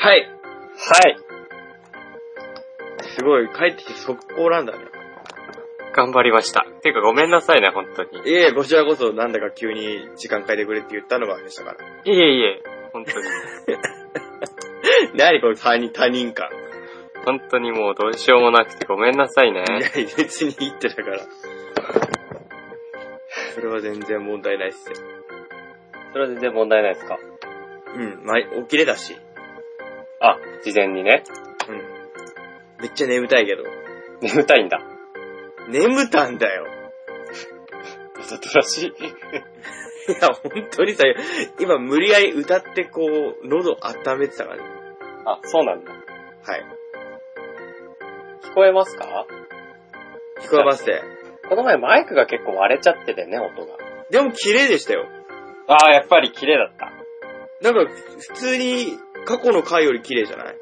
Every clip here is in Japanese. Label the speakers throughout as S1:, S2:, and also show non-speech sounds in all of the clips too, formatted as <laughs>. S1: はい。
S2: すごい、帰ってきて速攻なんだね。
S1: 頑張りました。てかごめんなさいね、本当に。
S2: いえいえ、こちらこそなんだか急に時間変えてくれって言ったのがあれでした <laughs> から。
S1: いえいえ、本当に。
S2: なにこの他人、他人感。
S1: 本当にもうどうしようもなくてごめんなさいね。
S2: いや、 <laughs> 別にいいってだから。それは全然問題ないっすよ。
S1: それは全然問題ないですか
S2: うん、まあ、起きれたし。
S1: あ、事前にね。
S2: うん。めっちゃ眠たいけど。
S1: 眠たいんだ。
S2: 眠たんだよ。
S1: わざとらしい。
S2: いや、本当にさ、今無理やり歌ってこう、喉温めてたからね。
S1: あ、そうなんだ。
S2: はい。
S1: 聞こえますか
S2: 聞こえますね。
S1: この前マイクが結構割れちゃっててね、音が。
S2: でも綺麗でしたよ。
S1: ああ、やっぱり綺麗だった。
S2: なんか、普通に過去の回より綺麗じゃない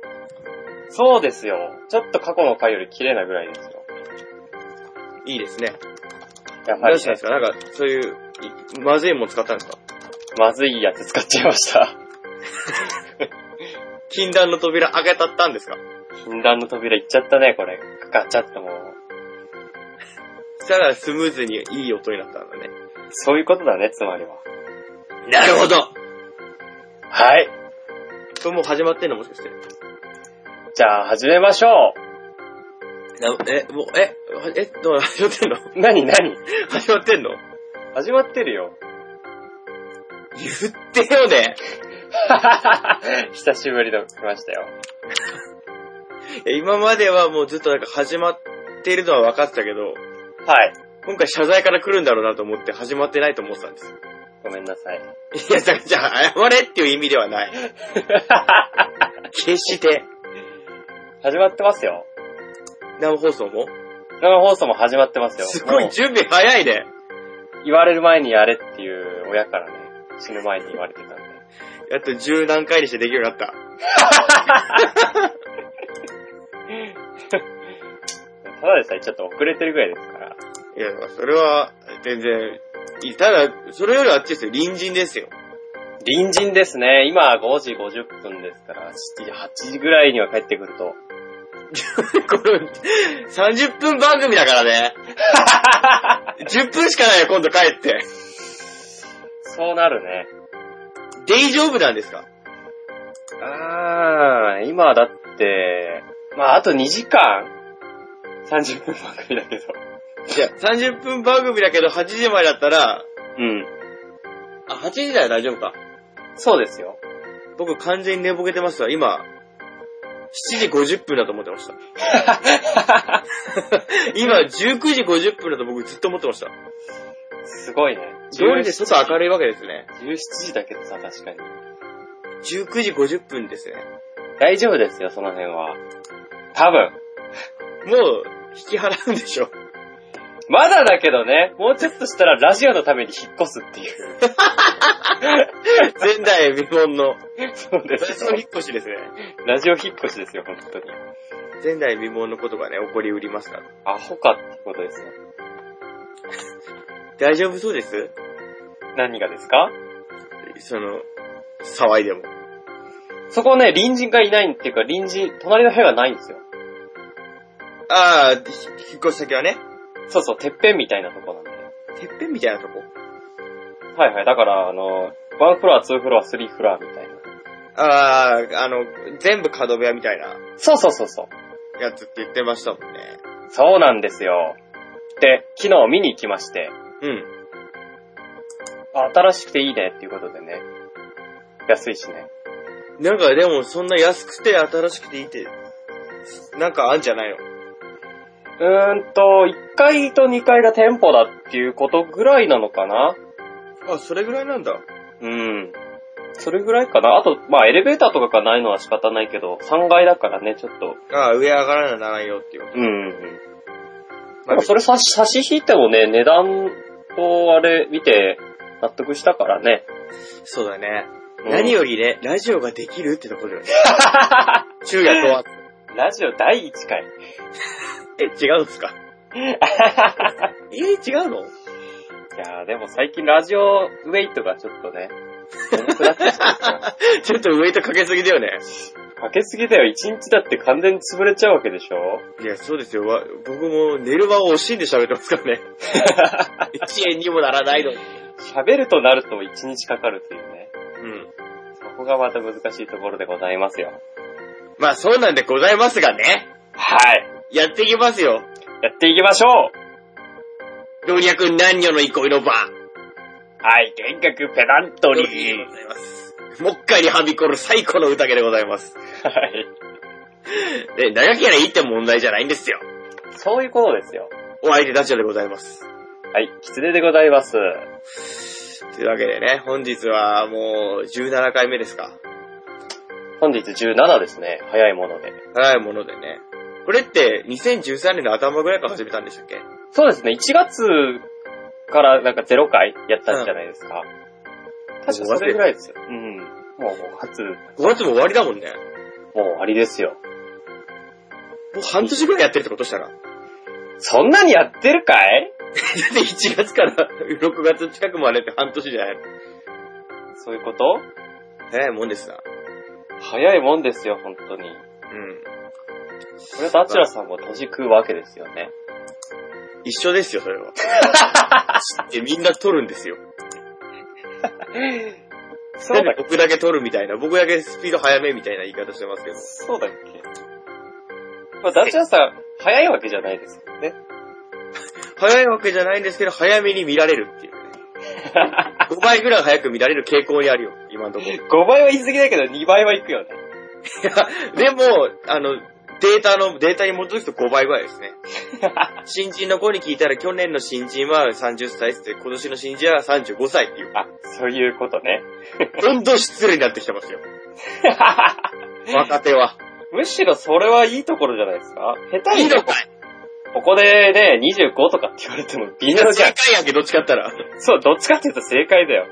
S1: そうですよ。ちょっと過去の回より綺麗なぐらいですよ。
S2: いいですね。
S1: やっぱ
S2: 何
S1: り、
S2: したん
S1: ね
S2: です、かなんか、そういう、いまずいもん使ったんですか
S1: まずいやつ使っちゃいました。
S2: 禁断の扉開けたったんですか
S1: 禁断の扉行っちゃったね、これ。ガチャってもう。
S2: したらスムーズにいい音になったんだね。
S1: そういうことだね、つまりは。
S2: なるほど
S1: はい。
S2: ともう始まってんのもしかして。
S1: じゃあ、始めましょう。
S2: なえ、もう、え、はえ、どう始まってんの
S1: なになに
S2: 始まってんの
S1: 始まってるよ。 <laughs>
S2: 言ってよね
S1: 久しぶりの来ましたよ。
S2: え今まではもうずっとなんか始まってるのは分かってたけど、
S1: はい。
S2: 今回謝罪から来るんだろうなと思って始まってないと思ってたんです。
S1: ごめんなさい。
S2: いや、だからじゃあ謝れっていう意味ではない。決して、
S1: 始まってますよ。
S2: 生放送も
S1: 生放送も始まってますよ。
S2: すご
S1: も
S2: いう準備早いね。
S1: 言われる前にやれっていう親からね、死ぬ前に言われてたんで。
S2: やっと十何回にしてできるようになった。
S1: ただでさえちょっと遅れてるぐらいですから。
S2: いや、それは、全然、いいただ、それよりあっちですよ。隣人ですよ。 <laughs>
S1: 隣人ですね。今5時50分ですから、7時、8時ぐらいには帰ってくる
S2: こ
S1: と。
S2: れ、30分番組だからね。10分しかないよ、今度帰って。
S1: そうなるね。
S2: 大丈夫なんですか
S1: あー、今だって、まああと2時間 ?30 分番組だけど。
S2: いや、30分番組だけど8時前だったら、
S1: うん。
S2: あ、8時台は大丈夫か。
S1: そうですよ。
S2: 僕完全に寝ぼけてますわ、今。7時50分だと思ってました。 <laughs> 今、19時50分だと僕ずっと思ってました。
S1: すごいね。
S2: どうりで外明るいわけですね。
S1: 17時だけどさ、確かに。
S2: 19時50分ですね。
S1: 大丈夫ですよ、その辺は。多分。
S2: もう、引き払うんでしょ。
S1: まだだけどね、もうちょっとしたらラジオのために引っ越すっていう。
S2: <laughs> 前代未聞の。
S1: そうで
S2: ラジ
S1: す
S2: オ <laughs>
S1: よ。
S2: 引っ越しですね。
S1: ラジオ引っ越しですよ、本当に。
S2: 前代未聞のことがね、起こりうりますから。
S1: アホかってことですよ。
S2: 大丈夫そうです
S1: 何がですか
S2: その、騒いでも。
S1: そこね、隣人がいないっていうか、隣人、隣の部屋がないんですよ。
S2: ああ、ひ引っ越し先はね、
S1: そうそう、てっぺんみたいなとこなんで。
S2: てっぺんみたいなとこ。
S1: はいはい、だから、あの、1フロア、2フロア、3フロアみたいな。
S2: ああ、あの、全部角部屋みたいな
S1: そうそうそうそう。
S2: やつって言ってましたもんね。
S1: そうなんですよ。で、昨日見に行きまして、
S2: うん。
S1: あ新しくていいねっていうことでね。安いしね。
S2: なんかでもそんな安くて新しくていいって、なんかあんじゃないの
S1: うーんと、1階と2階が店舗だっていうことぐらいなのかな
S2: あ、それぐらいなんだ。
S1: うん。それぐらいかな。あと、まあエレベーターとかがないのは仕方ないけど、3階だからね、ちょっと。
S2: ああ、上上がらなならんよっていうこ
S1: うんうんうん。
S2: と。
S1: なんかそれ差し、差し引いてもね、値段とあれ見て納得したからね。
S2: そうだね。
S1: うん
S2: 何よりね、ラジオができるってとこ <laughs> だよね。昼夜問わず。
S1: ラジオ第1回。
S2: え、違うんすか <laughs> え、違うの <laughs>
S1: いやーでも最近ラジオウェイトがちょっとね、重くなってきてるから
S2: ちょっとウェイトかけすぎだよね。
S1: かけすぎだよ。一日だって完全に潰れちゃうわけでしょ
S2: いや、そうですよ。わ僕も寝る間を惜しんで喋ってますから <laughs> ね。一円にもならないのに。
S1: 喋るとなると一日かかるというね。
S2: うん。
S1: そこがまた難しいところでございますよ。
S2: まあそうなんでございますがね。
S1: はい。
S2: やっていきますよ。
S1: やっていきましょう
S2: 老若男女の憩いの場。
S1: はい、幻覚ペダントリー。
S2: ございます。もっかいにはびこる最古の宴でございます。
S1: はい。
S2: で、長ければいいって問題じゃないんですよ。
S1: そういうことですよ。
S2: お相手ダチョウでございます。
S1: はい、狐でございます。
S2: というわけでね、本日はもう17回目ですか。
S1: 本日17ですね。早いもので。
S2: 早いものでね。これって2013年の頭ぐらいから始めたんでしたっけ
S1: そうですね、1月からなんか0回やったんじゃないですか。確かそれぐらいですよ。うん。もう、もう、初、も
S2: ?5 月も終わりだもんね。
S1: う終わりですよ。
S2: もう半年ぐらいやってるってこと <laughs> したら。だ
S1: そんなにやってるかい
S2: って1月から6月近くまでって半年じゃない
S1: そういうこと
S2: 早いもんですな。
S1: 早いもんですよ、本当
S2: うん。
S1: に。これとアチラさんも年食うわけですよね。
S2: 一緒ですよ、それは。知ってみんな取るんですよ。なんで
S1: そうだっけ
S2: 僕だけ取るみたいな、僕だけスピード速めみたいな言い方してますけど。
S1: そうだっけまあ、ダチュラさん、早いわけじゃないですよね。
S2: 早いわけじゃないんですけど、早めに見られるっていうね。5倍ぐらい早く見られる傾向にあるよ、今のところ。い
S1: 5倍は言い過ぎだけど、2倍は行くよね。
S2: やでも、あの、データの、データに基づくと5倍ぐらいですね。新人の子に聞いたら去年の新人は30歳って、今年の新人は35歳っていう。
S1: あ、そういうことね。 <laughs>
S2: どんどん失礼になってきてますよ。若手
S1: <laughs>
S2: は。
S1: むしろそれはいいところじゃないですか下手
S2: いい
S1: に
S2: のかい
S1: ここでね、25とかって言われても微妙じゃ
S2: 正 <laughs>
S1: ん。
S2: 解やんけ、どっちかって言ったら。
S1: そう、どっちかって言うと正解だよ。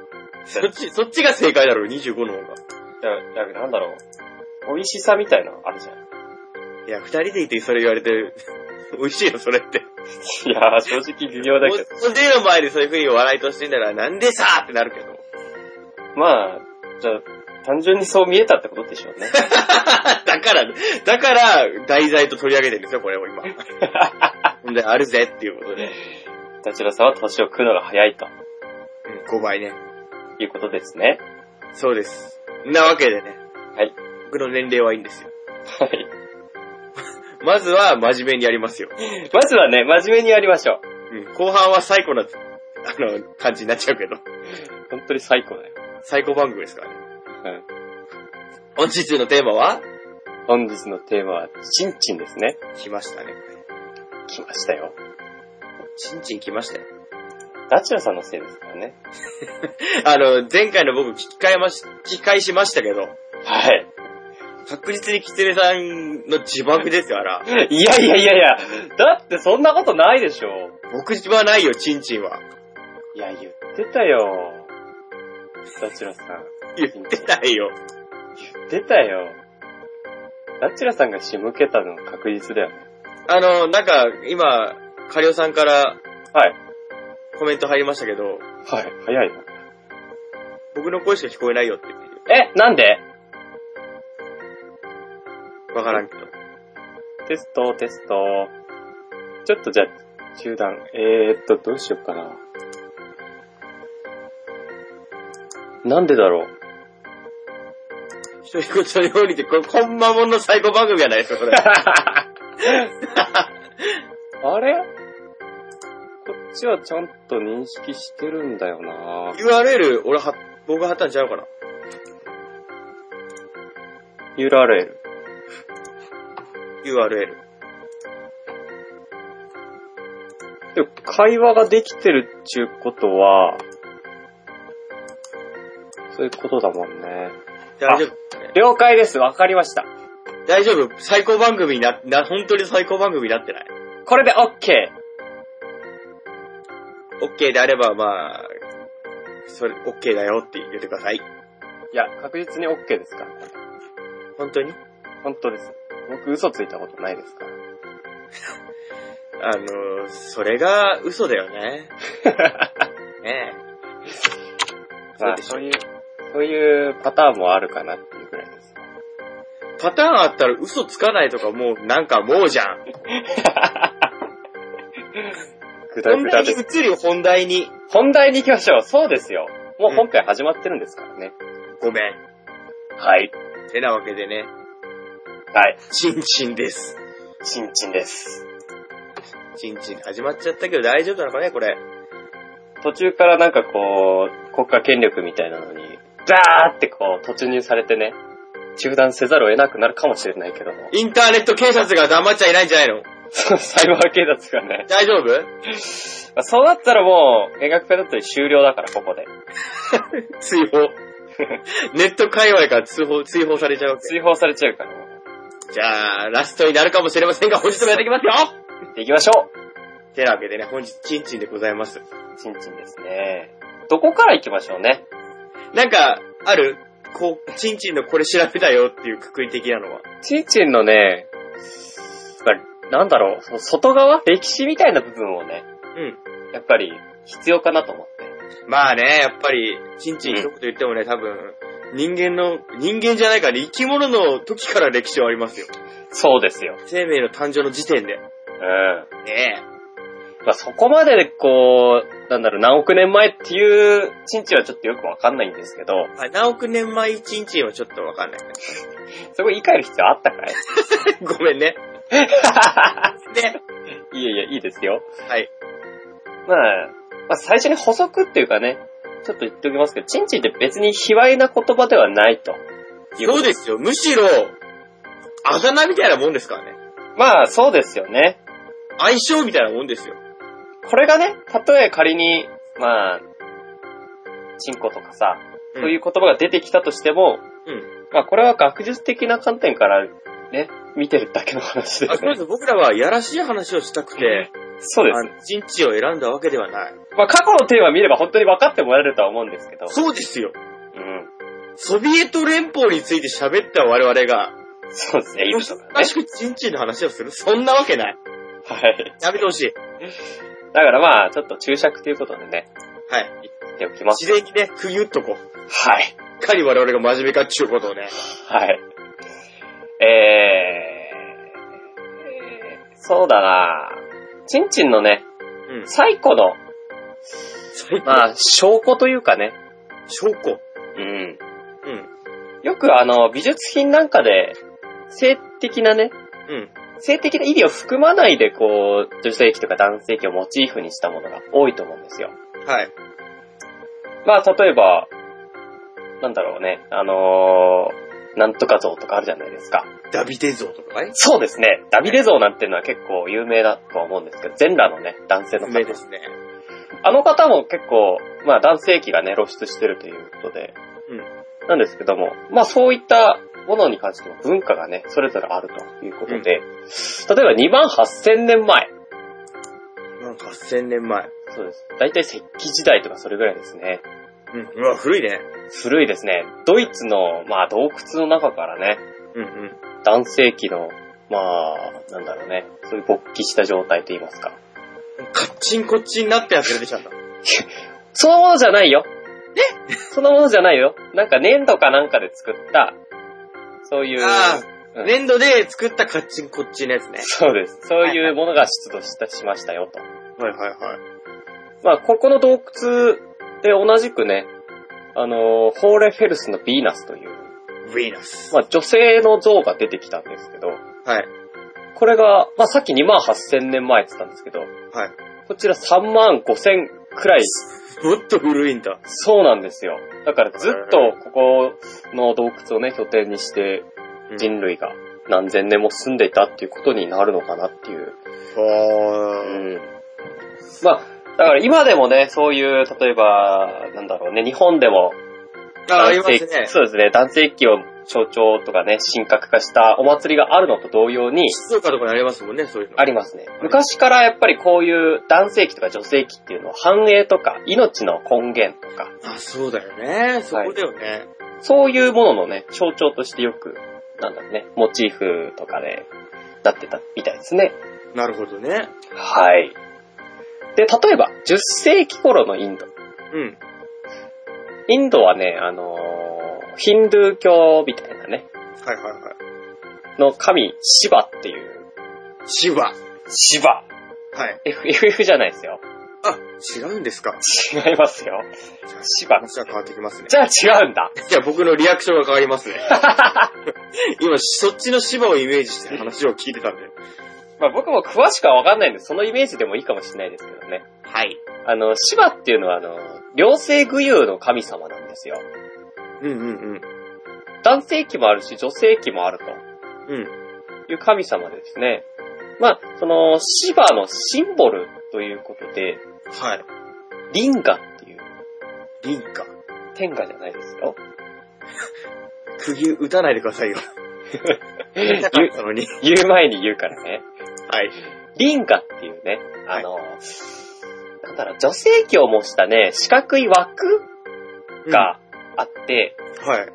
S2: そっち、そっちが正解だろ、25の方が。
S1: だだなんだろう。美味しさみたいなのあるじゃん。
S2: いや、二人でいてそれ言われて、美味しいよ、それって。
S1: いやー、正直微妙だけど。
S2: 大勢の前でそういう風に笑いとしてんだら、なんでさーってなるけど。 <laughs>
S1: まあ、じゃあ、単純にそう見えたってことでしょうね。
S2: だから、だから、題材と取り上げてるんですよ、これを <laughs> 今。で、あるぜっていうことで。
S1: ダチュラさんは年を食うのが早いと
S2: うん、5倍ね。
S1: いうことですね。
S2: そうです。なわけでね。
S1: はい。
S2: 僕の年齢はいいんですよ。
S1: はい。
S2: まずは、真面目にやりますよ。
S1: まずはね、真面目にやりましょう。
S2: うん。後半は最高な、あ <laughs> の、感じになっちゃうけど。
S1: 本当に最高だよ。
S2: 最高番組ですからね。
S1: うん。
S2: 本日のテーマは
S1: 本日のテーマは、チンチンですね。
S2: 来ましたね。
S1: 来ましたよ。
S2: ちんちん来ましたよ。
S1: ダチュラさんのせいですからね。
S2: あの、前回の僕聞き返まし、聞き返しましたけど、
S1: はい。
S2: 確実にキツネさんの自爆ですよ、あら。
S1: いやいやいやいや、だってそんなことないでしょ。
S2: 僕自分はないよ、チンチンは。
S1: いや、言ってたよ。ダチュラさん。
S2: 言ってないよ。
S1: 言ってたよ。ダチュラさんが仕向けたの確実だよね。
S2: あの、なんか、今、カリオさんから
S1: はい。
S2: コメント入りましたけど、
S1: はい、早いな。
S2: 僕の声しか聞こえないよって言ってる
S1: え、なんで
S2: よ。わからんけど。
S1: テスト、テスト。ちょっとじゃあ、中断。えーっと、どうしようかな。なんでだろう。 <laughs>
S2: 一人言のようにって、これ、こんまもんの最高番組じゃないですか、そ <laughs> れ。
S1: あれこっちはちゃんと認識してるんだよな
S2: URL、俺は、僕が貼ったんちゃうかな。
S1: URL。
S2: URL。
S1: でも会話ができてるっちゅうことは、そういうことだもんね。
S2: 大丈夫。
S1: 了解です。わかりました。
S2: 大丈夫。最高番組にな、な、本当に最高番組になってない。
S1: これで OK!
S2: OK であれば、まあ、それ、OK だよって言ってください。
S1: いや、確実に OK ですから。
S2: 本当に
S1: 本当です。僕嘘ついたことないですから。
S2: あのー、それが嘘だよね。ねえ。
S1: まあ、そういう、そういうパターンもあるかなっていうぐらいです。
S2: パパターンあったら嘘つかないとかもう、なんかもうじゃん。
S1: ぐだ
S2: 本
S1: ぐ
S2: 題
S1: だ
S2: に
S1: です。
S2: 移るよ、本題に。
S1: 本題に行きましょう。そうですよ。もう本編始まってるんですからね。
S2: ごめん。
S1: はい。
S2: てなわけでね、
S1: はい。
S2: チンチンです。
S1: ちんちんです。
S2: チンチン始まっちゃったけど大丈夫なのかね、これ。
S1: 途中からなんかこう、国家権力みたいなのに、ダーってこう突入されてね、中断せざるを得なくなるかもしれないけども。 <laughs>
S2: インターネット警察が黙っちゃいないんじゃないの
S1: そう、サイバー警察がね。
S2: 大丈夫
S1: まあそうなったらもう、映画ペダトリ終了だから、ここで。
S2: 追放。 <laughs> ネット界隈から通報、追放されちゃうわけ。
S1: 追放されちゃうから。
S2: じゃあ、ラストになるかもしれませんが、本日もやっていきますよ
S1: 行っていきましょ
S2: てなわけでね、本日、チンチンでございます。
S1: うちんちんですね。どこから行きましょうね。
S2: なんか、あるこう、チンチンのこれ調べたよっていうくくり的なのは。
S1: ちんちんのね、まあなんだろう、その外側歴史みたいな部分をね、
S2: うん。
S1: やっぱり必要かなと思って。
S2: まあね、やっぱり、チンチン一言言ってもね、多分、人間の、人間じゃないから、ね、生き物の時から歴史はありますよ。
S1: そうですよ。
S2: 生命の誕生の時点で。
S1: うん。
S2: ね
S1: まあ、そこまでこう、なんだろう、何億年前っていうちんちんはちょっとよくわかんないんですけど
S2: え。、まあ、何億年前チンチンはちょっとわかんない。 <laughs>
S1: そこ言い換える必要あったかい
S2: ごめんね。ね。
S1: いや <laughs> いや、いいですよ。
S2: はい。
S1: まあ、まあ、最初に補足っていうかね、ちょっと言っておきますけど、チンチンって別に卑猥な言葉ではないと。
S2: そうですよ。むしろ、あだ名みたいなもんですからね。
S1: まあ、そうですよね。
S2: 相性みたいなもんですよ。
S1: これがね、たとえ仮に、まあ、チンコとかさ、
S2: うん
S1: そういう言葉が出てきたとしても、
S2: うん。
S1: まあ、これは学術的な観点からね、見てるだけの話で
S2: あ、そう
S1: す
S2: で
S1: ね。
S2: す。僕らはやらしい話をしたくて、
S1: そうです
S2: あ。のチンチンを選んだわけではない。
S1: まあ、過去のテーマ見れば本当に分かってもらえるとは思うんですけど。
S2: そうですよ。
S1: うん。
S2: ソビエト連邦について喋った我々が、
S1: そうですね、いいことだね。
S2: しくチンチンの話をするそんなわけない。
S1: はい。
S2: やめてほしい。
S1: だからまあ、ちょっと注釈ということでね、
S2: はい。
S1: 言っておきます。
S2: 自然にね、くぎゅっとこう。
S1: はい。
S2: いかに我々が真面目かっちゅうことをね。
S1: はい。えー、そうだなちんちんのね、
S2: うん。
S1: 最古の、
S2: 最後、
S1: まあ、証拠というかね、
S2: 証拠。
S1: うん。
S2: うん。
S1: よくあの、美術品なんかで、性的なね、
S2: うん。
S1: 性的な意味を含まないで、こう、女性器とか男性器をモチーフにしたものが多いと思うんですよ。
S2: はい。
S1: まあ、例えば、なんだろうね、あのー、なんとか像とかあるじゃないですか。
S2: ダビデ像とかね。
S1: そうですね。ダビデ像なんていうのは結構有名だとは思うんですけど、全裸のね、男性の方
S2: 名。ですね。
S1: あの方も結構、まあ男性器がね、露出してるということで、なんですけども、まあそういったものに関しても文化がね、それぞれあるということで、例えば2万8000年前。
S2: なんか8000年前。
S1: そうです。大体石器時代とかそれぐらいですね。
S2: うん。うわ、古いね。
S1: 古いですね。ドイツの、まあ洞窟の中からね、
S2: うんうん。
S1: 男性器の、まあ、なんだろうね、そういう勃起した状態と言いますか。
S2: カッチンコッチンになったやつが出てきたんだ。
S1: そのものじゃないよ。えそのものじゃないよ。なんか粘土かなんかで作った、そういう、
S2: あ
S1: う
S2: あ、
S1: ん
S2: 粘土で作ったカッチンコッチンのやつね。
S1: そうです。そういうものが出土したしましたよと。
S2: はいはいはい。
S1: まあ、ここの洞窟で同じくね、あのー、ホーレフェルスのヴィーナスという、
S2: ヴィーナス。
S1: まあ女性の像が出てきたんですけど、
S2: はい。
S1: これが、まあさっき2万8000年前って言ったんですけど、
S2: はい。
S1: こちら3万5000くらい
S2: もっと古いんだ。
S1: そうなんですよ。だからずっとここの洞窟をね、拠点にして
S2: うん
S1: 人類が何千年も住んでいたっていうことになるのかなっていう。
S2: は
S1: うん。まあ、だから今でもね、そういう、例えば、なんだろうね、日本でも
S2: あ。あ、あり
S1: 男
S2: ます
S1: 性器、
S2: ね。
S1: そうですね、男性器を象徴とかね、神格化したお祭りがあるのと同様に、
S2: 静岡とかにありますもんね、そういうの。
S1: ありますね。昔からやっぱりこういう男性器とか女性器っていうのは繁栄とか命の根源とか、
S2: あ、そうだよね。そこだよね。
S1: そういうもののね、象徴としてよく、なんだろうね、モチーフとかで、なってたみたいですね。
S2: なるほどね。
S1: はい。で、例えば、10世紀頃のインド。
S2: うん。
S1: インドはね、あのーヒンドゥー教みたいなね、
S2: はいはいはい。
S1: の神、シバっていう、
S2: シワ。は
S1: シバ。
S2: い。
S1: F- FF じゃないですよ。
S2: あ、違うんですか。
S1: 違いますよ。シバ。
S2: 話は変わってきますね。
S1: じゃあ違うんだ。
S2: じゃあ僕のリアクションが変わります <laughs> ね。今、そっちの芝をイメージして話を聞いてたんで。
S1: まあ僕も詳しくはわかんないんで、そのイメージでもいいかもしれないですけどね。
S2: はい。
S1: あの、シバっていうのは、あの、両性具有の神様なんですよ。
S2: うんうんうん。
S1: 男性器もあるし、女性器もあると
S2: うん。
S1: いう神様でですね。まあ、その、シバのシンボルということで、
S2: はい。
S1: リンガっていう、
S2: リンカ。
S1: 天下じゃないですよ。
S2: 釘打たないでくださいよ。 <laughs> 言いたかったのに。
S1: 言う前に言うからね。
S2: はい。
S1: リンガっていうね、あの、なんだろう、女性器を模したね、四角い枠があって、
S2: はい。
S1: ま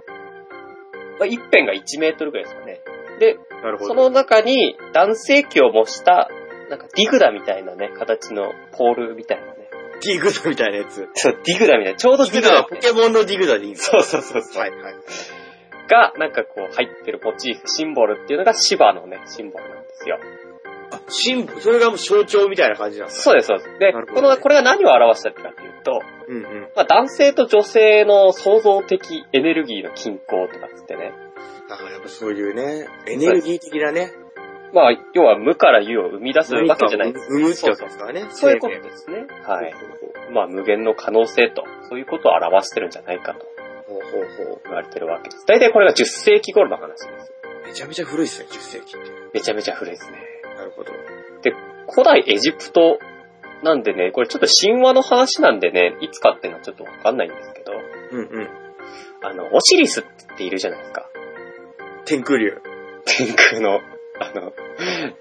S1: あ一辺が1メートルぐらいですかね。で、
S2: なるほ
S1: そ
S2: ど。
S1: の中に男性器を模した、なんかディグダみたいなね、形のポールみたいなね。
S2: ディグダみたいなやつ。
S1: そう、ディグダみたいな、ちょうど
S2: デ
S1: ディ
S2: ィグダ
S1: グダ
S2: はポケモンのディグダでいいんです
S1: そうそうそうそう。
S2: はいはい。
S1: が、なんかこう入ってるモチーフ、シンボルっていうのがシバのね、シンボルなんですよ。
S2: あ、シンボル、それがもう象徴みたいな感じなんです
S1: そうです、そうです。で、
S2: なるほ
S1: こ
S2: どね
S1: の、これが何を表してるかっていうと、
S2: うんうん。
S1: まあ、男性と女性の創造的エネルギーの均衡とかつってね。
S2: だからやっぱそういうね、エネルギー的なね、
S1: まあ、要は無から有を生み出すわけじゃない
S2: ん
S1: で
S2: ですす生むって
S1: そう
S2: わ
S1: そ
S2: け
S1: う
S2: ですからね。
S1: そういうことですね。はい。まあ、無限の可能性と、そういうことを表してるんじゃないかと
S2: ほうほうほう。
S1: 言われてるわけです。大体これが10世紀頃の話です。
S2: めちゃめちゃ古いっすね、10世紀って。
S1: めちゃめちゃ古いですね。
S2: なるほど。
S1: 古代エジプトなんでね、これちょっと神話の話なんでね、いつかっていうのはちょっとわかんないんですけど、
S2: うんうん。
S1: あの、オシリスっているじゃないですか。
S2: 天空竜。
S1: 天空の、あの、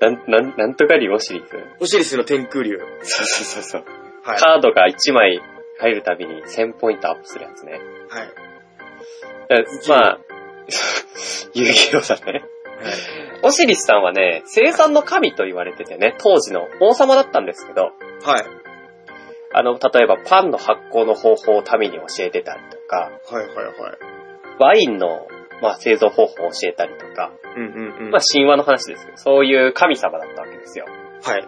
S1: なん、なん、なんとかリオシリス。
S2: オシリスの天空竜。
S1: そうそうそうそう。
S2: はい。
S1: カードが1枚入るたびに1000ポイントアップするやつね。
S2: はい。
S1: だまあ、 <laughs> 遊戯王だね。オシリスさんはね、生産の神と言われててね、当時の王様だったんですけど、
S2: はい。
S1: あの、例えばパンの発酵の方法を民に教えてたりとか、
S2: はいはいはい。
S1: ワインの、まあ、製造方法を教えたりとか、
S2: うんうんうん。
S1: まあ、神話の話ですけど、そういう神様だったわけですよ。
S2: はい。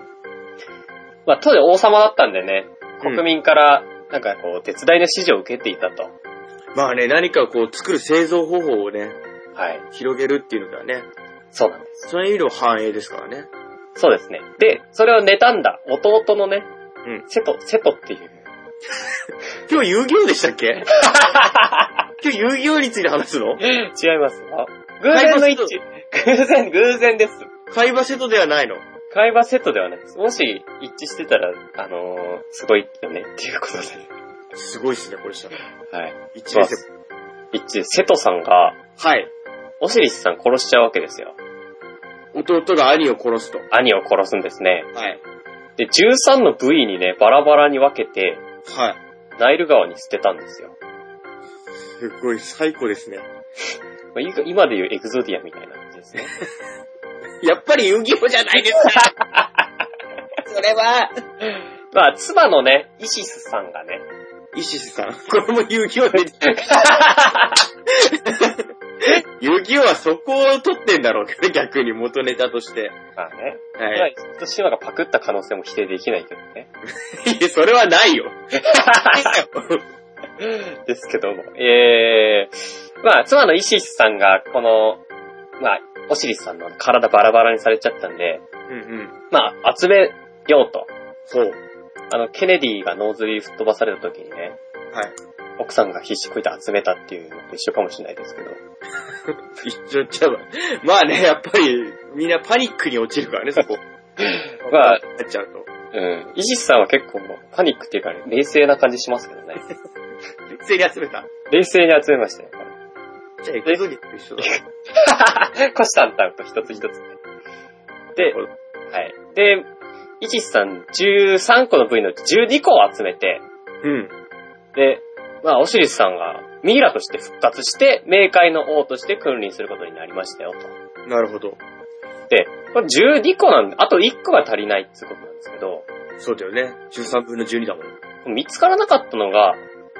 S1: まあ、当時王様だったんで
S2: う
S1: ね、
S2: ん
S1: 国民から、なんかこう、手伝いの指示を受けていたと。
S2: まあね、何かこう作る製造方法をね、
S1: はい。
S2: 広げるっていうのがね、
S1: そうなんです。
S2: そういう意味でも繁栄ですからね。
S1: そうですね。で、それを妬んだ弟のね、
S2: うん
S1: 瀬戸、瀬戸っていう。
S2: 今日遊戯王でしたっ <laughs> け今日遊戯王について話すの
S1: 違いますよ。偶然の一致。偶然、偶然です。
S2: 会話セットではないの。
S1: 会話セットではないです。もし一致してたら、あのー、すごいよねっていうことで。
S2: すごいっすね、これしたら。
S1: はい。
S2: 一年生。
S1: 一致、瀬戸さんが、
S2: はい。
S1: オシリスさん殺しちゃうわけですよ。
S2: 弟が兄を殺すと。
S1: 兄を殺すんですね。
S2: はい。
S1: で、13の部位にね、バラバラに分けて、
S2: はい。
S1: ナイル川に捨てたんですよ。
S2: すごい、最高ですね。
S1: まあい今で言うエグゾディアみたいな感じですね。 <laughs>
S2: やっぱり遊戯王じゃないですか <laughs> それは、
S1: まあ、妻のね、イシスさんがね、
S2: <laughs> イシスさん。これも遊戯王で。遊戯王はそこを取ってんだろうけど、 <laughs> 逆に元ネタとして。
S1: まあね、ま
S2: は
S1: あ
S2: い。
S1: ずっとシマがパクった可能性も否定できないけどね。
S2: いや <laughs> それはないよ。
S1: <laughs> ですけども。えー、まあ、妻のイシスさんが、この、まあ、オシリスさんの体バラバラにされちゃったんで、
S2: <laughs> うんうん。
S1: まあ、集めようと。
S2: そう。
S1: あの、ケネディがノーズリー吹っ飛ばされた時にね、
S2: はい。
S1: 奥さんが必死こいて集めたっていうのと一緒かもしれないですけど。
S2: 一応ちゃうわ。まあね、やっぱり、みんなパニックに落ちるからね、そ <laughs> こ。
S1: まあ、
S2: なっちゃうと。
S1: うん。イシスさんは結構もうパニックっていうかね、冷静な感じしますけどね。
S2: 一斉に集めた。
S1: 冷静に集めましたよ。
S2: じゃあ、エクゾディアと一緒だ。
S1: <laughs> コシタンタンと一つ一つね。で、はい。で、イチスさん13個の部位のうち12個を集めて、
S2: うん。
S1: で、まあ、オシリスさんがミイラとして復活して、冥界の王として君臨することになりましたよ、と。
S2: なるほど。
S1: で、これ12個なんで、あと1個が足りないってことなんですけど、
S2: そうだよね。13分の12だもん。
S1: 見つからなかったのが、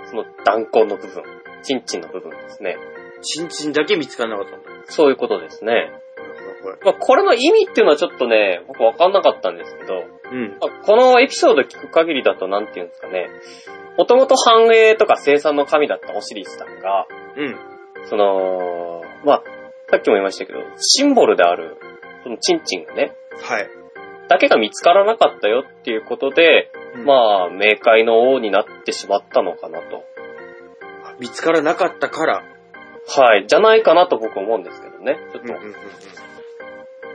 S1: その弾痕の部分、チンチンの部分ですね。
S2: チンチンだけ見つからなかったんだ。
S1: そういうことですね。
S2: なるはい。
S1: まあ、これの意味っていうのはちょっとね、僕わかんなかったんですけど、
S2: うん。
S1: まあこのエピソード聞く限りだとなんていうんですかね、もともと繁栄とか生産の神だったオシリスさんが、
S2: うん。
S1: その、まあ、さっきも言いましたけど、シンボルである、そのチンチンがね、
S2: はい。
S1: だけが見つからなかったよっていうことで、
S2: あ、
S1: まあ、冥界の王になってしまったのかなと。
S2: 見つからなかったから。
S1: はい。じゃないかなと僕思うんですけどね。ちょっと。
S2: うん。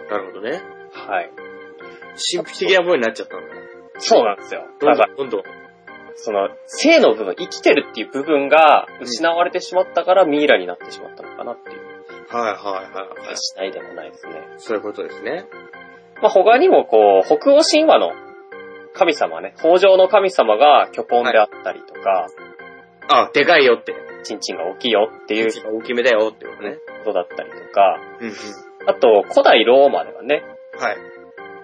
S2: なるほどね。
S1: はい。
S2: 神秘的なものになっちゃったんだね。
S1: そうなんですよ。
S2: ど
S1: だ
S2: ん
S1: から、
S2: どん、どんどん。
S1: その、生の部分、生きてるっていう部分が失われてしまったからミイラになってしまったのかなっていう
S2: はいはいはいはい。
S1: しないでもないですね。
S2: そういうことですね。
S1: まあ、他にもこう、北欧神話の神様ね、北条の神様が巨根であったりとか、
S2: あ、でかいよって。
S1: チンチンが大きいよっていう
S2: 一番大きめだよってことね。
S1: ことだったりとか、
S2: うん。
S1: あと、古代ローマではね、
S2: はい。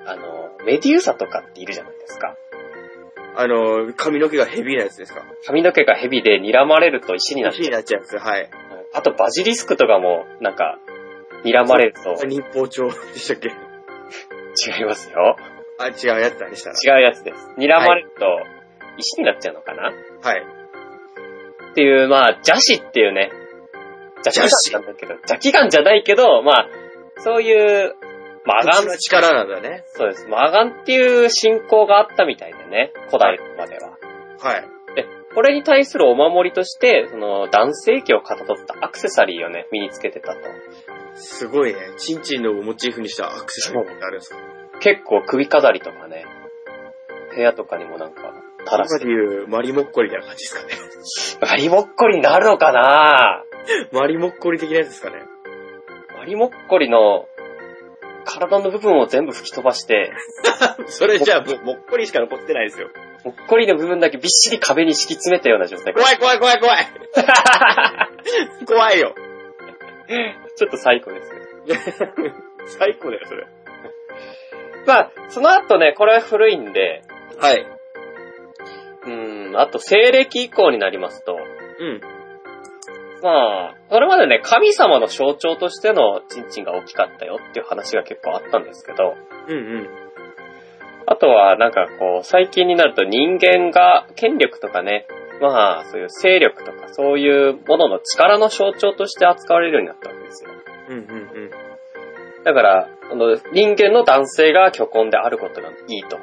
S1: あの、メデューサとかっているじゃないですか。
S2: あの、髪の毛がヘビーなやつですか
S1: 髪の毛が蛇で睨まれると石になっ
S2: ヘビ
S1: ち
S2: ー
S1: ゃ
S2: な
S1: う。
S2: っちゃうやつ。はい。
S1: あと、バジリスクとかも、なんか、睨まれると、
S2: 日報帳でしたっけ
S1: 違いますよ。
S2: あ、違うやつだね、したら。
S1: 違うやつです。睨まれると、石になっちゃうのかな、
S2: はい。
S1: っていう、まあ、邪視っていうね、邪視なんだけど、邪気眼じゃないけど、まあ、そういう、まあ、アガ
S2: 土地
S1: ン
S2: の、力なんだね。
S1: そうです。まあ、アガンっていう信仰があったみたいでね、古代までは。
S2: はい。
S1: これに対するお守りとして、その、男性器をかたどったアクセサリーをね、身につけてたと。
S2: すごいね。チンチンのモチーフにしたアクセサリーってあるんですか
S1: 結構首飾りとかね、部屋とかにもなんか、垂ら
S2: 今
S1: し
S2: で
S1: て。
S2: いうマリモッコリみたいな感じですかね。 <laughs>
S1: マリモッコリになるのかな
S2: マリモッコリ的なやつですかね。
S1: マリモッコリの、体の部分を全部吹き飛ばして、
S2: それじゃあもう、もっこりしか残ってないですよ。
S1: もっこりの部分だけびっしり壁に敷き詰めたような状態。
S2: 怖い怖い怖い怖い怖いよ。
S1: <laughs> ちょっと最高ですけど。
S2: 最高だよ、それ。
S1: まあ、その後ね、これは古いんで、
S2: はい。
S1: うーん、あと西暦以降になりますと、
S2: うん。
S1: まあ、これまでね、神様の象徴としてのチンチンが大きかったよっていう話が結構あったんですけど、
S2: うんうん。
S1: あとはなんかこう、最近になると人間が権力とかね、まあ、そういう勢力とかそういうものの力の象徴として扱われるようになったわけですよ。
S2: うんうんうん。
S1: だから、あの、人間の男性が虚婚であることがいいと。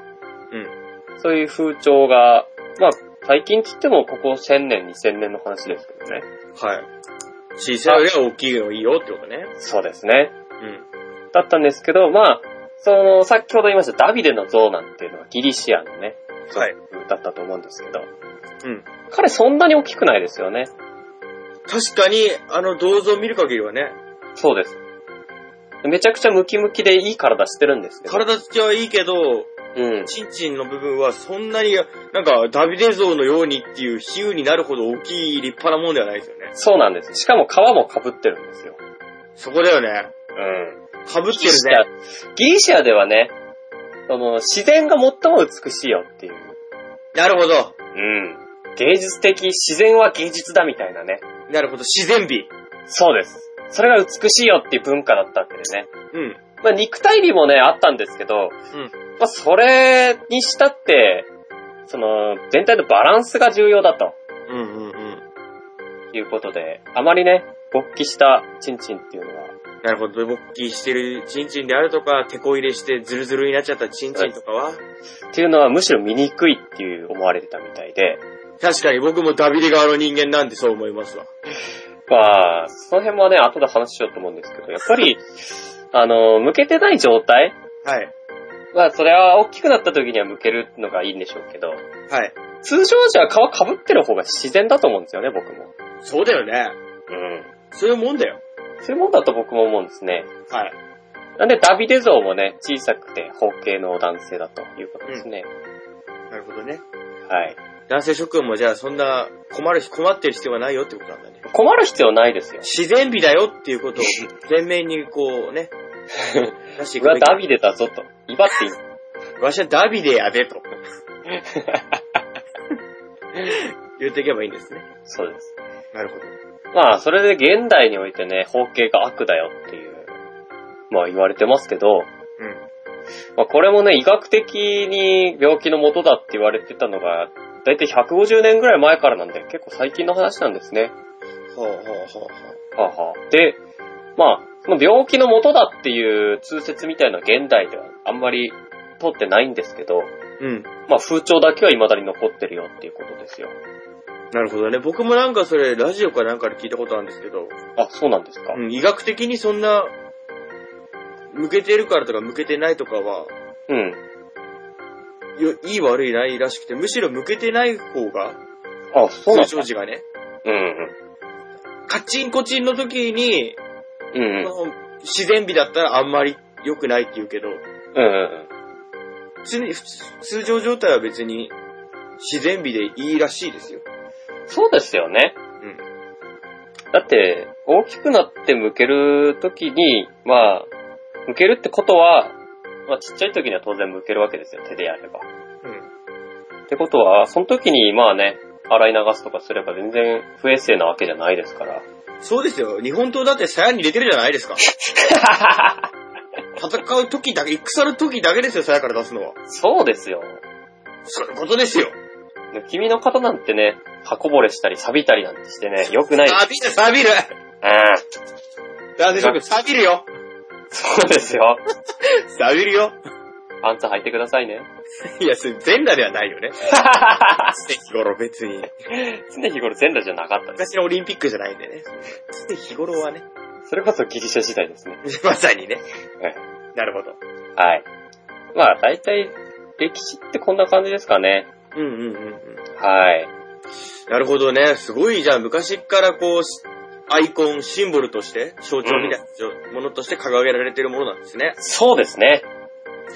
S1: そういう風潮が、まあ、最近って言ってもここ1000年、2000年の話ですけどね。
S2: はい。小さいよりは大きいのがいいよってことね。
S1: そうですね。
S2: うん。
S1: だったんですけど、まあ、その、先ほど言いましたダビデの像なんていうのはギリシアのね、
S2: はい。
S1: だったと思うんですけど、
S2: うん。
S1: 彼そんなに大きくないですよね。
S2: 確かに、あの銅像を見る限りはね、
S1: そうです。めちゃくちゃムキムキでいい体してるんですけど。
S2: 体つきはいいけど、
S1: うん。
S2: チンチンの部分はそんなに、なんか、ダビデ像のようにっていう比喩になるほど大きい立派なものではないですよね。
S1: そうなんです。しかも皮も被ってるんですよ。
S2: そこだよね。
S1: うん。
S2: 被って
S1: ギリ
S2: る
S1: シ
S2: ね。
S1: ャ、ギリシャではね、その、自然が最も美しいよっていう。
S2: なるほど。
S1: うん。芸術的、自然は芸術だみたいなね。
S2: なるほど。自然美。
S1: そうです。それが美しいよっていう文化だったんでね。
S2: うん。
S1: まあ、肉体美もね、あったんですけど、まあ、それにしたって、その、全体のバランスが重要だと
S2: うんうんうん。
S1: いうことで、あまりね、勃起したチンチンっていうのは、
S2: なるほど。勃起してるチンチンであるとか、テこ入れしてズルズルになっちゃったチンチンとかは、
S1: っていうのはむしろ醜いっていう思われてたみたいで、
S2: 確かに僕もダビデ側の人間なんでそう思いますわ。
S1: まあ、その辺もね、後で話しようと思うんですけど、やっぱり、 <laughs> あの、向けてない状態
S2: はい。
S1: まあ、それは大きくなった時には向けるのがいいんでしょうけど、
S2: はい。
S1: 通常時は皮被ってる方が自然だと思うんですよね、僕も。
S2: そうだよね。
S1: うん。
S2: そういうもんだよ。
S1: そういうもんだと僕も思うんですね。
S2: はい。
S1: なんで、ダビデ像もね、小さくて方形の男性だということですね。
S2: なるほどね。
S1: はい。
S2: 男性諸君もじゃあそんな困る、困ってる必要はないよってことなんだね。
S1: 困る必要ないですよ。
S2: 自然美だよっていうことを全面にこう <laughs> ね、出していく
S1: 僕は
S2: べき
S1: ダビデだぞと。威張っていい。
S2: わしはダビデやで <laughs> と。言っていけばいいんですね。
S1: そうです。
S2: なるほど。
S1: まあ、それで現代においてね、方形が悪だよっていうまあ言われてますけど、まあこれもね、医学的に病気の元だって言われてたのが、だいたい150年ぐらい前からなんで、結構最近の話なんですね。
S2: ほうほうほうほう。
S1: はあはあで、まあ、その病気の元だっていう通説みたいなのは現代ではあんまり通ってないんですけど、
S2: うん。
S1: まあ風潮だけは未だに残ってるよっていうことですよ。
S2: なるほどね。僕もなんかそれ、ラジオかなんかで聞いたことあるんですけど、
S1: あ、そうなんですか。
S2: うん、医学的にそんな、向けてるからとか向けてないとかは、
S1: うん。
S2: よいい悪いないらしくて、むしろ向けてない方が、
S1: あ、そうなん
S2: 通常
S1: です
S2: 時がね、
S1: うん
S2: カチンコチンの時に、
S1: うん。うんうん。
S2: その自然日だったらあんまり良くないって言うけど、
S1: うんうん
S2: 常に普通通常状態は別に自然日でいいらしいですよ。
S1: うん。そうですよね。
S2: うん。
S1: だって、大きくなって向けるときに、まあ、向けるってことは、まあちっちゃい時には当然向けるわけですよ、手でやれば。ってことは、その時にまあね、洗い流すとかすれば全然不衛生なわけじゃないですから。
S2: うん。そうですよ。日本刀だって鞘に入れてるじゃないですか。戦う時だけ、戦の時だけですよ、鞘から出すのは。
S1: そうですよ。
S2: そういうことですよ。
S1: 君の方なんてね、刃こぼれしたり錆びたりなんてしてね、良
S2: <laughs>
S1: くない。
S2: 錆びる、錆びる。
S1: うん。
S2: 男性諸君、錆びるよ。
S1: そうですよ。
S2: 錆びるよ。 <laughs>
S1: パンツ履いてくださいね。
S2: いや、それ全裸ではないよね。日頃別に。
S1: 常日頃全裸じゃなかったで
S2: 昔
S1: す。
S2: のオリンピックじゃないんでね。常日頃はね。
S1: それこそギリシャ時代ですね。
S2: <laughs> まさにね。
S1: はい
S2: なるほど。
S1: はい。まあ、大体、歴史ってこんな感じですかね。
S2: うんうんうんうん。
S1: はい。
S2: なるほどね。すごい、じゃあ昔からこう、しアイコン、シンボルとして、象徴みたいなものとして掲げられてるものなんですね。
S1: そうですね。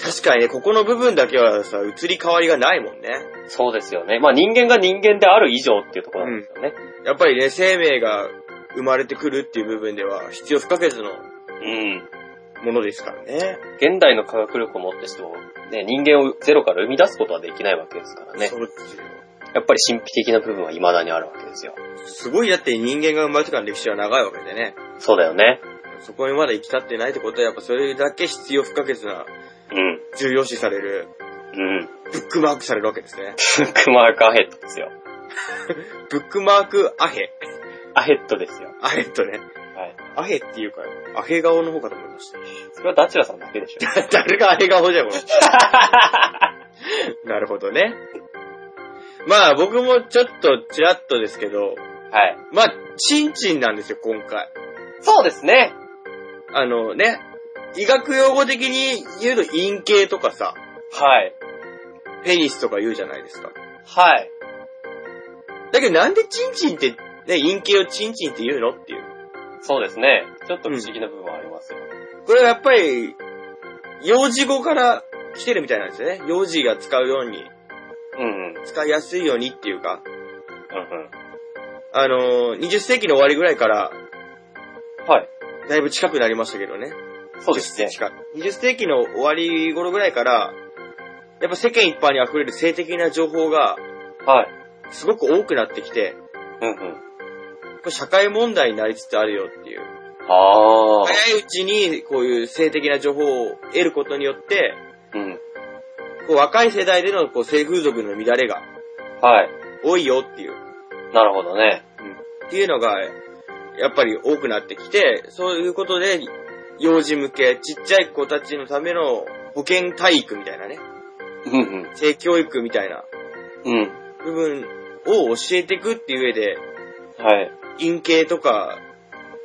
S2: 確かにね、ここの部分だけはさ、移り変わりがないもんね。
S1: そうですよね。まあ、人間が人間である以上っていうところなんですよね。
S2: やっぱりね、生命が生まれてくるっていう部分では必要不可欠の
S1: うん。
S2: ものですからね。
S1: 現代の科学力を持ってしても、ね、人間をゼロから生み出すことはできないわけですからね
S2: そ。うですよ。
S1: やっぱり神秘的な部分は未だにあるわけですよ。
S2: すごいだって人間が生まれてからの歴史は長いわけでね。
S1: そうだよね。
S2: そこにまだ行き立ってないってことはやっぱそれだけ必要不可欠な
S1: うん。
S2: 重要視される、
S1: うん。
S2: ブックマークされるわけですね。
S1: クマークアヘッドですよ。
S2: ブックマークアヘ。
S1: アヘッドですよ。
S2: アヘットね。
S1: はい。
S2: アヘっていうか、アヘ顔の方かと思いました。 <laughs>
S1: それはダチュラさんだけでしょ。 <laughs>
S2: 誰がアヘ顔じゃん、こ <laughs> れ。なるほどね。まあ僕もちょっとちらっとですけど、
S1: はい。
S2: まあ、チンチンなんですよ、今回。
S1: そうですね。
S2: あのね、医学用語的に言うと陰茎とかさ、
S1: はい。
S2: ペニスとか言うじゃないですか。
S1: はい。
S2: だけどなんでチンチンって、ね、陰茎をチンチンって言うのっていう。
S1: そうですね。ちょっと不思議な部分はありますよ。
S2: これはやっぱり、幼児語から来てるみたいなんですよね。幼児が使うように、
S1: うんうん。
S2: 使いやすいようにっていうか、
S1: うん
S2: あのー、20世紀の終わりぐらいから、
S1: うん。はい。
S2: だいぶ近くなりましたけどね。
S1: そうですね
S2: 20世紀。か20世紀の終わり頃ぐらいから、やっぱ世間一般に溢れる性的な情報が
S1: はい。
S2: すごく多くなってきて、
S1: うんうん。
S2: これ社会問題になりつつあるよっていう。
S1: あー。
S2: 早いうちにこういう性的な情報を得ることによって、
S1: うん。
S2: こう若い世代でのこう性風俗の乱れが
S1: はい。
S2: 多いよっていう、
S1: なるほどね。
S2: っていうのが、やっぱり多くなってきて、そういうことで、幼児向け、ちっちゃい子たちのための保健体育みたいなね、
S1: うんうん。
S2: 性教育みたいな
S1: うん。
S2: 部分を教えていくっていう上で、
S1: はい。
S2: 陰茎とか、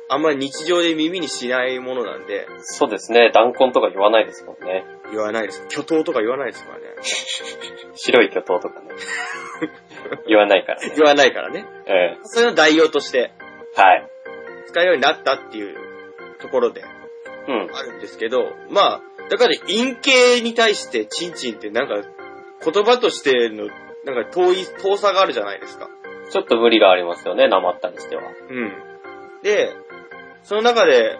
S2: あんまり日常で耳にしないものなんで、
S1: そうですね。弾痕とか言わないですもんね。
S2: 言わないです。巨頭とか言わないですからね。
S1: 白い巨頭とか <laughs> ね。言わないからね。
S2: 言わないからね。
S1: え
S2: それの代用として
S1: えはい。
S2: 使うようになったっていうところで
S1: うん。
S2: あるんですけど、まあ、だから陰形に対してチンチンってなんか言葉としてのなんか遠い、遠さがあるじゃないですか。
S1: ちょっと無理がありますよね。生ったにしては。
S2: うん。で、その中で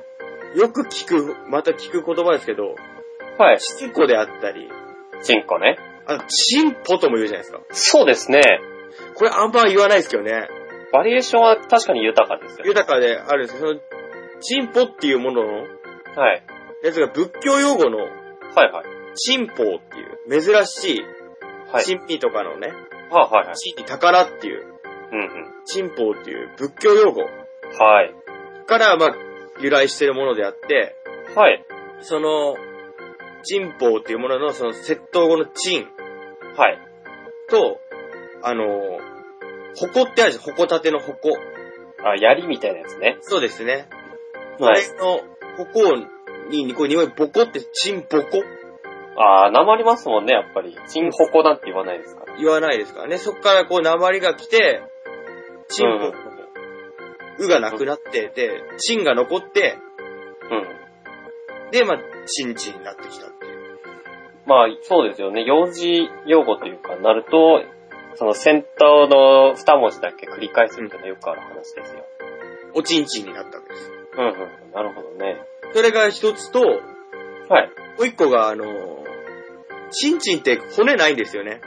S2: よく聞く、また聞く言葉ですけど、
S1: はい。
S2: チンコであったり、
S1: チンコね。
S2: あとチンポとも言うじゃないですか。
S1: そうですね。
S2: これあんま言わないですけどね。
S1: バリエーションは確かに豊かですよ。
S2: 豊かであるんですけど、そのチンポっていうものの
S1: はい。
S2: やつが仏教用語の、
S1: はいはい。
S2: 神宝っていう、珍しい、
S1: はい。
S2: 神秘とかのね、
S1: はあ、はいはい。
S2: 地域宝っていう、
S1: うんうん。
S2: 神宝っていう仏教用語
S1: はい。
S2: から、まあ、由来してるものであって、
S1: はい。
S2: その、神宝っていうものの、その、窃盗語の珍
S1: はい。
S2: と、あの、矛ってあるじゃん、矛立ての矛。
S1: あ、槍みたいなやつね。
S2: そうですね。あ
S1: はい
S2: れ。の矛に、こう、匂い、ボコって、チンボコ
S1: ああ、なまりますもんね、やっぱり。チンホコなんて言わないですから。
S2: 言わないですからね。そっからこう、鉛が来て、チンボコ。うがなくなって、で、チンが残って、
S1: うん。
S2: で、まあ、チンチンになってきたっていう。
S1: まあ、そうですよね。幼児用語というか、なると、その先頭の二文字だけ繰り返すみたいなよくある話ですよ。
S2: おちんちんになったわけです。
S1: うんうん。なるほどね。
S2: それが一つと、も
S1: はい。
S2: う一個が、あのー、チンチンって骨ないんですよね。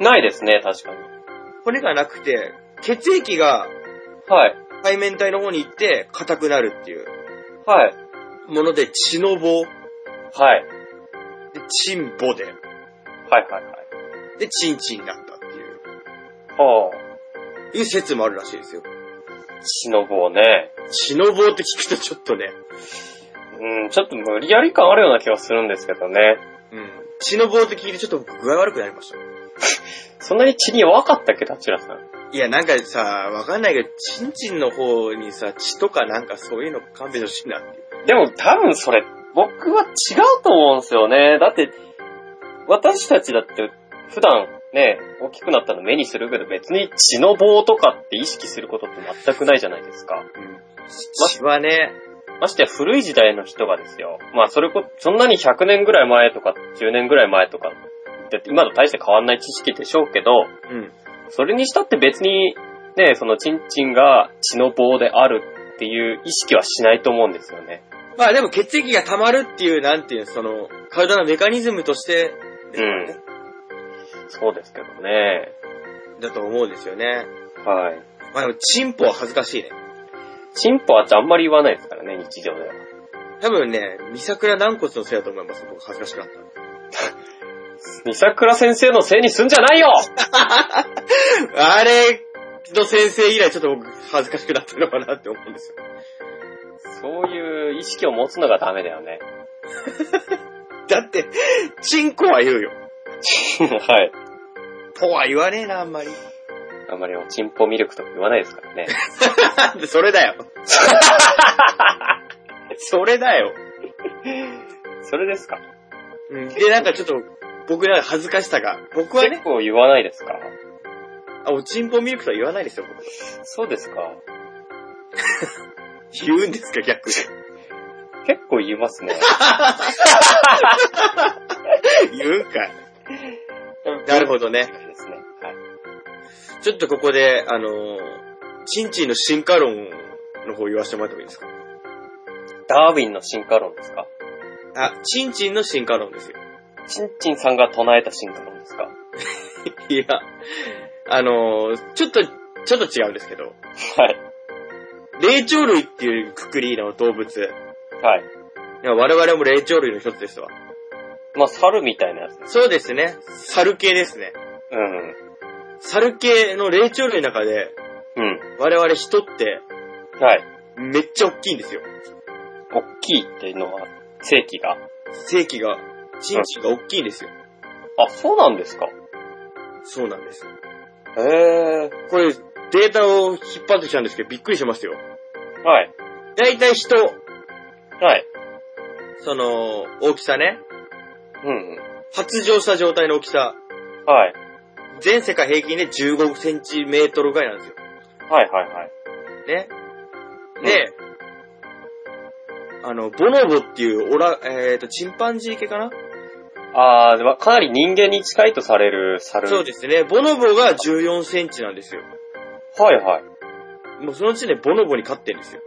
S1: ないですね、確かに。
S2: 骨がなくて、血液が
S1: はい。
S2: 海面体の方に行って硬くなるっていう
S1: はい。
S2: もので、血の棒、
S1: はい。
S2: で、チンボで、
S1: はいはいはい。
S2: で、チンチンになったっていう、
S1: は
S2: いう説もあるらしいですよ。
S1: あ。死の棒ね。
S2: 血の棒って聞くとちょっとね、
S1: うん、ちょっと無理やり感あるような気がするんですけどね。
S2: うん。血の棒って聞いてちょっと具合悪くなりました。
S1: そんなに血に弱かったっけ、ダチュラさん。
S2: いや、なんかさ、わかんないけど、チンチンの方にさ、血とかなんかそういうの勘弁してほしいなっていう。
S1: でも多分それ、僕は違うと思うんですよね。だって、私たちだって普段ね、大きくなったの目にするけど別に血の棒とかって意識することって全くないじゃないですか。
S2: 血はね、
S1: ましてや古い時代の人がですよ。まあそれこ、そんなに100年ぐらい前とか10年ぐらい前とか、だって今と大して変わんない知識でしょうけど、
S2: うん。
S1: それにしたって別にね、そのチンチンが血の棒であるっていう意識はしないと思うんですよね。
S2: まあでも血液が溜まるっていう、なんていうの、その、体のメカニズムとして、
S1: うん。そうですけどね。
S2: だと思うんですよね。
S1: はい。
S2: まあでも、チンポは恥ずかしいね。
S1: チンポはあんまり言わないですからね、日常では。
S2: 多分ね、三桜軟骨のせいだと思います、僕恥ずかしかった。
S1: 三桜先生のせいにすんじゃないよ
S2: あれの先生以来ちょっと僕恥ずかしくなってるのかなって思うんですよ。
S1: そういう意識を持つのがダメだ
S2: <laughs>
S1: よね。
S2: だって、チンコは言うよ。
S1: はい。
S2: ポは言わねえな、あんまり。
S1: あんまりおチンポミルクとか言わないですからね。
S2: <laughs> それだ <laughs> よ。それだよ。
S1: それですか
S2: で、なんかちょっと、僕なんか恥ずかしさが。僕は
S1: 結
S2: ね、
S1: 構言わないですか
S2: あ、おちんぽミルクとは言わないですよ、僕。
S1: そうですか
S2: 言うんですか、逆に。 <laughs>
S1: 結構言いますね。
S2: 言うんかい。なるほどね。
S1: ですね。はい。
S2: ちょっとここで、あのー、チンチンの進化論の方言わせてもらってもいいですか
S1: ダーウィンの進化論ですか
S2: あ、チンチンの進化論ですよ。
S1: チンチンさんが唱えた進化論ですか
S2: いや、あのー、ちょっと、ちょっと違うんですけど、
S1: はい。
S2: 霊長類っていうくくりの動物、
S1: はい。
S2: いや我々も霊長類の一つですわ。
S1: まあ、猿みたいなやつです。
S2: そうですね。猿系ですね。
S1: うん。
S2: 猿系の霊長類の中で、
S1: う
S2: 我々人って
S1: ん。はい。
S2: めっちゃ大きいんですよ。
S1: 大きいっていうのは、正規が。
S2: 正規が、チンチンが大きいんですよ。
S1: あ、そうなんですか
S2: そうなんです。
S1: へえ。
S2: これ、データを引っ張ってきたんですけど、びっくりしましたよ。
S1: はい。
S2: だいたい人、
S1: はい。
S2: その、大きさね、
S1: うん、うん。
S2: 発情した状態の大きさ、
S1: はい。
S2: 全世界平均で15センチメートルぐらいなんですよ。
S1: はいはいはい。
S2: ね。で、あの、ボノボっていう、オラ、えっ、と、チンパンジー系かな
S1: あーでも、かなり人間に近いとされる猿。
S2: そうですね。ボノボが14センチなんですよ。
S1: す。はいはい。
S2: もうその時点でボノボに勝ってるんですよ。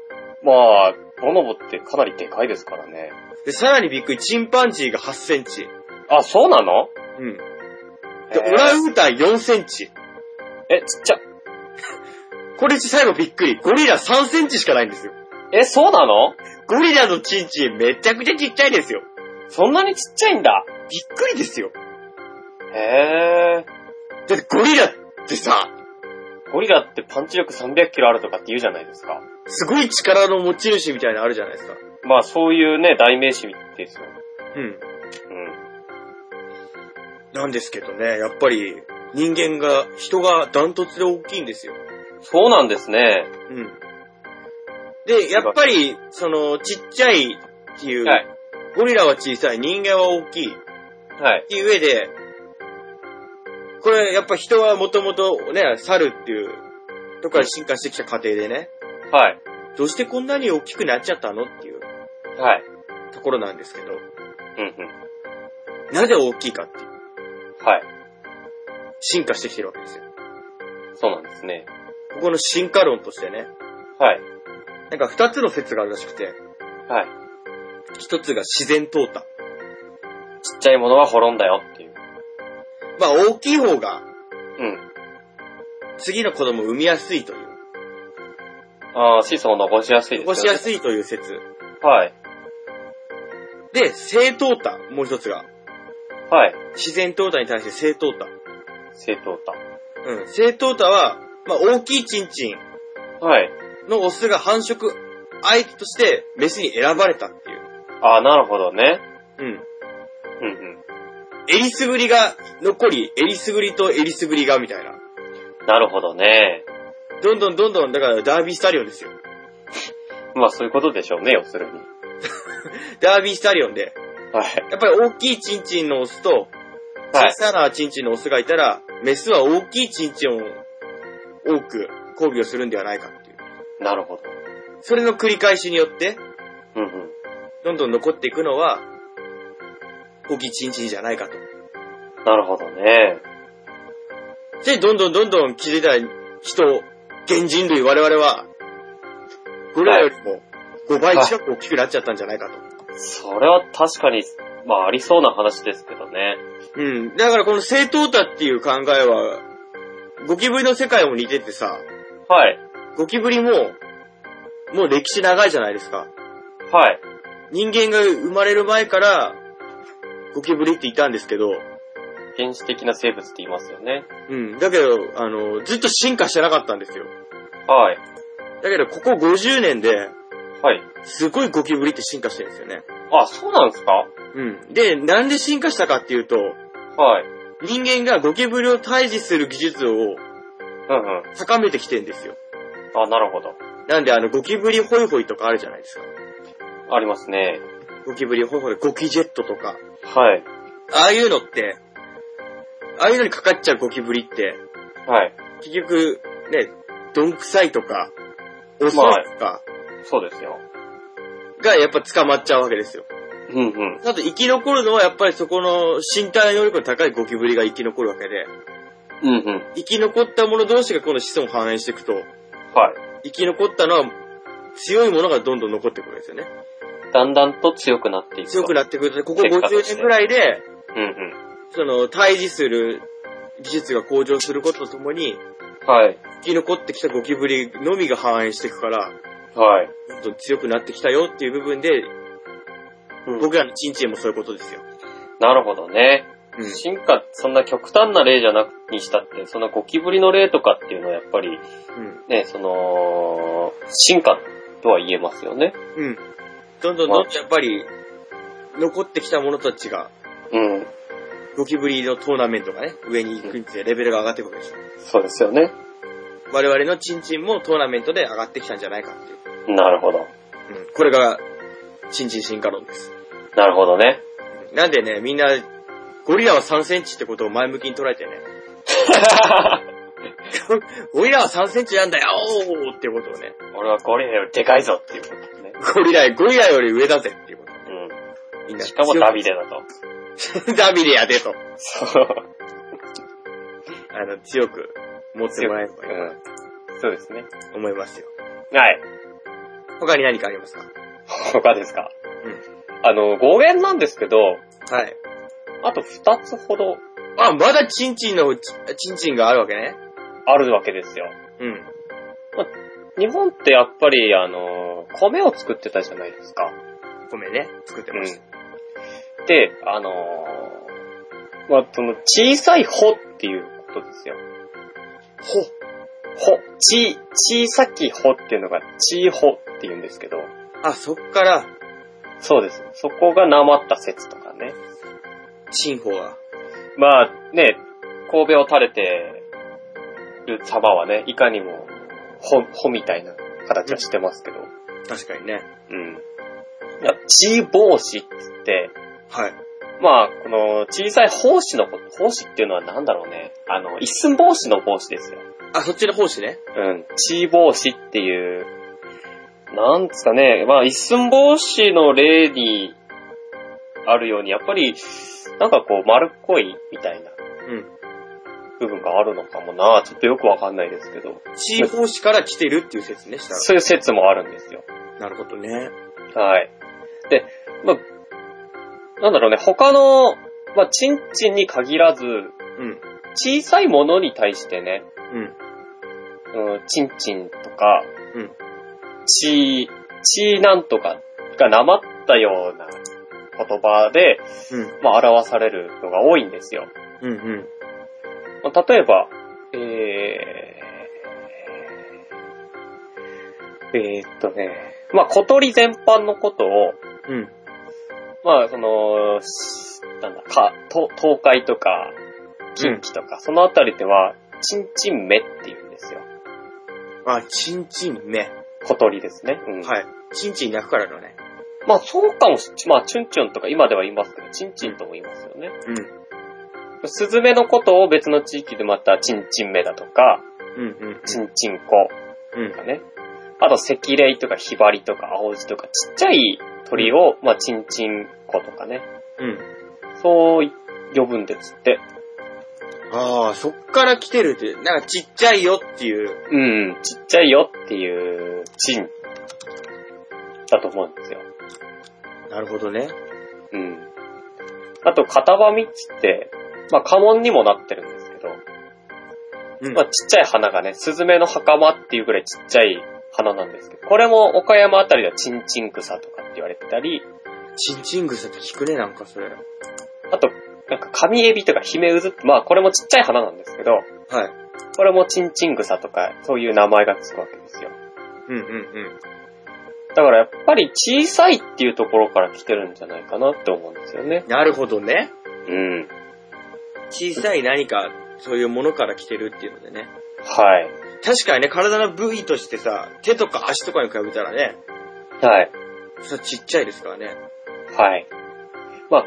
S1: まあ、ボノボってかなりでかいですからね。
S2: で、さらにびっくり、チンパンジーが8センチ。
S1: あ、そうなの
S2: うん。で、
S1: へー
S2: オランウータン4センチ。
S1: え、ちっちゃ。
S2: これ最後びっくり。ゴリラ3センチしかないんですよ。
S1: え、そうなの
S2: ゴリラのチンチンめちゃくちゃちっちゃいですよ。
S1: そんなにちっちゃいんだ。
S2: びっくりですよ。
S1: へー。
S2: だってゴリラってさ、
S1: ゴリラってパンチ力300キロあるとかって言うじゃないですか。
S2: すごい力の持ち主みたいなのあるじゃないですか。
S1: まあそういうね、代名詞ですよね。
S2: うん。
S1: うん。
S2: なんですけどね、やっぱり人間が、人がダントツで大きいんですよ。
S1: そうなんですね。
S2: うん。で、やっぱり、その、ちっちゃいっていう、
S1: はい
S2: ゴリラは小さい、人間は大きいっ
S1: はい。
S2: ていう上で、これやっぱ人はもともとね、猿っていう、とか進化してきた過程でね、
S1: はい。
S2: どうしてこんなに大きくなっちゃったのっていう
S1: はい。
S2: ところなんですけど、
S1: うんうん。
S2: なぜ大きいかっていう、
S1: はい。
S2: 進化してきてるわけですよ。
S1: そうなんですね。
S2: ここの進化論としてね、
S1: はい。
S2: なんか二つの説があるらしくて、
S1: はい。
S2: 一つが自然淘汰。
S1: ちっちゃいものは滅んだよっていう。
S2: まあ大きい方が
S1: うん。
S2: 次の子供を産みやすいという、
S1: ああ、子孫を残しやすいですよ
S2: 残
S1: ね。
S2: しやすいという説。
S1: はい。
S2: で、正淘汰、もう一つが。
S1: はい。
S2: 自然淘汰に対して正淘汰。
S1: 正当だ。
S2: うん。正淘汰は、まあ大きいチンチン
S1: はい。
S2: のオスが繁殖相手としてメスに選ばれたっていう。
S1: ああ、なるほどね。
S2: うん。
S1: うんうん。
S2: エリスグリが残り、エリスグリとエリスグリがみたいな。
S1: なるほどね。
S2: どんどんどんどん、だからダービースタリオンですよ。
S1: まあそういうことでしょうね、要するに。
S2: ダービースタリオンで、
S1: はい。
S2: やっぱり大きいチンチンのオスと、
S1: は
S2: 小
S1: い。
S2: さなチンチンのオスがいたら、メスは大きいチンチンを多く交尾をするんではないかっていう。
S1: なるほど。
S2: それの繰り返しによって、
S1: うんうん。
S2: どんどん残っていくのは、大きいチンチンじゃないかと。
S1: なるほどね。
S2: で、どんどんどんどん切れない人、現人類我々は、ゴリラよりも5倍近く大きくなっちゃったんじゃないかと。
S1: それは確かに、まあありそうな話ですけどね。
S2: うん。だからこの正当汰っていう考えは、ゴキブリの世界も似ててさ、
S1: はい。
S2: ゴキブリも、もう歴史長いじゃないですか。
S1: はい。
S2: 人間が生まれる前から、ゴキブリっていたんですけど、
S1: 原始的な生物って言いますよね。
S2: うん。だけど、あの、ずっと進化してなかったんですよ。
S1: はい。
S2: だけど、ここ50年で、
S1: はい。
S2: すごいゴキブリって進化してるんですよね。
S1: あ、そうなんですか
S2: うん。で、なんで進化したかっていうと、
S1: はい。
S2: 人間がゴキブリを退治する技術を
S1: うんうん。
S2: 高めてきてんですよ。
S1: あ、なるほど。
S2: なんで、あの、ゴキブリホイホイとかあるじゃないですか。
S1: ありますね。
S2: ゴキブリホイホイ、ゴキジェットとか。
S1: はい。
S2: ああいうのって、ああいうのにかかっちゃうゴキブリって、
S1: はい。
S2: 結局、ね、どんくさいとか、おそらくとか、
S1: そうですよ。
S2: がやっぱ捕まっちゃうわけですよ。
S1: うんうん。
S2: あと生き残るのはやっぱりそこの身体能力の高いゴキブリが生き残るわけで、
S1: うんうん。
S2: 生き残った者同士がこの子孫を反映していくと、
S1: はい。
S2: 生き残ったのは強いものがどんどん残ってくるんですよね。
S1: だんだんと強くなっていくと。
S2: 強く
S1: な
S2: なってくると、ここ
S1: 結果と
S2: 50
S1: して
S2: 年くらいで、
S1: うんうん。
S2: その、退治する技術が向上することとともに、
S1: はい。
S2: 生き残ってきたゴキブリのみが反映していくから、
S1: はい。
S2: どんどん強くなってきたよっていう部分で、
S1: うん、
S2: 僕らのチンチンもそういうことですよ。
S1: なるほどね。
S2: うん
S1: 進化、そんな極端な例じゃなくにしたって、そのゴキブリの例とかっていうのはやっぱり、ね、その、進化とは言えますよね。
S2: うん。うん。どんどんどんどんやっぱり、残ってきた者たちが、
S1: うん。
S2: ゴキブリのトーナメントがね、上に行くにつれレベルが上がってくるでしょ。
S1: そうですよね。
S2: 我々のチンチンもトーナメントで上がってきたんじゃないかっていう。
S1: なるほど。
S2: うん、これが、チンチン進化論です。
S1: なるほどね。 <laughs>
S2: なんでね、みんな、ゴリラは3センチってことを前向きに捉えてね、ゴリラは3センチなんだよーってことをね、
S1: 俺はゴリラよりでかいぞっていうことですね。
S2: ゴリラ、ゴリラより上だぜっていうことをね、
S1: う
S2: みん
S1: ん。
S2: な。
S1: しかもダビデだと。
S2: デ。 <laughs> ダビデやでと、
S1: そう。
S2: あの、強く持ってもらえればいい
S1: うん。そうですね。
S2: と思いますよ。
S1: はい。
S2: 他に何かありますか
S1: 他ですか
S2: う
S1: あの、語源なんですけど、
S2: はい。
S1: あと二つほど
S2: あ、まだチンチンの、チチンチンがあるわけね。
S1: あるわけですよ。
S2: うん。
S1: 日本ってやっぱり、あのの、米を作ってたじゃないですか。
S2: 米ね、作ってました。
S1: うん。で、あのーまあ、その、小さい穂っていうことですよ。
S2: ほ
S1: 穂。ち、小さき穂っていうのが、ちい穂って言うんですけど、
S2: あ、そっから、
S1: そうです。そこがなまった説とかね。
S2: チンホが。
S1: まあ、ね、神戸を垂れてる様はね、いかにも、穂、穂みたいな形はしてますけど、
S2: 確かにね。
S1: うん。いやちい帽子って言って、
S2: はい。
S1: まあ、この小さい胞子のこと、胞子っていうのは何だろうね。あの、一寸帽子の帽子ですよ。
S2: あ、そっちの奉仕ね。
S1: うん。地帽子っていう、なんですかね。まあ、一寸帽子の例にあるように、やっぱり、なんかこう、丸っこいみたいな
S2: うん。
S1: 部分があるのかもな。ちょっとよくわかんないですけど、
S2: チー奉仕から来てるっていう説ね、した
S1: そういう説もあるんですよ。
S2: ら。なるほどね。
S1: はい。で、まあ、なんだろうね、他の、まあ、チンチンに限らず、
S2: うん。
S1: 小さいものに対してね、
S2: うん。
S1: うん、チンチンとか、
S2: うん
S1: チー、チーなんとかがなまったような言葉で、
S2: うん。
S1: まあ、表されるのが多いんですよ。
S2: うん。うん。
S1: まあ、例えば、えー、えーっとね、まあ、小鳥全般のことを、
S2: うん。
S1: まあ、その、しなんだ、か、と東海とか、近畿とか、そのあたりでは、チンチン目っていうんですよ。
S2: あ、チンチンね。
S1: 小鳥ですね。うん
S2: はい。チンチン鳴くからのね。
S1: まあ、そうかもし、まあ、チュンチュンとか今では言いますけど、チンチンとも言いますよね。
S2: うん。
S1: スズメのことを別の地域でまた、チンチン目だとか、
S2: うん。うん。
S1: チンチンコ
S2: うん
S1: と。かね。あと、赤霊とかヒバリとか青ジとか、ちっちゃい鳥を、まあ、チンチンコとかね。
S2: うん。
S1: そう呼ぶんですって。
S2: ああ、そっから来てるって、なんかちっちゃいよっていう。
S1: うん、ちっちゃいよっていう、チン、だと思うんですよ。
S2: なるほどね。
S1: うん。あと、型紙っつって、まあ、家紋にもなってるんですけど、
S2: うん。
S1: まあ、ちっちゃい花がね、スズメの袴っていうぐらいちっちゃい花なんですけど、これも岡山あたりではチンチン草とかって言われてたり、
S2: チンチン草って聞くね、なんかそれ。はい。
S1: あと、なんか神エビとかヒメウズって、まあ、これもちっちゃい花なんですけど、これもチンチン草とか、そういう名前がつくわけですよ。
S2: うんうんうん。
S1: だからやっぱり小さいっていうところから来てるんじゃないかなって思うんですよね。
S2: なるほどね。
S1: うん。
S2: 小さい何か、そういうものから来てるっていうのでね。
S1: はい。
S2: 確かにね、体の部位としてさ、手とか足とかに比べたらね、
S1: はい。
S2: さ、ちっちゃいですからね。
S1: はい。まあ、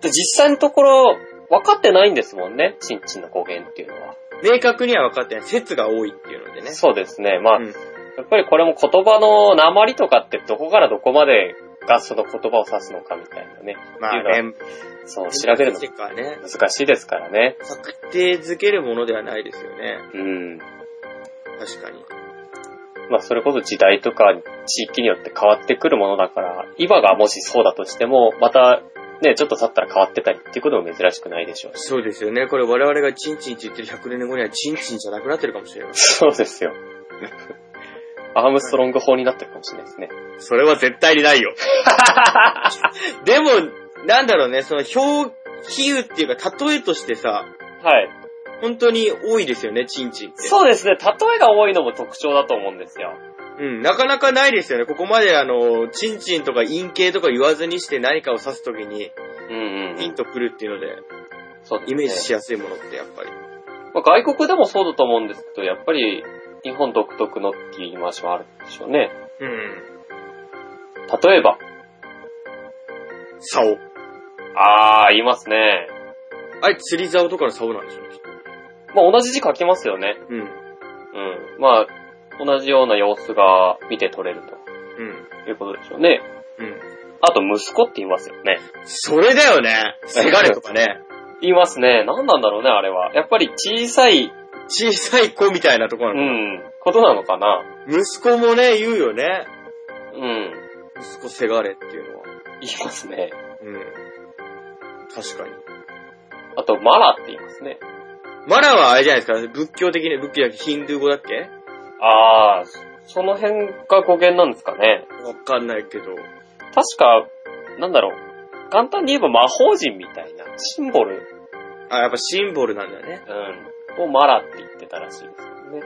S1: で実際のところ、分かってないんですもんね。チンチンの語源っていうのは。
S2: 明確には分かってない。説が多いっていうのでね。
S1: そうですね。まあ、
S2: うん
S1: やっぱりこれも言葉の鉛とかってどこからどこまでがその言葉を指すのかみたいなね。
S2: ま
S1: っ
S2: あ
S1: ていうのは
S2: ね、
S1: そう、調べるの
S2: 結果ね、
S1: 難しいですからね。
S2: 確定づけるものではないですよね。
S1: うん。
S2: 確かに。
S1: まあ、それこそ時代とか地域によって変わってくるものだから、今がもしそうだとしても、また、ね、ちょっと経ったら変わってたりっていうことも珍しくないでしょうし。
S2: そうですよね。これ我々がチンチンって言ってる100年後にはチンチンじゃなくなってるかもしれませ
S1: そうですよ。アームストロング法になってるかもしれないですね。
S2: ん。それは絶対にない
S1: <laughs>
S2: よ。でも、なんだろうね、その表、比喩っていうか例えとしてさ、
S1: はい。
S2: 本当に多いですよね、チンチンって。
S1: そうですね。例えが多いのも特徴だと思うんですよ。
S2: うん、なかなかないですよね。ここまであの、チンチンとか陰形とか言わずにして何かを指すときに、
S1: うんうん、
S2: ピンとくるっていうので、
S1: そうですね
S2: イメージしやすいものってやっぱり。
S1: まあ外国でもそうだと思うんですけど、やっぱり日本独特のっていう言い回しはあるんでしょうね。
S2: うん。
S1: 例えば、
S2: 竿。
S1: あー、言いますね。
S2: あれ、釣り竿とかの竿なんでしょうね
S1: まあ同じ字書きますよね。
S2: うん。
S1: うん。まあ、同じような様子が見て取れる
S2: うん。
S1: ということでしょうね。
S2: うん。
S1: あと、息子って言いますよね。
S2: それだよね。せがれとかね。
S1: 言いますね。何なんだろうね、あれは。やっぱり小さい、
S2: <laughs> 小さい子みたいなとこ
S1: う
S2: ろなの、
S1: ん、ことなのかな。
S2: 息子もね、言うよね。
S1: うん。
S2: 息子せがれっていうのは。
S1: 言いますね。
S2: うん。確かに。
S1: あと、マラって言いますね。
S2: マラはあれじゃないですか。仏教的に、仏教じゃなくてヒンドゥー語だっけ
S1: あー、その辺が語源なんですかね。
S2: わかんないけど。
S1: 確か、なんだろう。簡単に言えば魔法人みたいなシンボル、
S2: あ、やっぱシンボルなんだよね。
S1: うん、をマラって言ってたらしいですよね。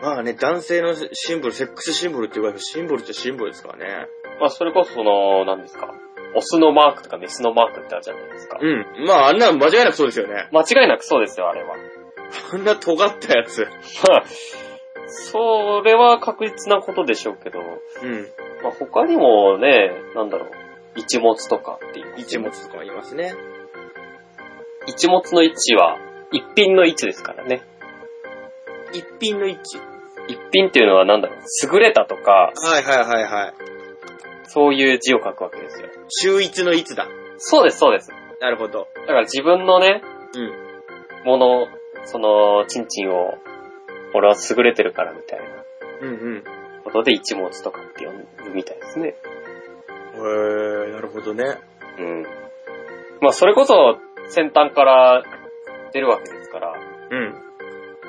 S2: まあね、男性のシンボル、セックスシンボルって言われるシンボルってシンボルですからね。
S1: まあ、それこそその、何ですか。オスのマークとかメスのマークってあるじゃないですか。
S2: うん。まああんなの間違いなくそうですよね。
S1: 間違いなくそうですよ、あれは。
S2: あんな尖ったやつ。
S1: まあ、 <laughs> それは確実なことでしょうけど、
S2: うん。
S1: まあ、他にもね、なんだろう、一物とかって言います
S2: 一物とか言いますね。
S1: 一物の位置は、一品の位置ですからね。
S2: 一品の一致。
S1: 一品っていうのはなんだろう、優れたとか、
S2: はいはいはいはい。
S1: そういう字を書くわけですよ。
S2: 秀逸の一だ。
S1: そうです、そうです。
S2: なるほど。
S1: だから自分のね、
S2: うん。
S1: もの、その、チンチンを、俺は優れてるからみたいな
S2: うん
S1: ことで一物とかって呼ぶみたいですね。
S2: うん。へえ、なるほどね。
S1: うん。まあ、それこそ、先端から出るわけですから、
S2: うん。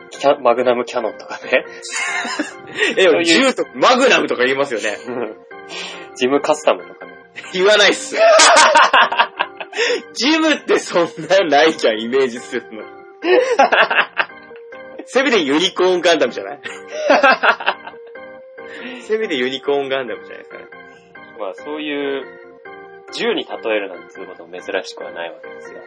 S1: キャマグナムキャノンとかね、そうい
S2: え、
S1: う
S2: 銃とか、マグナムとか言いますよね。
S1: ジムカスタムとかね。
S2: 言わないっす。ジムってそんなないじゃん、イメージするの。せめてユニコーンガンダムじゃ <laughs> ないせめてユニコーンガンダムじゃないですかね。
S1: まあ、そういう、銃に例えるなんていうことも珍しくはないわけですよ。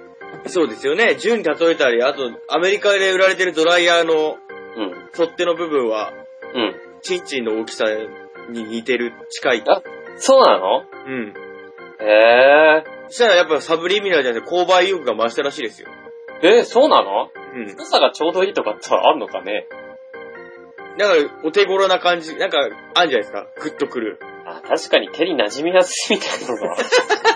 S2: そうですよね。銃に例えたり、あと、アメリカで売られてるドライヤーの
S1: うん。
S2: 取っ手の部分は、
S1: うん。
S2: チンチンの大きさに似てる、近い。
S1: あそうなの
S2: うん。
S1: え
S2: そしたらやっぱサブリミナルじゃなくて購買意欲が増したらしいですよ。
S1: ええー、そうなの
S2: うん。
S1: 深さがちょうどいいとかってあんのかね
S2: なんか、お手頃な感じ、なんか、あるんじゃないですか。グッとくる。
S1: あ、確かに手に馴染みやすいみたいなの <laughs> が。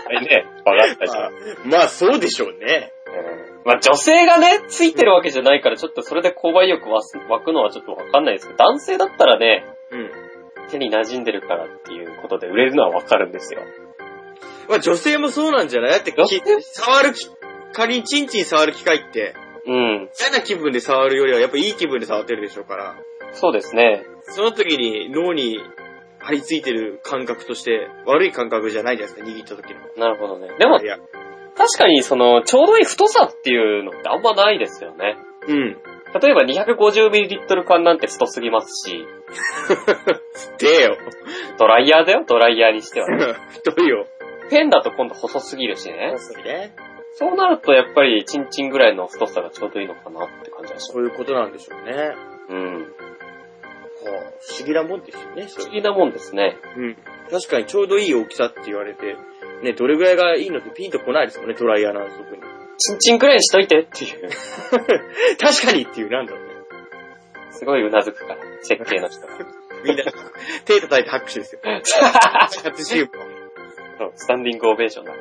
S1: あれね、わかったじゃん。
S2: まあ、そうでしょうね。
S1: うんまあ女性がね、ついてるわけじゃないから、ちょっとそれで購買意欲湧す湧くのはちょっとわかんないですけど、男性だったらね、
S2: うん。
S1: 手に馴染んでるからっていうことで売れるのはわかるんですよ。
S2: まあ、女性もそうなんじゃないだって、き
S1: 女性
S2: 触るき、仮にチンチン触る機会って、
S1: うん。
S2: 嫌な気分で触るよりは、やっぱいい気分で触ってるでしょうから。
S1: そうですね。
S2: その時に脳に張り付いてる感覚として、悪い感覚じゃないじゃないですか、握った時の。
S1: なるほどね。でも
S2: い、や、
S1: 確かにその、ちょうどいい太さっていうのってあんまないですよね。
S2: うん。
S1: 例えば 250ml 缶なんて太すぎますし、
S2: でよ。 <laughs>
S1: ドライヤーだよ、ドライヤーにしてはね。
S2: 太いよ。
S1: ペンだと今度細すぎるしね。
S2: そうね。
S1: そうなるとやっぱりチンチンぐらいの太さがちょうどいいのかなって感じがします。
S2: そういうことなんでしょうね。は
S1: うん。
S2: あ、不思議なもんですよね、そ
S1: 不思
S2: れ。
S1: 議なもんですね。
S2: うん。確かにちょうどいい大きさって言われて、ね、どれぐらいがいいのってピンとこないですもんね、ドライヤーなんて特に。 <laughs>
S1: チンチンくらいにしといてっていう。 <laughs>
S2: 確かにっていう、なんだろうね。
S1: すごいうなずくから、設計の人が。
S2: みんな、 <laughs> 手叩いて拍手 <laughs> ですよ。初シーン
S1: そうスタンディングオベーションだか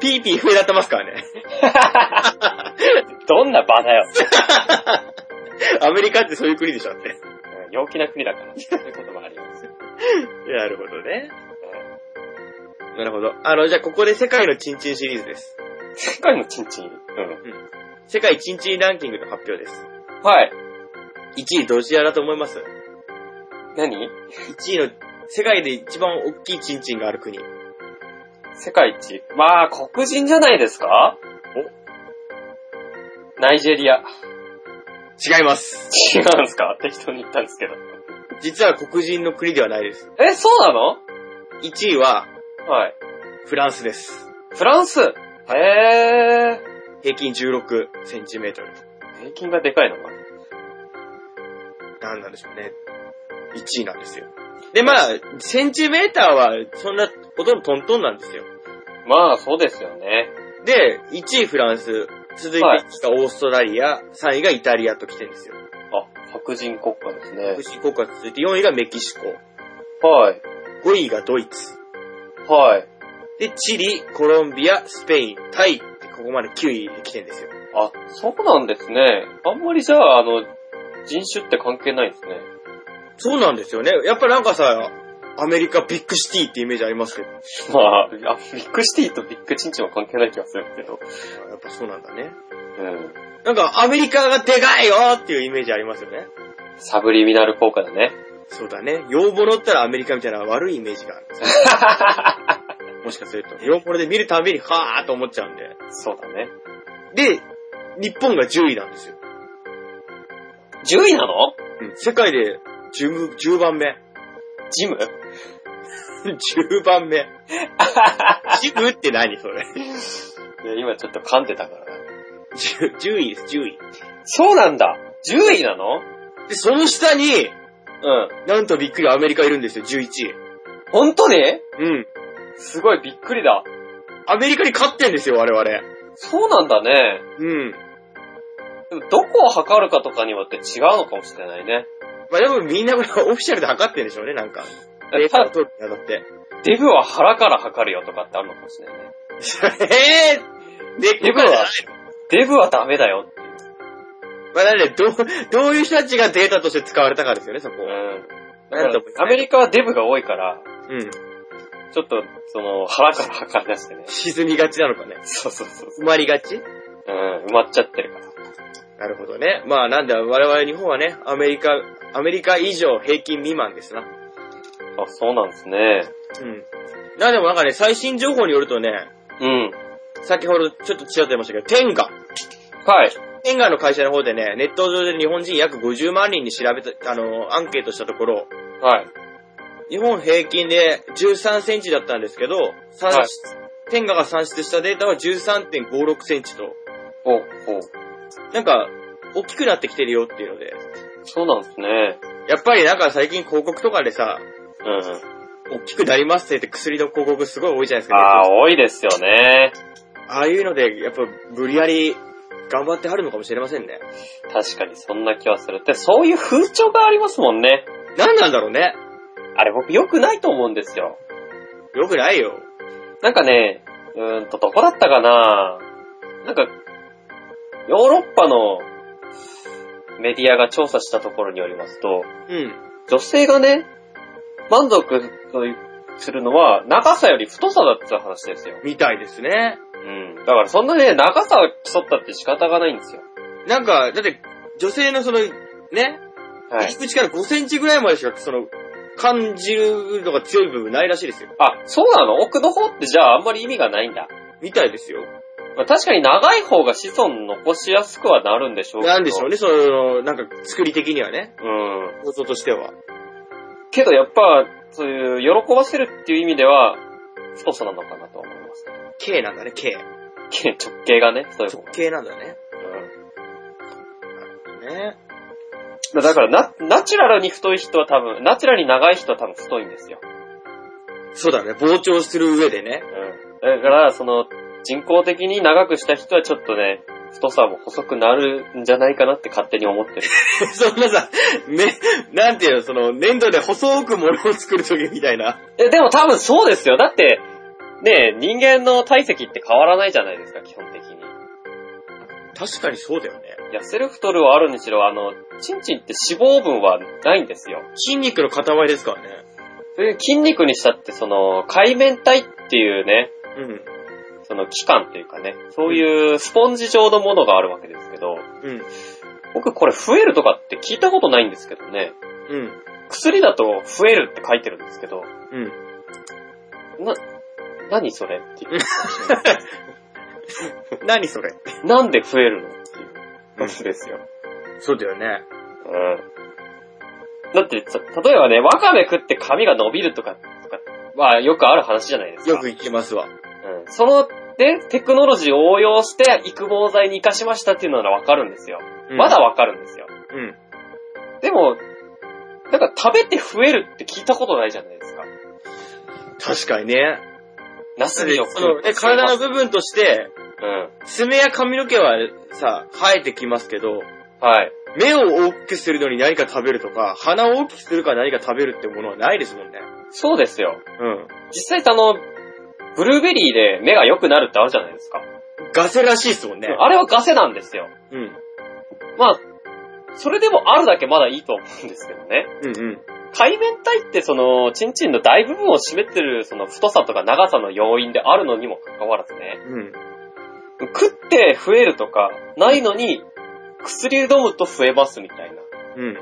S2: ピーピー笛だってますからね。
S1: ら。 <laughs> どんな場だよ。
S2: アメリカってそういう国でしょって。
S1: うん陽気な国だから、そういうこともあります <laughs> よ。
S2: なるほどね。なるほど。あの、じゃあここで世界のチンチンシリーズです。
S1: 世界のチンチン。うん。
S2: 世界チンチンランキングの発表です。
S1: はい。
S2: 1位どちらだと思います
S1: 何
S2: ?1 位の世界で一番大きいチンチンがある国。
S1: 世界一。まあ、黒人じゃないですかおナイジェリア。違
S2: 違います。
S1: うんすか適当に言ったんですけど。
S2: 実は黒人の国ではないです。
S1: え、そうなの
S2: 1位は
S1: はい。
S2: フランスです。
S1: フランス。へー。
S2: 平均16センチメートル。
S1: 平均がでかいのか
S2: なんなんでしょうね。1位なんですよ。で、まあ、センチメーターは、そんな、ほとんどトントンなんですよ。
S1: まあ、そうですよね。
S2: で、1位フランス、続いて
S1: はい
S2: きたオーストラリア、3位がイタリアと来てるんですよ。
S1: あ、白人国家ですね
S2: 福。祉国家続いて4位がメキシコ、
S1: はい。
S2: 5位がドイツ、
S1: はい。
S2: で、チリ、コロンビア、スペイン、タイってここまで9位で来てるんですよ。
S1: あ、そうなんですね。あんまりじゃあ、あの、人種って関係ないですね。
S2: そうなんですよね。やっぱなんかさ、アメリカビッグシティってイメージありますけど。
S1: <laughs> まあ、あビッグシティとビッグチンチンは関係ない気がするけど。
S2: やっぱそうなんだね。
S1: うん。
S2: なんかアメリカがでかいよっていうイメージありますよね。
S1: サブリミナル効果だね。
S2: そうだね。洋物ったらアメリカみたいな悪いイメージがある。もしかすると。洋物で見るたびに、はぁーと思っちゃうんで。
S1: そうだね。
S2: で、日本が10位なんですよ。
S1: 10位なの
S2: うん。世界で 10, 10番目。 <laughs>
S1: ジム
S2: 10番目。 <laughs> ジムって何それ。
S1: 今ちょっと噛んでたからな。
S2: 10, 10位です、10位。
S1: そうなんだ !10 位なの
S2: で、その下に、
S1: うん。
S2: なんとびっくりアメリカいるんですよ、11位。
S1: 本当に
S2: うん。
S1: すごいびっくりだ。
S2: アメリカに勝ってんですよ、我々。
S1: そうなんだね。
S2: うん。
S1: でもどこを測るかとかによって違うのかもしれないね。
S2: まあ、でもみんなこれ <laughs> オフィシャルで測ってるんでしょうね、なんか。データを
S1: た
S2: 取るにあたって。 <laughs>
S1: デブは腹から測るよとかってあるのかもしれないね。
S2: えぇで、
S1: デブは、デブはダメだよっていう。
S2: まあ、なんで、どう、どういう人たちがデータとして使われたかですよね、そこ。
S1: うん。
S2: なん
S1: だ
S2: と
S1: か
S2: も
S1: らアメリカはデブが多いから、
S2: うん。
S1: ちょっと、その、腹から測り出してね。
S2: 沈みがちなのかね。
S1: そうそうそう。
S2: 埋まりがち
S1: うん、埋まっちゃってるから。
S2: なるほどね。まあ、なんだ、我々日本はね、アメリカ、アメリカ以上平均未満ですな。
S1: あ、そうなんですね。
S2: うん。なんでもなんかね、最新情報によるとね、
S1: うん。
S2: 先ほどちょっとちらっと言いましたけど、テンガ。
S1: はい。
S2: テンガの会社の方でね、ネット上で日本人約50万人に調べた、あの、アンケートしたところ、
S1: はい。
S2: 日本平均で13センチだったんですけど、算出
S1: はい
S2: 天下が算出したデータは13.56センチと、
S1: お、お、
S2: なんか、大きくなってきてるよっていうので、
S1: そうなんですね。
S2: やっぱりなんか最近広告とかでさ、
S1: うん。
S2: 大きくなりますって言って薬の広告すごい多いじゃないですか、
S1: あ
S2: ネ
S1: あ、
S2: ッ
S1: 多いですよね。
S2: トでああいうので、やっぱ無理やり頑張ってはるのかもしれませんね。
S1: 確かにそんな気はする。で、そういう風潮がありますもんね。
S2: なんなんだろうね。
S1: あれ僕良くないと思うんですよ。
S2: よくないよ。
S1: なんかね、うーんと、どこだったかななんか、ヨーロッパのメディアが調査したところによりますと、
S2: うん。
S1: 女性がね、満足するのは長さより太さだっていう話ですよ。
S2: みたいですね。
S1: うん。だからそんなね、長さを競ったって仕方がないんですよ。
S2: なんか、だって、女性のその、ね、
S1: は
S2: 入り。口から5センチぐらいまでしか、その、感じるのが強い部分ないらしいですよ。
S1: あ、そうなの奥の方ってじゃああんまり意味がないんだ。
S2: みたいですよ。
S1: まあ、確かに長い方が子孫残しやすくはなるんでしょうけど。
S2: なんでしょうね、その、なんか、作り的にはね。
S1: うん。
S2: 構造としては。
S1: けどやっぱ、そういう、喜ばせるっていう意味では、太さなのかなと思います。
S2: K なんだね、K。
S1: け直径がね、そういう
S2: 直
S1: の
S2: 径なんだね。
S1: う
S2: ね。
S1: ん。だからな、ナチュラルに太い人は多分、ナチュラルに長い人は多分太いんですよ。
S2: そうだね、膨張する上でね。
S1: うん。だから、その、人工的に長くした人はちょっとね、太さも細くなるんじゃないかなって勝手に思ってる。
S2: <laughs> そんなさ、ね、なんていうの、その、粘土で細くものを作るときみたいな。
S1: <laughs> え、でも多分そうですよ。だって、ねえ、人間の体積って変わらないじゃないですか、基本的に。
S2: 確かにそうだよね。
S1: 痩せる太るはあるにしろ、あの、チンチンって脂肪分はないんですよ。
S2: 筋肉の塊ですからね。
S1: それで筋肉にしたって、その、海綿体っていうね、
S2: うん。
S1: その器官というかね、そういうスポンジ状のものがあるわけですけど、
S2: うん。
S1: 僕これ増えるとかって聞いたことないんですけどね、
S2: うん。
S1: 薬だと増えるって書いてるんですけど、
S2: うん。 <laughs>
S1: な、何それっていう。
S2: 何それ
S1: なんで増えるのっていうことですよ。
S2: そうだよね。
S1: うん。だってさ、例えばね、ワカメ食って髪が伸びるとか、とかはよくある話じゃないですか。
S2: よく言ってますわ。
S1: うん。その、で、テクノロジーを応用して育毛剤に活かしましたっていうのならわかるんですよ。
S2: うん
S1: まだわかるんですよ。
S2: うん。
S1: でも、なんか食べて増えるって聞いたことないじゃないですか。
S2: 確かにね。
S1: ナスビを
S2: そ
S1: 食
S2: の
S1: う。
S2: ね体の部分として、
S1: うん。
S2: 爪や髪の毛はさ、生えてきますけど、
S1: はい。
S2: 目を大きくするのに何か食べるとか、鼻を大きくするから何か食べるってものはないですもんね。
S1: そうですよ。
S2: うん。
S1: 実際あの、ブルーベリーで目が良くなるってあるじゃないですか。
S2: ガセらしいですもんね。
S1: あれはガセなんですよ。
S2: うん。
S1: まあ、それでもあるだけまだいいと思うんですけどね。
S2: うんうん。
S1: 海綿体ってその、チンチンの大部分を占めてるその太さとか長さの要因であるのにもかかわらずね、
S2: うん。
S1: 食って増えるとかないのに、薬飲むと増えますみたいな。
S2: うん。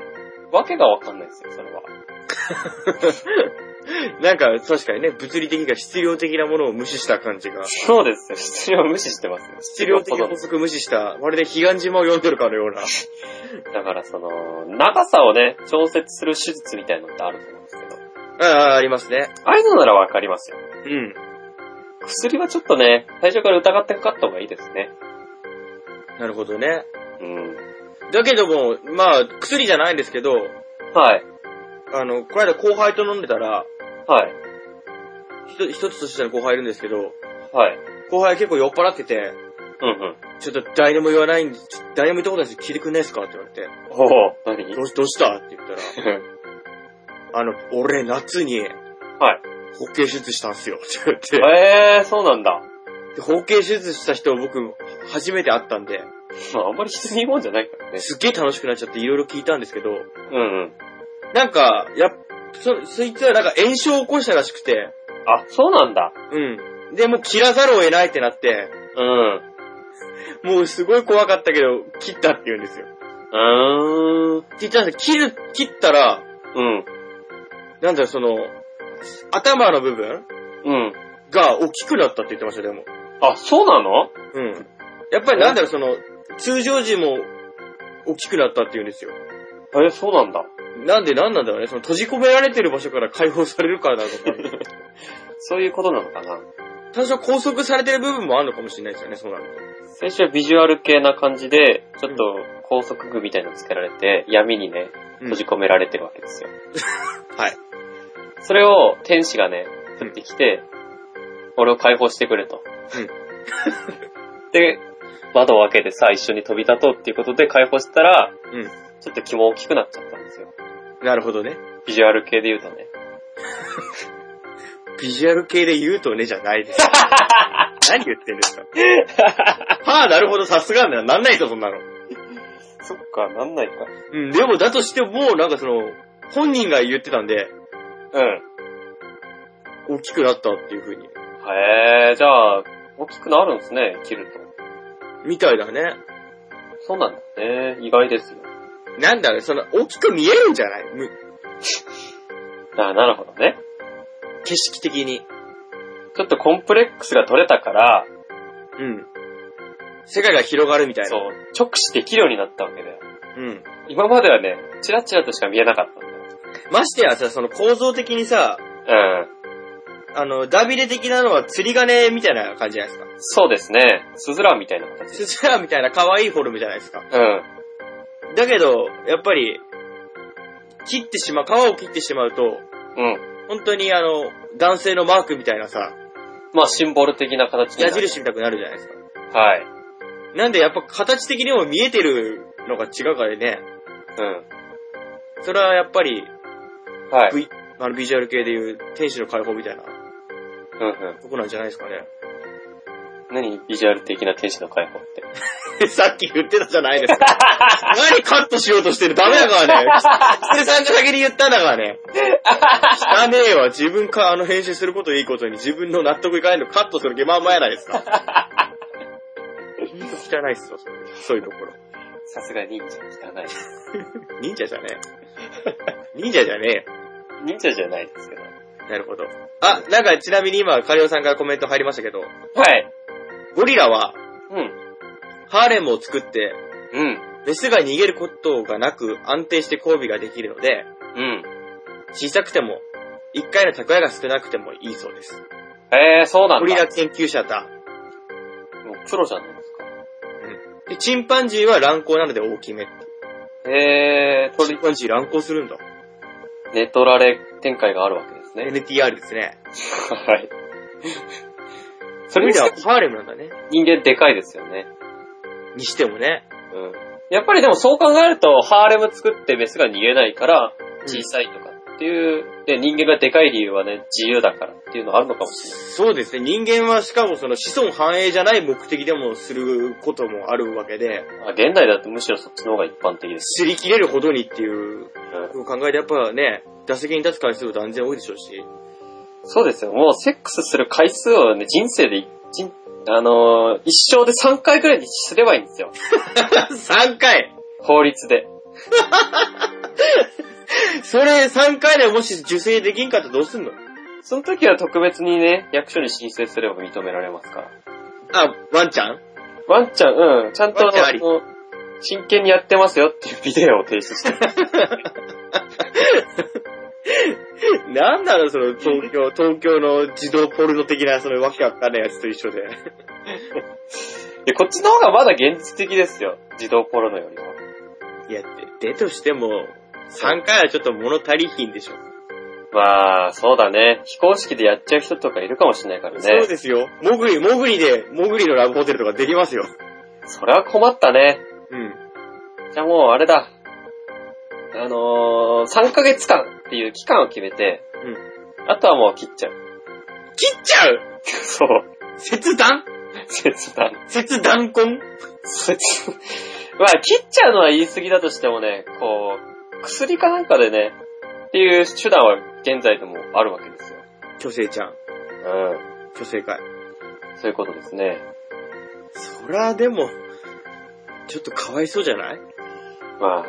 S1: わけがわかんないですよ、それは。
S2: なんか、確かにね、物理的か質量的なものを無視した感じが。
S1: そうですよ。質量無視してますよ。
S2: 質量的な法則無視した、まるで彼岸島を読んでるかのような。
S1: だからその、長さをね、調節する手術みたいなのってあると思うんですけど。
S2: ああ、ありますね。
S1: ああいうのならわかりますよ。
S2: うん。
S1: 薬はちょっとね、最初から疑ってかかった方がいいですね。
S2: なるほどね。
S1: うん。
S2: だけども、まあ、薬じゃないんですけど、
S1: はい。
S2: あの、この間後輩と飲んでたら、
S1: はい。
S2: ひと一つとしたの後輩いるんですけど、
S1: はい。
S2: 後輩結構酔っ払ってて、
S1: うんうん。
S2: ちょっと誰にも言わないんで、ちょ誰にも言ったことないんですけど聞いてくんないですかって言われて、
S1: ほう。何。
S2: どうしどうしたって言ったら、 <laughs> あの、俺夏に、はい包茎手術したんすよ、って言われて。
S1: ええー、そうなんだ。
S2: で包茎手術した人を僕、初めて会ったんで、
S1: まあ、あんまり質にいいもんじゃないからね。
S2: すっげえ楽しくなっちゃっていろいろ聞いたんですけど、
S1: うんうん。
S2: なんか、やっそ、そいつはなんか炎症を起こしたらしくて、
S1: あ、そうなんだ。
S2: うん。で、もう切らざるを得ないってなって、
S1: うん。
S2: もうすごい怖かったけど、切ったって言うんですよ。
S1: うーん。
S2: って言ったんですけど切る、切ったら、
S1: うん。
S2: なんだろう、その、頭の部分
S1: うん。
S2: が大きくなったって言ってました、でも。
S1: あ、そうなの
S2: うん。やっぱりなんだろう、その、通常時も大きくなったって言うんですよ。
S1: えー、そうなんだ。
S2: なんでなんなんだろうね、その閉じ込められてる場所から解放されるからなのか。
S1: そういうことなのかな。
S2: 多少拘束されてる部分もあるのかもしれないですよね、そうなると。
S1: 最初はビジュアル系な感じで、ちょっと高速具みたいなのつけられて、闇にね、
S2: うん
S1: 閉じ込められてるわけ <laughs> ですよ。
S2: はい。
S1: それを天使がね、降ってきて、俺を解放してくれと。 <laughs> で、窓を開けてさ、一緒に飛び立とうっていうことで解放したら、
S2: うん
S1: ちょっと気も大きくなっちゃったんですよ。
S2: なるほどね。
S1: ビジュアル系で言うとね。
S2: ビジュアル系で言うとねじゃないです。何言ってんですかはあ、なるほど、さすがなんだよ。なんないと、そんなの。
S1: そっか、なんないか。
S2: うん、でも、だとしても、なんかその、本人が言ってたんで、
S1: うん。
S2: 大きくなったっていう風に。
S1: へえ、じゃあ、大きくなるんですね、切ると。
S2: みたいだね。
S1: そうなんですね。意外ですよ。
S2: なんだろう、その、大きく見えるんじゃないむ
S1: あなるほどね。
S2: 景色的に。
S1: ちょっとコンプレックスが取れたから、
S2: うん。世界が広がるみたいな。
S1: そう、直視できるようになったわけだよ。
S2: う。うん。
S1: 今まではね、チラチラとしか見えなかったんだ
S2: ましてやさ、その構造的にさ、
S1: よ。
S2: あの、ダビデ的なのは釣り鐘みたいな感じじゃないですか
S1: う。ん。そうですね。スズランみたいな形。
S2: スズラみたいな可愛いフォルムじゃないですか。
S1: うん。
S2: だけど、やっぱり、切ってしまう、皮を切ってしまうと、
S1: うん。
S2: 本当にあの、男性のマークみたいなさ、
S1: まあ、シンボル的な形にな
S2: 矢
S1: る。
S2: 印みたくなるじゃないですか。
S1: はい。
S2: なんでやっぱ形的にも見えてるのが違うからね、
S1: う
S2: それはやっぱり、
S1: ん。はい。
S2: V、あのビジュアル系でいう天使の解放みたいな
S1: うんうん。
S2: とこなんじゃないですかね。
S1: 何ビジュアル的な天使の解放って。
S2: さっき言ってたじゃないですか。何カットしようとしてるダメだからね。キツネさんが先に言ったんだからね。汚ねえわ。自分か、あの編集することいいことに自分の納得いかないのカットする気まんまやないですか。汚いっすよ、それそういうところ。
S1: さすが忍者汚い。
S2: 忍者じゃねえ。忍者じゃねえよ。
S1: 忍者じゃないですけど。
S2: なるほど。あ、なんかちなみに今、カリオさんからコメント入りましたけど、
S1: はい。
S2: ゴリラは
S1: うん。
S2: ハーレムを作って、
S1: うん。
S2: メスが逃げることがなく安定して交尾ができるので、
S1: うん。
S2: 小さくても、一回の蓄えが少なくてもいいそうです。
S1: えー、そうなんだ。
S2: ゴリラ研究者だ。
S1: もうプロじゃないですか。
S2: で、チンパンジーは乱行なので大きめ。
S1: え
S2: チ
S1: ー、鳥
S2: ン、パンジー乱行するんだ。
S1: ネトラレ展開があるわけですね。
S2: NTR ですね。
S1: <laughs> はい。 <laughs> そ
S2: ゴリ
S1: れにし
S2: ラは
S1: て
S2: ハーレムなんだね。
S1: 人間でかいですよね。
S2: にしてもね。
S1: うん。やっぱりでもそう考えると、ハーレム作ってメスが逃げないから、小さいとかっていう、で、人間がでかい理由はね、自由だからっていうのあるのかもしれない。
S2: そうですね。人間はしかもその子孫繁栄じゃない目的でもすることもあるわけで、
S1: あ現代だとむしろそっちの方が一般的です。
S2: 擦り切れるほどにっていう
S1: うん。
S2: のを考えてやっぱね、打席に立つ回数は断然多いでしょう <laughs> し。
S1: そうですよ。もうセックスする回数をね、人生で、人あのー一生で3回くらいにすればいいんですよ。
S2: 3回
S1: 法律で。
S2: それ3回でもし受精できんかったらどうすんの
S1: その時は特別にね、役所に申請すれば認められますから。
S2: あ、ワンちゃん
S1: ワンちゃん、うん、ちゃんと、
S2: ワンちゃんあり
S1: あの真剣にやってますよっていうビデオを提出して。
S2: なんだろう、その東京、東京の自動ポルノ的な、そのわけわかんないやつと一緒で。
S1: で、こっちの方がまだ現実的ですよ。自動ポロのよりは。
S2: いや、で、でとしても、3回はちょっと物足りひんでしょ。
S1: まあ、そうだね。非公式でやっちゃう人とかいるかもしれないからね。
S2: そうですよ。もぐり、もぐりで、もぐりのラブホテルとかできますよ。
S1: それは困ったね。
S2: うん。
S1: じゃあもうあれだ。あのー、3ヶ月間っていう期間を決めて、あとはもう切っちゃう。 <laughs>
S2: 切っちゃう
S1: そう。
S2: 切断
S1: 切断。
S2: 切断婚
S1: 切まあ、切っちゃうのは言い過ぎだとしてもね、こう、薬かなんかでね、っていう手段は現在でもあるわけですよ。
S2: 虚勢ちゃん。
S1: う
S2: 虚勢会。
S1: ん。そういうことですね。
S2: そりゃでも、ちょっとかわいそうじゃない <laughs>
S1: ま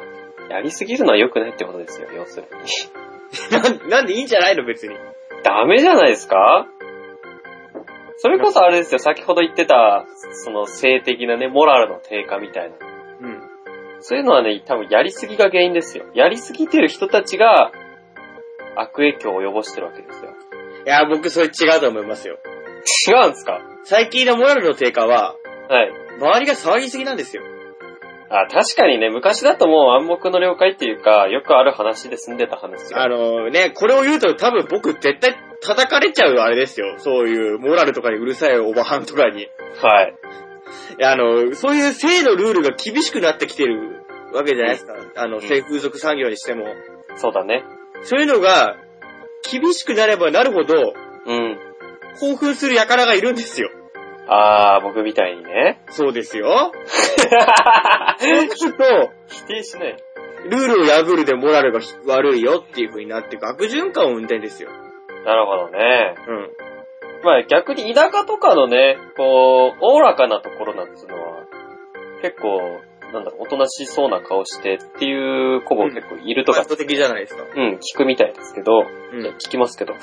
S1: あ、やりすぎるのは良くないってことですよ、要するに。 <laughs>
S2: なんなんでいいんじゃないの別に。
S1: ダメじゃないですかそれこそあれですよ、先ほど言ってた、その性的なね、モラルの低下みたいな。
S2: うん。
S1: そういうのはね、多分やりすぎが原因ですよ。やりすぎてる人たちが、悪影響を及ぼしてるわけですよ。
S2: いや、僕それ違うと思いますよ。
S1: 違うんですか
S2: 最近のモラルの低下は、
S1: はい。
S2: 周りが騒ぎすぎなんですよ。
S1: あ、確かにね、昔だともう暗黙の了解っていうか、よくある話で済んでた話が。
S2: あのね、これを言うと多分僕絶対叩かれちゃうあれですよ。そういうモラルとかにうるさいおばはんとかに。い
S1: はい。
S2: やあの、そういう性のルールが厳しくなってきてるわけじゃないですか。あの、
S1: ん
S2: 性風俗産業にしても。
S1: そうだね。
S2: そういうのが、厳しくなればなるほど、
S1: うん。
S2: 興奮する輩がいるんですよ。
S1: あー、僕みたいにね。
S2: そうですよ。そう
S1: 否
S2: すると、
S1: 定しない。
S2: ルールを破るでモラルが悪いよっていう風になって悪循環を生んでんですよ。
S1: なるほどね。
S2: うん。
S1: まあ逆に田舎とかのね、こう、おおらかなところなんていうのは、結構、なんだろう、おとなしそうな顔してっていう子も結構いると
S2: 圧
S1: か、
S2: 倒的じゃないですか。
S1: うん、聞くみたいですけど、
S2: う
S1: いや。聞きますけど。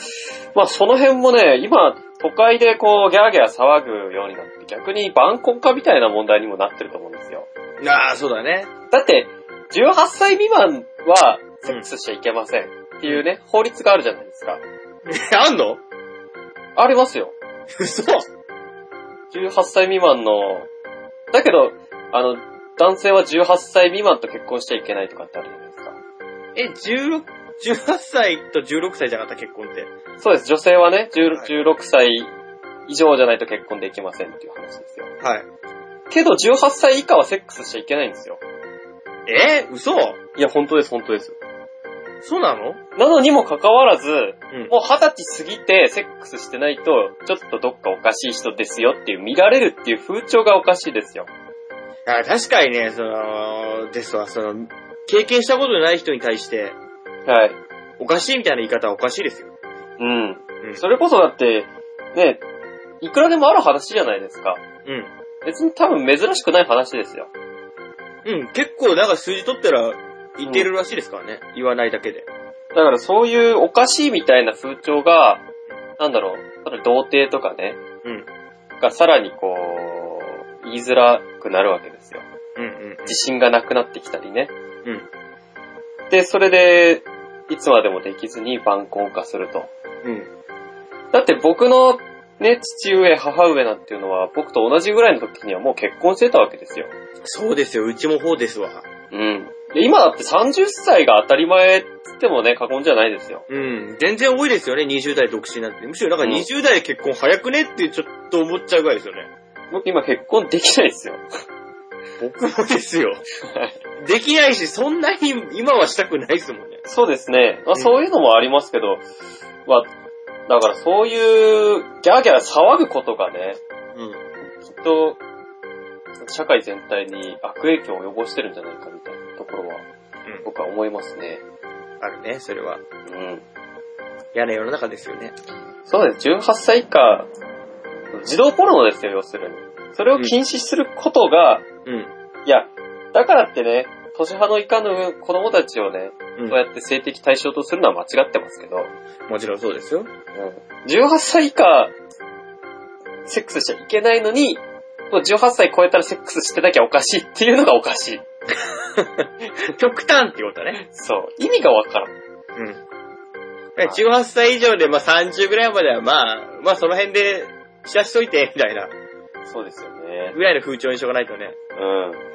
S1: まあその辺もね、今、都会でこう、ギャーギャー騒ぐようになって、逆に晩婚化みたいな問題にもなってると思うんですよ。
S2: ああ、そうだね。
S1: だって、18歳未満は、セ
S2: うん
S1: ックスしちゃいけませんっていうね、法律があるじゃないですか。
S2: あんの <laughs>
S1: ありますよ。
S2: 嘘
S1: 18歳未満の、だけど、あの、男性は18歳未満と結婚しちゃいけないとかってあるじゃないですか。
S2: え、16、18歳と16歳じゃなかった結婚って。
S1: そうです、女性はね、10
S2: はい
S1: 16歳以上じゃないと結婚できませんっていう話ですよ。
S2: はい。
S1: けど、18歳以下はセックスしちゃいけないんですよ。
S2: えー嘘
S1: いや、本当です、本当です。
S2: そうなの
S1: なのにもかかわらず、
S2: うん。
S1: もう20歳過ぎてセックスしてないと、ちょっとどっかおかしい人ですよっていう、見られるっていう風潮がおかしいですよ。
S2: あ確かにね、その、ですわ、その、経験したことのない人に対して、
S1: はい。
S2: おかしいみたいな言い方はおかしいですよ。
S1: うん。
S2: うん
S1: それこそだって、ね、いくらでもある話じゃないですか。
S2: うん。
S1: 別に多分珍しくない話ですよ。
S2: うん、結構なんか数字取ったら、言ってるらしいですからね。言わないだけで。
S1: だからそういうおかしいみたいな風潮が、なんだろう、例えば童貞とかね、
S2: うん。
S1: がさらにこう、言いづらくなるわけですよ。
S2: うんうん
S1: 自信がなくなってきたりね。
S2: うん。
S1: で、それで、いつまでもできずに晩婚化すると。
S2: うん。
S1: だって僕のね、父上、母上なんていうのは、僕と同じぐらいの時にはもう結婚してたわけですよ。
S2: そうですよ、うちも方ですわ。
S1: うん。で今だって30歳が当たり前って言ってもね、過言じゃないですよ。
S2: うん、全然多いですよね、20代独身なんて。むしろなんか
S1: うん
S2: 20代で結婚早くねってちょっと思っちゃうぐらいですよね。
S1: 僕今結婚できないですよ。
S2: 僕もですよ。できないし、そんなに今はしたくないですもんね。
S1: そうですね。
S2: う
S1: まあ
S2: ん
S1: そういうのもありますけど、まあ、だからそういうギャーギャー騒ぐことがね、
S2: うん。
S1: きっと、社会全体に悪影響を及ぼしてるんじゃないかみたいなところは、僕は思いますね。
S2: あるね、それは。
S1: うん。
S2: 嫌な世の中ですよね。
S1: そうです。18歳以下、自動ポルノですよ、要するに。それを禁止することが、
S2: うん。
S1: いや、だからってね、年派のいかぬ子供たちをね、
S2: うん
S1: そうやって性的対象とするのは間違ってますけど、
S2: もちろんそうですよ。
S1: 18歳以下、セックスしちゃいけないのに、もう18歳超えたらセックスしてなきゃおかしいっていうのがおかしい。
S2: 極端ってことね。
S1: そう。意味がわからん。
S2: うん。18歳以上で、まあ30ぐらいまでは、まあ、まあその辺で、知らしといて、みたいな、
S1: そうですよね。
S2: ぐらいの風潮にしとかないとね、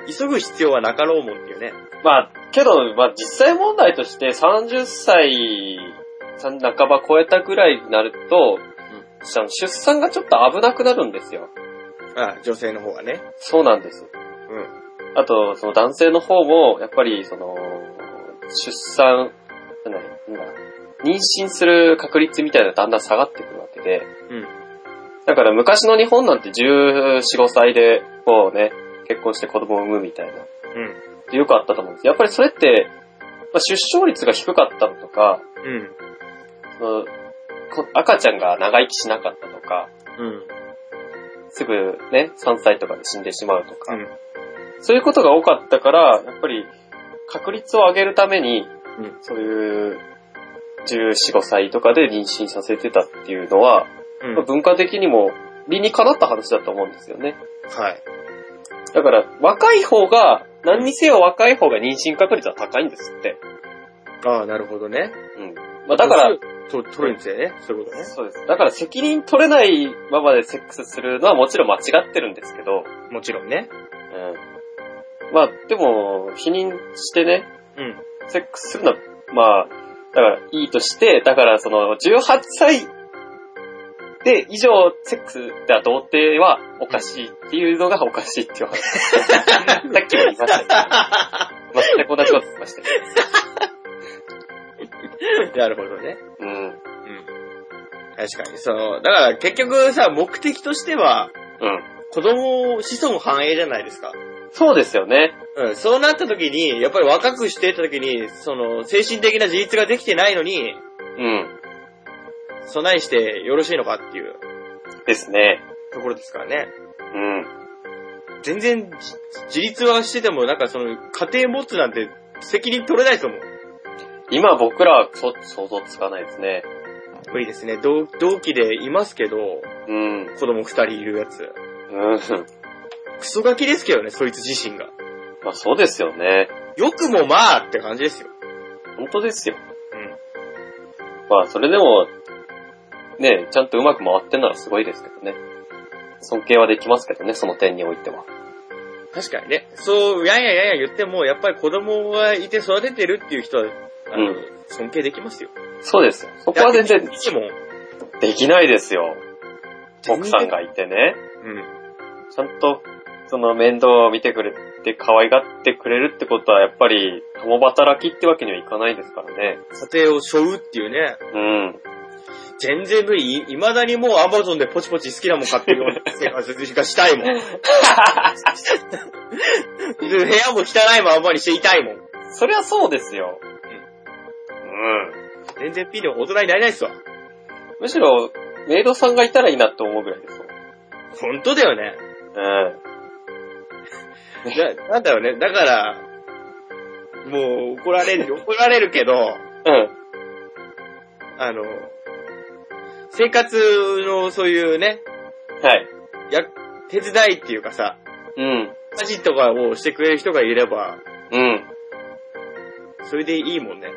S1: う
S2: 急ぐ必要はなかろうもんっていうね。
S1: ん。まあ、けど、まあ実際問題として30歳、半ば超えたぐらいになると、あの出産がちょっと危なくなるんですよ。
S2: ああ女性の方はね。
S1: そうなんです。
S2: うん。
S1: あと、その男性の方も、やっぱり、その、出産、なんだろう今、妊娠する確率みたいなのがだんだん下がってくるわけで、
S2: うん。
S1: だから昔の日本なんて14、5歳で、こうね、結婚して子供を産むみたいな、
S2: うん。
S1: よくあったと思うんですやっぱりそれって、まあ、出生率が低かったのとか、
S2: うん。
S1: そのこ赤ちゃんが長生きしなかったとか、
S2: うん。
S1: すぐね、3歳とかで死んでしまうとか、そういうことが多かったから、やっぱり確率を上げるために、
S2: うん
S1: そういう14、5歳とかで妊娠させてたっていうのは、
S2: うん。
S1: まあ文化的にも理にかなった話だと思うんですよね。
S2: はい。
S1: だから若い方が、何にせよ若い方が妊娠確率は高いんですって。
S2: ああ、なるほどね。
S1: うん。まあだから、、
S2: と、取るんですよね。そういうことね。
S1: そうです。だから責任取れないままでセックスするのはもちろん間違ってるんですけど、
S2: もちろんね。
S1: うん。まあでも、否認してね、
S2: うん。
S1: セックスするのは、まあ、だから、いいとして、だから、その、18歳で、以上、セックスだ童貞はおかしいっていうのがおかしいっていう話。さっきも言いましたけど。全く同じこと言いましたけど。
S2: なるほどね。
S1: うん。
S2: うん。確かに。その、だから結局さ、目的としては、
S1: うん。
S2: 子供、子孫繁栄じゃないですか。
S1: そうですよね。
S2: うん。そうなった時に、やっぱり若くしていた時に、その、精神的な自立ができてないのに、
S1: うん。
S2: 備えしてよろしいのかっていう
S1: ですね。
S2: ところですからね。
S1: うん。
S2: 全然、じ自立はしてても、なんかその、家庭持つなんて責任取れないと思う。
S1: 今僕らはそ想像つかないですね。
S2: 無理ですね。同同期でいますけど、
S1: うん。
S2: 子供二人いるやつ。
S1: うん。
S2: クソガキですけどね、そいつ自身が。
S1: まあそうですよね。
S2: よくもまあって感じですよ。
S1: 本当ですよ。
S2: うん。
S1: まあ、それでも、ね、ちゃんとうまく回ってんならすごいですけどね。尊敬はできますけどね、その点においては。
S2: 確かにね。そう、やんややんや言っても、やっぱり子供がいて育ててるっていう人は、あの、
S1: うん
S2: 尊敬できますよ。
S1: そうですよ。そこは全然
S2: いつも、
S1: できないですよ。
S2: 全然
S1: 奥さんがいてね、
S2: うん。
S1: ちゃんと、その面倒を見てくれて、可愛がってくれるってことは、やっぱり、共働きってわけにはいかないですからね。
S2: 家庭を背負うっていうね、
S1: うん。
S2: 全然無理。い未だにもうアマゾンでポチポチ好きなもん買ってるような生活がしたい
S1: <laughs>
S2: もん。で部屋も汚いまんまにしていたいもん。
S1: そりゃそうですよ。
S2: 全然ピーでも大人になれないっすわ。
S1: うん。むしろ、メイドさんがいたらいいなって思うぐらいですよ。
S2: 本当だよね。
S1: うん。
S2: な、なんだろうね。だから、もう怒られる、怒られるけど、
S1: うん。
S2: あの、生活のそういうね、
S1: はい。
S2: や、手伝いっていうかさ、
S1: うん。
S2: 家事とかをしてくれる人がいれば、
S1: うん。
S2: それでいいもんね。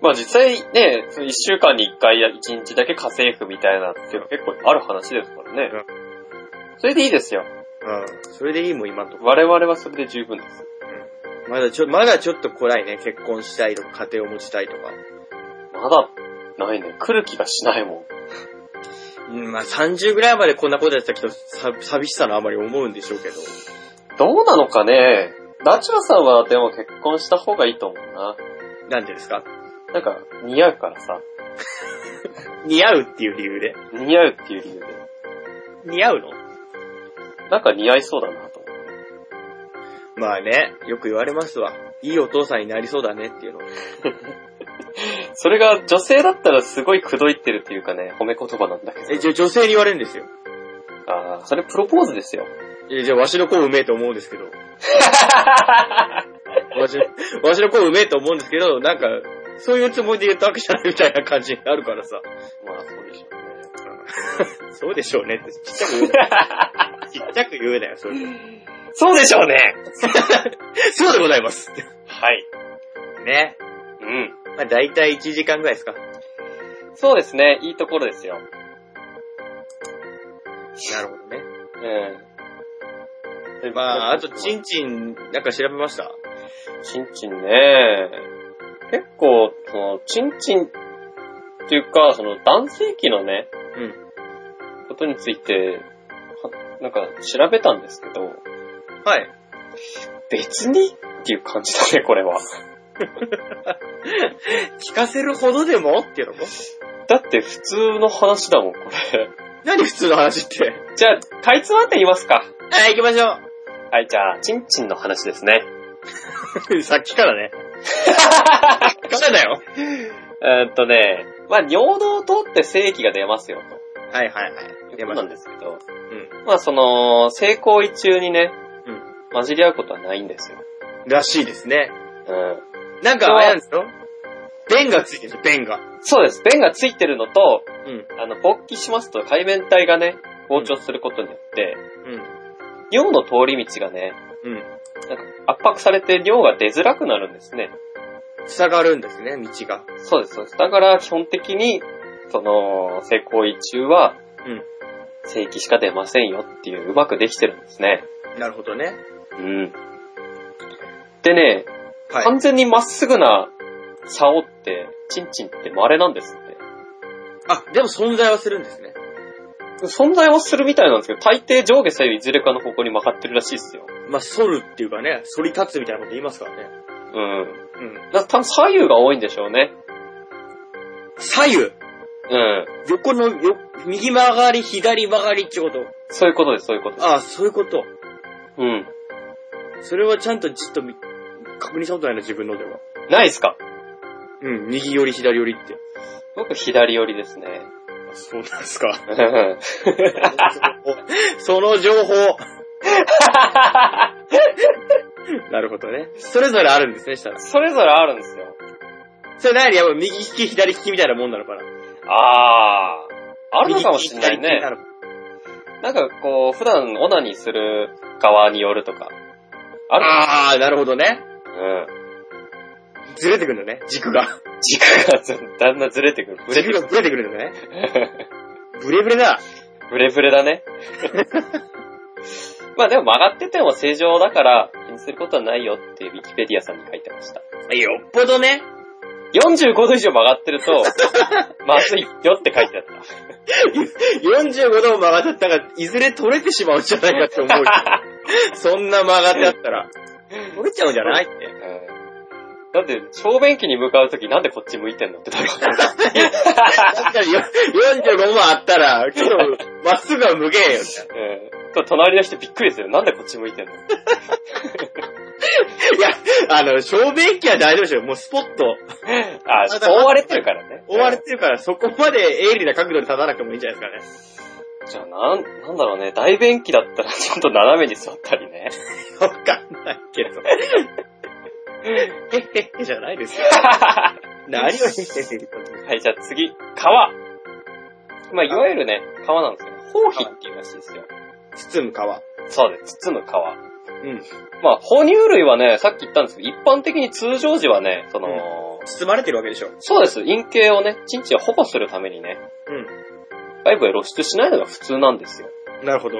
S1: まあ実際ね、その一週間に一回や一日だけ家政婦みたいなっていうのは結構ある話ですからね。それでいいですよ。
S2: うん。それでいいもん、今んとこ。
S1: 我々はそれで十分です。
S2: まだちょ、まだちょっと来ないね。結婚したいとか、家庭を持ちたいとか。
S1: まだ、ないね。来る気がしないもん。
S2: うん、まあ30ぐらいまでこんなことやってた人、さ寂しさのあまり思うんでしょうけど。
S1: どうなのかね。ナチュラさんはでも結婚した方がいいと思うな。
S2: なんでですか
S1: なんか、似合うからさ。
S2: 似合うっていう理由で。
S1: 似合うっていう理由で。
S2: 似合うの
S1: なんか似合いそうだなと思
S2: まあね、よく言われますわ。いいお父さんになりそうだねっていうの。
S1: う。それが女性だったらすごい口説いてるっていうかね、褒め言葉なんだけど。
S2: え、じゃあ女性に言われるんですよ。
S1: あーそれプロポーズですよ。 <laughs>
S2: え、じゃあわしの子を産めえと思うんですけど。わしの、わしの子うめえと思うんですけど、なんか、そういうつもりで言ったわけじゃないみたいな感じになるからさ。
S1: まあ、そうでしょうね。
S2: そうでしょうねって、ちっちゃく言うなよ。ちっちゃく言うなよ、それ。
S1: そうでしょうね
S2: <laughs> そうでございます。
S1: はい。
S2: ね。
S1: うん。
S2: まあ、だいたい1時間ぐらいですか。
S1: そうですね。いいところですよ。
S2: なるほどね。
S1: うん。
S2: まあ、あと、チンチン、なんか調べました
S1: チンチンね。結構、その、チンチンっていうか、その、男性器のね、
S2: うん。
S1: ことについて、はなんか、調べたんですけど、
S2: はい。
S1: 別にっていう感じだね、これは。
S2: 聞かせるほどでもっていうのも
S1: だって、普通の話だもん、これ。 <laughs>
S2: 何普通の話って。
S1: じゃあ、かいつまんで言いますか。
S2: <laughs> はい、行きましょ
S1: はい、じゃあ、チンチンの話で
S2: <laughs>
S1: すね。
S2: う。 <laughs> さっきからね。からだよ。
S1: えーっとね、まあ、尿道を通って精液が出ますよ、と。
S2: はいはいはい。
S1: いう
S2: 出
S1: こ
S2: ま
S1: と
S2: した
S1: なん。ですけど、
S2: う
S1: まあ、その、性行為中にね、
S2: ん。
S1: 混じり合うことはないんですよ。
S2: うん。らしいですね。
S1: うん。
S2: なんか、あれなんですよ。弁がついてるんですよ、弁が。
S1: そうです。弁がついてるのと、
S2: うん。
S1: あの、勃起しますと海綿体がね、膨張することによって、
S2: うん。
S1: 尿の通り道がね、
S2: うん。
S1: 圧迫されて尿が出づらくなるんですね。
S2: 塞がるんですね、道が。
S1: そうです、そうです。だから、基本的に、その、性行為中は、
S2: うん。
S1: 性器しか出ませんよっていう、うまくできてるんですね。
S2: なるほどね。
S1: うん。でね、
S2: はい。
S1: 完全にまっすぐな竿って、チンチンって稀なんですって。
S2: あ、でも存在はするんですね。
S1: 存在はするみたいなんですけど、大抵上下左右いずれかの方向に曲がってるらしいですよ。
S2: まあ、反るっていうかね、反り立つみたいなこと言いますからね。
S1: うん。
S2: うん。
S1: だ多分左右が多いんでしょうね。
S2: 左右
S1: うん。
S2: 横の、よ、右曲がり、左曲がりってこと。
S1: そういうことです、そういうことです。
S2: ああ、そういうこと。
S1: うん。
S2: それはちゃんとじっと見確認したことないな、自分のでは。
S1: ないですか
S2: うん、右寄り、左寄りって。
S1: 僕左寄りですね。 <laughs>
S2: あそうなんですか。
S1: うん
S2: <laughs> その情報。なるほどね。それぞれあるんですね、したら。
S1: それぞれあるんですよ。
S2: それ何やっぱ右利き、左利きみたいなもんなのかな。
S1: あー。あるのかもしれない
S2: 右利き左利き
S1: ね
S2: な。のか
S1: なんかこう、普段オナニーする側によるとか。ある
S2: あー、なるほどね。
S1: う
S2: ずれてくるんだね、軸が。
S1: ん。軸がずだんだんずれてくる。ブレて
S2: 軸
S1: くる
S2: がブレてくるんだね。ブレブレだ。
S1: ブレブレ
S2: <laughs>
S1: だね。まあでも曲がってても正常だから気にすることはないよってウィキペディアさんに書いてました。
S2: よっぽどね、
S1: 45度以上曲がっ
S2: <laughs>
S1: てると、まずいよって書いてあった。
S2: 45度も曲がっちゃったが、いずれ取れてしまうんじゃないかって思うよ。そんな曲がってあったら。取れちゃうんじゃないって。
S1: うんだって、小便器に向かうときなんでこっち向いてんのってだ
S2: <laughs>
S1: ろ。
S2: 確かによ45もあったら、ちょっと、まっすぐは無限よ。
S1: うんと隣の人びっくりする。なんでこっち向いてんの
S2: いや、あの、小便器は大丈夫ですよ。もうスポット。
S1: あ、覆われてるからね。
S2: 追われてるから、そこまで鋭利な角度で立たなくてもいいんじゃないです
S1: じゃあ、なん、なんだろうね。大便器だったらちょっと斜めに座った
S2: <laughs>
S1: りね。
S2: かね。わかんないけど。へへへじゃないですよ。
S1: は
S2: 何をへへへって言ったの
S1: い、じゃあ次、川。まあ、いわゆるね、川なんですけど、包皮っていうらしいですよ。
S2: 包む皮。
S1: そうです。包む川。
S2: うん。
S1: まあ、哺乳類はね、さっき言ったんですけど、一般的に通常時はね、その、
S2: 包まれてるわけでしょ。
S1: そうです。陰茎をね、チンチンを保護するためにね、
S2: う
S1: 外部へ露出しないのが普通なんですよ。
S2: ん。なるほど。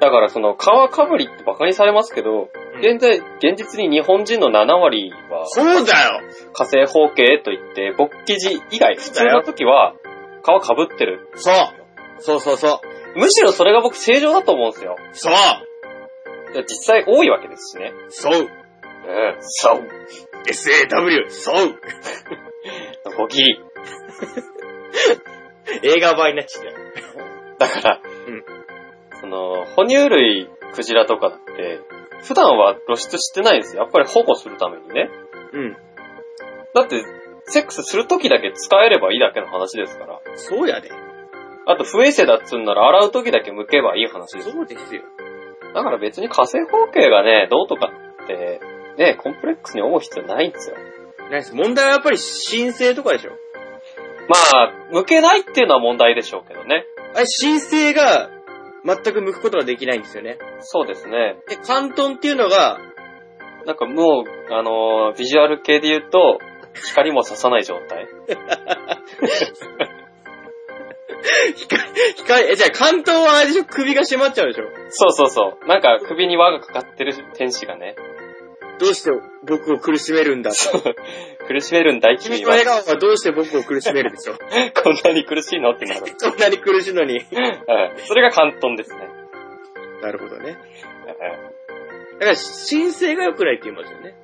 S1: だからその、皮かぶりって馬鹿にされますけど、
S2: うん
S1: 現在、現実に日本人の7割は、
S2: そうだよ
S1: 火星包茎といって、勃起時以外、普通の時は、皮かぶってる。
S2: そうそうそうそう。
S1: むしろそれが僕正常だと思うんですよ。
S2: そう
S1: 実際多いわけですしね。
S2: そう
S1: うん。そう
S2: !SAW! そう
S1: ボギリ。
S2: 映画版になっちゃったよ。
S1: だから、
S2: うん
S1: その、哺乳類、クジラとかって、普段は露出してないんですよ。やっぱり保護するためにね。
S2: うん。
S1: だって、セックスする時だけ使えればいいだけの話ですから。
S2: そうやで。
S1: あと、不衛生だっつうんなら洗う時だけ剥けばいい話です。
S2: そうですよ。
S1: だから別に火星包茎がね、どうとかって、ね、コンプレックスに思う必要ないんですよ。
S2: ないです。問題はやっぱり申請とかでしょ。
S1: まあ、向けないっていうのは問題でしょうけどね。
S2: あれ、申請が全く向くことができないんですよね。
S1: そうですね。
S2: で、関東っていうのが、
S1: なんかもう、あのービジュアル系で言うと、光も刺さない状態。
S2: 光、え、じゃあ関東はあれでしょ首が締まっちゃうでしょ
S1: そうそうそう。なんか首に輪がかかってる天使がね、
S2: どうして僕を苦しめるんだ
S1: 苦しめるんだい君
S2: 君の笑
S1: は、
S2: 顔がどうして僕を苦しめるでしょ <laughs>
S1: こんなに苦しいのってなる。
S2: そんなに苦しいのに。 <laughs>
S1: <laughs> うんそれが関東ですね。
S2: なるほどね。
S1: うん
S2: だから、申請が良くないって言いますよね。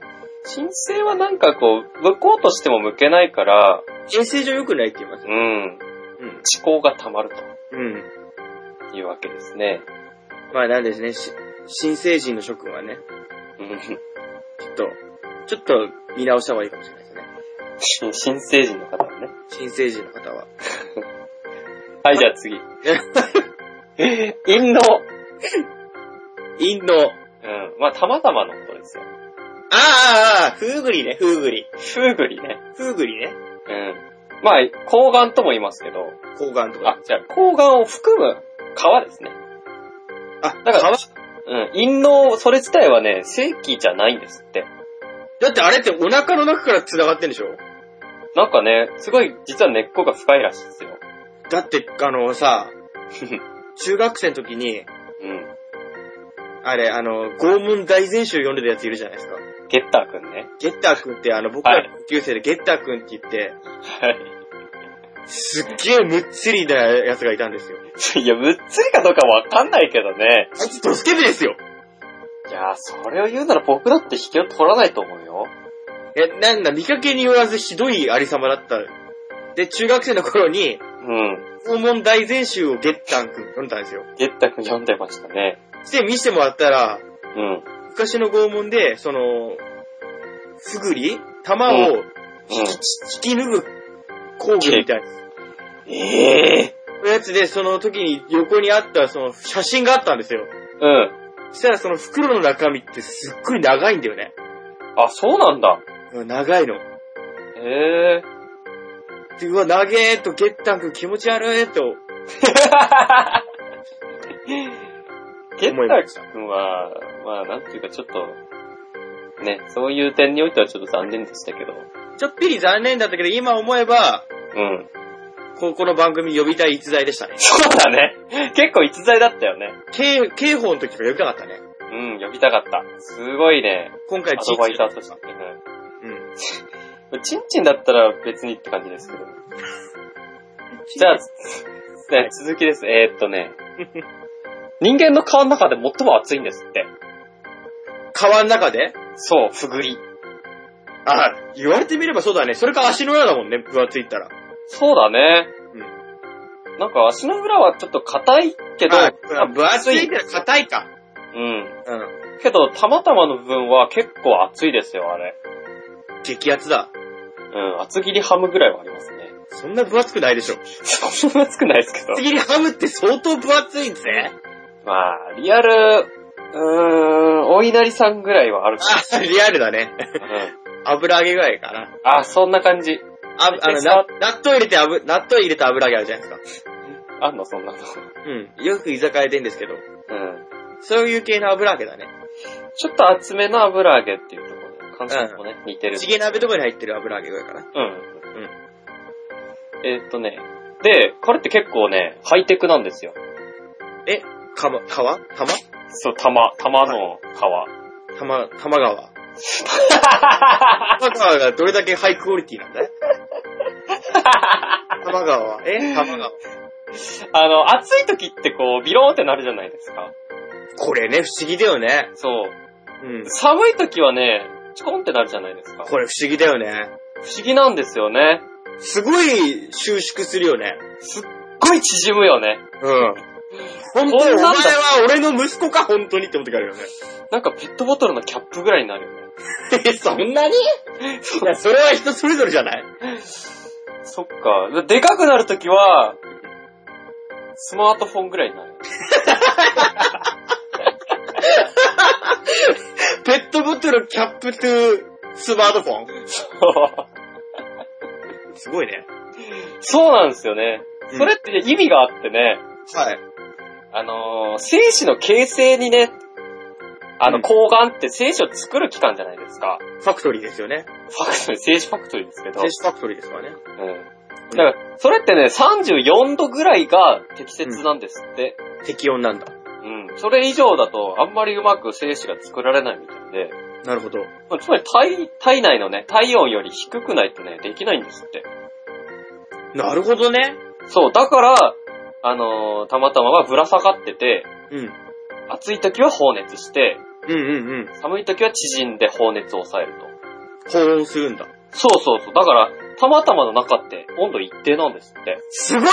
S1: 申請はなんかこう、向こうとしても向けないから、
S2: 衛生上良くないって言います
S1: う
S2: よ。
S1: ん、思考が溜まる
S2: うん。うん。
S1: というわけですね。
S2: まあなんですね、し新成人の諸君はね、
S1: うん <laughs>
S2: ちょっと、ちょっと見直した方がいいかもしれないですね。
S1: 新新成人の方はね。
S2: 新成人の方は。
S1: はい、じゃあ次。 <laughs> 陰の、
S2: 陰の、
S1: うん、まあ、たまたまのことですよ。
S2: あーあーあー、風栗ね、風栗。
S1: ふぐりね。
S2: 風栗ね。
S1: うん。まあ、睾丸とも言いますけど、
S2: 睾丸とか。
S1: あ、じゃあ、睾丸を含む皮ですね。
S2: あ、
S1: だから
S2: 皮
S1: うん。陰嚢、それ自体はね、正規じゃないんですって。
S2: だってあれってお腹の中から繋がってんでしょ
S1: なんかね、すごい、実は根っこが深いらしいですよ。
S2: だって、あの
S1: <laughs>
S2: さ、中学生の時に、
S1: うん。
S2: あれ、あの、拷問大全集読んでたやついるじゃないですか。
S1: ゲッターくんね。
S2: ゲッター君って、あの、僕らの同級生でゲッター君って言って、
S1: は
S2: すっげえむっつりなやつがいたんですよ。
S1: い。いや、むっつりかどうかわかんないけどね。
S2: あいつドスケベですよ
S1: いやー、それを言うなら僕だって引けを取らないと思うよ。
S2: え、なんだ、見かけによらずひどいありさまだった。で、中学生の頃に、
S1: うん。
S2: 訪問大全集をゲッター君読んだんですよ。
S1: ゲッターくん読んでましたね。
S2: して見せてもらったら、
S1: うん。
S2: 昔の拷問で、その、すぐり玉を引き抜く工具みたいな。
S1: うん。ええ
S2: そういうやつで、その時に横にあった、その写真があったんですよ。
S1: ー。うん。
S2: そしたらその袋の中身ってすっごい長いんだよね。
S1: あ、そうなんだ。
S2: うん長いの。
S1: ええー。
S2: で、うわ、長えとゲッタン君気持ち悪いと。
S1: <laughs> ゲッ
S2: 思いまし
S1: ターくんは、まあ、なんていうかちょっと、ね、そういう点においてはちょっと残念でしたけど。
S2: ちょっぴり残念だったけど、今思えば、
S1: うん。 <laughs>
S2: ここの番組呼びたい逸材でしたね。
S1: そうだね。結構逸材だったよね。
S2: 刑、刑法の時とか呼びたかったね。
S1: うん、呼びたかった。すごいね。
S2: 今回
S1: ア
S2: チ
S1: ド
S2: ー
S1: バ
S2: ズ
S1: イザーとして。
S2: う
S1: う
S2: ん。
S1: ん。チンチンだったら別にって感じですけど。じ <laughs> ゃあ、ね、続きです。えー、っと <laughs> ね。人間の皮の中で最も熱いんですって。
S2: 川の中で
S1: そう、ふぐり。
S2: あ、言われてみればそうだね。それか足の裏だもんね、分厚いったら。
S1: そうだね。
S2: うん。
S1: なんか足の裏はちょっと硬いけど、まあ
S2: あ、分厚いったら硬いか。
S1: うん。
S2: うん。
S1: けど、たまたまの部分は結構熱いですよ、あれ。
S2: 激アツだ。
S1: うん、厚切りハムぐらいはありますね。
S2: そんな分厚くないでしょ。
S1: そんな熱くないですけど。
S2: 厚切りハムって相当分厚いんぜ。
S1: まあ、リアル、うーん、お稲荷さんぐらいはあるか
S2: あ、リアルだね。
S1: な。うん
S2: 油揚げぐらいかな。
S1: あ、そんな感じ。
S2: あ、あの、な納豆入れて油、納豆入れた油揚げあるじゃないですか。
S1: あんの、そんなの。
S2: うん。よく居酒屋でんですけど、
S1: うん。
S2: そういう系の油揚げだね。
S1: ちょっと厚めの油揚げっていうところで、感触もね、似てる。
S2: チゲ鍋とかに入ってる油揚げぐらいかな。
S1: うん。えーっとね。で、これって結構ね、ハイテクなんですよ。
S2: え、かま、かわ玉
S1: そう、玉、玉の皮。
S2: 玉、玉川。玉川がどれだけハイクオリティなんだ
S1: <laughs>
S2: い玉川。え玉川。
S1: あの、暑い時ってこう、ビローンってなるじゃないですか。
S2: これね、不思議だよね。
S1: そう。
S2: うん。
S1: 寒い時はね、チコンってなるじゃないですか。不
S2: これ不思議だよね。
S1: 思議なんですよね。
S2: すごい収縮するよね。
S1: すっごい縮むよね。
S2: うん。本
S1: こ
S2: 当に、お前
S1: んなんだ
S2: は俺の息子か、本当にって思ってからよね。 <laughs>
S1: なんかペットボトルのキャップぐらいになるよね。
S2: え、そんなにいや、それは人それぞれじゃない
S1: そっか。ででかくなるときは、スマートフォンぐらいになるよね。
S2: ペットボトルキャップトゥスマートフォン。すごいね。
S1: そうなんですよね。
S2: うん
S1: それって意味があってね、
S2: はい。
S1: あのー精子の形成にね、あ
S2: う
S1: の、
S2: ん
S1: 抗がんって精子を作る期間じゃないですか。
S2: ファクトリーですよね。
S1: ファクトリー、精子ファクトリーですけど。
S2: 電子ファクトリーですからね。
S1: うん。だから、それってね、34度ぐらいが適切なんですって。
S2: 適温なんだ。
S1: うん。それ以上だと、あんまりうまく精子が作られないみたいで、
S2: なるほど。
S1: まあつまり体、体内のね、体温より低くないとね、できないんですって。
S2: なるほどね。
S1: そう、だから、あのーたまたまはぶら下がってて、
S2: うん。
S1: 暑い時は放熱して、
S2: うんうんうん。
S1: 寒い時は縮んで放熱を抑えると。
S2: 保温するんだ。
S1: そうそうそう。だから、たまたまの中って温度一定なんですって。
S2: すごいね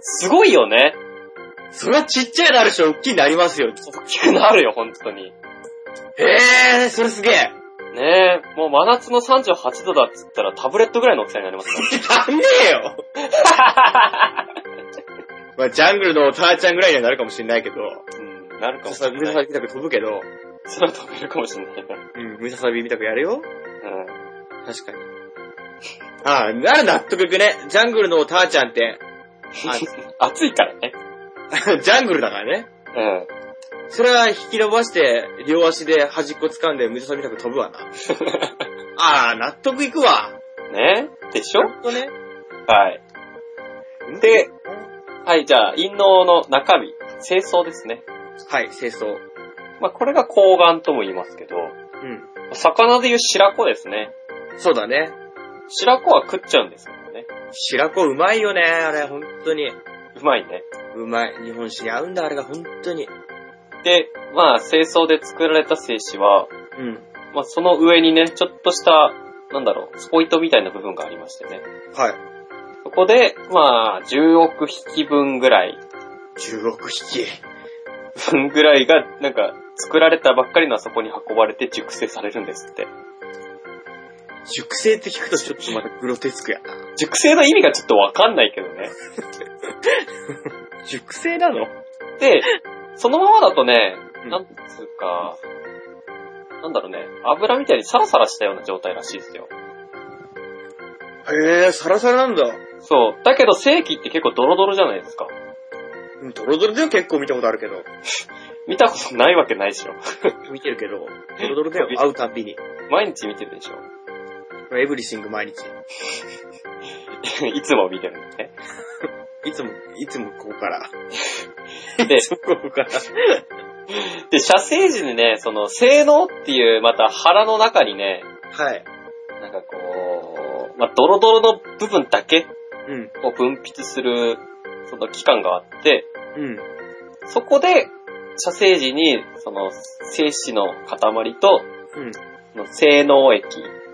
S1: すごいよね。
S2: それはちっちゃいなるし、大きいなりますよ。
S1: 大きくなるよ、本当に。
S2: へえ、それすげえ。
S1: ねえ、もう真夏の38度だっつったらタブレットぐらいの大きさになりますか
S2: なんねえよ。
S1: ら。
S2: <laughs> まあ、ジャングルのおたーちゃんぐらいにはなるかもしれないけど、
S1: うん、なるか
S2: ム
S1: もし
S2: サ
S1: れ
S2: ムサ
S1: な
S2: サ
S1: い。
S2: ビみたく飛ぶけど、
S1: それは食べるかもしれないな。
S2: うん、ムササビみたくやるよ。
S1: うん。
S2: 確かに。ああ、なら納得いくね。ジャングルのおたーちゃんって、
S1: <laughs>
S2: <laughs>
S1: 暑いからね。
S2: ジャングルだからね。
S1: うん。
S2: それは引き伸ばして、両足で端っこ掴んで、ムササビみたく飛ぶわな。 <laughs> ああ、納得いくわ。
S1: ねでしょ
S2: ほんとね。
S1: はい。で、はい、じゃあ、陰嚢の中身、清掃ですね。
S2: はい、清掃。
S1: まあ、これが睾丸とも言いますけど、
S2: う
S1: 魚でいう白子ですね。
S2: ん。そうだね。
S1: 白子は食っちゃうんですけどね。
S2: 白子うまいよね、あれ、ほんとに。
S1: うまいね。
S2: うまい。日本酒に合うんだ、あれが、ほんとに。
S1: で、まあ、清掃で作られた精子は、
S2: うん。
S1: まあ、その上にね、ちょっとした、なんだろう、スポイトみたいな部分がありましてね。
S2: はい。
S1: そこで、まあ、10億匹分ぐらい、 <laughs>
S2: 16匹。
S1: 分ぐらいが、なんか、作られたばっかりのはそこに運ばれて熟成されるんですって。
S2: 熟成って聞くとちょっとまたグロテスクやな。
S1: 熟成の意味がちょっとわかんないけどね。
S2: 熟成なの
S1: で、そのままだとね、
S2: うん
S1: なんつうか、なんだろうね、油みたいにサラサラしたような状態らしいですよ。
S2: へえ、サラサラなんだ。
S1: そう。だけど正規って結構ドロドロじゃないですか。
S2: うんドロドロだよ、結構見たことあるけど。
S1: 見たことないわけないでしょ。 <laughs>
S2: 見てるけど、ドロドロだよ、会うたんびに。
S1: 毎日見てるでしょ。 <laughs>
S2: エブリシング毎日。
S1: いつも見てるんだね。
S2: いつも、いつもここから。 <laughs>
S1: で
S2: いつもここから。
S1: で、射精時にね、その、性能っていう、また腹の中にね、
S2: はい。
S1: なんかこう、まあ、ドロドロの部分だけ
S2: うん。
S1: を分泌する、その器官があって、
S2: うん。
S1: そこで、射精時に、その、精子の塊と、
S2: うん。
S1: その性能液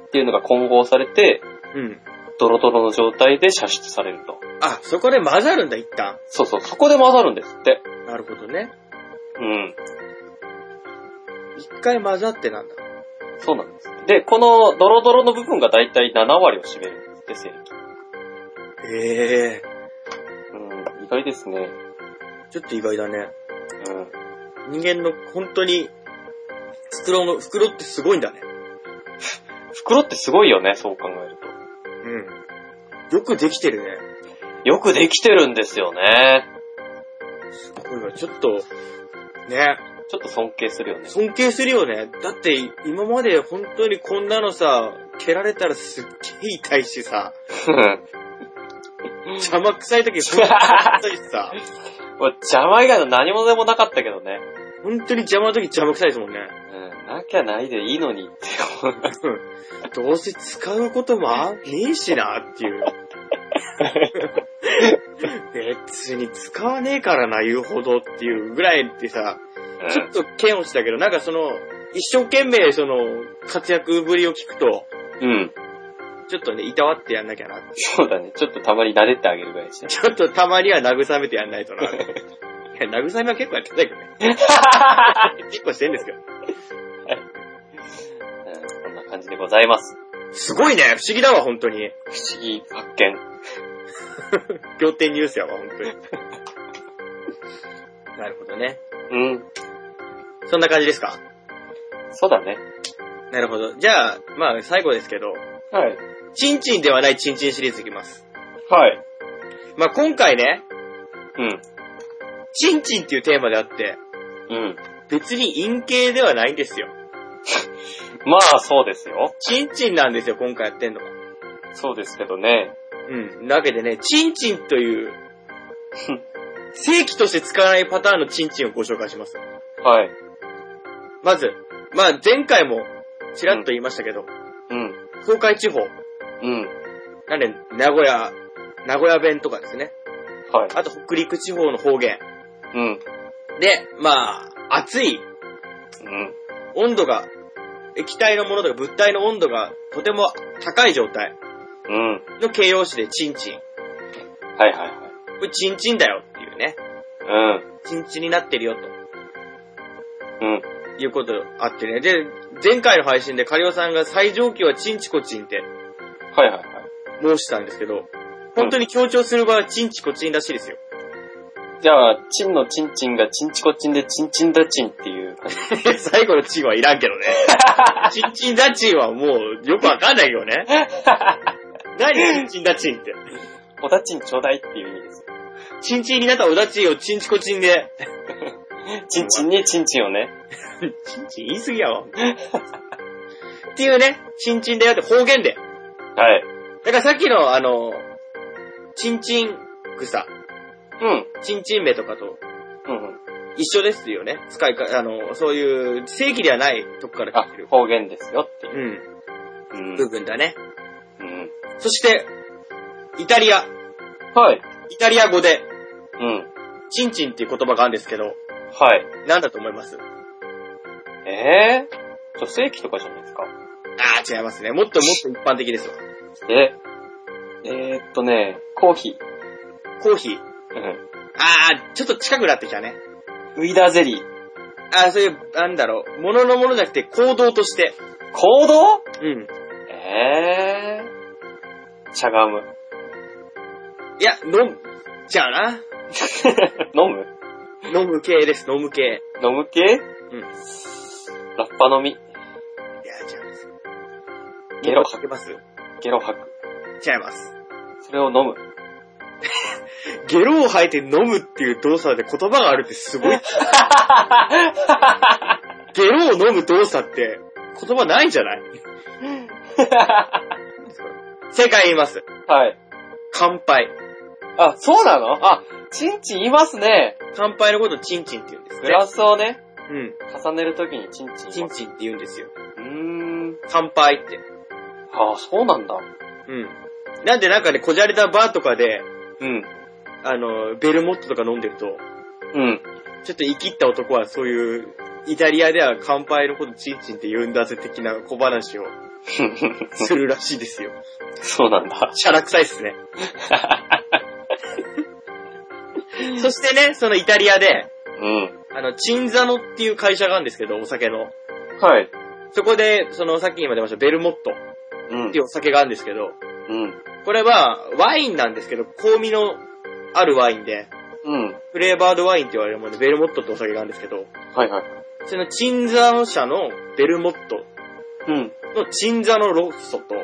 S1: っていうのが混合されて、
S2: うん。
S1: ドロドロの状態で射出されると。
S2: あ、そこで混ざるんだ、一旦。
S1: そうそう、そこで混ざるんですって。
S2: なるほどね。
S1: うん。
S2: 一回混ざってなんだ。
S1: そうなんです。で、このドロドロの部分がだいたい7割を占めるんですって、精液。
S2: へえ。
S1: うん、意外ですね。
S2: ちょっと意外だね。
S1: うん。
S2: 人間の本当に、袋の、袋ってすごいんだね。
S1: 袋ってすごいよね、そう考えると。
S2: うん。よくできてるね。
S1: よくできてるんですよね。
S2: すごいわ。ちょっと、ね、
S1: ちょっと尊敬するよね。
S2: 尊敬するよね。だって、今まで本当にこんなのさ、蹴られたらすっげえ痛いしさ、
S1: <laughs>
S2: 邪魔くさい時そんなに痛いしさ、
S1: 俺邪魔以外の何もでもなかったけどね。
S2: <laughs> 本当に邪魔の時邪魔くさいですもんね。
S1: うん、なきゃないでいいのにって思う。
S2: どうせ使うこともあんねえしなっていう。別に使わねえからな、言うほどっていうぐらいってさ、ちょっと剣落ちたけど、なんかその、一生懸命その、活躍ぶりを聞くと、
S1: うん。
S2: ちょっとね、いたわってやんなきゃなって。
S1: そうだね。ちょっとたまに撫でてあげるぐらいして。
S2: ちょっとたまには慰めてやんないとな。いや、慰めは結構やってたけどね。結構してんですけど。
S1: うんこんな感じでございます。
S2: すごいね、不思議だわ、本当に。
S1: 不思議発見。
S2: 仰天ニュースやわ、本当に。 <laughs> なるほどね。
S1: うん。
S2: そんな感じですか
S1: そうだね。
S2: なるほど。じゃあ、まあ、最後ですけど、
S1: はい。
S2: チンチンではないチンチンシリーズいきます。
S1: はい。
S2: まあ、今回ね、
S1: うん。
S2: チンチンっていうテーマであって、
S1: うん。
S2: 別に陰形ではないんですよ。
S1: まあ、そうですよ。
S2: チンチンなんですよ、今回やってんのが。
S1: そうですけどね。
S2: うん。なわけでね、チンチンという、 <laughs> 正規として使わないパターンのチンチンをご紹介します。
S1: はい。
S2: まず、まあ前回もちらっと言いましたけど、
S1: うん。
S2: 東海地方、
S1: うん。
S2: なんで名古屋、名古屋弁とかですね。
S1: はい。
S2: あと北陸地方の方言。
S1: うん。
S2: で、まあ、暑い、
S1: うん。
S2: 温度が、液体のものとか物体の温度がとても高い状態
S1: うん。
S2: の形容詞でチンチン。
S1: はいはいはい。
S2: これチンチンだよっていうね。
S1: うん。
S2: チンチンになってるよと。
S1: うん。
S2: いうことあってね。で、前回の配信でカリオさんが最上級はチンチコチンって
S1: はいはいはい。
S2: 申したんですけど、本当に強調する場合はチンチコチンらしいですよ。
S1: じゃあ、チンのチンチンがチンチコチンでチンチンダチンっていう感
S2: <laughs>
S1: じ。
S2: 最後のチンはいらんけどね。チンチンダチンはもうよくわかんないけどね。何チンチンダチンって。
S1: おだちんちょうだいっていう意味です。
S2: チンチンになったおだちをチンチコチンで。
S1: チンチンにチンチンをね。
S2: チンチン言いすぎやわ。っていうね、チンチンだよって方言で。
S1: はい。
S2: だからさっきのあの、チンチン草、
S1: うん。
S2: チンチン目とかと
S1: うんうん。
S2: 一緒ですよね。使いか、あの、そういう正規ではないとこから
S1: あ
S2: 来てる、。
S1: 方言ですよっていうう。
S2: ん。
S1: うん
S2: 部分だね。
S1: うん。
S2: そして、イタリア。
S1: はい。
S2: イタリア語で、
S1: うん。
S2: チンチンっていう言葉があるんですけど、
S1: はい。
S2: なんだと思います
S1: えぇ、ー、女性器とかじゃないですか。
S2: あー、違いますね。もっともっと一般的ですわ。
S1: え、えー、っとね、コーヒー。
S2: コーヒー。
S1: うん。
S2: あー、ちょっと近くなってきたね。
S1: ウィダーゼリー。
S2: あー、そういう、なんだろう、もののものじゃなくて行動として。
S1: 行動
S2: うん。
S1: えぇ、ー、しゃがむ。 <laughs>
S2: いや、飲む。じゃあな。
S1: 飲む
S2: 飲む系です、飲む系。い
S1: 飲む系
S2: うん
S1: ラッパ飲み。
S2: や、違うんですよ。
S1: ゲロ
S2: かけます違い
S1: ゲロ吐く。
S2: ます。
S1: それを飲む。
S2: ゲロを吐いて飲むっていう動作で言葉があるってすごい。ゲロを飲む動作って言葉ないんじゃない正解言います。
S1: はい。
S2: 乾杯。
S1: あ、そうなのあ、チンチンいますね。
S2: 乾杯のことをチンチンって言うんです
S1: グ
S2: ね。
S1: ラスをね、
S2: うん。
S1: 重ねるときにチンチン。
S2: チンチンって言うんですよ。
S1: うーん。
S2: 乾杯って。
S1: ああ、そうなんだ。
S2: うん。なんでなんかね、こじゃれたバーとかで、
S1: うん。
S2: あの、ベルモットとか飲んでると、
S1: うん。 <laughs>
S2: ちょっと生きった男はそういう、イタリアでは乾杯のことチンチンって言うんだぜ的な小話をするらしいですよ。
S1: そうなんだ。
S2: シャラ臭いっすね。そしてね、そのイタリアで、
S1: うん。
S2: あの、チンザノっていう会社があるんですけど、お酒の。
S1: はい。
S2: そこで、その、さっき今出ました、ベルモット
S1: うん
S2: ってい。うお酒があるんですけど、
S1: うん。
S2: これは、ワインなんですけど、香味のあるワインで、
S1: うん。
S2: フレーバードワインって言われるもので、ベルモットってお酒があるんですけど、
S1: はいはい。
S2: その、チンザノ社のベルモット
S1: うん。
S2: のチンザノロッソと、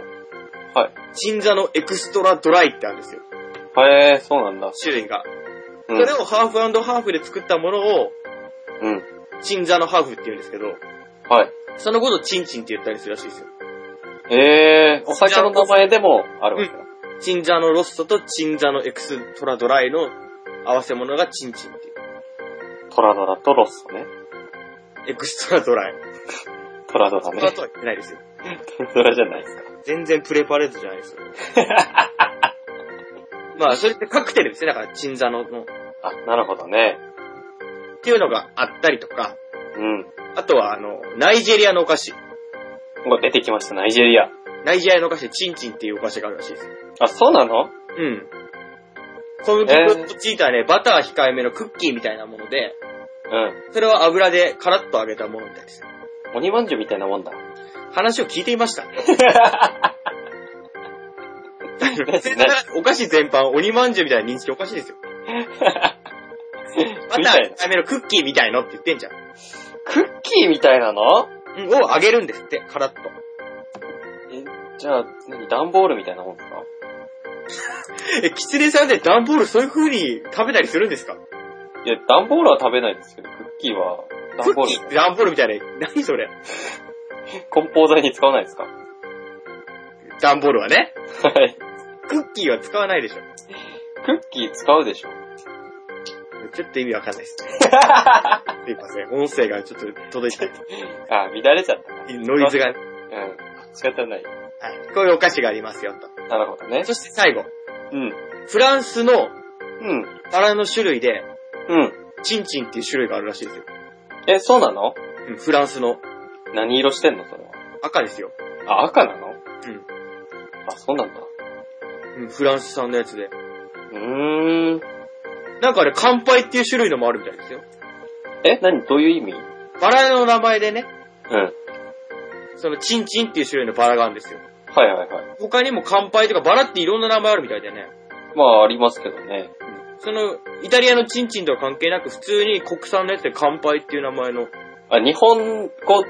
S1: はい。
S2: チンザノエクストラドライってあるんですよ、
S1: へえー、そうなんだ。
S2: 種類が。
S1: う
S2: そ
S1: ん。
S2: れをハーフハーフで作ったものを、
S1: うん。
S2: チンザのハーフって言うんですけど、
S1: はい。
S2: そのことチンチンって言ったりするらしいですよ。
S1: ええー、お酒の名前でもあるわけだ。
S2: チンザのロッソとチンザのエクストラドライの合わせ物がチンチンっていう。
S1: トラドラとロッソね。
S2: エクストラドライ。
S1: トラドラ
S2: トラ
S1: ね。
S2: とは言ってないですよ。
S1: ト <laughs> ラドラじゃないですか。
S2: 全然プレパレードじゃないですよ。 <laughs> まあ、それってカクテルですね。だから、チンザのの。っ
S1: あ、なるほどね。
S2: ていうのがあったりとか、
S1: うん。
S2: あとは、あの、ナイジェリアのお菓子。
S1: もう出てきました、ナイジェリア。
S2: ナイジェリアのお菓子でチンチンっていうお菓子があるらしいですよ。
S1: あ、そうなの
S2: うん。小麦粉を用いたね、バター控えめのクッキーみたいなもので、
S1: う
S2: それは油でカラッと揚げたものみたいですよ。
S1: ん。鬼まんじゅうみたいなもんだ。
S2: 話を聞いていました。
S1: <laughs> ですね
S2: お菓子全般、鬼まんじゅうみたいな認識おかしい
S1: <laughs>
S2: ですよ。バター控えめのクッキーみたいのって言ってんじゃん。
S1: クッキーみたいなの
S2: うんをあげるんですって、カラッと。
S1: じゃあ、何、段ボールみたいなもんですか
S2: え、キツネさんって段ボールそういう風に食べたりするんですか
S1: いや、段ボールは食べないですけど、クッキーは、段
S2: ク
S1: ボ
S2: ッ
S1: ー
S2: キーっ
S1: ル、
S2: て段ボールみたいな。何それ
S1: 梱包材に使わないですか <laughs>
S2: 段ボールはね。
S1: はい。
S2: クッキーは使わないでしょ。
S1: クッキー使うでしょ
S2: ちょっと意味わかんない
S1: <laughs>
S2: ですね。すいません。音声がちょっと届いて、
S1: あ、乱れちゃったな。
S2: ノイズが。
S1: うん。仕方な
S2: はい。
S1: い。
S2: こういうお菓子がありますよ、と。
S1: なるほどね。
S2: そして最後。
S1: うん。
S2: フランスの
S1: うん。
S2: バラの種類で、
S1: うん。
S2: チンチンっていう種類があるらしいですよ。
S1: え、そうなの
S2: うん、フランスの
S1: 何色してんのそれは。
S2: 赤ですよ。。
S1: あ、赤なのうんあ、そうなんだ。
S2: うん、フランス産のやつで。
S1: うーん。
S2: なんかあれ、乾杯っていう種類のもあるみたいですよ。
S1: え、何どういう意味うん。
S2: バラの名前でね、
S1: はい
S2: そのチンチンっていう種類のバラがあるんですよ。
S1: はいはい。
S2: 他にも乾杯とかバラっていろんな名前あるみたいだよね。
S1: まあ、ありますけどね。
S2: その、イタリアのチンチンとは関係なく、普通に国産のやつで乾杯っていう名前の
S1: あ、日本語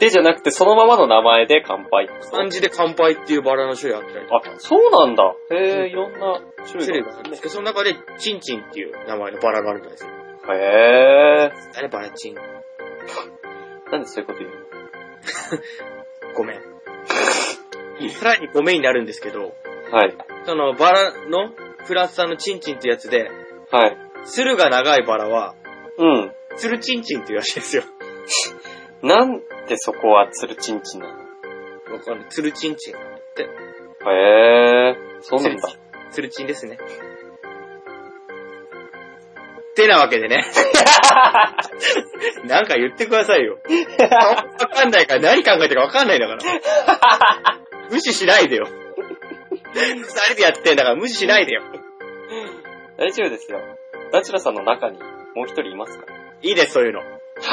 S1: でじゃなくて、そのままの名前で乾杯。
S2: 漢字で乾杯っていうバラの種類あったりとか
S1: あ、そうなんだ。へえ、
S2: うん
S1: いろんな種
S2: 種
S1: 類
S2: 類
S1: が
S2: が
S1: あ
S2: あるんで
S1: るんで
S2: す
S1: す
S2: けど、その中で、チンチンっていう名前のバラがあるみたいですよ。
S1: ね。へえ。
S2: あれバラチン。
S1: なんでそういうこと言うの
S2: ごめん。さらにごめんになるんですけど、
S1: はい。
S2: そのバラのフランス産のチンチンってやつで、
S1: はい。
S2: つるが長いバラは、
S1: うん。
S2: つるチンチンっていうらしいですよ。
S1: なんでそこはつるちんちんなの
S2: わかんない。つるチンチン。
S1: へえ、そうなんだ。
S2: つるチンですね。てなわけでね。 <laughs> なんか言ってくださいよ。わかんないから何考えてるかわかんないんだから。無視しないでよ。二人でやってんだから無視しないでよ。
S1: 大丈夫ですよ。ダチュラさんの中にもう一人いますか
S2: いいです、そういうの。
S1: は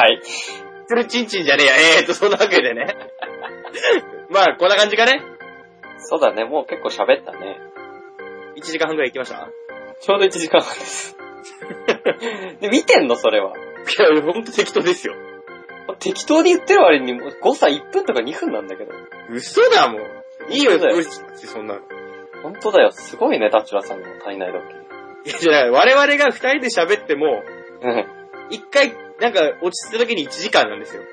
S1: い。
S2: つるちんちんじゃねえや。 <laughs> えーと、そんなわけでね。まあ、こんな感じかね。
S1: そうだね、もう結構喋ったね。
S2: 1時間半くらい行きました。
S1: ちょうど1時間半です。 <laughs> で、見てんのそれは。
S2: いや、ほんと適当ですよ。
S1: 適当に言ってる割にもう誤差1分とか2分なんだけど。
S2: 嘘だもん。いいよ、
S1: 嘘だよ
S2: 無視ってそんなの。
S1: 本当だよ、すごいね、ダチュラさんの体内時計。
S2: いや、じゃあ、我々が二人で喋っても、
S1: うん
S2: 一回、なんか、落ち着いた時に1時間なんですよ。
S1: <laughs>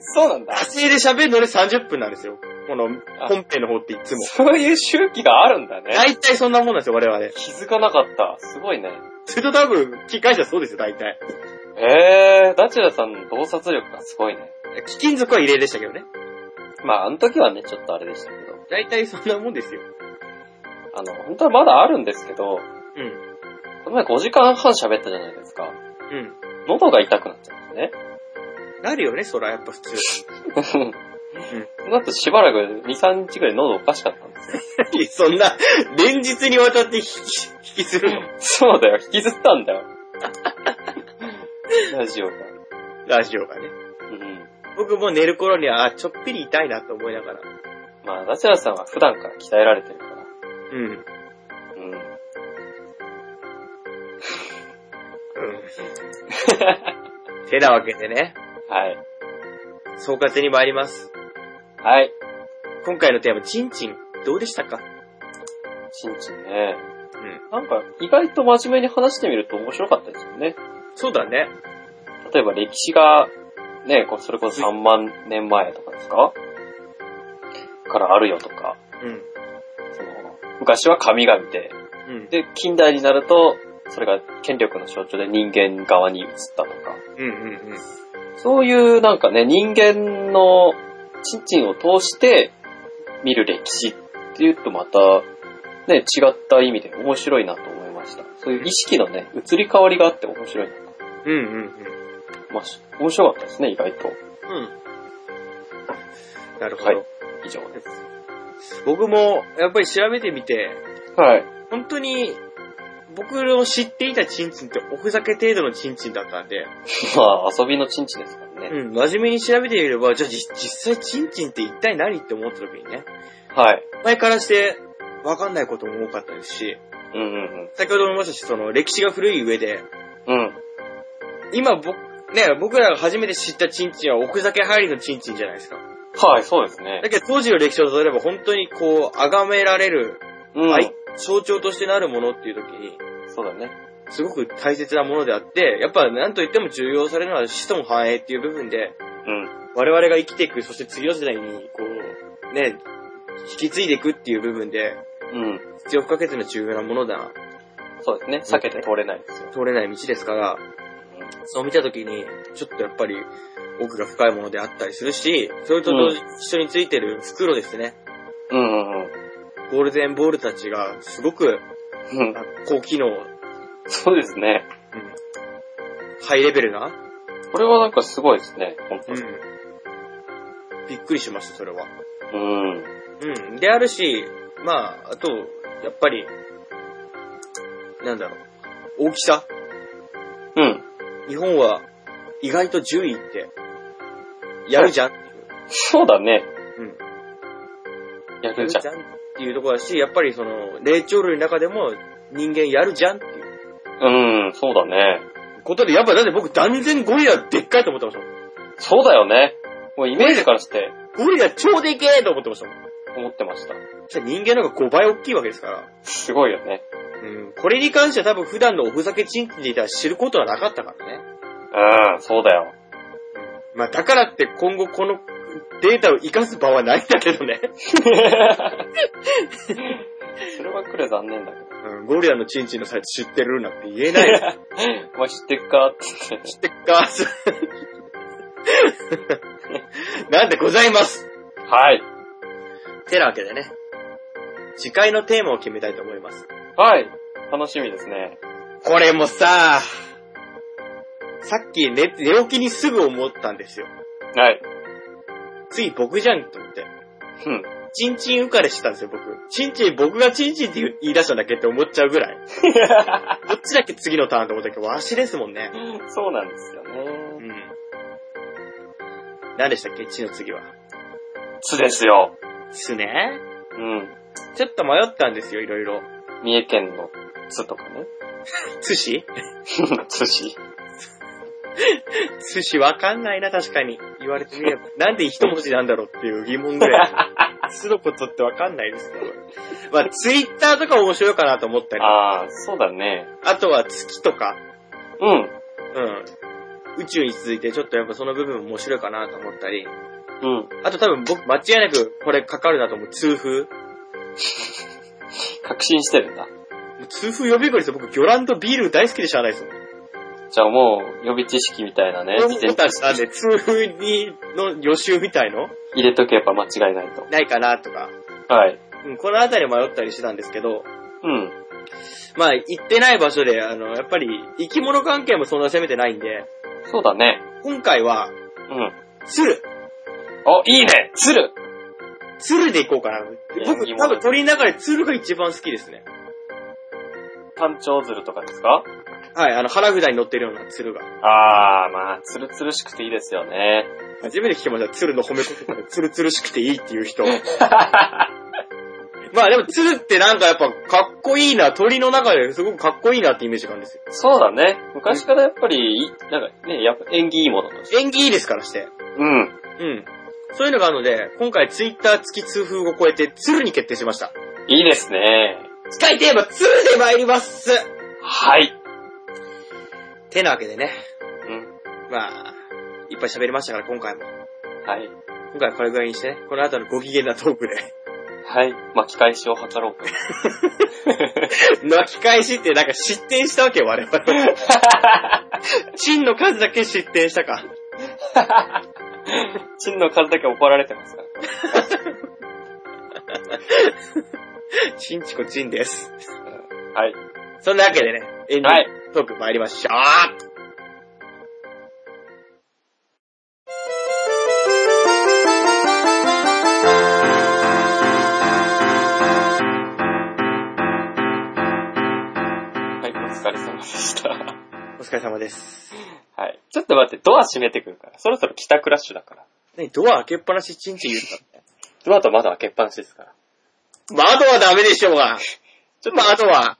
S1: そうなんだ。
S2: 惰性で喋るので30分なんですよ。この、
S1: あ
S2: 本編の方っていつも。
S1: <laughs> そういう周期があるんだね。
S2: 大体そんなもんなんですよ、我々。
S1: 気づかなかった。すごいね。
S2: それと多分、機械者そうですよ、大体。
S1: えー、ダチュラさんの洞察力がすごいね。
S2: 貴金属は異例でしたけどね。
S1: まあ、あの時はね、ちょっとあれでしたけど。
S2: 大体そんなもんですよ。
S1: あの、本当はまだあるんですけど、
S2: うん。
S1: この前5時間半喋ったじゃないですか。
S2: うん。
S1: 喉が痛くなっちゃってね。
S2: なるよね、そら、やっぱ普通。
S1: <laughs> その後しばらく2、3日ぐらい喉おかしかったんですよ。
S2: いや <laughs> そんな、連日にわたって引き、引きするの。
S1: そうだよ、引きずったんだよ。 <laughs> ラジオが。
S2: ラジオがね。
S1: うん。
S2: 僕も寝る頃には、あ、ちょっぴり痛いなと思いながら。
S1: まあ、ダチュラさんは普段から鍛えられてるから。
S2: うん。うん。
S1: うん。
S2: てなわけでね、
S1: はい。
S2: 総括に参ります。
S1: はい。
S2: 今回のテーマ、チンチン、どうでしたか
S1: ちんちんね。
S2: うん。
S1: なんか、意外と真面目に話してみると面白かったですよね。
S2: そうだね。
S1: 例えば歴史が、ね、こうそれこそ3万年前とかですかからあるよとか、
S2: うん。
S1: その、昔は神々で、
S2: うん。
S1: で、近代になると、それが権力の象徴で人間側に移ったとか、
S2: うんうんうん。
S1: そういうなんかね、人間のチンチンを通して見る歴史っていうとまた、ね、違った意味で面白いなと思いました。そういう意識のね、移り変わりがあって面白いなと。
S2: うんうんうん。
S1: まあ、し面白かったですね、意外と。
S2: うん。なるほど。
S1: はい以上です。
S2: 僕も、やっぱり調べてみて、
S1: はい。
S2: 本当に、僕の知っていたチンチンっておふざけ程度のチンチンだったんで、
S1: まあ、遊びのチンチンですからね。
S2: うん、真面目に調べてみれば、じゃあじ実際チンチンって一体何って思った時にね、
S1: はい。
S2: 前からして、わかんないことも多かったですし、
S1: うんうん
S2: 先ほども言いましたし、その歴史が古い上で、
S1: うん。うん。
S2: 今僕、ね、僕らが初めて知ったチンチンは奥酒入りのチンチンじゃないですか。
S1: はい、そうですね
S2: だ。けど当時の歴史をたどれば本当にこう、崇められる、
S1: うん。
S2: 愛象徴としてなるものっていう時に、
S1: そうだね。
S2: すごく大切なものであって、やっぱ何と言っても重要されるのは子孫繁栄っていう部分で、
S1: うん。
S2: 我々が生きていく、そして次の世代に、こう、ね、引き継いでいくっていう部分で、
S1: うん。
S2: 必要不可欠な重要なものだ、
S1: そうですね。避けて通れないですよ。
S2: 通れない道ですから、そう見たときに、ちょっとやっぱり、奥が深いものであったりするし、それと同時に一緒についてる袋ですね。
S1: うんうんうん。
S2: ゴールデンボールたちが、すごく、
S1: うん
S2: 高機能、
S1: そうですね。
S2: ハイレベルな、
S1: これはなんかすごいですね。本当に。
S2: びっくりしました、それは。
S1: うん。
S2: うん。であるし、まあ、あと、やっぱり、なんだろう、大きさ
S1: うん。
S2: 日本は意外と10位って、やるじゃん、
S1: そうだね。
S2: うん。
S1: や
S2: や
S1: る
S2: る
S1: じ
S2: じ
S1: ゃん。
S2: ゃんっていうところだし、やっぱりその、霊長類の中でも人間やるじゃんっていう
S1: うん、そうだね。
S2: ことで、やっぱだって僕断然ゴリラでっかいと思ってましたもん。
S1: そうだよね。もうイメージからして
S2: ゴリラ超でけえと思ってましたもん。
S1: 思ってました。
S2: じゃあ人間の方が5倍大きいわけですから。
S1: すごいよね。
S2: うん。これに関しては多分普段のおふざけチンチンでいたら知ることはなかったからね。
S1: うん、そうだよ。
S2: まあだからって今後このデータを活かす場はないんだけどね。
S1: それはくれ残念だけ
S2: うん、ゴリラのチンチンのサイズ知ってるなんて言えない <laughs> よ。
S1: <laughs> ど。お前知ってっかって言って。
S2: 知ってっか <laughs> なんでございます
S1: はい。
S2: てなわけでね。次回のテーマを決めたいと思います。
S1: はい。楽しみですね。
S2: これもさ、さっき寝、寝起きにすぐ思ったんですよ。
S1: はい。
S2: 次僕じゃんと思って。
S1: うん。
S2: チンチン浮かれしてたんですよ、僕。チンチン、僕がチンチンって言う言い出したんだっけって思っちゃうぐらい。どっちだっけ次のターンと思ったけど、わしですもんね。
S1: そうなんですよ
S2: う
S1: ね。
S2: ん。何でしたっけチの次は。
S1: つですよ。
S2: すね。
S1: うん。
S2: ちょっと迷ったんですよ、いろいろ。
S1: 三重県のつとかね。 <laughs>
S2: つし
S1: つし。
S2: 寿司わかんないな、確かに。言われてみれば。なんで一文字なんだろうっていう疑問ぐらい。酢のことってわかんないですけど。まあ、ツイッターとか面白いかなと思ったり。あ
S1: あー、そうだね。
S2: とは月とか、
S1: うん。
S2: うん。宇宙に続いてちょっとやっぱその部分面白いかなと思ったり。
S1: うん。
S2: あと多分僕間違いなくこれかかるなと思う。痛風。
S1: 確信してるんだ。
S2: 痛風予備軍ですよ。僕魚卵とビール大好きでしゃあないですもん。
S1: じゃあもう、予備知識みたいなね、
S2: そう
S1: 事
S2: いう
S1: 前
S2: ことはなんで痛風にの予習みたいの
S1: 入れとけば間違いないと。
S2: ないかなとか。
S1: はい。
S2: うん、このあたり迷ったりしてたんですけど、
S1: うん。
S2: まあ、行ってない場所で、あの、やっぱり、生き物関係もそんな攻めてないんで、
S1: そうだね。
S2: 今回は、
S1: うん。
S2: 鶴、
S1: お、いいね鶴
S2: 鶴で行こうかな。僕
S1: いい、も
S2: 多
S1: の
S2: 分鳥の中で鶴が一番好きですね。
S1: 単調鶴とかですか
S2: はい、あの、腹札に乗ってるような鶴が。
S1: あー、まあ、つるつるしくていいですよね。
S2: 初めて聞きました、鶴の褒め言葉で、鶴鶴しくていいっていう <laughs> 人。まあでも、鶴ってなんかやっぱ、かっこいいな、鳥の中ですごくかっこいいなってイメージがあるんですよ。
S1: そうだね。昔からやっぱり、いなんかね、やっぱ縁起いいものとして。
S2: 縁起いいですからして。
S1: うん。
S2: うん。そういうのがあるので、今回ツイッター付き通風を超えて、鶴に決定しました。
S1: いいですね。
S2: 次回テーマ、鶴で参ります
S1: はい。
S2: てなわけでね。
S1: うん。
S2: まあ、いっぱい喋りましたから、今回も。
S1: はい。
S2: 今回はこれぐらいにしてね、この後のご機嫌なトークで。
S1: はい。巻き返しを図ろうか。
S2: <laughs> 巻き返しってなんか失点したわけよ、我
S1: <laughs>
S2: 々。チンの数だけ失点したか。
S1: チンの数だけ怒られてますから。
S2: チンチコチンです。
S1: はい。
S2: そんなわけでね、エンディング
S1: はい
S2: トーク参りましょう。
S1: はい、お疲れ様でした。は
S2: お疲れ様です。
S1: い。ちょっと待って、ドア閉めてくるから。そろそろ帰宅ラッシュだから。
S2: ね、ドア開けっぱなしチンチン言った
S1: ドアと窓開けっぱなしですから。
S2: 窓はダメでしょうが。
S1: ちょっと
S2: 窓は。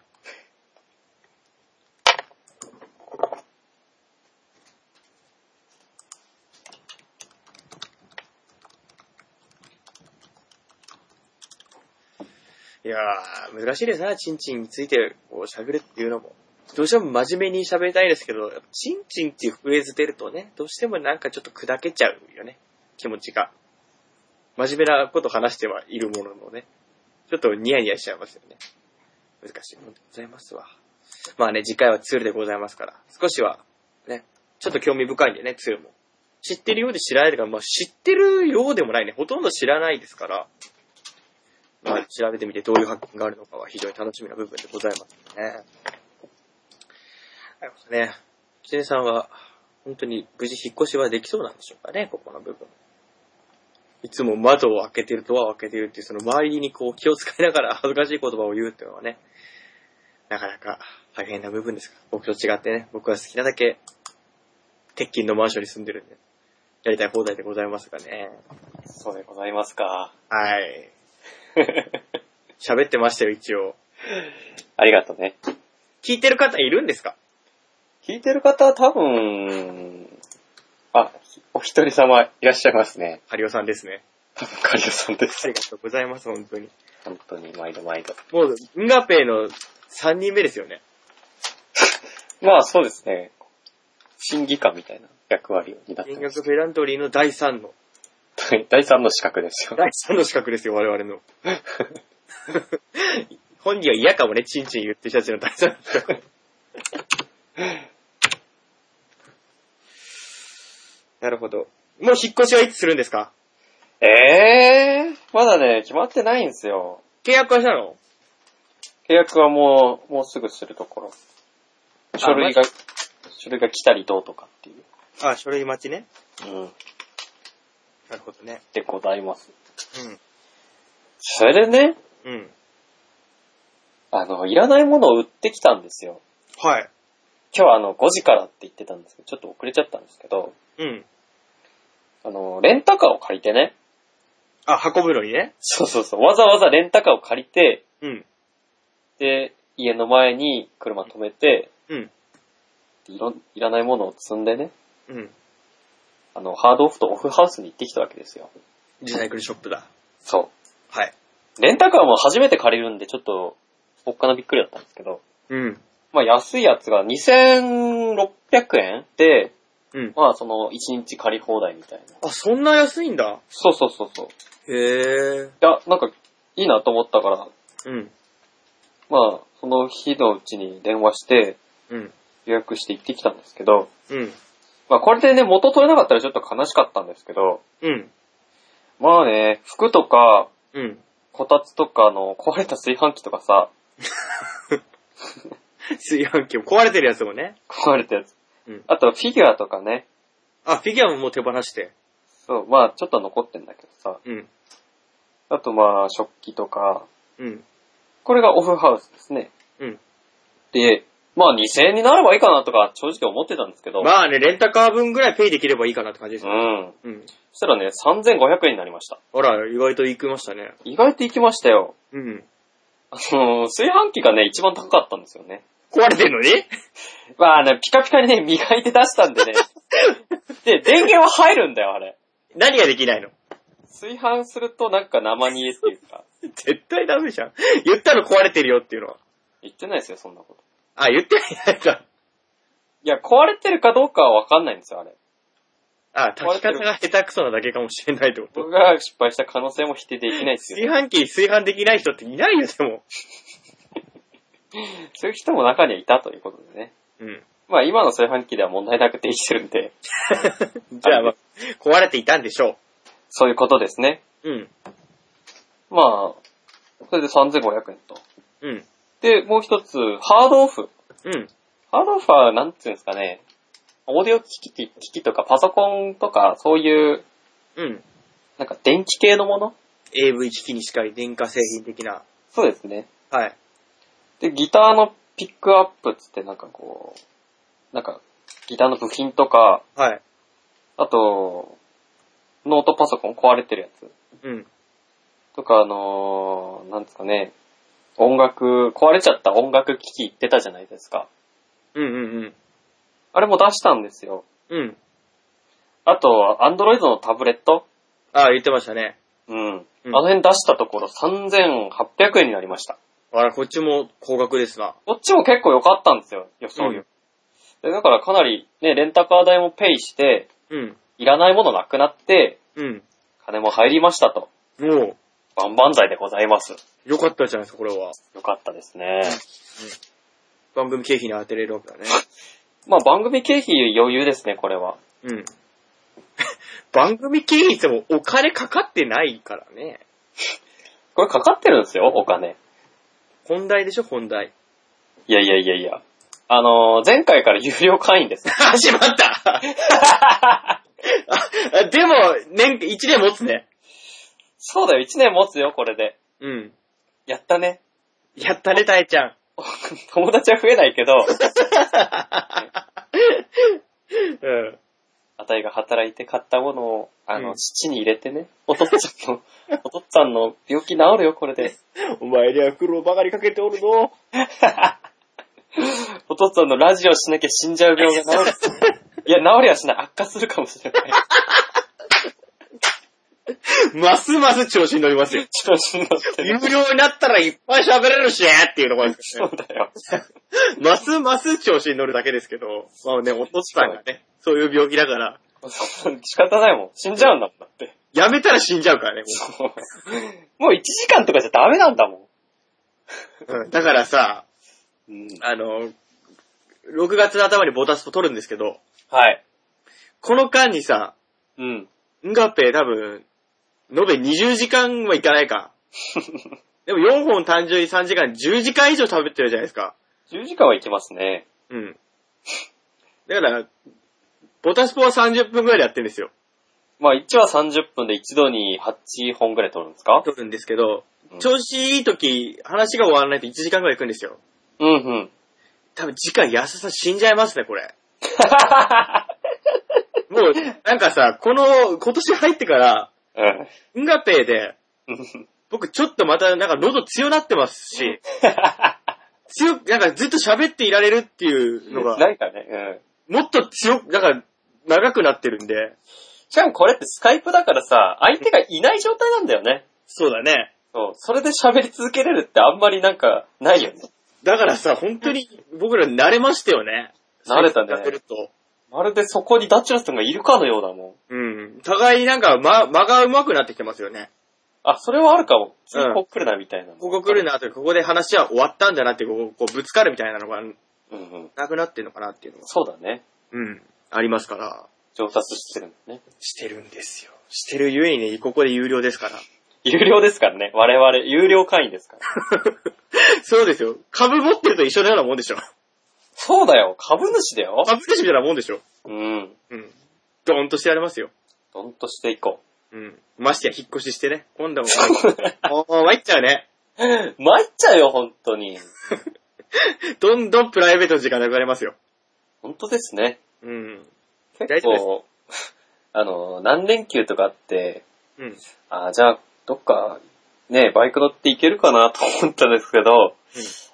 S2: いやー、難しいですな、チンチンについてこう喋るっていうのも。どうしても真面目に喋りたいですけど、やっぱチンチンっていうフレーズ出るとね、どうしてもなんかちょっと砕けちゃうよね、気持ちが。真面目なこと話してはいるもののね、ちょっとニヤニヤしちゃいますよね。難しいもんでございますわ。まあね、次回はツールでございますから、少しは、ね、ちょっと興味深いんでね、ツールも。知ってるようで知らないとか、まあ知ってるようでもないね、ほとんど知らないですから、まあ調べてみてどういう発見があるのかは非常に楽しみな部分でございますね。なるほどね。キネさんは、本当に無事引っ越しはできそうなんでしょうかね、ここの部分。いつも窓を開けてる、ドアを開けてるっていう、その周りにこう気を使いながら恥 <laughs> ずかしい言葉を言うっていうのはね、なかなか大変な部分ですが、僕と違ってね、僕は好きなだけ、鉄筋のマンションに住んでるんで、やりたい放題でございますがね。
S1: そうでございますか。
S2: はい。喋ってましたよ、一応。
S1: ありがとうね。
S2: 聞いてる方いるんですか
S1: 聞いてる方は多分、あ、お一人様いらっしゃいますね。
S2: ハリオさんですね。
S1: 多分カリオさんで
S2: あ
S1: す
S2: り。がとうございます、本当に。
S1: 本当に毎度毎度。
S2: もう、ンガペイの3人目ですよね。
S1: まあそうですね。審議官みたいな役割を担って
S2: 音
S1: ま
S2: 楽フェラントリーの第3の、
S1: す。 <laughs> 第3の資格ですよ。
S2: 第3の資格ですよ、我々の。本人は嫌かもね、チンチン言ってる人たちの第3の資格。なるほど。もう引っ越しはいつするんですか
S1: ええー、まだね、決まってないんですよ。
S2: 契約はしたの
S1: 契約はもう、もうすぐするところ。書類が、書類が来たりどうとかっていう。
S2: あ、書類待ちね。
S1: うん。
S2: なるほどね。
S1: でございます。それでね、
S2: うん。うん。
S1: あの、いらないものを売ってきたんですよ。
S2: はい。
S1: 今日はあの、5時からって言ってたんですけど、ちょっと遅れちゃったんですけど、
S2: うん。
S1: あの、レンタカーを借りてね。
S2: あ、運ぶのにね。
S1: そうそうそう。わざわざレンタカーを借りて、
S2: うん。
S1: で、家の前に車止めて、
S2: うん。
S1: いろん、いらないものを積んでね、
S2: うん。
S1: あの、ハードオフとオフハウスに行ってきたわけですよ。
S2: リサイクルショップだ。
S1: そ
S2: はい。
S1: う。レンタカーも初めて借りるんで、ちょっと、おっかなびっくりだったんですけど、
S2: うん。
S1: まあ安いやつが2600円で、
S2: うん。
S1: まあその1日借り放題みたいな。
S2: あ、そんな安いんだ。
S1: そうそうそうそう。い
S2: へえ。
S1: や、なんか、いいなと思ったから、
S2: うん。
S1: まあ、その日のうちに電話して
S2: うん。
S1: 予約して行ってきたんですけど、
S2: うん。
S1: まあこれでね、元取れなかったらちょっと悲しかったんですけど、
S2: うん。
S1: まあね、服とか、
S2: うん。
S1: こたつとかあの壊れた炊飯器とかさ、
S2: 炊飯器も壊れてるやつもね。
S1: 壊れたやつ。
S2: うん
S1: あとフィギュアとかね、
S2: あ、フィギュアももう手放して。
S1: そう、まあちょっと残ってんだけどさ、
S2: うん。
S1: あとまあ食器とか、
S2: うん。
S1: これがオフハウスですね。
S2: うん。
S1: で、まあ2000円になればいいかなとか正直思ってたんですけど、
S2: まあね、レンタカー分ぐらいペイできればいいかなって感じです
S1: う
S2: ね。
S1: ん。
S2: うん。
S1: そしたらね、3500円になりました。
S2: あら、意外と行きましたね。
S1: 意外と行きましたよ。
S2: うん。
S1: あの、炊飯器がね、一番高かったんですよね。
S2: 壊れてんのに <laughs>
S1: まあね、ピカピカにね、磨いて出した
S2: <laughs>
S1: んでね。で、電源は入るんだよ、あれ。
S2: 何ができないの <laughs>
S1: 炊飯するとなんか生煮えっていうか。
S2: 絶対ダメじゃん。言ったの壊れてるよっていうのは。
S1: 言ってないですよ、そんなこと。
S2: あ、言ってないんだ。
S1: いや、壊れてるかどうかはわかんないんですよ、あれ。
S2: あ、炊き方が下手くそなだけかもしれないってこと
S1: 僕が失敗した可能性も否定できないです
S2: 炊
S1: よ。
S2: 飯器に炊飯できない人っていないよ、でも。
S1: そういう人も中にはいたということでね。
S2: うん。
S1: まあ今の炊飯器では問題なくできてるんで、
S2: じゃあ、まあ、壊れていたんでしょ
S1: そういうことですね。
S2: う。うん。
S1: まあ、それで3500円と。
S2: うん。
S1: で、もう一つ、ハードオフ。
S2: うん。
S1: ハードオフは、なんていうんですかね、オーディオ機器機器とかパソコンとか、そういう、
S2: うん。
S1: なんか電気系のもの
S2: AV 機器にしかり電化製品的な。
S1: そうですね。
S2: はい。
S1: で、ギターのピックアップっつって、なんかこう、なんか、ギターの部品とか、
S2: はい。
S1: あと、ノートパソコン壊れてるやつ
S2: うん。
S1: とか、あのー、なんですかね、音楽、壊れちゃった音楽機器出たじゃないですか。
S2: うんうん
S1: あれも出したんですよ。
S2: うん。うん。
S1: あと、アンドロイドのタブレット
S2: ああ、言ってましたね。
S1: うん。
S2: う
S1: あ
S2: ん
S1: の辺出したところ3800円になりました。
S2: あら、こっちも高額ですな。
S1: こっちも結構良かったんですよ、予想より。でだからかなりね、レンタカー代もペイして、
S2: うん。
S1: いらないものなくなって、
S2: うん。
S1: 金も入りましたと。
S2: も
S1: 万々歳でございます。
S2: う、よかったじゃないですか、これは。
S1: よかったですね。
S2: 番組経費に当てれるわけだね。
S1: まあ番組経費余裕ですね、これは。
S2: うん。 <laughs> 番組経費ってもお金かかってないからね。
S1: これかかってるんですよ、お金。
S2: 本題でしょ、本題。 <laughs>
S1: いやいやいやいや。あのー前回から有料会員です。
S2: あ、しまった <laughs> あでも、年、一年持つね。
S1: そうだよ、1年持つよ、これで。
S2: うん。
S1: やったね。 <laughs>
S2: やったね、たえちゃん。
S1: 友達は増え
S2: <laughs>
S1: ないけど、
S2: うん。
S1: あたいが働いて買ったものを、あの、
S2: うん
S1: 父に入れてね、お父ちゃ
S2: <laughs>
S1: んの、お父さんの病気治るよ、これで。
S2: お前には苦労ばかりかけておるぞ。
S1: お父さんのラジオしなきゃ死んじゃう病が治る。
S2: <laughs>
S1: いや、治りはしない。悪化するかもしれない。
S2: ますます調子に乗りますよ。
S1: 調子に乗って
S2: 有
S1: る。
S2: 料になったらいっぱい喋れるしっていうところです
S1: そ
S2: よ
S1: うだよ。
S2: ね。ますます調子に乗るだけですけど、まあね、お父さんがね、そういう病気だから、
S1: 仕方ないもん。死んじゃうんだもん、だって。
S2: やめたら死んじゃうからね。
S1: そうもう1時間とかじゃダメなんだも
S2: うん、だからさ、
S1: ん。うん。
S2: あの、6月の頭にボータスポ取るんですけど、
S1: はい。
S2: この間にさ、
S1: うん。 <laughs>
S2: ンガペ多分、延べ20時間はいかないか。でも4本単純に3時間、10時間以上食べてるじゃないですか。
S1: 10時間はいきますね。
S2: うん。だから、ボタスポは30分くらいでやってるんですよ。
S1: まあ1話30分で一度に8本ぐらい撮るんですか
S2: 撮るんですけど
S1: う、ん
S2: 調子いい時、話が終わらないと1時間くらい行くんですよ。
S1: <laughs> うんうん。
S2: 多分次回安田さん死んじゃいますね、こ
S1: <laughs>
S2: れ。もう、なんかさ、この、今年入ってから、
S1: うん。
S2: ンガペで、僕ちょっとまたなんか喉強なってますし、強く、なんかずっと喋っていられるっていうのが、
S1: なんかね、うん。
S2: もっと強く、なんか長くなってるんで。
S1: しかもこれってスカイプだからさ、相手がいない状態なんだよね。
S2: そうだね。
S1: そう。それで喋り続けれるってあんまりなんか、ないよね。
S2: だからさ、本当に僕ら慣れましたよね。
S1: 慣れたね
S2: やってると。
S1: まるでそこにダチュラさんがいるかのようだもん。
S2: うん。互いなんか、ま、間が上手くなってきてますよね。
S1: あ、それはあるかも。次ここ来るな、みたいな。
S2: ここ来るなとここで話は終わったんだなって、こう、こうぶつかるみたいなのが
S1: うんうん。
S2: なくなってるのかなっていうのが。
S1: そうだね。
S2: うん。ありますから。
S1: 上達してるんだね。
S2: してるんですよ。してるゆえにね、ここで有料ですから。 <laughs>
S1: 有料ですからね。我々、有料会員ですから。
S2: そうですよ。株持ってると一緒のようなもんで <laughs> しょ。
S1: そうだよ。株主だよ。
S2: 株主みたいなもんでしょ。
S1: うん。
S2: うん。ドーンとしてやれますよ。
S1: どんとしていこ
S2: うん。ましてや引っ越ししてね。今度も。
S1: う。
S2: <laughs> もう参っちゃうね。
S1: 参っちゃうよ、本当に。
S2: どんどんプライベートの時間なくなりますよ。
S1: 本当ですね。
S2: うん。大
S1: 結
S2: 丈夫です
S1: 構、あの、何連休とかあって、
S2: うん。
S1: あじゃあ、どっか、ね、バイク乗って行けるかなと思ったんですけど、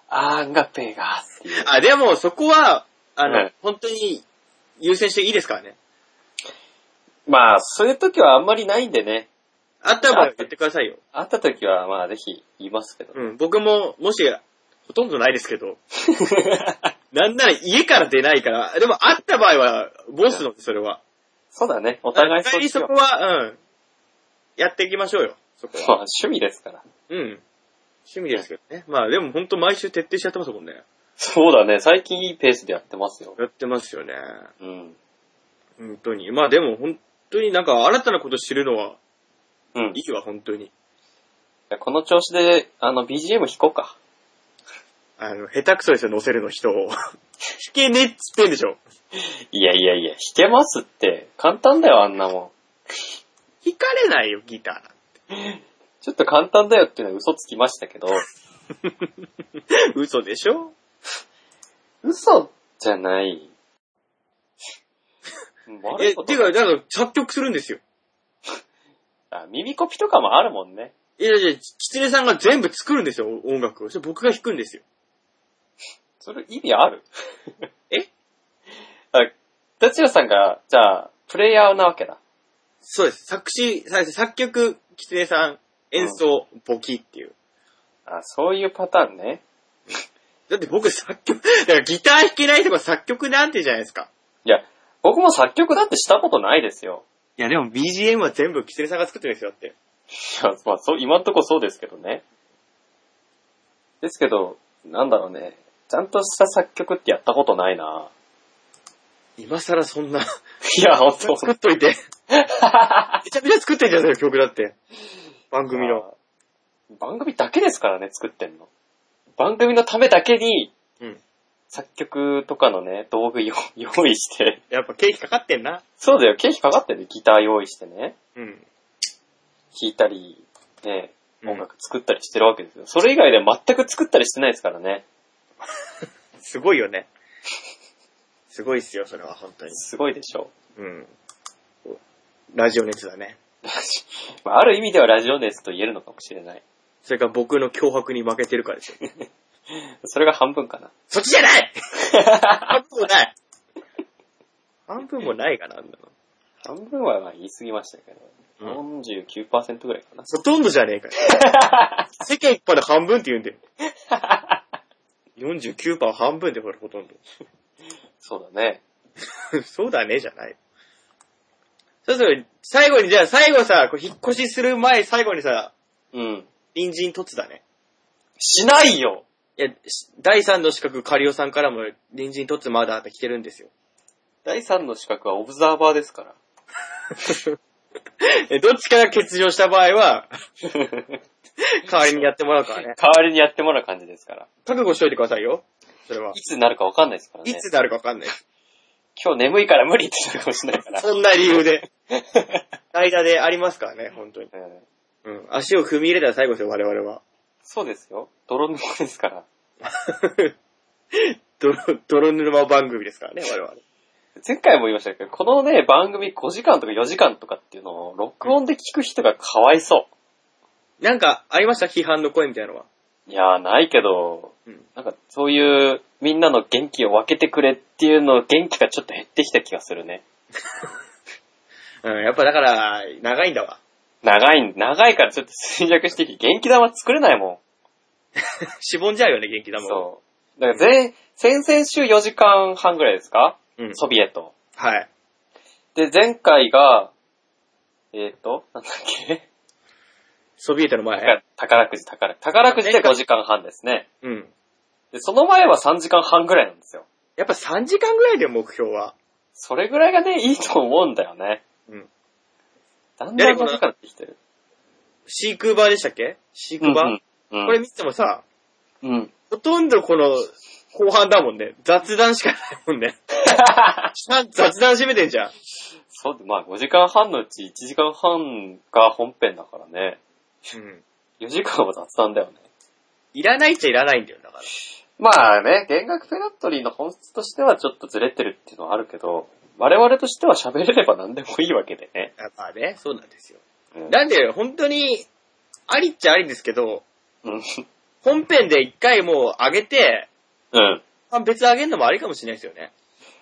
S1: あー、んがペーが、っていう。
S2: あ、でもそこは、あの、
S1: はい
S2: 本当に優先していいですからね。
S1: まあ、そういう時はあんまりないんでね。
S2: あったらば言ってくださいよ。
S1: 会った時は、まあ、ぜひ言いますけど。
S2: うん。僕も、もし、ほとんどないですけ
S1: <laughs>
S2: ど。なんなら家から出ないから。でも会った場合は、ボスの、それは。
S1: そうだね。お互い
S2: そ
S1: そう
S2: に
S1: です
S2: そ
S1: よ
S2: こは、うん。やっていきましょうよ。そこ
S1: まあ
S2: は。
S1: 趣味ですから。
S2: うん。趣味ですけどね。まあでも本当毎週徹底してやってますもんね。
S1: そうだね。最近いいペースでやってますよ。
S2: やってますよね。
S1: うん。
S2: 本当に。まあでも本当になんか新たなこと知るのは
S1: うん。
S2: いいわ、本当に。
S1: この調子で、あの、BGM 弾こうか。
S2: あの、下手くそですよ、乗せるの人
S1: <laughs>
S2: を。弾けねえっつってんでしょ。
S1: いやいやいや、弾けますって。簡単だよ、あんなも
S2: 弾かれないよ、ギタ
S1: ん。ちょっと簡単だよっていうのは嘘つきましたけど、
S2: ー。嘘でしょ
S1: 嘘じゃない。うん
S2: <laughs>
S1: 悪
S2: え、
S1: いこと
S2: てか、なんか作曲するんですよ。
S1: あ耳コピとかもあるもんね。
S2: いやいや、キツネさんが全部作るんですよ、音楽を。それ僕が弾くんですよ。
S1: それ意味ある
S2: え
S1: <laughs> あ、ダチラさんが、じゃあ、プレイヤーなわけだ。
S2: そうです。作詞、さ作曲、キツネさん。演奏、簿記っていう。
S1: あ、そういうパターンね。
S2: だって僕作曲、だからギター弾けないとか作曲なんてじゃないですか。
S1: いや、僕も作曲だってしたことないですよ。
S2: いやでも BGM は全部キツネさんが作ってるんですよ、だって。
S1: いや、まあ、そう、今んとこそうですけどね。ですけど、なんだろうね。ちゃんとした作曲ってやったことないな。
S2: 今更そんな、
S1: いや、ほん
S2: <laughs>
S1: と。
S2: 作っといて。めちゃめちゃ作ってんじゃないよ、曲だって。番組の。
S1: あー番組だけですからね、作ってんの。番組のためだけに、
S2: うん
S1: 作曲とかのね、道具よ <laughs> 用意して。
S2: やっぱ経費かかってんな。
S1: そうだよ、経費かかってるギター用意してね、
S2: うん。
S1: 弾いたり、ね、
S2: 音
S1: 音
S2: 楽。
S1: 楽作ったりしてるわけですよ。それ以外では全く作ったりしてないですからね。
S2: すごいよね。すごいっすよ、それは、本当に。
S1: すごいでしょ
S2: うん。ラジオ熱だね。
S1: う。まあ、ある意味ではラジオ熱と言えるのかもしれない。
S2: それから僕の脅迫に負けてるからですよ。
S1: それが半分か <laughs> な。
S2: <laughs> そっちじゃない半分もない半分もないかな、あんなの。
S1: 半分はまあ言い過ぎましたけど、
S2: う
S1: 49%ぐらいかな。
S2: ほとんどじゃねえかよ。 <laughs> 世間一般で半分って言うんだよ。49%半分でほら、ほとんど。 <laughs>
S1: そうだね。
S2: そうだね、じゃない。そうそう、最後に、じゃあ最後さ、これ引っ越しする前、最後にさ、
S1: うん。
S2: 隣人突だね。
S1: しないよ
S2: いや、し第3の資格、カリオさんからも、隣人突まだって来てるんですよ。
S1: 第3の資格はオブザーバーです <laughs> から。
S2: <laughs> え、どっちかが欠場した場合は、代わりにやってもらうからね。
S1: 代わりにやってもらう感じですから。
S2: 覚悟しといてくださいよ。それは。
S1: いつになるかわかんないですからね。
S2: いつなるかわかんない。
S1: 今日眠いから無理ってなるかもしれないから。
S2: そんな理由で。間でありますからね、本当に。
S1: <laughs> うん
S2: うん。足を踏み入れたら最後ですよ、我々は。 <laughs>
S1: そうですよ。泥沼ですから。
S2: 泥、泥沼番組ですからね、我々。
S1: 前回も言いましたけど、このね、番組5時間とか4時間とかっていうのを録音で聞く人がかわいそ
S2: なんか、ありました批判の声みたいなのは。
S1: う。いやー、ないけど、
S2: うん。
S1: なんかそういうみんなの元気を分けてくれっていうの元気がちょっと減ってきた気がするね。
S2: うん、やっぱだから、長いんだわ。
S1: 長い、長いからちょっと衰弱してきて、元気玉作れないもん。
S2: しぼんじゃうよね、元気だもん。
S1: そう。だから前、先々週4時間半ぐらいですか、
S2: う。うん。
S1: ソビエト。
S2: はい。
S1: で、前回が、えっ、ー、と、なんだっけ
S2: ソビエトの前。
S1: 宝くじ、宝くじ。宝くじで5時間半ですね。
S2: うん。
S1: で、その前は3時間半ぐらいなんですよ。
S2: やっぱ3時間ぐらいで目標は。
S1: それぐらいがね、いいと思うんだよね。
S2: うん。
S1: だんだん5時間ってきてる。
S2: シークーバーでしたっけシークーバー、
S1: うんうん、うん
S2: これ見てもさ、
S1: <laughs> うん。
S2: ほとんどこの、後半だもんね。雑談しかないもんね。な雑談締めてんじゃん。
S1: そう、まあ5時間半のうち1時間半が本編だからね。
S2: うん。
S1: 4時間は雑談だよね。
S2: いらないっちゃいらないんだよ、だから。
S1: まあね、弦楽フェラットリーの本質としてはちょっとずれてるっていうのはあるけど、我々としては喋れれば何でもいいわけでね。
S2: やっぱね、そうなんですよ。
S1: うん
S2: なんで、本当に、ありっちゃありですけど、
S1: うん。
S2: 本編で一回もう上げて、
S1: うん。
S2: まあ別上げるのもありかもしれないですよね。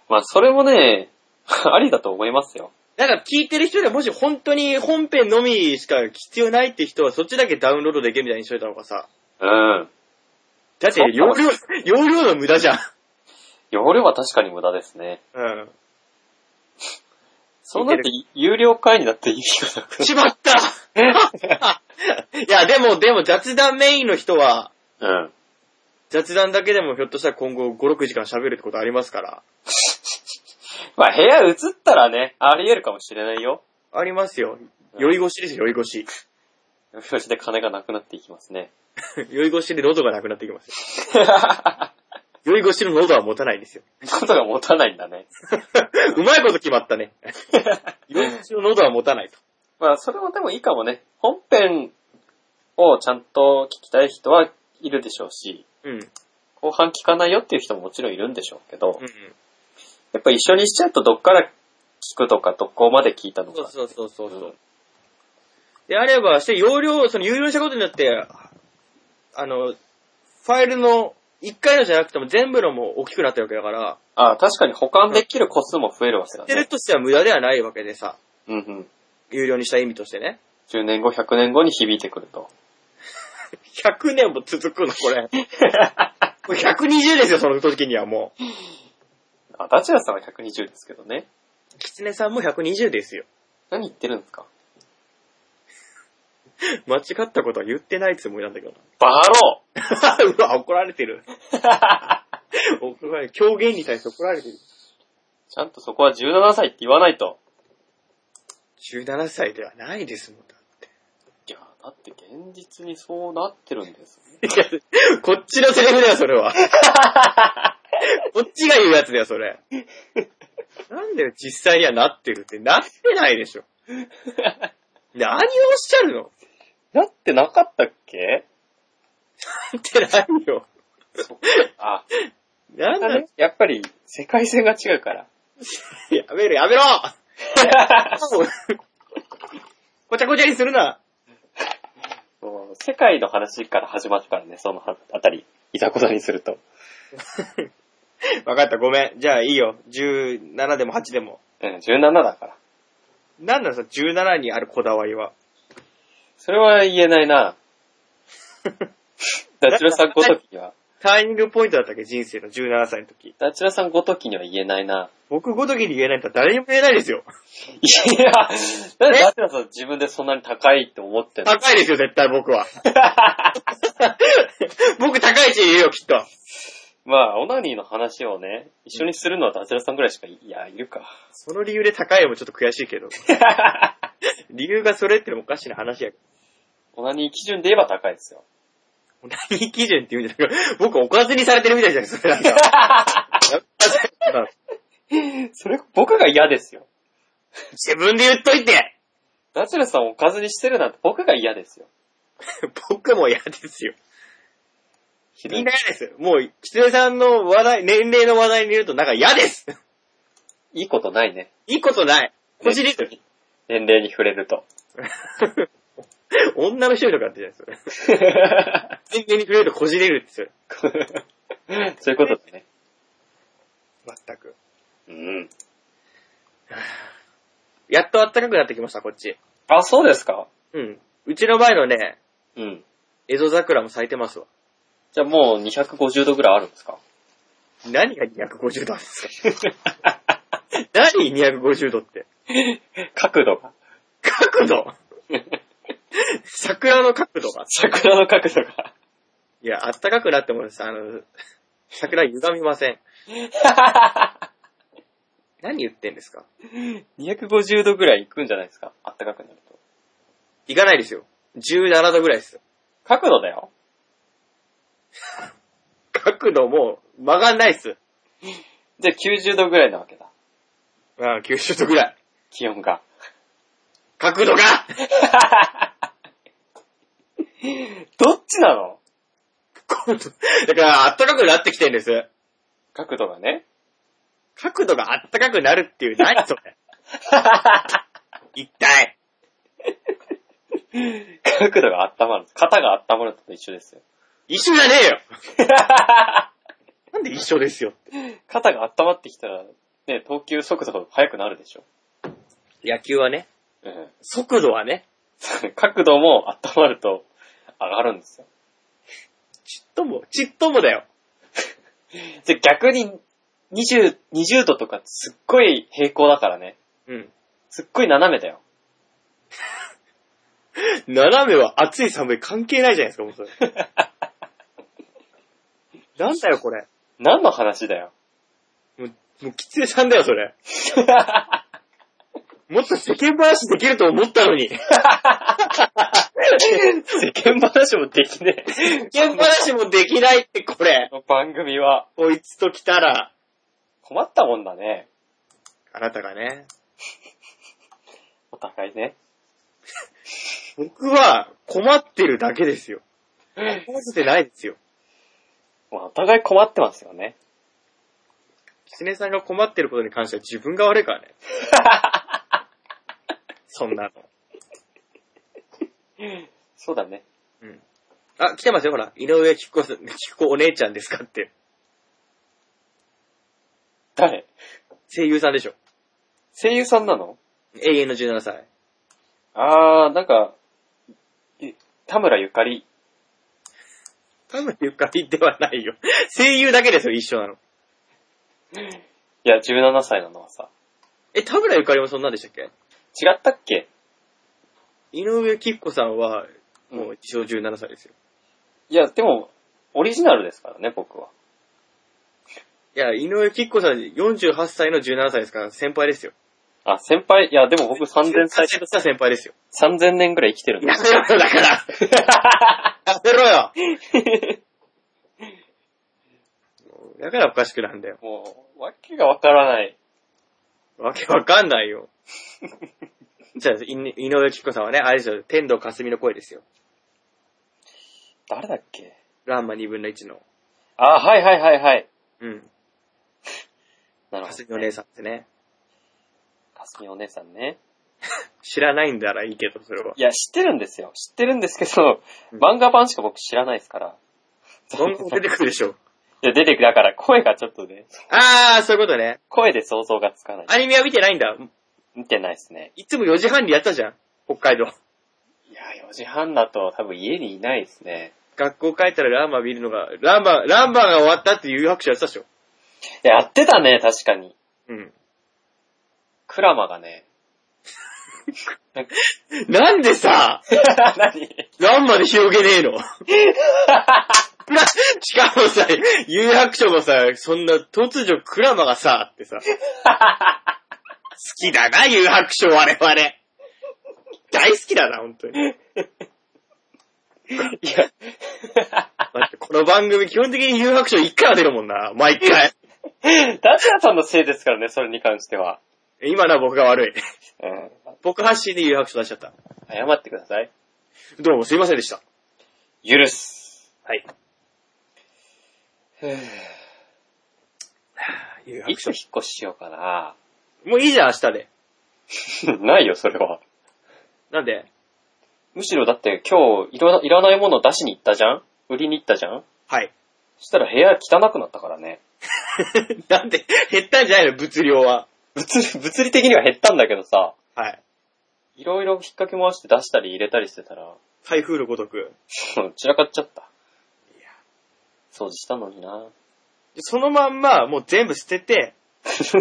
S1: まあそれもね、 <laughs> ありだと思いますよ。
S2: なんか聞いてる人でもし本当に本編のみしか必要ないって人はそっちだけダウンロードできるみたいにしといた方がさ。
S1: うん。
S2: だ <laughs> って容量、容量の無駄じゃん。
S1: 容量は確かに無駄ですね。
S2: うん。
S1: そうなって、有料会になって意味がなく
S2: しまった
S1: なる。
S2: <laughs> いや、でも、でも雑談メインの人は、
S1: <laughs> うん。
S2: 雑談だけでもひょっとしたら今後5、6時間喋るってことありますから。
S1: まあ部屋移ったらね、あり得るかもしれないよ。
S2: ありますよ。酔い越しですよ、酔い越し。 <laughs>
S1: よしよしで金がなくなっていきますね。
S2: 酔い越しで喉がなくなってきますよ。酔い越しの喉は持たないんですよ。
S1: ことが持たないんだね。
S2: うまいこと決まった <laughs> ね。酔い越しの喉は持たないと。
S1: まあ、それもでもいいかもね。本編をちゃんと聞きたい人はいるでしょうし、
S2: うん。うん
S1: 後半聞かないよっていう人ももちろんいるんでしょうけど、
S2: うん。
S1: やっぱ一緒にしちゃうとどっから聞くとか、どこまで聞いたの
S2: そう
S1: か。
S2: そうそうそう。
S1: うん
S2: であれば、して容量、その有料したことによって、あの、ファイルの1回のじゃなくても全部のも大きくなったわけだから、
S1: ああ、確かに保管できる個数も増えるわけだ
S2: やってる
S1: ね。
S2: としては無駄ではないわけでさ、
S1: うんうん。
S2: 有料にした意味としてね。
S1: 10年後、100年後に響いてくると。
S2: 100年も続くの、これ。これ120ですよ、その時にはもう。
S1: あ、ダチュラさんは120ですけどね。
S2: キツネさんも120ですよ。
S1: 何言ってるんですか
S2: 間違ったことは言ってないつもりなんだけど。 <laughs>
S1: バカロ
S2: うわ、怒られてる。
S1: ー
S2: 怒られ狂言に対して怒られてる。
S1: <laughs> ちゃんとそこは17歳って言わないと。
S2: 17歳ではないですもん、だって。
S1: いや、だって現実にそうなってるんです。
S2: <laughs> こっちのセリフだよ、それは。こっちが言うやつだよ、それ。なんだよ、実際にはなってるって。なってないでしょ。何をおっしゃるの
S1: なってなかったっけ
S2: なってないよ。
S1: あ、
S2: なんだよ。
S1: やっぱり世界線が違う <laughs> から。
S2: やめろ、やめろごちゃごちゃにするな。
S1: もう世界の話から始まるからね、そのあたり。いざこざにすると。
S2: わかった、ごめん。じゃあいいよ。17でも8でも。
S1: うん、17だから。
S2: なんださ、17にあるこだわりは。
S1: それは言えない <laughs> な。ダチュラさんごときには、
S2: ターニングポイントだったっけ人生の17歳の時。
S1: ダチュラさんごときには言えないな。
S2: 僕ごときに言えないんだったら誰にも言えないですよ。
S1: いや、なんでダチュラさん自分でそんなに高いって思 <laughs> ってんの
S2: 高いですよ、絶対僕は。 <laughs> 僕高い位置にいるよ、きっと。
S1: まあ、オナニーの話をね、一緒にするのはダチュラさんぐらいしかい、いや、いるか。
S2: <laughs> その理由で高いもちょっと悔しいけど。理由がそれってのもおかしな話やけ
S1: オナニー基準で言えば高いです
S2: <laughs>
S1: よ。
S2: ど。何基準って言うんじゃない僕おかず <laughs> にされてるみたいじゃないそれなんか。やめなさいそんなの
S1: それ、僕が嫌ですよ。
S2: <laughs> 自分で言っといて
S1: ダチュラさんをおかずにしてるなんて僕が嫌ですよ。
S2: 僕も嫌ですよ。
S1: ひど
S2: み
S1: い
S2: んな。嫌です。もう、きつねさんの話題、年齢の話題に言うとなんか嫌です。 <laughs>
S1: いいことないね。
S2: いいことない。腰出てる。
S1: 年齢に触れる
S2: <laughs>
S1: と。 <laughs>
S2: 女の人とかってじゃないですか。人間に触れるとこじれるってそれ。
S1: そういうことだね。
S2: まったく。
S1: うん。
S2: やっと暖かくなってきました、こっち。
S1: あ、そうですか
S2: うん。うちの前のね、
S1: うん。
S2: エゾ桜も咲いてますわ。
S1: じゃあもう250度ぐらいあるんですか
S2: 何が250度なんですか <laughs> 何250度って。
S1: 角度が。
S2: 角 <laughs> 度桜の角度が。
S1: 桜の角度が。
S2: いや、暖かくなってもさ、あの、桜歪みません。何言ってんですか
S1: 250度ぐらいいくんじゃないですかあったかくなると。
S2: 行かないですよ。17度ぐらいですよ。
S1: 角度だよ。
S2: 角度もう曲がんないっす。
S1: じゃあ90度ぐらいなわけだ。
S2: ああ、90度ぐらい。
S1: 気温が。 <laughs>
S2: 角度が <laughs>
S1: どっちなの
S2: 今度だから、暖かくなってきてんです。
S1: 角度がね。 <laughs>
S2: 角度が暖かくなるっていう、何そ <laughs> れ一体。
S1: 角度が温まる。肩が温まるのと一緒ですよ。 <laughs>
S2: 一緒じゃねえよなんで一緒ですよって。
S1: 肩が温まってきたら、ね、投球速度が速くなるでしょ。
S2: 野球はね、
S1: うん。 <laughs>
S2: 速度はね、
S1: 角度も温まると上がるんですよ。
S2: ちっとも、ちっともだよ。
S1: で、逆に20、20度とかすっごい平行だからね。
S2: うん。
S1: すっごい斜めだよ。
S2: 斜めは暑い寒い関係ないじゃないですか、もう <laughs> それ。なんだよ、これ。
S1: 何の話だよ。
S2: もう、もう、きつねさんだよ、それ。もっと世間話できると思ったの <laughs> に。
S1: 世間話もできねえ。
S2: 世間話もできないって、これ。
S1: この番組は
S2: こいつと来たら。
S1: 困ったもんだね。
S2: あなたがね。
S1: お互いね。
S2: 僕は困ってるだけです <laughs> よ。困ってないですよ。
S1: まあお互い困ってますよね。
S2: キツネさんが困ってることに関しては自分が悪い <laughs> からね。そんなの。
S1: そうだね。
S2: うん。あ、来てますよ、ほら。井上き子さん、き子お姉ちゃんですかって。
S1: 誰
S2: 声優さんでしょ。
S1: 声優さんなの
S2: 永遠の17歳。
S1: あー、なんか、田村ゆかり。
S2: 多分ゆかりではないよ。 <laughs> 声優だけですよ、一緒なの。
S1: いや、17歳なのはさ。
S2: え、田村ゆかりもそんなんでしたっけ
S1: 違ったっけ
S2: 井上貴子さんは、もう一生17歳ですよ。
S1: いや、でも、オリジナルですからね、僕は。
S2: いや、井上貴子さん48歳の17歳ですから、先輩ですよ。
S1: あ、先輩、いや、でも僕3000歳、 <laughs>
S2: 先輩先輩 <laughs> ですよ。
S1: 3000年ぐらい生きてるんで
S2: や
S1: <laughs> す
S2: めろよ、だからやめろよだからおかしくなんだよ。
S1: もう、わけがわからない。
S2: わけわかんないよ。じゃあ、い井上貴子さんはね、あれですよ、天童霞の声ですよ。
S1: 誰だっけ
S2: ランマ2分の1の。
S1: あ、はいはいはいはい。
S2: うん。
S1: なるほど、
S2: 霞お姉さんってね。
S1: かすみお姉さんね。
S2: 知らないんだらいいけど、それは。
S1: いや、知ってるんですよ。知ってるんですけど、
S2: うん
S1: 漫画版しか僕知らないですから。
S2: 今後出てくるでしょ。
S1: いや、出てくる。だから、声がちょっとね、
S2: あー、そういうことね。
S1: 声で想像がつかない。
S2: アニメは見てないんだ。
S1: 見てないですね。
S2: いつも4時半にやったじゃん。北海道。
S1: いや、4時半だと多分家にいないですね。
S2: 学校帰ったらランマ見るのが、ランマ、ランマが終わったっていう誘惑者やってたでしょ。
S1: いややってたね、確かに。
S2: うん。
S1: クラマがね。
S2: なんでさ、
S1: <laughs> 何
S2: ランマで広げね <laughs> えのしかもさ、有白書もさ、そんな突如クラマがさ、ってさ。好きだな、有白書我々。大好きだな、本当に。
S1: いや、
S2: だってこの番組基本的に有白書1回は出るもんな、毎回。
S1: ダチュラさんのせいですからね、それに関しては。
S2: 今のは僕が悪い。
S1: うん。
S2: 僕発信で有白書出しちゃった。
S1: 謝ってください。
S2: どうもすいませんでした。
S1: 許す。
S2: はい。
S1: ふぅ
S2: 有白
S1: いつ
S2: 書
S1: 引っ。越ししようかな。 <laughs>
S2: もういいじゃん、明日で。
S1: ないよ、それは。
S2: なんで
S1: むしろだって今日いらいらないものを出しに行ったじゃん売りに行ったじゃん
S2: はい。
S1: そしたら部屋汚くなったからね。
S2: <laughs> なんで、減ったんじゃないの、物量は。
S1: 物理、 <laughs> 物理的には減ったんだけどさ、
S2: はい。
S1: いろいろ引っ掛け回して出したり入れたりしてたら、 <laughs>
S2: 台風のごとく。
S1: 散らかっちゃった。掃除したのにな。 <laughs>
S2: でそのまんま、もう全部捨てて、せ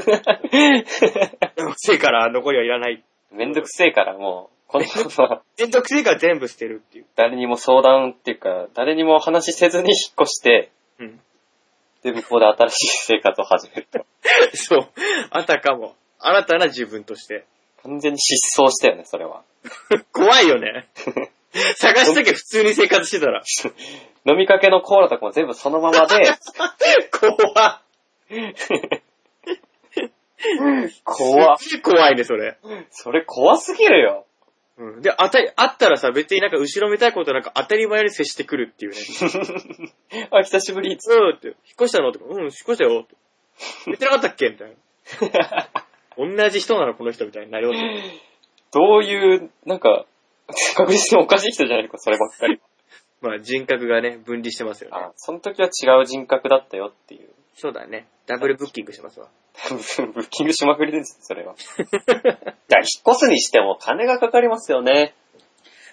S2: いから残りはいらない。
S1: めんどくせえからもう、この <laughs> まま
S2: めんどくせえから全部捨てるっていう。
S1: 誰にも相談っていうか、誰にも話しせずに引っ越して、
S2: うん。 <laughs>
S1: で、向こうで新しい生活を始めると。
S2: そう。あたかも、新たな自分として。
S1: 完全に失踪したよね、それは。
S2: 怖いよ <laughs> ね。探しとけ、普通に生活してたら。
S1: <laughs> 飲みかけのコーラとかも全部そのままで、
S2: <laughs> 怖すっ
S1: 怖。
S2: げえ <laughs> 怖いね、それ。
S1: <laughs> それ怖すぎるよ。 <laughs>
S2: うん。で、あたり、あったらさ、別になんか後ろめたいことなんか当たり前に接してくるっていうね。
S1: あ、久しぶり。
S2: う
S1: <laughs>
S2: んって、引っ越したのって、うん、引っ越した <laughs> よって。言ってなかったっけみたいな。同じ人なの、この人みたいになるよね。
S1: どういう、なんか、確実におかしい人じゃないか、それば
S2: <laughs>
S1: っかり。
S2: まあ人格がね、分離してますよね。
S1: あ、その時は違う人格だったよっていう。 <laughs>
S2: そうだね。ダブルブッキングしてますわ。
S1: ブッキングしまくりです、そ
S2: <laughs>
S1: れは。いや、引っ越すにしても金がかかりますよね。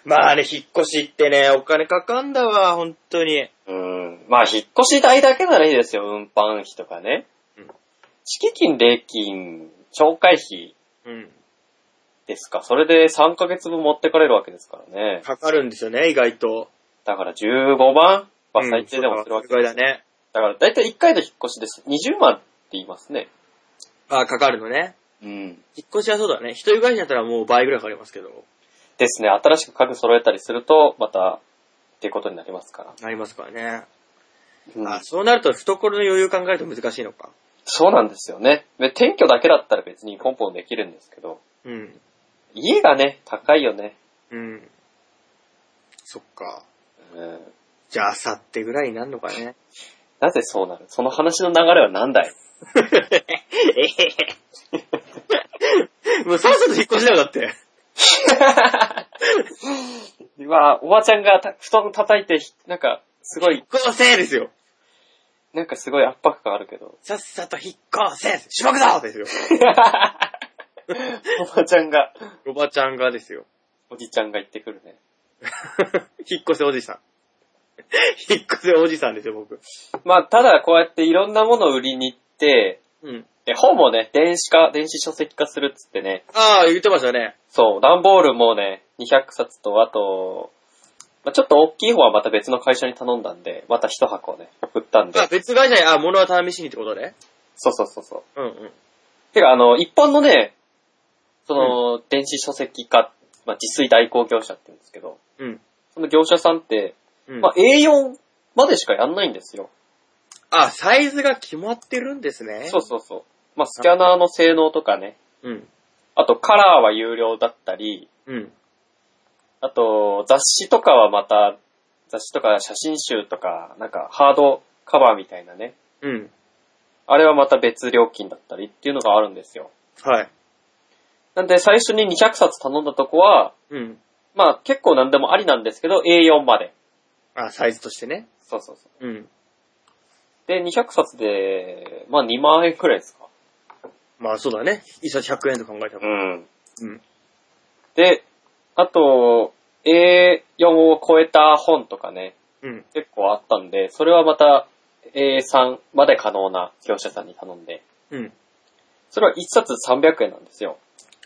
S2: まあね、引っ越しってね、お金かかんだわ、本当に。
S1: うん。まあ、引っ越し代だけならいいですよ、運搬費とかね。
S2: うん
S1: 敷金、礼金、紹介費
S2: うん。
S1: ですか。それで3ヶ月分持ってかれるわけですからね。
S2: かかるんですよね、意外と。
S1: だから15万は最低でもするわけです
S2: うんそうだ意外だね。
S1: だから大体1回の引っ越しです。20万って言いますね。
S2: あかかるのね。
S1: うん。
S2: 引っ越しはそうだね。一人暮らしだったらもう倍ぐらいかかりますけど。
S1: ですね。新しく家具揃えたりすると、また、っていうことになりますから。
S2: なりますからね。
S1: うん
S2: あ、そうなると懐の余裕考えると難しいのか。
S1: そうなんですよね。で転居だけだったら別にポンポンできるんですけど、
S2: うん。
S1: 家がね、高いよね。
S2: うん。そっか。
S1: うん。
S2: じゃあ、あさってぐらいになるのかね。
S1: なぜそうなるその話の流れは何だ
S2: <laughs>
S1: い
S2: <laughs> もうそろそろ引っ越しだよ、だって。
S1: 今、おばちゃんがた布団叩いて、ひなんか、すごい、
S2: 引っ越せですよ。
S1: なんかすごい圧迫感あるけ
S2: <laughs>
S1: ど。
S2: さっさと引っ越せしばくぞですよ。
S1: おばちゃんが、
S2: おばちゃんがですよ。 <laughs>
S1: おじちゃんが言ってくるね。
S2: 引っ越せおじさん。 <laughs> 引っ越せおじさんですよ、僕。
S1: まあ、ただこうやっていろんなものを売りに行って、
S2: うん。
S1: で、本もね、電子化、電子書籍化するっつってね、
S2: ああ、言ってましたね。
S1: そう、段ボールもね、200冊と、あと、まあ、ちょっと大きい方はまた別の会社に頼んだんで、また一箱をね、送ったんで
S2: あ、、別会社に、あ、物は試しにってことね。
S1: そうそうそうそう。
S2: うんうん。
S1: てか、あの、一般のね、その、電子書籍化、まあ、自炊代行業者って言うんですけど、
S2: うん。
S1: その業者さんって、
S2: うん、
S1: まあ、A4 までしかやんないんですよ。
S2: あ、サイズが決まってるんですね。
S1: そうそうそう。まあ、スキャナーの性能とかね、
S2: う。うん。
S1: あとカラーは有料だったり、
S2: うん。
S1: あと雑誌とかはまた、雑誌とか写真集とか、なんかハードカバーみたいなね、
S2: うん。
S1: あれはまた別料金だったりっていうのがあるんですよ。
S2: はい。
S1: なんで最初に200冊頼んだとこは、
S2: うん。
S1: まあ結構何でもありなんですけど、A4 まで。
S2: あ、サイズとしてね。
S1: そうそうそう。
S2: うん。
S1: で、200冊で、まあ2万円くらいですか。
S2: まあそうだね。一冊100円と考えたら。
S1: ん。
S2: うん。
S1: で、あと、A4 を超えた本とかね、
S2: うん。
S1: 結構あったんで、それはまた A3 まで可能な業者さんに頼んで、
S2: うん。
S1: それは1冊300円なんですよ。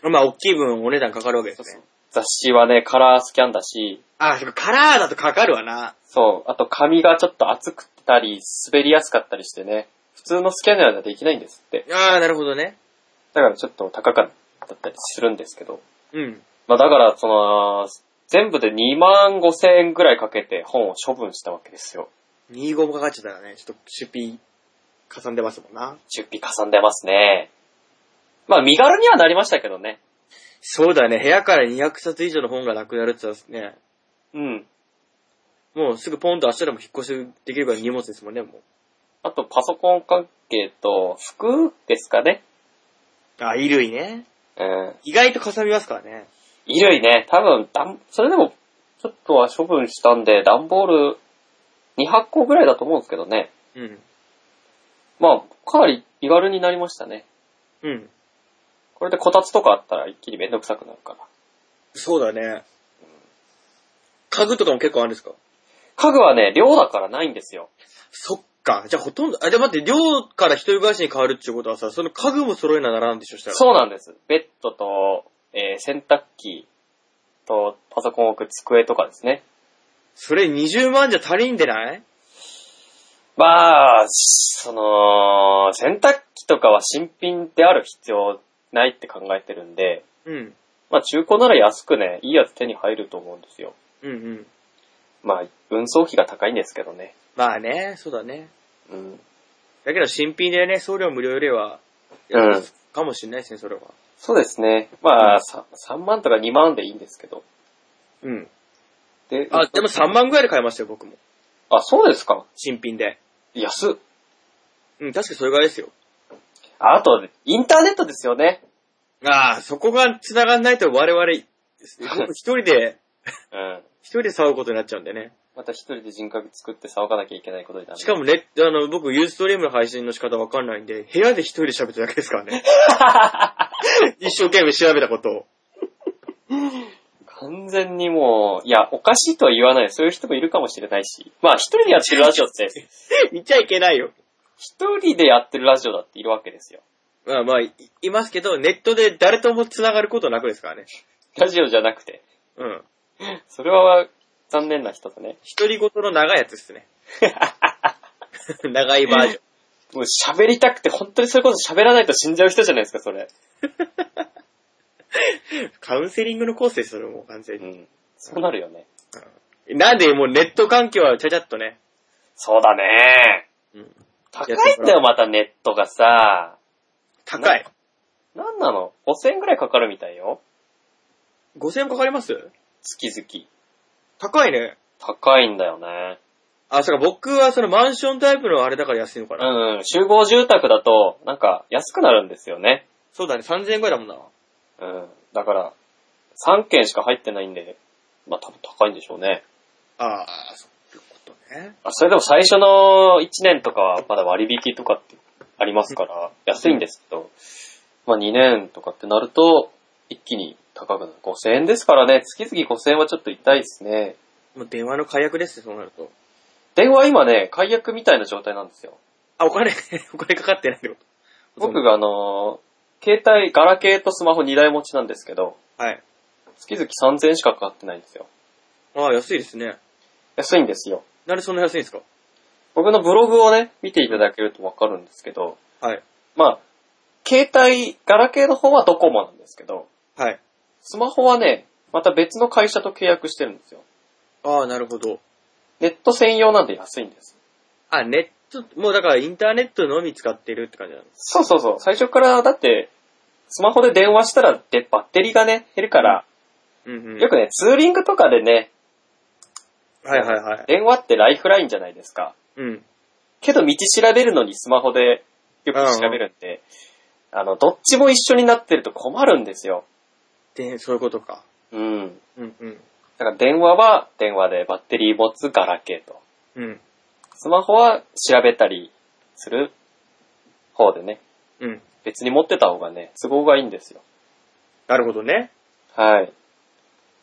S2: まあ、大きい分お値段かかるわけですね。
S1: 雑誌はね、カラースキャンだし、
S2: あ、そっかカラーだとかかるわな。
S1: そう、あと紙がちょっと厚くったり、滑りやすかったりしてね、普通のスキャナーではできないんですって。
S2: ああ、なるほどね。
S1: だからちょっと高かったりするんですけど。
S2: うん。
S1: まあだから、その、全部で2万5千円ぐらいかけて本を処分したわけですよ。
S2: 25もかかっちゃったらね、ちょっと出費、かさんでますもんな。
S1: 出費かさんでますね。まあ身軽にはなりましたけどね。
S2: そうだね、部屋から200冊以上の本がなくなるって言ったらね、
S1: うん。
S2: もうすぐポンと明日でも引っ越しできるから荷物ですもんね、も
S1: あとパソコン関係と服ですかね。
S2: う。あ、衣類ね。
S1: うん。
S2: 意外とかさみますからね。
S1: 衣類ね、多分、段それでもちょっとは処分したんで、段ボール200個ぐらいだと思うんですけどね。
S2: うん。
S1: まあ、かなり身軽になりましたね。
S2: うん。
S1: これでこたつとかあったら一気にめんどくさくなるから。
S2: そうだね。家具とかも結構あるんですか
S1: 家具はね、量だからないんですよ。
S2: そっか。じゃあほとんど、あ、じゃあ待って、寮から一人暮らしに変わるっていうことはさ、その家具も揃えなならんでしょ、したら。
S1: そうなんです。ベッドと、えー洗濯機とパソコンを置く机とかですね。
S2: それ20万じゃ足りんでない
S1: まあ、その、洗濯機とかは新品である必要ないって考えてるんで、
S2: うん。
S1: まあ中古なら安くね、いいやつ手に入ると思うんですよ。
S2: うんうん。
S1: まあ、運送費が高いんですけどね。
S2: まあね、そうだね。
S1: うん。
S2: だけど新品でね、送料無料よりは、
S1: うん
S2: かもしれないですね、それは。
S1: そうですね。まあ、さ3万とか2万でいいんですけど。
S2: うん。
S1: で、
S2: あ、でも3万ぐらいで買いましたよ、僕も。
S1: あ、そうですか。
S2: 新品で。
S1: 安っ。
S2: うん、確かそれぐらいですよ。
S1: ああと、インターネットですよね。
S2: ああ、そこが繋がんないと我々、一人で、 <laughs>
S1: うん。
S2: 一人で騒ぐことになっちゃうんでね。
S1: また一人で人格作って騒がなきゃいけないことになる。
S2: しかもね、あの、僕、ユーストリームの配信の仕方わかんないんで、部屋で一人で喋っただけですから <laughs> ね。一生懸命調べたことを。
S1: 完全にもう、いや、おかしいとは言わない。そういう人もいるかもしれないし。まあ、一人でやってるラジオって、
S2: 言っちゃいけないよ。
S1: 一人でやってるラジオだっているわけですよ。
S2: まあまあ、いいますけど、ネットで誰とも繋がることなくですからね。
S1: ラジオじゃなくて。
S2: うん。
S1: それは、残念な人だね。 <laughs>
S2: 一人ごとの長いやつですね。 <laughs> 長いバージョン。
S1: もう喋りたくて、本当にそれこそ喋らないと死んじゃう人じゃないですか、それ。
S2: カウンセリングのコースですよ、もう完全
S1: う
S2: に。
S1: ん。そうなるよね。
S2: なんで、もうネット環境はちゃちゃっとね。
S1: そうだね。
S2: うん
S1: 高いんだよ、またネットがさ。
S2: 高い。
S1: なんなの ?5000 円くらいかかるみたいよ。
S2: 5000円かかります
S1: 月々。
S2: 高いね。
S1: 高いんだよね。
S2: あ、そうか、僕はそのマンションタイプのあれだから安いのかな。
S1: うんうん、集合住宅だと、なんか安くなるんですよね。
S2: そうだね、3000円ぐらいだもんな。
S1: うん。だから、3件しか入ってないんで、まあ多分高いんでしょうね。
S2: ああ、そういうことね。
S1: あ、それでも最初の1年とかはまだ割引とかってありますから、安いんですけど、まあ2年とかってなると、一気に高くなる。5000円ですからね、月々5000円はちょっと痛いですね。
S2: もう電話の解約ですね、そうなると。
S1: 電話今ね、解約みたいな状態なんですよ。
S2: あ、お金、 <laughs> お金かかってないってこと
S1: 僕。があのー携帯、ガラケーとスマホ2台持ちなんですけど、
S2: はい。
S1: 月々3000円しかかかってないんですよ。
S2: ああ、安いですね。
S1: 安いんですよ。
S2: なんでそんな安いんですか
S1: 僕のブログをね、見ていただけるとわかるんですけど、
S2: はい。
S1: まあ、携帯、ガラケーの方はドコモなんですけど、
S2: はい。
S1: スマホはね、また別の会社と契約してるんですよ。
S2: ああ、なるほど。
S1: ネット専用なんで安いんです。
S2: あ、ネット、もうだからインターネットのみ使ってるって感じなんです。
S1: そうそうそう。最初から、だって、スマホで電話したらでバッテリーがね、減るから、
S2: うんうん。
S1: よくね、ツーリングとかでね、
S2: はいはいはい。
S1: 電話ってライフラインじゃないですか。
S2: うん。
S1: けど道調べるのにスマホでよく調べるんで、あの、どっちも一緒になってると困るんですよ。
S2: で、そういうことか。
S1: うん。
S2: うんうん。
S1: だから電話は電話でバッテリー持つガラケーと。
S2: うん。
S1: スマホは調べたりする方でね、
S2: うん。
S1: 別に持ってた方がね、都合がいいんですよ。
S2: なるほどね。
S1: はい。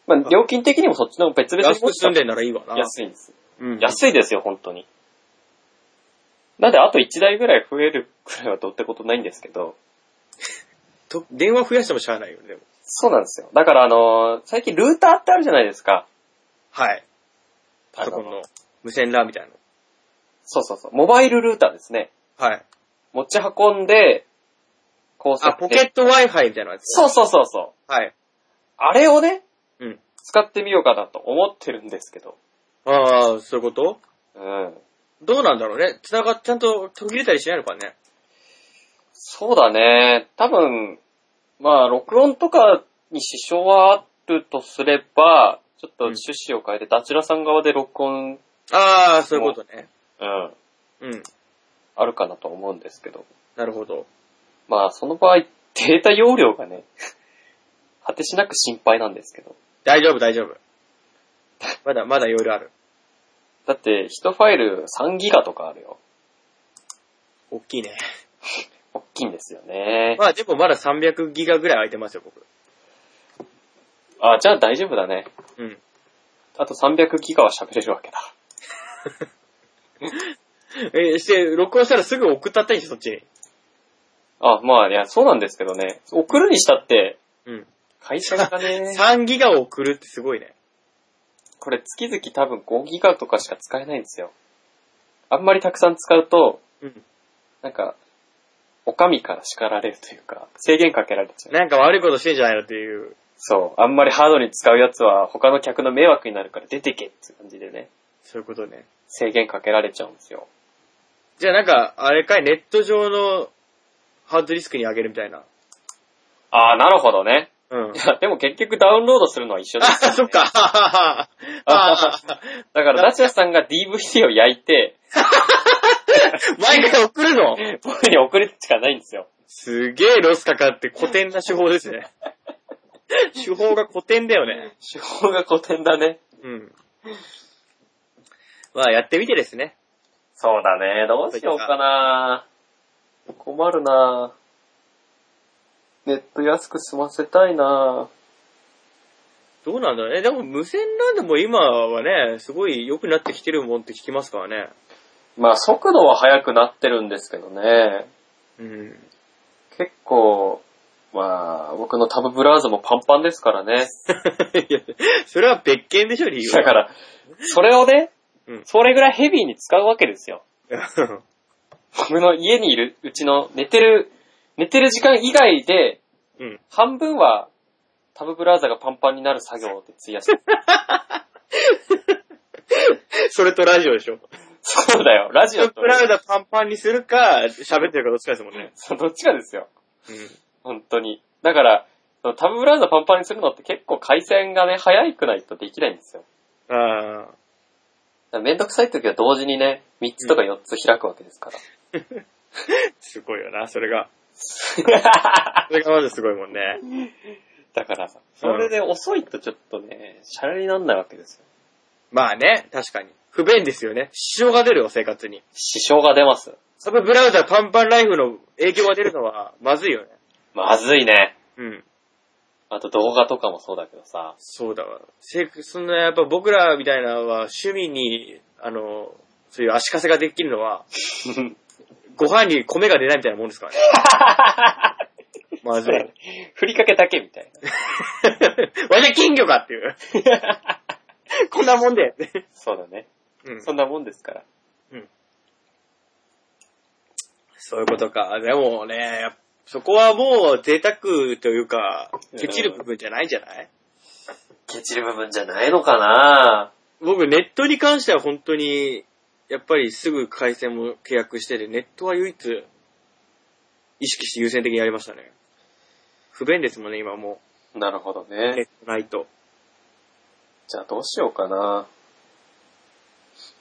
S1: まあ、料金的にもそっちの方が別々に
S2: 安
S1: 持
S2: く
S1: ってた
S2: 住ん
S1: 方
S2: でんならいいわな。
S1: が安いんです。
S2: うん。
S1: 安いですよ、本当に。なんで、あと1台ぐらい増えるくらいはどうってことないんですけど、
S2: と電話増やしてもしゃあないよね、でも。
S1: そうなんですよ。だから、あのー最近ルーターってあるじゃないですか。
S2: はい。パソコン
S1: あ
S2: の無線 LAN みたいなの。
S1: そうそうそう。モバイルルーターですね。
S2: はい。
S1: 持ち運んで、こう
S2: あ、ポケット Wi-Fi みたいなやつ。
S1: そうそうそうそう。
S2: はい。
S1: あれをね、
S2: うん。
S1: 使ってみようかなと思ってるんですけど。
S2: ああ、そういうこと
S1: うん。
S2: どうなんだろうね。繋がっ、ちゃんと途切れたりしないのかね。
S1: そうだね。多分、まあ、録音とかに支障はあるとすれば、ちょっと趣旨を変えて、ダチュラさん側で録音、
S2: ああ、そういうことね。
S1: うん、
S2: うん。
S1: あるかなと思うんですけど。
S2: なるほど。
S1: まあ、その場合、データ容量がね、 <laughs> 果てしなく心配なんですけど。
S2: 大丈夫、大丈夫。まだ、まだ余裕ある。
S1: だって、一ファイル3ギガとかあるよ。
S2: 大きいね。
S1: 大きいんですよね。
S2: まあでもまだ300ギガぐらい空いてますよ、僕。
S1: あ、じゃあ大丈夫だね。
S2: うん。
S1: あと300ギガは喋れるわけだ。
S2: え、して、録音したらすぐ送ったったいんしょ、そっちに。
S1: あ、まあ、いや、そうなんですけどね。送るにしたって、
S2: うん。
S1: 会社が <laughs> ね、
S2: 3ギガを送るってすごいね。
S1: これ月々多分5ギガとかしか使えないんですよ。あんまりたくさん使うと、
S2: うん。
S1: なんか、お上から叱られるというか、制限かけられちゃう。
S2: なんか悪いことしてんじゃないのっていう。
S1: そう。あんまりハードに使うやつは他の客の迷惑になるから出てけって感じでね、
S2: そういうことね。
S1: 制限かけられちゃうんですよ。
S2: じゃあなんか、あれかい、ネット上のハードディスクに上げるみたいな。
S1: ああ、なるほどね。
S2: うん
S1: い。やでも結局ダウンロードするのは一緒で
S2: <laughs>
S1: す、
S2: あ、そっか。。 <laughs> ああ、
S1: だから、ダチラさんが DVD を焼いて、
S2: 毎回送るの
S1: 僕に送るしかないんですよ。
S2: すげえロスかかって古典な手法ですね。手法が古典だよね。
S1: 手法が古典だね。
S2: うん。まあ、やってみてですね。
S1: そうだね。どうしようかな。困るな。ネット安く済ませたいな。
S2: どうなんだろうね。でも、無線 LAN でも今はね、すごい良くなってきてるもんって聞きますからね。
S1: まあ、速度は速くなってるんですけどね。
S2: うん。
S1: 結構、まあ、僕のタブブラウザもパンパンですからね。
S2: <laughs> いや、それは別件でしょ、理由
S1: だか
S2: は。
S1: ら、それをね、
S2: うん
S1: それぐらいヘビーに使うわけですよ。僕の家にいるうちの寝てる、寝てる時間以外で、
S2: うん。
S1: 半分はタブブラウザがパンパンになる作業で費や
S2: <laughs>
S1: してる。
S2: それとラジオでしょ。
S1: そうだよ。ラジオと
S2: ク。ラウダパンパンにするか、喋ってるかどっちかですもんね。
S1: <laughs> そうどっちかですよ。
S2: うん。
S1: 本当に。だから、そのタブブラウザパンパンにするのって結構回線がね、早くないとできないんですよ。
S2: ああ。
S1: だからめんどくさい時は同時にね、3つとか4つ開くわけですから。
S2: すごいよな、それが。それがまずすごいもんね。
S1: だからさ、それで遅いとちょっとね、シャレになんないわけですよ。
S2: まあね、確かに。不便ですよね。支障が出るよ、生活に。
S1: 支障が出ます。
S2: サブブラウザパンパンライフの影響が出るのは、まずいよね。
S1: まずいね。
S2: うん。
S1: あと動画とかもそうだけどさ。
S2: そうだわ。せそんな、やっぱ僕らみたいなのは、趣味に、あの、そういう足かせができるの <laughs> は、ご飯に米が出ないみたいなもんですからね。 <laughs> まず。
S1: ふりかけだけみたい
S2: <laughs>
S1: な。
S2: わしゃ金魚かっていう。 <laughs> こんなもんで。
S1: そうだね。
S2: うん
S1: そんなもんですから。
S2: そういうことか。でもね、やっそこはもう贅沢というか、ケチる部分じゃないんじゃない
S1: ケチる部分じゃないのかな
S2: 僕、ネットに関しては本当に、やっぱりすぐ回線も契約してて、ネットは唯一、意識して優先的にやりましたね。不便ですもんね、今も
S1: なるほど
S2: う。ネ
S1: ね。
S2: ットないと。
S1: じゃあどうしようかな。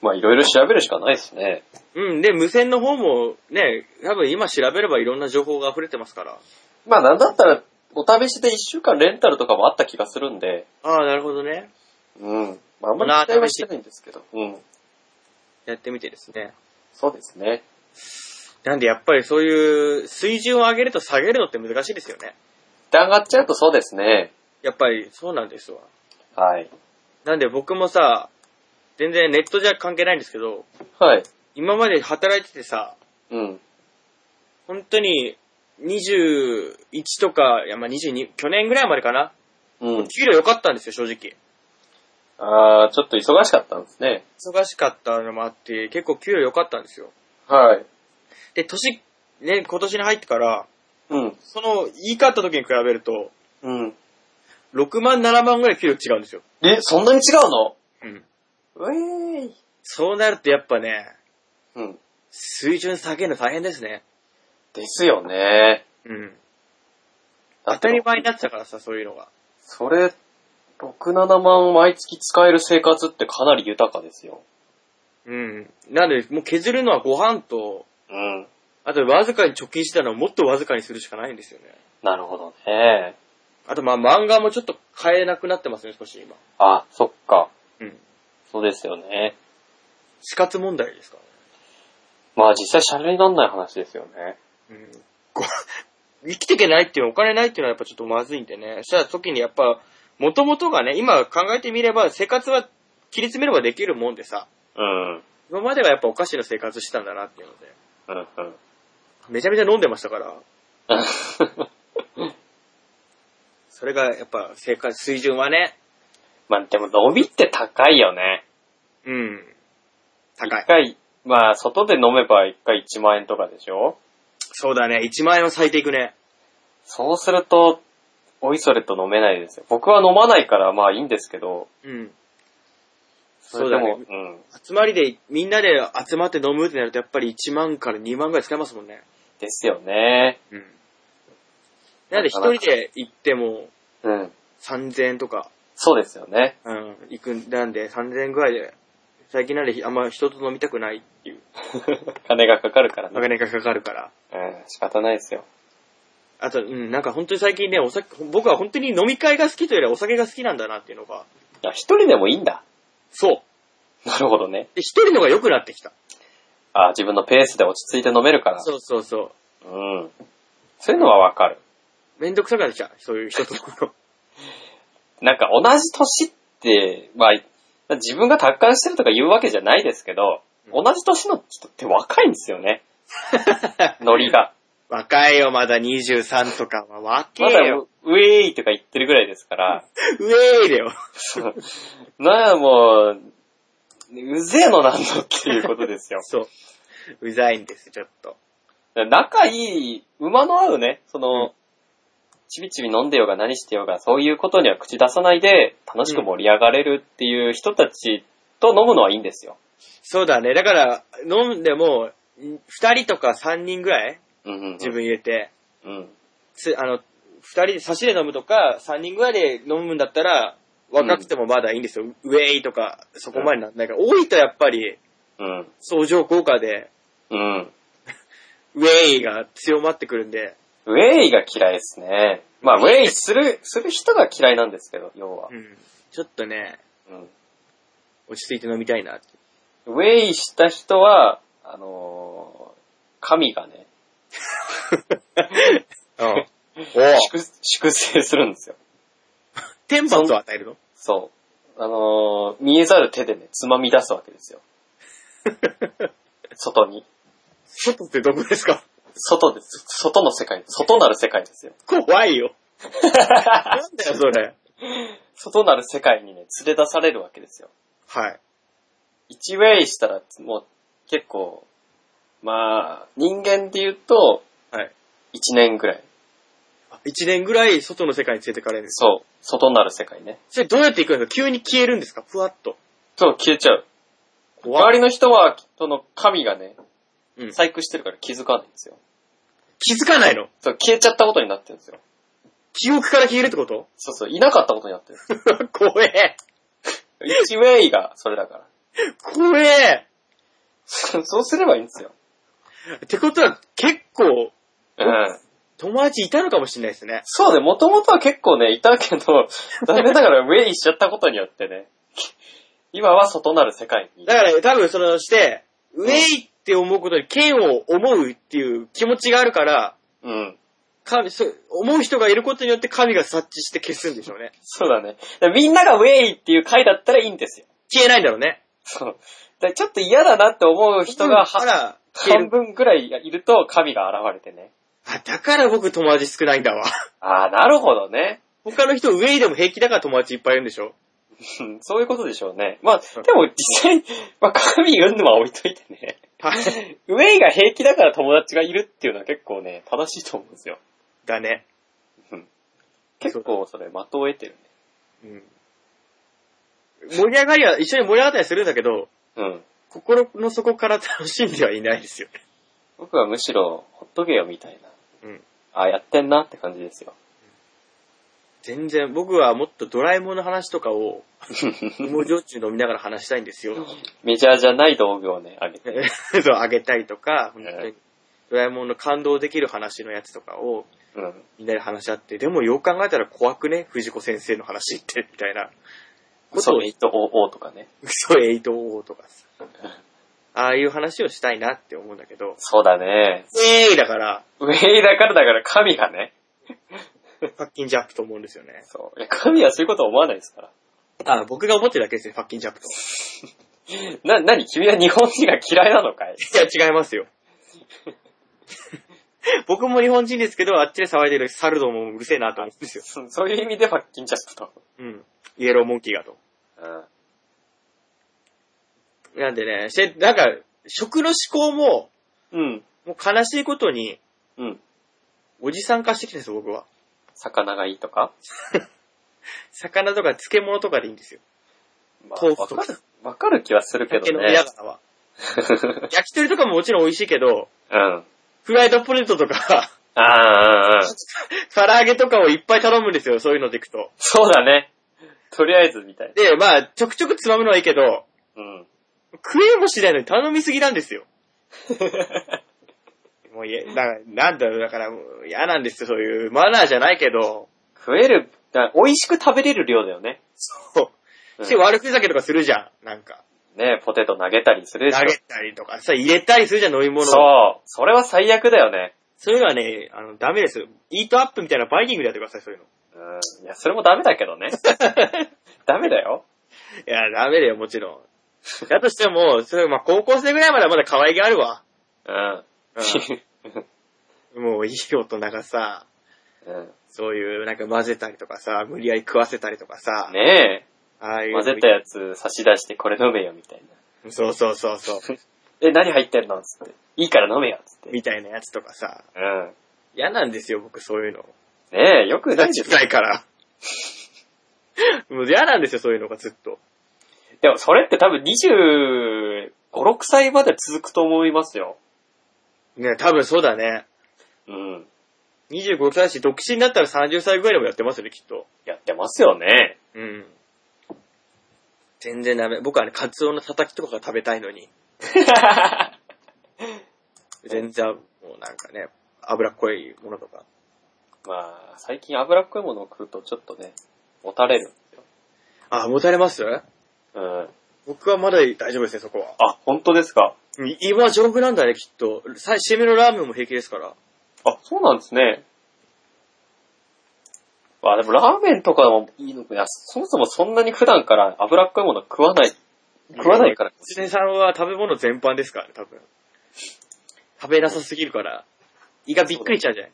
S1: まあいろいろ調べるしかないですね。
S2: うん、で、無線の方もね、多分今調べればいろんな情報が溢れてますから。
S1: まあなんだったら、お試しで1週間レンタルとかもあった気がするんで。
S2: ああ、なるほどね。
S1: うん。まああんまり期待はしてないんですけど。うん。
S2: やってみてですね。
S1: そうですね。
S2: なんでやっぱりそういう水準を上げると下げるのって難しいですよね。
S1: 一旦上がっちゃうとそうですね。
S2: やっぱりそうなんですわ。
S1: はい。
S2: なんで僕もさ、全然ネットじゃ関係ないんですけど、
S1: はい。
S2: 今まで働いててさ、
S1: うん。
S2: 本当に21とか、いやまあ22、去年ぐらいまでかな。
S1: うん。
S2: 給料良かったんですよ、正直。
S1: あー、ちょっと忙しかったんですね。
S2: 忙しかったのもあって、結構給料良かったんですよ。
S1: はい。
S2: で、年、ね、今年に入ってから、
S1: うん。
S2: その、言い換わった時に比べると、
S1: うん。
S2: 6万、7万ぐらい給料違うんですよ。
S1: え、そんなに違うの
S2: うん。
S1: うえーい。
S2: そうなるとやっぱね、
S1: うん。
S2: 水準下げるの大変ですね。
S1: ですよね。
S2: うん。当
S1: だって
S2: たり前になっちゃうからさ、そういうのが。
S1: それ、6、7万毎月使える生活ってかなり豊かですよ。
S2: うん。なんで、もう削るのはご飯と、
S1: うん。
S2: あとわずかに貯金してたのをもっとわずかにするしかないんですよね。
S1: なるほどね。
S2: あとまあ漫画もちょっと買えなくなってますね、少し今。
S1: あ、そっか。
S2: うん。
S1: そうですよね。
S2: 死活問題ですか
S1: まあ実際シャレになんない話ですよね。
S2: らね。うん。こう <laughs> 生きていけないっていうのはお金ないっていうのはやっぱちょっとまずいんでね。した時にやっぱ、元々がね、今考えてみれば生活は切り詰めればできるもんでさ、
S1: うん。
S2: 今まではやっぱおかしな生活してたんだなっていうので。
S1: うん、うん。 <laughs>
S2: めちゃめちゃ飲んでましたから、それがやっぱ生活水準はね、
S1: まあでも伸びって高いよね。
S2: うん、高
S1: 一
S2: い。
S1: 回、まあ外で飲めば一回1万円とかでしょ
S2: そうだね、1万円は咲いていくね。
S1: そうすると、おいそれと飲めないですよ。僕は飲まないからまあいいんですけど、
S2: うん。
S1: そ
S2: そう
S1: れで
S2: だ
S1: も、
S2: ね。
S1: うん。
S2: 集まりで、みんなで集まって飲むってなるとやっぱり1万から2万ぐらい使えますもんね。
S1: ですよね。
S2: うん。なんで一人で行っても
S1: うん。
S2: 3000円とか、
S1: そうですよね。 <laughs>
S2: うん、行くんなんで3000円ぐらいで、最近なんであんま人と飲みたくないっていう、
S1: 金がかかるから
S2: お
S1: ね。
S2: 金がかかるから。
S1: うん、仕方ないですよ。
S2: あと、うん、なんか本当に最近ね、お酒、僕は本当に飲み会が好きというよりはお酒が好きなんだなっていうのが、
S1: いや、一人でもいいんだ。
S2: そう。
S1: なるほどね。
S2: で、一人のが良くなってきた。
S1: あ自分のペースで落ち着いて飲めるから。。
S2: そうそうそう
S1: ん。そういうのはわかる。
S2: う。めんどくさくなってきた。そういう人との。 <laughs>
S1: なんか同じ年って、まあ、自分が達観してるとか言うわけじゃないですけど、
S2: う
S1: 同じ年の人って若いんですよ
S2: <laughs>
S1: ね。ノリが。
S2: 若いよ、まだ23とかは。若
S1: ま
S2: い
S1: だ、
S2: よ。
S1: ウェーイとか言ってるぐらいで
S2: <laughs>
S1: すから。 <laughs>
S2: ウェーイだよ。
S1: なあ、もう、うぜえのなんのっていうことですよ。
S2: そう。うざいんです、ちょっと。
S1: 仲いい、馬の合うね、そ
S2: う
S1: の、
S2: ん
S1: ちびちび飲んでようが何してようが、そういうことには口出さないで、楽しく盛り上がれるっていう人たちと飲むのはいいんですよ。
S2: そうだね。だから、飲んでも、ん二人とか三人ぐらい
S1: うんうん、うん。
S2: 自分入れて、
S1: うん。
S2: つあの、二人で差しで飲むとか、三人ぐらいで飲むんだったら、若くてもまだいいんですよ。ウェーイとか、そこまでなんないから。多いとやっぱり、
S1: うん。
S2: 相乗効果で、
S1: うん。
S2: ウェーイが強まってくるんで、
S1: ウェイが嫌いですね。まあ、ウェイする、する人が嫌いなんですけど、要は。
S2: うんちょっとね、
S1: うん、
S2: 落ち着いて飲みたいなって。
S1: ウェイした人は、あのー神がね、
S2: うん。 <laughs>
S1: 粛、粛清するんですよ。
S2: 天罰を与えるの
S1: そう。あのー見えざる手でね、つまみ出すわ
S2: <laughs>
S1: けですよ。外に。
S2: 外ってどこですか
S1: 外です。外の世界、外なる世界で
S2: <laughs>
S1: すよ。
S2: 怖いよ。なんだよ、それ。
S1: 外なる世界にね、連れ出されるわけですよ。
S2: はい。
S1: 1ウェイしたら、もう、結構、まあ、人間で言うと、
S2: はい。
S1: 1年ぐらい。
S2: 一年ぐらい外の世界に連れてかれるんです。
S1: そう。外なる世界ね。
S2: それどうやって行くんですか急に消えるんですかふわっと。
S1: そう、消えちゃう。
S2: 怖
S1: 周
S2: い。
S1: りの人は、その神がね、
S2: うん
S1: 細工してるから気づかないんですよ。
S2: 気づかないの
S1: そう、消えちゃったことになってるんですよ。
S2: 記憶から消えるってこと
S1: <laughs> そうそう、いなかったことになってる。
S2: 怖え。
S1: 1ウェイがそれだから。 <laughs>
S2: 怖え。
S1: そうそうすればいいんですよ。
S2: ってことは結構
S1: うん。
S2: 友達いたのかもしれないですね。
S1: そうね、もともとは結構ね、いたけ <laughs> ど、残念ながらウェイしちゃったことによってね、今は外なる世界に
S2: だ。から多分そのして、ウ
S1: ん
S2: ェイって思うことに剣を思うっていう気持ちがあるから、
S1: うん。
S2: 神、そう、思う人がいることによって神が察知して消すんでしょうね。
S1: そうだね。だからみんながウェイっていう回だったらいいんですよ。
S2: 消えないんだろうね。
S1: そう。だからちょっと嫌だなって思う人が、
S2: か
S1: は
S2: ら、消え
S1: 半
S2: る。
S1: 分くらいいると神が現れてね。
S2: あ、だから僕友達少ないんだわ。
S1: ああ、なるほどね。
S2: 他の人ウェイでも平気だから友達いっぱいいるんで
S1: <laughs>
S2: しょ
S1: うんそういうことでしょうね。まあ、でも実際、まあ、神云々は置いといてね。
S2: はい。
S1: ウェイが平気だから友達がいるっていうのは結構ね、正しいと思うんですよ。
S2: だね。
S1: 結構それ、的を得てるね。
S2: うん。盛り上がりは、一緒に盛り上がったりするんだけど、
S1: うん。
S2: 心の底から楽しんではいないですよ。
S1: 僕はむしろ、ほっとけよみたいな。
S2: うん。
S1: あ、やってんなって感じですよ。 <laughs>
S2: 全然、僕はもっとドラえもんの話とかを、芋焼酎飲みながら話したいんですよ。
S1: メジャーじゃない道具をね、あげて。
S2: そう、あげたりとか、本当
S1: ええ
S2: に、ドラえもんの感動できる話のやつとかを、
S1: うん。
S2: みんなで話し合って、でもよく考えたら怖くね、藤子先生の話って、みたいな。こと
S1: 嘘
S2: を
S1: メイト OO とかね。
S2: 嘘エイト王とかさ。ああいう話をしたいなって思うんだけど、
S1: そうだね。
S2: えーいだから、
S1: ウェイだからだから神がね。
S2: パッキンジャップと思うんですよね。
S1: そう。いや、神はそういうこと思わないですから。
S2: あ、僕が思ってるだけですね、パッキンジャップと。
S1: な、なに君は日本人が嫌いなのかい
S2: いや、違いますよ。 <laughs> 僕も日本人ですけど、あっちで騒いでるサルドもうるせえなと思うんですよ。
S1: そそういう意味でパッキンジャップと。
S2: うん。イエローモンキーがと。
S1: うん。
S2: なんでね、して、なんか、食の思考も、
S1: うん。
S2: もう悲しいことに、
S1: うん。
S2: おじさん化してきたんですよ、僕は。
S1: 魚がいいとか
S2: 魚とか漬物とかでいいんですよ。
S1: ま
S2: 豆腐
S1: わ
S2: と
S1: か
S2: か
S1: る、わかる気はするけ
S2: 酒
S1: ど
S2: の
S1: ね。
S2: 宮川は。焼き鳥とかももちろん美味しいけど、
S1: <laughs> うん。
S2: フライドポテトとか、 <laughs>
S1: ああ、うんうん。
S2: 唐揚げとかをいっぱい頼むんですよ、そういうのでいくと。
S1: そうだね。とりあえずみたいな。
S2: で、まあ、ちょくちょくつまむのはいいけど、 <laughs>
S1: うん。
S2: 食えもしないのに頼みすぎなんですよ。もういえ、だから、なんだろう、だから、もう嫌なんですよ、そういう、マナーじゃないけど、
S1: 食える、だ美味しく食べれる量だよね。
S2: そうう。
S1: ん
S2: して悪ふざけとかするじゃん、なんか。
S1: ねポテト投げたりするでしょ
S2: 投げたりとか、さ、入れたりするじゃん、飲み物。う。
S1: そう。それは最悪だよね。
S2: そういうのはね、あの、ダメですよ。イートアップみたいなバイキングでやってください、そういうの。
S1: うん。いや、それもダメだけどね。 <laughs> ダメだよ。
S2: いや、ダメだよ、もち
S1: <laughs>
S2: ろん。だとしても、それ、まあ、高校生ぐらいまではまだ可愛げあるわ。
S1: うん。
S2: うん。もう、いい大人がさ、
S1: <laughs> うん。
S2: そういう、なんか混ぜたりとかさ、無理やり食わせたりとかさ、
S1: ね
S2: ああい
S1: え。
S2: う。
S1: 混ぜたやつ差し出してこれ飲めよみたいな。
S2: そうそうそうそう。
S1: <laughs> え、何入ってんのつって。いいから飲めよつって。
S2: みたいなやつとかさ。
S1: うん。
S2: 嫌なんですよ、僕、そういうの。
S1: ねえ、よくない
S2: 立
S1: で
S2: ち
S1: すよ
S2: たいから。 <laughs> もう嫌なんですよ、そういうのがずっと。
S1: でもそれって多分25、6歳まで続くと思いますよ。
S2: ね、多分そうだね。
S1: うん。
S2: 25歳だし、独身になったら30歳ぐらいでもやってますよね、きっと。
S1: やってますよね。 <laughs>
S2: うん。全然ダメ。僕はね、カツオのたたきとかが食べたいのに。全然、もうなんかね、脂っこいものとか。
S1: まあ、最近脂っこいものを食うとちょっとね、もたれるんですよ。
S2: あ、もたれます
S1: うん。
S2: 僕はまだ大丈夫ですね、そこは。
S1: あ、本当ですか。
S2: い今は丈夫なんだね、きっと。最締めのラーメンも平気ですから。
S1: あ、そうなんですね。あまあでもラーメンとかもいいのかな。そもそもそんなに普段から脂っこいもの食わない、食わないから。
S2: 常さんは食べ物全般ですからね、多分。食べなさすぎるから、胃がびっくりしちゃうじゃない。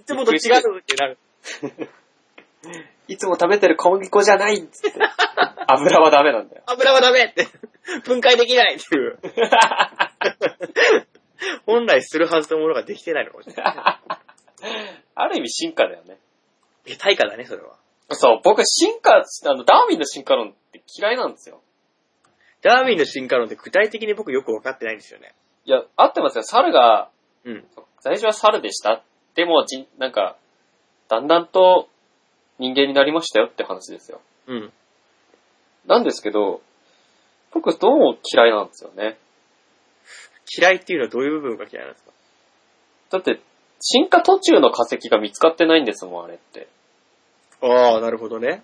S2: いつもと違うってなる。
S1: いつも食べてる小麦粉じゃないっつ <laughs> って。油はダメ <laughs> なんだよ。
S2: 油はダメって <laughs> 分解できないっていう。本来するはずのものができてないのかもしれない。 <laughs>
S1: <laughs> ある意味進化だよね。
S2: え、対価だね、それは。
S1: そう、僕進化、あの、ダーウィンの進化論って嫌いなんですよ。
S2: ダーウィンの進化論って具体的に僕よくわかってないんですよね。
S1: いや、合ってますよ。猿が、
S2: うん。
S1: 最初は猿でした。でも、じんなんか、だんだんと人間になりましたよって話ですよ。
S2: うん。
S1: なんですけど、僕どうも嫌いなんですよね。
S2: 嫌いっていうのはどういう部分が嫌いなんですか
S1: だって、進化途中の化石が見つかってないんですもん、あれって。
S2: ああ、なるほどね。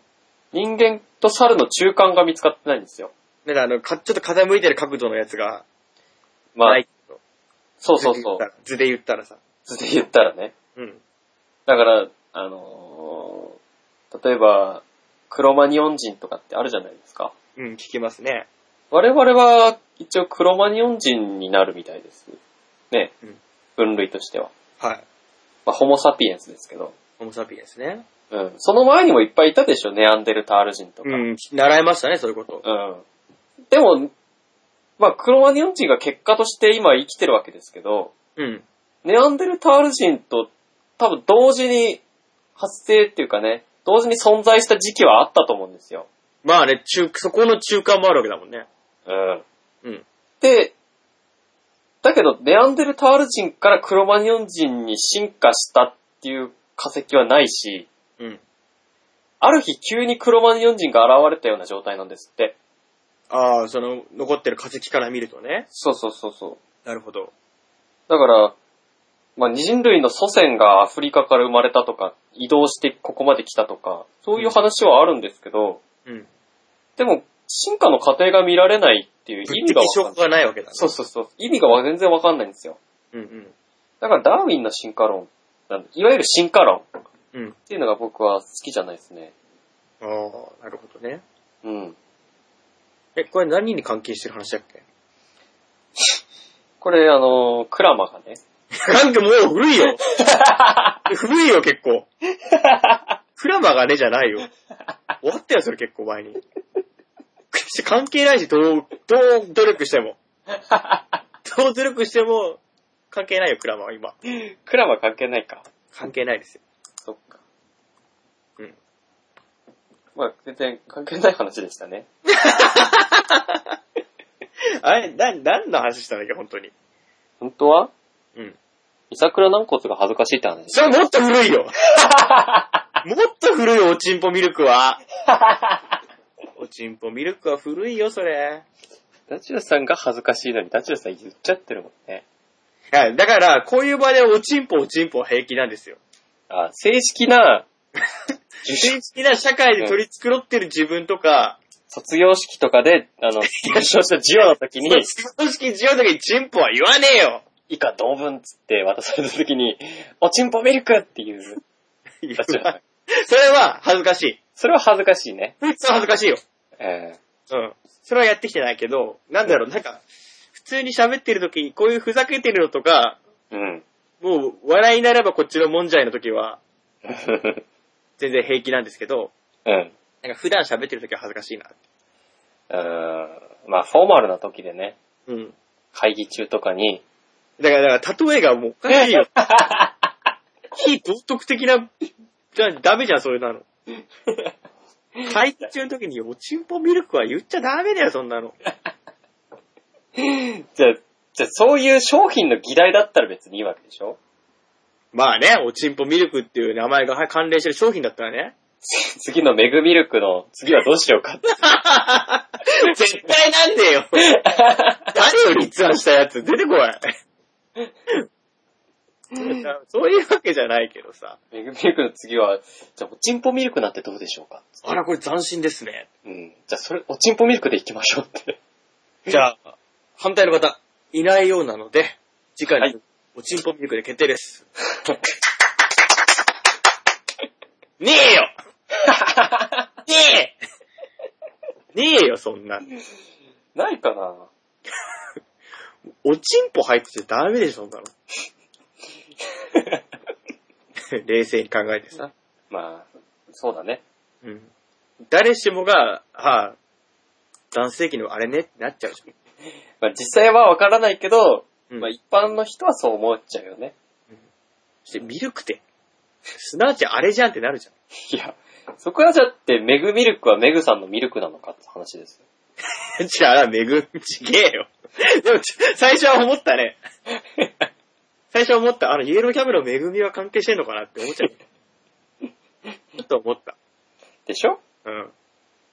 S1: 人間と猿の中間が見つかってないんですよ。
S2: なんかあの、か、ちょっと傾いてる角度のやつが、
S1: まあ、
S2: ないと。
S1: そうそう <laughs> そう。
S2: 図で言ったらさ。
S1: 図で言ったらね。
S2: うん。
S1: だから、あのー例えば、クロマニオン人とかってあるじゃないですか。
S2: うん、聞きますね。
S1: 我々は一応クロマニオン人になるみたいです。ね
S2: うん。
S1: 分類としては。
S2: はい。
S1: まあ、ホモサピエンスですけど。
S2: ホモサピエンスね。
S1: うん。その前にもいっぱいいたでしょ、ネアンデルタール人とか。
S2: うん、習いましたね、そういうこと。
S1: うん。でも、まあ、クロマニオン人が結果として今生きてるわけですけど、
S2: うん。
S1: ネアンデルタール人と多分同時に発生っていうかね、同時に存在した時期はあったと思うんですよ。
S2: まあね、中、そこの中間もあるわけだもんね。
S1: うん。
S2: うん。
S1: で、だけど、ネアンデルタール人からクロマニオン人に進化したっていう化石はないし、
S2: うん。
S1: ある日急にクロマニオン人が現れたような状態なんですって。
S2: ああ、その、残ってる化石から見るとね。
S1: そうそうそうそう。
S2: なるほど。
S1: だから、まあ、人類の祖先がアフリカから生まれたとか、移動してここまで来たとか、そういう話はあるんですけど、
S2: うん。
S1: でも、進化の過程が見られないっていう意
S2: 物
S1: 味が
S2: 的
S1: わか
S2: 証
S1: ん
S2: 拠がないわけだ、ね。
S1: そうそうそう。意味が全然わかんないんですよ。
S2: う。うん
S1: だからダーウィンの進化論なんで、いわゆる進化論っ
S2: うん。うん。
S1: ていうのが僕は好きじゃないですね。
S2: ああ、なるほどね。
S1: うん。
S2: え、これ何に関係してる話だっけ
S1: これ、あのークラマがね。
S2: なんかもう古い <laughs> よ古いよ結構。クラマがねじゃないよ。終わったよそれ結構前に。関係ないし、どう、どう努力して <laughs> も。どう努力しても関係ないよクラマは今。
S1: クラマ関係ないか。
S2: 関係ないですよ。
S1: そっか。
S2: うん。
S1: まあ、全然関係ない話でしたね。
S2: あれ、な、何の話したんだっけ本当に。
S1: 本当は
S2: うん。
S1: イサクラ軟骨が恥ずかしいって話です。
S2: それもっと古い <laughs> よもっと古いよおちんぽミルクは。おちんぽミルクは古いよ、それ。
S1: ダチュラさんが恥ずかしいのに、ダチュラさん言っちゃってるもんね。
S2: はい、だから、こういう場でおちんぽおちんぽは平気なんですよ。
S1: あ、正式 <laughs> な、
S2: 正式な社会で取り繕ってる自分とか、
S1: 卒業式とかで、あ <laughs> の、優勝した授業の時に、
S2: 組織授業の時にちんぽは言わねえよ
S1: 以下同文っつって渡された時に、おちんぽミルクっていう。
S2: 言
S1: ダチュラさん
S2: <laughs> それは恥ずかしい。
S1: それは恥ずかしいね。
S2: それは恥ずかしいよ。
S1: え
S2: うん。それはやってきてないけど、なんだろう、なんか、普通に喋ってる時にこういうふざけてるのとか、
S1: ーうん。 <laughs>
S2: もう笑いならばこっちのもんじゃいの時は、全然平気なんですけど、
S1: うん。
S2: なんか普段喋ってる時は恥ずかしいな。
S1: うーん。まあ、フォーマルな時でね、
S2: うん。
S1: 会議中とかに、 <laughs>
S2: だから、だから例えがもうおかしい <laughs> よ。非道徳的な、じゃダメじゃん、そういうなの。会議中の時におちんぽミルクは言っちゃダメだよ、そんなの。
S1: じゃあ、じゃあそういう商品の議題だったら別にいいわけでしょ
S2: まあね、おちんぽミルクっていう名前が関連してる商品だったら <laughs> ね。
S1: 次のメグミルクの次はどうしようか <laughs> って。
S2: 絶対なんでよ。誰を立案したやつ出てこい。 <laughs> そういうわけじゃないけどさ。
S1: メグミルクの次は、じゃあおちんぽミルクなんてどうでしょうか
S2: あら、これ斬新ですね。
S1: うん。じゃあそれ、おちんぽミルクでいきましょうって。
S2: じゃあ、反対の方、いないようなので、次回
S1: はい
S2: のおちんぽミルクで決定です。 <laughs> ね <laughs> えよねえねえよ、そんな。
S1: ないかな
S2: おちんぽ入ってちゃダメでしょ、そんなの。 <laughs> 冷静に考えてさ。
S1: まあ、そうだね。
S2: うん。誰しもが、はあ、男性器のあれねってなっちゃうじ
S1: まあ実際はわからないけど、
S2: ゃん。
S1: まあ一般の人はそう思っちゃうよね。 <laughs>
S2: そしてミルクって。すなわちあれじゃんってなるじゃん。
S1: いや、そこはだって、メグミルクはメグさんのミルクなのかって話ですよ。
S2: <laughs> じゃあ、めぐんちげえよ。 <laughs> でもち、最初は思ったね。 <laughs> 最初は思った。あの、イエローキャブのめぐみは関係してんのかなって思っち <laughs> ゃう。ちょっと思った。
S1: でしょ
S2: うん。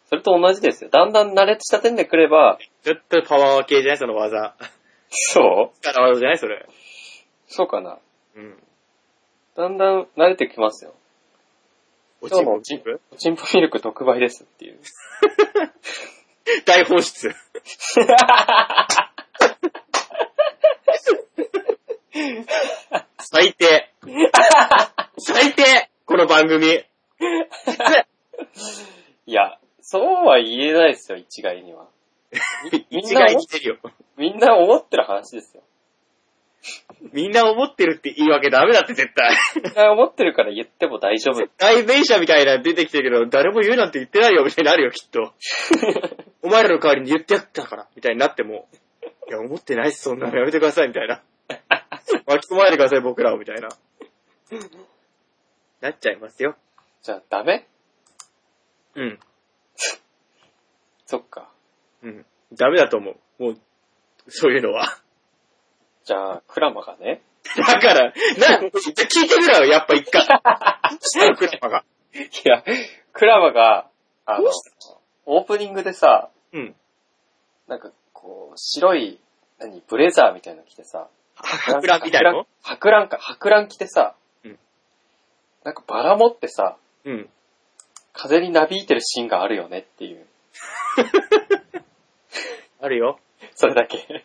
S1: それと同じですよ。だんだん慣れ仕立てんでくれば、
S2: ちょっとパワー系じゃないその技。
S1: そう
S2: 力技じゃないそれ。
S1: そうかな。
S2: うん。
S1: だんだん慣れてきますよ。
S2: お
S1: 今日の
S2: ちんぽ
S1: おちんぽミルク特売ですって
S2: <laughs>
S1: いう。
S2: 大放出。最低。 <laughs> 最低この番組。
S1: いや、そうは言えないですよ、一概には。み
S2: <laughs> 一概にしてるよ。
S1: みんな思ってる話ですよ。
S2: みんな思ってるって言い訳ダメだって絶対。
S1: みんな思ってるから言っても大丈夫。
S2: 代弁者みたいなの出てきてるけど、誰も言うなんて言ってないよみたいになるよ、きっ <laughs> と。お前らの代わりに言ってやったから、みたいになっても、いや、思ってないっす、そんなのやめてください、みたい <laughs> な。巻き込まれてください、僕らを、みたいな。なっちゃいますよ。
S1: じゃあダメ
S2: うん。
S1: そっか。
S2: うん。ダメだと思う。もう、そういうのは。
S1: じゃあ、クラマがね。
S2: だから、な、聞いてみろよ、やっぱ一 <laughs> 回。したの、クラマが。
S1: <laughs> いや、クラマが、あ
S2: ど
S1: の
S2: うし、
S1: オープニングでさ、
S2: うん。
S1: なんかこう、白い、何、ブレザーみたいなの着てさ、
S2: 博覧みたいなの
S1: 白蘭か、白蘭着てさ、
S2: うん
S1: なんかバラ持ってさ、
S2: うん。
S1: 風になびいてるシーンがあるよねっていう。
S2: あるよ。
S1: それだけ。 <laughs>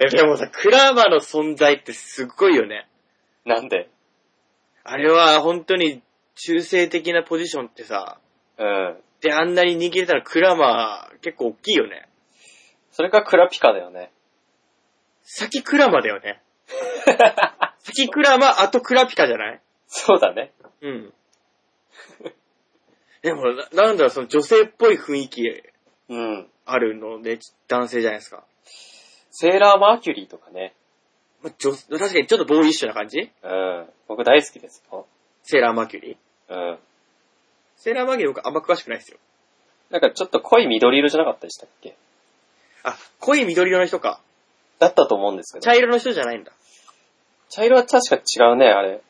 S2: え、でもさ、クラマの存在ってすっごいよね。
S1: なんで
S2: あれは本当に中性的なポジションってさ、
S1: うん。
S2: であんなに人気出たらクラマー結構大きいよね。
S1: それがクラピカだよね。 <laughs>
S2: 先クラマだよね。先クラマ、後クラピカじゃない
S1: そうだね。
S2: うん。 <laughs> でもな、なんだろう、その女性っぽい雰囲気
S1: うん。
S2: あるので、男性じゃないですか。
S1: セーラーマーキュリーとかね。
S2: まあ、女確かにちょっとボーイッシュな感じ
S1: うん。僕大好きですよ。
S2: セーラーマーキュリー。
S1: うん。
S2: セーラーマーキュリー僕あんま詳しくないですよ。
S1: なんかちょっと濃い緑色じゃなかったでしたっけ
S2: あ、濃い緑色の人か。
S1: だったと思うんですけど。
S2: 茶色の人じゃないんだ。
S1: 茶色は確か違うね、あれ。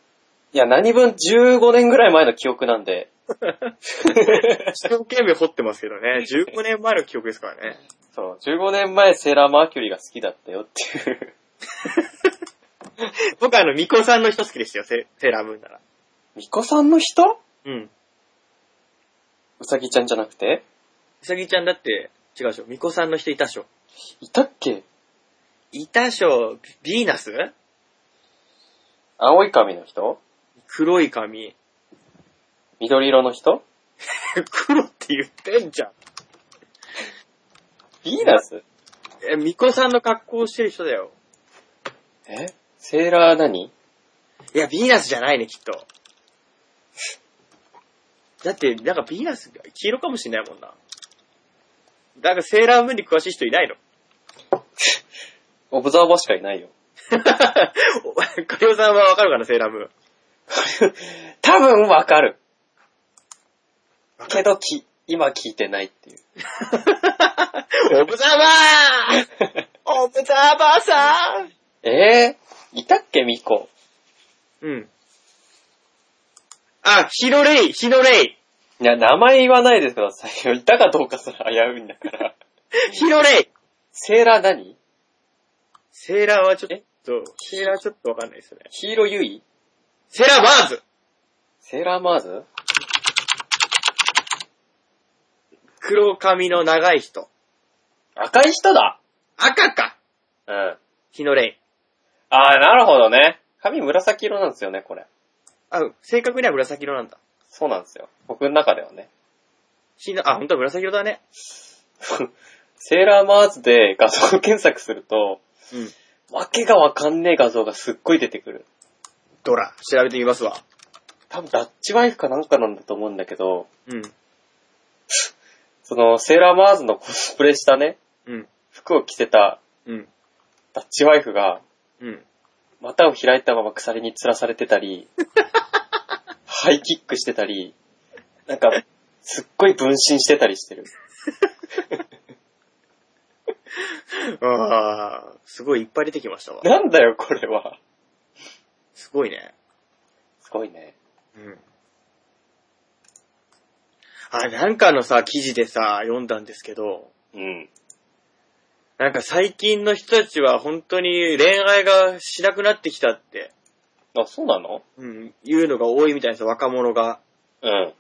S1: いや、何分15年ぐらい前の記憶なんで。
S2: 一生懸命掘ってますけどね。15年前の記憶ですからね。
S1: そう、15年前セーラーマーキュリーが好きだったよって <laughs> いう。
S2: 僕あの、ミコさんの人好きでしたよ、セセーラームーンなら。
S1: ミコさんの人
S2: うん。
S1: うさぎちゃんじゃなくて
S2: うさぎちゃんだって、違うでしょ。ミコさんの人いたでしょ。
S1: いたっけ
S2: いたでしょ、ビビーナス
S1: 青い髪の人
S2: 黒い髪。 <laughs>
S1: 緑色の人
S2: 黒って言ってんじゃん。
S1: ヴィーナス
S2: え、ミコさんの格好をしてる人だよ。
S1: えセーラー何
S2: いや、ビーナスじゃないね、きっと。だって、なんかビーナスが黄色かもしれないもんな。なんかセーラームーンに詳しい人い <laughs> ないの
S1: オブザーバーしかいないよ。 <laughs>
S2: おカリオさんはわかるかな、セーラームーン。
S1: 多分わかる。けどき、今聞いてないっていう。
S2: <laughs> オブザーバーオブザーバーさん
S1: <laughs> えー、いたっけミコ。
S2: うん。あ、ヒロレイ、ヒロレイ、
S1: いや、名前言わないでくださいよ。いたかどうかすら危ういんだから。
S2: ヒロレイ。
S1: セーラー何
S2: セーラーはちょっ
S1: え
S2: と、セーラーちょっとわかんないですね。
S1: ヒーローユイ
S2: セーラーバーズ
S1: セーラーマーズ
S2: 黒髪の長い人。
S1: 赤い人だ
S2: 赤か
S1: うん。あ
S2: ヒノレイ。
S1: あー、なるほどね。髪紫色なんですよね、これ。
S2: あ、正確には紫色なんだ。
S1: そうなんですよ。僕の中ではね。
S2: 死んだ、あ、ほんとは紫色だね。
S1: <laughs> セーラーマーズで画像検索すると、
S2: うん。
S1: わけがわかんねえ画像がすっごい出てくる。
S2: ドラ、調べてみますわ。
S1: 多分ダッチワイフかなんかなんだと思うんだけど、
S2: うん。
S1: そのセーラーマーズのコスプレしたね、
S2: うん。
S1: 服を着せた
S2: うん。
S1: ダッチワイフが、
S2: うん。
S1: 股を開いたまま鎖に吊らされてた <laughs> り、ハイキックしてたり、なんか、すっごい分身してたりしてる。
S2: ああ、すごいいっぱい出てきましたわ。
S1: なんだよ、これは。
S2: すごいね。
S1: すごいね。
S2: うん。あ、なんかのさ、記事でさ、読んだんですけど、
S1: うん。
S2: なんか最近の人たちは本当に恋愛がしなくなってきたって、
S1: あ、そうなの
S2: うん、いうのが多いみたいですよ、若者が。
S1: うん。
S2: っ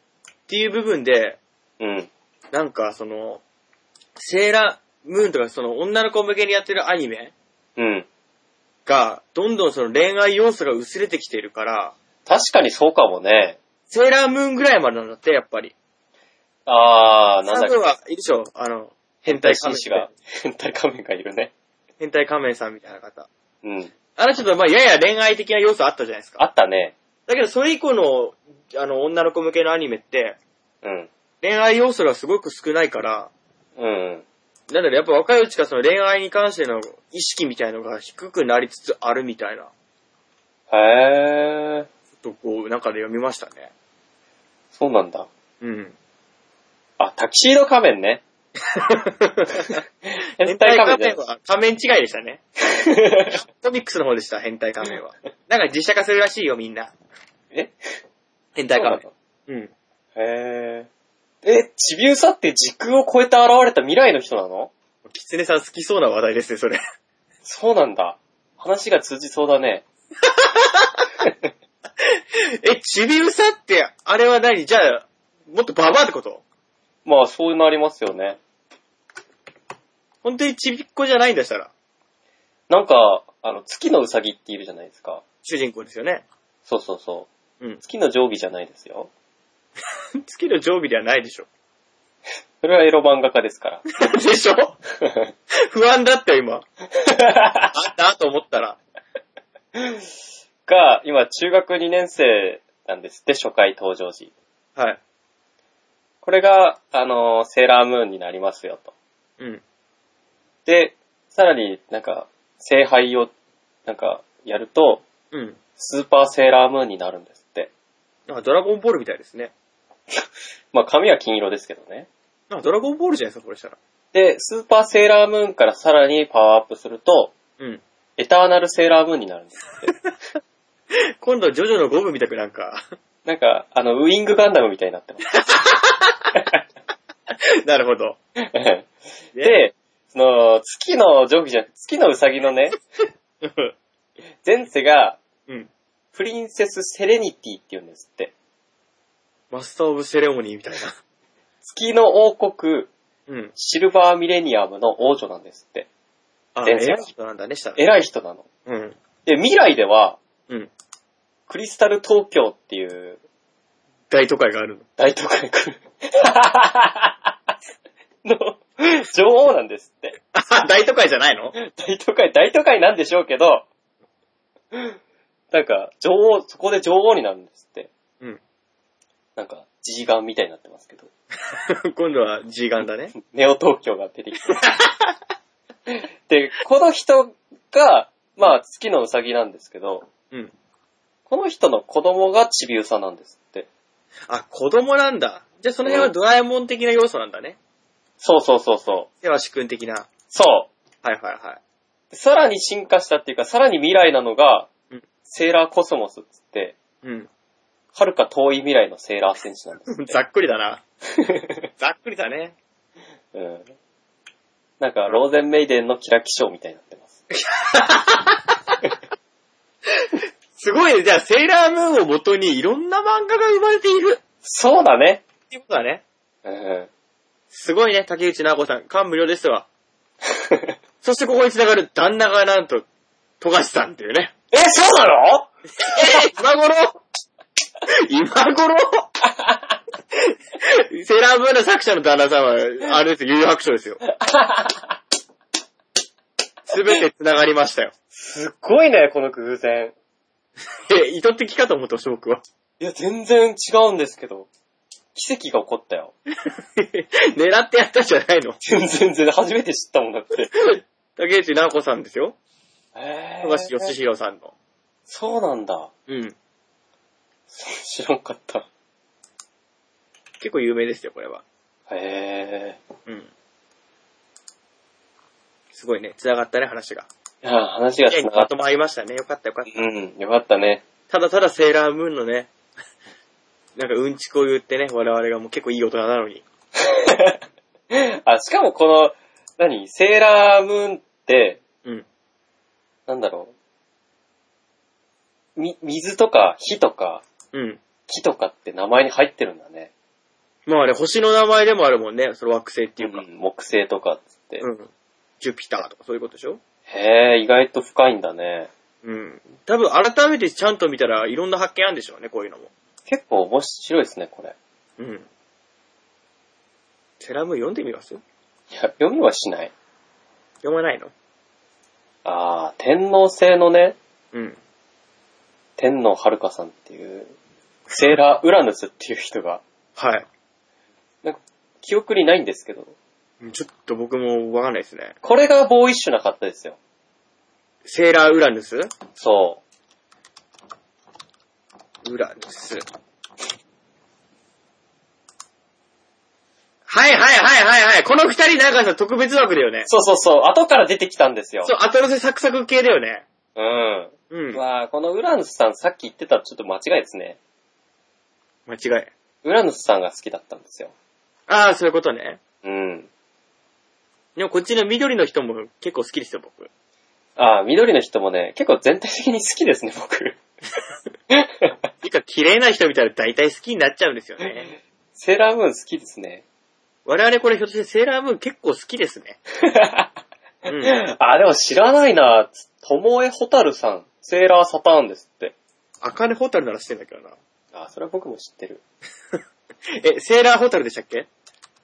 S2: ていう部分で、
S1: うん。
S2: なんかその、セーラームーンとかその女の子向けにやってるアニメ
S1: うん。
S2: が、どんどんその恋愛要素が薄れてきてるから、
S1: 確かにそうかもね。
S2: セーラームーンぐらいまでなんだって、やっぱり。
S1: あー、なんだ
S2: 多
S1: っけ
S2: 分。はいいでしょ、あの、
S1: 変
S2: 変
S1: 態
S2: 態
S1: 紳
S2: 仮
S1: 士
S2: 面
S1: が、変態仮面がいるね。
S2: 変態仮面さんみたいな方。
S1: うん。
S2: あのちょっとまあやや恋愛的な要素あったじゃないです
S1: あ
S2: か。
S1: ったね。
S2: だけどそれ以降の、あの、女の子向けのアニメって、
S1: うん。
S2: 恋愛要素がすごく少ないから、
S1: うん。
S2: なんだろう、やっぱ若いうちからその恋愛に関しての意識みたいのが低くなりつつあるみたいな、
S1: へー。
S2: ちょっとこう、中で読みましたね。
S1: そうなんだ。
S2: うん。
S1: あ、タキシード仮面ね。
S2: <laughs> <laughs>
S1: 変
S2: 変態
S1: 態仮面
S2: 仮
S1: じ
S2: 面
S1: ゃ
S2: は仮面違いでしたね。
S1: ない
S2: コミックスの方でした、変態仮面 <laughs> は。なんか実写化するらしいよ、みんな。
S1: <laughs> え
S2: 変
S1: 変
S2: 態仮面。
S1: へー。え、ちびうさって時空を超えて現れた未来の人なの
S2: うん。キツネさん好きそうな話題ですね、それ。 <laughs>
S1: そうなんだ。話が通じそうだね。
S2: え、ちびうさって、あれは何じゃあ、もっとババアってこと
S1: まあ、そうなりますよね。
S2: 本当にちびっこじゃないんだしたら、
S1: なんか、あの、月のうさぎっているじゃないですか。
S2: 主人公ですよね。
S1: そうそうそうう。
S2: ん。
S1: 月の定規じゃないですよ。
S2: 月の常備ではないでしょ。
S1: それはエロ漫画家ですから。 <laughs>
S2: でしょ <laughs> 不安だったよ、今。あったと思ったら。
S1: が、今、中学2年生なんですって、初回登場時。
S2: はい。
S1: これが、あのーセーラームーンになりますよ、と。
S2: うん。
S1: で、さらになんか、聖杯を、なんか、やると、
S2: うん。
S1: スーパーセーラームーンになるんですって。
S2: なんかドラゴンボールみたいですね。
S1: まあ、髪は金色ですけどね。
S2: なんかドラゴンボールじゃないですか、これしたら。
S1: で、スーパーセーラームーンからさらにパワーアップすると、
S2: うん。
S1: エターナルセーラームーンになるんですって。
S2: 今度、ジョジョのゴムみたくなんか。 <laughs>
S1: なんか、あの、ウィングガンダムみたいになってます。
S2: なるほど。ね、
S1: で、その、月の定規じゃなくて、月のウサギのね、前世が、
S2: <laughs> うん。
S1: プリンセスセレニティって言うんですって。
S2: マスターオブセレモニーみたいな。
S1: 月の王国、
S2: うん。
S1: シルバーミレニアムの王女なんですって。
S2: あ、
S1: 伝説
S2: 偉い人なんだね、したら。
S1: 偉い人なの。
S2: うん。
S1: で、未来では、
S2: うん。
S1: クリスタル東京っていう
S2: 大都会があるの。 <laughs>
S1: 大都会来るの女王なんですって。
S2: あ、大都会じゃないの <laughs>
S1: 大都会、大都会なんでしょうけど、なんか、女王、そこで女王になるんですって。
S2: うん。
S1: なんか、ジーガンみたいになってますけど、
S2: 今度は G ガンだね。
S1: ネオ東京が出てきて。で、この人が、まあ、月のうさぎなんですけど、
S2: うん。
S1: この人の子供がちびうさなんですって。
S2: あ、子供なんだ。じゃあその辺はドラえもん的な要素なんだね。
S1: そうそうそうそう。
S2: 手足くん的な。
S1: そう。
S2: はいはいはい。
S1: でさらに進化したっていうか、さらに未来なのが、
S2: うん
S1: セーラーコスモスっつって、
S2: うん。 <laughs>
S1: はるか遠い未来のセーラー戦士なん <laughs> です。
S2: ざっくりだな。ざっくりだね。
S1: うん。なんか、ローゼンメイデンのキラキショーみたいになってます。
S2: すごいね。じゃあ、セーラームーンを元にいろんな漫画が生まれている。
S1: そう <laughs> だね。
S2: っていうことだね。
S1: うん。
S2: すごいね、竹内直子さん。感無量ですわ。そしてここに繋がる旦那がなんと、富樫さんっていうね。
S1: え、そうなの
S2: <laughs> 今頃今頃セーラームーンの作者の旦那さんは、あれですよ、有白書ですよ。すべて繋がりましたよ。
S1: すっごいね、この偶然。
S2: え、意図的かと思った、ショークは。 <laughs>
S1: いや、全然違うんですけど。奇跡が起こったよ。
S2: 狙ってやったんじゃないの
S1: 全然全然、初めて知ったもんだって。
S2: 竹内直子さんですよ。
S1: <laughs> え
S2: 富樫義弘さんの。
S1: そうなんだ。
S2: うん。
S1: 知らんかった。
S2: 結構有名ですよ、これは。
S1: へえ。
S2: うん。すごいね、繋がったね、話が。
S1: いや、話が
S2: いや
S1: 繋が
S2: ま
S1: っ
S2: と
S1: た。
S2: まりましたね。よかった、よかった。
S1: うん、よかったね。 <laughs>
S2: ただただセーラームーンのね、 <laughs> なんかうんちくを言ってね、我々がもう結構いい大人なのに。
S1: あ、しかもこの、何セーラームーンって、
S2: うん。
S1: なんだろう。み、水とか火とか
S2: うん。
S1: 木とかって名前に入ってるんだね。
S2: まああれ、星の名前でもあるもんね、その惑星っていう
S1: う
S2: か。
S1: ん、木星とかっつって。
S2: うん。ジュピターとかそういうことでしょ
S1: へえ、意外と深いんだね。
S2: うん。多分改めてちゃんと見たらいろんな発見あるんでしょうね、こういうのも。
S1: 結構面白いですね、これ。
S2: うん。セーラームーン読んでみます
S1: いや、読みはしない。
S2: 読まないの
S1: あー、天皇制のね、
S2: うん。
S1: 天皇遥さんっていう、セーラーウラヌスっていう人が、
S2: はい。
S1: 記憶にないんですけど、
S2: ちょっと僕もわかんないですね。
S1: これがボーイッシュなかったですよ。
S2: セーラーウラヌス
S1: そ
S2: ウラヌス。はいはいはいはいはい。この二人なんかさ、特別枠だよね
S1: う。。そうそうそう、後から出てきたんですよ。
S2: そう、後乗せサクサク系だよね。
S1: うん。
S2: うん。間
S1: わあこのウラヌスさんさっき言ってたちょっと間違いですね。
S2: 違い。
S1: ウラヌスさんが好きだったんですよ。
S2: ああ、そういうことね。
S1: うん。
S2: でもこっちの緑の人も結構好きですよ、僕。
S1: ああ、緑の人もね、結構全体的に好きですね、僕。
S2: てか、綺麗な人見たら大体好きになっちゃうんですよね。
S1: セーラームーン好きですね。
S2: 我々これひょっとしてセーラームーン結構好きですね。うん。
S1: あ、でも知らないな。ともえほたるさん、セーラーサターンですって。
S2: アカネホタルなら知ってんだけどな。
S1: あ、それは僕も知ってる。
S2: え、セーラーホタルでしたっけ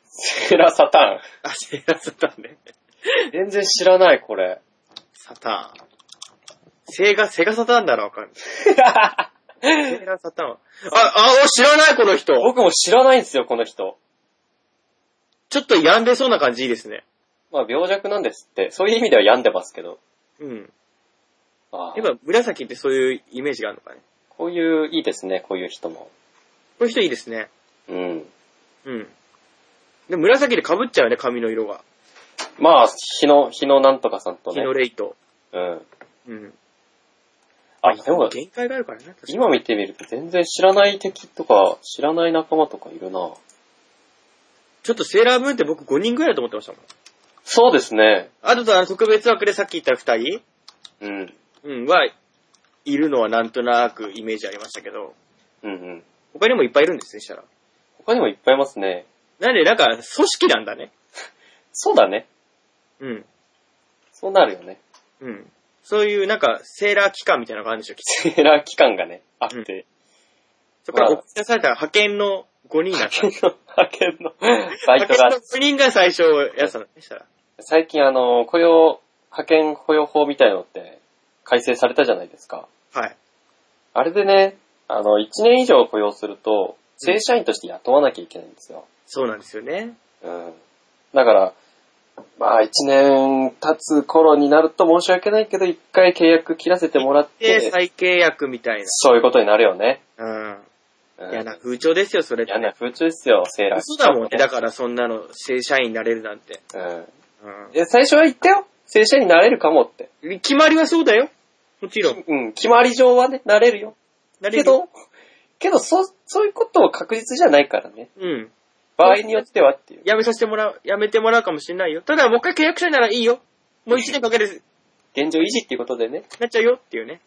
S1: セーラーサタ
S2: あ、セーラーサタンね。
S1: ーン。全然知らない、これ。 <laughs>
S2: サターン。セガ、セガサターンならわ
S1: <laughs>
S2: かる。セーラーサターン。あ、あ、お知らないこの人。
S1: 僕も知らないんですよ、この人。
S2: ちょっと病んでそうな感じいいですね。
S1: まあ、病弱なんですって。そういう意味では病んでますけど。
S2: うん。
S1: あ
S2: やっぱ紫ってそういうイメージがあるのかね。
S1: こういう、いいですね、こういう人も。
S2: この人いいですね。
S1: うん。
S2: うん。で、紫で被っちゃうよね、髪の色が。
S1: まあ、日野、日野なんとかさんと
S2: 日
S1: ね。
S2: のレイと。
S1: うん。
S2: うん。
S1: あ、でも、
S2: 限界があるからね。確かに
S1: 今見てみると全然知らない敵とか、知らない仲間とかいるな。
S2: ちょっとセーラームーンって僕5人ぐらいだと思ってましたもん。
S1: そうですね。
S2: あとあの特別枠でさっき言った2人
S1: うん。
S2: うん、は、いるのはなんとなくイメージありましたけど、
S1: うんうん。
S2: 他にもいっぱいいるんですね、したら。
S1: 他にもいっぱいいますね。
S2: なんで、なんか、組織なんだね。
S1: そうだね。
S2: うん。
S1: そうなるよね。
S2: うん。そういう、なんか、セーラー機関みたいなのがあるんでしょ、きっと。
S1: セーラー機関がね、あって。
S2: そこから
S1: まあ
S2: 送り出された派遣の5人だった。
S1: 派遣の、バイ
S2: <laughs> 派
S1: ト
S2: 遣
S1: が
S2: の、5人が最初、やつたのね、したら。
S1: 最近あの、雇用、派遣雇用法みたいのって改正されたじゃないですか。
S2: はい。
S1: あれでね、あの、1年以上雇用すると、正社員として雇わなきゃいけないんですよ。
S2: そうなんですよね。
S1: うん。だから、まあ、1年経つ頃になると申し訳ないけど、1回契約切らせてもらっ
S2: で、
S1: て、
S2: 再契約みたい
S1: そういうことになるよね。
S2: な。
S1: う
S2: うんん。嫌な風潮ですよ、それって
S1: 嫌。な風潮ですよ、セーラー。
S2: 嘘だもんね、だからそんなの、正社員になれるなんて。
S1: ら。
S2: うん
S1: うん。いや、最初は言ったよ。正社員になれるかもって。
S2: 決まりはそうだよ。もちろん。
S1: うん、決まり上はね、なれるよ。
S2: なれ
S1: け
S2: る。
S1: ど、けど、そう、そういうことは確実じゃないからね。
S2: うん。
S1: 場合によってはっていう。
S2: やめさせてもらう、やめてもらうかもしれないよ。ただ、もう一回契約者ならいいよ。もう一年かけて、
S1: 現状維持っていうことでね。
S2: なっちゃうよっていうね。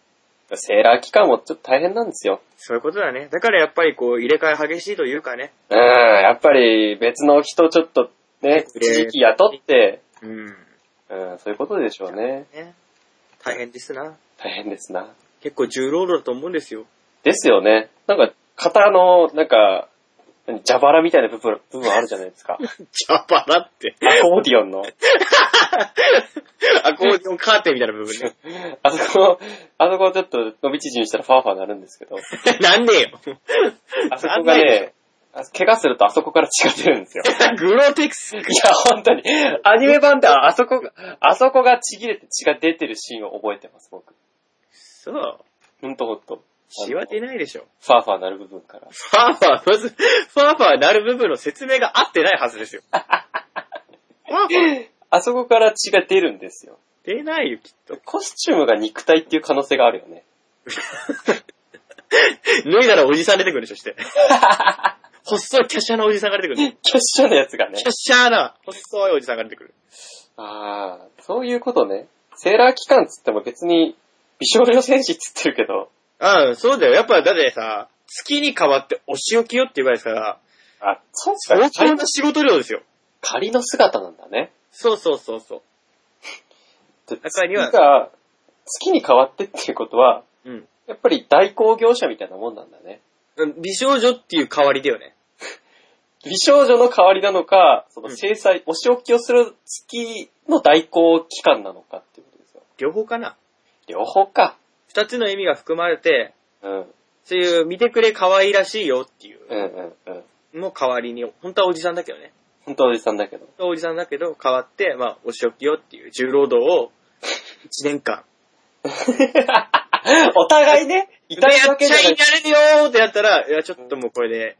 S1: セーラー期間もちょっと大変なんですよ。
S2: そういうことだね。だからやっぱりこう、入れ替え激しいというかね。
S1: うん、やっぱり別の人ちょっとね、
S2: えー
S1: 地域雇って、
S2: うん。
S1: うん、そういうことでしょうね。
S2: ね。大変ですな。
S1: 大変ですな。
S2: 結構重労働だと思うんですよ。
S1: ですよね。なんか、型の、なんか、何蛇腹みたいな部分、部分あるじゃないで
S2: <laughs>
S1: すか。
S2: ャパラ <laughs> って。
S1: アコーディオンの。
S2: アコーディオンカーテンみたいな部分ね。
S1: あそこ、あそこをちょっと伸び縮みしたらファーファーなるんですけど、
S2: <laughs> なんでよ。
S1: あそ
S2: な
S1: こが
S2: んないで
S1: ね、あ怪我するとあそこから血が出るん
S2: <laughs>
S1: ですよ。
S2: グロテクス。
S1: いや、本
S2: <laughs>
S1: 当に。アニメ版ではあそこが、あそこがちぎれて血が出てるシーンを覚えてます、僕。
S2: そう。
S1: ほんとほんと。
S2: しわ出ないでしょ。
S1: ファーファーなる部分から。
S2: ファーファー、まず、ファーファーなる部分の説明が合ってないはずですよ。ファーファー
S1: あそこから血が出るんですよ。
S2: 出ないよ、きっと。
S1: コスチュームが肉体っていう可能性があるよね。
S2: 脱いだらおじさん出てくるでしょ、 <laughs> して。細いキャッシャーなおじさんが出てくる。
S1: キャッシャーのやつがね
S2: キャ。ッシャーな、細いおじさんが出てくる。
S1: ああ、そういうことね。セーラー機関つっても別に、美少女戦士つってるけど、
S2: うん、そうだよ。やっぱ、だってさ、月に変わってお仕置きよって言われてから、
S1: あ、そうです
S2: 相当
S1: 仮
S2: な仕事量ですよ。
S1: 仮の姿なんだね。
S2: そうそうそうそう。
S1: で
S2: 中には
S1: 月が、月に変わってっていうことは、
S2: うん。
S1: やっぱり代行業者みたいなもんなんだね。
S2: うん美少女っていう代わりだよね。
S1: 美少女の代わりなのか、その
S2: うん
S1: 制裁、お仕置きをする月の代行機関なのかっていうことですよ。
S2: 両方かな。
S1: 両方か。
S2: 二つの意味が含まれて、
S1: うん。うん
S2: そういう、見てくれ可愛いらしいよっていう
S1: うんうん。
S2: の代わりに、本当はおじさんだけどね。
S1: 本当おじさんだけど。 <laughs>
S2: 本当はおじさんだけど、変わって、まあ、お仕置きよっていう重労働を、一年間。
S1: お互いね、痛いわけじゃな
S2: やっ
S1: い
S2: ち。ゃいられるよーってやったら、いや、ちょっともうこれで、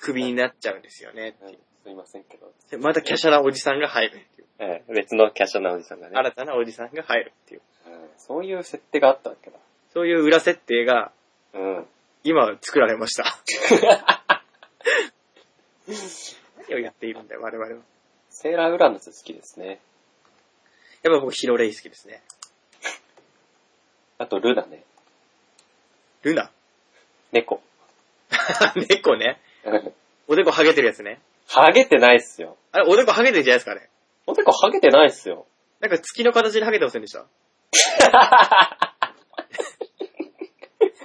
S2: クビになっちゃうんですよね。
S1: うんすいませんけど。
S2: でまた華奢なおじさんが入るっていう。
S1: ええ別のキャッシャーなおじさんがね、
S2: 新たなおじさんが入るっていう。
S1: うんそういう設定があったわけだ。
S2: そういう裏設定が、
S1: うん。
S2: 今作られました。何をやっているんだよ、我々は。やっ
S1: セーラーウラヌス好きですね。
S2: ぱ僕、ヒロレイ好きですね。
S1: あと、ルナね。
S2: ルナ。 <laughs>
S1: 猫。
S2: 猫ね。
S1: うん
S2: おでこハゲてるやつね。
S1: ハゲてないっすよ。
S2: あれ、おでこハゲてるじゃないですか、あれ。
S1: おでこハゲてないっ
S2: <laughs>
S1: すよ。
S2: なんか月の形でハゲてませんでした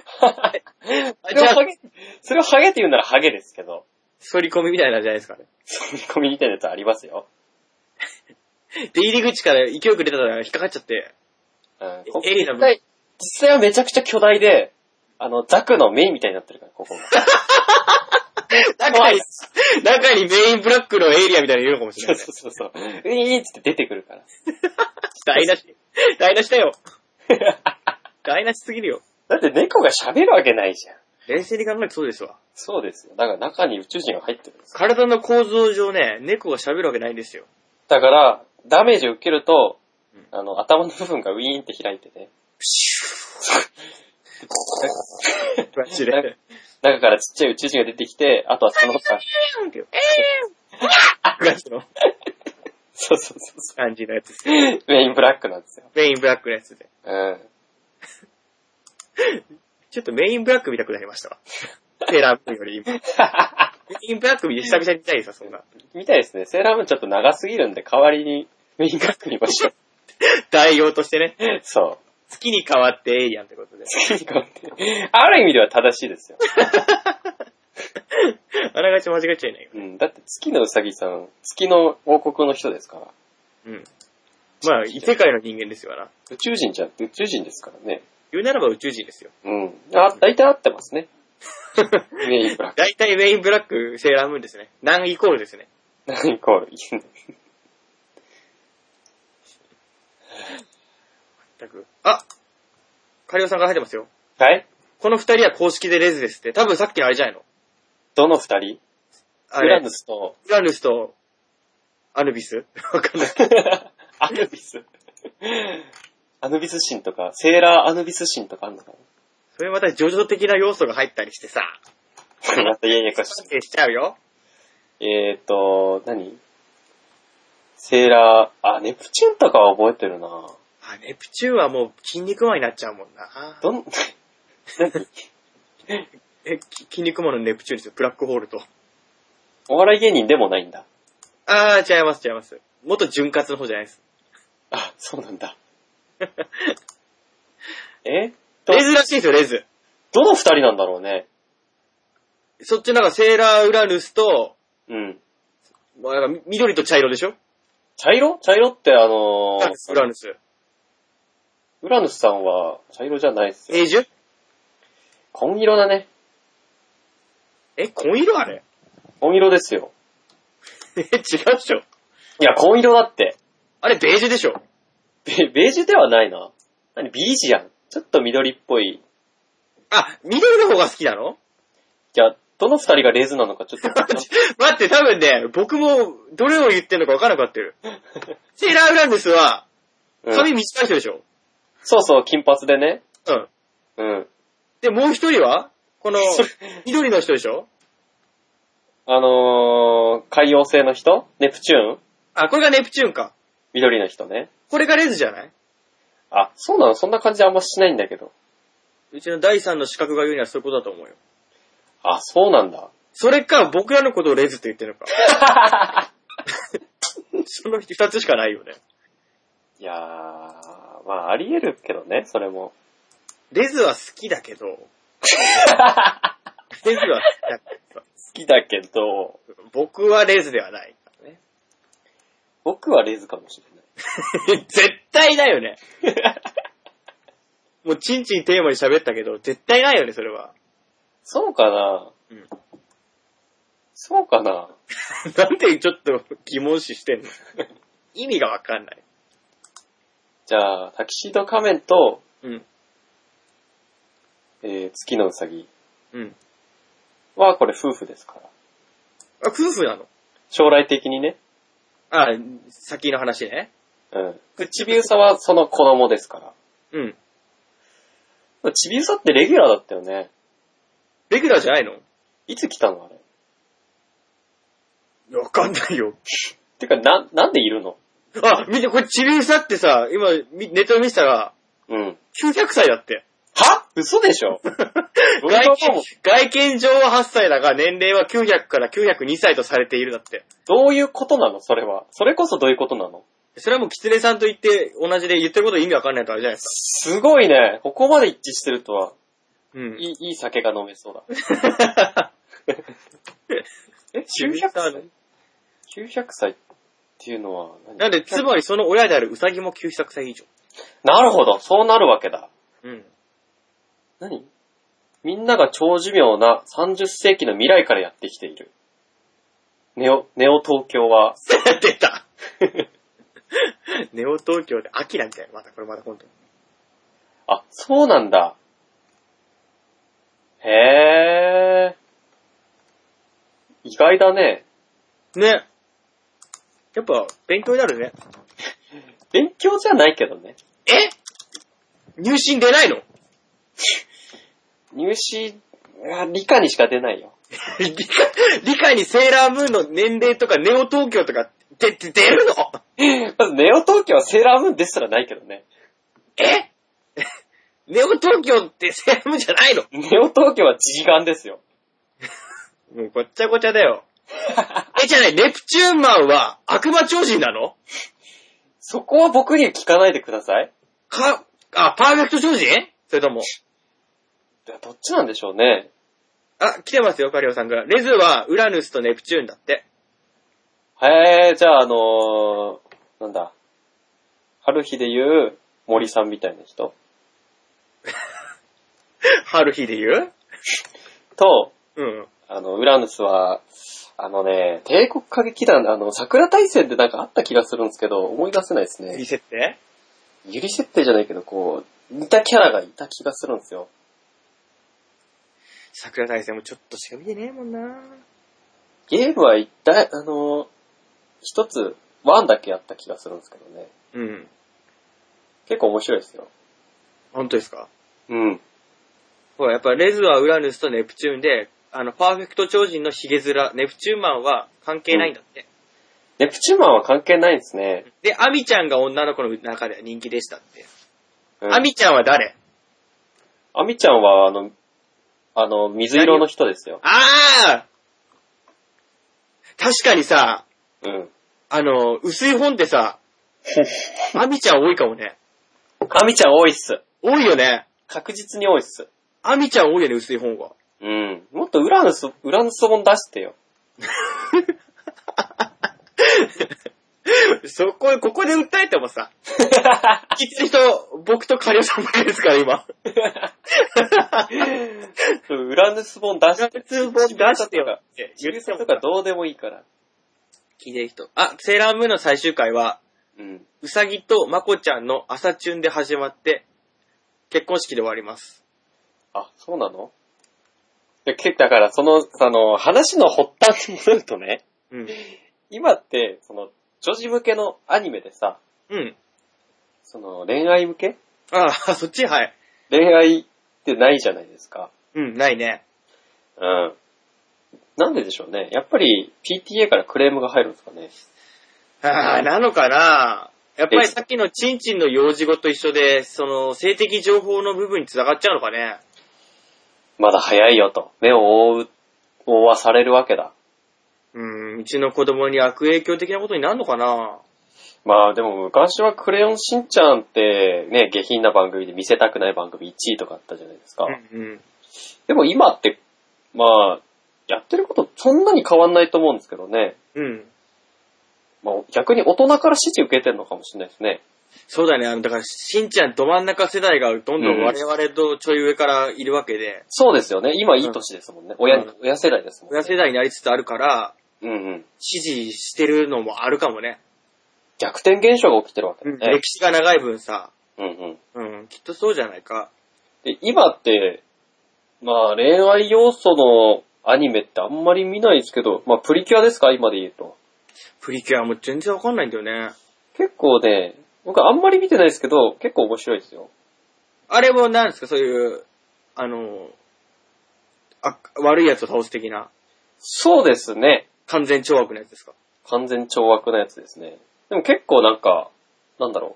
S2: じゃ
S1: それを
S2: あ
S1: ハゲ、それをハゲって言うならハゲですけど、
S2: 反り込みみたいなんじゃないですか、あれ。
S1: そういうコミュニティのやつありますよ。
S2: で、入り口から勢いよく出たら引っかかっちゃって。
S1: うん
S2: え
S1: ここ
S2: エリナ
S1: 実際、実際はめちゃくちゃ巨大で、あの、ザクのメインみたいになってるから、ここが。
S2: 中に、中にメインブラックのエイリアンみたいなのいるのかもし
S1: そ
S2: れ
S1: う
S2: ない
S1: そ。うそうそう。ウィーンっつって出てくるから。
S2: <laughs> 台無し。台無しだよ。台無しすぎるよ。
S1: <laughs> だって猫が喋るわけないじゃん。
S2: 冷静に考えてそうですわ。
S1: そうですよ。だから中に宇宙人が入ってるんですよ
S2: 体の構造上ね、猫が喋るわけないんですよ。
S1: だから、ダメージを受けると
S2: うん、
S1: あの、頭の部分がウィーンって開いてね。
S2: マジ
S1: で中からちっちゃい宇宙人が出てきて、あとはその <laughs> 他、
S2: ガチの
S1: そうそうそうそ
S2: 感じのやつです。
S1: う。メインブラックなんですよ。
S2: メインブラックのやつで。
S1: うん。
S2: ちょっとメインブラック見たくなりま <laughs> したわ。セーラームーンより今。メインブラック見て久々に見たいですわ、そんな。
S1: みたいですね。セーラームーンちょっと長すぎるんで、代わりにメインブラックにましょう。
S2: 代用としてね、
S1: <laughs> そう。
S2: 月に変わってエイリアンってことで。
S1: 好きに変わって。ある意味では正しいですよ。
S2: あらがち間違っちゃいないよ。
S1: うん。だって月のうさぎさん、月の王国の人ですから。
S2: うん。まあ、異世界の人間ですよな。
S1: 宇宙人じゃなくて宇宙人ですからね。
S2: 言うならば宇宙人ですよ。
S1: うん。あ、大体合ってますね。メインブラック。
S2: 大体メインブラック、セーラームーンですね。ナンイコールですね。
S1: 何こう。
S2: 全く。あカリオさんが入ってますよ。
S1: はい
S2: この二人は公式でレズですって。多分さっきのあれじゃないの
S1: どの二人
S2: あ
S1: ウ
S2: れ
S1: ラヌスと、
S2: ウラヌスと、アヌビス <laughs> わかんない。
S1: アヌビス。アヌビス神とか、セーラーアヌビス神とかあんのか
S2: それまたジョジョ的な要素が入ったりしてさ、
S1: なまたややこしい。
S2: えしちゃうよ。
S1: えーと、何セーラー、あ、ネプチューンとかは覚えてるな
S2: あ、ネプチューンはもう筋肉マンになっちゃうもんな。
S1: どん、 <laughs>
S2: え、き筋肉マンのネプチューンですよ。ブラックホールと。
S1: お笑い芸人でもないんだ。
S2: あー、違います、違います。元潤滑の方じゃないです。
S1: <laughs> あ、そうなんだ。えと
S2: レズらしいんですよ、レズ。
S1: どの二人なんだろうね。
S2: そっちなんかセーラーウラヌスと、
S1: うん。
S2: まあ、なんか緑と茶色でしょ
S1: 茶色茶色ってあのー
S2: <laughs> ウラヌス。
S1: ウラヌスさんは茶色じゃないっすよ。
S2: エイジュ
S1: 紺色だね。
S2: え、紺色あれ <laughs>
S1: 紺色ですよ。
S2: え、違うっしょ。
S1: いや、紺色だって。
S2: あれ、ベージュでしょ。
S1: ベベージュではないな。何ビージアン。ちょっと緑っぽい。い
S2: あ、緑の方が好きなの <laughs>
S1: や、どの二人がレズなのかちょっとわかんない。
S2: 待って、多分ね、僕も、どれを言ってんのか分からなくなって
S1: <laughs>
S2: る。セーラーウラヌスは、
S1: うん
S2: 髪短い人でしょ。
S1: そうそう、金髪でね。
S2: うん。
S1: うん。 <laughs>
S2: で、もう一人はこの
S1: それ、
S2: 緑の人でしょ
S1: あのー、海洋星の人ネプチューン
S2: あ、これがネプチューンか。
S1: 緑の人ね。
S2: これがレズじゃない
S1: あ、そうなのそんな感じあんましないんだけど。
S2: うちの第三の資格が言うにはそういうことだと思うよ。
S1: あ、そうなんだ。
S2: それか、僕らのことをレズって言ってるのか。 <laughs> その二つしかないよね。
S1: いやー、まああり得るけどね、それも。
S2: レズは好きだ <laughs> けど、レズは好きだけど、
S1: 好きだけど、
S2: 僕はレズではないからね。
S1: 僕はレズかもし
S2: <laughs> 絶対だよね。
S1: れない。
S2: <laughs> もうチンチンテーマに喋ったけど、絶対ないよね、それは。
S1: そうかな
S2: うん
S1: そうかな
S2: なんでちょっと疑問視 <laughs> してんの意味がわかんない。
S1: じゃあ、タキシード仮面と、
S2: うん。
S1: えー、月のうさぎ
S2: うん。
S1: はこれ夫婦ですから。
S2: あ、夫婦なの
S1: 将来的にね。
S2: あ、先の話ね。
S1: うん。でちびうさはその子供ですか
S2: うん。
S1: ら。ちびうさってレギュラーだったよね。
S2: レギュラーじゃないの
S1: いつ来たのあれ。 <laughs>
S2: わかんないよ。
S1: てか、な、なんでいるの
S2: あ、見て、これ、ちびうさってさ、今、みネットで見てたら、
S1: うん。
S2: 900歳だって。
S1: は嘘でし <laughs> ょどういう
S2: 外
S1: こと
S2: 見、外見上は8歳だが、年齢は900から902歳とされているだって。
S1: どういうことなのそれは。それこそどういうことなの
S2: それはもう、キツネさんと言って、同じで言ってること意味わかんないとあれじゃないです
S1: すごいね。ここまで一致してるとは、
S2: か。うん。
S1: いい、いい酒が飲めそうだ。
S2: <laughs>
S1: え、900歳 ?900 歳っていうのは何
S2: なんで、つまりその親であるウサギも900歳以上。
S1: なるほど、そうなるわけだ。
S2: うん。 <laughs>
S1: 何みんなが長寿命な30世紀の未来からやってきている。ネオ、ネオ東京は、
S2: 出たネオ東京で秋なんだよ。また、これまた今度。
S1: あ、そうなんだ。へえ。意外だね。
S2: ね。やっぱ、勉強になるね。
S1: 勉強じゃないけどね。
S2: え入信出ないの
S1: 入試、あ理科にしか出ないよ。 <laughs>
S2: 理科、理科にセーラームーンの年齢とかネオ東京とか、で、で出るの
S1: まずネオ東京はセーラームーンですらないけどね。
S2: え <laughs> ネオ東京ってセーラームーンじゃないの
S1: ネオ東京は G ガンですよ。
S2: もうごっちゃごちゃだよ。え、じゃない、ネプチューンマンは悪魔超人なの
S1: そこは僕には聞かないでください。
S2: か、あ、パーフェクト超人それとも。
S1: どっちなんでしょうね。
S2: あ、来てますよ、カリオさんから。レズはウラヌスとネプチューンだって。
S1: へえ、じゃああのー、なんだ。春日で言う森さんみたいな人
S2: 春日で言う
S1: と、
S2: うん。
S1: あの、ウラヌスは、あのね、帝国歌劇団、あの、桜大戦でなんかあった気がするんですけど、思い出せないです
S2: 見
S1: ね。
S2: せて。
S1: ゆり設定じゃないけど、こう、似たキャラがいた気がするんですよ。
S2: 桜大戦もちょっとしか見てねえもんな
S1: ゲームは一体、あのー、一つ、ワンだけやった気がするんですけどね。
S2: うん。
S1: 結構面白いですよ。
S2: 本当ですか
S1: うん。
S2: ほら、やっぱレズはウラヌスとネプチューンで、あの、パーフェクト超人のヒゲズラ、ネプチューンマンは関係ないんだって。
S1: ネプチューンマンは関係ないんですね。
S2: で、アミちゃんが女の子の中では人気でしたって。
S1: うん
S2: アミちゃんは誰
S1: アミちゃんは、あの、あの、水色の人ですよ。
S2: あー確かにさ、
S1: うん。
S2: あの、薄い本って
S1: <laughs>
S2: さ、アミちゃん多いかもね。
S1: アミちゃん多いっす。
S2: 多いよね。
S1: 確実に多いっす。
S2: アミちゃん多いよね、薄い本
S1: <laughs>
S2: が。
S1: うん。もっとウラヌス、ウラヌス本出して <laughs> よ。
S2: そこ、ここで訴えてもさ、きつい人、僕とカリオさんばっかりですから、今。
S1: ウラヌス本出して。
S2: 通本出してよって
S1: 中
S2: 言って
S1: 佐
S2: も
S1: とかどうでもいいから。
S2: 聞いてる人。あ、セーラームーンの最終回は、
S1: うん。
S2: うさぎとまこちゃんの朝チュンで始まって、結婚式で終わります。
S1: あ、そうなのでけだから、その、その、話の発端にするとね、
S2: うん。
S1: 今って、その、女児向けのアニメでさ、
S2: うん。
S1: その、恋愛向け
S2: ああ、そっちはい。
S1: 恋愛ってないじゃないですか。
S2: うん、ないね。
S1: うん。なんででしょうね。やっぱり PTA からクレームが入るんですかね。
S2: ああ、なのかなやっぱりさっきのチンチンの用事語と一緒で、その、性的情報の部分に繋がっちゃうのかね。
S1: まだ早いよと。目を覆う、覆わされるわけだ。
S2: うん、うちの子供に悪影響的なことになるのかな
S1: まあでも昔はクレヨンしんちゃんってね、下品な番組で見せたくない番組1位とかあったじゃないですか。
S2: うん、うん。
S1: でも今って、まあ、やってることそんなに変わんないと思うんですけどね。
S2: うん。
S1: まあ逆に大人から指示受けてるのかもしれないですね。
S2: そうだね。あの、だから、しんちゃんど真ん中世代がどんどん我々とちょい上からいるわけで、
S1: そうですよね。今いい年ですもんね。親に
S2: うん、
S1: 親世代ですもんね。
S2: 親世代になりつつあるから、
S1: うんうん。
S2: 支持してるのもあるかもね。
S1: 逆転現象が起きてるわけだね
S2: 歴。史が長い分さ、
S1: うんうん。
S2: うん、きっとそうじゃないか。
S1: で、今って、まあ恋愛要素のアニメってあんまり見ないですけど、まあプリキュアですか今で言うと。
S2: プリキュアも全然わかんないんだよね。
S1: 結構ね、僕あんまり見てないですけど、結構面白いですよ。
S2: あれもなんですか、そういう、あの、あ悪いやつを倒す的な、
S1: そうですね。
S2: 完全懲悪のやつですか。
S1: 完全懲悪なやつですね。でも結構なんか、なんだろう。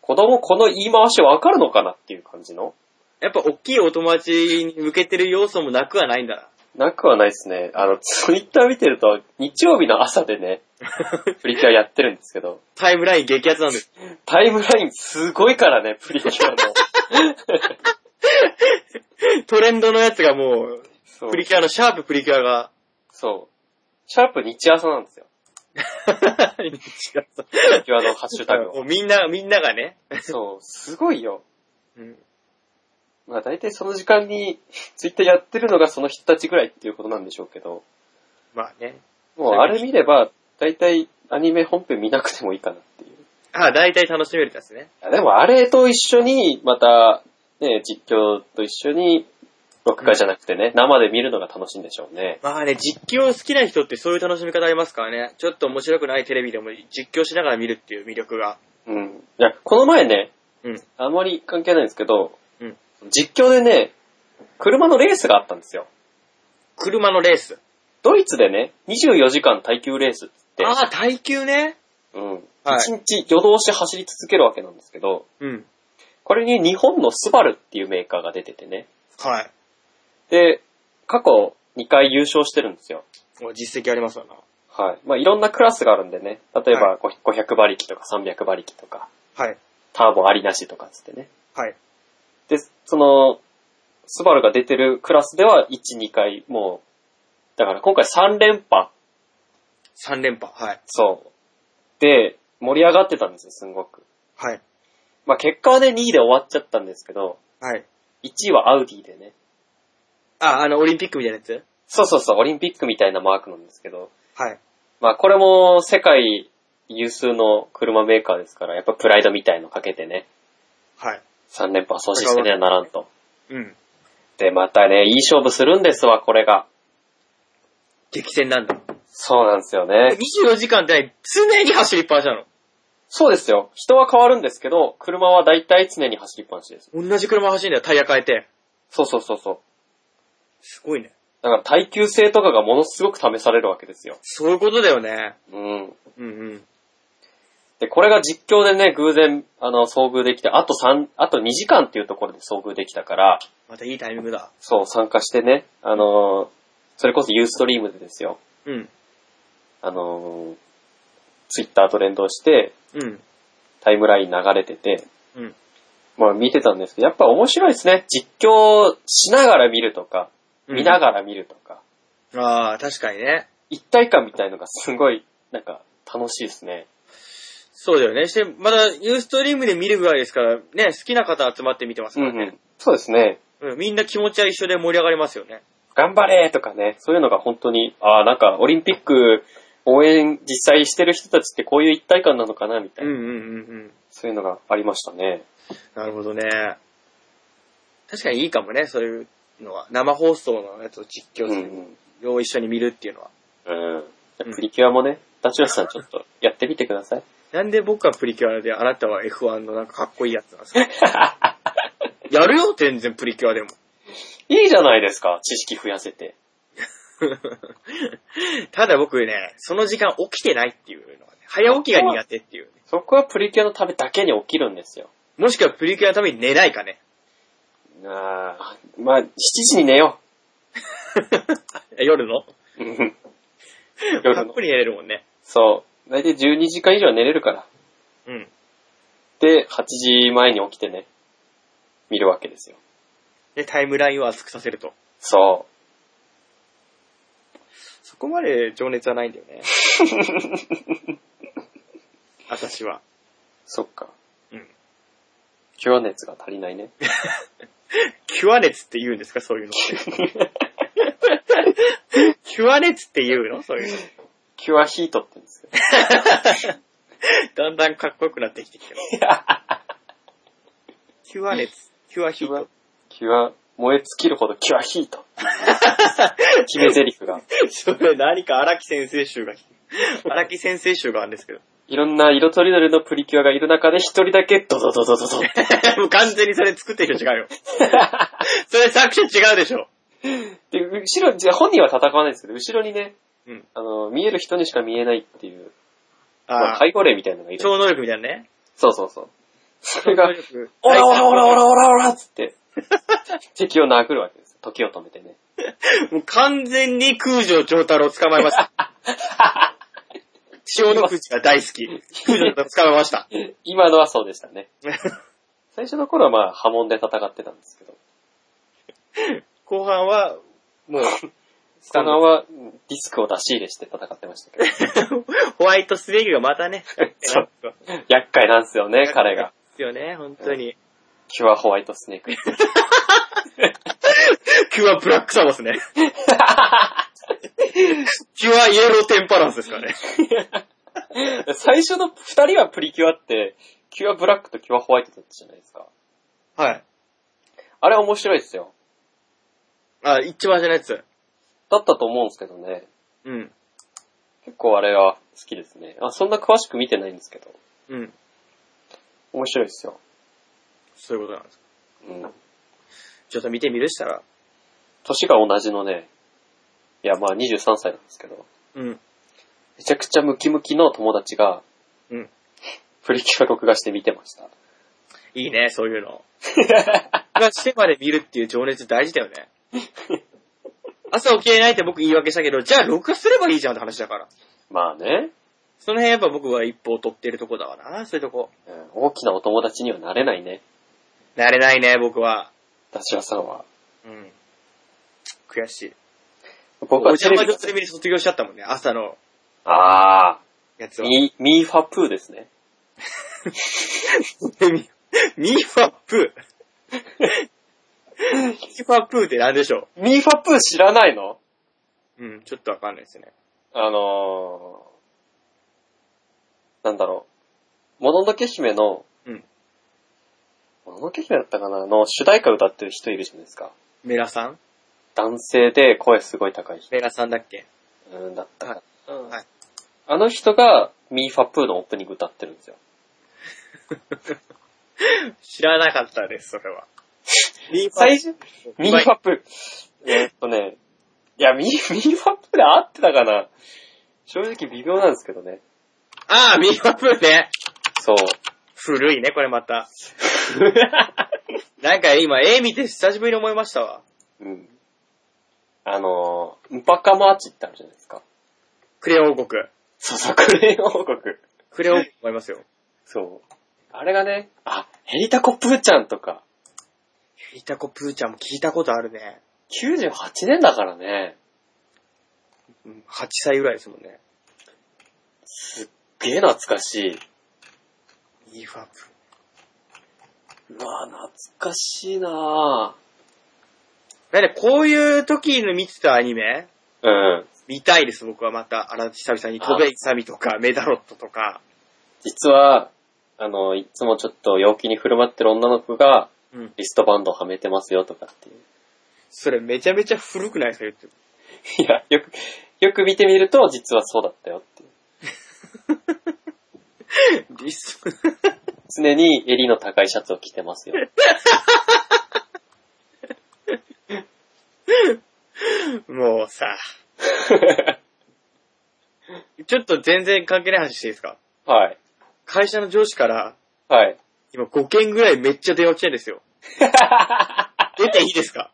S1: 子供この言い回しわかるのかなっていう感じの
S2: やっぱ大きいお友達に向けてる要素もなくはないんだな。
S1: なくはないですね。あの、ツイッター見てると、日曜日の朝で
S2: <laughs>
S1: ね、プリキュアやってるんですけど、
S2: タイムライン激アツなんです。
S1: タイムラインすごいからね、プリキュアの。
S2: トレンドのやつがも、
S1: そうう
S2: プリキュアの、シャーププリキュアが、
S1: そう。シャープ日朝なんですよ。プリキュアのハッ
S2: <laughs>
S1: シュタグ
S2: もう
S1: は。
S2: みんな、みんながね、
S1: そう、すごいよ。まあ大体その時間にツイッターやってるのがその人たちぐらいっていうことなんでしょうけど、
S2: まあね。
S1: もうあれ見れば、大体アニメ本編見なくてもいいかなっていう。い
S2: ああ、大体楽しめるやつね。
S1: やでもあれと一緒に、また、ね、実況と一緒に、録画じゃなくてね、生で見るのが楽しいんでしょうね。
S2: まあね、実況好きな人ってそういう楽しみ方ありますからね。ちょっと面白くないテレビでも実況しながら見るっていう魅力が。
S1: うん。いや、この前ね、
S2: うん。
S1: あまり関係ないんですけど、
S2: うん
S1: 実況でね、車のレースがあったんですよ。
S2: 車のレース。
S1: ドイツでね、24時間耐久レースって、
S2: ああ、耐久ね。
S1: うん。
S2: はい
S1: 1日夜通し走り続けるわけなんですけど、
S2: うん。
S1: これに日本のスバルっていうメーカーが出ててね。
S2: はい。
S1: で、過去2回優勝してるんですよ。
S2: もう実績ありますわな。
S1: はい。まあ、いろんなクラスがあるんでね。例え
S2: は
S1: ば、500馬力とか300馬力とか、
S2: はい。
S1: ターボありなしとかっつってね。
S2: はい。
S1: で、その、スバルが出てるクラスでは1、2回、もう、だから今回3連覇、
S2: 3連覇。はい。
S1: そう。で、盛り上がってたんですよ、すんごく。
S2: はい。
S1: まあ、結果はね、2位で終わっちゃったんですけど、
S2: はい。
S1: 1位はアウディでね。
S2: あ、あの、オリンピックみたいなやつ
S1: そうそうそう、オリンピックみたいなマークなんですけど、
S2: はい。
S1: まあこれも世界有数の車メーカーですから、やっぱプライドみたいのかけてね、
S2: はい。
S1: 3連覇阻止してにはならんと。
S2: うん。
S1: で、またね、いい勝負するんですわ、これが。
S2: 激戦なんだ。
S1: そうなんですよね。
S2: 24時間って常に走りっぱなしなの。
S1: そうですよ。人は変わるんですけど、車は大体常に走りっぱなしです。
S2: 同じ車走るんだよ、タイヤ変えて。
S1: そうそうそうそう。
S2: すごいね。
S1: だから耐久性とかがものすごく試されるわけですよ。
S2: そういうことだよね。
S1: うん。
S2: うんうん。
S1: で、これが実況でね、偶然、あの、遭遇できて、あと3、あと2時間っていうところで遭遇できたから、
S2: またいいタイミングだ。
S1: そう、参加してね、あのーそれこそユーストリームでですよ、
S2: うん。
S1: あのツイッター Twitter と連動して、
S2: うん。
S1: タイムライン流れてて、
S2: うん。
S1: まあ見てたんですけど、やっぱ面白いですね。実況しながら見るとか、見ながら見るとか、
S2: ああ、確かにね。
S1: 一体感みたいのがすごい、なんか楽しいですね。
S2: そうだよね。して、まだ、ユーストリームで見るぐらいですから、ね、好きな方集まって見てます
S1: うん
S2: からね。
S1: ん。そうですね。
S2: うん、みんな気持ちは一緒で盛り上がりますよね。
S1: 頑張れとかね、そういうのが本当に、ああ、なんかオリンピック応援実際してる人たちってこういう一体感なのかな、みたい
S2: うん
S1: な、
S2: うんうんうん。
S1: そういうのがありましたね。
S2: なるほどね。確かにいいかもね、そういうのは。生放送のやつを実況
S1: う
S2: する。
S1: ん、
S2: を一緒に見るっていうのは。
S1: うん。うん。
S2: ん
S1: プリキュアもね、ダチュラさんちょっとやってみてください。
S2: なんで僕はプリキュアで、あなたは F1 のなんかかっこいいやつなんですか <laughs> やるよ、全然プリキュアでも。
S1: いいじゃないですか、知識増やせて。
S2: <laughs> ただ僕ね、その時間起きてないっていうのはね、早起きが苦手っていうね、
S1: そこはプリキュアのためだけに起きるんですよ。
S2: もしくはプリキュアのために寝ないかね。
S1: ああ、まあ、7時に寝よ
S2: 夜の
S1: う。うん
S2: た
S1: 夜
S2: っ
S1: の。
S2: ぷり寝れるもんね。
S1: そう。大体12時間以上は寝れるから。
S2: うん。
S1: で、8時前に起きてね、見るわけですよ。
S2: で、タイムラインを熱くさせると。
S1: そう。
S2: そこまで情熱はないんだよね。 <laughs> 私は。
S1: そっか。
S2: うん。
S1: キュア熱が足りないね。
S2: キュア熱って言うんですか <laughs> そういうの。キュア熱って言うのそういうの。
S1: キュアヒートって言うんですよ。
S2: だんだんかっこよくなってきてきてる。キュア熱。キュアヒ
S1: キ
S2: ー
S1: ュア
S2: ト。、
S1: キュア、燃え尽きるほどキュアヒート。決め台詞が。
S2: <laughs> それ何か荒木先生集が、 <laughs> 荒木先生集があるんですけど。 <laughs>
S1: いろんな色とりどりのプリキュアがいる中で一人だけドドドドドド。
S2: もう完全にそれ作ってる人違うよ。それ作者違うでしょ。
S1: で、後ろ、じゃあ本人は戦わないんですけど、後ろにね、
S2: うん
S1: あの、見える人にしか見えないっていう、まあ、
S2: ああ、
S1: 介護霊みたいなのがいる。
S2: 超能力みたいなね。
S1: そうそうそう。それ
S2: 超
S1: が
S2: 能、力
S1: オラオラオラオラオラオラっつって、敵を殴るわけですよ。時を止めてね。
S2: <laughs> もう完全に空城長太郎捕まえま <laughs> した。塩の富士が大好き。空城長太郎捕まえました。
S1: 今のはそうでしたね。最初の頃はまあ波紋で戦ってたんですけど、
S2: <laughs> 後半は、もう、
S1: スタナはうんディスクを出し入れして戦ってましたけど、
S2: <laughs> ホワイトスレギがまた <laughs> ね、
S1: そう厄介なんですよね、彼が。
S2: ですよね、本当に。
S1: キュアホワイトスネーク。
S2: <laughs> キュアブラックサマスね。 <laughs> キュアイエローテンパランスですからね。
S1: <laughs> 最初の二人はプリキュアって、キュアブラックとキュアホワイトだったじゃないですか。
S2: はい。
S1: あれ面白いですよ。
S2: あ、一番最初のやつ。
S1: だったと思うんですけどね。
S2: うん。
S1: 結構あれは好きですね。あ、そんな詳しく見てないんですけど。
S2: うん。
S1: 面白いですよ。
S2: そういうことなんです。
S1: うん。
S2: ちょっと見てみるしたら。
S1: 年が同じのね、いやまあ23歳なんですけど、
S2: うん。
S1: めちゃくちゃムキムキの友達が、
S2: うん。
S1: プリキュア録画して見てました。
S2: いいね、そういう <laughs> の。がしてまで見るっていう情熱大事だよね。朝起きれないって僕言い訳したけど、じゃあ録画すればいいじゃんって話だから。
S1: まあね、
S2: その辺やっぱ僕は一歩を取ってるとこだわな、そういうとこ。
S1: うん大きなお友達にはなれないね、
S2: なれないね、僕は。
S1: ダシラさんは。
S2: うん。悔しい。
S1: 僕
S2: 僕は
S1: はテ
S2: テ
S1: レ
S2: レビ
S1: ビ
S2: で、テレビで卒業しちゃったもんね、朝の
S1: ああ、
S2: やつは。
S1: ミー、ミーファプーですね。
S2: ミーファップー。ミーファップーって何でしょ
S1: ミーファプー知らないの
S2: ううん、ちょっとわかんないですね。
S1: あのー、なんだろう、もののけ姫の、
S2: うん
S1: もののけ姫だったかなあの主題歌歌ってる人いるじゃないですか。
S2: メラさん
S1: 男性で声すごい高い人。
S2: メラさんだっけ
S1: うん、だったかな。うん
S2: はい
S1: あの人が、ミーファプーのオープニング歌ってるんですよ。
S2: 知らなかったです、それ <laughs> は。ミーファ
S1: 最初、ミーファプー。えーっとね、いや、ミー、ミーファプーで合ってたかな正直微妙なんですけどね。
S2: ああ、ミーファップーね。 <laughs>
S1: そう。
S2: 古いね、これまた。なんか今、絵見て久しぶりに思いましたわ。
S1: うん。あのー、ムパカマーチってあるじゃないですか。
S2: クレヨン王国。
S1: そうそう、クレヨン王国。
S2: <laughs> クレヨン王国思いますよ。
S1: そう。あれがね、あ、ヘリタコプーちゃんとか、
S2: ヘリタコプーちゃんも聞いたことあるね。
S1: 98年だからね、
S2: うん8歳ぐらいですもんね。
S1: すっげえ懐かしい。
S2: イーファップ。
S1: うわ懐かしいな
S2: だってこういう時に見てたアニメ
S1: ぁ。うん。
S2: 見たいです、僕はまた。あら、久々に
S1: あ
S2: コベイサミとか、メダロットとか。
S1: 実は、あの、いつもちょっと陽気に振る舞ってる女の子が、
S2: うん。
S1: リストバンドをはめてますよとかっていう。 <laughs>
S2: それめちゃめちゃ古くないですか、 <laughs> 言ってる。
S1: いや、よく、よく見てみると、実はそうだったよっていう。
S2: リス
S1: 常に襟の高いシャツを着てます <laughs> よ。
S2: もうさ。ちょっと全然関係ない話していいですか
S1: はい。
S2: 会社の上司から、
S1: はい。
S2: 今5件ぐらいめっちゃ電話来てるんですよ。出ていいですか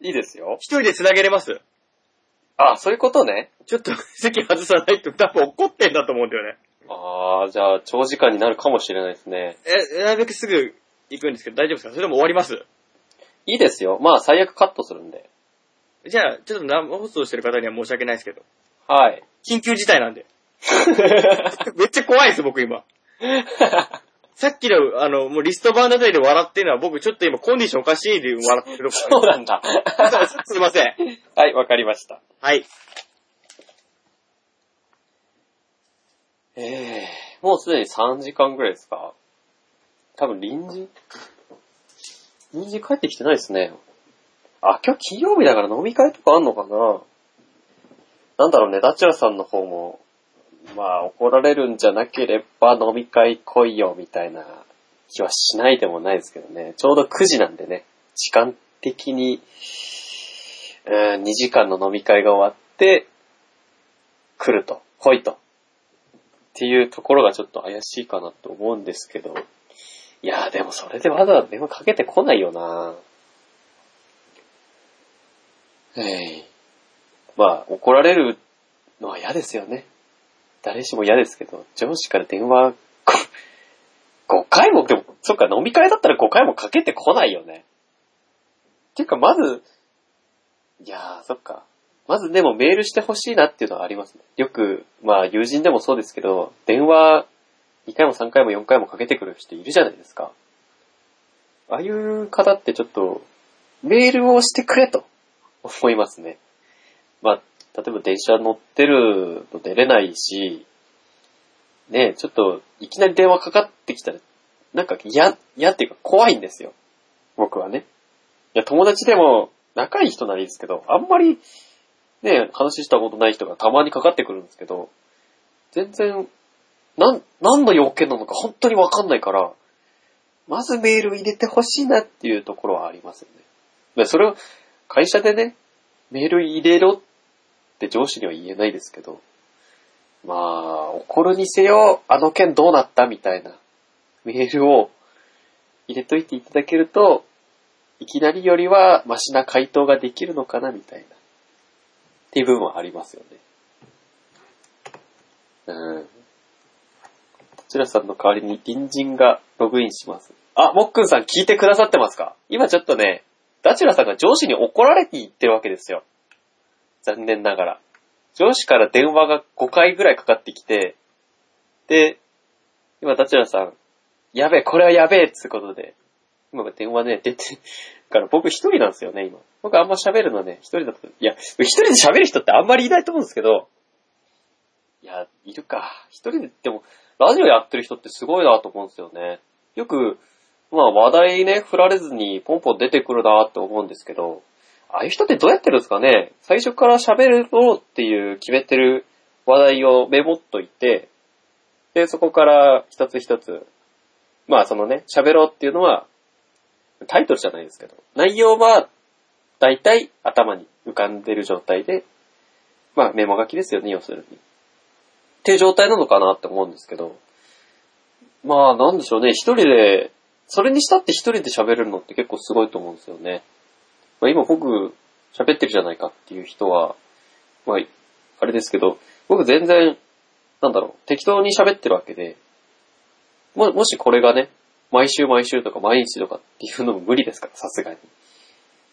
S1: いい <laughs> ですよ。
S2: 一人で繋げれます
S1: あ、そういうことね。
S2: ちょっと <laughs> 席外さないと多分怒ってんだと思うんだよね。
S1: あー、じゃあ、長時間になるかもしれないですね。
S2: え、なるべくすぐ行くんですけど大丈夫ですかそれでも終わります
S1: いいですよ。まあ、最悪カットするんで。
S2: じゃあ、ちょっと生放送してる方には申し訳ないですけど。
S1: はい。
S2: 緊急事態なんで。 <laughs> めっちゃ怖いです、僕今。さっきの、あの、もうリストバンドあたりで笑ってるのは僕ちょっと今コンディションおかしいで笑 <laughs> ってる
S1: そうなんだ。
S2: から。すいません。
S1: <laughs> はい、わかりました。
S2: はい。
S1: ええもうすでに3時間ぐらいですか多分臨時臨時帰ってきてないですね。あ、今日金曜日だから飲み会とかあんのかななんだろうね、ダチュラさんの方も、まあ怒られるんじゃなければ飲み会来いよみたいな気はしないでもないですけどね。ちょうど9時なんでね、時間的に、うん、2時間の飲み会が終わって、来ると、来いと。っていうところがちょっと怪しいかなと思うんですけど。いやーでもそれでわざわざ電話かけてこないよなはい。まあ、怒られるのは嫌ですよね。誰しも嫌ですけど、上司から電話、こ5回も、でも、そっか、飲み会だったら5回もかけてこないよね。っていうか、まず、いやー、そっか。まずでもメールしてほしいなっていうのはありますね。よく、まあ友人でもそうですけど、電話2回も3回も4回もかけてくる人いるじゃないですか。ああいう方ってちょっと、メールをしてくれと思いますね。まあ、例えば電車乗ってるの出れないし、ねえ、ちょっと、いきなり電話かかってきたら、なんか嫌、嫌っていうか怖いんですよ。僕はね。いや、友達でも、仲いい人ならいいですけど、あんまりね、話したことない人がたまにかかってくるんですけど、全然、なん、何の要件なのか本当にわかんないから、まずメール入れてほしいなっていうところはありますよね。でそれを会社でね、メール入れろって上司には言えないですけど、まあ、怒るにせよ、あの件どうなったみたいなメールを入れといていただけると、いきなりよりはマシな回答ができるのかなみたいな。っていう部分はありますよね。うん。どちらさんの代わりに隣人がログインします。あ、もっくんさん聞いてくださってますか今ちょっとね、ダチュラさんが上司に怒られていってるわけですよ。残念ながら。上司から電話が5回ぐらいかかってきて、で、今ダチュラさん、やべえ、これはやべえってことで、今電話ね、出て、から僕一人なんですよね、今。僕あんま喋るのね、一人だと。いや、一人で喋る人ってあんまりいないと思うんですけど、いや、いるか。一人で、でも、ラジオやってる人ってすごいなと思うんですよね。よく、まあ話題ね、振られずにポンポン出てくるなって思うんですけど、ああいう人ってどうやってるんですかね最初から喋ろうっていう決めてる話題をメモっといて、で、そこから一つ一つ、まあそのね、喋ろうっていうのはタイトルじゃないですけど、内容は、だいたい頭に浮かんでる状態で、まあメモ書きですよね、要するに。っていう状態なのかなって思うんですけど、まあなんでしょうね、一人で、それにしたって一人で喋るのって結構すごいと思うんですよね。まあ、今僕、喋ってるじゃないかっていう人は、まあ、あれですけど、僕全然、なんだろう、適当に喋ってるわけで、も、もしこれがね、毎週毎週とか毎日とかっていうのも無理ですから、さすがに。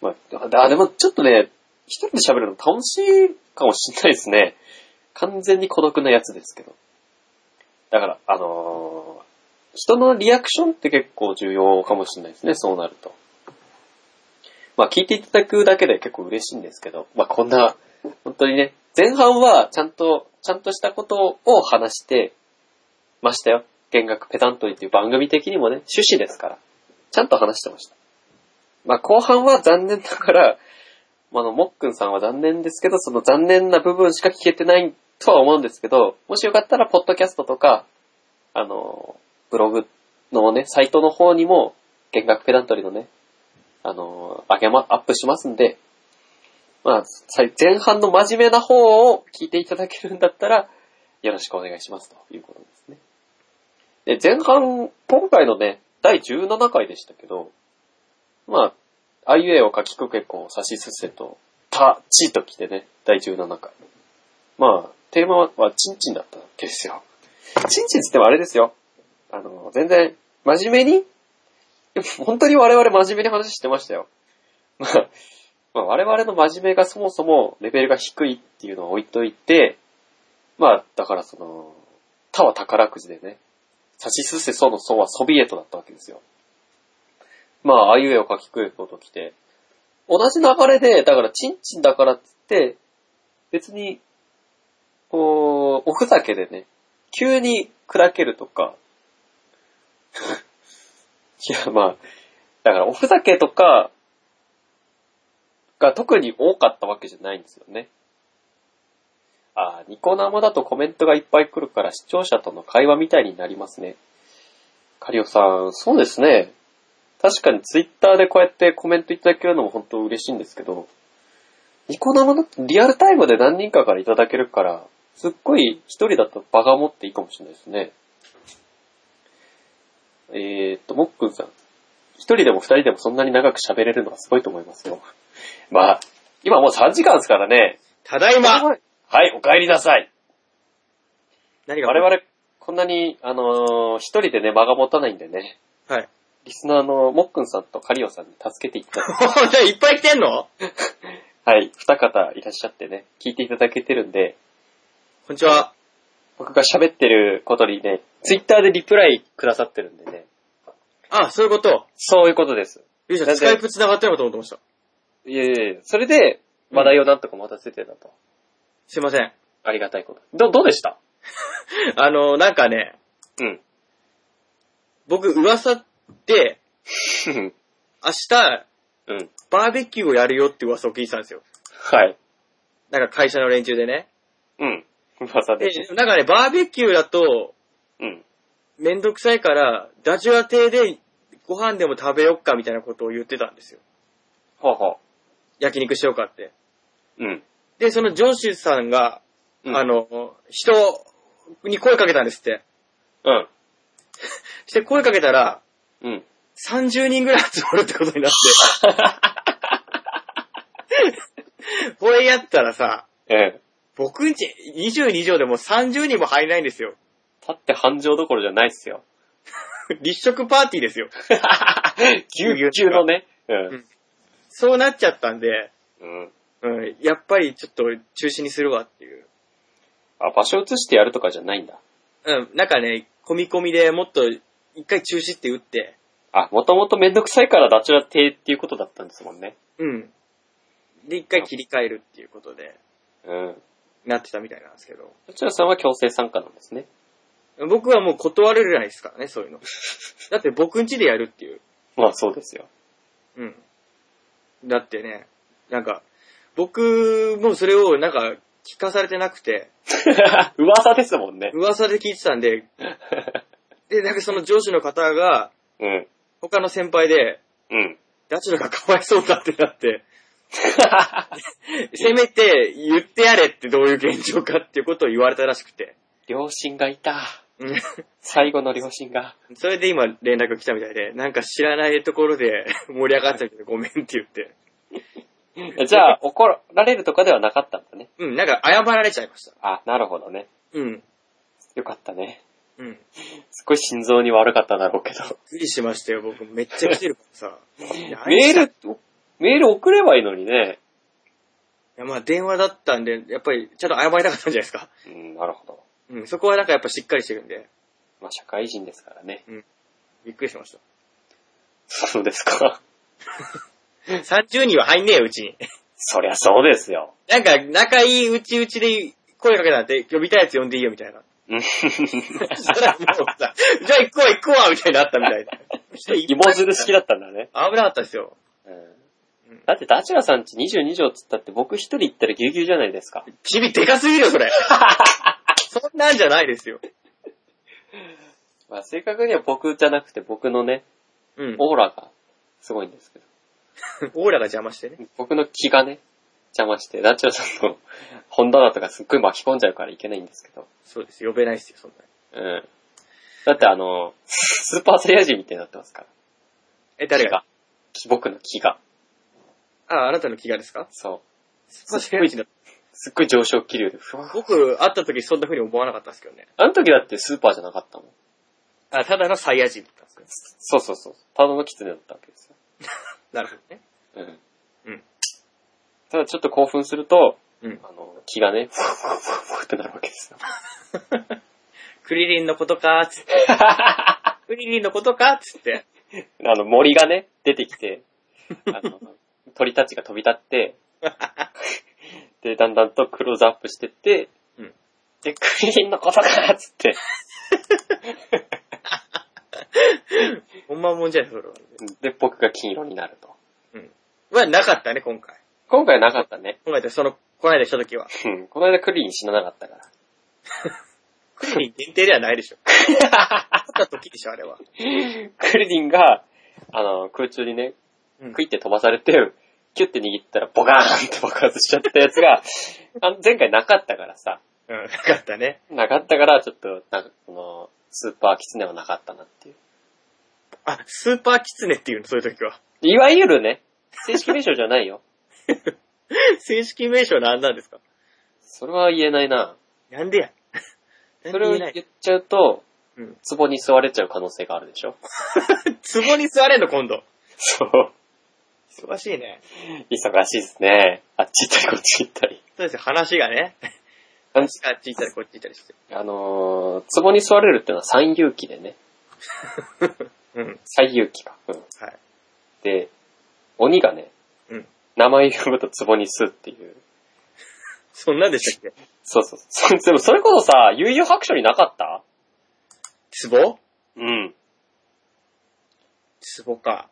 S1: まあ、あ、でもちょっとね、一人で喋るの楽しいかもしれないですね。完全に孤独なやつですけど。だから、あのー人のリアクションって結構重要かもしれないですね、そうなると。まあ、聞いていただくだけで結構嬉しいんですけど、まあ、こんな、本当にね、前半はちゃんと、ちゃんとしたことを話してましたよ。弦楽ペダントリーっていう番組的にもね、趣旨ですから、ちゃんと話してました。まあ、後半は残念だから、まああの、もっくんさんは残念ですけど、その残念な部分しか聞けてないとは思うんですけど、もしよかったら、ポッドキャストとか、あの、ブログのね、サイトの方にも、弦楽ペダントリーのね、あの、上げま、アップしますんで、まあ、さい前半の真面目な方を聞いていただけるんだったら、よろしくお願いしますということですね。で、前半、今回のね、第17回でしたけど、まあ、あいうえを書きくけこう、さしすせと、た、ちと来てね、第17回。まあ、テーマは、はちんちんだったんですよ。ちんちんつってもあれですよ。あの、全然、真面目に、 <laughs> 本当に我々真面目に話してましたよ。まあ、まあ、我々の真面目がそもそもレベルが低いっていうのを置いといて、まあ、だからその、他は宝くじでね、差しすせそのそはソビエトだったわけですよ。まあ、あいうえを書きくえこときて、同じ流れで、だから、ちんちんだからっつって、別に、こう、おふざけでね、急に砕けるとか、 <laughs> いや、まあ、だから、おふざけとか、が特に多かったわけじゃないんですよね。あーニコ生だとコメントがいっぱい来るから視聴者との会話みたいになりますね。カリオさん、そうですね。確かにツイッターでこうやってコメントいただけるのも本当嬉しいんですけど、ニコ生だとリアルタイムで何人かからいただけるから、すっごい一人だと場が持っていいかもしれないですね。えーっと、もっくんさん。一人でも二人でもそんなに長く喋れるのはすごいと思いますよ。まあ、今もう3時間ですからね。
S2: ただいま
S1: はい、お帰りなさい。
S2: 何
S1: 我々、こんなに、あのー一人でね、間が持たないんでね、
S2: はい。
S1: リスナーのもっくんさんとカリオさんに助けていただい
S2: <laughs> いっぱい来てんの
S1: て、はい、二方いらっしゃってね、聞いていただけてるんで、
S2: こんにちは。
S1: 僕が喋ってることにね、ツイッターでリプライくださってるんでね、
S2: あ、そういうこと。
S1: そういうことです。
S2: ゆうちゃ、
S1: なんん
S2: ス
S1: で
S2: カイプ繋がってるのかと思ってました。
S1: いえいえ、それで、話題をなんとか待たせてたと。
S2: すいません。
S1: ありがたいこと。ど、どうでした
S2: あの、なんかね、
S1: うん。
S2: 僕、噂で、明日、
S1: <laughs> うん。
S2: バーベキューをやるよって噂を聞いてたんですよ。
S1: はい。
S2: なんか会社の連中でね。
S1: うん。噂で
S2: で。、なんかね、バーベキューだと、
S1: うん。
S2: めんどくさいから、ダジュア亭でご飯でも食べよっかみたいなことを言ってたんですよ。
S1: ほうほ
S2: 焼肉しようかって。
S1: う。うん。
S2: で、その上司さんが、
S1: うん
S2: あの、人に声かけたんですって。
S1: うん。
S2: して声かけたら、
S1: うん。
S2: 30人ぐらい集まるってことになって。これやったらさ、
S1: ええ。
S2: 僕んち22畳でもう30人も入れないんですよ。
S1: 立って繁盛どころじゃないっすよ。
S2: 立食パーティーですよ。
S1: ぎゅうぎゅうのね。うん。
S2: そうなっちゃったんで、
S1: うん。
S2: うん、やっぱりちょっと中止にするわっていう。
S1: あ、場所移してやるとかじゃないんだ。
S2: うん、なんかね、込み込みでもっと一回中止って打って、
S1: あ、もともとめんどくさいからダチュラ亭っていうことだったんですもんね。
S2: うん。で、一回切り替えるっていうことで、
S1: うん。
S2: なってたみたいなんですけど。
S1: ダチュラさんは強制参加なんですね。
S2: 僕はもう断れないですからね、そういうの。だって僕んちでやるっていう。
S1: まあそうですよ。 <laughs>
S2: うん。だってね、なんか、僕もそれをなんか聞かされてなくて、
S1: 噂ですもんね。
S2: 噂で聞いてたんで、で、なんかその上司の方が、
S1: うん。
S2: 他の先輩で、
S1: うん。
S2: ダチュラがかわいそうだってなって、せめて言ってやれってどういう現状かっていうことを言われたらしくて。
S1: 両親がいた。
S2: うん
S1: 最後の両親が。
S2: それで今連絡来たみたいで、なんか知らないところで盛り上がっちゃってごめんって言って。
S1: じゃあ、怒られるとかではなかったんだね。
S2: うん、なんか謝られちゃいました。
S1: あ、なるほどね。
S2: うん。
S1: よかったね。
S2: うん。
S1: すっごい心臓に悪かっただろうけど。
S2: びっくりしましたよ、僕。めっちゃ来てる <laughs> からさ。いや
S1: メール、メール送ればいいのにね。
S2: いやまあ電話だったんで、やっぱりちゃんと謝りたかったんじゃないですか。
S1: うん、なるほど。
S2: うん、そこはなんかやっぱしっかりしてるんで、
S1: まあ、社会人ですからね。
S2: びっくりしました。
S1: そうですか。
S2: 30人は入んねえよ、うちに。
S1: そりゃそうですよ。
S2: なんか、仲いいうちうちで声かけたんて、呼びたいやつ呼んでいいよ、みたいな。
S1: <laughs> うん
S2: そしたらもうさ、 <laughs> じゃあ行こう行こうみたいになったみた <laughs> いな。
S1: 芋づる式だったんだね。
S2: 危なかったですよ。
S1: うんだって、ダチュラさんち22畳っつったって僕一人行ったらギュウギュウじゃないですか。
S2: 君でかすぎるよ、そ <laughs> れ。そんなんじゃないですよ。
S1: まあ、正確には僕じゃなくて僕のね、
S2: うん。
S1: オーラがすごいんですけど。
S2: オーラが邪魔してね。
S1: 僕の気がね、邪魔して、ダチュラさんの <laughs> 本棚とかすっごい巻き込んじゃうからいけないんですけど。
S2: そうです。呼べないですよ、そんなに。
S1: うん。だってあの、スーパーサイヤ人みたいになってますから。
S2: え、誰が
S1: 気僕の気が。
S2: あ、あなたの気がですか
S1: そう。
S2: すっごいだ
S1: すっごい上昇気流で、ふわ
S2: 僕、会った時そんな風に思わなかったんですけどね。
S1: あの時だってスーパーじゃなかったもん。
S2: あ、ただのサイヤ人だったんですけど。
S1: そうそうそう。ただの狐だったわけですよ。
S2: なるほどね。
S1: うん。
S2: うん。
S1: ただちょっと興奮すると、
S2: うん。
S1: あの、気がね、ふわふわふわふわってなるわけですよ。
S2: クリリンのことかーっつ <laughs> って。クリリンのことかーっつって。
S1: あの、森がね、出てき <laughs> て、あの、鳥たちが飛び立 <laughs> って、で、だんだんとクローズアップしてって、
S2: うん
S1: で、クリリンのことかっつって、
S2: ほんまもんじゃない、それは。
S1: で、僕が金色になると。
S2: は、なかったね、今回。
S1: 今回はなかったね。
S2: 今回ってその、こないだした時は。
S1: うんこの間クリリン死ななかったから。
S2: クリリン限定ではないで <laughs> しょ。会った時でしょ、あれは。
S1: クリリンが、あの、空中にね、
S2: うん
S1: クイって飛ばされて、キュッて握ったらボカーンって爆発しちゃったやつ
S2: <laughs>
S1: が、あの前回なかったからさ、
S2: うん、なかったね。
S1: なかったから、ちょっと、なんか、その、スーパーキツネはなかったなっていう。
S2: あ、スーパーキツネっていうの、そういう時は。 <laughs>
S1: いわゆるね、正式名称じゃないよ。
S2: 正式名称なんなんですか
S1: それは言えないな。
S2: なんでや。 <laughs> なんで
S1: それ
S2: 言
S1: を
S2: えな
S1: 言っ
S2: い。
S1: ちゃうと、
S2: うん。
S1: 壺に吸われちゃう可能性があるでしょ。
S2: ツボに座れんの、今度。
S1: そう。
S2: 忙しいね。
S1: 忙しいですね。あっち行ったりこっち行ったり。
S2: そうですよ、話がね。
S1: あの
S2: あっち行ったりこっち行ったりして。
S1: あのー、壺に吸われるってのは三遊記でね。
S2: うん。
S1: 最遊記か。うん。
S2: はい。
S1: で、鬼がね、
S2: うん
S1: 名前呼ぶと壺に吸うっていう。
S2: そんなんでしたっけ
S1: そうそうそう。 <laughs> でもそれこそさ、悠々白書になかった
S2: ツボ
S1: うん。
S2: ツボか。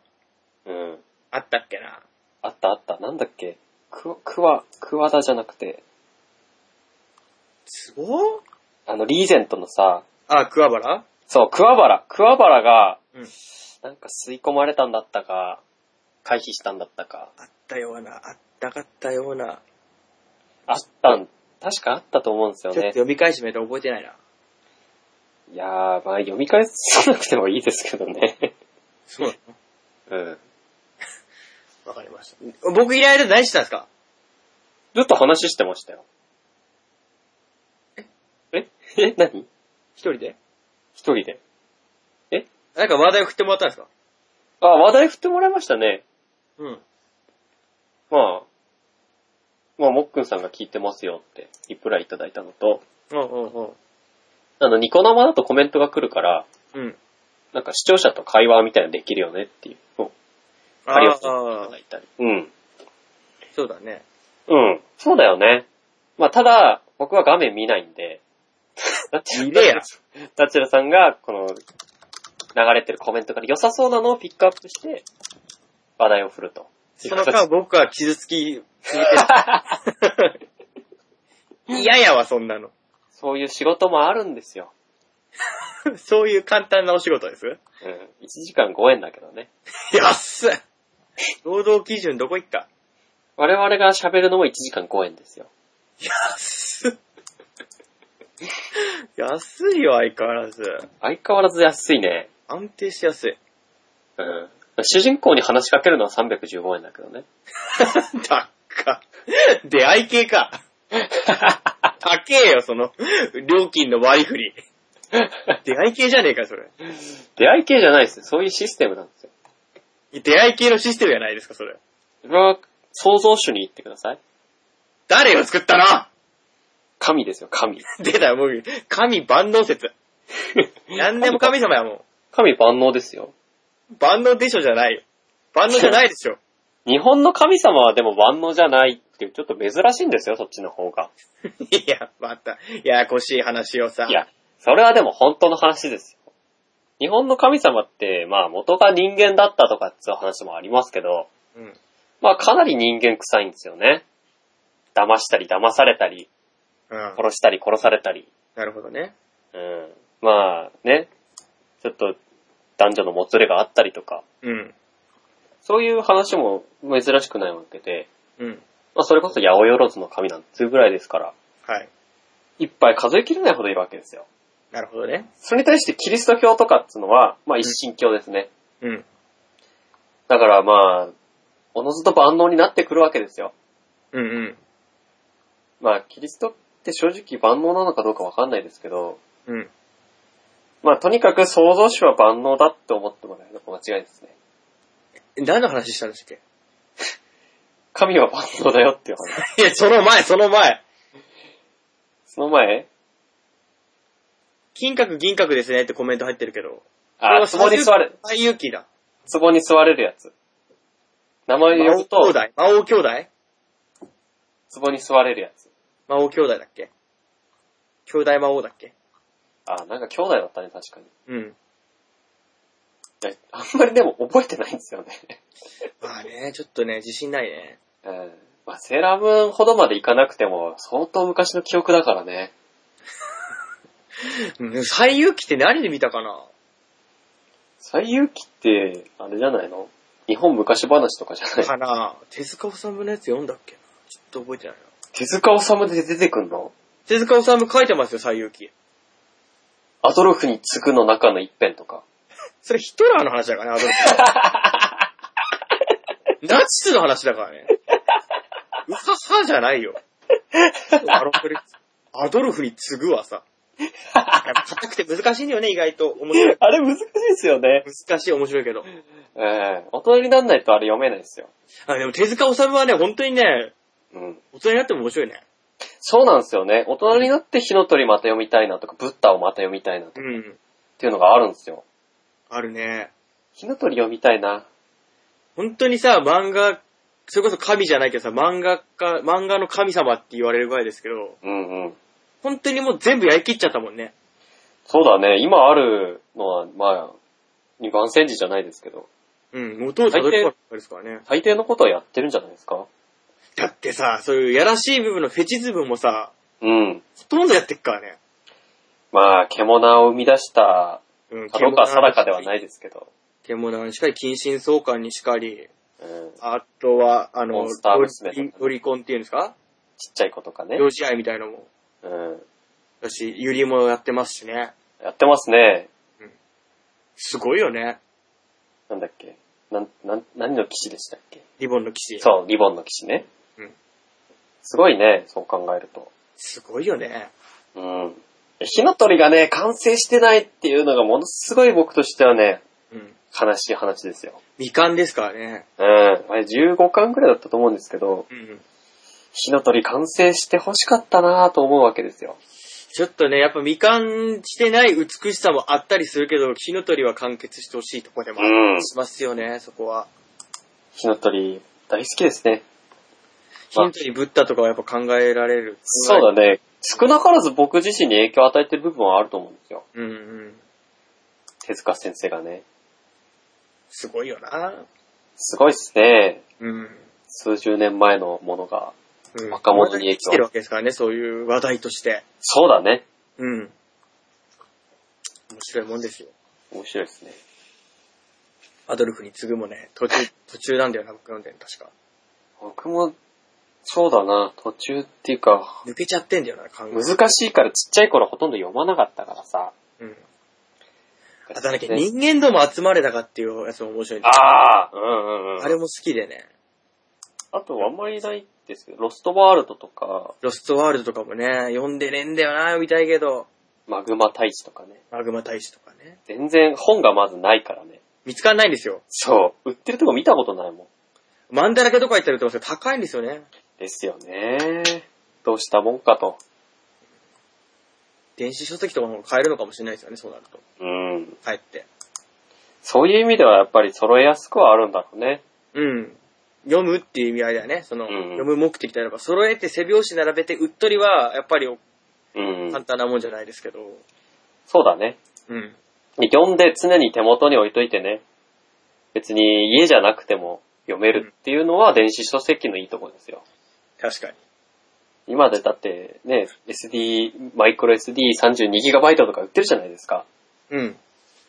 S1: うん。
S2: あったっけな。
S1: あったあった。なんだっけく、くわ、くわだじゃなくて、
S2: ツボ
S1: あの、リーゼントのさ、
S2: あ、桑原
S1: そう、クワバラ。クワバラが、
S2: うん
S1: なんか吸い込まれたんだったか、回避したんだったか、
S2: あったような、あったかったような。
S1: あったん、確かあったと思うんですよ
S2: ちょっと
S1: ね。
S2: 呼び返しめて覚えてないな。
S1: いやー、まあ読み返さなくてもいいですけどね。
S2: そうなの
S1: うん。
S2: わかりました。僕いない間何してたんですか
S1: ずっと話してましたよ。え <laughs> ええ何
S2: 一人で
S1: 一人で。
S2: なんか話題を振ってもらったんですか
S1: あ、話題振ってもらいましたね。
S2: うん。
S1: まあ、まあ、もっくんさんが聞いてますよって、リプライいただいたのと、
S2: うんうん
S1: あの、ニコ生だとコメントが来るから、
S2: うん。うん。
S1: なんか視聴者と会話みたいなのできるよねっていうのを
S2: あ
S1: ありがとういた
S2: あ
S1: だ、いたり。うん。
S2: そうだね。
S1: うん。そうだよね。まあ、ただ、僕は画面見ないんで、ダチ
S2: 見れ
S1: <laughs>
S2: や
S1: ダチュラさんが、この、流れてるコメントから良さそうなのをピックアップして、話題を振ると。
S2: その間僕は傷つ <laughs> き続ける。嫌やわ、そんなの。
S1: <laughs> そういう仕事もあるんですよ。
S2: そういう簡単なお仕事です。
S1: うん。1時間5円だけどね。
S2: 安っ労働基準どこ行った
S1: 我々が喋るのも1時間5円ですよ。
S2: 安っ安いよ、相変わらず。
S1: 相変わらず安いね。
S2: 安定して安い。 <laughs>
S1: うん。主人公に話しかけるのは315円だけどね。 <laughs>
S2: たっか。出会い系か。高えよ、その、料金の割り振り。出会い系じゃねえか、それ。
S1: 出会い系じゃないですよ。そういうシステムなんですよ。
S2: 出会い系のシステムじゃないですか、それ。
S1: 自分は創造主に行ってください。
S2: 誰が作ったの
S1: 神ですよ、神。
S2: 出たよ、もう、神万能
S1: <laughs>
S2: 説。何でも神様やも
S1: 神万能ですよ。
S2: ん。万能でしょじゃないよ。万能じゃないでしょ。 <laughs>
S1: 日本の神様はでも万能じゃないっていう、ちょっと珍しいんですよ、そっちの方が。
S2: いや、また、ややこしい話をさ。
S1: いや、それはでも本当の話ですよ。日本の神様って、まあ元が人間だったとかっていう話もありますけど、
S2: うん。
S1: まあかなり人間臭いんですよね。騙したり騙されたり、
S2: うん。
S1: 殺したり殺されたり。
S2: なるほどね。
S1: うん。まあね、ちょっと男女のもつれがあったりとか、
S2: うん。
S1: そういう話も珍しくないわけで、
S2: うん。
S1: まあそれこそ八百万の神なんていうぐらいですから、
S2: はい。
S1: いっぱい数え切れないほどいるわけですよ。
S2: なるほどね。
S1: それに対してキリスト教とかっていうのは、まあ一神教ですね。
S2: うん。
S1: だからまあ、おのずと万能になってくるわけですよ。
S2: うんうん。
S1: まあ、キリストって正直万能なのかどうかわかんないですけど、
S2: うん。
S1: まあ、とにかく創造主は万能だって思ってもらえるのが間違いですね。
S2: 何の話したんですっけ
S1: 神は万能だよっていう <laughs> 話。
S2: いや、その前、その前。
S1: その前
S2: 金閣銀閣ですねってコメント入ってるけど。
S1: あ、壺に座る、。
S2: 最有機だ。
S1: 壺に座れるやつ。名前で
S2: 魔
S1: 呼
S2: 王
S1: ぶと
S2: 兄、弟魔王兄弟
S1: 壺に座れるやつ。
S2: 魔王兄弟だっけ兄弟魔王だっけ
S1: あ、なんか兄弟だったね、確か
S2: う
S1: に。
S2: ん。
S1: えあんまりでも覚えてないんですよね。
S2: まあね、ちょっとね、自信ないね。
S1: うんまあ、セーラームーンほどまでいかなくても、相当昔の記憶だからね。
S2: うん、最有機って何で見たかな
S1: 最遊記って、あれじゃないの日本昔話とかじゃない
S2: かな手塚治虫のやつ読んだっけなちょっと覚えてないな。
S1: 手塚治虫で出てくんの
S2: 手塚治虫書いてますよ、最有機。
S1: アドルフに次ぐの中の一編とか。
S2: それヒトラーの話だからね、アドルフナチスの話だからね。うははじゃないよ。アドルフにアドルフに次ぐはさ。やっぱ硬くて難しいんだよね、意外と。面白い。
S1: <laughs> あれ難しいですよね。
S2: 難しい、面白いけど。
S1: ええ大人になんないとあれ読めないですよ。
S2: あ、でも手塚治虫はね、本当にね、
S1: うん。
S2: 大人になっても面白いね。
S1: そうなんですよね。大人になって火の鳥また読みたいなとか、ブッダをまた読みたいなと
S2: う
S1: か
S2: ん。
S1: っていうのがあるんですよ。
S2: あるね。
S1: 火の鳥読みたいな。
S2: 本当にさ、漫画、それこそ神じゃないけどさ、漫画家、漫画の神様って言われるぐらいですけど、
S1: うんうん。
S2: 本当にもう全部やりきっちゃったもんね。
S1: そうだね。今あるのは、まあ、二番煎じじゃないですけど、
S2: うん、元をたどり込むですからね。
S1: 大抵のことはやってるんじゃないですか
S2: だってさ、そういうやらしい部分のフェチズムもさ、
S1: うん。
S2: ほとんどやってっからね。
S1: まあ、獣を生み出した
S2: うん、。
S1: かどうかは定かではないいですけど、
S2: 獣にしかり、近親相関にしかり、
S1: うん、ちっ
S2: あとは、あの、
S1: モンスター娘
S2: ロリロリコンっていうんですか
S1: ちゃい子とかね、
S2: 幼児愛みたいのも。
S1: うん、
S2: だし、ユリもやってますしね。
S1: やってますね。
S2: すごいよね。
S1: なんだっけなん、なん、何の騎士でしたっけ
S2: リボンの騎士。
S1: そう、リボンの騎士ね。
S2: うん
S1: すごいね、そう考えると。
S2: すごいよね。
S1: うん。火の鳥がね、完成してないっていうのがものすごい僕としてはね、
S2: うん。
S1: 悲しい話ですよ。
S2: 未完ですからね。
S1: うん。あれ15巻くらいだったと思うんですけど、
S2: うん。
S1: 火の鳥完成して欲しかったなぁと思うわけですよ。
S2: ちょっとね、やっぱ未完してない美しさもあったりするけど、火の鳥は完結してほしいとこでもあ
S1: うん
S2: りますよね、そこは。
S1: 火の鳥大好きですね。
S2: 火の鳥ブッダとかはやっぱ考えられる。
S1: そうだね。少なからず僕自身に影響を与えてる部分はあると思うんですよ。
S2: うんうん。
S1: 手塚先生がね。
S2: すごいよな。
S1: すごいっすね。
S2: うん。
S1: 数十年前のものが。
S2: うん、
S1: 若者に影響
S2: 来てるわけですからね、そういう話題として。
S1: そうだね。
S2: うん。面白いもんですよ。
S1: 面白いですね。
S2: アドルフに次ぐもね、途中、途中なんだよな、僕読んでるの確か。
S1: 僕も、そうだな。途中っていうか、
S2: 抜けちゃってんだよな、考え。
S1: 難しいからちっちゃい頃ほとんど読まなかったからさ。
S2: うん。あとなんだっけ、人間ども集まれたかっていうやつも面白いんだよ
S1: ああうんうんうん。
S2: あれも好きでね。
S1: あとはあんまりないですけど、ロストワールドとか、
S2: ロストワールドとかもね、読んでねえんだよな、読みたいけど。
S1: マグマ大使とかね。
S2: マグマ大使とかね。
S1: 全然本がまずないからね。
S2: 見つかんないんですよ。
S1: そう。売ってるとこ見たことないもん。
S2: マンダラケとか言ったら売ってますけど、高いんですよね。
S1: ですよね。どうしたもんかと。
S2: 電子書籍とかも買えるのかもしれないですよね、そうなると。
S1: うん。
S2: 帰って。
S1: そういう意味ではやっぱり揃えやすくはあるんだろうね。
S2: うん。読むっていう意味合いだよね。その、
S1: うんうん
S2: 読む目的であれば、揃えて背表紙並べて、うっとりは、やっぱり
S1: うん。
S2: 簡単なもんじゃないですけど。
S1: そうだね。
S2: うん。
S1: 読んで常に手元に置いといてね。別に家じゃなくても読めるっていうのは電子書籍のいいところですよ。
S2: 確かに。
S1: 今でだってね、SD、マイクロ SD32GB とか売ってるじゃないですか。
S2: うん。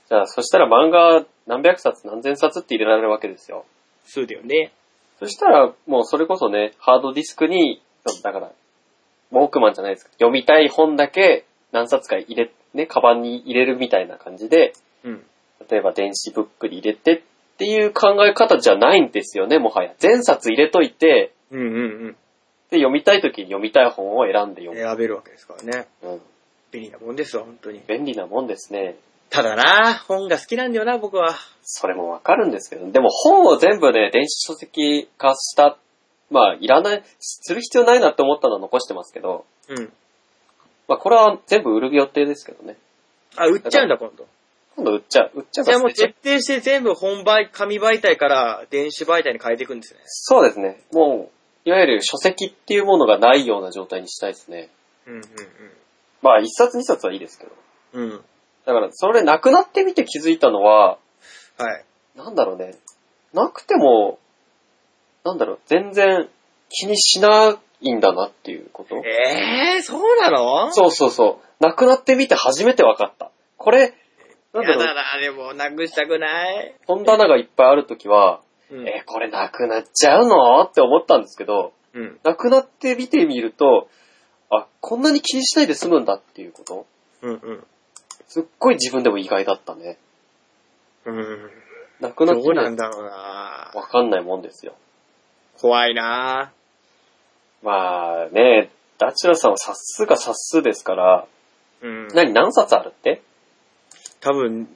S1: じゃあ、そしたら漫画何百冊何千冊って入れられるわけですよ。
S2: そうだよね。
S1: そしたら、もうそれこそね、ハードディスクに、だから、ウォークマンじゃないですか。読みたい本だけ何冊か入れ、ね、カバンに入れるみたいな感じで、
S2: うん。
S1: 例えば電子ブックに入れてっていう考え方じゃないんですよね、もはや。全冊入れといて、
S2: うんうんうん。
S1: で、読みたい時に読みたい本を選んで読む。
S2: 選べるわけですからね。
S1: うん。
S2: 便利なもんですわ、本当に。
S1: 便利なもんですね。
S2: ただな本が好きなんだよな、僕は。
S1: それもわかるんですけど、でも本を全部ね、電子書籍化した、まあ、いらない、する必要ないなって思ったのは残してますけど、
S2: うん。
S1: まあ、これは全部売る予定ですけどね。
S2: あ、売っちゃうんだ、今度。
S1: 今度売っちゃう。売っちゃう
S2: じゃあもう
S1: 捨てちゃ
S2: 徹底して全部本媒、紙媒体から電子媒体に変えていくんですね。
S1: そうですね。もう、いわゆる書籍っていうものがないような状態にしたいですね。
S2: うんうん
S1: まあ、一冊二冊はいいですけど。
S2: うん。うん。
S1: だから、それなくなってみて気づいたのは、
S2: はい。
S1: なんだろうね。なくても、なんだろう、全然気にしないんだなっていうこと。
S2: えー、そうなの
S1: そうそうそう。なくなってみて初めて分かった。これ、なんだ
S2: や
S1: ろ
S2: だ
S1: う、
S2: な、でも、なくしたくない。
S1: 本棚がいっぱいあるときは、
S2: うん。
S1: えーこれなくなっちゃうのって思ったんですけど、
S2: うん。
S1: なくなって見てみると、あ、こんなに気にしないで済むんだっていうこと
S2: うんうん。
S1: すっごい自分でも意外だったね。
S2: うん。
S1: なくなって
S2: どう
S1: み
S2: な
S1: なんい
S2: だろうな
S1: わかんないもんですよ。
S2: 怖いな
S1: まあね、ダチュラさんは冊数が冊数ですから、
S2: うん。
S1: 何、何冊あるって
S2: 多分、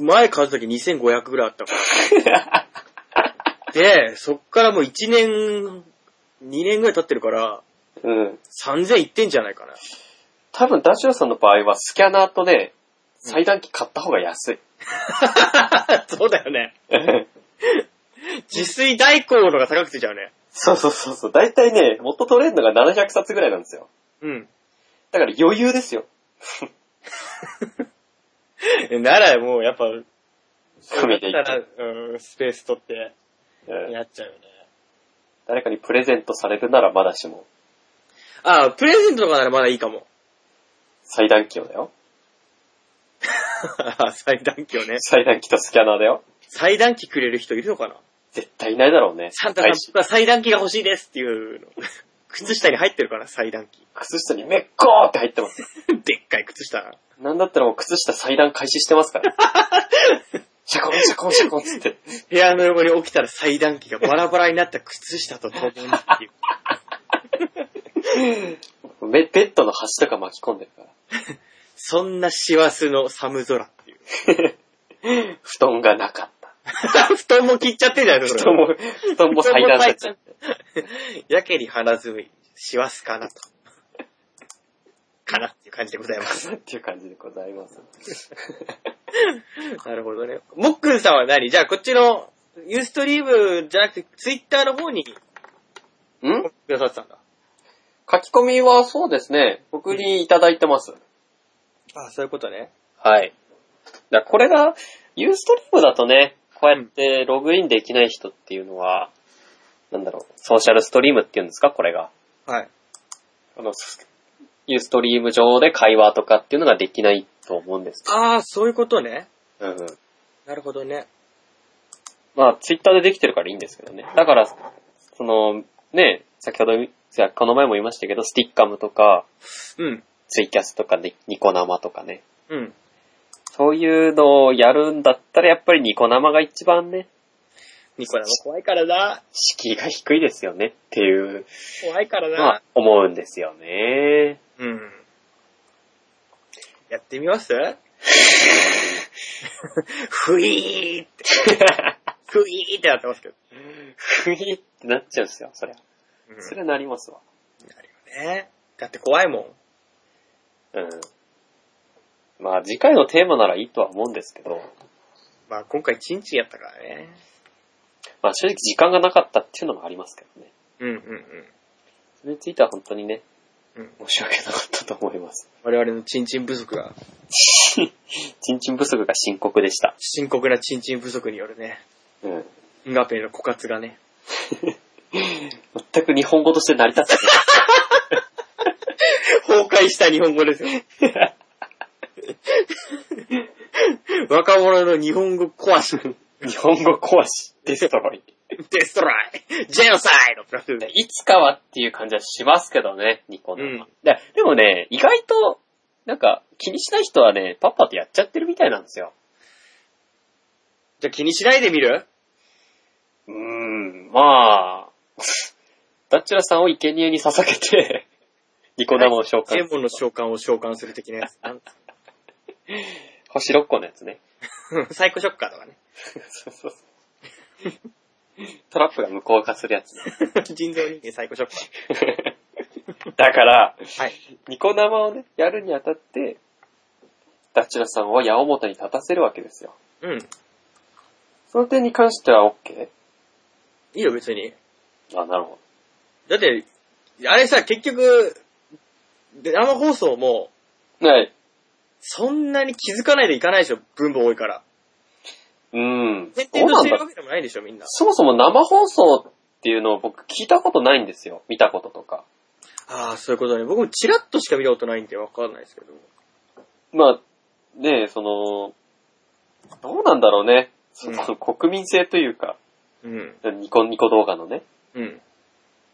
S2: 前数った時2500ぐらいあった <laughs> から。で、そっからもう1年、2年ぐらい経ってるから、
S1: うん。
S2: 3000いってんじゃないかな。
S1: 多分ダチュラさんの場合はスキャナーとね、裁断機買った方が安い。
S2: <laughs> そうだよね。自炊代行のが高くついちゃうね。
S1: そうそうそうそう。だいたいね、元取れるのが700冊ぐらいなんですよ。
S2: う
S1: だから余裕ですよ。
S2: ん。 <laughs> ならもうやっぱ、
S1: 組でい
S2: だ
S1: っ
S2: った
S1: て。
S2: ら、うん、スペース取って、
S1: うん
S2: やっちゃうよね。
S1: 誰かにプレゼントされるならまだしも、
S2: あプレゼントとかならまだいいかも。 <laughs>
S1: 裁断機をだよ。
S2: 裁断機をね。
S1: 裁断機とスキャナーだよ。
S2: 裁断機くれる人いるのかな
S1: 絶対いないだろうね。
S2: サンタさん
S1: 大、使
S2: 僕は裁断機が欲しいですっていうの。 <laughs> 靴下に入ってるから、裁断機。 <laughs>
S1: 靴下にめっこーって入ってます。
S2: でっかい靴下。
S1: なんだったらもう靴下裁断開始してま
S2: <laughs>
S1: すから。シャコンシャコンシャコンっつって。
S2: 部屋の横に起きたら裁断機がバラバラになった靴下と共にって <laughs> いう。
S1: めベッドの端とか巻き込んでるから。
S2: そんな師走の寒空っていう。
S1: 布団がなかった。
S2: <laughs> 布団も切っちゃってんじゃない <laughs> です
S1: 布
S2: か。
S1: 団も、布団も裁断されちゃった。
S2: <laughs> やけに花摘み、師走かなと。かなっていう感じでございます。
S1: っていう感じでございます。
S2: <laughs> なるほどね。もっくんさんは何じゃあこっちの、ユーストリームじゃなくて、ツイッターの方に
S1: ん
S2: くださってたんだ。
S1: 書き込みはそうですね、僕にいただいてます。
S2: あ、そういうことね。
S1: はい。だからこれが、ユーストリームだとね、こうやってログインできない人っていうのは、なんだろう、ソーシャルストリームっていうんですか、これが。
S2: はい。
S1: あの、すユーストリーム上で会話とかっていうのができないと思うんですけ
S2: ああ、そういうことね。
S1: ど。うんうん。
S2: なるほどね。
S1: まあ、ツイッターでできてるからいいんですけどね。だから、その、ね、先ほど、いやこの前も言いましたけど、スティッカムとか、
S2: うん。
S1: ツイキャスとかで、ニコ生とかね。
S2: うん。
S1: そういうのをやるんだったら、やっぱりニコ生が一番ね、
S2: ニコラも怖いからな。
S1: 敷居が低いですよねっていう
S2: 怖いから
S1: のは
S2: な。
S1: 思うんですよね。
S2: うん。やってみます <laughs> ふいーって、ふいーってなってますけど。
S1: ふいってなっちゃうんですよ、そりゃ。
S2: うん
S1: そりゃなりますわ。
S2: ねだって怖いもん。
S1: うん。まあ、次回のテーマならいいとは思うんですけど、
S2: まあ今回チンチンやったからね。
S1: まあ正直時間がなかったっていうのもありますけどね。
S2: うんうん
S1: それについては本当にね、
S2: うん。うん、
S1: 申し訳なかったと思います。
S2: 我々のチンチン不足が、
S1: チンチン不足が深刻でした。
S2: 深刻なチンチン不足によるね、
S1: うん。
S2: ンガペの枯渇がね。
S1: 全く日本語として成り立って
S2: 崩壊した日本語ですよ。
S1: ない。
S2: 若者の日本語壊し、
S1: 日本語壊し、デストロイ。
S2: デストライ、ジェノサイドプラス。
S1: いつかはっていう感じはしますけどね、ニコ生
S2: う
S1: は
S2: ん。
S1: ででもね、意外と、なんか、気にしない人はね、パッパとやっちゃってるみたいなんですよ。
S2: じゃあ気にしないでみる
S1: うーん、まあ、ダッチュラさんを生贄に捧げ <laughs> て、ニコ生を召
S2: デ
S1: 喚。
S2: モンの召喚を召喚する的なやつ。なんか
S1: 星6個のやつね。
S2: サイコショッカーとかね。
S1: そうそうそう <laughs> トラップが無効化するやつ。
S2: 人造人間サイコショッカ
S1: <laughs> だから、
S2: ー。はい。
S1: ニコ生をね、やるにあたって、ダッチュラさんは矢面に立たせるわけですよ。
S2: うん。
S1: その点に関しては OK?
S2: いいよ別に。
S1: あ、なるほ
S2: だって、あれさ、結局、で生放送も、
S1: ど。はい。
S2: そんなに気づかないでいかないでしょ、分母多いから。
S1: うん。
S2: 徹
S1: どう
S2: 底とし
S1: なん
S2: てるわ
S1: だ
S2: けでもないでしょ、みんな。
S1: そもそも生放送っていうのを僕聞いたことないんですよ。見たこととか。
S2: ああ、そういうことね。僕もチラッとしか見たことないんでわかんないですけど。
S1: まあ、ねえ、その、どうなんだろうね。その
S2: う
S1: 国民性というか、
S2: うん。
S1: ニコニコ動画のね、
S2: うん。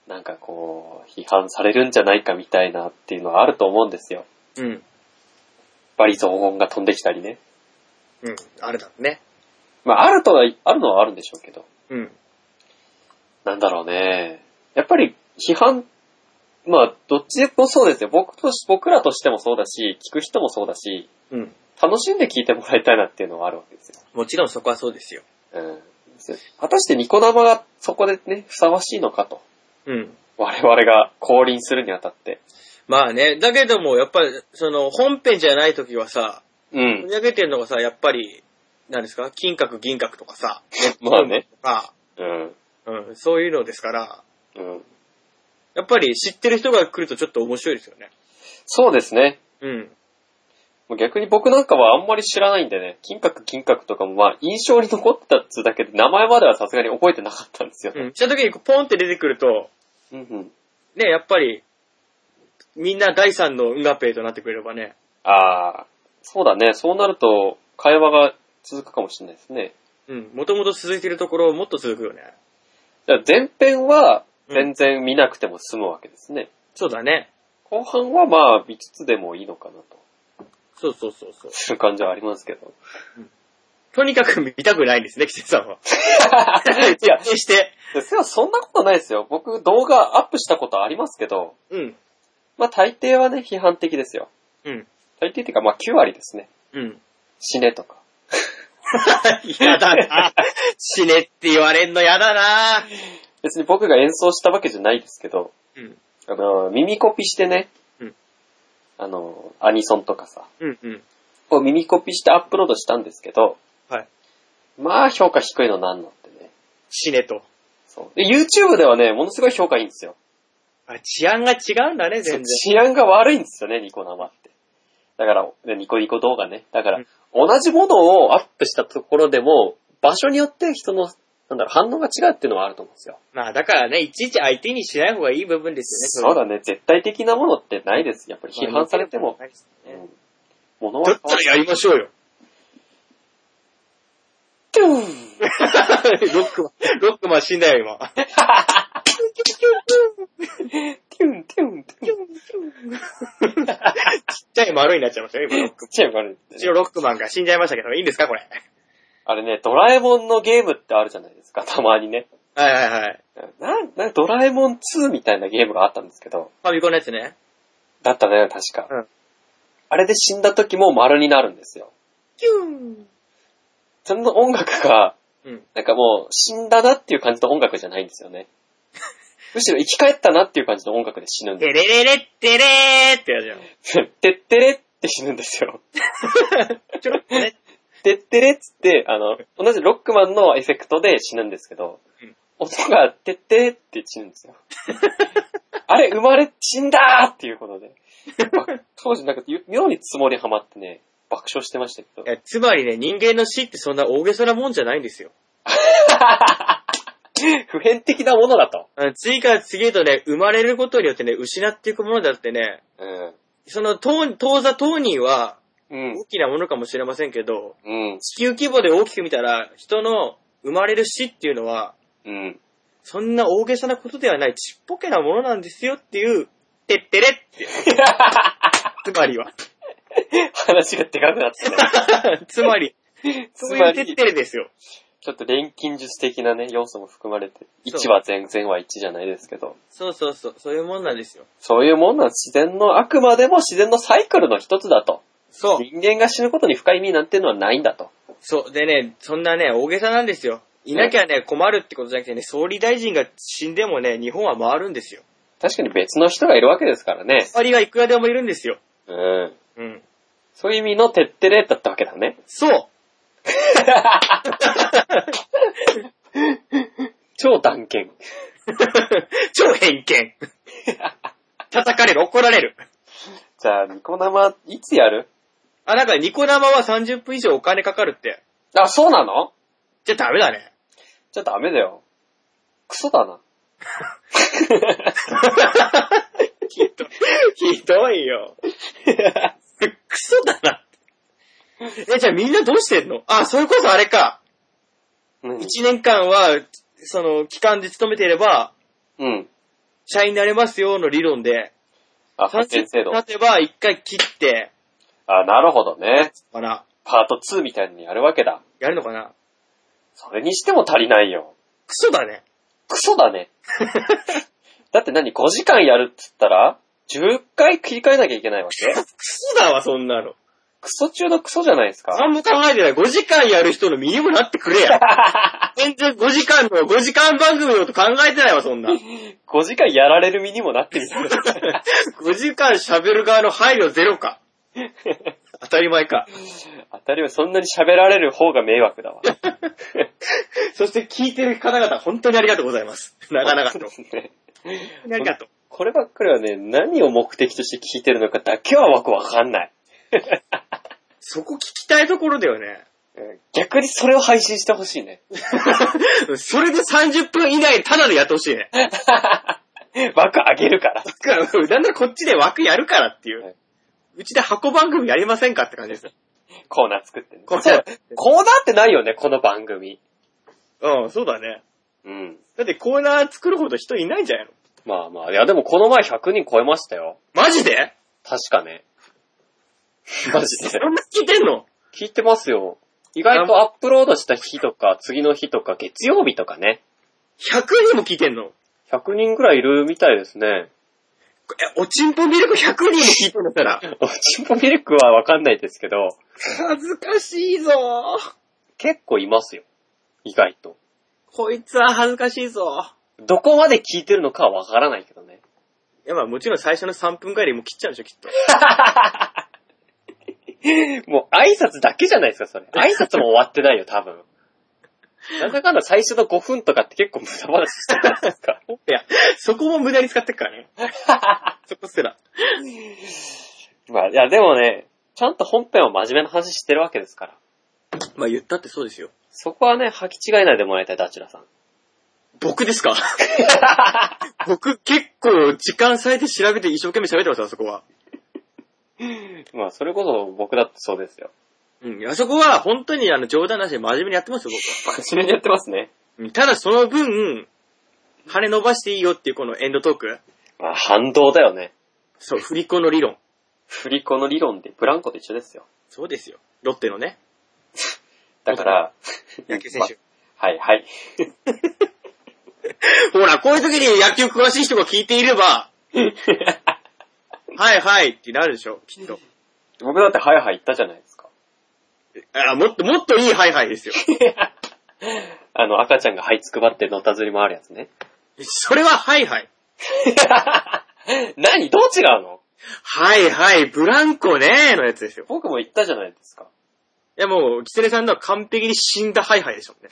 S1: なんかこう、批判されるんじゃないかみたいなっていうのはあると思うんですよ。
S2: うん。
S1: バリ雑音が飛んできたりね。
S2: うん。あれだね。
S1: まあ、あるとは、あるのはあるんでしょうけど。
S2: うん。
S1: なんだろうね。やっぱり批判、まあ、どっちもそうですよ。僕とし、僕らとしてもそうだし、聞く人もそうだし、
S2: うん。
S1: 楽しんで聞いてもらいたいなっていうのはあるわけですよ。
S2: もちろんそこはそうですよ。
S1: うん。果たしてニコ生がそこでね、ふさわしいのかと。
S2: うん。
S1: 我々が降臨するにあたって。
S2: まあね、だけども、やっぱり、その、本編じゃない時はさ、
S1: うん
S2: 取り。上げてるのがさ、やっぱり、何ですか金閣銀閣とかさ、
S1: まあね。
S2: とか、
S1: うん。
S2: うん、そういうのですから、
S1: うん。
S2: やっぱり知ってる人が来るとちょっと面白いですよね。
S1: そうですね。
S2: うん。
S1: もう逆に僕なんかはあんまり知らないんでね、金閣金閣とかもまあ印象に残ったっつうだけで名前まではさすがに覚えてなかったんですよ。
S2: うん。した時にこうポンって出てくると、
S1: うんうん。
S2: ね、やっぱり、みんな第三のウンガペイとなってくれればね、
S1: ああ、そうだね。そうなると会話が続くかもしれないですね。
S2: うん、もともと続いてるところもっと続くよね。
S1: じゃあ前編は
S2: うん
S1: 全然見なくても済むわけですね。
S2: そうだね。
S1: 後半はまあ見つつでもいいのかなと。
S2: そうそうそうそう。
S1: する感じはあります
S2: <laughs>
S1: けど。
S2: とにかく見たくないんですね、キセさん <laughs> は。
S1: いや、
S2: 決して。
S1: ですよ、そんなことないですよ。僕動画アップしたことありますけど、
S2: うん。
S1: まあ大抵はね、批判的ですよ。
S2: うん。
S1: 大抵っていうかまあ9割ですね。
S2: うん。
S1: 死ねとか。
S2: <laughs> やだな。死ねって言われんのやだな。
S1: 別に僕が演奏したわけじゃないですけど、
S2: うん。
S1: あの、耳コピしてね、
S2: うん
S1: あの、アニソンとかさ、
S2: うんうん。
S1: を耳コピしてアップロードしたんですけど、
S2: はい。
S1: まあ評価低いのなんのってね。
S2: 死ねと。
S1: そう。で、YouTube ではね、ものすごい評価いいんですよ。
S2: あ、治安が違うんだね、全然。
S1: 治安が悪いんですよね、ニコ生って。だから、ねニコニコ動画ね。だから、
S2: うん
S1: 同じものをアップしたところでも、場所によって人の、なんだろう、反応が違うっていうのはあると思うんですよ。
S2: まあだからね、いちいち相手にしない方がいい部分です
S1: そ
S2: よね。
S1: うだね、絶対的なものってないです。やっぱり批判されても。
S2: まあ。
S1: うん物
S2: だ
S1: は
S2: ったらやりましょうよ。
S1: トゥーン
S2: <laughs> ロックマン、ロックマン死んだよ、 <laughs> 今。
S1: テュンテュンテュン
S2: ちっちゃい丸になっちゃいましたよ、今。ロックマ
S1: ちっちゃい丸
S2: ン。一応ロックマンが死んじゃいましたけど、いいんですか、これ。
S1: あれね、ドラえもんのゲームってあるじゃないですか、 <laughs> たまにね。
S2: はいはいはい。
S1: なん、なんかドラえもん2みたいなゲームがあったんですけど、
S2: ファミコンのやつね。
S1: だったね、確か。
S2: うん
S1: あれで死んだ時も丸になるんですよ。
S2: キューン。
S1: その音楽が、
S2: うん
S1: なんかもう死んだなっていう感じの音楽じゃないんです
S2: <laughs>
S1: よね。むしろ生き返ったなっていう感じの音楽で死ぬん
S2: て
S1: で
S2: れれれってれーってやる
S1: す。 <laughs> てってれって死ぬんですよ。
S2: じゃん。ちょろっとね。
S1: てってれっつって、あの、同じロックマンのエフェクトで死ぬんですけど
S2: うん、
S1: 音がてってれって死ぬんで
S2: <laughs>
S1: すよ。あれ、生まれ、死んだーっていうことで。当時なんか妙につもりはまってね、爆笑してましたけど
S2: い。やつまりね、人間の死ってそんな大げさなもんじゃないんですよ。
S1: <laughs> 普遍的なものだと。
S2: あの次から次へとね、生まれることによってね、失っていくものだってね、
S1: うん。
S2: その当当座当人は
S1: うん
S2: 大。きなものかもしれませんけど、
S1: うん。
S2: 地球規模で大きく見たら、人の生まれる死っていうのは、
S1: うん。
S2: そんな大げさなことではないちっぽけなものなんですよっていう、てってれって、 <laughs> つまり <laughs> は。
S1: 話がでかくなってきた。
S2: つまり、
S1: つ
S2: <laughs> そうい
S1: ま
S2: うてっ
S1: り、
S2: てれですよ。
S1: ちょっと錬金術的なね、要素も含まれて、
S2: そう
S1: 1は全然は1じゃないですけど、
S2: そうそうそう、そういうもんなんですよ。
S1: そういうもんなん自然の、あくまでも自然のサイクルの一つだと。
S2: そう、
S1: 人間が死ぬことに深い意味なんていうのはないんだと。
S2: そう、でね、そんなね、大げさなんですよ。いなきゃね、困るってことじゃなくてね、総理大臣が死んでもね、日本は回るんですよ。
S1: 確かに別の人がいるわけですからね。
S2: 周りがいくらでもいるんですよ。
S1: うん。
S2: うん。
S1: そういう意味のてってれだったわけだね。
S2: <laughs> そう
S1: 超断言。
S2: 超偏 <laughs> 見叩かれる、怒られる。
S1: じゃあ、ニコ生、いつやる
S2: あ、なんかニコ生は30分以上お金かかるって。
S1: あ、そうなの
S2: じゃあダメだね。
S1: じゃあダメだよ。クソだ <laughs> な。
S2: ひどい。ひどい <laughs> よ。クソだな。え、じゃあみんなどうしてんのあ、それこそあれか。
S1: うん
S2: 1。年間は、その、期間で勤めていれば、
S1: うん。
S2: 社員になれますよの理論で、
S1: あ、発展制
S2: 30
S1: 度
S2: 分。経てば一回切って、
S1: あ、なるほどね。
S2: かな。
S1: パート2みたいなのやるわけだ。
S2: やるのかな
S1: それにしても足りないよ。
S2: クソだね。
S1: クソだね。だって何 ?5 時間やるっつったら、10回切り替えなきゃいけないわけ
S2: クソだわ、そんなの。
S1: クソ中のクソじゃないで
S2: <laughs>
S1: すか
S2: 何も考えてない。5時間やる人の身にもなってくれや。全然5時間の、5時間番組のこと考えてないわ、そ <laughs> んな。
S1: ?5 時間やられる身にもなってみたい
S2: <laughs>
S1: な。
S2: 5時間喋る側の配慮ゼロか。当たり前か。
S1: 当たり前、そんなに喋られる方が迷惑だわ。 <laughs>
S2: そして聞いてる方々、本当にありがとうございます。長々と。本
S1: ね
S2: 当にありがとう。
S1: こればっかりはね、何を目的として聞いてるのかだけはわくわかんない。
S2: そこ聞きたいところだよね。 <laughs>
S1: うん逆にそれを配信してほしいね。
S2: それで30分以内、ただでやってほしいね。 <laughs>
S1: 枠上げるから。
S2: だから、なんならこっちで枠やるからっていう。
S1: はいう
S2: ちで箱番組やりませんかって感じです。
S1: コーナー作ってね。
S2: コーナー
S1: そうコーナーってないよね、この番組。
S2: うん、そうだね。
S1: うん。
S2: だってコーナー作るほど人いないんじゃないの
S1: まあまあ、いやでもこの前100人超えましたよ。
S2: マジで
S1: 確かね。マジ
S2: そ
S1: で。
S2: んな聞いてんの
S1: 聞いてますよ。意外とアップロードした日とか、次の日とか、月曜日とかね。
S2: ?100 人も聞いてんの
S1: 100人ぐらいいるみたいですね。
S2: え、おちんぽミルク100人も聞いてんだったら。
S1: おちんぽミルクはわかんないですけど、
S2: 恥ずかしいぞー
S1: 結構いますよ。意外と。
S2: こいつは恥ずかしいぞ
S1: どこまで聞いてるのかはわからないけどね。
S2: いや、まあもちろん最初の3分ぐらいでもう切っちゃうんでしょ、きっ <laughs> と。
S1: もう挨拶だけじゃないですか、それ。挨拶も終わってないよ、多分。なんだかんだ最初の5分とかって結構無駄話してたんですか。
S2: いや、そこも無駄に使ってっから <laughs> ね。そこすら。
S1: まあ、いやでもね、ちゃんと本編は真面目な話してるわけですから。
S2: まあ言ったってそうですよ。
S1: そこはね、履き違えないでもらいたい、ダチュラ <laughs> さん。
S2: 僕ですか <laughs> 僕結構時間割いて調べて一生懸命喋ってますよ、あそこは。
S1: まあ、それこそ僕だってそうですよ。
S2: うん、あそこは本当にあの冗談なしで真面目にやってますよ、僕
S1: 真面目にやってますね。
S2: はうん。ただその分、羽伸ばしていいよっていうこのエンドトーク。
S1: まあ、反動だよね。
S2: そう、振り子の理論。
S1: 振り子の理論でブランコと一緒ですよ。
S2: そうですよ。ロッテのね。
S1: だ <laughs> から、
S2: 野球選手。
S1: はい <laughs> はい。
S2: <laughs> ほら、こういう時に野球詳しい人が聞いていれば、はいはいってなるでしょ、きっと。
S1: 僕だってハイハイ言ったじゃないです <laughs> か。
S2: あ、もっと、もっといいハイハイですよ。
S1: あの、赤ちゃんが這いつくばってのたずり回るやつ <laughs> ね。
S2: それはハイハイ。
S1: 何どう違うの
S2: はいはい、ブランコねーのやつですよ。
S1: 僕も言ったじゃないです <laughs> か。
S2: いやもう、キツネさんのは完璧に死んだハイハイでしょうね。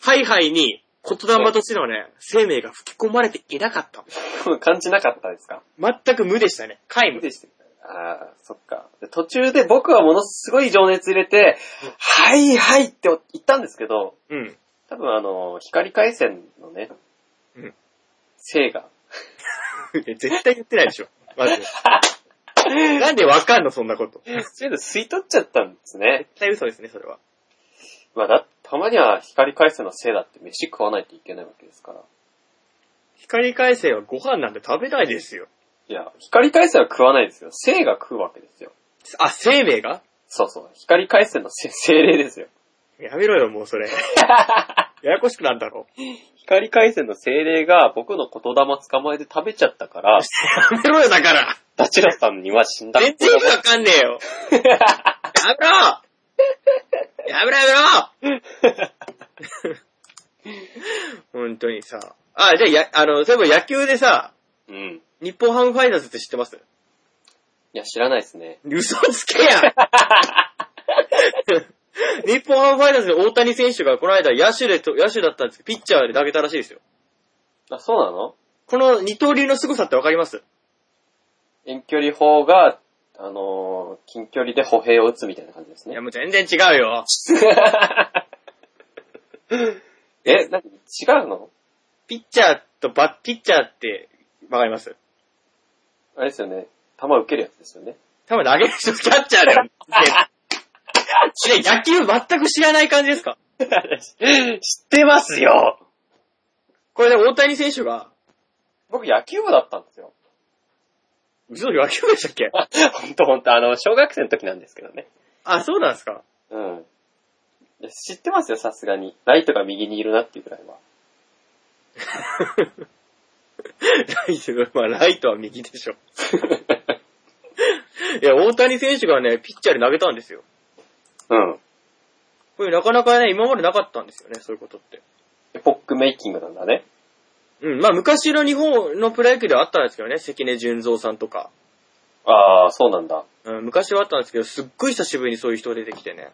S2: ハイハイに、言霊としてのね、生命が吹き込まれていなかった。
S1: 感じなかったですか
S2: 全く無でしたね。皆
S1: 無
S2: 無。
S1: でした。ああ、そっか。で途中で僕はものすごい情熱入れて、はいはいって言ったんですけど、
S2: うん。
S1: 多分あの、光回線のね、
S2: うん
S1: 性が。
S2: 絶対言ってないでしょ。ま
S1: <laughs>
S2: ず。なんでわかんの、そんなこと。絶
S1: そういうの吸い取っちゃったんですね。
S2: 対嘘ですね、それは。
S1: まあだ、たまには光回線のせいだって飯食わないといけないわけですから。
S2: 光回線はご飯なんて食べないですよ。
S1: いや、光回線は食わないですよ。生が食うわけですよ。
S2: あ、生命が
S1: そうそう。光回線のせ <laughs> 精霊ですよ。
S2: やめろよ、もうそれ。 <laughs> ややこしくなんだろ。
S1: 光回線の精霊が僕の言霊捕まえて食べちゃったから、
S2: やめろよ、だから。
S1: ダチュラさんには死んだ。
S2: 全然意味わかんねえよ。やめろやめろやめろ <laughs> 本当にさ。あ、じゃあ、や、あの、そういえば野球でさ、
S1: うん。
S2: 日本ハムファイナーズって知ってます
S1: いや、知らないですね。 <laughs>
S2: 嘘つけや <laughs> 日本ハムファイナーズで大谷選手がこの間野手でと、野手だったんですけど、ピッチャーで投げたらしいですよ。
S1: あ、そうなの
S2: この二刀流の凄さってわかります
S1: 遠距離砲が、あのー近距離で歩兵を撃つみたいな感じです
S2: い
S1: ね
S2: や、。もう全然違うよ。
S1: <laughs> え、なに違うの
S2: ピッチャーとバッ、ピッチャーってわかります
S1: あれですよね。弾受けるやつです <laughs> よね。
S2: 多分投げる人キャッチャーだよ。ね野球全く知らない感じですか
S1: 知ってますよ
S2: これね、大谷選手が、
S1: 僕野球部だったんです <laughs> よ。
S2: 嘘野球部でしたっけ
S1: ほんとほんと、あの、小学生の時なんですけどね。
S2: あ、そうなんですか <laughs>
S1: うん。いや知ってますよ、さすがに。ライトが右にいるなっていうくらいは。
S2: ライト、まあライトは右でしょ。いや、大谷選手がね、ピッチャーで投げたんですよ。
S1: うん。
S2: これなかなかね、今までなかったんですよね、そういうことって。
S1: エポックメイキングなんだね。
S2: うん、まあ昔の日本のプロ野球ではあったんですけどね、関根純三さんとか。
S1: ああ、そうなんだ。
S2: うん、昔はあったんですけど、すっごい久しぶりにそういう人が出てきてね。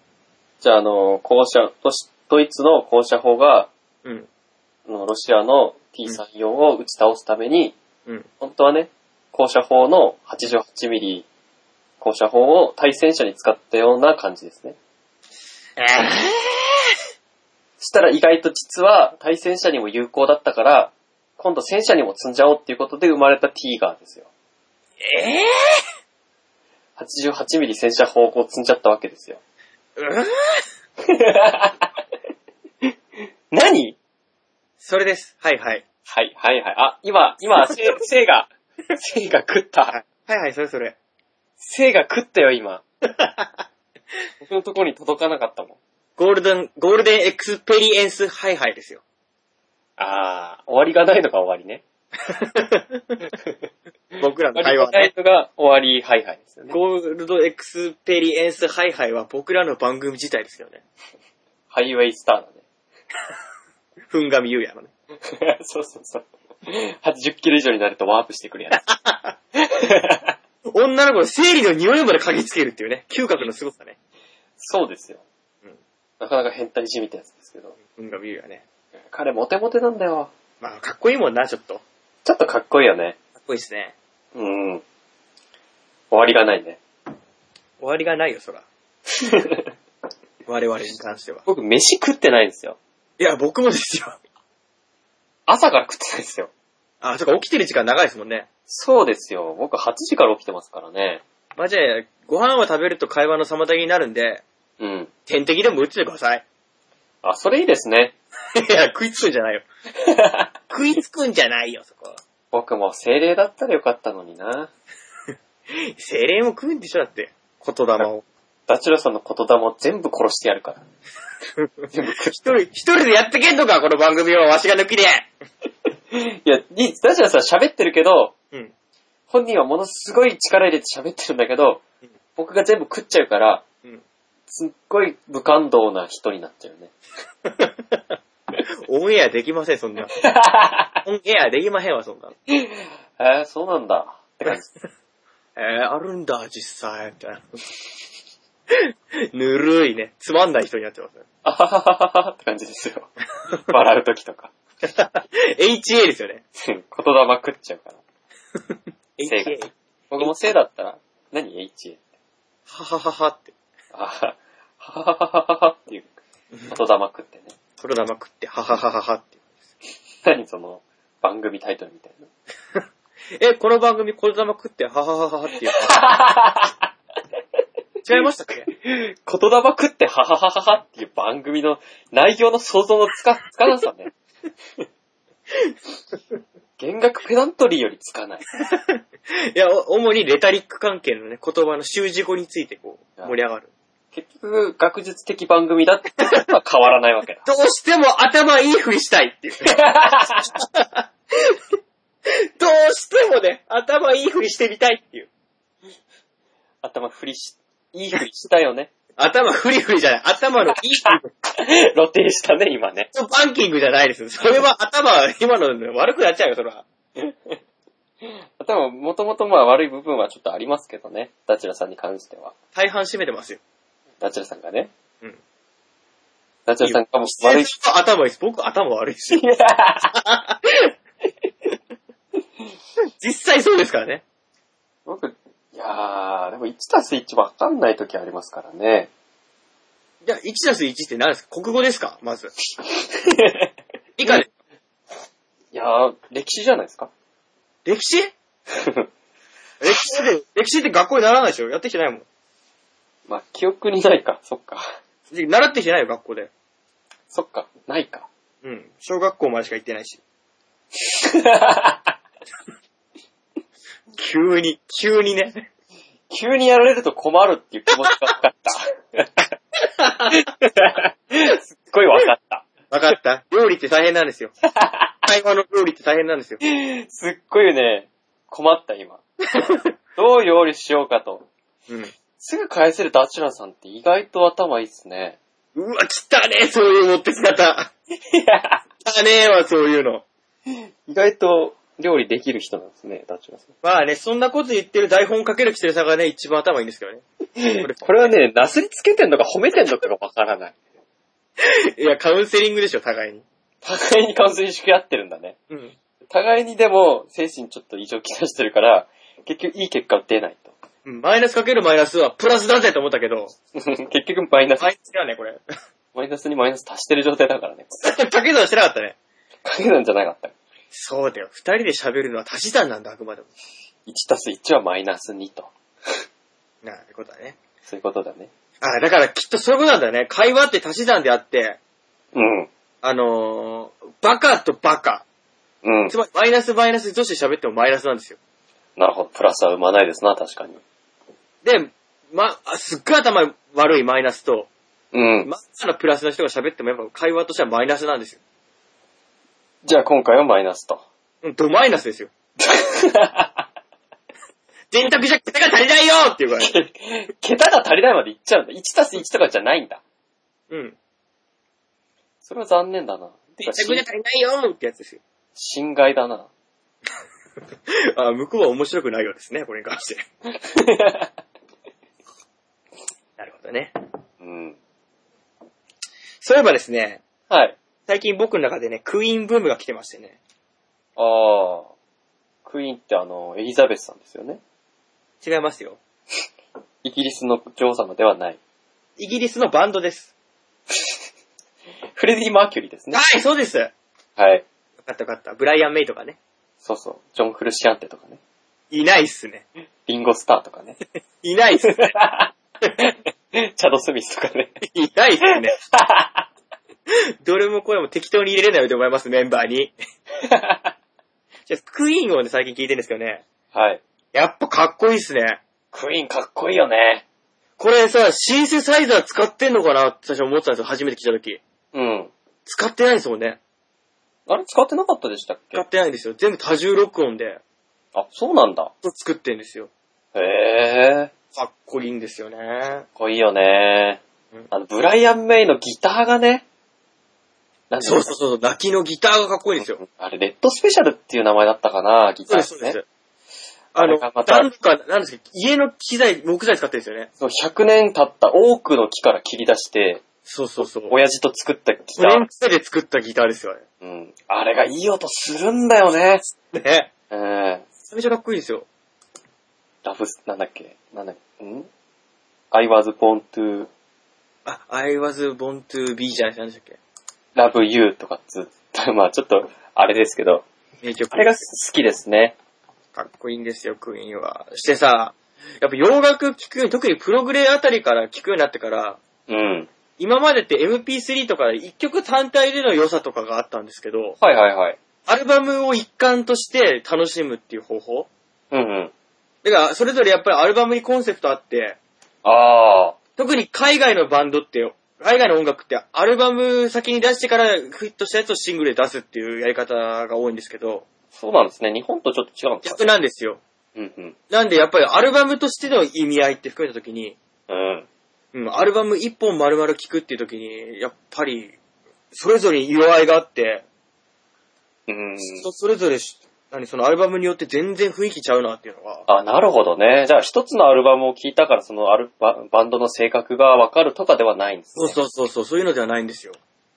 S1: じゃあ、あの、校舎、ドシドイツの校舎法が、
S2: うん、
S1: あのロシアの T34 を打ち倒すために、
S2: うん。
S1: 本当はね、校舎法の 88mm 校舎法を対戦車に使ったような感じですね。
S2: え
S1: したら意外と実は対戦車にも有効だったから、今度戦車にも積んじゃおうっていうことで生まれたティーガーですよ。
S2: ー、えー
S1: 88mm 戦車砲を積んじゃったわけです <laughs> よ。
S2: うん
S1: 何
S2: それです。はいはい。
S1: はい、はい、はい。あ、今、
S2: <laughs>
S1: 今、せ、せいが、せいが食った。
S2: はいはい、それそ <laughs> れ。
S1: せいが食ったよ、今。僕のところに届かなかったもん。
S2: ゴールデン、ゴールデンエクスペリエンスハイハイです <laughs> よ。
S1: あー、終わりがないのが終わりね。
S2: 僕らの
S1: 終
S2: 会話
S1: わりがな
S2: ね。
S1: いのが終わり、はいはいですよね。
S2: ゴールドエクスペリエンスハイハイは僕らの番組自体ですよね。
S1: ハイウェイスターだね。
S2: ふんがみゆうやのね。 <laughs>
S1: そうそうそう。80キロ以上になるとワープしてくるやつ。
S2: <laughs> 女の子の生理の匂いまで嗅ぎつけるっていうね、嗅覚の凄さね。
S1: そうですよ。
S2: うん
S1: なかなか変態じみたやつですけど。
S2: ふんがみゆうやね。
S1: 彼モテモテなんだよ。
S2: まあ、かっこいいもんな、ちょっと。か
S1: ちょっとかっこいいよね。
S2: っこいいですね。
S1: うん。終わりがない
S2: <laughs>
S1: ね。
S2: 終わりがないよ、そら。我々に関しては。
S1: 僕、飯食ってないんですよ。
S2: いや、僕もですよ。
S1: 朝から食ってないんですよ。
S2: あ、そっか、起きてる時間長いですもんね。
S1: そうですよ。僕、8時から起きてますからね。
S2: まあ、じゃあ、ご飯を食べると会話の妨げになるんで、
S1: うん。
S2: 点滴でも打っててください。 <laughs>
S1: あ、それいいですね。
S2: いや、食いつくんじゃない <laughs> よ。食いつくんじゃないよ、そこは。
S1: 僕も精霊だったらよかったのにな。
S2: 精霊も食うんでしょ、だって。言霊を。
S1: ダチュラさんの言霊を全部殺してやるから。
S2: 一人、一人でやってけんのか、この番組はわしが抜きで。
S1: <laughs> いや、にダチュラさん喋ってるけど、
S2: うん。
S1: 本人はものすごい力入れて喋ってるんだけど
S2: うん、
S1: 僕が全部食っちゃうから
S2: うん、
S1: すっごい無感動な人になっちゃうね。
S2: オンエアできません、そん <laughs> な。オンエアできまへんわ、そんな。
S1: えー、そうなんだ。って
S2: <laughs>
S1: 感じ。
S2: えー、あるんだ、実際、み <laughs> たいな。ぬるいね。つまんない人になってますね。
S1: あははははって感じですよ。笑うときとか。 <laughs>
S2: HA ですよね。
S1: 言霊食っちゃうから。正
S2: HA
S1: 解。僕もせいだったら、何 ?H?
S2: ははははって。
S1: あははははははっていう。言霊食ってね。
S2: 黒玉食って、はははははって。
S1: 何その、番組タイトルみたいな。
S2: え、この番組黒玉食って、はははははっていう。違いましたっけ
S1: 言霊食ってはははははっていう番組の内容の想像のつか、つかなさね。弦楽ペダントリーよりつかない。
S2: <laughs> いや、お主にレタリック関係のね、言葉の習字語についてこう、盛り上がる。
S1: 結局、学術的番組だってことは変わらないわけ
S2: <laughs>
S1: だ。
S2: どうしても頭いいふりしたいっていう。 <laughs> どうしてもね、頭いいふりしてみたいっていう。
S1: 頭振りし、いい振りしたよね。
S2: 頭フリフリじゃない。頭のいいフ
S1: 露呈したね、今ね。
S2: リ。バンキングじゃないです。それは頭、今のね悪くなっちゃうよ、それは。
S1: でも、もともとまあ悪い部分はちょっとありますけどね。ダチュラさんに関しては。
S2: 大半占めてますよ。
S1: ダチュラさんがね。
S2: うん。
S1: ダチュラさんがもう悪
S2: 悪
S1: い
S2: い。。頭いいです。僕頭悪いですよ。 <laughs> 実際そうですからね。
S1: 僕、いやー、でも1たす1わかんない時ありますからね。
S2: じゃあ、1たす1って何ですか国語ですかまず。以下で、
S1: いやー、歴史じゃないですか
S2: 歴史歴史で、歴史って学校にならないでしょやってきてないもん。
S1: <laughs> まあ、記憶にないか。そっか。
S2: 習ってきてないよ、学校で。
S1: そっか。ないか。
S2: うん。小学校までしか行ってないし。急に、急にね。
S1: 急にやられると困るっていう気持ちが分かった。すっごい分かった。
S2: わか <laughs> った。料理って大変なんですよ。会話の料理って大変なんですよ。
S1: <laughs> すっごいね、困った今。どう料理しようかと。
S2: うん。
S1: すぐ返せるダチュラさんって意外と頭いいっすね。
S2: うわ、来たね、そういう持ってき方。
S1: いや
S2: 来たねはそういうの。
S1: <laughs> 意外と料理できる人なんですね、ダチュラさん。
S2: まあね、そんなこと言ってる台本かけるキセルさんがね、一番頭いいんですけどね。 <laughs> これ
S1: これはね、なすりつけてんのか褒めてんのかがわからない。
S2: いや、カウンセリングでしょ、互いに。
S1: 互いに完全に宿やってるんだね。
S2: うん。
S1: 互いにでも精神ちょっと異常気出してるから、結局いい結果は出ないと。
S2: マイナスかけるマイナスはプラスだぜと思ったけど、
S1: <laughs> 結局マイナス、
S2: マイナスだね、これ。
S1: マイナスにマイナス足してる状態だからね。
S2: <laughs> 掛け算してなかったね。
S1: かけなんじゃなかった。
S2: そうだよ。二人で喋るのは足し算なんだ、あくまでも。
S1: 1たす1はマイナス2と。
S2: なあ、ってことだね。
S1: そういうことだね。
S2: あ、だからきっとそういうことなんだよね。会話って足し算であって、
S1: うん。
S2: あのー、バカとバカ。
S1: うん
S2: つ。まり、マイナスマイナス女子で喋ってもマイナスなんですよ。
S1: なるほど。プラスは生まないですな、確かに。
S2: で、ま、あすっごい頭悪いマイナスと、
S1: うん。
S2: まっさらプラスの人が喋ってもやっぱ会話としてはマイナスなんですよ。
S1: じゃあ今回はマイナスと。
S2: うん、ドマイナスですよ。 <laughs> 電卓じゃ桁が足りないよっていうから。
S1: <laughs> 桁が足りないまでいっちゃうんだ。1たす1とかじゃないんだ。
S2: うん。
S1: それは残念だな。てか
S2: 電卓じゃ足りないよってやつですよ。
S1: 侵害
S2: <laughs>
S1: だな。
S2: あ、向こうは面白くないようですね、これに関して。なるほどね。
S1: うん。
S2: そういえばですね、
S1: はい。
S2: 最近僕の中でね、クイーンブームが来てましてね。
S1: あー。クイーンってあの、エリザベスさんですよね。
S2: 違いますよ。
S1: イギリスの女王様ではない。
S2: イギリスのバンドです。
S1: フレディ・マーキュリーですね
S2: は。い、そうです。よ
S1: はい。
S2: かったよかった。ブライアン・メイとかね。
S1: そうそう。ジョン・フルシアンテとかね。
S2: いないっすね。
S1: リンゴ・スター
S2: <laughs>
S1: とかね。
S2: いないっすね。
S1: チャド・スミスとかね。
S2: いないっす <laughs> ね。どれもこれも適当に入れれないようで思います、メンバー <laughs> に。じゃあクイーンをね、最近聞いてるんですけどね。
S1: はい。
S2: やっぱかっこいいっすね。
S1: クイーンかっこいいよね。
S2: これさ、シンセサイザー使ってんのかなって最初思ってたんですよ、初めて聞いた時。
S1: うん。
S2: 使ってないんですもんね。
S1: あれ使ってなかったでしたっけ
S2: 使ってないんですよ。全部多重録音で。
S1: あ、そうなんだ。
S2: と作ってんですよ。
S1: へえ。
S2: かっこいいんですよね。
S1: かっこいいよね
S2: うん。
S1: あの、ブライアン・メイのギターがね、なんだ
S2: そうそうそう、泣きのギターがかっこいいんですよ。
S1: あれ、レッドスペシャルっていう名前だったかな、ギ
S2: そうで
S1: ターね。
S2: す、そうです。あ
S1: あ
S2: の、
S1: れがまた
S2: なんか、なんですか、家の機材、木材使ってるんですよね。
S1: そう100年経った多くの木から切り出して、
S2: そうそうそう。
S1: 親父と作ったギ
S2: フレ
S1: タ
S2: ンチで作ったギターですよ、
S1: ー。うん。あれがいい音するんだよね。
S2: ね。ね。
S1: うん。
S2: めちゃめちゃかっこいいですよ。
S1: ラブス、なんだっけ、なんだっけ、ん ?I was born to
S2: あ、I was born to be じゃないなんでしたっけ
S1: love you とかつ、 <laughs> まあちょっと、あれですけど、
S2: 名曲。
S1: あれが好きですね。
S2: かっこいいんですよ、クイーンは。してさ、やっぱ洋楽聴く、特にプログレあたりから聴くようになってから、
S1: うん。
S2: 今までって MP3 とか一曲単体での良さとかがあったんですけど、
S1: はいはいはい。
S2: アルバムを一貫として楽しむっていう方法
S1: うんうん。
S2: だから、それぞれやっぱりアルバムにコンセプトあって、
S1: ああ。
S2: 特に海外のバンドって、海外の音楽ってアルバム先に出してからフィットしたやつをシングルで出すっていうやり方が多いんですけど、
S1: そうなんですね。日本とちょっと違うんですか
S2: 逆
S1: ね。
S2: なんですよ。
S1: うんうん。
S2: なんでやっぱりアルバムとしての意味合いって含めたときに、
S1: うん。
S2: うん、アルバム一本丸々聴くっていう時に、やっぱり、それぞれに色合いがあって、
S1: うん。
S2: 人それぞれし、何、そのアルバムによって全然雰囲気ちゃうなっていうのが、
S1: あ、なるほどね。じゃあ一つのアルバムを聴いたからそのアルババンドの性格がわかるとかではないんです
S2: そ
S1: ね。
S2: うそうそうそう、そういうのではないんですよ。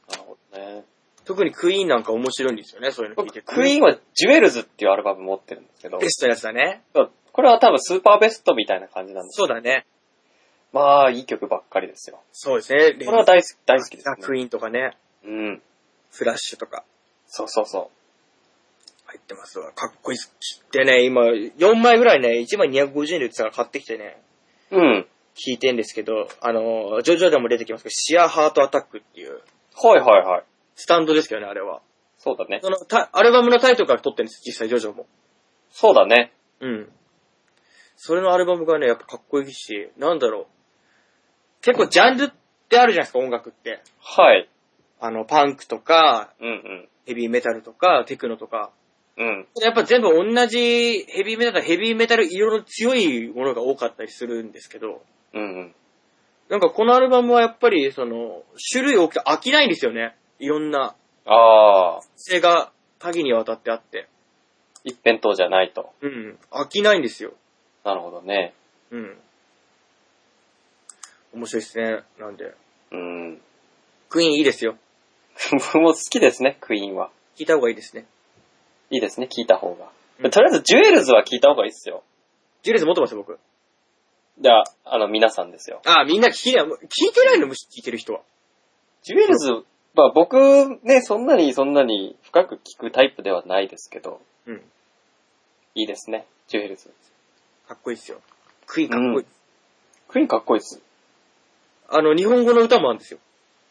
S1: なるほどね。
S2: 特にクイーンなんか面白いんですよね、そういうの聞いて。
S1: 僕、クイーンはジュエルズっていうアルバム持ってるんですけど
S2: ベ、ストやつだね。
S1: これは多分スーパーベストみたいな感じなんです
S2: そうだね。
S1: まあ、いい曲ばっかりですよ。
S2: そうですね。
S1: これは大好き、大好きです
S2: ザク
S1: ね。
S2: イーンとかね、
S1: うん。
S2: フラッシュとか
S1: そうそうそ
S2: 入ってますわ。かっこいいっす。でね、今、4枚ぐらいね、1枚250円で売ってたから買ってきてね、
S1: う。うん。
S2: 聞いてんですけど、あのー、ジョジョでも出てきますけど、シアーハートアタックっていう、
S1: はいはいはい。
S2: スタンドですけどね、あれは。
S1: そうだね。
S2: その、たアルバムのタイトルから撮ってるんです、実際、ジョジョも。
S1: そうだね。
S2: うん。それのアルバムがね、やっぱかっこいいし、なんだろう。結構ジャンルってあるじゃないですか、音楽って。
S1: はい。
S2: あの、パンクとか、
S1: うん
S2: ヘビーメタルとか、テクノとか。
S1: うん。うん。
S2: やっぱ全部同じヘビーメタル、ヘビーメタル色の強いものが多かったりするんですけど、
S1: うんうん。
S2: なんかこのアルバムはやっぱり、その、種類多くて飽きないんですよね。いろんな、
S1: ああ、
S2: 性が多岐にわたってあって。
S1: 一辺倒じゃないと。
S2: うん。飽きないんですよ。
S1: なるほどね。
S2: うん。面白いですね。なんで。
S1: うん。 <laughs>
S2: クイーンいいですよ。
S1: 僕も好きですね、クイーンは。
S2: 聞いた方がいいですね。
S1: いいですね、聞いた方が。
S2: うん
S1: とりあえず、ジュエルズは聞いた方がいいっすよ。
S2: ジュレス持ってますよ、僕。
S1: じゃあ、あの、皆さんですよ。
S2: ああ、みんな聞いてない。もう聞いてないの、むしろ聞いてる人は。
S1: ジュエルズ、まあ僕、ね、そんなにそんなに深く聞くタイプではないですけど、
S2: うん。
S1: いいですね、ジュエルズ。
S2: かっこいいですよ。クイーンかっこいい。
S1: クイーンかっこいいっす。
S2: あの、日本語の歌もあるんですよ。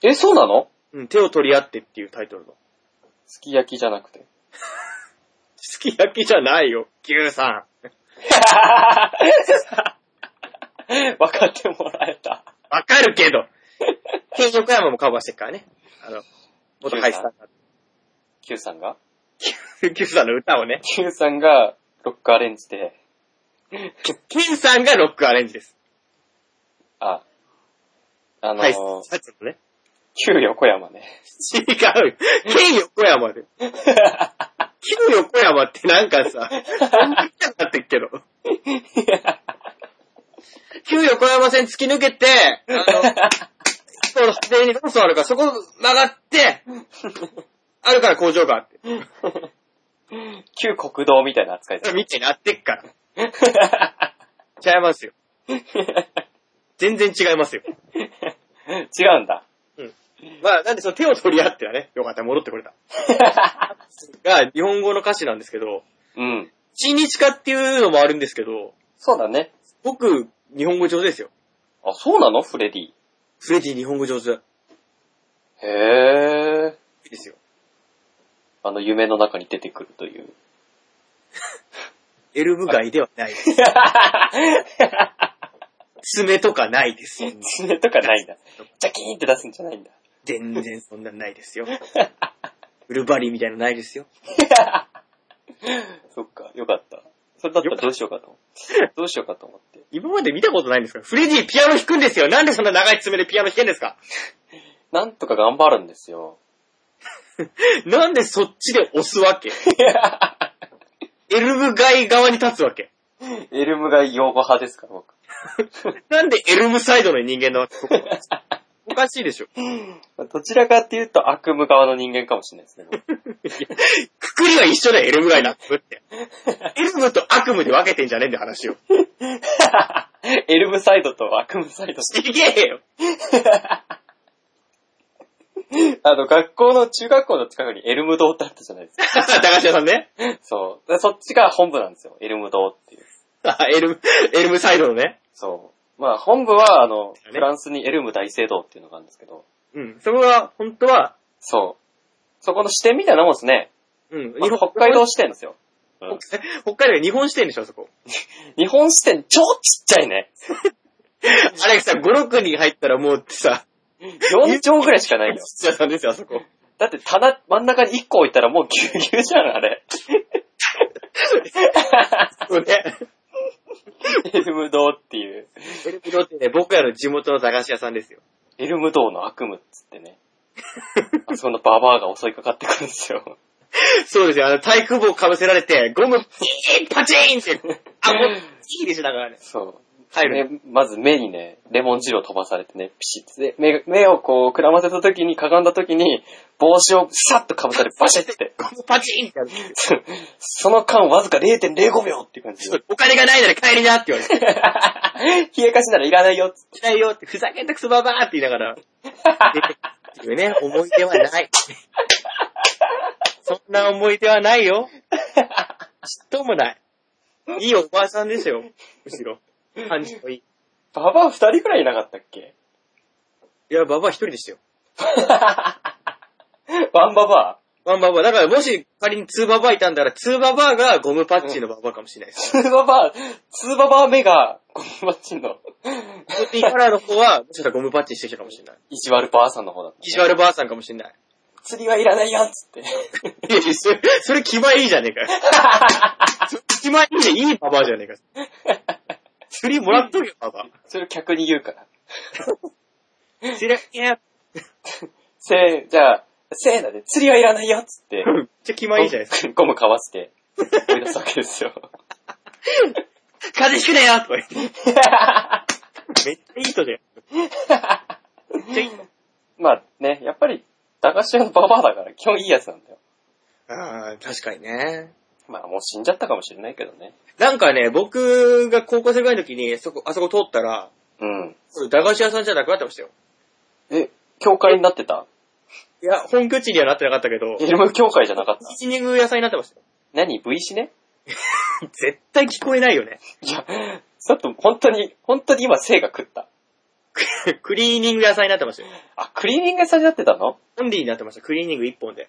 S1: え、そうなの
S2: うん、手を取り合ってっていうタイトルの。
S1: すき焼きじゃな <laughs> くて。
S2: すき焼きじゃないよ、Q さん。 <laughs>
S1: わかってもらえた。
S2: わかるけど。県横山もカバーしてるからね。あの、元ハイスターだっ
S1: Q さんが
S2: た。Q さんの歌をね。
S1: Q さんがロックアレンジで、
S2: ケンさんがロックアレンジです。
S1: あ、あの
S2: ハイ
S1: ー
S2: スタ、ーのね。
S1: 旧横山ね。
S2: 違う。県横山で。旧横山ってなんかさ、なってっけど。旧横山線突き抜けて、あの、その左にローソンあるから、そこ曲がって、あるから工場があって。
S1: 旧国道みたいな扱いです。
S2: みたいになってっから。違いますよ。全然違いますよ。
S1: 違うんだ。
S2: まあ、なんでその手を取り合ってだね。よかった、戻ってこ <laughs> れた。が、日本語の歌詞なんですけど、
S1: うん。
S2: 新日化っていうのもあるんですけど、
S1: そうだね。
S2: 僕、日本語上手ですよ。
S1: あ、そうなのフレディ。
S2: フレディ日本語上手。い
S1: へー。
S2: いですよ。
S1: あの、夢の中に出てくるという。
S2: エルブ街ではない <laughs> です。爪とかないです。 <laughs>
S1: 爪とかないんだ。ジャキーンって出すんじゃないんだ。
S2: 全然そんなのないですよ。ウルバリンみたいなのないですよ。
S1: そっか、よかった。それだったらどうしようかと思って。どうしようかと思って。
S2: 今まで見たことないんですかフレディピアノ弾くんですよなんでそんな長い爪でピアノ弾けんですか
S1: なんとか頑張るんですよ。
S2: <laughs> なんでそっちで押すわけエルム街側に立つわけ
S1: エルムが用語派ですから、僕。
S2: なんでエルムサイドの人間なわけおかしいでしょ。
S1: どちらかっていうと悪夢側の人間かもしれないですね。僕
S2: くくりは一緒だよ、エルム街なんてって。エルムと悪夢で分けてんじゃねえんだよ、話を。
S1: エルムサイドと悪夢サイド。
S2: ちげえよ。
S1: あの、学校の、中学校の近くにエルム堂ってあったじゃないですか。
S2: 駄菓子屋さんね。
S1: そう。でそっちが本部なんですよ。エルム堂っていう。
S2: あエルム、エルムサイドのね。
S1: そう。まあ、本部は、あの、フランスにエルム大聖堂っていうのがあるんですけど、
S2: うん。そこは、本当は、
S1: そう。そこの支店みたいなもんですね。
S2: うん。
S1: まあ北海道支店ですよ。
S2: 北北海道は日本支店でしょ、そこ。
S1: 日本支店超ちっちゃいね。
S2: あれさ、5、6人入ったらもうさ、
S1: 4畳ぐらいしかないよ。
S2: 土屋さんですよ、あそこ。
S1: だって棚、真ん中に1個置いたらもうぎゅうぎゅうじゃん、あれ。
S2: そうね。
S1: エルム堂っていう。
S2: エルム堂ってね、僕らの地元の駄菓子屋さんですよ。
S1: エルム堂の悪夢っつってね。あそこのババアが襲いかかってくるんですよ。
S2: そうですよ、あの、体育帽被せられて、ゴム、ピーンパチーンって、あ、もう、いいでしょ、だからね。
S1: そう。
S2: 入る。
S1: ねまず目にね、レモン汁を飛ばされてね、ピシッて、目目をこう、くらませた時に、かがんだ時に、帽子をさっとかぶされ、バシッて。 <laughs>
S2: ゴムパチーンってやる。
S1: その間わずか0.05秒っていう感じ
S2: ちょっ
S1: <laughs> で。
S2: とお金がないなら帰りなって言われて。
S1: 冷えかしならいらないよっつ <laughs> って
S2: しないよって、ふざけんなクソババーって言いながら。っていうね、思い出はない。そんな思い出はないよ。ちっともない。いいおばあさんですよ、むしろ。感じのいい。
S1: ババア二人くらいいなかったっけ <laughs>
S2: いや、ババア一人でしたよ。
S1: ワンババア
S2: ワンババア。だからもし仮にツーババアいたんだら、ツーババアがゴムパッチンのババアかもしれないです。
S1: ツーババア、ツーババア目が、ゴミバッチンの、
S2: ゴティカラーの方は、もしかしたらゴムパッチンしてきたかもしれない。
S1: 意地悪ばあさんの方だった、ね。
S2: ビジュアルばあさんかもしれない。
S1: 釣りはいらないやんっつって。 <laughs>
S2: いやいやそれ、それ気前いいじゃねえかよ。気前いいでいいババアじゃねえかよ。釣りもらっとけよ、ババ
S1: それを客に言うから。
S2: ア。釣り、いや、
S1: せー、じゃあ、せーなで釣りはいらないよっつって。
S2: めっちゃ気前いいじゃないです
S1: か。ゴムかわして、追い出すわけですよ。 <laughs>
S2: か。風邪ひくなよとか言って。めっちゃいい人じゃん。めっちゃいい人。
S1: まあね、やっぱり、駄菓子屋のババアだから基本いいやつなんだよ。
S2: ああ、確かにね。
S1: まあもう死んじゃったかもしれないけどね。
S2: なんかね、僕が高校生ぐらいの時に、そこ、あそこ通ったら、
S1: うん。
S2: 駄菓子屋さんじゃなくなってましたよ。
S1: え、教会になってた
S2: いや、本拠地にはなってなかったけど、
S1: エルム教会じゃなかった
S2: チニング屋さんになってましたよ。
S1: 何 ?V 詞ね
S2: 絶対聞こえないよね。 <laughs>
S1: いや、ちょっと本当に、本当に今生が食った。
S2: クリーニング屋さんになってましたよ。
S1: あ、クリーニング屋さんになってたの <laughs>
S2: オンリーになってました、クリーニング一本で。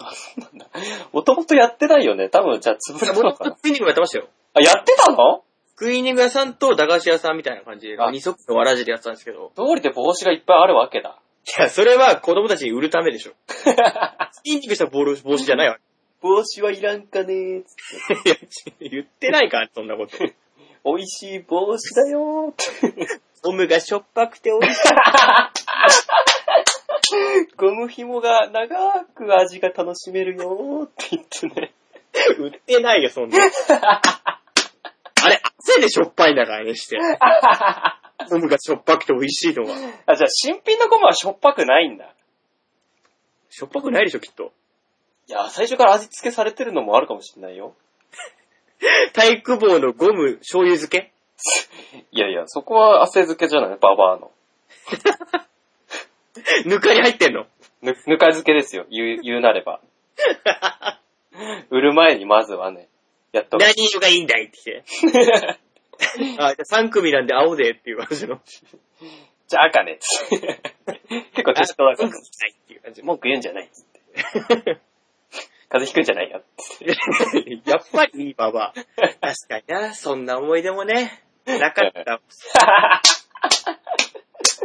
S1: あ、そうなんだ。もともとやってないよね。多分、じゃあ潰
S2: も
S1: れ
S2: と
S1: た
S2: も
S1: の
S2: と
S1: かな。
S2: クリーニングもやってましたよ。
S1: あ、やってたの
S2: クリーニング屋さんと駄菓子屋さんみたいな感じで、
S1: あ
S2: 二足のわらじでやってたんですけど。
S1: 通りで帽子がいっぱいあるわけだ。
S2: いや、それは子供たちに売るためで <laughs> しょ。クリーニングしたボール帽子じゃないわ。
S1: 帽子はいらんかねーつって。
S2: <laughs> いや言ってないから、そんなこと。
S1: 美味しい帽子だよ <laughs> ーって。
S2: ゴムがしょっぱくて美味しい。
S1: ゴム紐が長く味が楽しめるよーって言ってね。
S2: 売ってないよ、 <laughs> そんな。あれ、汗でしょっぱいんだからね、して。ゴムがしょっぱくて美味しいのは。
S1: あ、じゃあ新品のゴムはしょっぱくないんだ。
S2: しょっぱくないでしょ、きっ <laughs> と。
S1: いや、最初から味付けされてるのもあるかもしれないよ。
S2: 体育帽のゴム醤油漬け
S1: いやいや、そこは汗漬けじゃないババアの。
S2: ぬかに入ってんの。
S1: ぬ、ぬか漬けですよ。言う、言うなれば。売る前にまずはね、やっとく。
S2: 何色がいいんだいって来て。あ、じゃあ3組なんで青でっていう話の。
S1: <laughs> じゃあ赤ね。つって結構テストだから。
S2: ないっていう感じの。
S1: 文句言うんじゃない。つって風邪ひくんじゃないよ。
S2: <laughs> やっぱりいいババア。確かにな、そんな思い出もね、なかった。
S1: <laughs>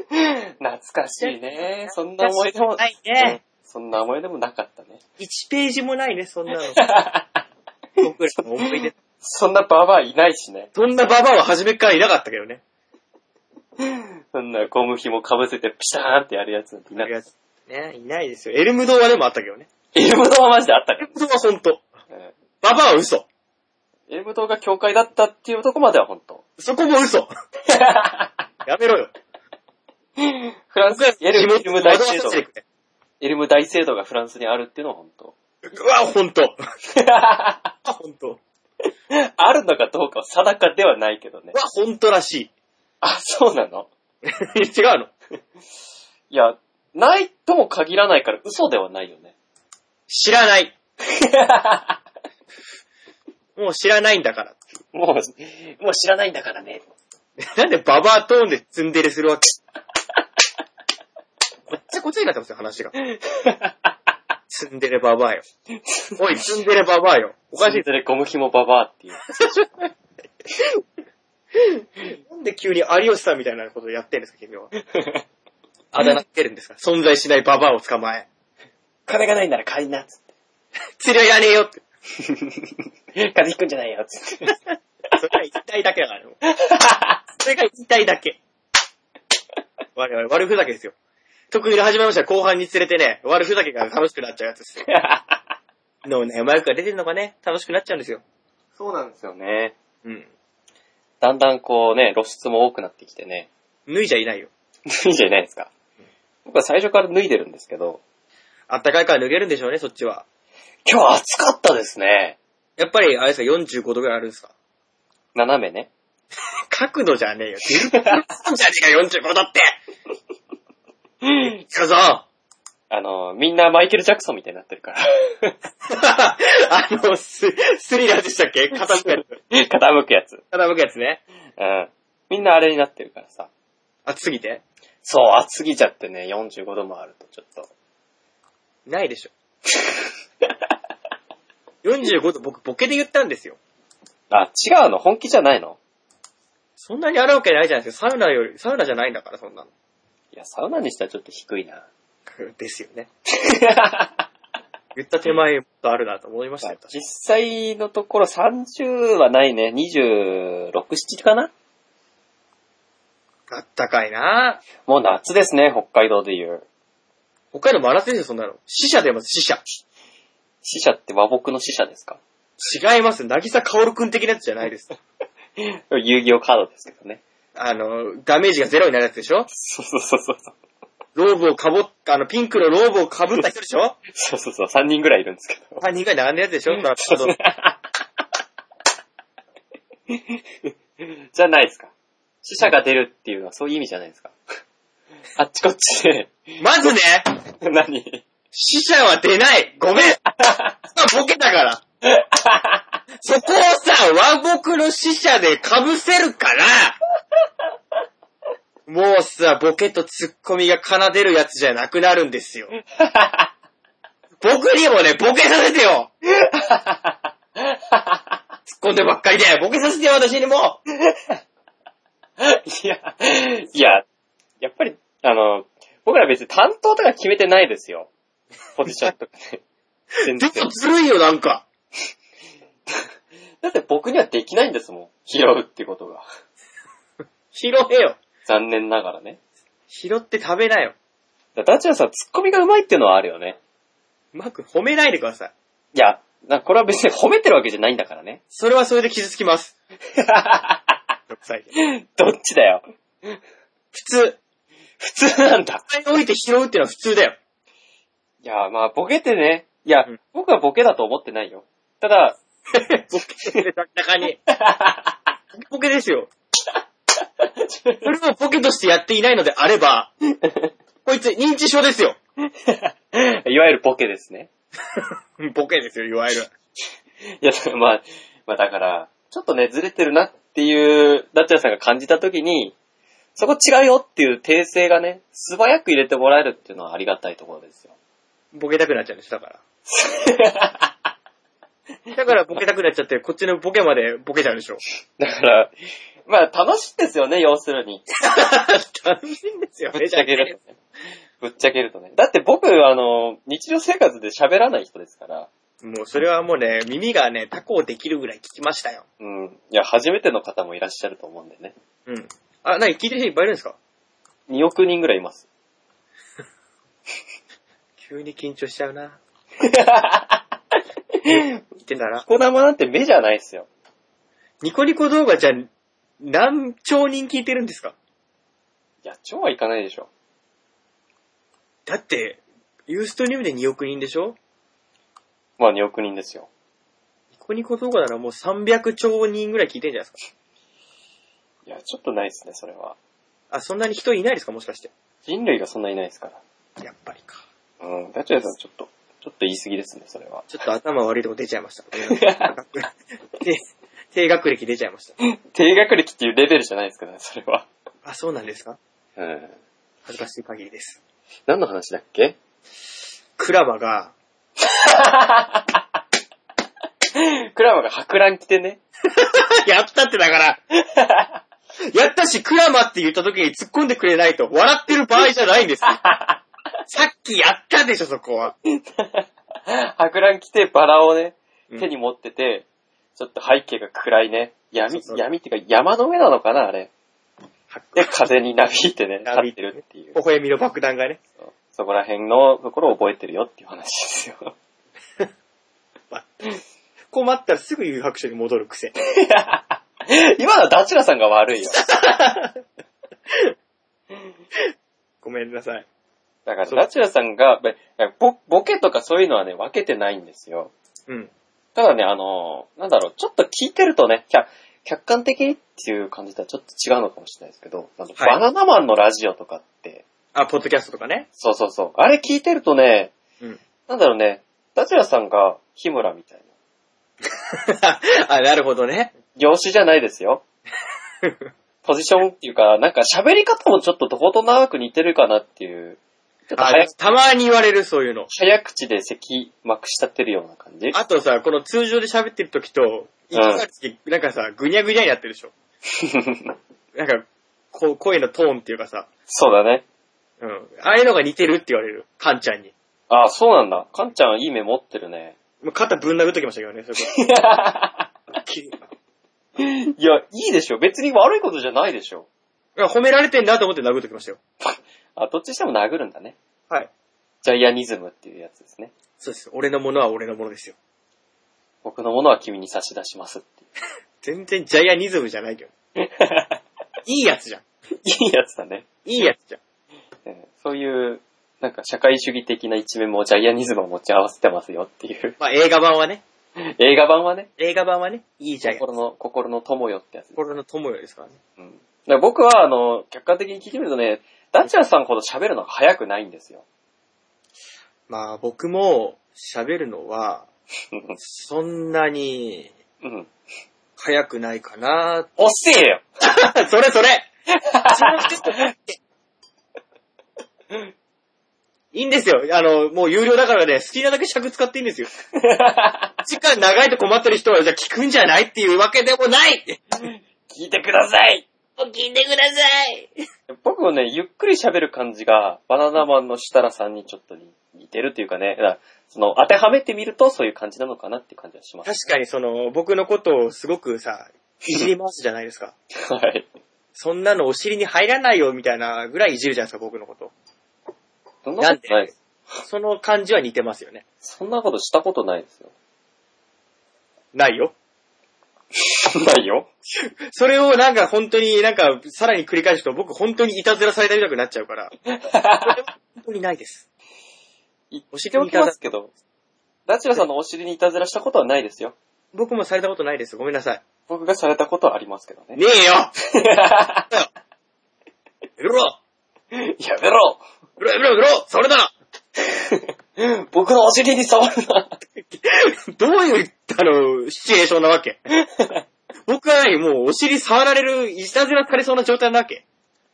S1: 懐かしいね。そんな思い出も、
S2: ないね。
S1: うんそんな思い出もなかったね。 <laughs>
S2: 1ページもないね、そんなの。僕らの思い出。
S1: そんなババアいないしね。
S2: そんなババアは初めからいなかったけどね。
S1: そんなゴム紐被せてピシャーンってやるやつなんていない。
S2: ね、いないですよ。エルム堂はでもあったけどね。
S1: エルムドはマジであった
S2: エ
S1: か
S2: ルム堂はほんと。
S1: ら。うん
S2: ババアは嘘。
S1: エルムドが教会だったっていうとこまでは本 <laughs> 当。
S2: そこも嘘。やめろよ。
S1: フランス、エルエルム大
S2: 惑
S1: 聖堂
S2: わさせてくれ
S1: エルム大聖堂がフランスにあるっていうのは本当。 <laughs>
S2: うわ、ほん <laughs> と。あ、ほんと。
S1: あるのかどうかは定かではないけどね
S2: う。わ、ほんとらし
S1: あ、そうなの
S2: い。 <laughs> 違うの
S1: いや、ないとも限らないから嘘ではないよね。 <laughs>
S2: 知らない。もう知らないんだから。
S1: もう、もう知らないんだから <laughs> ね。
S2: なんでババアトーンでツンデレするわけこっちこっちになってますよ、話が。ツンデレババアよ。おい、ツンデレババアよ。お
S1: おか
S2: かし
S1: しい。それゴム紐ババアっていう。
S2: い。なんで急に有吉さんみたいなことやってんですか、君は。あだ名つけるんですか存在しないババアを捕まえ。
S1: 金がないなら買いな、つ <laughs> って。
S2: 釣りはいらねえよって。
S1: 風邪ひくんじゃないよ、つっ
S2: そ
S1: て。
S2: れが言いたいだけだからね。それが言いたいだけ。我々、悪ふざけですよ。特に始まりましたら後半に連れてね、悪ふざけが楽しくなっちゃうやつですよ。脳内麻薬が出てるのがね、楽しくなっちゃうんですよ。
S1: そうなんですよね。
S2: うん。
S1: だんだんこうね、露出も多くなってきてね。
S2: 脱いじゃいないよ。
S1: <laughs> 脱いじゃいないですか。僕は最初から脱いでるんですけど、
S2: あったかいから脱げるんでしょうね、そっちは。
S1: 今日暑かったですね。
S2: やっぱり、あれですか、45度ぐらいあるんですか
S1: 斜めね。
S2: 角度じゃねえよ。じゃねえか、45度って行くぞ <laughs>
S1: あの、みんなマイケル・ジャクソンみたいになってるから。 <laughs>
S2: あの、ス、スリラーでしたっけ傾くや <laughs> つ。
S1: 傾くやつ。
S2: 傾くやつね。
S1: うん。みんなあれになってるからさ。
S2: 暑すぎて
S1: そう、暑すぎちゃってね、45度もあるとちょっと。
S2: ないでしょ。45度、僕、ボケで言ったんですよ。
S1: あ、違うの本気じゃないの
S2: そんなにあるわけないじゃないですか。サウナより、サウナじゃないんだから、そんなの。
S1: いや、サウナにしたらちょっと低いな。
S2: ですよね。 <laughs> 言った手前もっとあるなと思いましたよ、確か
S1: 実際のところ30はないね。26、7かな
S2: にあったかいな
S1: もう夏ですね、北海道でいう。
S2: 北海道もらってるよ、そんなの。死者出ます、死者。
S1: 死者って和睦の死者ですか
S2: 違います。渚薫かおるくん的なやつじゃないです。 <laughs>
S1: 遊戯王カードですけどね。
S2: あの、ダメージがゼロになるやつでしょ
S1: そうそうそうそう。
S2: ローブをかぶっ、あの、ピンクのローブをかぶった人でしょ
S1: そうそうそう、3人ぐらいいるんですけど。
S2: 犯人が並んでるやつでしょなるほど。
S1: <laughs> じゃないですか。死者が出るっていうのはそういう意味じゃないですか。あっちこっちで、 <laughs>
S2: まずね、
S1: 何 <laughs>
S2: 死者は出ないごめんボケたからそこをさ、和睦の死者で被せるからもうさ、ボケとツッコミが奏でるやつじゃなくなるんですよ。僕にもね、ボケさせてよ突っ込んでばっかりで、ボケさせてよ、私にも
S1: いや、いや、やっぱり、あの、僕ら別に担当とか決めてないですよ。ポジションとかね。全
S2: で
S1: 然。
S2: もずるいよ、なんか。
S1: だって僕にはできないんですもん。拾うってことが。
S2: 拾えよ。
S1: 残念ながらね。
S2: 拾って食べなよ。
S1: だからダチュラさん、ツッコミが上手いっていうのはあるよね。
S2: うまく褒めないでください。
S1: いや、なこれは別に褒めてるわけじゃないんだか
S2: <laughs>
S1: らね。
S2: それはそれで傷つきます。6歳で。
S1: どっちだよ。
S2: 普通。
S1: 普通なんだ。
S2: 前に置いて拾うっていうのは普通だ <laughs> よ。
S1: いや、まあ、ボケてね。いや、
S2: うん
S1: 僕はボケだと思ってないよ。
S2: <laughs>
S1: ただ、
S2: ボケ <laughs> てる中に。ボケですよ。それをボケとしてやっていないのであれ <laughs> ば、こいつ認知症ですよ。
S1: いわゆるボケですね。
S2: ボケですよ、いわゆる。
S1: いや、まあ、まあだから、ちょっとね、ずれてるなっていう、ダッチャーさんが感じたときに、そこ違うよっていう訂正がね、素早く入れてもらえるっていうのはありがたいところですよ。
S2: ボケたくなっちゃうんです、だ <laughs> から。だからボケたくなっちゃって、こっちのボケまでボケちゃうんでしょ。
S1: だから、まあ楽しいですよね、要するに。
S2: 楽しいんですよ、
S1: ぶっちゃけるとね。ぶっちゃけるとね。だって僕、あの、日常生活で喋らない人ですから、
S2: もうそれはもうね、耳がね、タコをできるぐらい聞きましたよ。
S1: うん。いや、初めての方もいらっしゃると思うんでね。
S2: うん。あ、なに聞いてる人いっぱいいるんですか
S1: 2億人ぐらいいます。
S2: 急に緊張しちゃうな。
S1: ニ
S2: 聞いてんだな。
S1: コ生なんて目じゃないっすよ。
S2: ニコニコ動画じゃ、何兆人聞いてるんですか
S1: いや、超はいかないでしょ。
S2: だって、ユーストリームで2億人でしょ
S1: まあ2億人ですよ。
S2: ニコニコ動画ならもう300兆人ぐらい聞いてんじゃないです
S1: いや、ちょっとないっすね、それは。
S2: か。あ、そんなに人いないですかもしかして。
S1: 人類がそんないないですか
S2: やっぱりか。
S1: ら。うん。ダチュラさん、ちょっと、ちょっと言い過ぎですね、それは。 <laughs>
S2: ちょっと頭悪いとこ出ちゃいました。ごめんなさい低低学歴出ちゃいました。
S1: 低学歴っていうレベルじゃないですからね、それは。
S2: あ、そうなんですか
S1: うん。
S2: 恥ずかしい限りです。
S1: 何の話だっけ
S2: クラマが、
S1: クラマが博覧着てね。
S2: <laughs> やったってだから。やったし、クラマって言った時に突っ込んでくれないと、笑ってる場合じゃないん <laughs> ですよ。さっきやったでしょ、そこ <laughs> は。
S1: <laughs> 博覧着てバラをね、
S2: うん
S1: 手に持ってて、ちょっと背景が暗いね。闇、
S2: そうそう
S1: 闇っていうか山の上なのかな、あれ。
S2: は <laughs>
S1: で、風になびいてね、
S2: な
S1: 立
S2: びい
S1: っててるっていう
S2: 微。笑みの爆弾がね。
S1: そこら辺のところを覚えてるよっていう話ですよ。 <laughs>
S2: 困ったらすぐ誘白書に戻る癖。
S1: 今のはダチュラさんが
S2: <laughs>
S1: 悪いよ。
S2: ごめんなさい。
S1: だから、
S2: そう
S1: ダチュラさんが、べボボケとかそういうのはね、分けてないんですよ。
S2: うん。
S1: ただね、あのー、なんだろう、ちょっと聞いてるとね、客客観的にっていう感じとはちょっと違うのかもしれないですけど、あの
S2: はい
S1: バナナマンのラジオとかって、
S2: あ、ポッドキャストとかね。
S1: そうそうそう、あれ聞いてるとね、
S2: うん
S1: なんだろうね、ダチュラさんが日村みたいな。
S2: <laughs> あ、なるほどね。
S1: 業種じゃないで
S2: <laughs>
S1: すよ。ポジションっていうか、なんか喋り方もちょっとどこと長く似てるかなっていう、ちょっと
S2: あ
S1: 早
S2: たまに言われる、そういうの。
S1: 早口で咳まくしちゃってるような感じ。
S2: あとさ、この通常で喋ってる時と、いつかつきなんかさ、ぐにゃぐにゃになってるでしょ。なんか、こう、声のトーンっていうかさ、
S1: <laughs> そうだね。
S2: うん。ああいうのが似てるって言われる。カンちゃんに。
S1: ああ、そうなんだ。かんちゃんいい目持って
S2: <laughs>
S1: るね。
S2: もう肩ぶん殴っときましたけどね、それこ
S1: い
S2: <laughs>
S1: や、
S2: そきい
S1: いいでしょ。別に悪いことじゃないでしょ。
S2: や褒められてんなと思って殴っときましたよ。
S1: あ、どっちにしても殴るんだね。
S2: はい。
S1: ジャイアニズムっていうやつですね。
S2: そうです。俺のものは俺のものですよ。
S1: 僕のものは君に差し出しますってい
S2: 全然ジャイアニズムじゃないけ <laughs> ど。いいやつじゃん。
S1: う。いいやつだね。
S2: いいやつじゃん。
S1: えーそういう、なんか社会主義的な一面もジャイアニズムを持ち合わせてますよって <laughs> いう。
S2: まあ映画版はね。
S1: 映画版はね、
S2: 映画版はね、いいジャイアン。
S1: 心の、心の友よってやつ。
S2: 心の友よですからね。
S1: うん、だから僕は、あの、客観的に聞いてみるとね、ダチュラさんほど喋るのが早くないんですよ。
S2: まあ僕も喋るのは、
S1: う
S2: そんなに
S1: ん。
S2: 早くないかな。
S1: 惜しい <laughs> よ
S2: <laughs> それそれ <laughs> いいんですよ。あの、もう有料だからね、好きなだけ尺使っていいんですよ。時間長いと困ってる人は、じゃあ聞くんじゃないっていうわけでもない
S1: 聞いてください
S2: 聞いてください
S1: 僕もね、ゆっくり喋る感じが、バナナマンの設楽さんにちょっとに似てるというかね、だからその、当てはめてみるとそういう感じなのかなっていう感じはし <laughs> ます。
S2: 確かにその、僕のことをすごくさ、いじり回すじゃないですか。
S1: はい。
S2: そんなのお尻に入らないよみたいなぐらいいじるじゃないですか、僕のこと。
S1: そんなことないです。
S2: その感じは似てますよね。
S1: そんなことしたことないですよ。
S2: ないよ。
S1: ないよ。
S2: それをなんか本当になんかさらに繰り返すと僕本当にいたずらされたみたくなっちゃうから。それは本当にないです。
S1: 言っておきますけど、ダチュラさんのお尻にいたずらしたことはないですよ。
S2: 僕もされたことないです。ごめんなさい。
S1: 僕がされたことはありますけどね。 <laughs>
S2: ねえよやめろ
S1: やめ
S2: やめろやめ
S1: <laughs> ろ
S2: ろやめろそれだ
S1: 僕のお尻に触るな
S2: <laughs> どういう、あの、シチュエーションなわけ僕は何もうお尻触られる、いたずらされそうな状態なわけ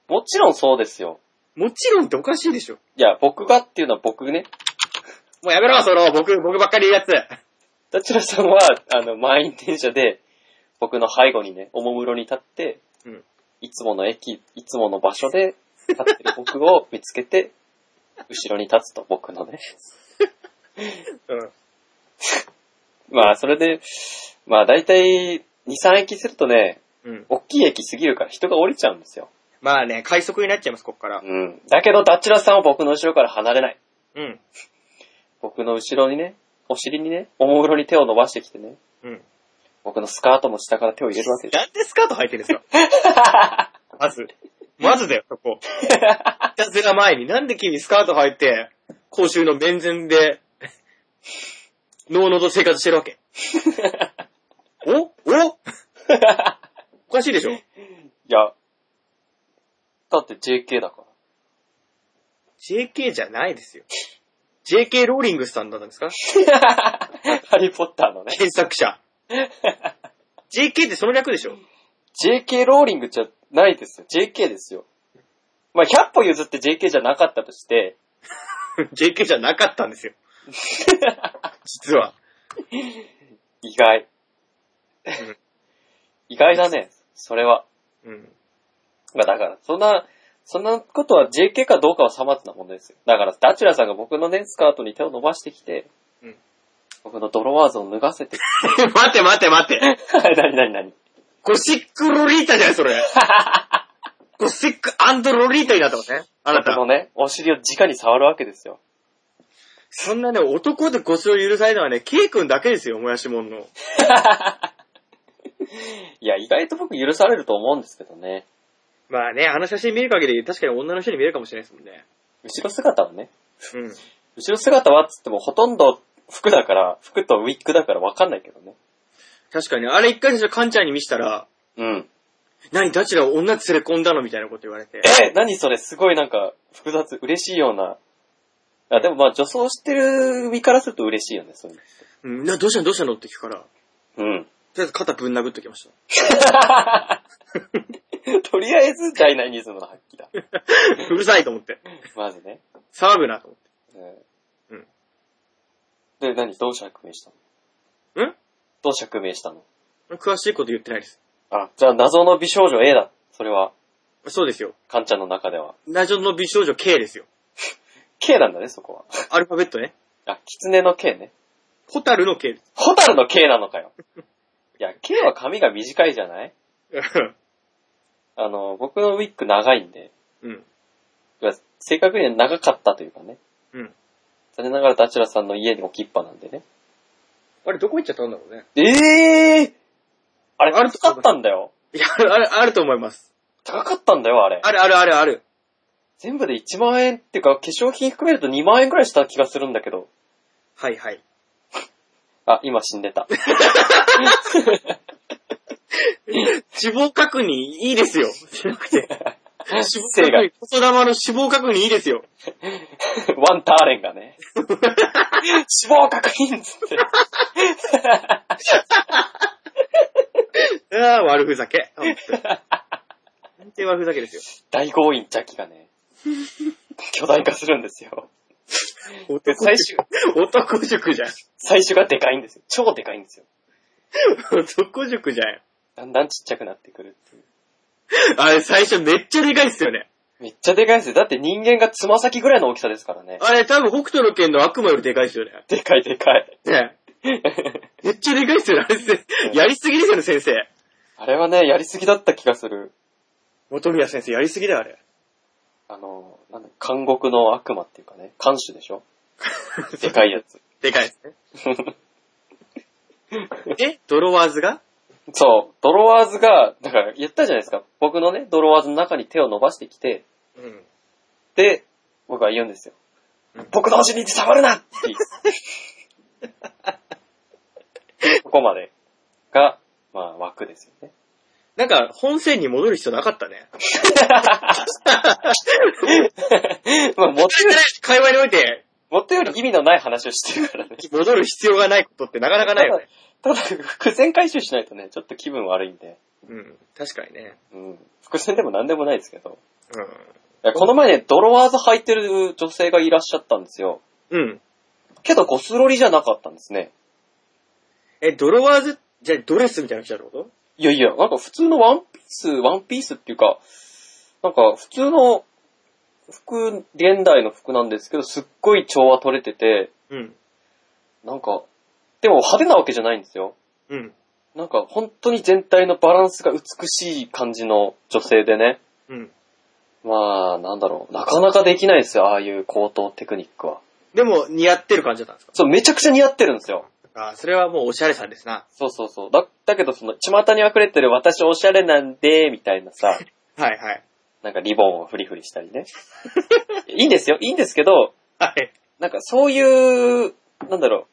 S1: もちろんそうですよ。
S2: もちろんっておかしいでしょ。
S1: いや、僕がっていうのは僕ね。
S2: もうやめろ、その、僕、僕ばっかり言うやつ。
S1: ダチュラさんは、あの、満員電車で、僕の背後にね、おもむろに立って、
S2: うん
S1: いつもの駅、いつもの場所で、立ってる僕を見つけて、後ろに立つと僕のね。
S2: うん。
S1: まあ、それで、まあ、だいたい2、3駅するとね、
S2: うん。
S1: 大きい駅すぎるから人が降りちゃうんですよ。
S2: まあね、快速になっちゃいます、こっから。
S1: うん。だけど、ダッチラさんは僕の後ろから離れない。
S2: うん。
S1: 僕の後ろにね、お尻にね、おもむろに手を伸ばしてきてね、
S2: うん。
S1: 僕のスカートの下から手を入れるわけです。
S2: なんでスカート履いてるんですか
S1: <laughs>
S2: まず。まずだよ、そこ。ひたすら前に。なんで君スカート履いて、公衆の面前で、のうのうと生活してるわ
S1: <laughs>
S2: けおおおかしいでしょ
S1: いや、だって JK だから。
S2: ?JK じゃないですよ。JK ローリングスさんだったんですか
S1: <laughs> ハリーポッターのね。
S2: 検索者。JK ってその略でしょ
S1: JK ローリングじゃないですよ。JK ですよ。まあ、100歩譲って JK じゃなかったとして、
S2: ?JK じゃなかったん
S1: <laughs>
S2: ですよ。実は。
S1: 意外
S2: ん。
S1: 意外だね。それは。
S2: うん。
S1: まあ、だから、そんな、そんなことは JK かどうかはさまつな問題ですよ。だから、ダチュラさんが僕のね、スカートに手を伸ばしてきて、
S2: うん
S1: 僕のドロワーズを脱がせて、 <laughs>
S2: 待って待って待って。
S1: なになになに
S2: ゴシックロリータじゃない、そ <laughs> れ。ゴシックロリータになったもんね。あな
S1: 僕
S2: た
S1: の。ね、お尻を直に触るわけですよ。
S2: そんなね、男でゴシを許されるのはね、ケイ君だけですよ、もやしもんの。
S1: いや、意外と僕許されると思うんですけどね。
S2: まあね、あの写真見る限り、確かに女の人に見えるかもしれないですもんね。
S1: 後ろ姿はね、
S2: うん。
S1: 後ろ姿はっつってもほとんど服だから、服とウィッグだからわかんないけどね。
S2: 確かに、あれ一回でしょ、カンちゃんに見せたら、
S1: うん。
S2: 何、ダチら女連れ込んだのみたいなこと言われて。
S1: え何それすごいなんか複雑、嬉しいような。あ、でもまあ女装してる身からすると嬉しいよね、そういう
S2: うん、な、どうしたのどうしたのって聞くから、と
S1: の。うん。
S2: りあえず肩ぶん殴っときました。
S1: <laughs> とりあえずダイナミズムの発揮だ。
S2: うるさいと思って。
S1: まずね。
S2: 騒ぐなと思って。
S1: うん
S2: うん。
S1: で、何どう釈明したの
S2: ん
S1: どう釈明したの
S2: 詳しいこと言ってないです。
S1: あ、じゃあ謎の美少女 A だ。それは、
S2: そうですよ。
S1: カンちゃんの中では。
S2: 謎の美少女 K ですよ。
S1: K なんだね、そこは。
S2: アルファベットね。
S1: あ、狐の K ね。
S2: ホタルの K です。
S1: ホタルの K なのかよ。いや、K は髪が短いじゃないあの、僕のウィッグ長いんで、
S2: うん。
S1: いや正確には長かったというかね。
S2: うん。
S1: 残念ながらダチュラさんの家に置きっぱなんでね。
S2: あれ、どこ行っちゃったんだろうね。
S1: ええー、あれ、
S2: ある
S1: 高かったんだよ。
S2: いや、ある、ある、あると思います。
S1: 高かったんだよ、あれ。
S2: ある、ある、ある、ある。
S1: 全部で1万円っていうか、化粧品含めると2万円くらいした気がするんだけど。
S2: はい、はい。
S1: あ、今死んでた。 <laughs>
S2: 死亡確認いいですよ。じゃなくて。死亡確
S1: 生が
S2: 認、細玉の死亡確認いいですよ。
S1: ワンターレンがね。 <laughs> 死亡確認っつって。
S2: <laughs> ああ、悪ふざけ。ほんとに本当に悪ふざけですよ。
S1: 大強引邪気がね、巨大化するんですよ。で、
S2: 男
S1: 最終、
S2: 塾。男塾じゃん。
S1: 最終がでかいんですよ。超でかいんですよ。
S2: 男塾じゃん。
S1: だんだんちっちゃくなってくるっていう。
S2: あれ、最初めっちゃでかいっすよね。
S1: めっちゃでかいですよ。だって人間がつま先ぐらいの大きさですからね。
S2: あれ、多分北斗の剣の悪魔よりでかいっすよね。
S1: でかいでかい。 <laughs>
S2: ねめっちゃでかいっすよね。あれせやりすぎですよね、先生。
S1: あれはね、やりすぎだった気がする。
S2: 元宮先生、やりすぎだよ、あれ。
S1: あの、なんだ、監獄の悪魔っていうかね、監守
S2: <laughs>
S1: でしょでかいやつ。 <laughs>
S2: でかいですね。えドロワーズが
S1: そう、ドロワーズが、だから言ったじゃないですか。僕のね、ドロワーズの中に手を伸ばしてきて、
S2: うん。
S1: で、僕は言うんですよ
S2: うん。
S1: 僕のお尻に触るなって言
S2: <laughs>
S1: うここまでが、まあ枠ですよね。 <laughs>
S2: なんか、本線に戻る必要なかったね。
S1: まあ元より、
S2: 会話において、
S1: 元より意味のない話をして
S2: <laughs>
S1: るからね。
S2: 戻る必要がないことってなかなかないよね。
S1: ただ、伏線回収しないとね、ちょっと気分悪いんで。
S2: うん。確かにね。
S1: うん。伏線でも何でもないですけど。
S2: う
S1: いやこの前ね、ドロワーズ履いてる女性がいらっしゃったんですよ。
S2: ん。うん。
S1: けど、ゴスロリじゃなかったんですね。
S2: え、ドロワーズ、じゃあドレスみたいなの着たってこと
S1: いやいや、なんか普通のワンピース、ワンピースっていうか、なんか普通の服、現代の服なんですけど、すっごい調和取れてて、
S2: うん。
S1: なんか、でも派手なわけじゃないんですよ。
S2: うん。
S1: なんか本当に全体のバランスが美しい感じの女性でね。
S2: うん。
S1: まあ、なんだろう。なかなかできないですよ、ああいう高等テクニックは。
S2: でも、似合ってる感じだったんですか
S1: そう、めちゃくちゃ似合ってるんですよ。
S2: あーそれはもうおしゃれさんですな。
S1: そうそうそう。だ、だけどその、巷に溢れてる私おしゃれなんで、みたいな
S2: <laughs>
S1: さ、
S2: はいはい。
S1: なんかリボンをフリフリしたりね。いいんですよ、いいんですけど、
S2: はい。
S1: なんかそういう、なんだろ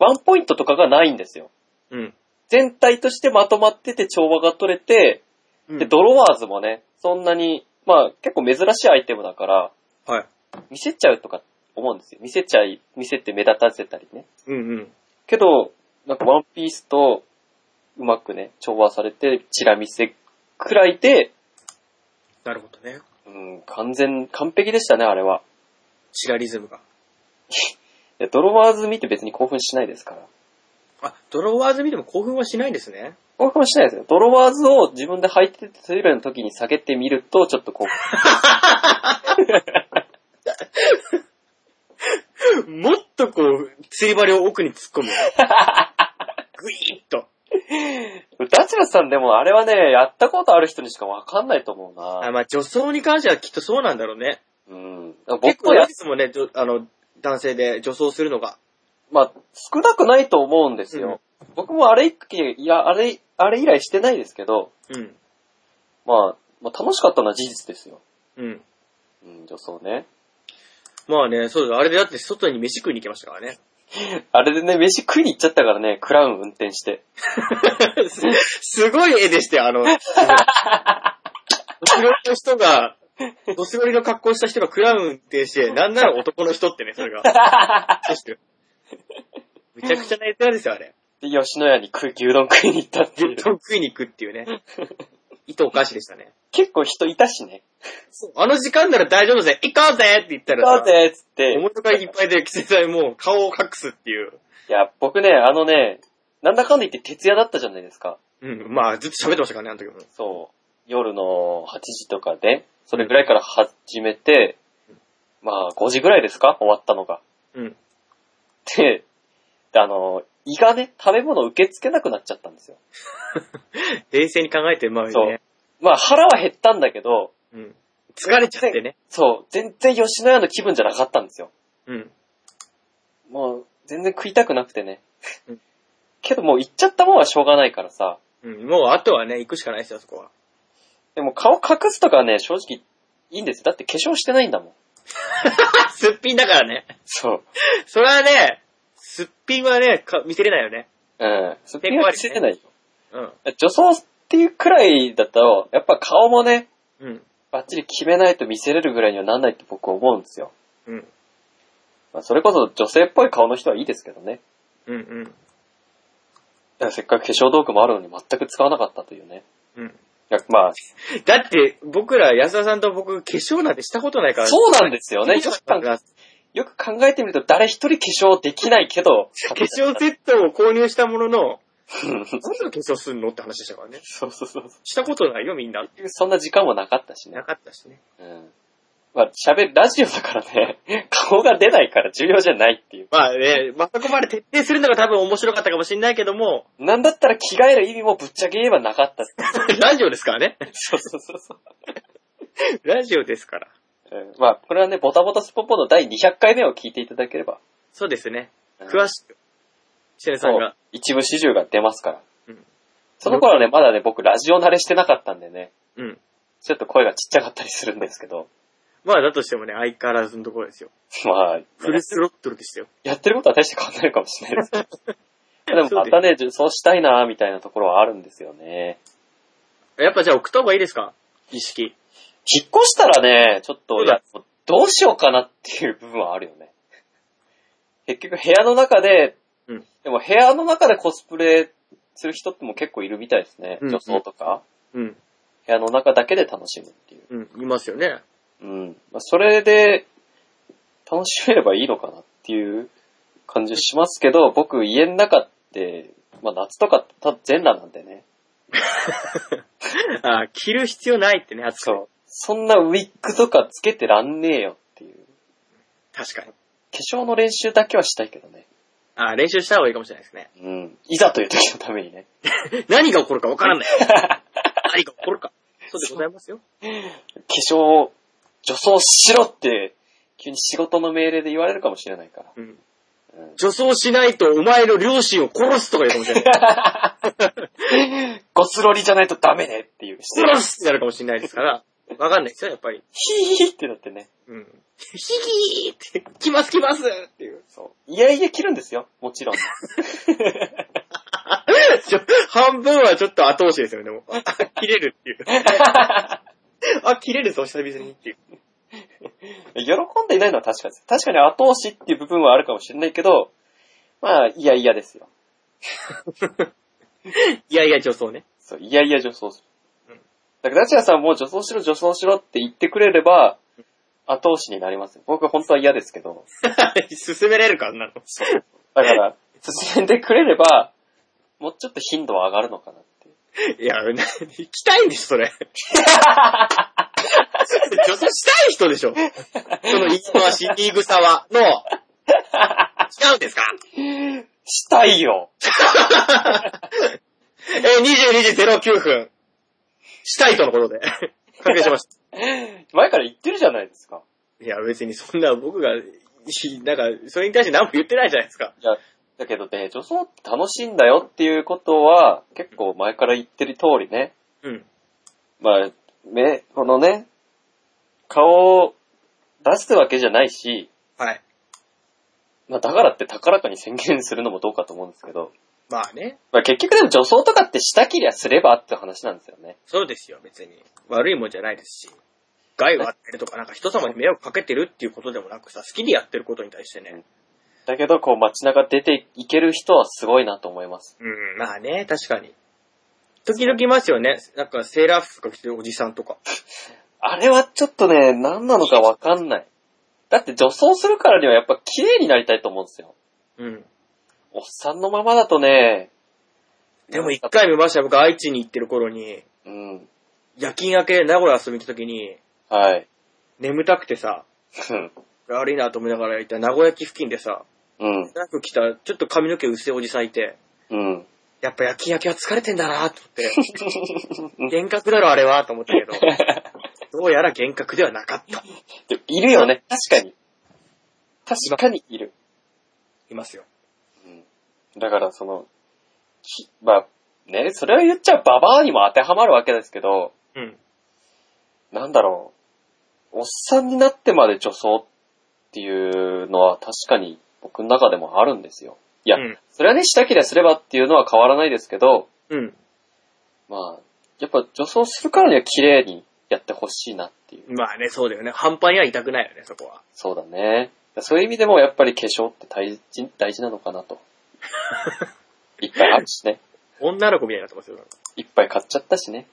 S1: う、ワンポイントとかがないんですよ。
S2: うん。
S1: 全体としてまとまってて調和が取れて、で、ドロワーズもね、そんなに、まあ結構珍しいアイテムだから、
S2: はい。
S1: 見せちゃうとか思うんですよ。見せちゃい、見せて目立たせたりね。
S2: うんうん。
S1: けど、なんかワンピースとうまくね、調和されて、チラ見せくらいで、
S2: なるほどね。
S1: うん、完全、完璧でしたね、あれは。
S2: チラリズムが。
S1: いやドロワーズ見て別に興奮しないですから。
S2: あ、ドロワーズ見ても興奮はしないんですね。
S1: 興奮はしないですよ。ドロワーズを自分で履いててテレビの時に下げてみると、ちょっとこう、
S2: <laughs> もっとこう、釣り針を奥に <laughs> 突っ込む。グイーッと。
S1: ダチラさんでもあれはね、やったことある人にしかわかんないと思う
S2: あ
S1: な。
S2: まあ、女装に関してはきっとそうなんだろうね。
S1: うん。
S2: 結
S1: 僕
S2: 構
S1: は
S2: や
S1: や
S2: つもね、どあの、男性で女装するのが。
S1: まあ、少なくないと思うんですよ。僕もあれ以来、いや、あれ、あれ以来してないですけど、
S2: うん。
S1: まあ、まあ、楽しかったのは事実ですよ。
S2: うん。
S1: うん、女装ね。
S2: まあね、そうだ、あれでだって外に飯食いに行きました
S1: <laughs>
S2: からね。
S1: あれでね、飯食いに行っちゃったからね、クラウン運転して。
S2: すすごい絵でしたよ、あの。年寄りの人が、年寄りの格好した人がクラウン運転して、なんなら男の人ってね、そ
S1: <laughs>
S2: れが。そうしてるむちゃくちゃなやつなんですよ、あれ。
S1: で、吉野家に食う牛丼食いに行ったっていう
S2: 牛。丼食いに行くっていう
S1: <laughs>
S2: ね。糸おかしでしたね。
S1: 結構人いたしね。
S2: あの時間なら大丈夫ぜ行こうぜって言ったらさ
S1: どうぜっつって。
S2: 思いとかいっぱいで、着せたいもう顔を隠すっていう。
S1: いや、僕ね、あのね、なんだかんだ言って徹夜だったじゃないですか。
S2: うん、まあ、ずっと喋ってましたからね、あの時も。
S1: そう。夜の8時とかで、それぐらいから始めて、まあ5時ぐらいですか終わったのが。
S2: うん。
S1: で、であの、胃がね、食べ物を受け付けなくなっちゃったんですよ。
S2: 冷静に考えて、まあ
S1: そう
S2: ね。
S1: まあ腹は減ったんだけど、
S2: うん。疲れちゃってね。
S1: そう、全然吉野家の気分じゃなかったんですよ。
S2: うん。
S1: もう、全然食いたくなくてね
S2: うん。
S1: けどもう行っちゃったもんはしょうがないからさ。
S2: うん、もうあとはね、行くしかないですよ、そこは。
S1: でも顔隠すとかはね、正直いいんですよ。だって化粧してないんだもん。
S2: すっぴんだからね。
S1: そう。
S2: それはね、すっぴんはね、か見せれないよね。
S1: うん。それは見せてないよ。
S2: うん。
S1: 女装っていうくらいだと、やっぱ顔もね、
S2: うん。
S1: バッチリ決めないと見せれるぐらいにはなんないって僕は思うんですよ。
S2: うん。
S1: まあ、それこそ女性っぽい顔の人はいいですけどね。
S2: うん。うん。
S1: だからせっかく化粧道具もあるのに全く使わなかったというね。
S2: うん。
S1: いやまあ、
S2: だって、僕ら、安田さんと僕、化粧なんてしたことないから。
S1: そうなんですよね。よく考え
S2: 化
S1: よく考えてみると誰一人化粧できないけど、
S2: 粧セットを購入したものの、何の化粧すんのって話でしたからね。
S1: そうそうそう。
S2: したことないよ、みんな。
S1: そんな時間もなかったしね
S2: な。かったしね。
S1: うん。まあ、喋る、ラジオだからね、 <laughs> 顔が出ないから重要じゃないっていう。
S2: まあね、まあそこまで徹底するのが多分面白かったかもしれないけど <laughs> も、
S1: なんだったら着替える意味もぶっちゃけ言えばなかったっていう
S2: ラジオですからね。
S1: そうそうそうそう。
S2: ラジオですから。
S1: うんまあ、これはね、ボタボタスポポの第200回目を聞いていただければ。
S2: そうですね。
S1: うん
S2: 詳しく、シェネさ
S1: そ
S2: んが
S1: う。。一部始終が出ますから。
S2: うん
S1: その頃はね、まだね、僕ラジオ慣れしてなかったんでね、
S2: うん。
S1: ちょっと声がちっちゃかったりするんですけど、 <laughs>
S2: まあだとしてもね、相変わらずのところですよ。
S1: まあ、
S2: フルスロットルでしたよ。
S1: やってることは大して変わんないのかもしれないですけ
S2: <laughs>
S1: ど。で
S2: そ
S1: も
S2: う
S1: ま
S2: で
S1: たね、そうしたいなみたいなところはあるんですよね。
S2: やっぱじゃあ送った方がいいですか意識。
S1: 引っ越したらね、ちょっと、
S2: そう
S1: い
S2: だ
S1: や、もうどうしようかなっていう部分はあるよね。結局部屋の中で、
S2: うん
S1: でも部屋の中でコスプレする人っても結構いるみたいですね。
S2: うん
S1: 女装とか、
S2: うん。
S1: 部屋の中だけで楽しむっていう。
S2: うん。いますよね。
S1: うん。まあ、それで、楽しめればいいのかなっていう感じしますけど、僕家の中って、まあ夏とかってただ全裸なんでね。
S2: ああ、着る必要ないってね、暑さ。
S1: そう。そんなウィッグとかつけてらんねえよっていう。
S2: 確かに。
S1: 化粧の練習だけはしたいけどね。
S2: あ、練習した方がいいかもしれないですね。
S1: うん。いざという時のためにね。
S2: 何が起こるかわから <laughs> ない。何が起こるか。そうでございますよ。
S1: 化粧を女装しろって、急に仕事の命令で言われるかもしれないから。
S2: うん。 <laughs>
S1: うん
S2: 女装しないとお前の両親を殺すとか言うかもしれない。
S1: ゴスロリじゃないとダメねっていう。
S2: 殺すってなるかもしれないですから、わかんないですよ、やっぱり。
S1: ヒーヒーってなってね。
S2: うん。ヒヒーって、来ます来ますっていう。
S1: そう。いやいや切るんですよ。もちろん。 <laughs>
S2: ちょ半分はちょっと後押しですよね、でも。切れる <laughs> っていう。あ、切れるぞ、久々にっていう。
S1: 喜んでいないのは確かです。確かに後押しっていう部分はあるかもしれないけど、まあ、いやいやですよ。
S2: いやいや、女装ね。
S1: そう、いやいや女装する。
S2: うん
S1: だから、ダチアさんも女装しろ、女装しろって言ってくれれば、後押しになりますよ。僕は本当は嫌ですけど。
S2: <laughs> 進められるか、あんなの。
S1: だから、進んでくれれば、もうちょっと頻度は上がるのかなっていう。
S2: いや、な行きたいんでしょ、そ <laughs> れ。女装したい人でしょ。その言い回し、言い草は、 <laughs> の、違うんですか
S1: したいよ <laughs>
S2: <laughs> えー、22時09分。したいとのことで。確認しまし
S1: 前から言ってるじゃないですか。
S2: た。いや、別にそんな僕が、いなんか、それに対して何も言ってないじゃないですか。
S1: いや、だけどね、女装って楽しいんだよっていうことは、結構前から言ってる通りね。
S2: うん。
S1: まあ、目、このね、顔を出すわけじゃないし、
S2: はい。
S1: まあだからって高らかに宣言するのもどうかと思うんですけど、
S2: まあね。
S1: まあ結局でも女装とかってしたきりゃすればって話なんですよね。
S2: そうですよ、別に。悪いもんじゃないですし。害を与えるとか、なんか人様に迷惑かけてるっていうことでもなくさ、好きでやってることに対してね。
S1: だけどこう街中出ていける人はすごいなと思います。
S2: うん、まあね、確かに。時々いますよね。なんか、セーラー服とか着てるおじさんとか。
S1: あれはちょっとね、何なのかわかんない。だって女装するからにはやっぱ綺麗になりたいと思うんですよ。
S2: うん。
S1: おっさんのままだとね、
S2: でも一回見ましたよ、僕愛知に行ってる頃に、
S1: うん。
S2: 夜勤明け名古屋遊びに来た時に、
S1: はい。
S2: 眠たくてさ、
S1: うん
S2: 悪いなと思いながら行った名古屋駅付近でさ、
S1: うん。
S2: なく来た、ちょっと髪の毛薄いおじさんいて、
S1: うん。
S2: やっぱ夜勤明けは疲れてんだなと思って、幻覚だろあれはと思ったけど、どうやら幻覚ではなかった。
S1: でもいるよね。確かに。確かにいる。
S2: いますよ。
S1: だからその、きまあ、ね、それを言っちゃババアにも当てはまるわけですけど、
S2: うん。
S1: なんだろう。おっさんになってまで女装っていうのは確かに僕の中でもあるんですよ。いや、
S2: うん
S1: それはね、したけりゃすればっていうのは変わらないですけど、
S2: うん。
S1: まあ、やっぱ女装するからには綺麗にやってほしいなっていう。
S2: まあね、そうだよね。半端には痛くないよね、そこは。
S1: そうだね。そういう意味でもやっぱり化粧って大事大事なのかなと。いっぱいあるしね。
S2: 女の子みたいになってますよ。 <laughs>
S1: いっぱい買っちゃったしね。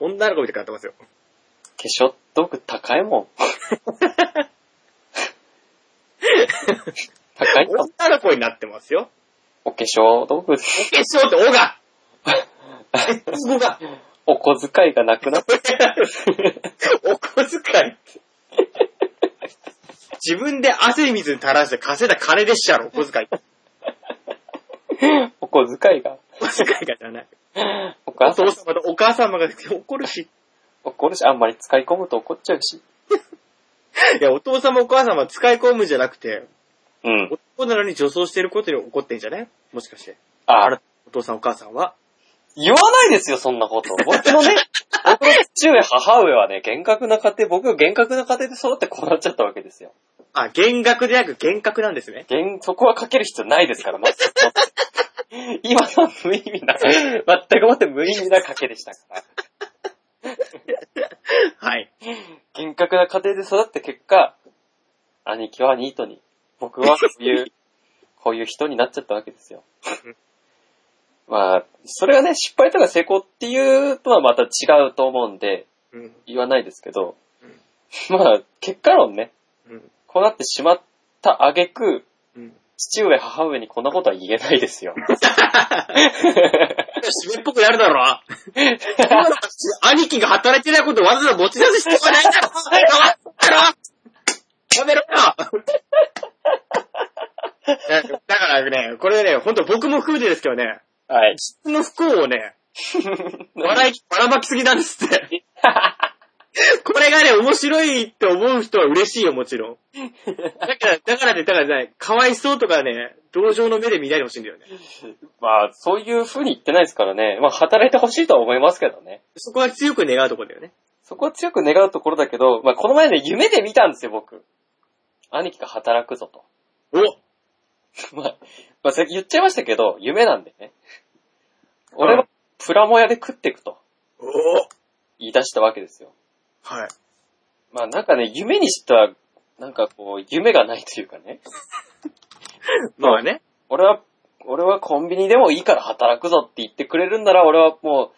S2: 女の子みたいになってますよ。
S1: 化粧道具高いもん。高いかも。
S2: 女の子になってますよ。
S1: お化粧道具、
S2: お化粧って、おが <laughs> おが
S1: お小遣いがなくなっ
S2: <laughs> お小遣い。自分で汗水に垂らして稼いだ金でっしゃろ、お小遣い。
S1: お小遣いが、
S2: お小遣いがじゃない。
S1: お母
S2: お
S1: さん
S2: 父様とお母様が怒るし。
S1: 怒るし、あんまり使い込むと怒っちゃうし。
S2: いや、お父様お母様は使い込むんじゃなくて、
S1: うん。
S2: 男なのに女装してることに怒ってんじゃねもしかして。
S1: あ、
S2: お父さんお母さんは。
S1: 言わないですよ、そんなこと。僕のね、僕の父上、母上はね、厳格な家庭、僕は厳格な家庭で育ってこうなっちゃったわけですよ。
S2: あ、幻覚でなく幻覚なんですね。
S1: 厳、そこはかける必要ないですから、まず。 <laughs> 今のは無意味な、全くもって無意味な賭けでしたから。
S2: はい。
S1: 厳格な家庭で育った結果、兄貴はニートに、僕はこういう、こういう人になっちゃったわけですよ。まあ、それがね、失敗とか成功っていうとはまた違うと思うんで、
S2: うん。
S1: 言わないですけど、まあ、結果論ね、
S2: うん。
S1: こうなってしまった挙句、
S2: うん。 <laughs>
S1: 父上母上にこんなことは言えないですよ。
S2: 締めっぽくやるだろな。今の <laughs> 兄貴が働いてないことわざわざ持ち出す必要はないだろ。変わったろやめろよだからね、これね、ほんと僕も含めてですけどね、
S3: はい。
S2: 質の不幸をね、笑い、ばらまきすぎなんですって。これがね、面白いって思う人は嬉しいよ、もちろん。だから、だからね、だからね、かわいそうとかね、同情の目で見ないでほしいんだよね。
S1: <laughs> まあ、そういう風に言ってないですからね。まあ、働いてほしいとは思いますけどね。
S2: そこは強く願うとこだよね。
S1: そこは強く願うところだけど、まあ、この前ね、夢で見たんですよ、僕。兄貴が働くぞと。 <laughs>
S2: お
S1: まあ、まあ、さっき言っちゃいましたけど、夢なんでね。俺はプラモ屋で食っていくと
S2: お
S1: 言い出したわけですよ。
S2: はい。
S1: まあ、なんかね、夢にした、なんかこう、夢がないというかね。
S2: まあね。
S1: 俺は、俺はコンビニでもいいから働くぞって言ってくれるんなら、俺はもう、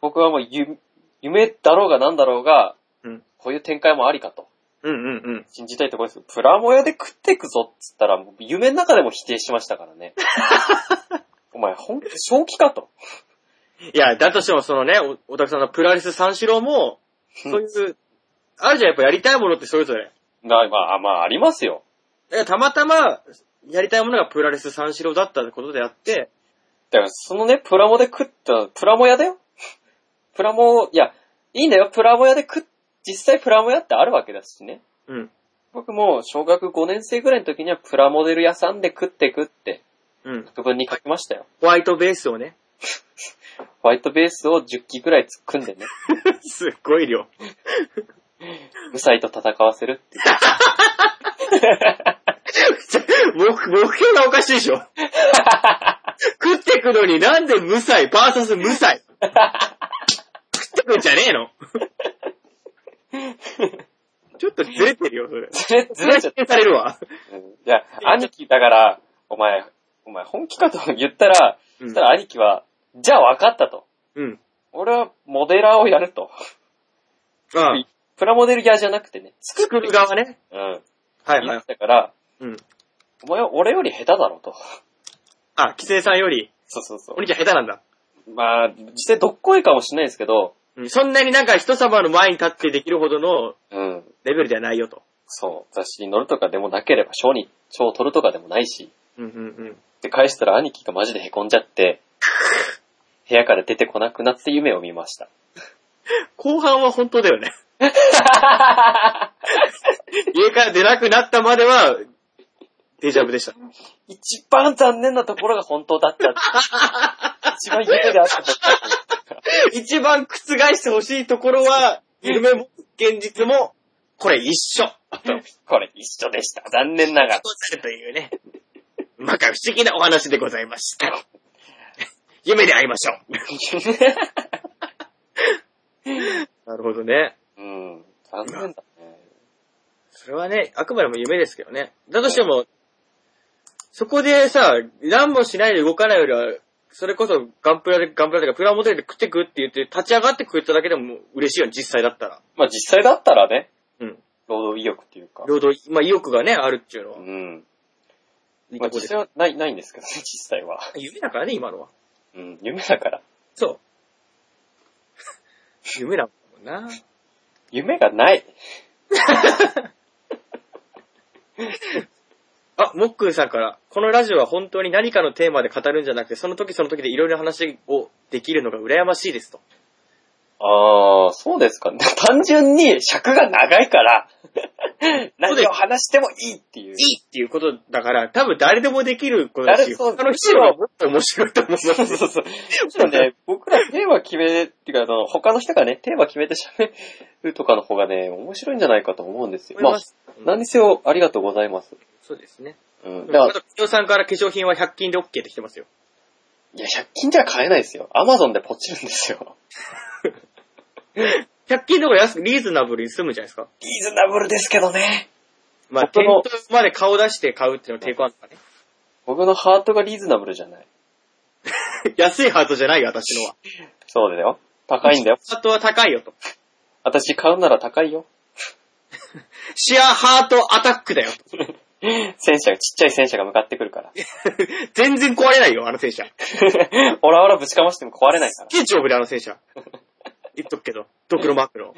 S1: 僕はもうゆ夢だろうがなんだろうが、
S2: うん
S1: こういう展開もありかと。
S2: うんうんうん。
S1: 信じたいところですけど、プラモ屋で食ってくぞっつったら、もう夢の中でも否定しましたか
S2: <laughs>
S1: らね。お前、ほんと正気かと。
S2: いや、だとしてもそのね、お、おたくさんのプラリス三四郎も、そういう、あるじゃん、やっぱやりたいものってそれぞれ。
S1: なまあ、まあ、ありますよ。
S2: だからたまたま、やりたいものがプラレス三四郎だったってことであって、
S1: だから、そのね、プラモで食った、プラモ屋だよ。 <laughs> プラモ、いや、いいんだよ、プラモ屋で食っ、実際プラモ屋ってあるわけだしね。
S2: うん。
S1: 僕も小学5年生ぐらいの時にはプラモデル屋さんで食って食って
S2: うん。
S1: 作文に書きましたよ。
S2: ホワイトベースをね。 <laughs>
S1: ホワイトベースを10機ぐらい突っ込んでね、
S2: すっごい量。 <laughs>
S1: 無才と戦わせるっていう。
S2: 目、目標がおかしいでしょ。 <laughs> 食ってくのになんで無才、バーサス無
S1: <laughs>
S2: 才。食ってくんじゃねえのちょっとずれてるよ、それ。
S1: ずれ、ず
S2: <laughs>
S1: れちゃっ
S2: されるわ。
S1: た。うんいや、兄貴だから、お前、お前本気かと言ったら、
S2: う
S1: そ
S2: ん
S1: したら兄貴は、じゃあ分かったと。
S2: うん。
S1: 俺はモデラーをやると。
S2: ああ
S1: プラモデル屋じゃなくてね、作
S2: 作る側ね。
S1: うん。
S2: はい
S1: 言
S2: はい
S1: っ。てたから、
S2: うん。
S1: お前は俺より下手だろと。
S2: あ、キセさんより、
S1: そうそうそ
S2: お兄ちゃん下手なんだ。
S1: う。まあ、実際どっこいかもしれないですけど、
S2: うんそんなになんか人様の前に立ってできるほどの
S1: うん。
S2: レベルではないよと。
S1: そう、雑誌に載るとかでもなければ、賞に、賞を取るとかでもないし、
S2: うんうんうん。
S1: って返したら兄貴がマジで凹んじゃ <laughs> って、部屋から出てこなくなって夢を見ま <laughs> した。
S2: 後半は本当だよね。 <laughs> 家から出なくなったまでは、デジャブでした。
S1: 一番残念なところが本当だった。一番夢であ <laughs> ったとこ
S2: <laughs> 一番覆してほしいところは、夢も現実も、これ一緒。
S1: これ一緒でした。残念 <laughs> ながら。
S2: というね。まか不思議なお話でございました。 <laughs> 夢で会いましょう。なるほどね。
S1: うん、残念だね。
S2: それはね、あくまでも夢ですけどね。だとしても、そこでさ、乱もしないで動かないよりは、それこそガンプラで、ガンプラとかプラモデルで食ってくって言って、立ち上がってくれただけでも嬉しいよね、実際だったら。
S1: まあ実際だったらね、
S2: うん。
S1: 労働意欲っていうか。
S2: 労働、まあ意欲がね、あるっていうのは
S1: う。ん。
S2: いい
S1: まあ
S2: とこで
S1: 実
S2: す
S1: 際はない、ないんですけどね、実際は。
S2: 夢だからね、今のは。
S1: うん、夢だから。
S2: そう。 <laughs> 夢だもんな。
S1: 夢がない。
S2: あ、もっくんさんから、このラジオは本当に何かのテーマで語るんじゃなくて、その時その時でいろいろな話をできるのが羨ましいですと。
S1: ああ、そうですかね。単純に尺が長
S2: <laughs>
S1: いから、何を話してもいいってい
S2: い
S1: う。
S2: いっていうことだから、多分誰でもできることだ
S1: 誰
S2: し、
S1: そう
S2: 他の人はもっと面白いと思い
S1: そう
S2: ま
S1: そ
S2: す。
S1: うそう。むしろね、 <laughs> 僕らテーマ決め、っていうか、あの、他の人がね、テーマ決めて喋るとかの方がね、面白いんじゃないかと思うんですよ。まあ、
S2: うん
S1: 何にせよありがとうございます。
S2: そうですね。
S1: うん。だか
S2: あ
S1: ら、
S2: と、企業さんから化粧品は100均で OK って来てますよ。
S1: いや、100均では買えないですよ。アマゾンでポチるんですよ。
S2: 100均の方が安く、リーズナブルに済むじゃないですか。
S1: リーズナブルですけどね。
S2: まあ、
S1: 僕
S2: 店
S1: の
S2: 頭まで顔出して買うっていうのは抵抗あるからね。 <laughs>
S1: 僕のハートがリーズナブルじゃない。
S2: 安いハートじゃないよ、私のは。
S1: そうだよ。高いんだよ。
S2: ハートは高いよと。
S1: 私買うなら高いよ。
S2: シアハートアタックだよと。 <laughs>
S1: 戦車が、ちっちゃい戦車が向かってくるから。 <laughs>
S2: 全然壊れないよ、あの戦車。
S1: オラオラぶちかましても壊れないから。
S2: すっげえ丈夫で、あの戦車。言っとくけど。ドクロマクロ。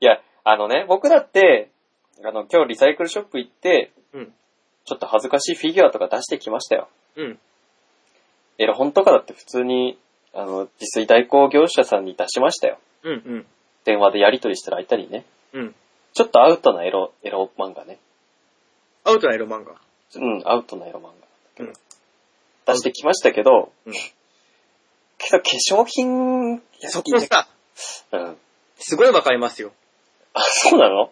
S1: いや、あのね、僕だって、あの、今日リサイクルショップ行って、
S2: うん
S1: ちょっと恥ずかしいフィギュアとか出してきましたよ。
S2: うん。
S1: エロ本とかだって普通に、あの、自炊代行業者さんに出しましたよ。
S2: うんうん。
S1: 電話でやり取りしたら開いたりね。
S2: うん。
S1: ちょっとアウトなエロ、エロ漫画ね。
S2: アウトな色漫画。
S1: うん、アウトなエロ漫画。
S2: うん
S1: 出してきましたけど、
S2: うん
S1: けど化粧品、
S2: そこさ、
S1: うん。
S2: すごいわかりますよ。
S1: あ、そうなの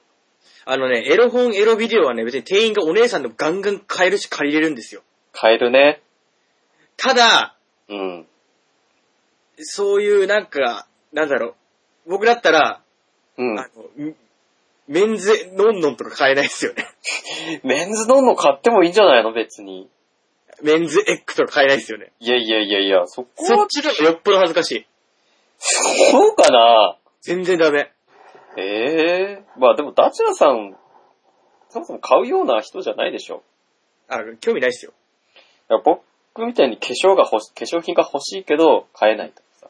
S2: あのね、エロ本、エロビデオはね、別に店員がお姉さんでもガンガン買えるし借りれるんですよ。
S1: 買えるね。
S2: ただ、
S1: うん。
S2: そういうなんか、なんだろう。僕だったら、
S1: うん。
S2: あの、んメンズノンノンとか買えないですよね。 <laughs>
S1: メンズどんどん買ってもいいんじゃないの別に。
S2: メンズエッグとか買えないですよね。
S1: いやいやいやいや、そこ
S2: そ
S1: は
S2: っ、ちの方がよっぽど恥ずかしい。
S1: そうかな
S2: 全然ダメ。
S1: ええまあでもダチュラさん、そもそも買うような人じゃないでしょ。
S2: あ、興味ないですよ。
S1: いや僕みたいに化粧が欲し、化粧品が欲しいけど、買えないとかさ。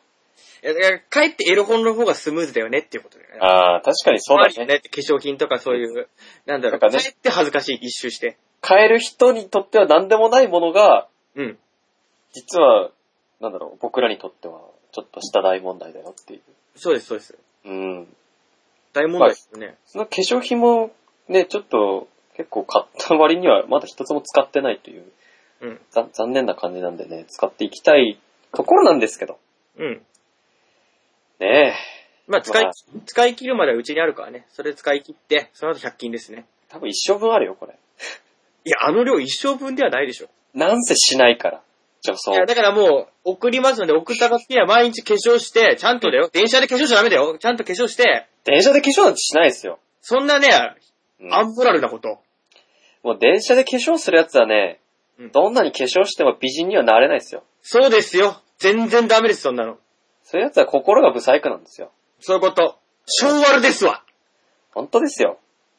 S2: いや、だからかえってエロ本の方がスムーズだよねっていうことだよね。
S1: ああ、確かにそうだ
S2: 周りの
S1: ね。
S2: ね。化粧品とかそういう、なんだろう、
S1: な
S2: か
S1: んかね
S2: えって恥ずかしい、一周して。
S1: 買える人にとっては何でもないものが、
S2: うん。
S1: 実は、なんだろう、僕らにとっては、ちょっとした大問題だよっていう。
S2: そうです、そうです。
S1: うん。
S2: 大問題ですよね。
S1: その化粧品も、ね、ちょっと、結構買った割には、まだ一つも使ってないという、
S2: うん。
S1: ざ残念な感じなんでね、使っていきたいところなんですけど。
S2: うん。
S1: ねえ。
S2: まあ、使い、
S1: まあ
S2: 使い切るまではうちにあるからね。それ使い切って、その後100均ですね。
S1: 多分一生分あるよ、これ。
S2: いや、あの量一生分ではないでしょ。
S1: なんせしないから、女装
S2: い。や、だからもう、送りますので、送った時には毎日化粧して、ちゃんとだよ。電車で化粧しちゃダメだよ。ちゃんと化粧して、
S1: 電車で化粧なんてしないですよ。
S2: そんなね、
S1: うん
S2: アンモラルなこと。
S1: もう電車で化粧するやつはね
S2: うん、
S1: どんなに化粧しても美人にはなれないですよ。
S2: そうですよ。全然ダメです、そんなの。
S1: そういうやつは心が不細工なんですよ。
S2: そういうこと。昭和ですわ。
S1: 本当ですよ。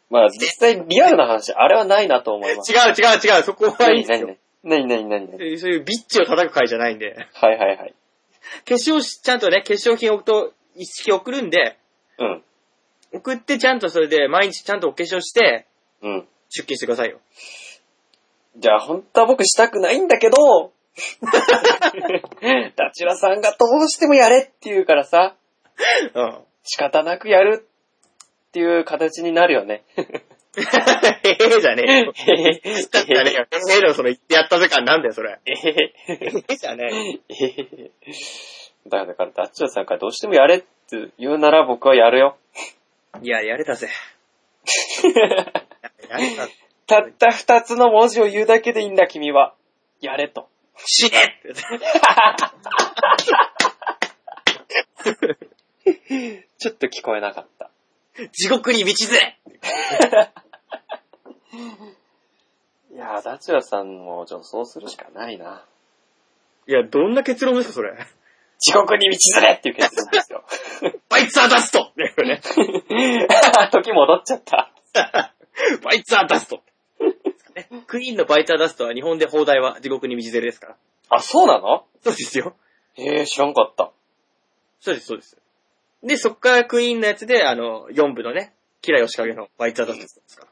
S1: まあ実際リアルな話、あれはないなと思
S2: 違う
S1: います。
S2: 違う違う、そこはいいで
S1: 何
S2: す
S1: 何
S2: よ。
S1: 何何何何
S2: そういうビッチを叩く会じゃないんで。
S1: はいはいはい。
S2: 化粧し、ちゃんとね、化粧品を置くと、一式送るんで、
S1: うん。
S2: 送ってちゃんとそれで、毎日ちゃんとお化粧して、
S1: うん。
S2: 出勤してくださいよ。
S1: じゃあ本当は僕したくないんだけど、 <laughs> ダチュラさんがどうしてもやれって言うからさ、
S2: うん。 <laughs>
S1: 仕方なくやるっていう形になるよね。 <laughs>
S2: ええじゃねえよ。だったらね、ええのその言ってやったぜ感なんだよ、それ。
S1: えへへ
S2: ええじゃねえ
S1: えへへだから、ダッチョさんからどうしてもやれって言うなら僕はやるよ。
S2: いや、やれたぜ。やれた。
S1: たった二つの文字を言うだけでいいんだ、君は。やれと。
S2: 死ね
S1: ちょっと聞こえなかった。
S2: 地獄に道連れ
S1: いやー、ダチュラさんも女装するしかないな。
S2: いや、どんな結論ですか、それ。
S1: 地獄に道連れっていう結論ですよ。 <laughs>
S2: バイツアダストだよね。 <laughs>
S1: 時戻っちゃった。
S2: バイツアダスト。クイーンのバイツアダストは日本で放題は地獄に道連れですから。
S1: あ、そうなの
S2: そうですよ。
S1: えー、知らんかった。
S2: そうです、そうです。で、そっからクイーンのやつで、あの、4部のね、キラヨシカゲのバイツアダストですから。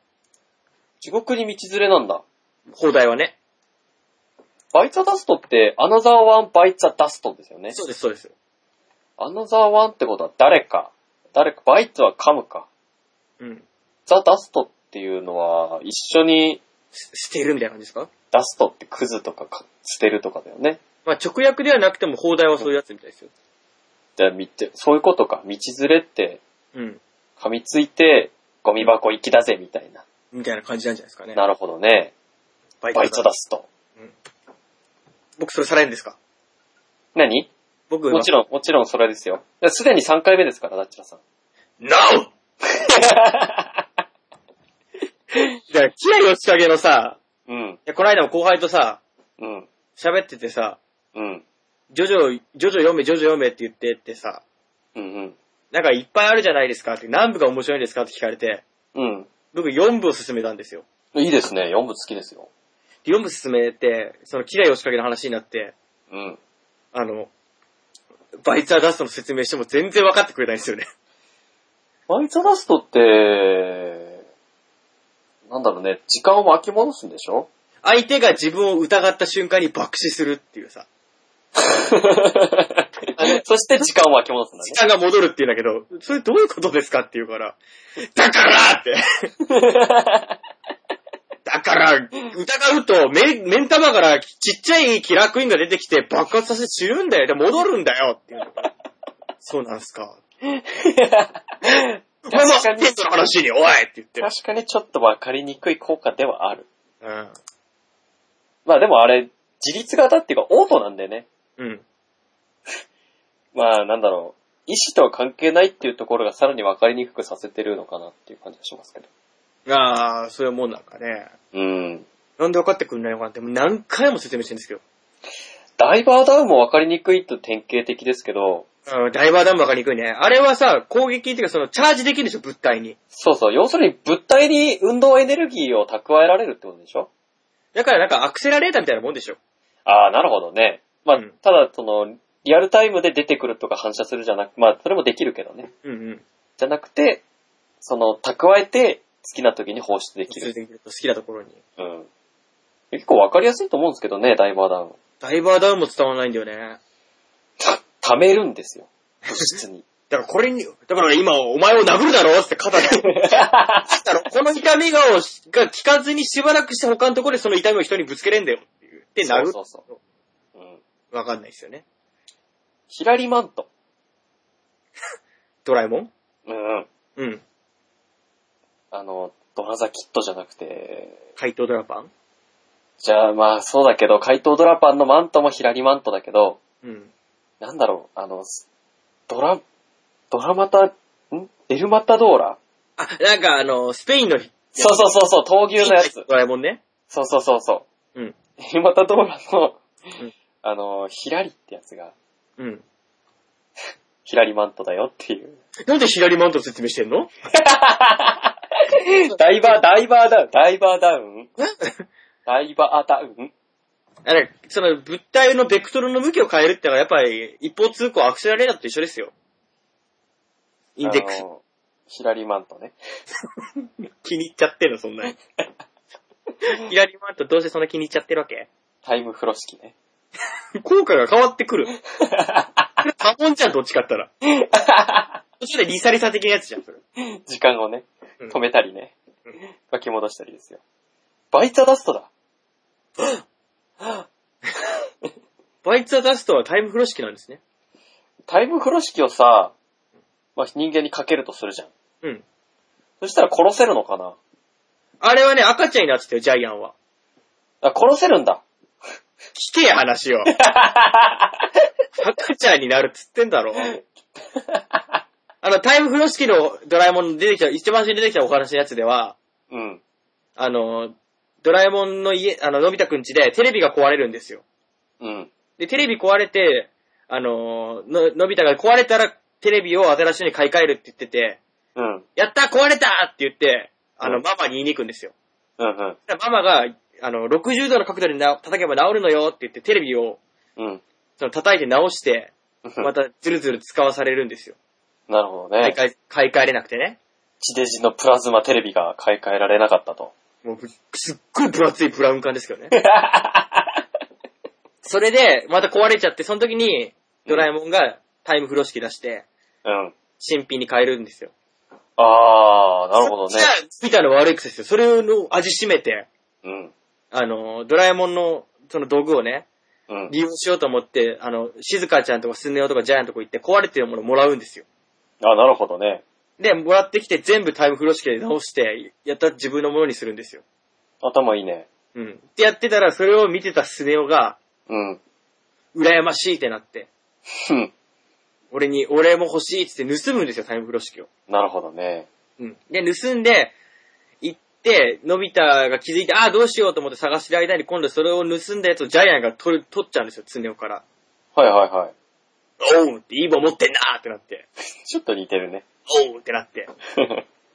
S1: 地獄に道連れなんだ。
S2: 放題はね。
S1: バイツァダストって、アナザーワンバイツァダストですよね。
S2: そうです、そうです。
S1: アナザーワンってことは誰か。誰か、バイツは噛むか。
S2: うん。
S1: ザ・ダストっていうのは、一緒に
S2: す捨てるみたいな感じですか
S1: ダストってクズとかか捨てるとかだよね。
S2: まあ、直訳ではなくても放題はそういうやつみたいですよ。
S1: じゃあ、みってそういうことか。道連れって
S2: うん。
S1: 噛みついて、ゴミ箱行きだぜ、みたいな。
S2: みたいな感じなんじゃないですかね。
S1: なるほどね。
S2: バイ
S1: バイツァダスト。
S2: 僕それされるんですか
S1: 何
S2: 僕
S1: もちろん、もちろんそれですよ。いやすでに3回目ですから、ダッチラ <laughs> さん。
S2: ん。NO! だから、キラヨシカゲのさ、
S1: うん、
S2: いやこの間も後輩とさ、
S1: うん、
S2: 喋っててさ、
S1: うん、
S2: ジョジョ、ジョジョ読め、ジョジョ読めって言ってってさ、
S1: うん、うん、
S2: なんかいっぱいあるじゃないですかって、何部が面白いんですかって聞かれて、
S1: うん。
S2: 僕4部を勧めたんですよ。
S1: いいですね。4部好きですよ。
S2: で4部勧めて、そのキラヨシカゲの話になって、
S1: うん。
S2: あの、バイツアダストの説明しても全然分かってくれないんですよね。 <laughs>
S1: バイツァ <laughs> ダストって、なんだろうね、時間を巻き戻すんでしょ
S2: 相手が自分を疑った瞬間に爆死するっていうさ、あの
S1: そして時間を巻き戻すんだ
S2: 時間が戻るっていうんだけど、それどういうことですかって言うから、だからって
S1: <laughs> ね。
S2: だから、疑うと、目、目ん玉からちっちゃいキラークイーンが出てきて爆発させて死ぬんだよ。で、戻るんだよっていうの
S1: <laughs>
S2: が。そうなんすか。お前も
S1: 確かに
S2: テストの話に、おいって言って。
S1: 確かにちょっとわかりにくい効果ではある。
S2: うん。
S1: まあでもあれ、自立型っていうかオートなんでね。
S2: うん。
S1: まあなんだろう。意志とは関係ないっていうところがさらにわかりにくくさせてるのかなっていう感じがしますけど。
S2: ああ、そういうもんなんかね。
S1: うん。
S2: なんで分かってくんないのかなって、もう何回も説明してるんですけど。
S1: ダイバーダウンもわかりにくいと典型的ですけど、
S2: うん、ダイバーダム分かりにくいね。あれはさ、攻撃っていうかその、チャージできるでしょ、物体に。
S1: そうそう、要するに物体に運動エネルギーを蓄えられるってことでしょ
S2: だからなんかアクセラレーターみたいなもんでしょ。
S1: ああ、なるほどね。まあ、
S2: うん
S1: ただその、リアルタイムで出てくるとか反射するじゃなく、まあそれもできるけどね。
S2: うんうん。
S1: じゃなくて、その、蓄えて好きな時に放出でき
S2: 連れて
S1: る。
S2: くると好きなところに。
S1: うん。結構わかりやすいと思うんですけどね、ダイバーダウンは。
S2: ダイバーダウンも伝わらないんだよね。
S1: た、溜めるんですよ。物質に。
S2: だからこれに、だから今、お前を殴るだろって肩で。だ <laughs> ろこの痛みがをが効かずにしばらくして他のところでその痛みを人にぶつけれんだよっていう。で、殴る
S1: そうそうそう。うん。
S2: わかんないですよね。
S1: ヒラリマント。
S2: ドラえもん
S1: うんうん。
S2: うん。
S1: あの、ドラザキットじゃなくて、
S2: 怪盗ドラパン
S1: じゃあまあそうだけど、怪盗ドラパンのマントもヒラリマントだけど、
S2: うん。
S1: なんだろう、あの、すドラ、ドラマタ、んエルマタドーラ
S2: あ、なんかあの、スペインの人
S1: そうそうそうそう、闘牛のやつ。
S2: ドラえもんね。
S1: そうそうそうそう。
S2: うん。
S1: エルマタドーラの
S2: うん、
S1: あの、ヒラリってやつが、
S2: うん。
S1: ヒラリマントだよっていう。
S2: なんで左マウント説明してんの
S1: ダイバー、ダイバーダウン、ダイバーダウン、ダイバーダウン。
S2: <laughs> あれ、その物体のベクトルの向きを変えるってのはやっぱり一方通行アクセラレーターと一緒ですよ。インデック
S1: あ
S2: ス。
S1: の。ヒラリマントね。
S2: 気に入っちゃってるの、そん
S1: <laughs>
S2: なに。左回ったどうしてそんな気に入っちゃってるわけ
S1: タイム風呂敷ね。 <laughs>
S2: 効果が変わってくる。多分じゃん、どっちかったら。
S1: <laughs>
S2: そしてリサリサ的なやつじゃん、それ。
S1: 時間をね、
S2: うん
S1: 止めたりね
S2: うん、
S1: 巻き戻したりですよ。バイツァダストだ。
S2: バイツアダストはタイム風呂敷なんですね。
S1: タイム風呂敷をさ、まあ、人間にかけるとするじゃん。
S2: うん。
S1: そしたら殺せるのかな
S2: あれはね、赤ちゃんになってたよ、ジャイアンは。
S1: あ、殺せるんだ。
S2: 聞けや、
S1: <laughs>
S2: 話を。赤ちゃんになるっつってんだろ。あの、タイム風呂敷のドラえもんの出てきた、一番最初に出てきたお話のやつでは、
S1: うん。
S2: あの、ドラえもんの家、あの、のび太くん家でテレビが壊れるんですよ。
S1: うん。
S2: で、テレビ壊れて、あのーの、のび太が壊れたらテレビを新しいのに買い替えるって言ってて、
S1: うん。
S2: やった壊れたって言って、あの、
S1: うん
S2: ママに言いに行くんですよ。
S1: うん。
S2: だからママが、あの、60度の角度でな叩けば治るのよって言って、テレビを、
S1: うん。
S2: その、叩いて直して、
S1: うん。
S2: またズルズル使わされるんですよ。
S1: なるほど
S2: 買い
S1: ね。
S2: 替え、買い替えれなくてね。
S1: 地デジのプラズマテレビが買い替えられなかったと。
S2: もう、ぶすっごい分厚いブラウン管です
S1: <laughs>
S2: けどね。それで、また壊れちゃって、その時に、ドラえもんがタイム風呂敷出して、
S1: うん。
S2: 新品に変えるんですよ。
S1: あー、なるほど
S2: じ
S1: ね
S2: ゃ。あ、みたいな悪い癖ですよ。それの味しめて、
S1: うん。
S2: あの、ドラえもんの、その道具をね、
S1: うん。
S2: 利用しようと思って、あの、静香ちゃんとかスネ夫とかジャイアンとか行って壊れてるものもらうんですよ。
S1: あ、なるほどね。
S2: で、もらってきて全部タイム風呂敷で直して、やったら自分のものにするんですよ。
S1: 頭いいね。
S2: うん。ってやってたら、それを見てたスネ夫が、
S1: うん。
S2: 羨ましいってなって、
S1: うん
S2: 俺に、俺も欲しいって言って盗むんですよ、タイム風呂敷を。
S1: なるほどね。
S2: うん。で、盗んで、行って、のび太が気づいて、ああ、どうしようと思って探してる間に、今度それを盗んだやつをジャイアンが取る、取っちゃうんですよ、常雄から。
S1: はいはいはい。
S2: おうって、いい棒持ってんなーってなって、
S1: ちょっと似てるね。 <laughs>
S2: おうってなって。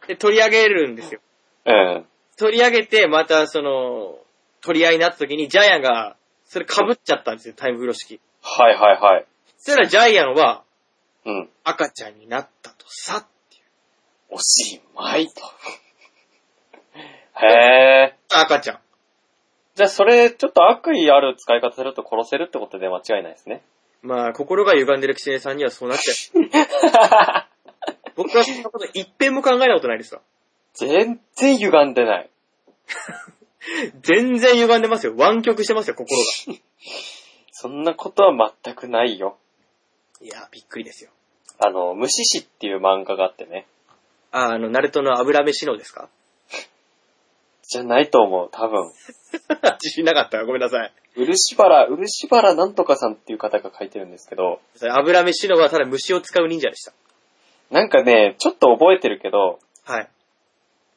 S2: で、取り上げるんですよ。
S1: うん。
S2: 取り上げて、また、その、取り合いになった時に、ジャイアンが、それ被っちゃったんですよ、タイム風呂敷。
S1: はいはいはい。
S2: そしたらジャイアンは、
S1: うん。
S2: 赤ちゃんになったとさ、
S1: おしまいと。へえ。
S2: 赤ちゃん。
S1: じゃあそれ、ちょっと悪意ある使い方すると殺せるってことで間違いないですね。 <laughs>
S2: まあ、心が歪んでるキツネさんには <laughs> そうなっちゃう。僕はそんなこと一遍も考えたことないですわ。
S1: 全然歪んでない。
S2: 全然歪んでますよ。湾曲してますよ、心が。
S1: そんなことは全くないよ。
S2: いや、びっくりですよ。
S1: あの、虫師っていう漫画があってね。
S2: あ、あの、ナルトの油飯のです <laughs> か
S1: じゃないと思う、多分。
S2: 自信なかった。ごめんなさい。
S1: 漆原、漆原なんとかさんっていう方が書いてるんですけど、
S2: それ油飯のはただ虫を使う忍者でした。
S1: なんかね、ちょっと覚えてるけど、
S2: <laughs> はい。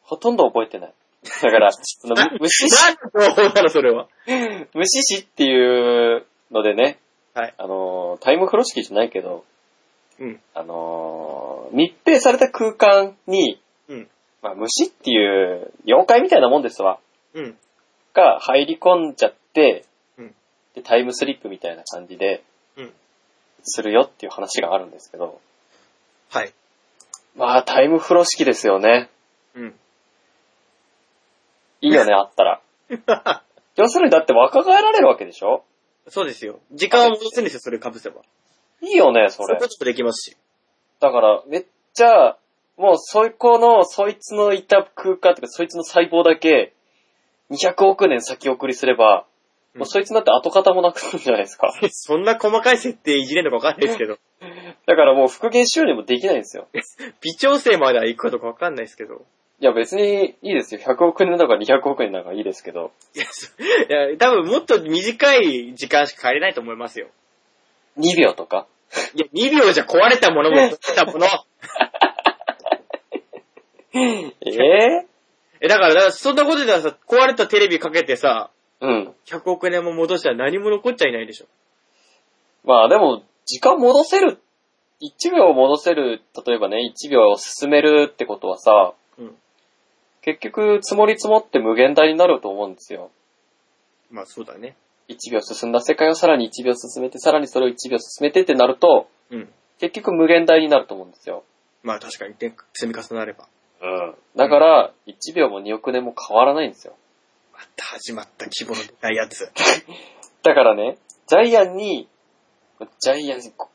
S1: ほとんど覚えてない。だから、そのむ虫師、
S2: 何の情報なの、それは。
S1: 虫師っていうのでね、
S2: はい。
S1: あのー、タイム風呂敷じゃないけど、
S2: うん。
S1: あのー、密閉された空間に、
S2: うん。
S1: まあ、虫っていう妖怪みたいなもんですわ、
S2: うん。
S1: が入り込んじゃって、
S2: うん
S1: で、タイムスリップみたいな感じで、
S2: うん。
S1: するよっていう話があるんですけど、
S2: はい。
S1: まあ、タイム風呂敷ですよね。
S2: <laughs> うん。
S1: いいよね、あったら。要するにだって若返られるわけでしょ
S2: そうですよ。時間を戻せんですよ、それ被せば。
S1: いいよね、そ
S2: そうい
S1: れ
S2: うこ。ともできますし。 <laughs>
S1: だから、めっちゃ、もう、そいこの、そいつのいた空間とか、そいつの細胞だけ、200億年先送りすれば、
S2: うん
S1: もうそいつになって跡形もなくなるんじゃないですか。
S2: そんな細かい設定いじれんのかわかんないですけど。
S1: だからもう復元修理もできないんですよ。
S2: 微調整までは行くかどうかわかんないですけど。
S1: いや別にいいですよ。100億年だから200億年だからいいですけど。
S2: いや、そういや多分もっと短い時間しか帰れないと思いますよ。
S1: 2秒とか。
S2: いや、2秒じゃ壊れたものも壊れたもの。
S1: ええ
S2: え、だから、だからそんなことではさ、壊れたテレビかけてさ、
S1: うん。
S2: 100億年も戻したら何も残っちゃいないでしょ。
S1: まあでも、時間戻せる。1秒戻せる、例えばね、1秒進めるってことはさ、
S2: うん。
S1: 結局積もり積もって無限大になると思うんですよ。
S2: まあそうだね。
S1: 1秒進んだ世界をさらに1秒進めて、さらにそれを1秒進めてってなると、
S2: うん。
S1: 結局無限大になると思うんですよ。
S2: まあ確かに、ね、積み重なれば。
S1: うん。だから、1秒も2億年も変わらないんですよ。
S2: また始まった規模のでかいやつ。 <laughs>
S1: だからね、ジャイアンに、ジャイアンこ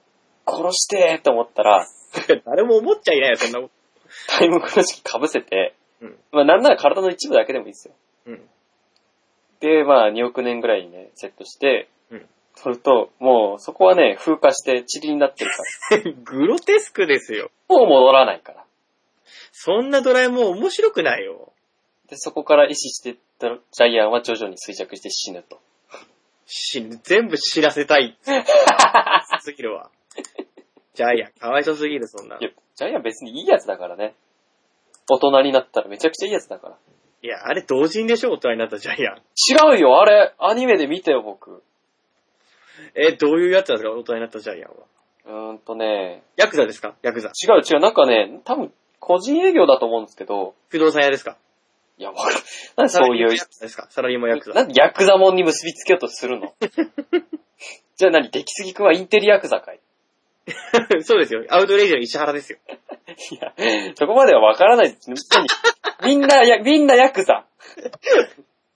S1: 殺してーって思ったら、
S2: 誰も思っちゃいないよ、そんなこ
S1: タイム風呂敷被せて、
S2: と。うん。
S1: まあなんなら体の一部だけでもいいですよ。
S2: うん。
S1: で、まあ2億年ぐらいにね、セットして、
S2: うん
S1: 取ると、もうそこはね、風化して塵になってるから。
S2: <laughs> グロテスクですよ。
S1: もう戻らないから。
S2: そんなドラえもん面白くないよ。
S1: で、そこから意識してったジャイアンは徐々に衰弱して死ぬと。
S2: 死ぬ、全部知らせた
S1: <laughs>
S2: い。すぎるわ。ジャイアン、かわいそうすぎる、そんなの。
S1: いや、ジャイアン別にいいやつだからね。大人になったらめちゃくちゃいいやつだから。
S2: いや、あれ同人でしょ、大人になったジャイアン。
S1: 違うよ、あれ、アニメで見てよ、僕。
S2: え、どういうやつなんですか、大人になったジャイアンは。
S1: うーんとね、
S2: ヤクザですかヤクザ。
S1: 違う違う、なんかね、多分、個人営業だと思うんですけど、
S2: 不動産屋ですか
S1: いや、わかんなんでそうい
S2: サラリーマン
S1: う、
S2: ヤクザですかサラリーマンヤクザ。 <laughs>
S1: なんでヤクザもんに結びつけようとするの <laughs> じゃあ何、出来すぎくんはインテリヤクザかい
S2: そうですよ。アウトレイジの石原ですよ。
S1: いや、そこまではわからないですね。みんな、や、みんなヤクザ。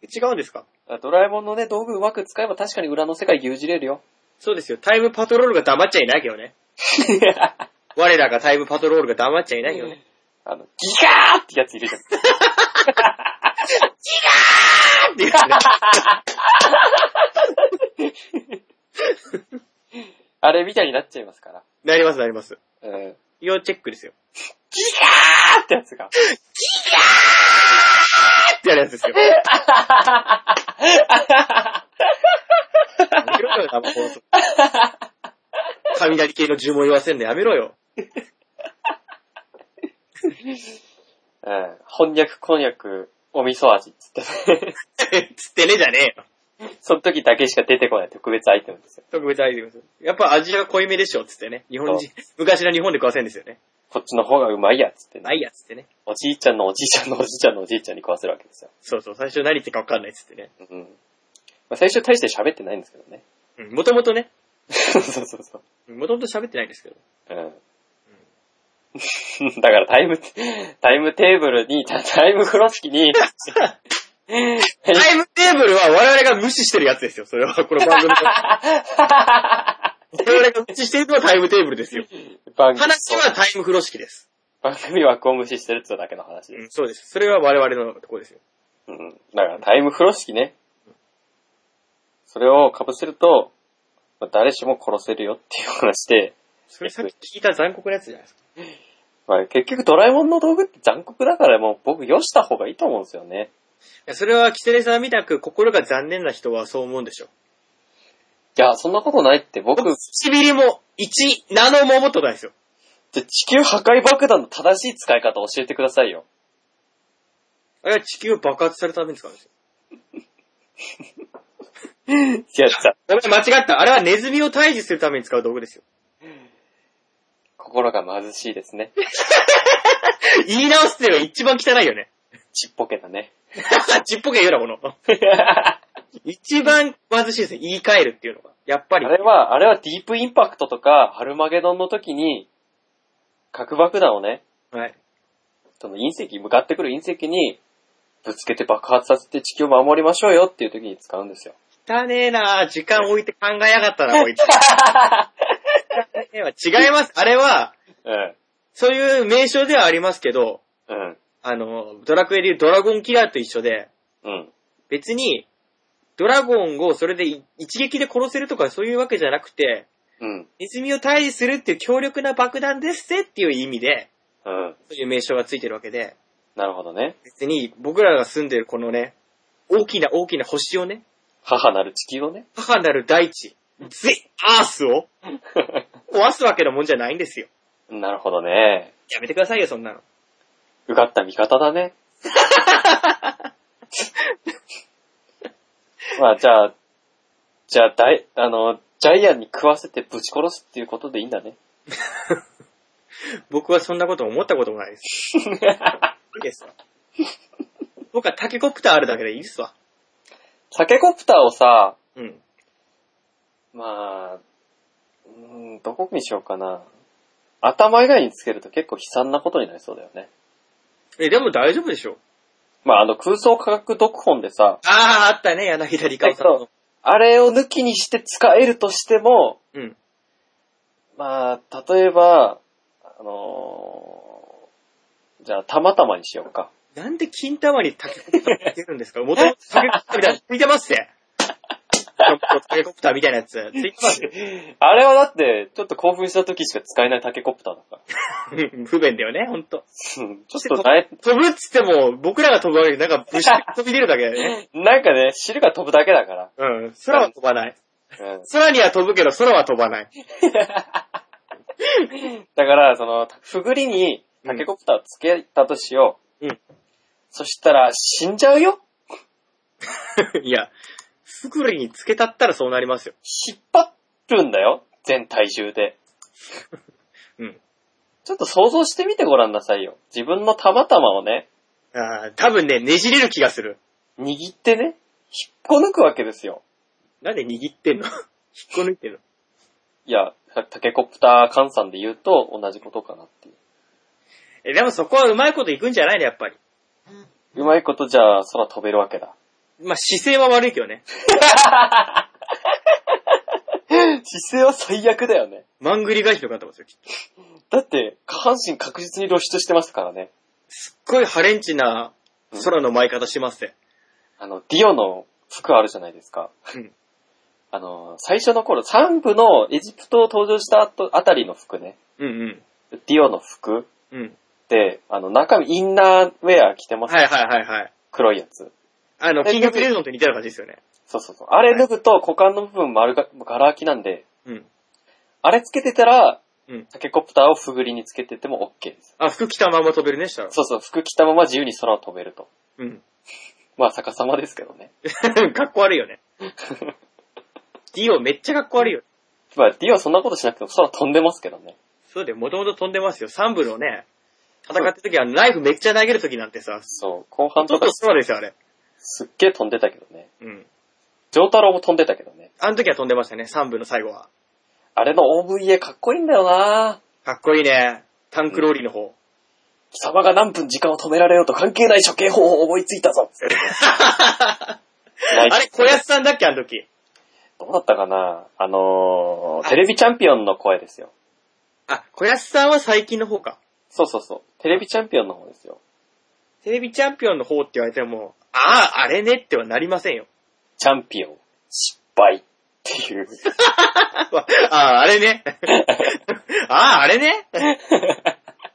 S2: 違うんですか
S1: ドラえもんのね、道具うまく使えば確かに裏の世界牛耳れるよ。
S2: そうですよ。タイムパトロールが黙っちゃいないけどね。我らがタイムパトロールが黙っちゃい <laughs> ないよね。
S1: <laughs> あの、ギガーってやついるじゃん。 <laughs>
S2: あ <laughs> って言ってね
S1: あれみたいになっちゃいますから。
S2: なります、なります。
S1: うん。ギ
S2: 要チェックですよ。
S1: ガーってやつが。
S2: ってやるやつですよ。やめろよ、生放送。 <laughs> 雷系の呪文言わせんのやめろよ。
S1: うん。翻訳、こんにゃく、お味噌味っつってね。 <laughs>
S2: つってねじゃねえよ。
S1: その時だけしか出てこない特別アイテムですよ。
S2: 特別アイテムです。やっぱ味が濃いめでしょ、つってね。日本人、昔の日本で食わせんですよね。
S1: こっちの方がうまいやっつってね。
S2: ないや、つってね。
S1: おじいちゃんのおじいちゃんのおじいちゃんのおじいちゃんに食わせるわけですよ。
S2: そうそう、最初何言ってかわかんないっつってね。
S1: うん。まあ、最初大して喋ってないんですけどね。 <laughs>
S2: うん、もともとね。
S1: そうそうそう。
S2: もともと喋ってないんですけど。
S1: うん。 <laughs> <laughs> だからタイム、タイムテーブルに、タイム風呂敷に、
S2: タイムテーブルは我々が無視してるやつですよ、それは。この番組。 <laughs> 我々が無視してるのはタイムテーブルですよ。
S1: 番組
S2: 話はタイム風呂敷です。
S1: 番組枠を無視してるってだけの話
S2: う
S1: です。
S2: ん、そうです。それは我々のとこですよ。
S1: うん。だからタイム風呂敷ね。それを被せると、まあ誰しも殺せるよっていう話で、
S2: それさっき聞いた残酷なやつじゃないですか。
S1: まあ、結局ドラえもんの道具って残酷だからもう僕よした方がいいと思うんですよね。
S2: いやそれは、キセレさんみたく心が残念な人はそう思うんでしょう。
S1: いや、そんなことないって僕、
S2: 唇も1ナノも持っとないですよ。
S1: じゃあ地球破壊爆弾の正しい使い方教えてくださ <laughs> いよ。
S2: あれは地球を爆発されるために使うんですよ。
S1: いや、じゃあ
S2: やばい間違った。あれはネズミを退治するために使う道具ですよ。
S1: 心が貧しいですね。
S2: 言い直すっていうのが一番汚いよね。
S1: ちっぽけだね。
S2: ちっぽけ言うな、この。
S1: あ
S2: 一番貧しいですね。言い換えるっていうのが。やっぱり。
S1: れは、 <laughs> あれはディープインパクトとか、ハルマゲドンの時に、核爆弾をね、
S2: はい。
S1: その隕石、向かってくる隕石に、ぶつけて爆発させて地球を守りましょうよっていう時に使うんですよ。
S2: 汚ねえな時間置いて考えやがったな、 <laughs> こいつ。違います。あれは、
S1: うん。
S2: そういう名称ではありますけど、
S1: うん。
S2: あの、ドラクエでいうドラゴンキラーと一緒で、
S1: うん。
S2: 別に、ドラゴンをそれでい一撃で殺せるとかそういうわけじゃなくて、
S1: うん。
S2: ネズミを退治するっていう強力な爆弾ですぜっていう意味で、
S1: うん。
S2: そういう名称がついてるわけで、
S1: なるほどね。
S2: 別に僕らが住んでるこのね、大きな大きな星をね、
S1: 母なる地球をね。 <laughs>
S2: 母なる大地、ゼ・アースを壊すわけのもんじゃないんですよ。
S1: なるほどね。
S2: やめてくださいよ、そんなの。
S1: うがった見方だね。 <laughs> まあ、じゃあ、じゃあ、大、あの、ジャイアンに食わせてぶち殺すっていうことでいいんだね。
S2: 僕はそんなこと思ったこともないです。いいですわ。僕はタケコプターあるだけでいいですわ。
S1: タケコプターをさ、
S2: うん。
S1: まあ、うーん、どこにしようかな。頭以外につけると結構悲惨なことになりそうだよね。
S2: え、でも大丈夫でしょ
S1: まあ、あの空想科学読本でさ、
S2: あー、あったね、柳田理香さん
S1: は
S2: の。
S1: あれを抜きにして使えるとしても、
S2: うん。
S1: まあ、例えば、あのーじゃあ、たまたまにしようか。
S2: なんで金玉にタケコプターつけるんですか元々タケコプターみたいなのついてますって。タケコプターみたいなやつ。ついてますよ。 <laughs>
S1: あれはだって、ちょっと興奮した時しか使えないタケコプターだから。
S2: うん不便だよね、ほんと。
S1: うん <laughs> ちょっとなえ、
S2: 飛ぶっつっても、僕らが飛ぶわけで、なんか、ぶし飛び出るだけだよね。
S1: なんかね、汁が飛ぶだけだから。
S2: うん。空は飛ばない。
S1: うん、
S2: 空には飛ぶけど、空は飛ばない。 <laughs>
S1: だから、その、ふぐりにタケコプターをつけたとしよ
S2: う
S1: う。
S2: ん
S1: そしたら、死んじゃうよ
S2: いや、すぐりにつけたったらそうなりますよ。
S1: 引っ張るんだよ全体重で。 <laughs>
S2: うん。
S1: ちょっと想像してみてごらんなさいよ。自分のたまたまをね、
S2: ああ、多分ね、ねじれる気がする。
S1: 握ってね、引っこ抜くわけですよ。
S2: なんで握ってんの <laughs> 引っこ抜いてる
S1: いや、タケコプター換算で言うと同じことかなっていう。
S2: え、でもそこはうまいこといくんじゃないの、やっぱり。
S1: うまいことじゃあ空飛べるわけだ。 <laughs>
S2: まあ、姿勢は悪いけどね。
S1: 姿勢は最悪だよね。
S2: マングリ返しの方ますよ、きっと。
S1: だって、下半身確実に露出してますからね。
S2: すっごいハレンチな空の舞い方してますね。
S1: あの、ディオの服あるじゃないですか。
S2: うん
S1: あの、最初の頃、3部のエジプトを登場した後あたりの服ね。
S2: うんうん。
S1: ディオの服
S2: うん。
S1: で、あの、中身インナーウェア着てます。
S2: はいはいはいはい。
S1: 黒いやつ。
S2: あの、
S1: え
S2: 金額レーゾンと似たような感じですよね。
S1: そうそうそう。あれ脱ぐと股間の部分丸が、ガラ空きなんで、
S2: うん。
S1: あれつけてたら、
S2: うん
S1: タケコプターをふぐりにつけてても OK です。
S2: あ、服着たまま飛べるね、したら。
S1: そうそう、服着たまま自由に空を飛べると。
S2: うん。 <laughs>
S1: まあ逆さまですけどね。
S2: かっこ悪いよ <laughs> ね。ディオめっちゃかっこ悪いよ。
S1: まあディオはそんなことしなくても空飛んでますけどね。
S2: そうで、もともと飛んでますよ。3部のね、戦った時はナイフめっちゃ投げる時なんてさ、ち
S1: そう、後半
S2: ょ
S1: と
S2: っ
S1: か
S2: とそうですよ、あれ。
S1: すっげえ飛んでたけどね。
S2: うん。
S1: ジョータロウも飛んでたけどね。
S2: あの時は飛んでましたね、3部の最後は。
S1: あれの OVA かっこいいんだよな
S2: <laughs> かっこいいね。タンクローリーの方。
S1: 貴様が何分時間を止められようと関係ない処刑方法を思いついたぞ。
S2: あれ、小安さんだっけ、あの時。
S1: どうだったかなあのー、テレビチャンピオンの声ですよ。
S2: あ、小安さんは最近の方か。
S1: そうそうそう。テレビチャンピオンの方ですよ。
S2: テレビチャンピオンの方って言われても、ああ、あれねってはなりません <laughs> よ。
S1: チャンピオン、失敗っていう。 <laughs>
S2: ああ、あれね。 <laughs> ああ、あれね。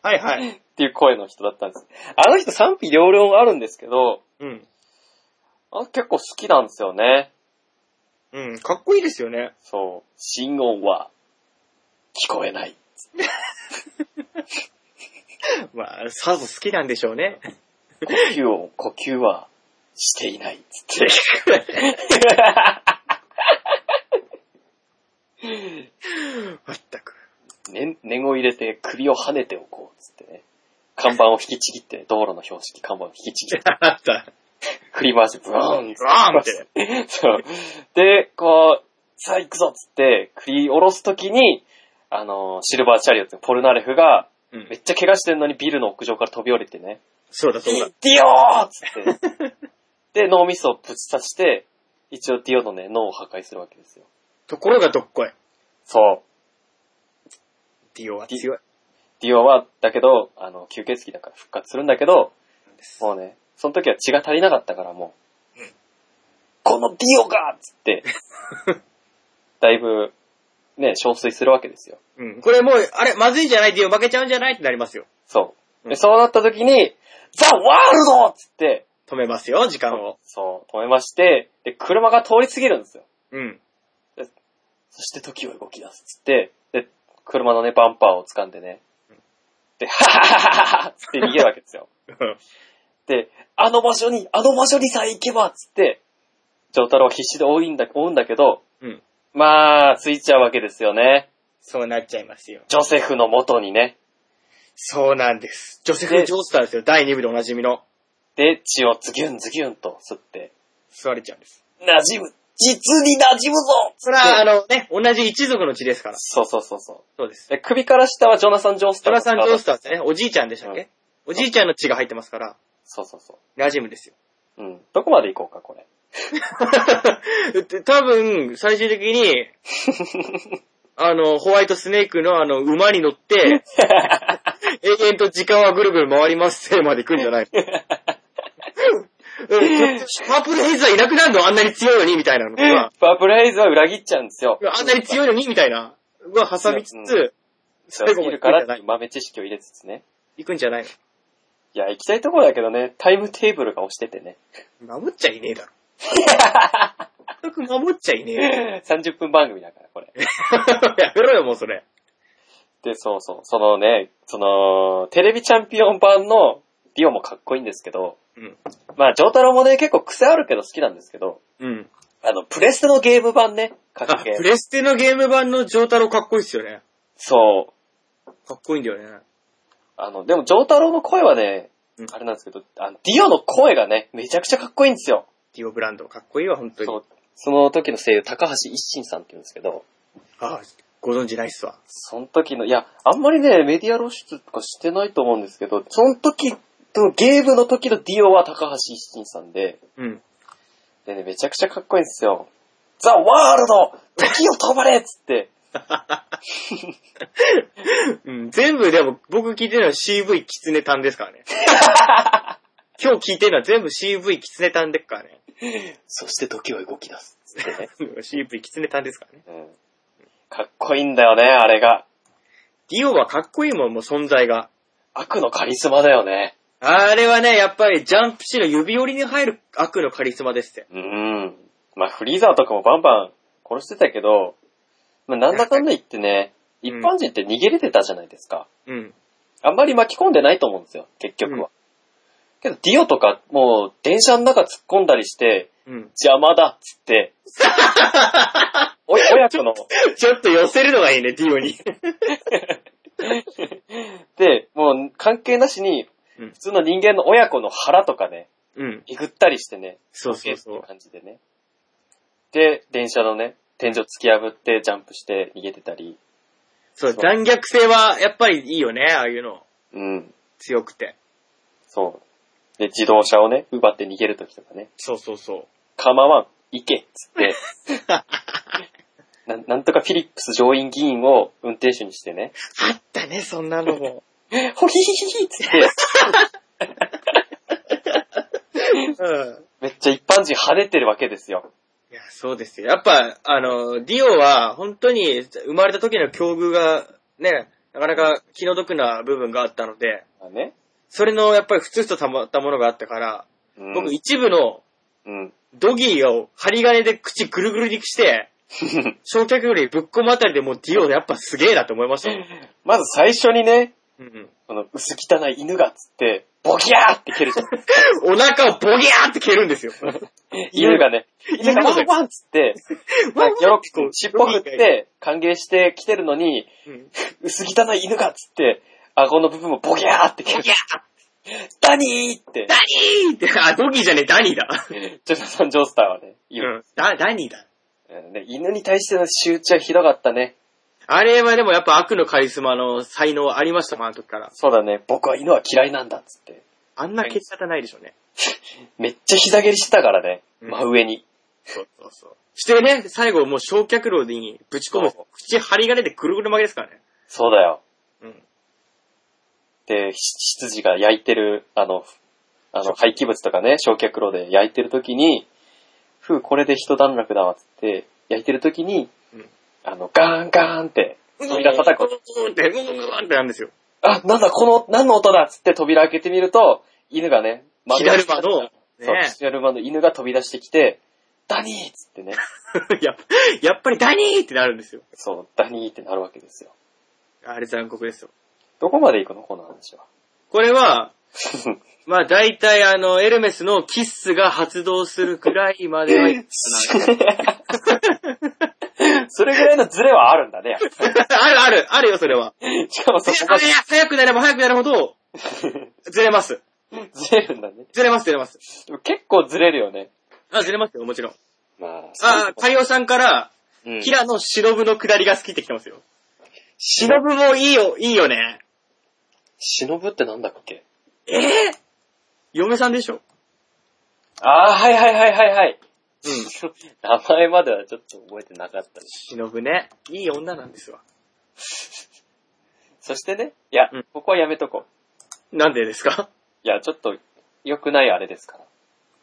S2: はいはい。
S1: っていう声の人だったんです。あの人賛否両論あるんですけど、
S2: うん。
S1: あ結構好きなんですよね。
S2: うん、かっこいいですよね。
S1: そう。信号は、聞こえない。
S2: まあ、さぞ好きなんでしょうね。
S1: 呼吸を、呼吸は、していない。つって。 <laughs>
S2: まったく。
S1: 念、念を入れて首を跳ねておこう。つってね。看板を引きちぎって、道路の標識看板を引きちぎって、
S2: <laughs> あった。
S1: 振り回して、ブ
S2: バ
S1: ー
S2: ーン、
S1: ン
S2: バーンって。
S1: そう。で、こう、さあ行くぞっつって、振り下ろすときに、あの、シルバーチャリオットのポルナレフが、
S2: うん
S1: めっちゃ怪我してるのにビルの屋上から飛び降りてね、
S2: そうだそうだ。
S1: ディオーっつって。 <laughs> で、脳みそをぶち刺して、一応ディオのね、脳を破壊するわけですよ。
S2: ところがどっこい。
S1: そう。
S2: ディオは強い。
S1: ディオは、だけど、あの、吸血鬼だから復活するんだけど、もうね、その時は血が足りなかったからもう、このディオがっつ <laughs> って、だいぶ、ね、憔悴するわけですよ。
S2: うん。これもう、あれ、まずいんじゃないディオ負けちゃうんじゃないってなりますよ。
S1: そう。
S2: うん
S1: で、そうなった時に、ザ・ワールドっつって、
S2: 止めますよ、時間を。
S1: そう、止めまして、で、車が通り過ぎるんですよ。
S2: うん。
S1: そして時を動き出すっつって、で、車のね、バンパーを掴んでね、で、ハハハハハハっつって逃げるわけですよ。で、あの場所に、あの場所にさえ行けばっつって、ジョータロは必死で追うんだ追うんだけど、
S2: うん。
S1: まあ、ついちゃうわけですよね。
S2: そうなっちゃいますよ。
S1: ジョセフの元にね。
S2: そうなんです。ジョセフ・ジョースターですよ。第2部でおなじみの。
S1: で、血をズギュンズギュンと吸って、
S2: 吸われちゃうんです。
S1: 馴染む実に馴染むぞ
S2: それは、あのね、同じ一族の血ですから。
S1: そうそうそうそ
S2: そうです
S1: う。。で、首から下はジョナサン・ジョース
S2: ト
S1: ター
S2: ラ
S1: の
S2: さ
S1: カー
S2: ん・
S1: ド。
S2: ジョースターってね、おじいちゃんでしたっけ、おじいちゃんの血が入ってますから、
S1: そうそうそ
S2: ラジムです <laughs> よ。
S1: う。うん。どこまで行こうか、これ。 <laughs>
S2: 多分、最終的に、あの、ホワイトスネークのあの、馬に乗って、永遠と時間はぐるぐる回りますせいまで行くんじゃないのうんパープルヘイズはいなくなるのあんなに強いのにみたいなのが。
S1: バーブレイズは裏切っちゃうんですよ。
S2: あんなに強いのにみたいな。は挟みつ
S1: う
S2: つ、最
S1: 強す
S2: 後まで
S1: ぎ
S2: 行
S1: る
S2: く
S1: か
S2: んじゃ
S1: らって
S2: ないいう
S1: 豆知識を入れつつね。
S2: 行くんじゃない
S1: いや、行きたいところだけどね、タイムテーブルが押しててね。
S2: の守っちゃいねえだろ。全く守っちゃいねえよ。
S1: 30分番組だから、これ。
S2: <laughs> やめろよ、もうそれ。
S1: で、そうそう。そのね、その、テレビチャンピオン版のリオもかっこいいんですけど、
S2: うん。
S1: まあ、ジョータロウもね、結構癖あるけど好きなんですけど、
S2: うん。
S1: あの、プレステのゲーム版ね、
S2: あ、
S1: 格ゲ
S2: プ
S1: ー。
S2: レステのゲーム版のジョータロウかっこいいっすよね。
S1: そう。
S2: かっこいいんだよね。
S1: あの、でも、ジョータロウの声はね
S2: うん、
S1: あれなんですけど、あの、ディオの声がね、めちゃくちゃかっこいいんですよ。
S2: ディオブランド。かっこいいわ、本当
S1: そ
S2: に。
S1: う。その時の声優、高橋一心さんって言うんですけど、
S2: あご存知ないっすわ。
S1: その時の、いや、あんまりね、メディア露出とかしてないと思うんですけど、その時とゲームの時のディオは高橋一心さんで、
S2: うん。
S1: でね、めちゃくちゃかっこいいんですよ。ザ・ワールド時を止まれっつって。
S2: うん、全部でも僕聞いてるのは CV キツネタンですから <laughs> ね。今日聞いてるのは全部 CV キツネタンですからね。 <laughs>
S1: そして時は動き出す。つってね。
S2: CV キツネタンですからね。
S1: <laughs> うん。かっこいいんだよね、あれが。
S2: ディオはかっこいいもん、もう存在が。
S1: 悪のカリスマだよね。
S2: あれはね、やっぱりジャンプ誌の指折りに入る悪のカリスマですって。
S1: うん。まあ、フリーザーとかもバンバン殺してたけど、まあ、なんだかんだ言ってね、一般人って逃げれてたじゃないですか。
S2: うん。
S1: あんまり巻き込んでないと思うんですよ、結局は。けど、ディオとか、もう、電車の中突っ込んだりして、
S2: うん。
S1: 邪魔だっつ
S2: <laughs>
S1: って、お親子の、
S2: ちょっと寄せるのがいいね、ディオに。
S1: で、もう関係なしに、
S2: うん
S1: 普通の人間の親子の腹とかね、
S2: <laughs> うん。
S1: えぐったりしてね、
S2: そうそうそ
S1: えーっ
S2: う
S1: て。感じでね。で、電車のね、天井突き破ってジャンプして逃げてたり、
S2: そう、
S1: そう
S2: 残虐性はやっぱりいいよね、ああいうの。
S1: うん。
S2: 強くて。
S1: そう。で、自動車をね、奪って逃げるときとかね、
S2: そうそうそう。
S1: 構わん、行けっつって、
S2: <laughs>
S1: ななんとかフィリップス上院議員を運転手にしてね、
S2: あったね、そんなの <laughs> も。
S1: <laughs> ホヒヒヒヒっつって、
S2: うん。
S1: めっちゃ一般人跳ねてるわけですよ。
S2: いや、そうですよ。やっぱ、あの、ディオは、本当に、生まれた時の境遇が、ね、なかなか気の毒な部分があったので、
S1: まあね。
S2: それの、やっぱり、ふつふつとたまったものがあったから、
S1: うん
S2: 僕、一部の、
S1: うん。 <laughs>
S2: ドギーを針金で口ぐるぐるにして、焼却よりぶっ込むあたりでもうディオやっぱすげえなと思いましたもん。
S1: まず最初にね、
S2: うん
S1: この薄汚い犬がっつって、ボキャーって蹴るじゃん。
S2: お腹をボギャーって蹴るん <laughs> ですよ。
S1: <laughs> 犬がね、犬
S2: 犬
S1: が
S2: が
S1: ワンワンっつ <laughs> って、
S2: わ
S1: 喜び、尻尾振って歓迎して来てるのに、
S2: うん
S1: 薄汚い犬がっつって、顎の部分をボギャーって蹴る。ダニー <laughs> って、
S2: ダニーって、あ、ドギーじゃねえ、ダニーだ。
S1: ジョナサン・ジョースターはね、言う。
S2: うん。ダ、ダニーだ。
S1: うんね犬に対しての集中はひどかったね。
S2: あれはでもやっぱ悪のカリスマの才能ありましたもん、あの時から。
S1: そうだね、僕は犬は嫌いなんだっつって。
S2: あんな消し方ないでしょうね。
S1: めっちゃ膝蹴りしてたからね、
S2: うん
S1: 真上に。
S2: そうそうそう。してね、最後もう焼却炉にぶち込む
S1: そう。
S2: 口針金でぐるぐる曲げですからね。
S1: そうだよ。
S2: うん。
S1: で、ひ羊が焼いてる、あの、あの、廃棄物とかね、焼却炉で焼いてる時に、ふう、これで一段落だわ、つって、焼いてる時に、
S2: うん
S1: あの、ガーンガーンって、扉叩く。
S2: うんって、うんうんうんってなんですよ。
S1: あ、なんだ、この、何の音だっつって扉開けてみると、犬がね、
S2: 火だるまの、
S1: そう、
S2: ね <laughs>
S1: キシャルマの犬が飛び出してきて、ダニーっつってね、
S2: やっぱやっぱりダニーってなるんですよ。
S1: そう、ダニーってなるわけですよ。
S2: あれ残酷ですよ。
S1: どこまで行くのこの話は。 <laughs>
S2: これ <laughs> は、まあ大体あの、エルメスのキッスが発動するくらいまでは行ったな <laughs>
S1: それぐらいのズレはあるんだね。 <laughs>
S2: あるある、あるよ、それは。
S1: しかもそこが
S2: いや早くなれば早くなるほど、ずれます。
S1: ずれるんだね。
S2: ずれます、ずれます。
S1: でも結構ずれるよね。
S2: あ、ずれますよ、もちろん。
S1: まあ、
S2: ああ、海洋さんから、
S1: うん、
S2: 平野忍の下りが好きって来てますよ。
S1: し
S2: 忍もいいよ、いいよね。
S1: 忍ぶってなんだっけ
S2: ええ嫁さんでしょ
S1: ああ、はいはいはいはいはい。
S2: うん。
S1: 名前まではちょっと覚えてなかったし。
S2: 忍ね、いい女なんですわ。
S1: そしてね、いや、
S2: うん
S1: ここはやめとこう。
S2: なんでですか
S1: いや、ちょっと、良くないあれですか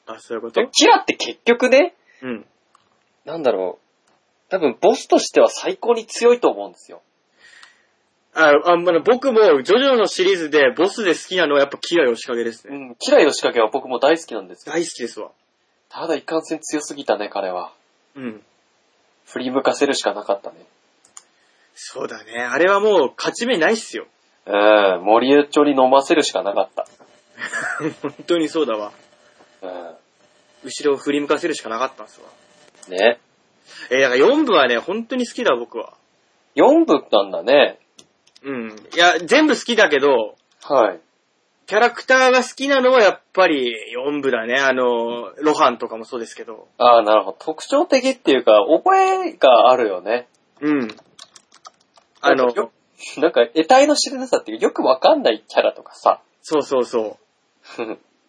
S1: ら。
S2: あ、そういうこ
S1: でキラって結局ね、
S2: うん。
S1: なんだろう。多分、ボスとしては最高に強いと思うんですよ。
S2: あ、あまあ、僕も、ジョジョのシリーズでボスで好きなのはやっぱキラヨシカゲです
S1: う
S2: ね。
S1: ん、キライの仕掛けは僕も大好きなんですよ。
S2: 大好きですわ。
S1: ただ、いかんせん強すぎたね、彼は。
S2: うん。
S1: 振り向かせるしかなかったね。
S2: そうだね。あれはもう勝ち目ないっ <laughs> すよ。
S1: うん、森江町に飲ませるしかなかった。
S2: 本当にそうだわ。
S1: うん。
S2: 後ろを振り向かせるしかなかったんすわ。
S1: ね。
S2: えーだから4部はね、本当に好きだ、僕は。
S1: 4部なんだね。
S2: うん。いや、全部好きだけど、
S1: はい。
S2: キャラクターが好きなのはやっぱり4部だね。あの、ロハンとかもそうですけど。
S1: ああ、なるほど。特徴的っていうか、覚えがあるよね。
S2: うん。あの、
S1: よなんか、得体の知れなさっていうかよくわかんないキャラとか <laughs> さ、
S2: そうそうそ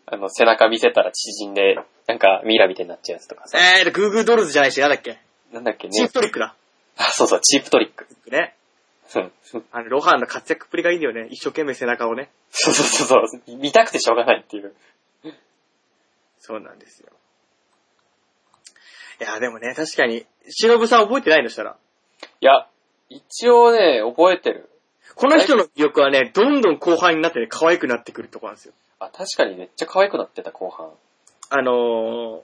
S1: あの、背中見せたら縮んで、なんか、ミイラみたいになっちゃうやつとか
S2: う。
S1: さ。
S2: えー、グーグードルズじゃないし、なんだっけ
S1: なんだっけ
S2: チー
S1: ね
S2: プ。トリックだ。
S1: あ、そうそう、チープトリック。
S2: ね。
S1: <laughs> うん
S2: あの、ロハンの活躍っぷりがいいんだよね。一生懸命背中をね。
S1: そうそうそうそう。見たくてしょうがないっていう。
S2: そうなんですよ。いや、でもね、確かに、忍さん覚えてないのしたら。
S1: いや、一応ね、覚えてる。
S2: この人の魅力はね、どんどん後半になってね、可愛くなってくるとこなんですよ。
S1: あ、確かにめっちゃ可愛くなってた、後半。
S2: あの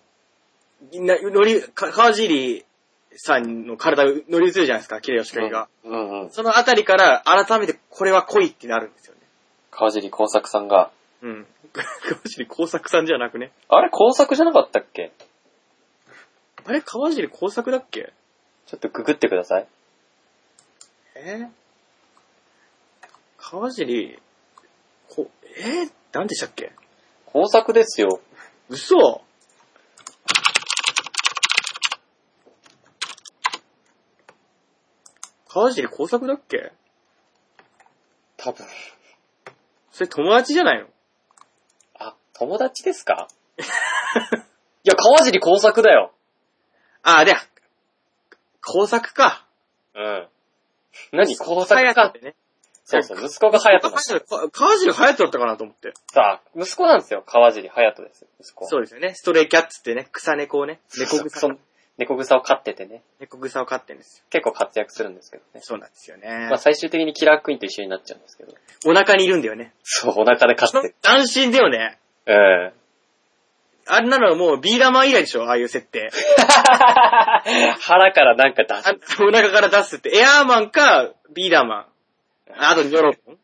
S2: ー、な、のり、か川尻さんの体を乗り移るじゃないですか、キレヨシカゲが。
S1: うんうん。
S2: そのあたりから、改めてこれは恋ってなるんですよね。
S1: 川尻耕作さんが、
S2: うん。川尻工作さんじゃなくね。
S1: あれ耕作じゃなかったっけ
S2: あれ、川尻工作だっけ
S1: ちょっとググってください。
S2: えー川尻、こ、えー、なんでしたっけ
S1: 工作ですよ。
S2: 嘘川尻工作だっけ
S1: 多分。
S2: それ友達じゃないの
S1: あ、友達ですか <laughs> いや、川尻工作だよ。
S2: あ、で、工作か。
S1: うん。何工作か。
S2: ってね。
S1: そうそう、息子が隼人なんですよ。
S2: 川尻隼人だったかなと思って。
S1: さあ、息子なんですよ。川尻隼人ですよ、息子。
S2: そうですよね。ストレイキャッツってね、草猫をね、
S1: 猫
S2: 猫
S1: 草
S2: 草、
S1: 猫草を飼っててね。
S2: 猫草を飼ってんです
S1: 結構活躍するんですけどね
S2: よ。。そうなんですよね
S1: まあ。最終的にキラークイーンと一緒になっちゃうんですけど。
S2: お腹にいるんだよね。
S1: そう、お腹で飼ってる。
S2: 斬新だよね。
S1: うん。
S2: あれなのもうビーダマン以来でしょああいう設定。
S1: <laughs> 腹からなんか出
S2: あ
S1: す。
S2: <laughs> お腹から出すって。エアーマンか、ビーダマン。あと、ニョロボン。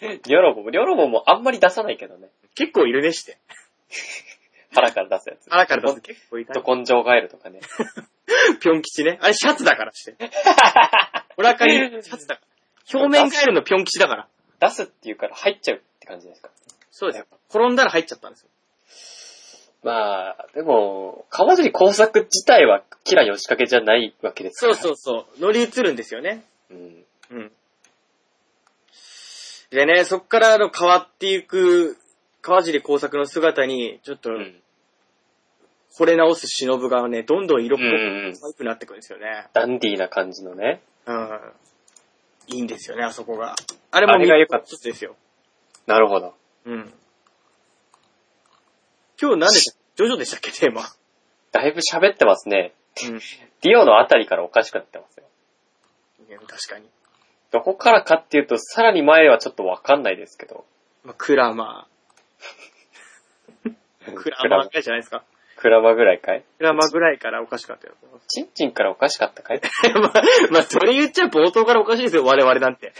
S1: ニョロボも、ニョロボもあんまり出さないけどね。
S2: 結構いるねして。
S1: 腹から出すやつ。
S2: 腹から出す。結構いた
S1: と根性ガエルとかね。
S2: ぴょん吉ね。あれシャツだからして。 <laughs> お腹にい <laughs>
S1: <laughs>
S2: るシャツだから。表面ガエルのぴょん吉だから。
S1: 出すっていうから入っちゃうって感じですか。
S2: そうですよ。転んだら入っちゃったんですよ。
S1: まあ、でも、川尻工作自体はキラ吉掛けじゃないわけですか
S2: そうそ
S1: ら。。
S2: ううそう。乗り移るんですよね。
S1: うん。
S2: うん。でね、そっからの変わっていく、川尻工作の姿に、ちょっと、
S1: うん。
S2: 惚れ直す忍がね、どんどん色っ
S1: う
S2: ぽ
S1: ん
S2: く、
S1: うんうん。
S2: 可愛くなってくるんですよね。
S1: ダンディーな感じのね。
S2: うん。いいんですよね、あそこが。あれ
S1: あ
S2: も
S1: れが良かった
S2: 一つですよ。
S1: なるほど。
S2: うん。今日何で <laughs> したジョジョでしたっけ、テーマ。
S1: だいぶ喋ってますね。
S2: うん。
S1: ディオのあたりからおかしくなってますよ。
S2: 確かに。
S1: どこからかっていうと、さらに前はちょっとわかんないですけど。
S2: まあ、クラマー。クラマーぐらいじゃないですか。
S1: クラマぐらいかい
S2: クラマーぐらいからおかしかったよ。
S1: チンチンからおかしかったかい <laughs>
S2: <laughs> まあ、まあ、それ言っちゃ冒頭からおかしいですよ、我々なんて。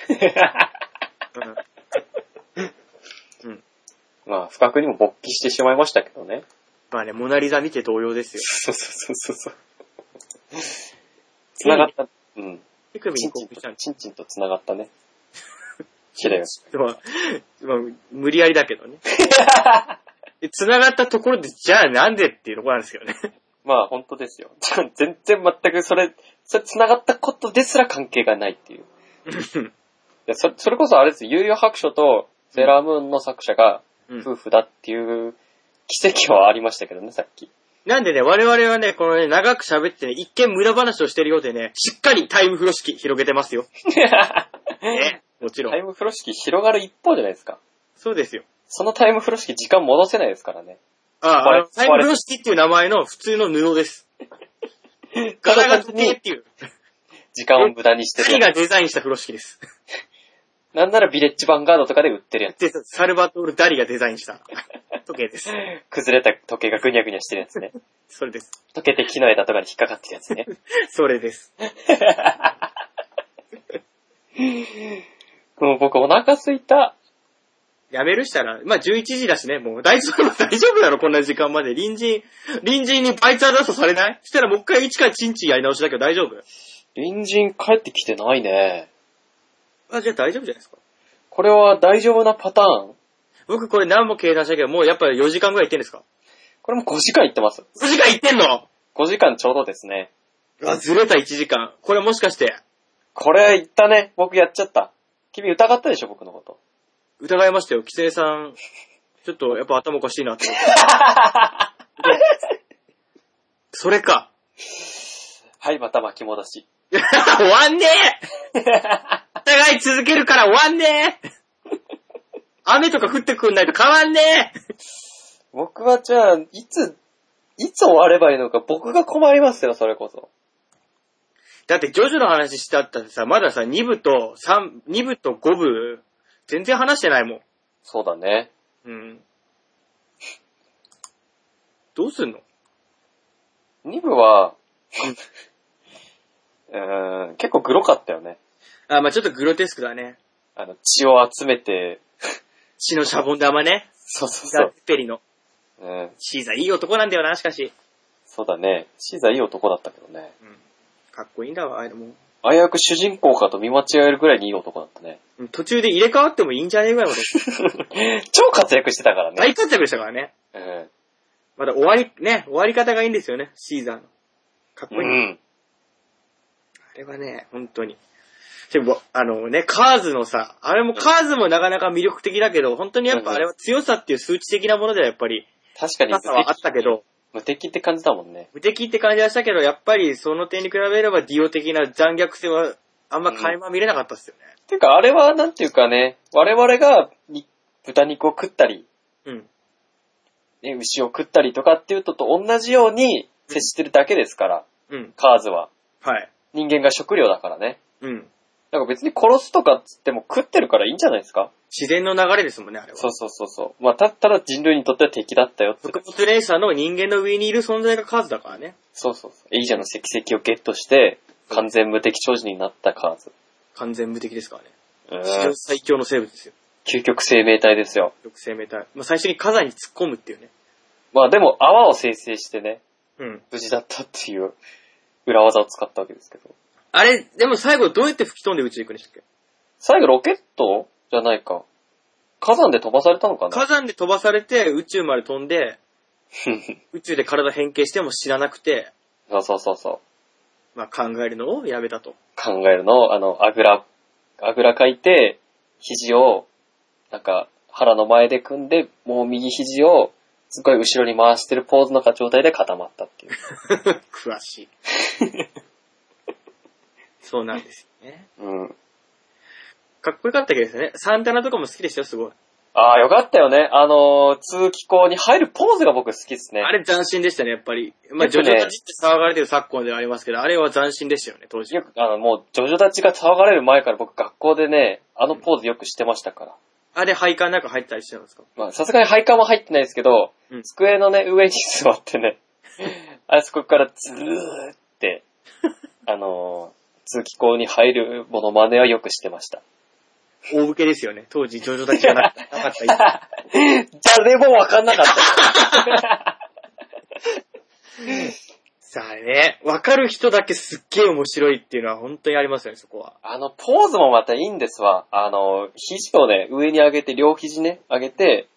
S2: うん。うん。
S1: まあ、不覚にも勃起してしまいましたけどね。
S2: まあね、モナリザ見て同様ですよ。
S1: そうそうそうそう。つながった。うん。
S2: 手首
S1: チ
S2: に
S1: ンチ
S2: こ
S1: ン
S2: う
S1: と
S2: したん、です
S1: チンチンとつながったね。綺麗よ。
S2: まあ、まあ無理やりだけ
S1: <laughs>
S2: どね。で繋がったところで、じゃあなんでっていうところなんですけどね。
S1: まあ、本当ですよ。 <laughs> 全然全くそれ、それ繋がったことですら関係がないって <laughs> いう。いやそそれこそあれですよ、幽遊白書とセーラームーンの作者が
S2: うん
S1: 夫婦だっていう奇跡はありましたけどね、さっき。
S2: なんでね、我々はね、このね、長く喋ってね、一見無駄話をしてるようでね、しっかりタイム風呂敷広げてますよ。
S1: <laughs>
S2: ね、もちろ
S1: タイ
S2: ん。
S1: ム風呂敷広がる一方じゃないですか。
S2: そうですよ。
S1: そのタイム風呂敷時間戻せないですからね。
S2: ああ、あの
S1: 壊れ
S2: タイム風呂敷っていう名前の普通の布
S1: <laughs>
S2: です。柄が時計っていう。
S1: 時間を無駄にして
S2: 次
S1: るや
S2: がデザインした風呂敷です。
S1: つ。なんならビレッジヴァンガードとかで売ってるやつ。
S2: で、サルバトール・ダリがデザインした時計です。
S1: 崩れた時計がぐにゃぐにゃしてるやつね。
S2: それです。
S1: 溶けて木の枝とかに引っかかってるやつね。
S2: それです。
S1: もう僕お腹すいた。
S2: やめるしたら、まあ、11時だしね、もう大丈夫、大丈夫だろ、こんな時間まで。隣人、隣人にバイツアダストされないしたらもう一回一からチンチンやり直しだけど大丈夫
S1: 隣人帰ってきてないね。
S2: あ、じゃあ大丈夫じゃないですか。
S1: これは大丈夫なパターン
S2: 僕これ何も計算したけど、もうやっぱり4時間ぐらい行ってんですか
S1: これも5時間いってます。
S2: ?4 時間行ってんの
S1: 5時間ちょうどですね。
S2: あ、ずれた1時間。これもしかして、
S1: これ言ったね。僕やっちゃった。君疑ったでしょ、僕のこと。
S2: 疑いましたよ、規制さん。ちょっとやっぱ頭おかしいなって思って。それか。 <laughs>
S1: はい、また巻き戻し。
S2: 終わんねえ互い続けるから終わんねえ雨とか降ってくんないと変わんねえ
S1: 僕はじゃあ、いつ、いつ終わればいいのか、僕が困りますよ、それこそ。
S2: だってジョジョの話してあったってさ、まださ、2部と3、2部と5部、全然話してないもん。
S1: そうだね。
S2: うん。どうすんの
S1: 2部は、 <laughs> うーん、結構グロかったよね。
S2: あ、まあちょっとグロテスクだね。
S1: あの、血を集めて、
S2: 血のシャボン玉ね。
S1: そうそうそ
S2: ザ
S1: う。・
S2: ペリの。
S1: うん、
S2: シーザーいい男なんだよな、しかし。
S1: そうだね。シーザーいい男だったけどね。
S2: うん。かっこいいんだわ、あれも。
S1: 危うく主人公かと見間違えるぐらいにいい男だ <laughs> ったね。
S2: うん途中で入れ替わってもいいんじゃねえぐらい <laughs> まで。
S1: 超活躍してたからね。
S2: 大活躍でしたからね。
S1: うん
S2: まだ終わり、ね、終わり方がいいんですよね、シーザーの。かっこ
S1: う
S2: いい。あ
S1: ん。
S2: れはね、本当に。でもあのね、カーズのさ、あれもカーズもなかなか魅力的だけど、本当にやっぱあれは強さっていう数値的なものではやっぱり、
S1: 確かに
S2: 高さはあったけど、
S1: 無敵って感じだもんね。
S2: 無敵って感じはしたけど、やっぱりその点に比べればディオ的な残虐性はあんま垣間見れなかったっすよね。
S1: ていうか、あれはなんていうかね、我々がに豚肉を食ったり、
S2: うん。
S1: ね、牛を食ったりとかっていうのと同じように接してるだけですから、
S2: うん。
S1: カーズは。
S2: はい。
S1: 人間が食料だからね。
S2: うん。
S1: なんか別に殺すとかっつっても食ってるからいいんじゃないですか
S2: 自然の流れですもんね、あれは。
S1: そうそうそうそう。まあ、たっただ人類にとっては敵だったよって。
S2: 食物連鎖の人間の上にいる存在がカーズだからね。
S1: そうそうそう。エイジャの石石をゲットして、完全無敵長寿になったカーズ。
S2: 完全無敵ですからね。
S1: う
S2: 史
S1: ん
S2: 上。最強の生物ですよ。
S1: 究極生命体ですよ。
S2: よく生命体。まあ、最初に火山に突っ込むっていうね。
S1: まあでも泡を生成してね、
S2: うん。
S1: 無事だったっていう裏技を使ったわけですけど。
S2: あれ、でも最後どうやって吹き飛んで宇宙行くんでしたっけ
S1: 最後ロケットじゃないか。火山で飛ばされたのかな
S2: 火山で飛ばされて宇宙まで飛んで、宇宙で体変形しても知らなくて、
S1: そうそうそうそう。
S2: まあ、考えるのをやめたと。
S1: 考えるのを、あの、あぐら、あぐらかいて、肘を、なんか、腹の前で組んで、もう右肘を、すごい後ろに回してるポーズの状態で固まったっていう。
S2: 詳しい。そうなんですよね。
S1: うん。
S2: かっこよかったけどですね。サンタナとかも好きでしたよ、すごい。
S1: ああ、よかったよね。あのー通気口に入るポーズが僕好きですね。
S2: あれ斬新でしたね、やっぱり。まあ、
S1: よく
S2: 徐
S1: ね
S2: 々に騒がれてる昨今ではありますけど、あれは斬新でしたよね、当時。
S1: よく、あの、もう、ジョジョたちが騒がれる前から僕学校でね、あのポーズよくしてましたから。
S2: あれ、配管の中入ったりしてたんですか
S1: まあ、さすがに配管は入ってないですけど、
S2: うん
S1: 机のね、上に座っ
S2: <laughs>
S1: てね、あそこからずーって、あのー通気口に入るもの真似はよくしてま
S2: <laughs>
S1: した。
S2: 大受けですよね、当時、ジョジョだけじゃななかった。
S1: 誰もわかんなかった。
S2: <laughs> さあね、わかる人だけすっげえ面白いっていうのは本当にありますよね、そこは。
S1: あの、ポーズもまたいいんですわ。あの、肘をね、上に上げて、両肘ね、上げて、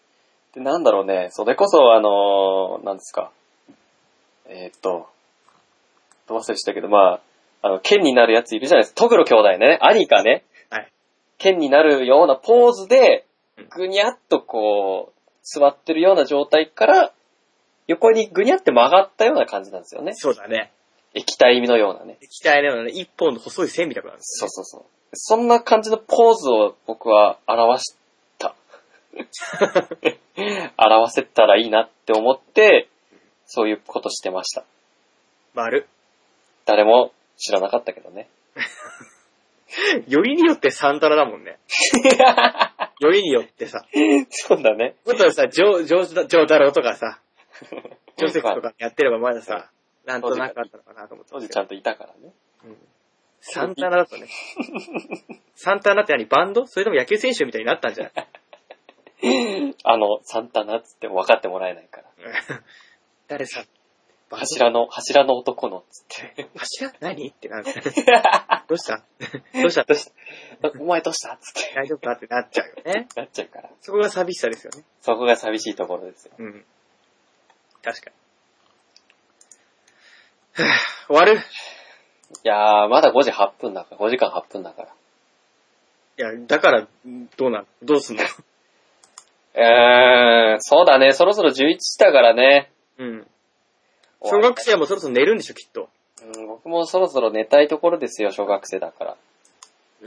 S1: で、なんだろうね、それこそ、あのーなんですか。えーっと、どう忘れしたけど、まあ、あの、剣になるやついるじゃないですか。トグロ兄弟ね、兄がね、
S2: はい
S1: 剣になるようなポーズで
S2: うん、
S1: ぐにゃっとこう、座ってるような状態から、横にぐにゃって曲がったような感じなんですよね。
S2: そうだね。
S1: 液体のようなね。
S2: 液体のようなね、一本の細い線みたいなのなんです
S1: そうそうそう。そんな感じのポーズを僕は表 <laughs> した。表せたらいいなって思って、そういうことしてました。
S2: 丸。
S1: 誰も知らなかったけどね。
S2: よりによってサンタナだも <laughs> んね。よりによってさ。
S1: そうだね。
S2: もっとさ、ジョ、ジョ、ジョー太郎とかさ、ジョセフと
S1: まあ
S2: かやってればまださ、なんとなくあったのかなと思って
S1: 当
S2: ます
S1: 時
S2: け
S1: ちゃ
S2: ど。
S1: んといたからね。
S2: サンタナだとね。サンタナって何バンドそれとも野球選手みたいになったんじゃない
S1: あの、サンタナっつっても分かってもらえないから。
S2: 誰さ、バンド
S1: 柱の、柱の男のっつって。
S2: 柱何って <laughs> なる。どうしたどうした
S1: どうしたお前どうしたっつって。
S2: 大丈夫かってなっちゃうよね。
S1: なっちゃうから。
S2: そこが寂しさですよね。
S1: そこが寂しいところですよ。
S2: うん。確かに。はぁ終わる
S1: いやー、まだ5時8分だから、5時間8分だから。
S2: いや、だから、どうなのどうすんの
S1: うーん、そうだね。そろそろ11時だからね。
S2: うん。小学生もそろそろ寝るんでしょ、きっと。
S1: うん僕もそろそろ寝たいところですよ、小学生だから。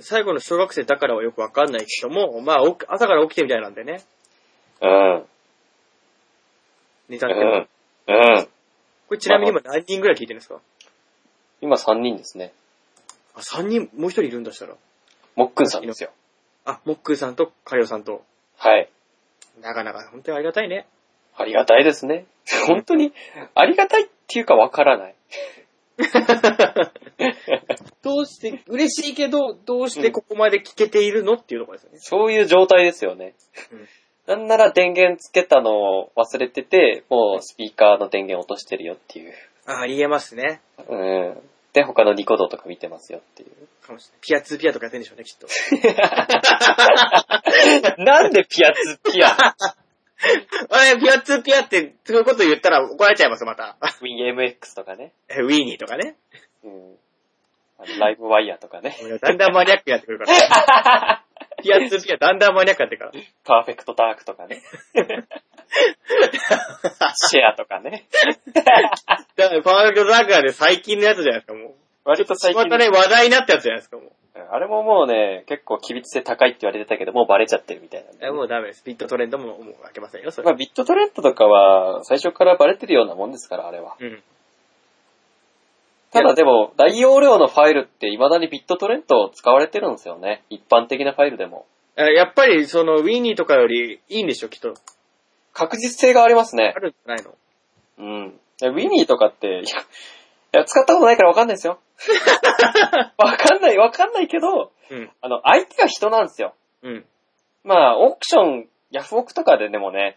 S2: 最後の小学生だからはよくわかんないけども、まあ、お朝から起きてみたいなんでね。
S1: うん。
S2: 寝たっても。
S1: うん。うん。
S2: これちなみに今何人ぐらい聞いてるんですか
S1: 今3人ですね。
S2: あ、3人、もう1人いるんだしたら。
S1: もっくんさんですよ。
S2: あ、モックーさんとカリオさんと。
S1: はい。
S2: なかなか本当にありがたい <laughs> ね。
S1: ありがたいですね。本当に、ありがたいっていうかわからない。
S2: どうして、嬉しいけど、どうしてここまで聞けているのっていうところですよね。
S1: そういう状態ですよね。なんなら電源つけたのを忘れてて、もうスピーカーの電源落としてるよっていう。
S2: あありえますね。
S1: うん。で、他のニコ動とか見てますよっ
S2: <laughs>
S1: ていう。
S2: かもしれない。ピアツーピアとかやってんでしょうね、き <laughs> っと。
S1: なんでピアツピア
S2: あれ、ピアツーピアって、そういうこと言 <laughs> ったら怒られちゃいます、また。
S1: WinMX とかね。
S2: ウィーニーとかね。
S1: うん。あのライブワイヤーとかね。 <laughs>
S2: だんだんマニアックになってくるから。 <laughs> ピアツーピアだんだんマニアックになってくるから。
S1: パーフェクトダークとかね。シェアとか <laughs> ね。
S2: <laughs> だから、パワーフェクトダークはね、最近のやつじゃないですか、もう。
S1: 割と最
S2: ま
S1: 近、
S2: たね、話題になったやつじゃないですか、も
S1: あれももうね、結構機密性高いって言われてたけど、もうバレちゃってるみたいなね、
S2: う。もうダメです。ビットトレンドももう開けませんよ、それ。
S1: まあ、ビットトレンドとかは、最初からバレてるようなもんですから、あれは。
S2: うん。
S1: ただでも、大容量のファイルって未だにビットトレンドを使われてるんですよね。一般的なファイルでも。
S2: あやっぱり、その、ウィニーとかよりいいんでしょ、きっと。
S1: 確実性があります
S2: あ
S1: ね。
S2: るんじゃないの
S1: うん。いやウィニーとかって、いや、いや使ったことないからわかんない <laughs> ですよ。わかんない、わかんないけど、
S2: うん。
S1: あの、相手が人なんですよ。
S2: うん。
S1: まあ、オークション、ヤフオクとかででもね、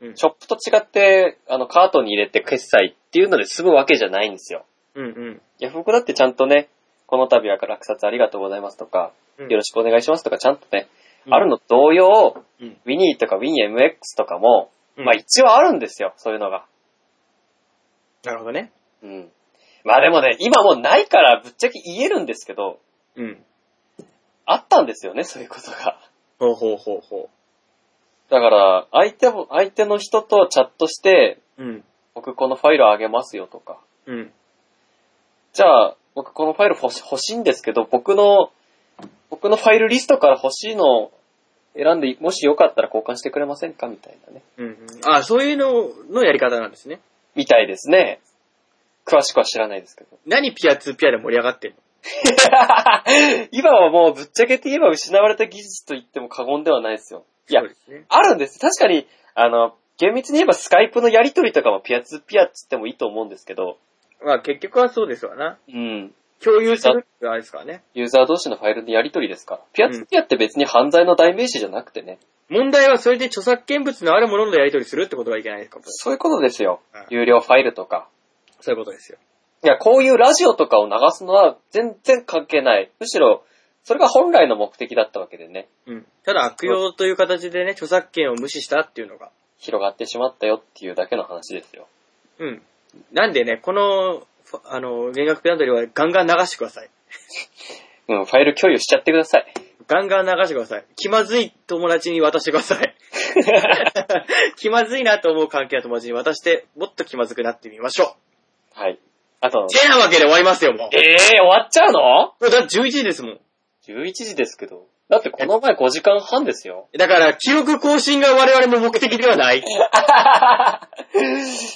S2: うん。
S1: ショップと違って、あの、カートに入れて決済っていうので済むわけじゃないんですよ。
S2: うん。うん。
S1: ヤフオクだってちゃんとね、この度は落札ありがとうございますとか、
S2: うん
S1: よろしくお願いしますとか、ちゃんとね、
S2: うん
S1: あるの同様、
S2: うん
S1: ウィニーとかウィニー MX とかも、
S2: うん
S1: まあ一応あるんですよ、そういうのが。
S2: なるほどね。
S1: うん。まあでもね、今もうないからぶっちゃけ言えるんですけど、
S2: うん。
S1: あったんですよね、そういうことが。
S2: ほうほうほうほ
S1: だから、相手も、相手の人とチャットして、
S2: う。うん。
S1: 僕このファイルあげますよとか。
S2: うん。
S1: じゃあ、僕このファイル欲し欲しいんですけど、僕の、僕のファイルリストから欲しいのを選んで、もしよかったら交換してくれませんかみたいなね。
S2: うん。あ、そういうののやり方なんですね。
S1: みたいですね。詳しくは知らないですけど。 <laughs>
S2: 何ピアツーピアで盛り上がってんの
S1: 今はもうぶっちゃけて言えば失われた技術と言っても過言ではないですよ。いや
S2: そう、ですね。
S1: あるんです。確かに、あの、厳密に言えばスカイプのやりとりとかもピアツーピアっつってもいいと思うんですけど、
S2: まあ結局はそうですわな。
S1: うん。
S2: 共有するってあれですからね。
S1: ユーザー同士のファイルのやりとりですから。ピアツーピアって別に犯罪の代名詞じゃなくてね。
S2: 問題はそれで著作権物のあるもののやり取りするってことがいけないかも。
S1: そういうことですよ
S2: うん。
S1: 有料ファイルとか。
S2: そういうことですよ。
S1: いや、こういうラジオとかを流すのは全然関係ない。むしろ、それが本来の目的だったわけでね。
S2: うん。ただ悪用という形でね、著作権を無視したっていうのが。
S1: 広がってしまったよっていうだけの話ですよ。
S2: うん。なんでね、この、ファあの、弦楽ペダントリーはガンガン流してください。
S1: うん、ファイル共有しちゃってください。
S2: ガンガン流してください。気まずい友達に渡してくだ <laughs> さい。気まずいなと思う関係の友達に渡して、もっと気まずくなってみましょ
S1: はい。あ
S2: う。、
S1: と
S2: てなわけで終わりますよ、もう。
S1: えー、終わっちゃうの
S2: もうだって11時ですもん。
S1: ?11 時ですけど。だってこの前5時間半です <laughs> よ。
S2: だから、記録更新が我々の目的ではない。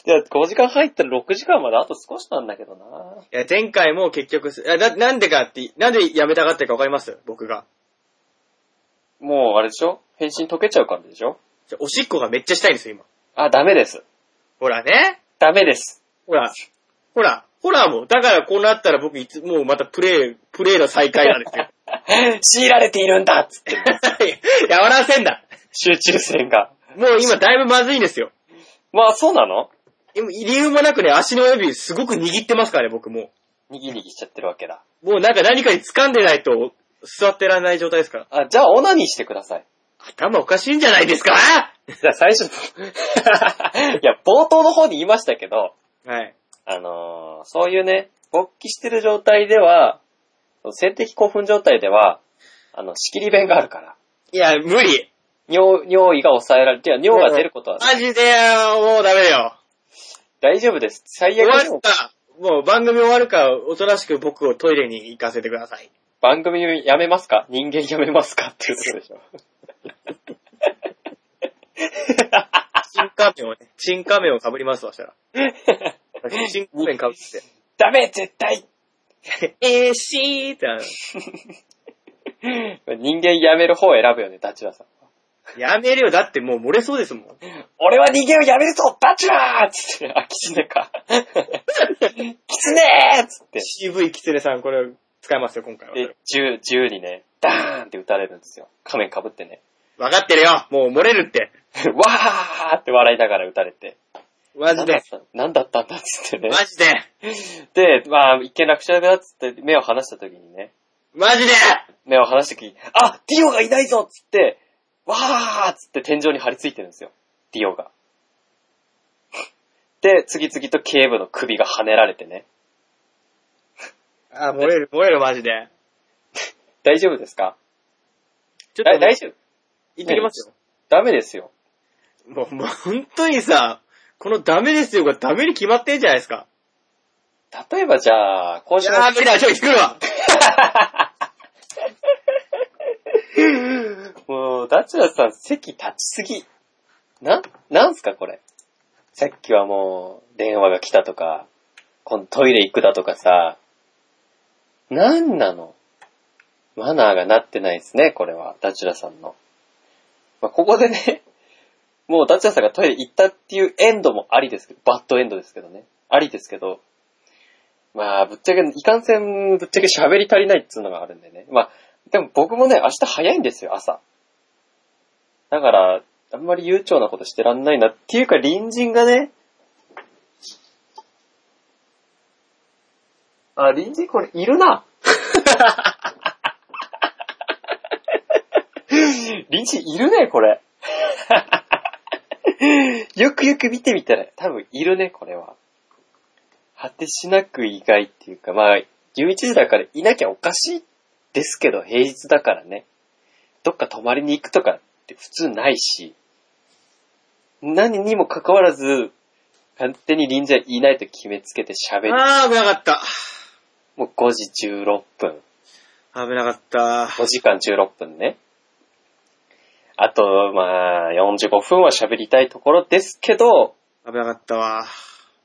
S1: いや、5時間入ったら6時間まであと少しなんだけどない
S2: や、前回も結局す、いやな、なんでかって、なんでやめたかってかわかります僕が。
S1: もう、あれでしょ返信溶けちゃうからでしょ
S2: ちょおしっこがめっちゃしたいんですよ、今。
S1: あ、ダメです。
S2: ほらね。
S1: ダメです。
S2: ほら。ほら。ほらもう。だからこうなったら僕いつ、もうまたプレイ、プレイの再開なんですよ。 <laughs>
S1: <laughs> 強いられているんだっつって、
S2: やわらせんだ。
S1: 集中線が。
S2: もう今だいぶまずいんですよ。
S1: まあ、そうなの
S2: 今理由もなくね、足の親指すごく握ってますからね、僕も
S1: にぎにぎしちゃってるわけだ。
S2: う。もうなんか何かに掴んでないと、座ってられない状態ですから。
S1: あ、じゃあ、オナニーしてください。
S2: 頭おかしいんじゃないですか
S1: <laughs> じゃあ、最初、 <laughs> いや、冒頭の方に言いましたけど、
S2: はい。
S1: あのーそういうね、勃起してる状態では、性的興奮状態では、あの、仕切り弁があるから、
S2: いや、無理。
S1: 尿、尿意が抑えられて、尿が出ることは
S2: マジで、もうダメだよ。
S1: 大丈夫です。最
S2: 終わ
S1: 悪で
S2: っ
S1: も
S2: た。もう番組終わるから、おとなしく僕をトイレに行かせてください。
S1: 番組やめますか人間やめますかっていうことでしょ。
S2: チンカメをね、チンカメを被りますわ、そしたら。チンカメ被って。
S1: <laughs> ダメ絶対
S2: <laughs> えーしーってなる
S1: 人間やめる方を選ぶよね、ダチュラさん。
S2: やめるよ、だってもう漏れそうですもん。
S1: 俺は人間をやめるぞダチュラーつって、あ、キツネ <laughs> か。キツネーつって。
S2: CV キツネさん、これ使いますよ、今回は。
S1: で、銃、銃にね、ダーンって撃たれるんですよ。仮面被ってね。 <laughs>
S2: わかってるよもう漏れるって。
S1: わーって笑いながら撃たれて。
S2: マジで。
S1: なんだったんだっつってね。
S2: マジで。
S1: で、まあ、一見楽勝だっつって目を離した時にね、
S2: マジで
S1: 目を離した時に、あディオがいないぞっつって、わーっつって天井に張り付いてるんですよ。ディオが。 <laughs> で、次々と警部の首が跳ねられてね。
S2: あ、漏れる、漏れる、マジで。
S4: 大丈夫ですか
S2: ちょっ
S1: だ
S2: と、
S1: い大丈夫
S2: 行ってきますよ。
S1: ダメですよ。
S2: もう、もう本当にさ、このダメですよがダメに決まってんじゃないですか。
S1: 例えばじゃあ、今
S2: い
S1: 週
S2: や
S1: の
S2: ー、無理だ、ちょ、作るわ。
S1: <laughs> もう、ダチュラさん、席立ちすぎ。な、なんすかこれ。さっきはもう、電話が来たとか、このトイレ行くだとかさ、なんなのマナーがなってないですね、これは。ダチュラさんの。まあ、ここでね、もうダチュラさんがトイレ行ったっていうエンドもありですけど、バッドエンドですけどね。ありですけど、まあ、ぶっちゃけ、いかんせん、ぶっちゃけ喋り足りないっつうのがあるんでね。まあ、でも僕もね、明日早いんですよ、朝。だから、あんまり悠長なことしてらんないな。っていうか、隣人がね、あ、隣人これ、いるな。隣人いるね、これ。よくよく見てみたら、多分いるね、これは。果てしなく意外っていうか、まあ、11時だからいなきゃおかしいですけど、平日だからね。どっか泊まりに行くとかって普通ないし、何にも関わらず、勝手に臨時はいないと決めつけて喋り、
S2: あー、危なかった。
S1: もう5時16分、
S2: 危なかった。
S1: 5時間16分ね。あと、まあ、45分は喋りたいところですけど、
S2: 危なかったわ。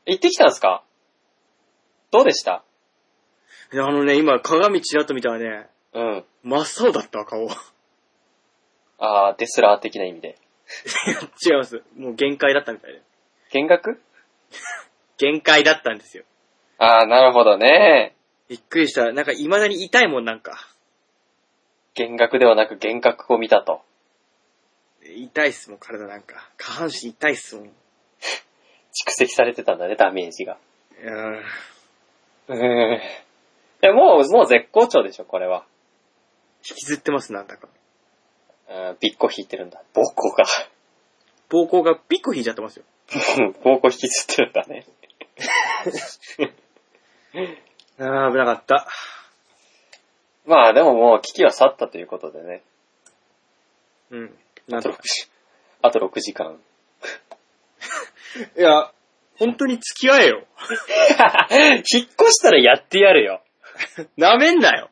S1: 行ってきたんですかどうでした
S2: いやあのね、今、鏡ちらっと見たらね、
S1: うん。
S2: 真っ青だったわ、顔。違い
S1: あー、デスラー的な意味で。
S2: ます。もう限界だったみたいで。
S1: 見学
S2: 限界だったんですよ。
S1: あー、なるほどね。
S2: びっくりした。なんか、未だに痛いもん、なんか。
S1: 見学ではなく幻覚を見たと。
S2: 痛いっすもん、体なんか。下半身痛いっすもん。い
S1: 蓄積されてたんだね、ダメージが。
S2: やー
S1: うーん。いや、もう、もう絶好調でしょ、これは。
S2: 引きずってます、なんだか。
S1: うん、びっこ引いてるんだ。膀胱が。 <laughs>
S2: 膀胱がピッコ引いちゃってますよ。
S1: うん膀胱引きずってるんだね。
S2: あー、危なかった。
S1: まあ、でももう、危機は去ったということでね。
S2: うん。な
S1: あ
S2: ん
S1: と
S2: と
S1: 6
S2: か。
S1: 時、あと6時間。
S2: いや、本当に付き合えよ。
S1: <laughs> 引っ越したらやってやるよ。
S2: なめんなよ。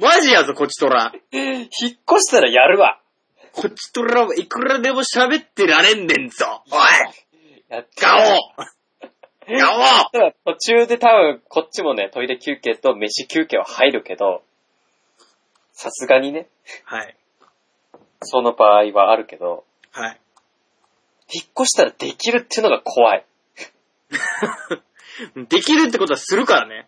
S2: マジやぞ、こっちとら。
S1: <laughs> 引っ越したらやるわ。
S2: こっちとらはいくらでも喋ってられんねんぞ。おい
S1: やって
S2: ガオ
S1: やる
S2: <laughs> ガ
S1: ただ途中で多分、こっちもね、トイレ休憩と飯休憩は入るけど、さすがにね、
S2: オはい。
S1: その場合はあるけど、
S2: はい。 <laughs>
S1: 引っ越したらできるっていうのが怖 <laughs> い。
S2: できるってことはするからね。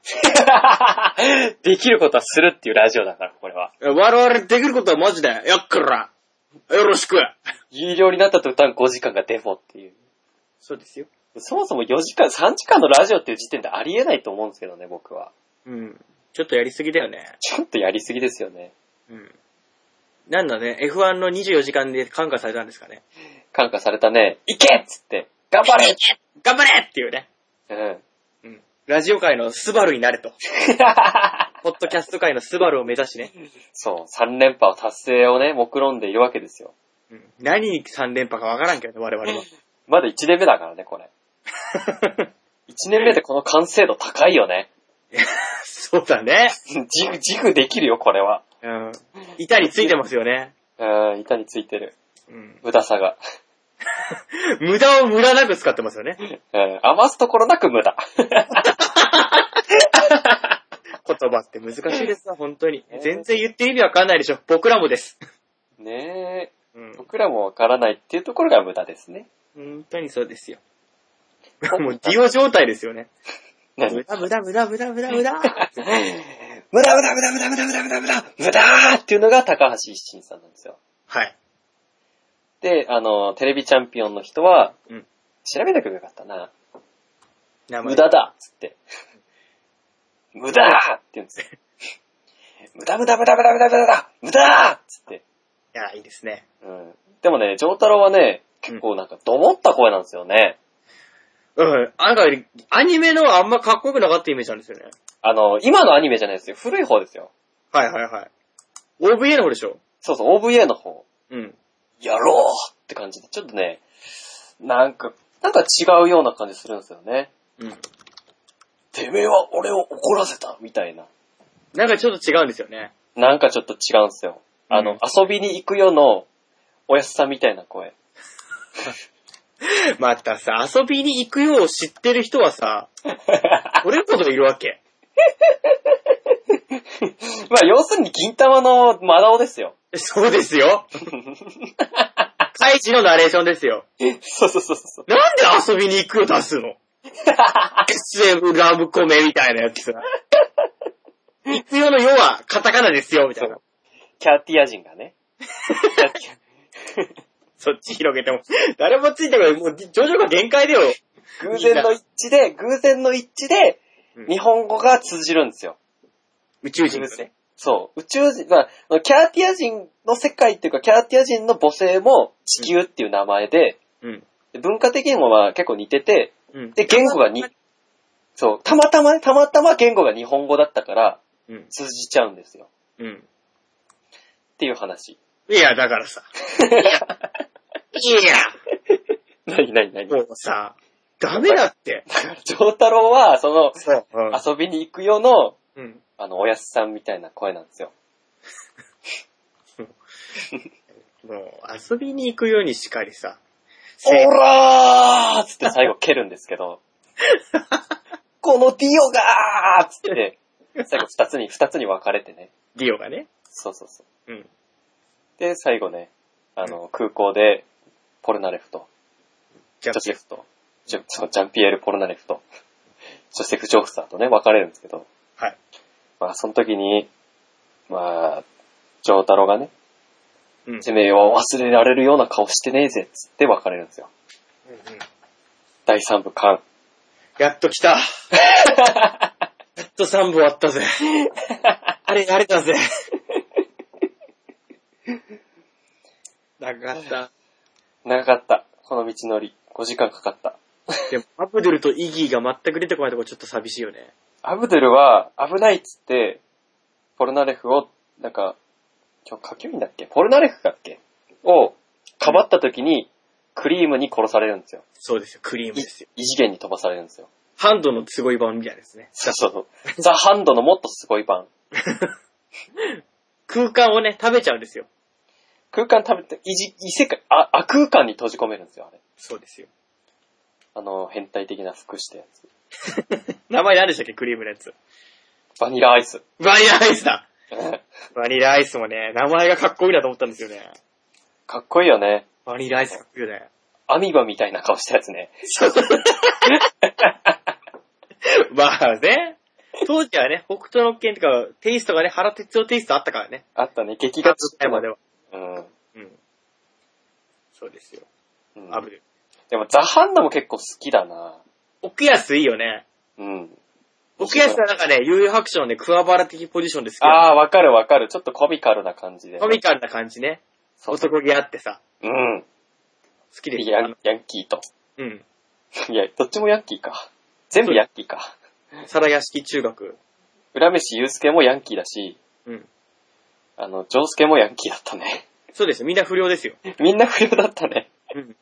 S1: できることはするっていうラジオだから、これは。
S2: 我々できることはマジで、やっから。よろしく。
S1: 有料になった途端5時間がデフォっていう。
S2: そうですよ。
S1: そもそも4時間、3時間のラジオっていう時点でありえないと思うんですけどね、僕は。
S2: うん。ちょっとやりすぎだよね。
S1: ちょっとやりすぎですよね。
S2: うん。なんだね、F1 の24時間で感化されたんですかね。
S1: 感化されたね、いけっつって、頑張れ
S2: 頑張れっていうね。
S1: うん。 <laughs>
S2: うん。ラジオ界のスバルになれと。ポッドキャスト界のスバルを目指しね。
S1: そう、3連覇を達成をね、目論んでいるわけですよ。
S2: うん。何に3連覇かわからんけどね、我々は。
S1: まだ1年目だからね、これ。1年目でこの完成度高いよね。
S2: <laughs> そうだね。
S1: ジグ、ジグできるよ、これは。
S2: うん。板についてますよね。
S1: うん、板についてる。
S2: うん。
S1: 無駄さが。
S2: 無駄を無駄なく使ってますよね。
S1: うん、余すところなく無駄。
S2: 言葉って難しいですわ、本当に。全然言ってる意味わかんないでしょ。僕らもです。
S1: ねえ、
S2: うん。
S1: 僕らもわからないっていうところが無駄ですね。
S2: 本当にそうですよ。もうディオ状態ですよね。
S1: 何
S2: 無駄無駄無駄無駄無駄無駄。
S1: 無駄無駄無駄無駄無駄無駄無駄無駄無駄っていうのが高橋一心さんなんですよ。
S2: <laughs> はい。
S1: で、あの、テレビチャンピオンの人は、
S2: うん
S1: 調べなくてもよかったな。
S2: 名
S1: 無駄だっつって。無駄だって言うんですよ。無駄無駄無駄無駄無駄無駄無駄無駄っつって。
S2: いや、いいですね。
S1: うん。でもね、丈太郎はね、結構なんか、どもった声なんですよね。
S2: うん。なんか、アニメのあんまかっこよくなかったイメージなんですよね。
S1: あの、今のアニメじゃないですよ。古い方ですよ。
S2: はいはいはい。OVA の方でしょ
S1: そうそう、OVA の方。
S2: うん。
S1: やろうって感じで、ちょっとね、なんか、なんか違うような感じするんですよね。
S2: うん。
S1: てめえは俺を怒らせたみたいな。
S2: なんかちょっと違うんですよね。
S1: なんかちょっと違うんですよ。あの、
S2: うん
S1: 遊びに行くよの、おやすさんみたいな声。 <laughs>
S2: またさ、遊びに行くよう知ってる人はさ、俺のこといるわけ。
S1: まあ、要するに銀玉のマダオですよ。
S2: そうです <laughs> よ。カイチのナレーションですよ。
S1: そうそうそうそう。
S2: なんで遊びに行くよ出 <laughs> すの ?SM ラブコメみたいなやつ。行くよの世はカタカナですよ、みたいな。
S1: キャティア人
S2: <laughs>
S1: がね。
S2: そっち広げても。誰もついてこない。もう、ジョジョが限界だよ。
S1: 偶然の一致で、偶然の一致で
S2: うん、
S1: 日本語が通じるんですよ。
S2: 宇宙人
S1: 偶
S2: と
S1: 然
S2: ね。
S1: そう。宇宙人、まあ、キャーティア人の世界っていうか、キャーティア人の母性も地球っていう名前で、
S2: うん。
S1: で文化的にもまあ結構似てて、
S2: うん。
S1: で、言語がに、そう、たまたまね、たまたま言語が日本語だったから、
S2: うん。
S1: 通じちゃうんですよ。
S2: うん。
S1: っていう話。
S2: いや、だから <laughs> さ。いや、
S1: なになになに
S2: もうさ、ダメだって。
S1: ジョータロウは、その、
S2: そう。
S1: 遊びに行くよの、
S2: うん。
S1: あの、おやすさんみたいな声なんですよ。
S2: もう、遊びに行くようにしかりさ。
S1: オラーつって最後蹴るんですけ
S2: <laughs>
S1: ど、このディオがーつ
S2: <laughs>
S1: って、最後二つに、二つに分かれてね。
S2: ディオがね。
S1: そうそうそう。
S2: うん。
S1: で、最後ね、あの、空港で、ポルナレフと、
S2: じゃ
S1: ジョセフと、ジョそうジャンピエール・ポルナレフと、 <laughs> ジョセフ・ジョフさんとね、別れるんですけど、
S2: あ、はい。
S1: まあ、その時に、まあ、ジョータロがね、
S2: うん。
S1: てめえを忘れられるような顔してねえぜ、つって別れるんですよ。
S2: うんうん
S1: 第3部完。
S2: やっと来た。 <laughs> やっと3部終わった <laughs> ぜ。あれ、あれだぜ。長かった。
S1: 長かった。この道のり。5時間かかった。
S2: でも、アブドゥルとイギーが全く出てこないとこちょっと寂しいよね。
S1: アブドゥルは危ないっつって、ポルナレフを、なんか、今日、下級員だっけポルナレフだっけを、かばった時に、クリームに殺されるんですよ。
S2: そうですよ、クリーム
S1: い
S2: ですよ。
S1: 異次元に飛ばされるんですよ。
S2: ハンドのすごい版みたいですね。
S1: そうそうそう。 <laughs> ザ・ハンドのもっとすごい版。
S2: 空間をね、食べちゃうんですよ。
S1: 空間食べて、異次異世界、あ、あ空間に閉じ込めるんですよ、あれ。
S2: そうですよ。
S1: あの、変態的な服したやつ。
S2: 名前何でしたっけ、クリームのやつ。
S1: バニラアイス。 <laughs>
S2: バニラアイスだバニラアイスもね、名前がかっこいいなと思ったんですよね。
S1: かっこいいよね。
S2: バニラアイスかっこいいよね。
S1: アミバみたいな顔したやつね。
S2: <laughs> まあね、当時はね、北斗の拳とか、テイストがね、原哲夫テイストあったからね。
S1: あったね。劇画
S2: 時代までは。
S1: うん。
S2: うん。そうですよ。
S1: うん
S2: アブル。
S1: でも、ザ・ハンドも結構好きだな。
S2: 奥安いいよね。
S1: うん。
S2: 奥安はなんかね、悠々白書のね、桑原的ポジションですけど、
S1: ああ、わかるわかる。ちょっとコミカルな感じで。
S2: コミカルな感じね。
S1: そうそう
S2: 男気あってさ、
S1: うん。
S2: 好きですよ。
S1: ヤ
S2: あの
S1: ンヤンキーと。 <laughs>
S2: うん。
S1: いや、どっちもヤンキーか。全部ヤンキーか。
S2: 皿屋敷中学。
S1: 浦飯祐介もヤンキーだし、
S2: うん。
S1: あの、丈介もヤンキーだったね。 <laughs>
S2: そうですよ。みんな不良ですよ。
S1: みんな不良だったね。
S2: うん。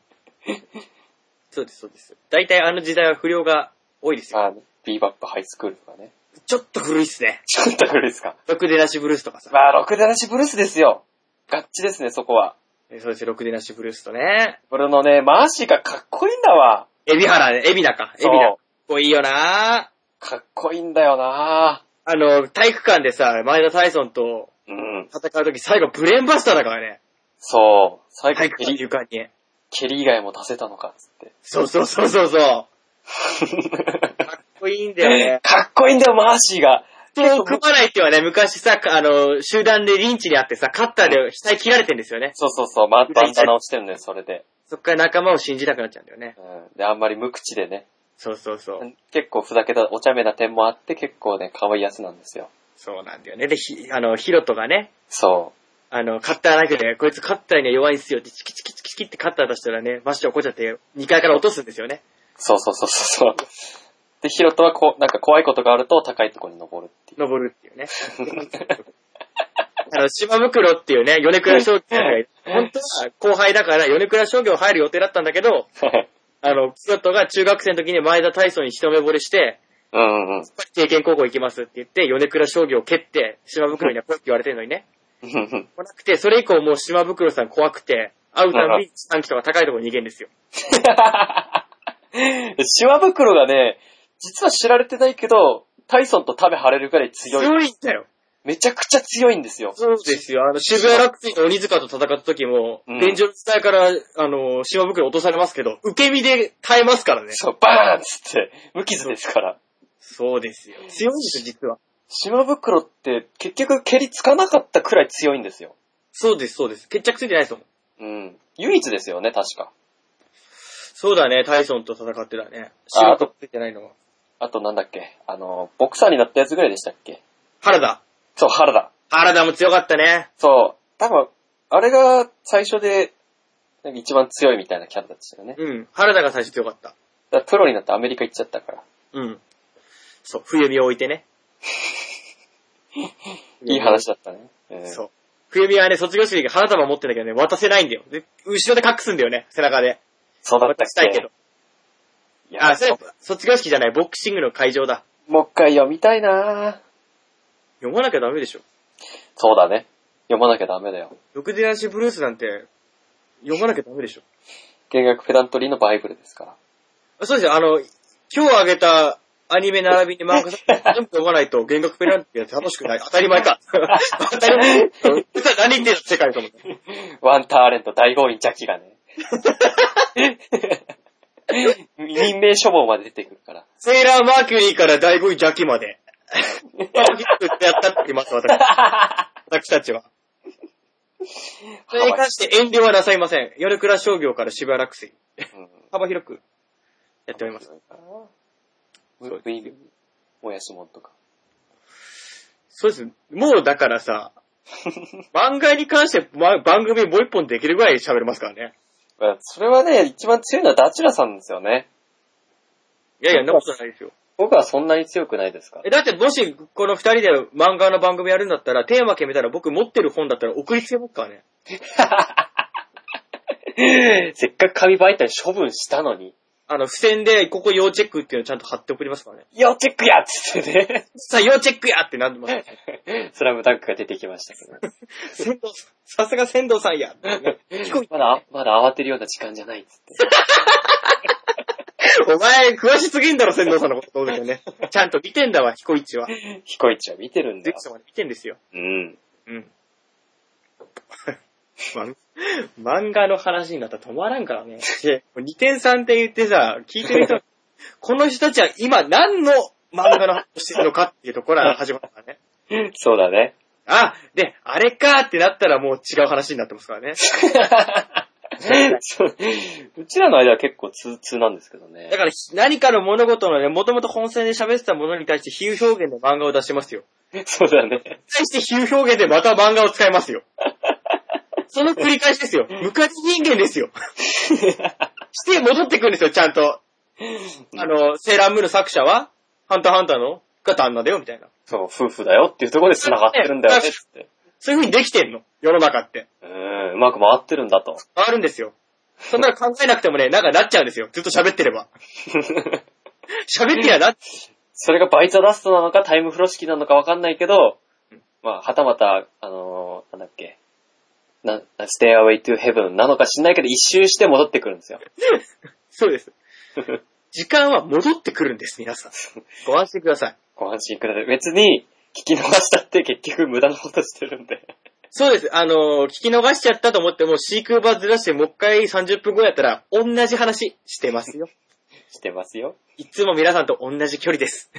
S2: そうです、そうです。大体あの時代は不良が多いですよ。
S1: あのビーバップハイスクールとかね。
S2: ちょっと古いっすね。
S1: ちょっと古いですか。
S2: ろくでなしブルースとかさ。
S1: まあ、ろくでなしブルースですよ。ガッチですね、そこは。
S2: えそうですよ、ろくでなしブルースとね。
S1: 俺のね、マーシーがかっこいいんだわ。
S2: エビ原ね、エビナか。エビナ。かっ
S1: そう。
S2: こいいよな
S1: かっこいいんだよな
S2: あの、体育館でさ、前田タイソンと
S1: うん。
S2: 戦うとき最後ブレーンバスターだからね。
S1: そう。最
S2: 体
S1: 後、
S2: 育
S1: 蹴
S2: 館の
S1: り、
S2: 床に。
S1: 蹴り以外も出せたのか、つって。。
S2: そうそうそうそうそう。かっこいいんだよね
S1: かっこいいんだよ、マーシーが。
S2: 人を組まないっていうのはね、昔さ、あの、集団でリンチにあってさ、カッターで額切られてんですよね。
S1: そうそうそう、ま、バンダナをしてるんだよ、それで。
S2: そっから仲間を信じなくなっちゃうんだよね。
S1: うん。で、あんまり無口でね。
S2: そうそうそう。
S1: 結構ふざけた、お茶目な点もあって、結構ね、可愛いやつなんですよ。
S2: そうなんだよね。で、ひあの、ヒロトがね、
S1: そ
S2: あの、カッターナイフで、こいつカッターには弱いんすよって、チキチキチキチキってカッター出したらね、マッシュ怒っちゃって、2階から落とすんですよね。
S1: う。そうそうそうそうそう。で、ヒロトはこう、なんか怖いことがあると高いところに登るっていう。
S2: 登るっていうね。
S1: <laughs>
S2: <laughs> あの、島袋っていうね、米倉商業がいる、本当は後輩だから米倉商業入る予定だったんだけど、あの、キロットが中学生の時に前田体操に一目惚れして、
S1: うんうんうん。
S2: 経験高校行きますって言って、米倉商業を蹴って、島袋には来いって言われてるのにね。
S1: <laughs>
S2: 来なくて、それ以降もう島袋さん怖くて、会うたびに短期とか高いところに逃げるんですよ。
S1: 島袋がね、実は知られてないけど、タイソンと食べ張れるぐらい強い。
S2: 強いんだよ。
S1: めちゃくちゃ強いんですよ。
S2: そうですよ。あの、渋谷楽天の鬼塚と戦った時も、
S1: うん
S2: 現状の伝えから、あの、島袋落とされますけど、受け身で耐えますからね。
S1: そう、バーンっつって、無傷ですから。
S2: そうですよ。強いんですよ、実は。
S1: 島袋って結局蹴りつかなかったくらい強いんですよ。
S2: そうです、そうです。決着ついてないですもん。
S1: うん。唯一ですよね、確か。
S2: そうだね、タイソンと戦ってたね。
S1: あ
S2: 島とついてないのは。
S1: あとなんだっけ、あの、ボクサーになったやつぐらいでしたっけ。
S2: 原田。
S1: そう、原田。
S2: 原田も強かったね。
S1: そう。多分、あれが最初で、なんか一番強いみたいなキャラでしたよね。
S2: うん。原田が最初強かった。
S1: だからプロになってアメリカ行っちゃったから。
S2: うん。そう、冬美を置いて <laughs> ね。
S1: いい話だったね。うん
S2: そう。冬美はね、卒業式で花束持ってんだけどね、渡せないんだよ。で、後ろで隠すんだよね、背中で。
S1: そうだっ
S2: 渡
S1: たっ
S2: したいけど。
S1: いや
S2: あ、それ、卒業式じゃない、ボクシングの会場だ。
S1: もう一回読みたいなぁ
S2: 読まなきゃダメでしょ。
S1: そうだね。読まなきゃダメだよ。
S2: ロクディランシーブルースなんて、読まなきゃダメでしょ。
S1: 弦楽ペダントリーのバイブルですから。
S2: あそうですよ、あの、今日あげたアニメ並びに <laughs> 漫画作品全部読まないと、幻覚ペナンティアって楽しくない。当たり前か。 <laughs> 当たり前。普段何言ってんの世界と思って。
S1: ワンターレント大豪院ジャキがね。任命処方まで出てくるから。
S2: セーラーマーキュリーから第5位ジャキまで。パラギッってやったって言います、私。私たちは。それに関して遠慮はなさいません。米倉商業から渋谷落水。
S1: うん
S2: 幅広くやっております。
S1: ムックインもやしもんとか。
S2: そうです。もうだからさ、番外に関して、ま、番組もう一本できるぐらい喋れますからね。
S1: まあそれはね、一番強いのはダチュラさんですよね。
S2: いやいや、そんなことないですよ。
S1: 僕はそんなに強くないです <laughs> から。
S2: えだってもし、この二人で漫画の番組やるんだったら、テーマ決めたら僕持ってる本だったら送りつけますからね。
S1: せっかく紙媒体処分したのに、
S2: あの、付箋で、ここ要チェックっていうのちゃんと貼って送りますからね。
S1: 要チェックやっつってね、
S2: さあ、要チェックやってなって <laughs> ます。
S1: <laughs> スラムダンクが出てきましたけど。
S2: 仙道さん、さすが仙道さんや。聞こえ
S1: <laughs> まだ、まだ慌てるような時間じゃないっつって。
S2: お前、詳しすぎんだろ、仙道さんのこと。どうだよ <laughs> ね。ちゃんと見てんだわ、彦一は。
S1: 彦一は見てるん
S2: ゼ
S1: だよ
S2: ク。様で見てんですよ。
S1: うん。
S2: うん。 <laughs> 漫画の話になったら止まらんからね。2点3点言ってさ、聞いてる <laughs> 人、この人たちは今何の漫画の話をしてるのかっていうところから始まるからね。
S1: そうだね。 <laughs>
S2: あ、で、あれかってなったらもう違う話になってますからね。
S1: そううちらの間は結構通通なんですけどね
S2: <laughs> だ。から何かの物事のね、もともと本線で喋ってたものに対して比喩表現で漫画を出してますよ。
S1: そうだね。
S2: <laughs> 対して比喩表現でまた漫画を使い <laughs> ますよ。その繰り返しですよ。無価値人間ですよ。して戻ってくるんですよ、ちゃんと。あの、セーラームーンの作者は、ハンターハンターのが旦那だよ、みたいな。
S1: そう、夫婦だよっていうところで繋がってるんだよねっつって。
S2: そういう風にできてんの、世の中って。
S1: うん、うまく回ってるんだと。 <laughs>
S2: あるんですよ。そんなの考えなくてもね、なんかなっちゃうんですよ。ずっと喋ってれば。喋ってりゃな、
S1: それがバイトラストなのかタイムフロ式なのかわかんないけど、まあ、はたまた、あのーなんだっけ、な、ステイアウェイトゥヘブンなのか知んないけど、一周して戻ってくるんですよ。
S2: そうです。時間は戻ってくるんです、皆さん。ご安心ください。
S1: ご安心ください。別に、聞き逃したって結局無駄なことしてるんで。 <laughs>
S2: そうです。あのー聞き逃しちゃったと思っても、シークバーずらしてもう一回30分後やったら、同じ話してますよ。
S1: してますよ。
S2: いつも皆さんと同じ距離です。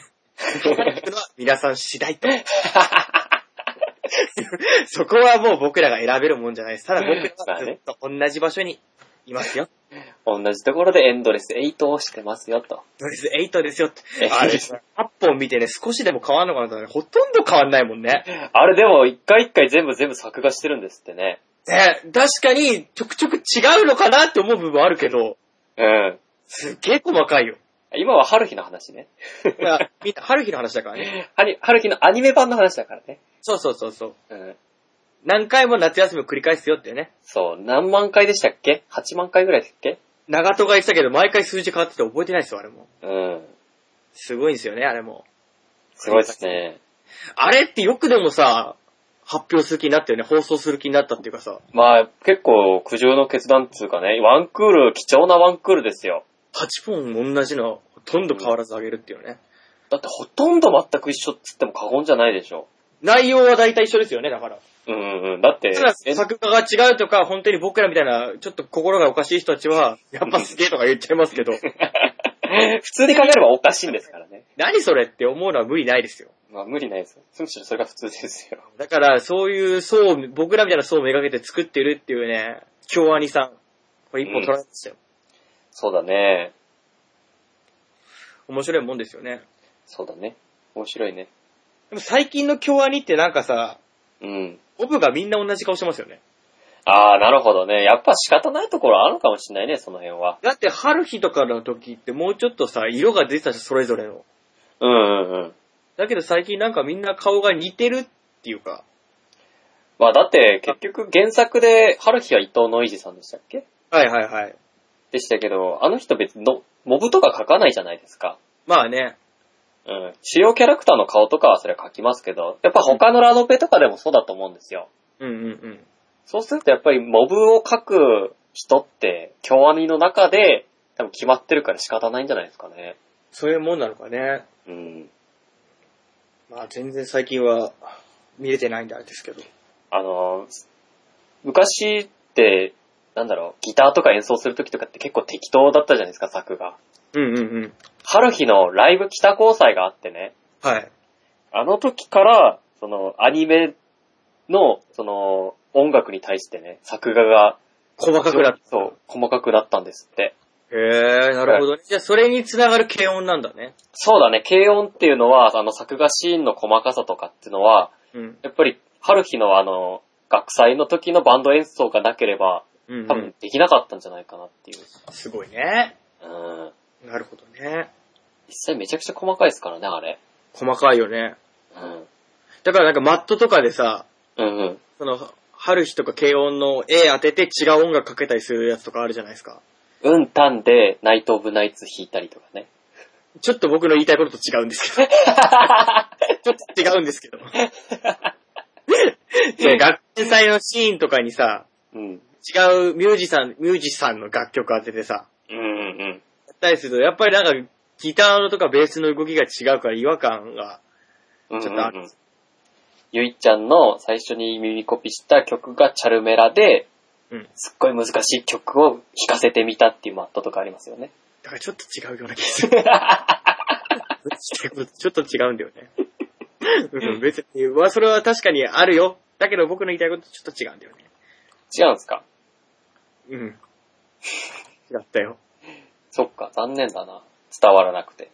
S2: 皆さん次第と。そこはもう僕らが選べるもんじゃないです。ただ僕らはずっと同じ場所にいますよ。
S1: 同じところでエンドレス8をしてますよと。
S2: とりあえず8ですよって
S1: え。
S2: あれ、8本見てね、少しでも変わんのかなと思ったらほとんど変わんないもんね。
S1: <laughs> あれでも一回一回全部全部作画してるんですってね。
S2: ね確かに、ちょくちょく違うのかなって思う部分はあるけど、
S1: うん。
S2: すっげえ細かいよ。
S1: 今は春日の話 <laughs> ね。
S2: いや、みんな、春日の話だからね。
S1: はに春日のアニメ版の話だからね。
S2: そうそうそうそう。
S1: うん。
S2: 何回も夏休みを繰り返すよっていうね。
S1: そう、何万回でしたっけ ?8 万回ぐらいでしたっけ
S2: 長戸が言ってたけど、毎回数字変わってて覚えてないですよ、あれも。
S1: うん。
S2: すごいんですよね、あれも。
S1: すごいですね。
S2: あれってよくでもさ、発表する気になったよね。放送する気になったっていうかさ、
S1: まあ、結構苦情の決断っつうかね、ワンクール、貴重なワンクールですよ。
S2: 8本同じの、ほとんど変わらず上げるっていうね。
S1: だってほとんど全く一緒っつっても過言じゃないでしょ。
S2: 内容は大体一緒ですよね、だから。
S1: うんうんうん。だって、
S2: ただ、
S1: え
S2: 作画が違うとか、本当に僕らみたいな、ちょっと心がおかしい人たちは、やっぱすげえとか言っちゃいますけ
S1: <laughs>
S2: ど、
S1: 普通に考えればおかしいんですからね。
S2: 何それって思うのは無理ないですよ。
S1: まあ無理ないですよ。むしろそれが普通ですよ。
S2: だから、そういう層、僕らみたいな層をめがけて作ってるっていうね、京アニさん。これ一本取られましたよ。
S1: そうだね。
S2: 面白いもんですよね。
S1: そうだね。面白いね。
S2: でも最近の京アニってなんかさ、
S1: うん。
S2: オブがみんな同じ顔してますよね。
S1: ああ、なるほどね。やっぱ仕方ないところあるかもしれないね、その辺は。
S2: だって、春日とかの時ってもうちょっとさ、色が出てたじゃん、それぞれの。
S1: うんうんうん。
S2: だけど最近なんかみんな顔が似てるっていうか、
S1: まあだって、結局原作で、春日は伊藤ノイジさんでしたっけ
S2: はいはいはい。
S1: でしたけど、あの人別にの、モブとか書かないじゃないですか。
S2: まあね、
S1: うん。主要キャラクターの顔とかはそれは書きますけど、やっぱ他のラノペとかでもそうだと思うんですよ。
S2: うんうんうん。
S1: そうするとやっぱりモブを書く人って、京アニの中で多分決まってるから仕方ないんじゃないですかね。
S2: そういうもんなのかね。
S1: うん。
S2: まあ全然最近は見れてないんであれですけど。
S1: あの、昔って、なんだろう、ギターとか演奏するときとかって結構適当だったじゃないですか、作が。
S2: うんうんうん。
S1: 春日のライブ北交際があってね、
S2: はい。
S1: あの時から、その、アニメの、その、音楽に対してね、作画が、
S2: 細かくなった。
S1: そう、細かくなったんですって。
S2: へえ、なるほどね。じゃあそれにつながる軽音なんだね。
S1: そうだね、軽音っていうのは、あの、作画シーンの細かさとかっていうのは、
S2: うん。
S1: やっぱり、春日のあの、学祭の時のバンド演奏がなければ、
S2: うん、
S1: 多分できなかったんじゃないかなっていう。
S2: すごいね。
S1: うん。
S2: なるほどね。
S1: 実際めちゃくちゃ細かいですからね、あれ。
S2: 細かいよね。
S1: うん。
S2: だからなんかマットとかでさ、
S1: うんうん。
S2: その、春日とか軽音の絵当てて違う音楽かけたりするやつとかあるじゃないですか。
S1: うんたんで、ナイト・オブ・ナイツ弾いたりとか
S2: <laughs>
S1: ね。
S2: ちょっと僕の言いたいことと違うんですけど。ちょっと違うんですけど。ね学園祭のシーンとかにさ、
S1: う
S2: 違
S1: ん。
S2: うミュージシャン、ミュージシャンの楽曲当ててさ、
S1: うんうんうん。
S2: やったりすると、やっぱりなんか、ギターのとかベースの動きが違うから違和感が、
S1: うんうん
S2: ちょっとある
S1: うんゆいちゃんの最初に耳コピした曲がチャルメラで、
S2: うん
S1: すっごい難しい曲を弾かせてみたっていうマットとかありますよね。 <laughs>
S2: だからちょっと違うような気がする。ちょっと違うんだよね。うん、別に、まあそれは確かにあるよ。だけど僕の言いたいこととちょっと違うんだよね。
S1: 違うんですか
S2: うん。 <laughs> 違ったよ。
S1: そっか、残念だな。伝わらなくて。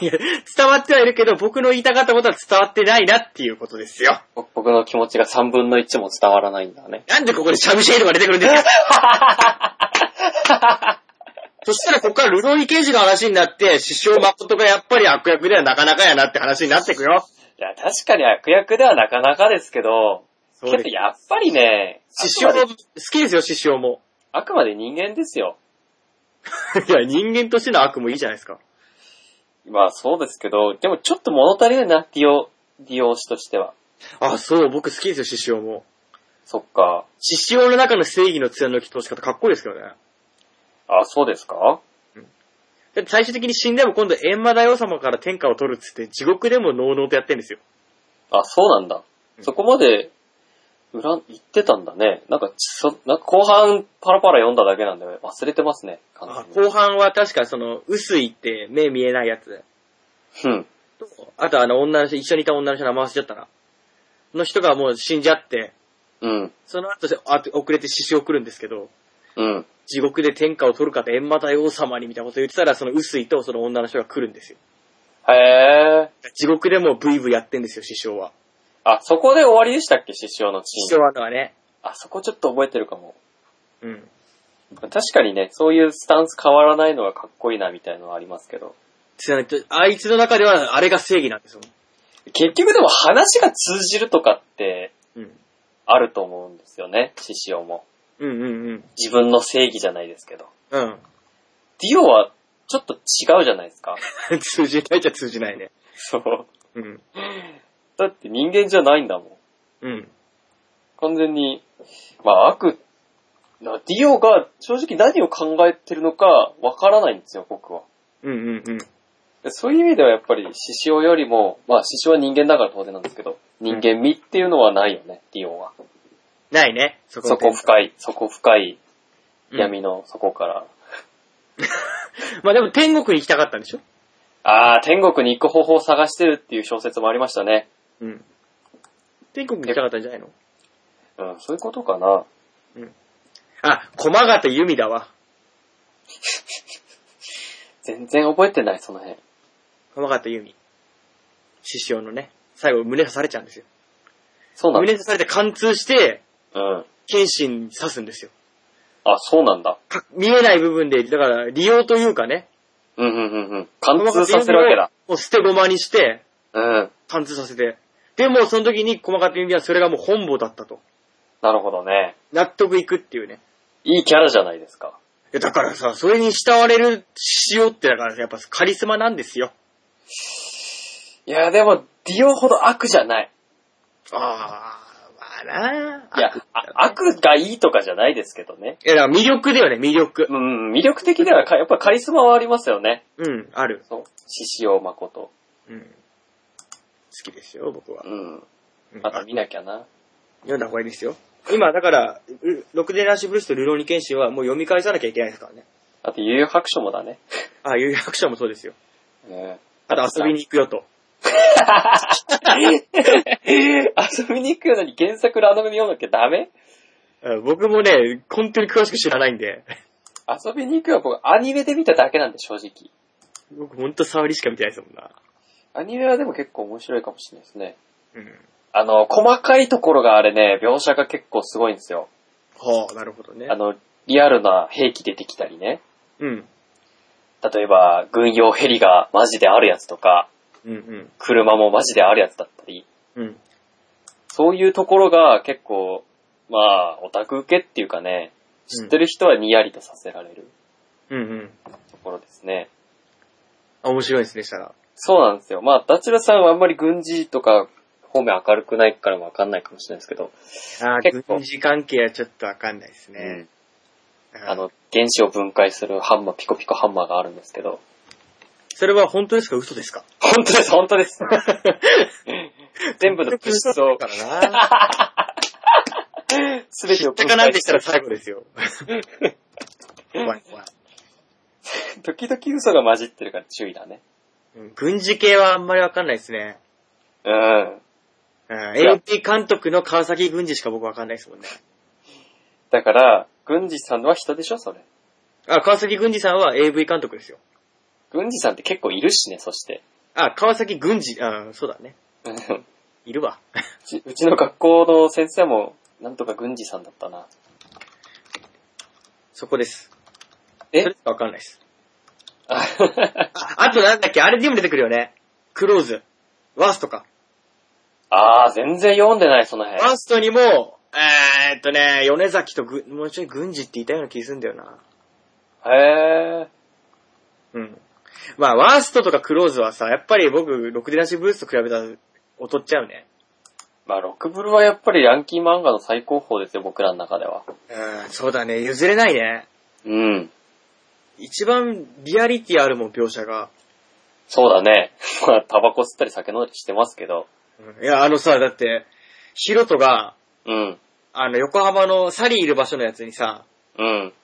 S2: いや、伝わってはいるけど、僕の言いたかったことは伝わってないなっていうことですよ。
S1: ぼ僕の気持ちが3分の1も伝わらないんだね。
S2: なんでここでシャムシェイドが出てくるんです <laughs> かそしたらここからルローニ刑事の話になって、師匠誠がやっぱり悪役ではなかなかやなって話になってくよ。
S1: いや、確かに悪役ではなかなかですけど、
S2: そう
S1: け
S2: で
S1: どやっぱりね、
S2: す。 <laughs> 師
S1: あ
S2: 匠
S1: くま
S2: も、
S1: で
S2: 好きですよ、師匠 <laughs> も。
S1: あくまで人間ですよ。
S2: いや、人間としての悪もいいじゃないですか。
S1: まあそうですけど、でもちょっと物足りないな、利用、利用師としては。
S2: あ、そう、僕好きですよ、師匠も。
S1: そっか。
S2: 師匠の中の正義の強のき通し方かっこいいですけどね。
S1: あ、そうですか
S2: だって最終的に死んでも今度閻魔大王様から天下を取るっつって地獄でもノーノーとやってんですよ。
S1: あ、そうなんだ。
S2: うん
S1: そこまで、裏、言ってたんだね。なんか、そ、なんか後半パラパラ読んだだけなんで忘れてますね、
S2: あ
S1: 完全に。
S2: 後半は確かその、薄いって目見えないやつ。
S1: うん。
S2: あとあの女の人、一緒にいた女の人名前忘れちゃったな。の人がもう死んじゃって、
S1: うん。
S2: その後、あと遅れて獅子を来るんですけど、
S1: うん。
S2: 地獄で天下を取るかと閻魔大王様にみたいなこと言ってたら、その薄いとその女の人が来るんですよ。
S1: へえ。
S2: 地獄でもブイブイやってんですよ、師匠は。
S1: あ、そこで終わりでしたっけ師匠のチ
S2: 師
S1: ー
S2: 匠
S1: ム。
S2: はのはね。
S1: あ、そこちょっと覚えてるかも。
S2: うん。
S1: 確かにね、そういうスタンス変わらないのがかっこいいなみたいなのはありますけど。
S2: つまり、あいつの中ではあれが正義なんですよ。
S1: 結局でも話が通じるとかって
S2: うん。
S1: あると思うんですよね、獅子王も。
S2: うんうんうん。
S1: 自分の正義じゃないですけど。
S2: うん。
S1: ディオはちょっと違うじゃないですか。
S2: <laughs> 通じないっちゃ通じないね。
S1: そう。
S2: うん。
S1: だって人間じゃないんだもん。
S2: うん。
S1: 完全に、まあ悪、なディオが正直何を考えてるのかわからないんですよ、僕は。
S2: うんうんうん。
S1: でそういう意味ではやっぱり獅子王よりも、まあ獅子王は人間だから当然なんですけど、人間味っていうのはないよね、ディオは。
S2: ないね。そ
S1: そこ深い、そこ深い闇
S2: うん
S1: の底から。
S2: まあでも天国に行きたかったんでしょ
S1: ああ、天国に行く方法を探してるっていう小説もありましたね。
S2: うん。天国に行きたかったんじゃないの
S1: うん、そういうことかな。
S2: あ、駒形由美だわ。
S1: 全然覚えてない、その辺。
S2: 駒形由美。師匠のね、最後胸刺されちゃうんですよ。
S1: そうなん
S2: 胸
S1: だ。
S2: 刺されて貫通して、
S1: うん。
S2: 剣心に刺すんですよ。
S1: あ、そうなんだ。
S2: か見えない部分で、だから利用というかね、
S1: うんうんうんうん。貫通させるわけだ。
S2: もう捨て駒にして、
S1: うん。
S2: 貫通させて。でもその時に駒形由美はそれがもう本望だったと。
S1: なるほどね。
S2: 納得いくっていうね。
S1: いいキャラじゃないですか。
S2: いやだからさ、それに慕われる師匠ってだからやっぱカリスマなんですよ。
S1: いや、でも、ディオほど悪じゃない。
S2: ああ、まあなあ
S1: いや、あ悪がいいとかじゃないですけどね。
S2: いや、だから魅力だよね、魅力。
S1: うん、魅力的ではか、やっぱカリスマはありますよね。
S2: うん、ある。
S1: そう。獅子王誠。
S2: うん。好きですよ、僕は。
S1: うん。
S2: うん
S1: また見なきゃな。
S2: 読んだ方がいいですよ。今、だから、うろくでなしブリスとルローニケンシンはもう読み返さなきゃいけないですからね。
S1: あと、悠々白書もだね。
S2: ああ、有役者もそうですよ。
S1: ね
S2: あと遊びに行くよ <laughs> と。
S1: <laughs> 遊びに行くのに原作ラノベ読むなきゃダメ
S2: うん僕もね、本当に詳しく知らないんで、
S1: 遊びに行くよ、僕アニメで見ただけなんで、正直。
S2: 僕本当触りしか見てないですもんな。
S1: アニメはでも結構面白いかもしれないですね。
S2: うん。
S1: あの、細かいところがあれね、描写が結構すごいんですよ。
S2: はあ、なるほどね
S1: あ。の、リアルな兵器出てきたりね。
S2: うん。
S1: 例えば、軍用ヘリがマジであるやつとか、
S2: うんうん。
S1: 車もマジであるやつだったり、
S2: うん。
S1: そういうところが結構、まあ、オタク受けっていうかね、知ってる人はにやりとさせられる
S2: うんうん。
S1: ところですね。
S2: あ面白いですね、したら。
S1: そうなんですよ。まあ、ダチュラさんはあんまり軍事とか方面明るくないからわかんないかもしれないですけど、
S2: ああ、
S1: 結構
S2: 軍事関係はちょっとわかんないですね。
S1: あ、の、原子を分解するハンマー、ピコピコハンマーがあるんですけど、
S2: それは本当ですか嘘ですか
S1: 本当です、本当です。全部の物質を、
S2: だから
S1: <laughs>
S2: な。
S1: すべてを
S2: だ
S1: 分
S2: からなん
S1: 解
S2: て
S1: し
S2: した
S1: て
S2: ら、最後ですよ。怖い怖い。
S1: 時々嘘が混じってるから注意だね。
S2: うん軍事系はあんまりわかんないですね。
S1: うん。
S2: うん、
S1: や
S2: AP 監督の川崎軍事しか僕わかんないですもんね。
S1: だから、軍事さんは人でしょ、それ。
S2: あ、川崎軍事さんは AV 監督ですよ。
S1: 軍事さんって結構いるしね、そして。
S2: あ、川崎軍事、あそうだね。
S1: うん
S2: いるわ。
S1: うちうちの学校の先生も、なんとか軍事さんだったな。 <laughs>
S2: そこです。
S1: え
S2: それしかわかんないです。あ
S1: あ
S2: あとなんだっけ、あれでも出てくるよね。クローズ。ワーストか。
S1: あー、全然読んでない、その辺。
S2: ワーストにも、えーっとね、米崎とぐ、もうちょい軍事って言いたような気するんだよな。
S1: へー。
S2: うん。まあ、ワーストとかクローズはさ、やっぱり僕、ろくでなしブルースと比べたら劣っちゃうね。
S1: まあ、ロックブルはやっぱりヤンキー漫画の最高峰ですよ、僕らの中では。
S2: うん、そうだね、譲れないね。
S1: うん。
S2: 一番リアリティあるもん、描写が。
S1: そうだね。 <laughs> まあ、タバコ吸ったり酒飲んだりしてますけど。
S2: うんいや、あのさ、だって、ヒロトが、
S1: うん。
S2: あの、横浜のサリーいる場所のやつにさ、
S1: うん。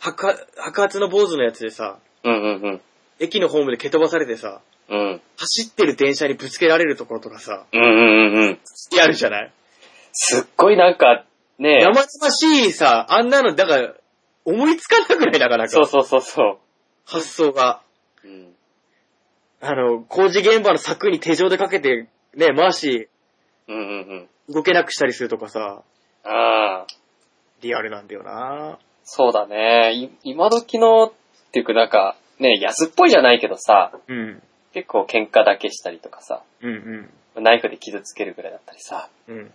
S2: 白髪白髪の坊主のやつでさ、
S1: うんうん
S2: 駅のホームで蹴飛ばされてさ、
S1: うん。うん。
S2: 走ってる電車にぶつけられるところとかさ、
S1: うんうんうんうん。
S2: リアルじゃない
S1: すっごいなんか、ね
S2: 生々しいさ、あんなの、だから、思いつかなくないなかな
S1: そう
S2: か。
S1: そうそうそ
S2: 発想が。
S1: う。うん。
S2: あの、工事現場の柵に手錠でかけて、ね、回し、
S1: うんうんうん。
S2: 動けなくしたりするとかさ、
S1: ああ。
S2: リアルなんだよな
S1: そうだね。い今時の、っていうかなんか、ね、安っぽいじゃないけどさ、
S2: うん。
S1: 結構喧嘩だけしたりとかさ、
S2: うん
S1: ナイフで傷つけるぐらいだったりさ、
S2: うん。うん。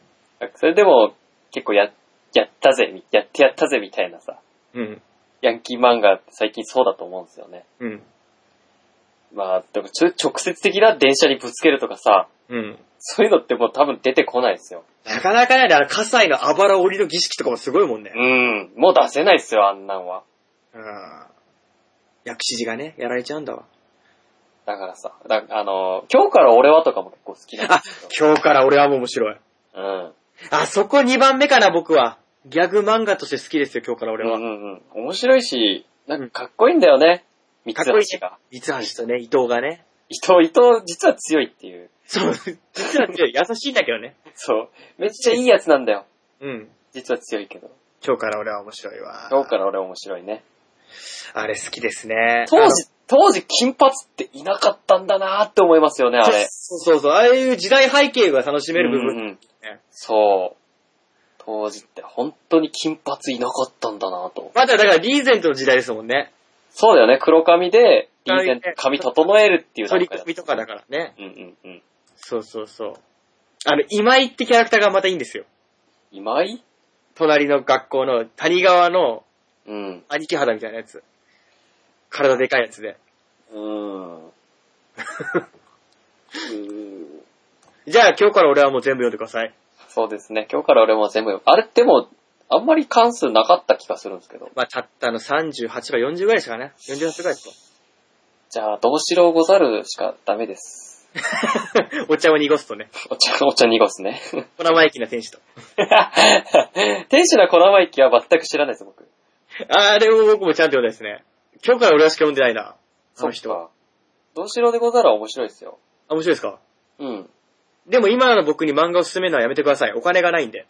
S1: それでも結構や、やったぜ、みやってやったぜみたいなさ、
S2: うん。
S1: ヤンキー漫画最近そうだと思うんですよね。
S2: うん。
S1: まあ、でもちょ直接的な電車にぶつけるとかさ、
S2: うん。
S1: そういうのってもう多分出てこないですよ。
S2: なかなかね、あの、火災のあばら折りの儀式とかもすごいもんね。
S1: うん、もう出せないですよ、あんなんは。
S2: うん。薬師寺がね、やられちゃうんだわ。
S1: だからさ、だあの、今日から俺はとかも結構好きなんですけ
S2: 今日から俺はもう面白い。
S1: ど。うん。
S2: あ、そこ2番目かな、僕は。ギャグ漫画として好きですよ、今日から
S1: う
S2: 俺は。
S1: んうんうん。面白いし、なんかかっこいいんだよね。三
S2: かっこいい
S1: 橋が。
S2: 三橋とね、伊藤がね。
S1: 伊藤、伊藤、実は強いっていう。
S2: そう、実はね
S1: <laughs>
S2: 優しいんだけどね。
S1: そう。めっちゃいいやつなんだよ。
S2: うん。
S1: 実は強いけど。
S2: 今日から俺は面白いわ。
S1: 今日から俺面白いね。
S2: あれ好きですね。
S1: 当時、当時金髪っていなかったんだなーって思いますよね、
S2: あ
S1: あ
S2: の
S1: れ。
S2: そうそうそう、ああいう時代背景が楽しめる部
S1: う
S2: 分。
S1: んうんそう。当時って本当に金髪いなかったんだなと。
S2: まだだからリーゼントの時代ですもんね。
S1: そうだよね、黒髪で、リーゼン
S2: はい
S1: 髪整えるっていう
S2: 取り
S1: 段階だ
S2: 組みとかだからね。
S1: うんうんうん。
S2: そうそうそう。あの、今井ってキャラクターがまたいいんですよ。
S1: 今井
S2: 隣の学校の谷川の
S1: うん。
S2: 兄貴肌みたいなやつ。体でかいやつで。
S1: うー <laughs> ん。うーん
S2: じゃあ今日から俺はもう全部読んでください。
S1: そうですね、今日から俺も全部、あれでも、あんまり関数なかった気がするんですけど。
S2: まあ、たったの38か40ぐらいですからね。48ぐらいです
S1: じゃあ、どうしろござるしかダメです。
S2: と。お茶を濁すとね。
S1: お茶、お茶濁すね。 <laughs>
S2: 小生意気な天使と。
S1: 天使の小生意気は全く知らないです、僕。
S2: あれも僕もちゃんと読んだですね。今日から俺はしか読んでないな。その人は。
S1: は。どうしろでござるは面白いですよ。
S2: あ、面白いですか
S1: うん。
S2: でも今の僕に漫画を勧めるのはやめてください。お金がないん <laughs> で。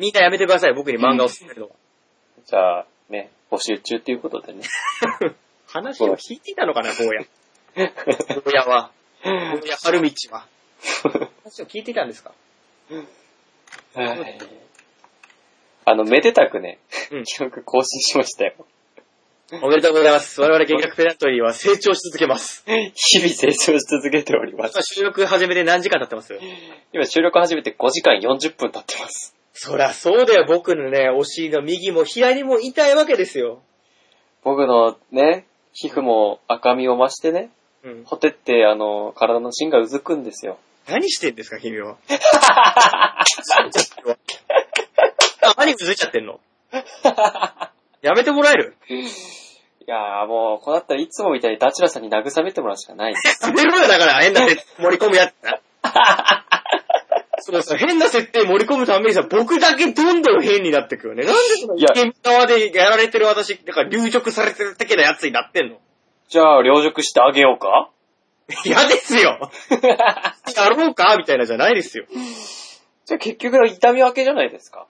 S2: みんなやめてください。僕に漫画を勧めるのは。
S1: じゃあ、ね、募集中っていうことでね。
S2: 話を聞いていたのかな、坊や。坊やは。坊や春道は。話を聞いていたんですか
S1: はいあの、めでたくね、
S2: うん
S1: 記録更新しましたよ。
S2: おめでとうございます。我々幻覚ペダントリーは成長し続けます。
S1: 日々成長し続けております。
S2: 今収録始めて何時間経ってます
S1: 今収録始めて5時間40分経ってます。
S2: そりゃそうだよ、僕のね、お尻の右も左も痛いわけですよ。
S1: 僕のね、皮膚も赤みを増してね、
S2: うん。
S1: ほてって、あの、体の芯がうずくんですよ。
S2: 何してんですか、君 <laughs> は。あ、何気づいちゃってんのやめてもらえる
S1: いやーもう、こうなったらいつもみたいにダチラさんに慰めてもらうしかない。
S2: やめろよ、だから、変な設定盛り込むやつ。そうそう、変な設定盛り込むためにさ、僕だけどんどん変になってくよね。なんでその
S1: いや
S2: イケメン側でやられてる私、だから流辱されてる的なやつになってんの
S1: <laughs> じゃあ、凌辱してあげようか
S2: 嫌ですよやろうかみたいなじゃないですよ。
S1: <laughs> じゃあ結局痛み分けじゃないですか。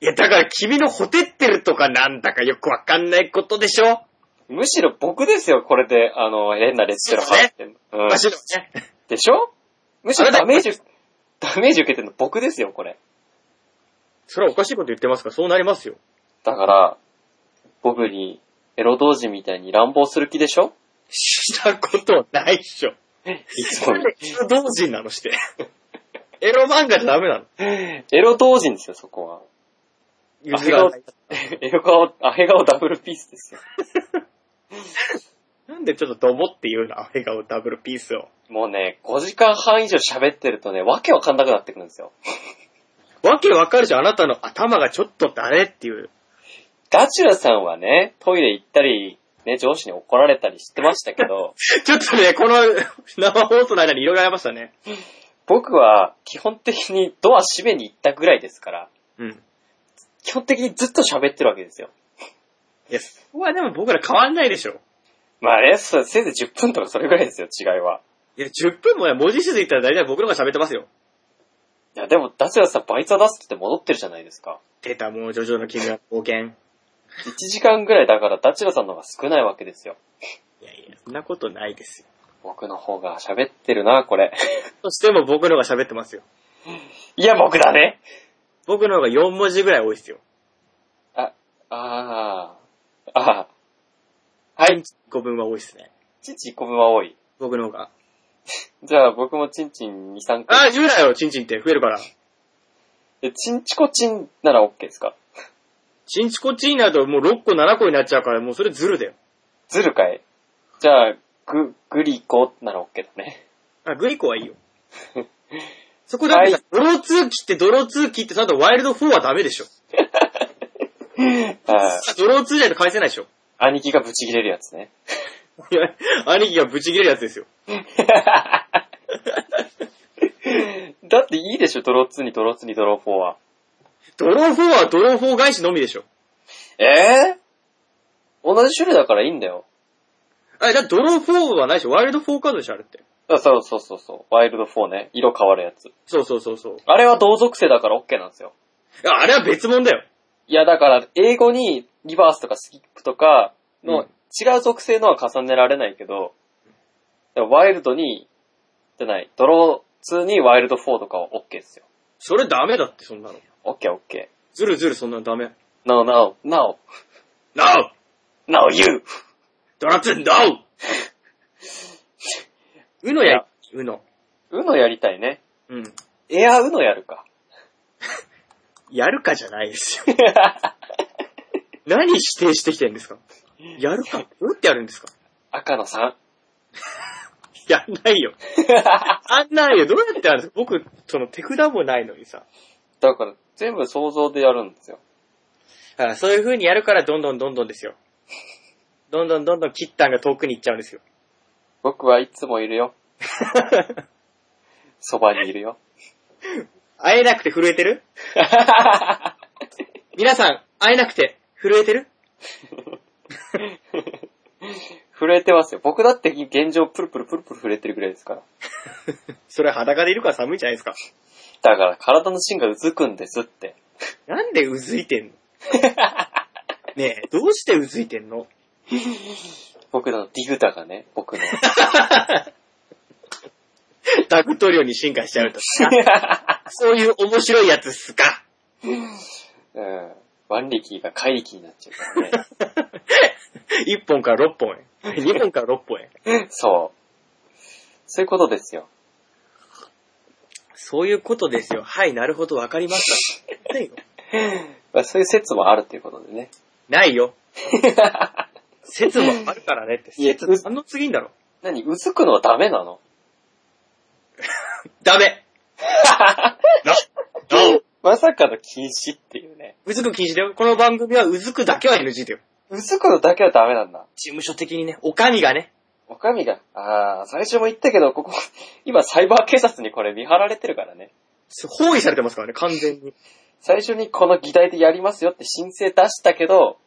S2: いや、だから君のほてってるとかなんだかよくわかんないことでしょ
S1: むしろ僕ですよ、これで、あの、変なレッテル貼ってんの。うん
S2: わしのね。 <laughs>
S1: でしょむしろダメージ、ダメージ受けてるの僕ですよ、これ。
S2: それはおかしいこと言ってますから、そうなりますよ。
S1: だから、僕に、エロ同人みたいに乱暴する気でしょ
S2: したことないっしょ。
S1: いつも
S2: <laughs> なん。で同人なのして。 <laughs> エロ漫画じゃダメなの。
S1: エロ同人ですよ、そこは。 <laughs> あ
S2: 譲らない
S1: エロ顔、アヘ顔ダブルピースですよ。
S2: なんでちょっとドボって言うの、アフェガをダブルピースを。
S1: もうね、5時間半以上喋ってるとね、わけわかんなくなってくるんですよ。
S2: わけわかるじゃん、あなたの頭がちょっとだれっていう。
S1: ガチュラさんはね、トイレ行ったり、ね、上司に怒られたりしてましたけ
S2: <laughs>
S1: ど、
S2: ちょっとね、この生放送の間に色々ありましたね。
S1: 僕は基本的にドア閉めに行ったぐらいですから、
S2: うん。
S1: 基本的にずっと喋ってるわけですよ。
S2: いや、そこはでも僕ら変わんないでしょ。
S1: まあね、そうせいぜい10分とかそれぐらいですよ、違いは。
S2: いや、10分もね、文字数で言ったら大体僕の方が喋ってますよ。
S1: いや、でも、ダチュラさん、バイツは出すって言って戻ってるじゃないですか。
S2: 出た、もう、ジョジョの君は冒険。
S1: 1時間ぐらいだから、ダチュラさんの方が少ないわけですよ。
S2: いやいや、そんなことないですよ。
S1: 僕の方が喋ってるな、これ。 <laughs>
S2: そしても僕の方が喋ってますよ。
S1: いや、僕だね。
S2: 僕の方が4文字ぐらい多いですよ。
S1: ああ。ああ。はい。
S2: 5分は多いっすね。
S1: チンチン1個分は多い。
S2: 僕の方が。
S1: じゃあ僕もチンチン2、3個。
S2: ああ、言うなよ、チンチンって増えるから。
S1: え、チンチコチンなら OK ですか
S2: チンチコチンになるともう6個7個になっちゃうから、もうそれズルだよ。
S1: ずるかいじゃあ、グ、グリコなら OK だね。
S2: あ、グリコ <laughs> はいいよ。そこだってさ、ドロー2期ってドロー2期ってさ、あとワイルド4はダメでしょ。
S1: はい。
S2: ドロー2じゃないと返せないでしょ。
S1: 兄貴がブチ切れるやつね。
S2: いや兄貴がブチ切れるやつですよ。
S1: <laughs> だっていいでしょ、ドロー2にドロー2にドロー4は。
S2: ドロー4はドロー4返しのみでしょ。
S1: ええ同じ種類だからいいんだよ。
S2: あれ、だってドロー4はないでしょ。ワイルド4カードでしょ、あれって。
S1: あそうそうそうそう。ワイルド4ね。色変わるやつ。
S2: そうそうそうそう。
S1: あれは同属性だから OK なんですよ。
S2: いやあれは別物だよ。
S1: いや、だから、英語にリバースとかスキップとか
S2: う
S1: の
S2: ん
S1: 違う属性のは重ねられないけど、だからワイルドに、じゃない、ドロー2にワイルド4とかは OK ですよ。
S2: それダメだって、そんなの。
S1: OK, OK.
S2: ずるずるそんなのダメ。
S1: No, no, no,
S2: NO!
S1: no, you!
S2: ドラツ NO! うのや、うの。
S1: うのやりたいね。
S2: うん。
S1: エアうのやるか。 <laughs>
S2: やるかじゃないですよ。 <laughs> 何否定してきてるんですかやるかうってやるんですか
S1: 赤の3。 <laughs>
S2: やんないよ。あんないよ。どうやってやるんですか僕、その手札もないのにさ。
S1: だから、全部想像でやるんですよ。
S2: だからそういう風にやるからどんどんどんどんですよ。どんどんどんどんキッタンが遠くに行っちゃうん <laughs> ですよ。
S1: 僕はいつもいるよ。そばにいるよ。 <laughs>
S2: 会えなくて震えてる皆さん、会えなくて震えてる
S1: 震えてますよ。僕だって現状プルプルプルプル震えてるぐらいですから。
S2: それ裸でいるから寒いじゃないですか。
S1: だから体の芯がうずくんですって。
S2: なんでうずいて <laughs> んのねえ、どうしてうずいてんの
S1: 僕のディグタがね、僕の。 <laughs>
S2: ダクトリオに進化しちゃうとか。 <laughs> そういう面白いやつっすか。
S1: うん。腕力が怪力になっちゃうから
S2: 1本から6本へ。2本から6本へ。
S1: ね。そう。そういうことですよ。
S2: そういうことですよ。はい、なるほど、わかりま <laughs> した。ないよ。
S1: まあ、そういう説もあるということでね。 <laughs>
S2: ないよ。説もあるからねって。
S1: いや
S2: 説何の次んだろ
S1: 何うずくのはダメなの
S2: ダ <laughs> メ No! No!
S1: まさかの禁止っていうね。
S2: うずく禁止だよ。この番組はうずくだけは NG だよ。
S1: うずくのだけはダメなんだ。
S2: 事務所的にね、おかみがね、
S1: おかみが、あー、最初も言ったけど、こ <laughs> こ、今サイバー警察にこれ見張られてるからね。
S2: 包囲されてますからね、完全に。
S1: 最初にこの議題でやりますよって申請出したけど、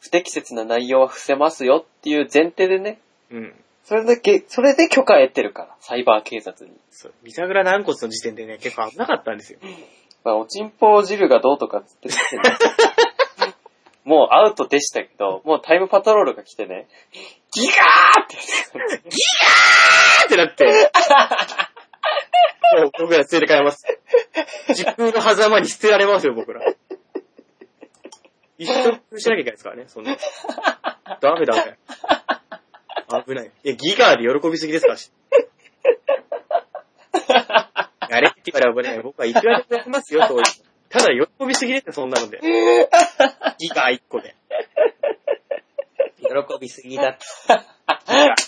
S1: 不適切な内容は伏せますよっていう前提でね、
S2: うん。
S1: それだけ、それで許可得てるから、サイバー警察に。
S2: そう、三桜軟骨の時点でね、結構危なかったんですよ。
S1: まあ、おちんぽお汁がどうとかっつってですねもうアウトでしたけど、もうタイムパトロールが来てね、ギガーってやって
S2: っ
S1: た
S2: てなって。もう僕ら連れて帰ります。時空の狭間に捨てられますよ、僕ら。一生工夫しなきゃいけないですからね、そんな。ダメダメ。危ない。いや、ギガーで喜びすぎですからし。やれって言わればね、僕はいくらでもやりますよ、そういう。ただ喜びすぎですよ、そんなので。ギガー一個で。喜びすぎだって。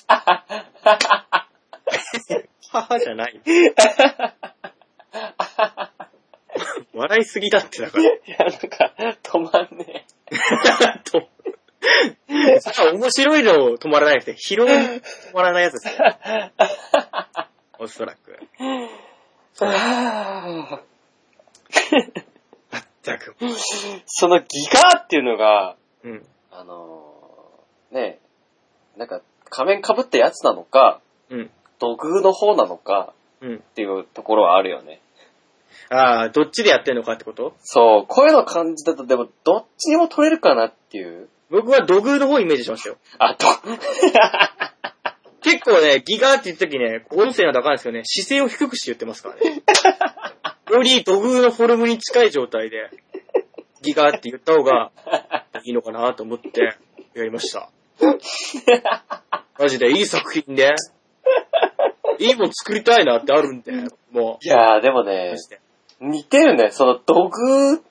S2: <laughs> 母じゃない。笑いすぎだってだから。
S1: いや、なんか、止まんね
S2: と。 <laughs> それは面白いのを止まらないですね。疲労に止まらないやつですね。おそらく。
S1: え。は
S2: 全く。
S1: ぁそのギガーっていうのが、
S2: うん。
S1: あのー、ねえ、なんか仮面被ったやつなのか、
S2: うん。
S1: 土偶の方なのか
S2: うん。
S1: っていうところはあるよね。
S2: ああ、どっちでやってんのかってこと
S1: そう、声の感じだとでもどっちにも取れるかなっていう。
S2: 僕は土偶の方をイメージしましたよ。
S1: あ <laughs> と、
S2: 結構ね、ギガーって言った時ね、音声なんてわかんないですけどね、姿勢を低くして言ってますからね。より土偶のフォルムに近い状態で、ギガーって言った方が、いいのかなと思って、やりました。マジで、いい作品ね。いいもん作りたいなってあるんで、も
S4: いやー、でも
S2: う。
S4: ね
S2: マ、ジで
S4: 似てるね。その、土偶、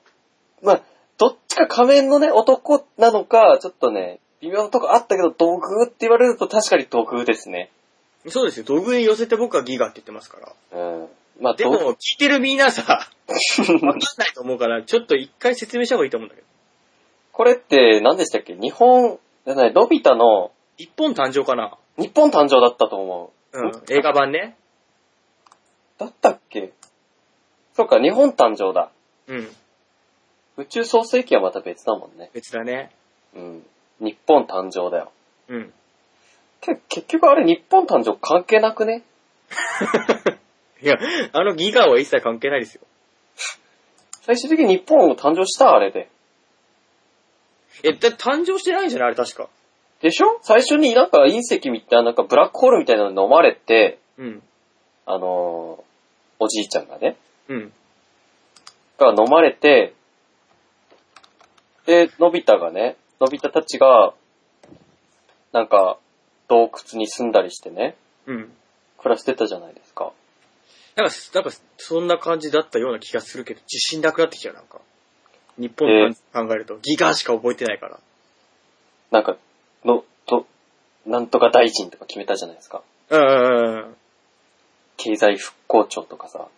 S4: まあ、どっちか仮面のね、男なのか、ちょっとね、微妙なとこあったけど、土偶って言われると確かに土偶ですね。
S2: そうですよ、土偶に寄せて僕はギガって言ってますから。
S4: うん。まあ、
S2: で
S4: 土偶
S2: も、聞いてるみんなさ、わかんないと思うから、ちょっと一回説明した方がいいと思うんだけど。
S4: これって何でしたっけ日本、じゃない、ロビタの
S2: 一本誕生かな
S4: 日本誕生だったと思
S2: うん、映画版ね。
S4: う。だったっけそうか、日本誕生だ。
S2: うん、
S4: 宇宙創世記はまた別だもんね。
S2: 別だね。
S4: うん。日本誕生だよ。
S2: うん。
S4: け結局あれ日本誕生関係なくね
S2: いや、あのギガは一切関係ないですよ。
S4: 最終的に日本を誕生したあれで。
S2: え、だ誕生してないんじゃないあれ確か。
S4: でしょ最初になんか隕石みたいな、なんかブラックホールみたいなのに飲まれて、
S2: うん。
S4: あのーおじいちゃんがね、
S2: うん。
S4: が飲まれて、で、のび太がね、のび太たちが、なんか、洞窟に住んだりしてね、
S2: うん。
S4: 暮らしてたじゃないですか。
S2: なんか、なんか、そんな感じだったような気がするけど、自信なくなってきたよ、なんか。日本の感じ考えると、ギガしか覚えてないから。
S4: なんか、の、と、なんとか大臣とか決めたじゃないですか。
S2: うんうんうん。
S4: 経済復興庁とかさ、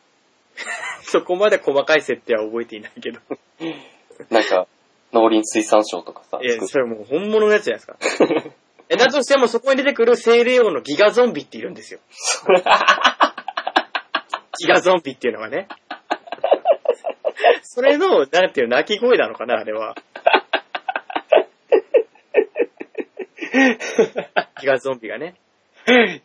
S2: そこまで細かい設定は覚えていないけど。
S4: なん
S2: <laughs>
S4: か、農林水産省とかさ、
S2: い
S4: <laughs>
S2: や、それもう本物のやつじゃないですか。 <laughs> え、だとしてもそこに出てくる精霊王のギガゾンビっているん <laughs> ですよ。ギガゾンビっていうのはね。それの、なんていう、鳴き声なのかな、あれ <laughs> は。ギガゾンビがね。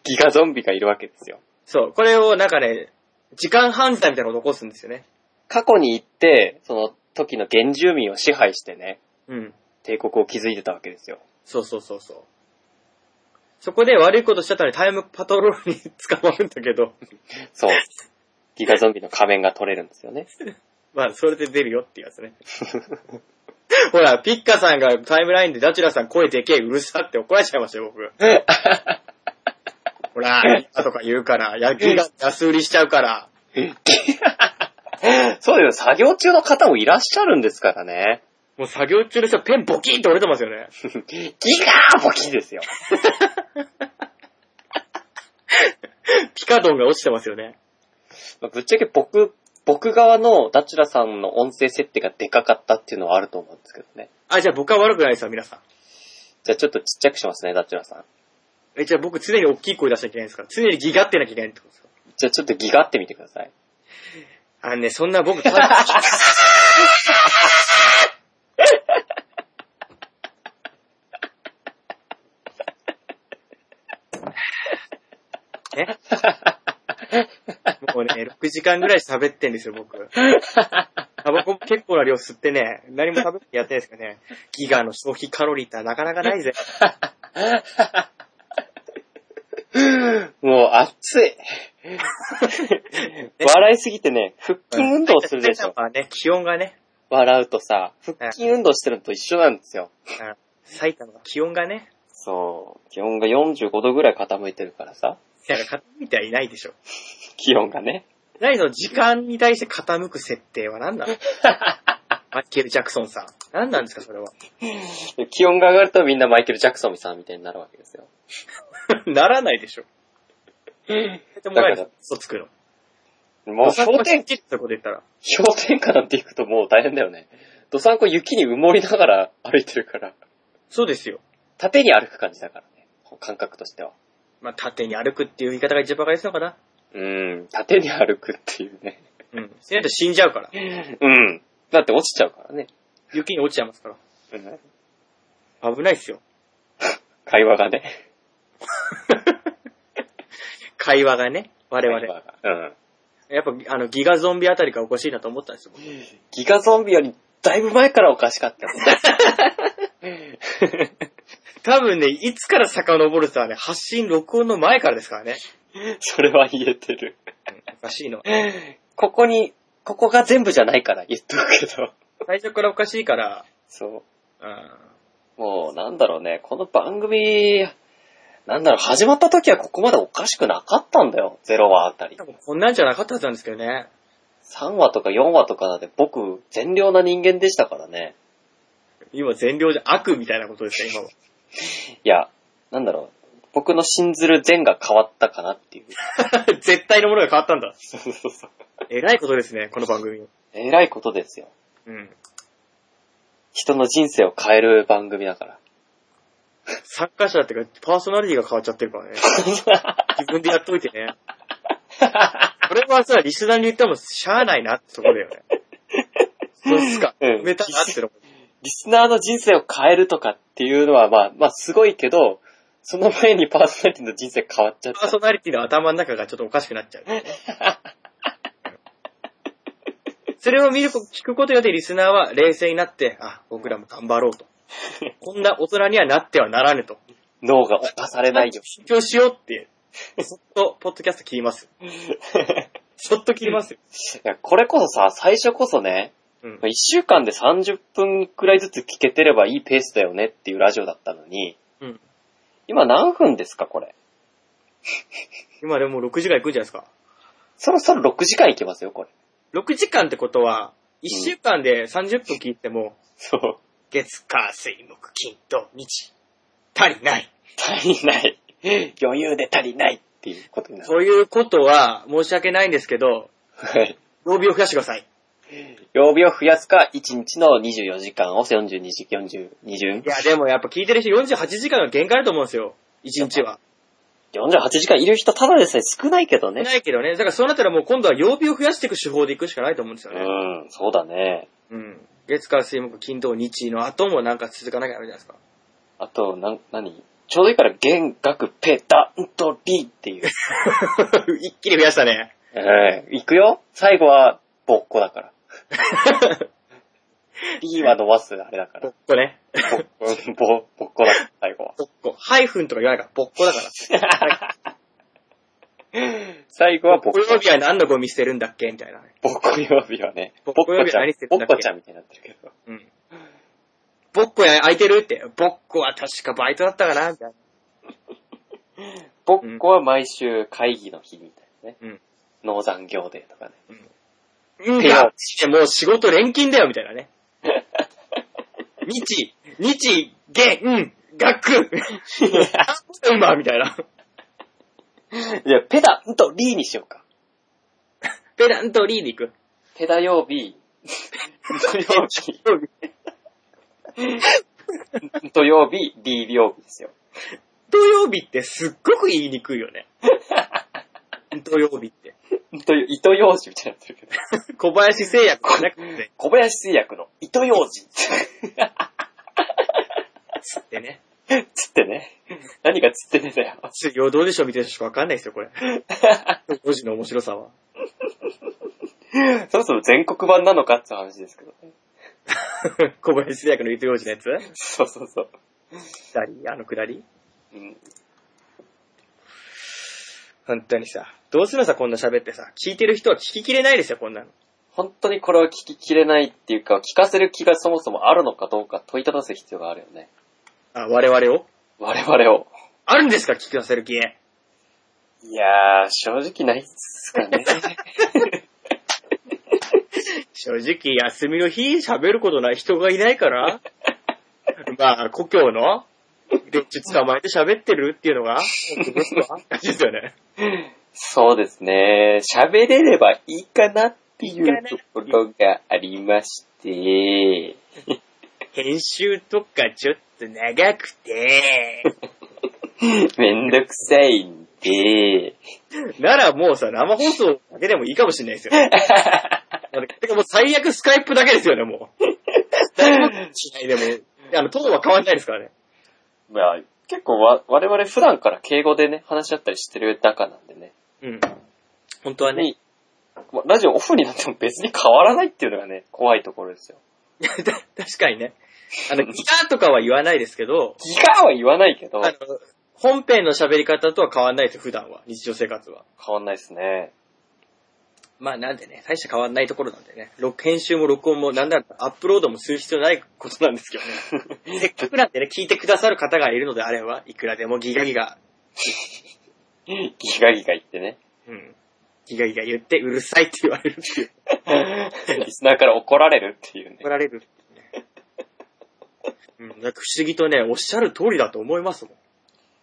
S1: ギガゾンビがいるわけですよ。
S2: そう、これをなんかね、時間犯罪みたいなことを起こすんですよね。
S1: 過去に行って、その時の原住民を支配してね、
S2: うん。
S1: 帝国を築いてたわけですよ。
S2: そうそうそうそう。そこで悪いことしちゃったのにタイムパトロールに <laughs> 捕まるんだけど、 <laughs>
S1: そう。ギガゾンビの仮面が取れるんですよね。
S2: まあ、それで出るよっていうやつね。 <laughs> ほら、ピッカさんがタイムラインでダチュラさん声でけえ、うるさって怒られちゃいましたよ、僕。ほら、ピッカとか言うから、野球が安売りしちゃうから。
S1: そうですよ。作業中の方もいらっしゃるんですからね。
S2: もう作業中の人ペンボキンって折れてますよね。
S1: ギガーボキですよ。
S2: ピカドンが落ちてますよね。
S1: まあぶっちゃけ僕、僕側のダチュラさんの音声設定がでかかったっていうのはあると思うんですけどね。
S2: あ、じゃあ僕は悪くないですよ、皆さん。
S1: じゃあちょっとちっちゃくしますね、ダチュラさん。
S2: え、じゃあ僕常に大きい声出しちゃいけないんですから、常にギガってなきゃいけないってことですか
S1: じゃあちょっとギガってみてください。
S2: あのね、そんな僕、た <laughs> だねもうね、6時間ぐらい喋ってんですよ、僕。タバコも結構な量吸ってね、何も食べてやってないですからね、ギガの消費カロリーってなかなかないぜ。
S1: もう熱 <laughs> い。笑いすぎてね、腹筋運動するでしょ。
S2: まあね、気温がね、
S1: 笑うとさ、腹筋運動してるのと一緒なんですよ。
S2: うん埼玉は気温がね、
S1: そう。気温が45度ぐらい傾いてるからさ、
S2: だから傾いてはいないでしょ。
S1: 気温がね。
S2: 何の時間に対して傾く設定は <laughs> 何なのマイケル・ジャクソンさん。何なんですか、それは。
S1: 気温が上がるとみんなマイケル・ジャクソンさんみたいになるわけですよ。
S2: <laughs> ならないでしょ。でも
S1: だか
S2: な
S1: ら
S2: いで嘘つくの。
S1: もう氷 <laughs> 点
S2: 地ってこと言ったら。
S1: 氷点下なんて行くともう大変だよね。ドサンコ雪に埋もりながら歩いてるから、
S2: そうですよ。
S1: 縦に歩く感じだからね。感覚としては。
S2: まあ、縦に歩くっていう言い方が一番わかりやすいのかな。
S1: うーん、縦に歩くっていうね。
S2: うん。しないと死んじゃうから。
S1: うん。だって落ちちゃうからね。
S2: 雪に落ちちゃいますから。
S1: うん、
S2: 危ないっすよ。 <laughs>
S1: 会話がね。
S2: 会話がね、我々。
S1: 会
S2: や
S1: 話が。うん。
S2: っぱ、あの、ギガゾンビあたりがおかしいなと思ったんですよ。僕
S1: ギガゾンビよりだいぶ前からおかしかったよね。
S2: 多分ね、いつから遡るとはね、発信、録音の前からですからね。
S1: それは言えてる。
S2: おかしいのは。
S1: ここに、ここが全部じゃないから言っとくけど。
S2: 最初からおかしいから、
S1: そう。
S2: あ
S1: もう、なんだろうね、この番組、なんだろう、始まった時はここまでおかしくなかったんだよ。0話あたり
S2: ー。多分こんなんじゃなかったはずなんですけどね。
S1: 3話とか4話とかなんて僕、善良な人間でしたからね。
S2: 今善良じゃ悪みたいなことですね、今は。
S1: いや、なんだろう、僕の信ずる善が変わったかなっていう。
S2: <laughs> 絶対のものが変わったんだ。
S1: そうそうそう。
S2: えらいことですね、この番組。
S1: えらいことですよ。
S2: うん。
S1: 人の人生を変える番組だから。
S2: 参加者っていうか、パーソナリティが変わっちゃってる
S1: <laughs>
S2: からね。自分でやっといてね。これはさ、リスナーに言ってもしゃあないなってとこだよ
S1: <laughs>
S2: ね。そうっすか。
S1: うん
S2: めたなっての。
S1: リスナーの人生を変えるとかっていうのはまあ、まあすごいけど、その前にパーソナリティの人生変わっちゃっ
S2: パー
S1: た。
S2: ソナリティの頭の中がちょっとおかしくなっちゃう。それを見るこ、聞くことによってリスナーは冷静になって、あ、僕らも頑張ろうと。こんな大人にはなってはならぬと。
S1: 脳が犯されないよ。
S2: 発表しようって、そっと、ポッドキャスト切り <laughs> ます。そっと切りますよ。
S1: いやこれこそさ、最初こそね、
S2: うん。
S1: 1週間で30分くらいずつ聞けてればいいペースだよねっていうラジオだったのに、
S2: うん。
S1: 今何分ですか、これ。
S2: 今でも6時間いくんじゃないですか。
S1: そろそろ6時間いきますよ、これ。
S2: 6時間ってことは、1週間で30分聞いても、
S1: そう。
S2: 月、火、水、木、金、土、日、足りない。
S1: 足りない。余裕で足りないっていうことになる。
S2: そういうことは申し訳ないんですけど、
S1: はい。
S2: 曜日を増やしてください。
S1: 曜日を増やすか、1日の24時間を42時、42時
S2: い、や、でもやっぱ聞いてる人48時間が限界だと思うんですよ。1日は。
S1: 48時間いる人ただでさえ少ないけどね。
S2: ないけどね。だからそうなったらもう今度は曜日を増やしていく手法でいくしかないと思うんですよね。
S1: うん、そうだね。
S2: うん。月、火、水、木、金、土、日の後もなんか続かなきゃダメじゃないですか。
S1: あと、なん、何ちょうどいいから、弦、楽、ペ、ダ、ンと、リっていう。
S2: <laughs> 一気に増やしたね。
S1: ええいくよ最後は、ぼっこ
S2: <laughs>
S1: だから。リは伸ばす、あれだか
S2: ぼ
S1: ら
S2: っ。こね。
S1: ぼ、ぼ、ぼっこだから、最後は。
S2: ぼっこ。ハイフンとか言わないから、ぼっこだから。
S1: 最後はぼっ
S2: ぼっ
S1: こ
S2: こ。曜日は何のゴミ捨てるんだっけみたいな。
S1: ぼっこ曜日はね、
S2: ぼっこ曜日は何して
S1: ぼ
S2: たっ
S1: っ
S2: け
S1: こちゃんみたいになってるけど。
S2: うん。ぼっこや空いてるって。ぼっこは確かバイトだったかなみたいな。
S1: ぼっこは毎週会議の日みたいなね。
S2: うん
S1: 農産業デーとかね。
S2: うん。いや、もう仕事錬金だよ、みたいなね。日、日、げ、うん、学、今、みたいな。
S1: じゃあ、ペダ、んと、リーにしようか。
S2: ペダントリーで行く。
S1: ペダ曜日、 <laughs> 土曜日、土曜日、リー曜日ですよ。
S2: 土曜日ってすっごく言いにくいよね。土曜日って。
S1: という、糸用紙みたいになってるけど。
S2: 小林製薬の中で、
S1: 小林製薬の糸用紙。
S2: つってね。
S1: <laughs> つってね。何がつってねえだよ。
S2: 水曜どうでしょう見てる人しかわかんないですよ、これ。当時の面白さは。
S1: そろそろ全国版なのかって話ですけどね。
S2: 小林製薬の糸用紙のやつ
S1: そうそうそう。
S2: 下りあの下り
S1: うん、
S2: 本当にさ、どうするのさ、こんな喋ってさ、聞いてる人は聞ききれないですよ、こんなの。
S1: 本当にこれを聞ききれないっていうか、聞かせる気がそもそもあるのかどうか問いただす必要があるよね。
S2: あ、我々を。
S1: 我々を。
S2: あるんですか、聞かせる気。
S1: いやー、正直ないっすかね。
S2: 正直、休みの日喋ることない人がいない <laughs> から。まあ、故郷の、どっち捕まえて喋ってるっていうの <laughs> が、大事ですよね。
S1: <laughs> そうですね。喋れればいいかなってい
S2: いいか
S1: う
S2: な
S1: ところがありまして、
S2: 編集とかちょっと長くて、
S1: <laughs> めんどくさいん
S2: <laughs>
S1: で、
S2: ならもうさ、生放送だけでもいいかもしれないですよ。 <laughs> てかもう最悪スカイプだけですよね、もう。しないでも、あの、トーンは変わんないですからね。
S1: まあ、結構わ、我々普段から敬語でね、話し合ったりしてる中なんでね。
S2: うん。本当はね。
S1: にまあラジオオフになっても別に変わらないっていうのがね、怖いところですよ。
S2: <laughs> 確かにね。あの、ギターとかは言わないですけど、
S1: ギガーは言わないけど、
S2: あの、本編の喋り方とは変わんないですよ、普段は。日常生活は。
S1: 変わんないですね。
S2: まあなんでね、大して変わんないところなんでね、録編集も録音もなんだったらアップロードもする必要ないことなんですけどね。せっかくなんでね、聞いてくださる方がいるのであれば、いくらでもギガギガ、
S1: ギガギガ言ってね。 <laughs>
S2: うん、ギガギガ言ってうるさいって言われるっていう。
S1: リスナーから怒られるっ
S2: <laughs>
S1: ていうね
S2: 怒。られるっていうね。うん、なんか不思議とね、おっしゃる通りだと思いますもん。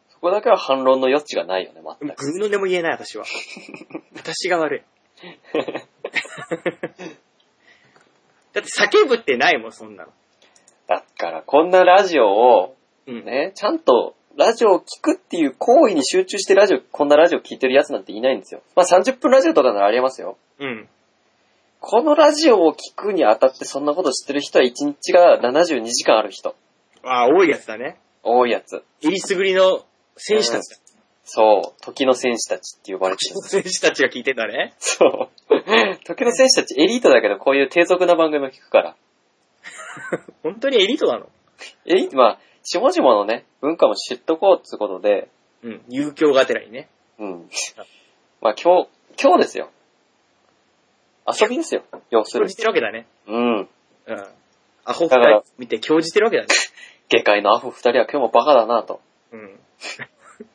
S1: そこだけは反論の余地がないよね、
S2: で
S1: 全
S2: も、
S1: く。
S2: ぐうの音も言えない、私
S1: <laughs>
S2: は。私が悪い。 <laughs> だって叫ぶってないもん、そんなの。
S1: だから、こんなラジオを、
S2: うん。
S1: ね、ちゃんと、ラジオを聞くっていう行為に集中してラジオ、こんなラジオ聞いてるやつなんていないんですよ。まあ30分ラジオとかならありえますよ。
S2: うん。
S1: このラジオを聞くにあたってそんなことしてる人は1日が72時間ある人。
S2: ああ、多いやつだね。
S1: 多いやつ。
S2: えりすぐりの選手たちだ。
S1: そう。時の戦士たちって呼ばれて <laughs> る。
S2: 選手たちが聞いてんだね。
S1: そう。時の戦士たちエリートだけど、こういう低俗な番組を聞くから。
S2: 本当にエリートなの
S1: エリート、まあ、下々のね、文化も知っとこうってことで、
S2: うん。遊興がてらにね。
S1: うん。まあ今日、今日ですよ。遊びですよ。要す
S2: 教
S1: る
S2: じ
S1: に。
S2: てるわけだね。
S1: う
S2: う
S1: ん。
S2: ん。アホ二
S1: だから
S2: 人見て教じてるわけだね。
S1: 下界のアホ二人は今日もバカだなと。 <laughs>
S2: うん。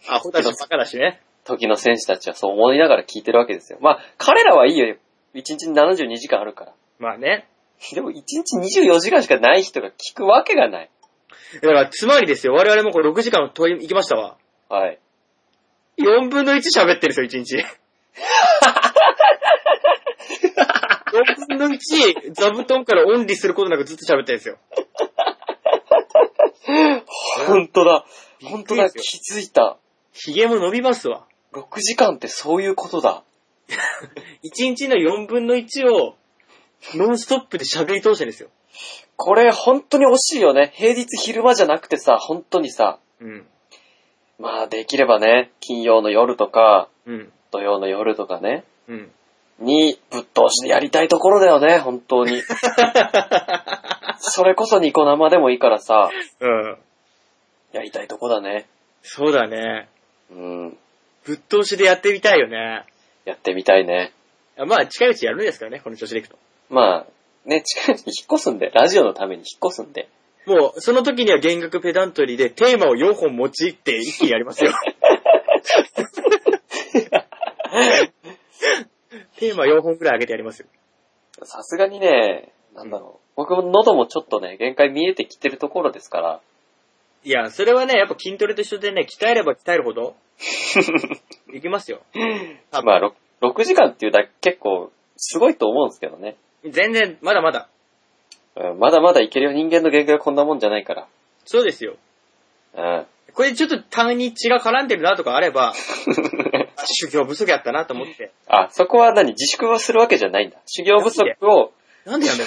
S2: アホたち <laughs> もバカだしね。
S1: 時の戦士たちはそう思いながら聞いてるわけですよ。まあ、彼らはいいよ。1日に72時間あるから。 <laughs>
S2: まあね。
S1: でも1日24時間しかない人が聞くわけがない。
S2: だから、つまりですよ、我々もこれ6時間問い行きましたわ。
S1: はい。
S2: 4分の1喋ってるんですよ、1日。4分の1、座布団からオンリーすることなくずっと喋ってるんですよ。
S1: 本当だ。
S2: びっ
S1: 本
S2: く
S1: 当
S2: りで
S1: だ。
S2: す
S1: 気
S2: よ
S1: づいた。
S2: 髭も伸びますわ。
S1: 6時間ってそういうことだ。
S2: 1日の4分の1を、ノンストップで喋り通してるんですよ。
S1: これ本当に惜しいよね。平日昼間じゃなくてさ、本当にさ、
S2: うん。
S1: まあできればね、金曜の夜とか、
S2: うん。
S1: 土曜の夜とかね、
S2: うん。
S1: にぶっ通してやりたいところだよね、本当 <laughs> に。それこそニコ生でもいいからさ、
S2: うん。
S1: やりたいとこだね。
S2: そうだね。
S1: うん。
S2: ぶっ通しでやってみたいよね。
S1: やってみたいね。
S2: いやまあ、近いうちやるんですからね、この調子でいくと。
S1: まあ、ね、近いうちに引っ越すんで、ラジオのために引っ越すんで。
S2: もう、その時には弦楽ペダントリーでテーマを4本用いて一気にやりますよ。テーマ4本くらい上げてやりますよ。
S1: さすがにね、なんだろう。僕も喉もちょっとね、限界見えてきてるところですから。
S2: いや、それはね、やっぱ筋トレと一緒でね、鍛えれば鍛えるほ <laughs> ど、いきますよ。多分
S1: まあ、ろ 6, 時間っていうだけ結構すごいと思うんですけどね。
S2: 全然、まだまだ。
S1: うんまだまだいけるよ。人間の限界はこんなもんじゃないから。
S2: そうですよ。
S1: うん。
S2: これちょっと単に血が絡んでるなとかあれば、あ修行不足やったなと思って。
S1: あ、そこは何自粛をするわけじゃないんだ。修行不足を、
S2: なんでやめる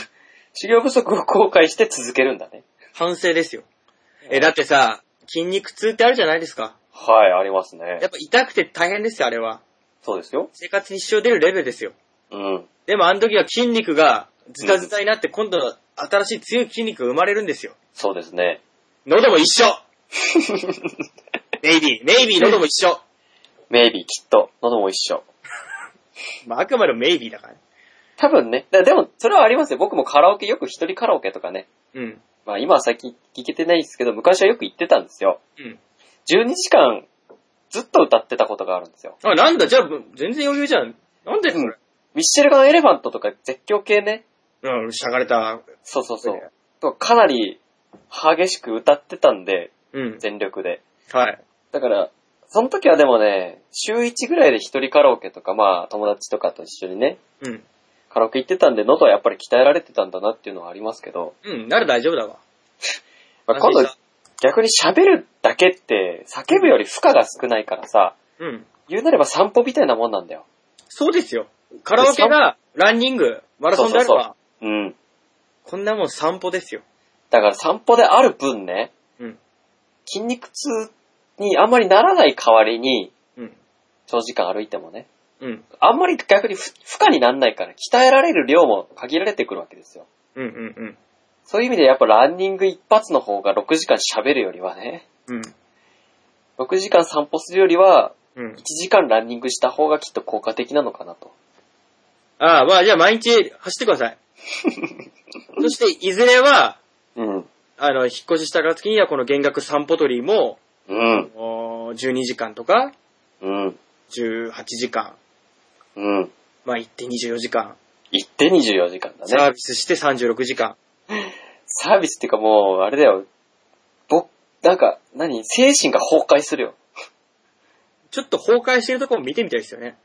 S1: 修行不足を後悔して続けるんだね。
S2: 反省ですよ。え、だってさ、筋肉痛ってあるじゃないですか。
S1: はい、あります
S2: や
S1: ね。
S2: っぱ痛くて大変ですよ、あれは。
S1: そうですよ。
S2: 生活に支障出るレベルですよ。
S1: うん。
S2: でもあの時は筋肉がズタズタになって今度は新しい強い筋肉が生まれるんですよ。
S1: そうですね。 <laughs>
S2: 喉も一緒メイビー、メイビー喉も一緒。
S1: メイビー、きっと。喉も一緒。
S2: まあ、あくまでもメイビーだからね。
S1: 多分ね。だでも、それはありますよ。僕もカラオケ、よく一人カラオケとかね。
S2: うん。
S1: まあ今は最近行けてないですけど、昔はよく行ってたんですよ。
S2: うん。
S1: 12時間ずっと歌ってたことがあるんですよ。
S2: あ、なんだ、じゃあ全然余裕じゃん。なんでそれ。
S1: ミッシェルガン・エレファントとか絶叫系ね。
S2: うん、しゃがれた。
S1: そうそうそう。とかなり激しく歌ってたんで、
S2: うん。
S1: 全力で。
S2: はい。
S1: だから、その時はでもね、週1ぐらいで一人カラオケとか、まあ友達とかと一緒にね、
S2: うん。
S1: カラオケ行ってたんで、喉はやっぱり鍛えられてたんだなっていうのはありますけど、
S2: うん、なら大丈夫だわ。
S1: まあ、今度
S2: 安心し
S1: 逆に喋るだけって、叫ぶより負荷が少ないからさ、
S2: たうん。
S1: 言うなれば散歩みたいなもんなんだよ。
S2: そうですよ。カラオケがランニング、マラソンであれば、
S1: そうそううん。
S2: こんなもん散歩ですよ。
S1: だから散歩である分ね、
S2: うん。
S1: 筋肉痛にあんまりならない代わりに、
S2: うん。
S1: 長時間歩いてもね、
S2: うん。
S1: あんまり逆にふ負荷になんないから、鍛えられる量も限られてくるわけですよ。
S2: うんうんうん。
S1: そういう意味でやっぱランニング一発の方が6時間喋るよりはね、
S2: うん。
S1: 6時間散歩するよりは、
S2: うん
S1: 1。時間ランニングした方がきっと効果的なのかなと。
S2: ああ、まあじゃあ毎日走ってください。そして、いずれは、
S1: うん。
S2: あの、引っ越しした時にはこの減額散歩取りも、
S1: うん。
S2: おー12時間とか、
S1: うん。
S2: 18時間、
S1: うん。
S2: まあ行って24時間、
S1: 行って24時間だ
S2: サー
S1: ね。
S2: ビスして36時間。
S1: サービスっていうかもう、あれだよ。僕、なんか、何精神が崩壊するよ。
S2: ちょっと崩壊してるとこも見てみたいですよね。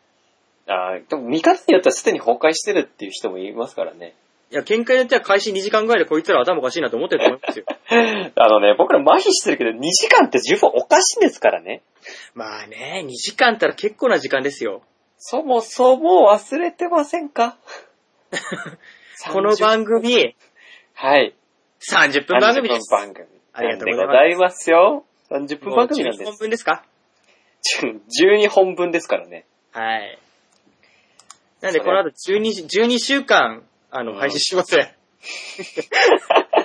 S1: あーでも見方によってはすでに崩壊してるっていう人もいますからね。 <laughs>
S2: いや、見解によっては開始2時間ぐらいでこいつら頭おかしいなと思ってると思いますよ。
S1: あのね、僕ら麻痺してるけど、2時間って十分おかしいんですからね。
S2: まあね、2時間ったら結構な時間ですよ。
S1: そもそも忘れてません <laughs> か
S2: この番組、
S1: はい。
S2: 30分番組です。
S1: 30分番組。
S2: ありがとう
S1: なん
S2: ござ
S1: で
S2: い
S1: ご
S2: ます
S1: ざいますよ。30分番組なん
S2: もう11
S1: で
S2: 本分ですか
S1: す。12本分ですから <laughs> ね。
S2: はい。なんで、この後12し、12週間、あの、
S1: うん
S2: 配信しません。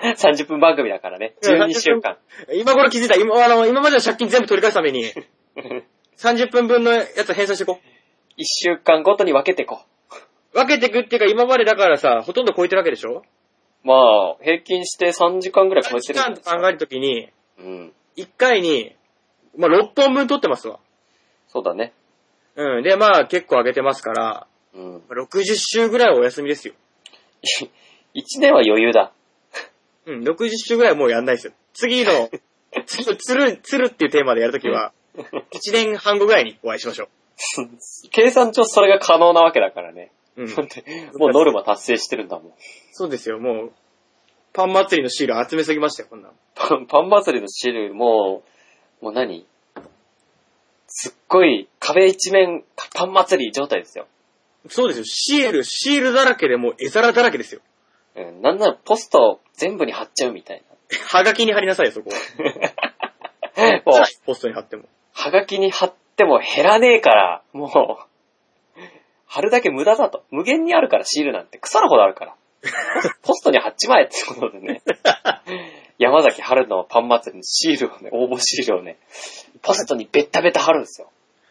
S1: 30分番組だからね。12週間。
S2: <laughs> 今頃気づいた。今、あの、今までの借金全部取り返すために、30分分のやつ返済してこ
S1: 1週間ごとに分けてこ
S2: う。分けてくっていうか、今までだからさ、ほとんど超えてるわけでしょ
S1: う。まあ、平均して3時間ぐらい超えて
S2: 時
S1: るん
S2: 間
S1: で
S2: と
S1: すか
S2: 考えるときに、
S1: うん。
S2: 1回に、まあ、6本分取ってますわ。
S1: そうだね。
S2: うん。で、まあ、結構上げてますから、
S1: うん。
S2: まあ60週ぐらいはお休みですよ。
S1: 1年は余裕だ。
S2: うん、60週ぐらいはもうやんないですよ。次
S1: <laughs>
S2: の、次のつる、つるっていうテーマでやるときは、1年半後ぐらいにお会いしましょ
S1: 計算上それが可能なわけだからね。
S2: う。うん
S1: <laughs> だ。ってもうノルマ達成してるんだもん。
S2: そうですよ、もう、パン祭りのシール集めすぎましたよ、こんなん。
S1: パ <laughs> ン、パン祭りのシール、もう、もう何すっごい壁一面パン祭り状態ですよ。
S2: そうですよ、シール、シールだらけでもう絵皿だらけですよ。 <laughs>
S1: うん、なんならポスト全部に貼っちゃうみたい
S2: はがきに貼りなさいよ、そこは。 <laughs>
S1: な。もう、
S2: ポストに貼っても。
S1: はがきに貼っても減らねえから、もう、貼るだけ無駄だと。無限にあるから、シールなんて腐るほどある
S2: <laughs>
S1: から。ポストに貼っちまえってことでね。山崎春のパン祭りのシールをね、応募シールをね、ポストにベッタベタ貼るんですよ。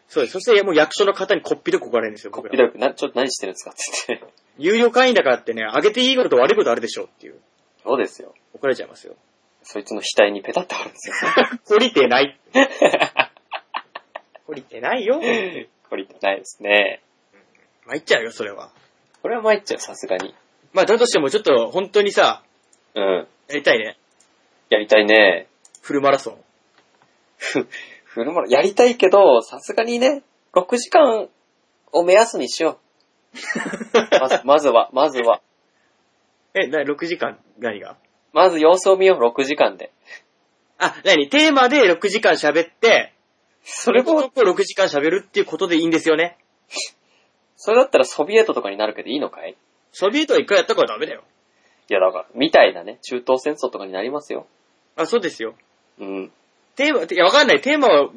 S2: そうです。そして、もう役所の方にこっぴどく怒られるんですよ、
S1: こ
S2: 僕
S1: っ
S2: ら
S1: ぴどく、な、ちょっと何してるんですかって言って。
S2: 有料会員だからってね、あげていいことと悪いことあるでしょうっていう。
S1: そうですよ。
S2: 怒られちゃいますよ。
S1: そいつの額にペタって貼るんですよ。
S2: 懲
S1: <laughs>
S2: りて <laughs> ない。懲りてないよ。
S1: これいってないですね。
S2: 参っちゃうよ、それは。
S1: これは参っちゃう、さすがに。
S2: まあ、だとしてもちょっと本当にさ、
S1: うん。
S2: やりたいね。
S1: やりたいね。
S2: フルマラソ <laughs> ン。
S1: ふ、フルマラ、やりたいけど、さすがにね、6時間を目安にしよう。まず、 <laughs> まずは、まずは。
S2: え、な、6時間、何が
S1: まず様子を見よう、6時間で。
S2: あ、何テーマで6時間喋って、
S1: それも、
S2: 6時間喋るっていうことでいいんですよね。
S1: それだったらソビエトとかになるけどいいのかい
S2: ソビエトは一回やったからダメだよ。
S1: いや、だから、みたいなね、中東戦争とかになりますよ。
S2: あ、そうですよ。
S1: うん。
S2: テーマ、いや、わかんない。テーマは、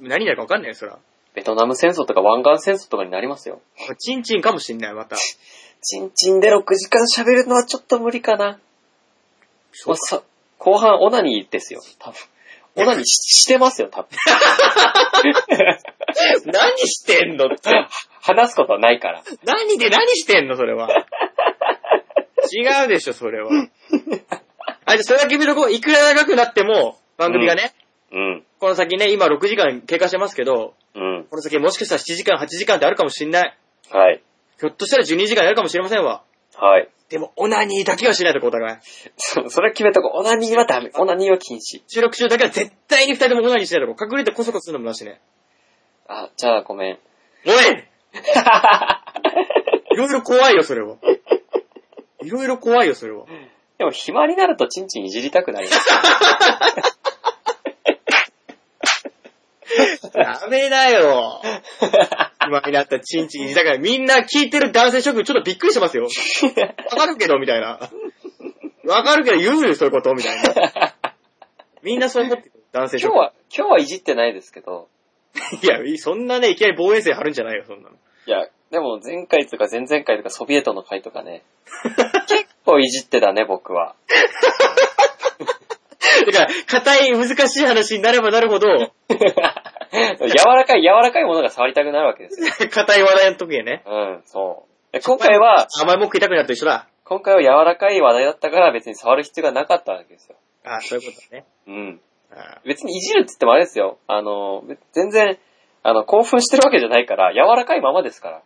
S2: 何になるかわかんないよ、そら。
S1: ベトナム戦争とか湾岸戦争とかになりますよ。
S2: チンチンかもしんない、また。
S1: チンチンで6時間喋るのはちょっと無理かな。
S2: そ
S1: まあ、さ後半、オナニーですよ、多分。オナニーししてますよ、多分。
S2: <laughs> 何してんの
S1: 話すことはないから。
S2: <laughs> 何で何してんの、それは。違うでしょ、そ <laughs> れは。あ、じゃあ、それだけ見とこう。いくら長くなっても、番組がね、
S1: うん。
S2: この先ね、今6時間経過してますけど、
S1: うん。
S2: この先もしかしたら7時間、8時間ってあるかもしんない。
S1: はい。
S2: ひょっとしたら12時間やるかもしれませんわ。
S1: はい。
S2: でも、オナニーだけはしないとこう、お互い。
S1: そそれは決めとこう。オナニーはダメ。オナニーは禁止。
S2: 収録中だけは絶対に二人ともオナニーしないとこう。隠れてコソコソするのもなしね。
S1: あ、じゃあごめん。 <laughs>
S2: おいいろいろ怖いよ、それは。いろいろ怖いよ、それは。
S1: でも暇になるとチンチンいじりたくなります。
S2: ダメだよ。今になったチンチンいじだから、みんな聞いてる男性諸君ちょっとびっくりしてますよ。わかるけど、みたいな。わかるけど言うよ、そういうこと、みたいな。みんなそう思ってる、男性諸
S1: 今日
S2: 君。
S1: は、今日はいじってないですけど。
S2: いや、そんなね、いきなり防衛線張るんじゃないよ、そんなの。
S1: いや、でも前回とか前々回とかソビエトの回とかね。結構いじってたね、僕は。 <laughs>
S2: だから、硬い、難しい話になればなるほど、
S1: 柔らかい、柔らかいものが触りたくなるわけですよ。
S2: 硬い話題の時へね。
S1: うん、そう。今回は、
S2: 甘いもん食いたくなったと一緒だ。
S1: 今回は柔らかい話題だったから別に触る必要がなかったわけですよ。
S2: ああ、そういうことね。
S1: うん。
S2: あ
S1: 別にいじるって言ってもあれですよ。あの、べ全然、あの、興奮してるわけじゃないから、柔らかいままですから。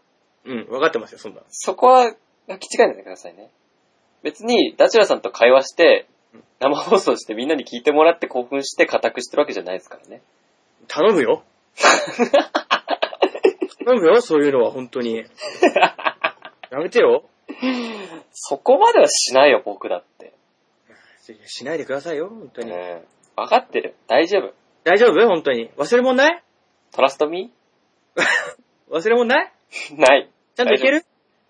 S2: ーうん、わかってますよ、そんなの。
S1: そこは、気違いないでくださいね。別に、ダチュラさんと会話して、生放送してみんなに聞いてもらって興奮して固くしてるわけじゃないですからね。
S2: 頼む
S1: <laughs>
S2: よ。頼むよ、そういうのは、本当に。やめてよ。
S1: そこまではしないよ、僕だって。
S2: しないでくださいよ、本当に。
S1: ねわかってる。大丈夫。
S2: 大丈夫本当に。忘れ物ない
S1: トラストミ
S2: 忘れ物ない
S1: ー <laughs> ない。
S2: ちゃんといける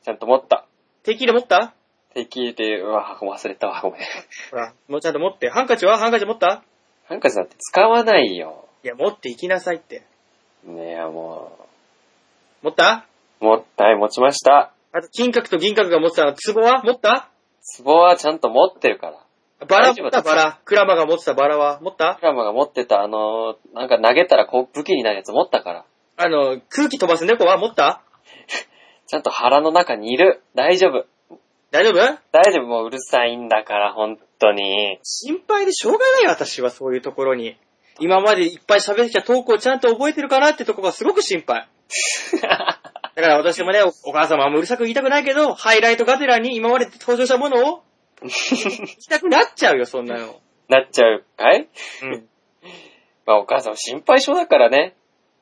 S1: ちゃんと持った。
S2: 定期入れ持った
S1: 敵で、うわ、忘れたわ、ごめん。
S2: ほら、もうちゃんと持って。ハンカチはハンカチ持った
S1: ハンカチなんて使わないよ。
S2: いや、持って行きなさいって。
S1: ねえ、も
S2: 持った
S1: う、もったい持ちました。
S2: あと、金閣と銀閣が持ってたの、壺は持った
S1: 壺はちゃんと持ってるから。
S2: バラ
S1: 大丈
S2: 持
S1: 夫
S2: ったバラ。クラマが持ってたバラは持った
S1: クラマが持ってた、あのー、なんか投げたらこう武器になるやつ持ったから。
S2: あの、空気飛ばす猫は持った
S1: ちゃんと腹の中にいる。大丈夫。
S2: 大丈夫
S1: 大丈夫、もううるさいんだから、本当に。 <laughs>
S2: 心配でしょうがないよ、私はそういうところに。今までいっぱい喋ってきたトークをちゃんと覚えてるかなってとこがすごく心 <laughs> 配。だから私もね、おお母様はもううるさく言いたくないけど、ハイライトがてらに今まで登場したものを、聞きたくなっちゃうよ、そんなの。
S1: なっちゃうかい
S2: うん。
S1: まあお母さんも心配性だからね。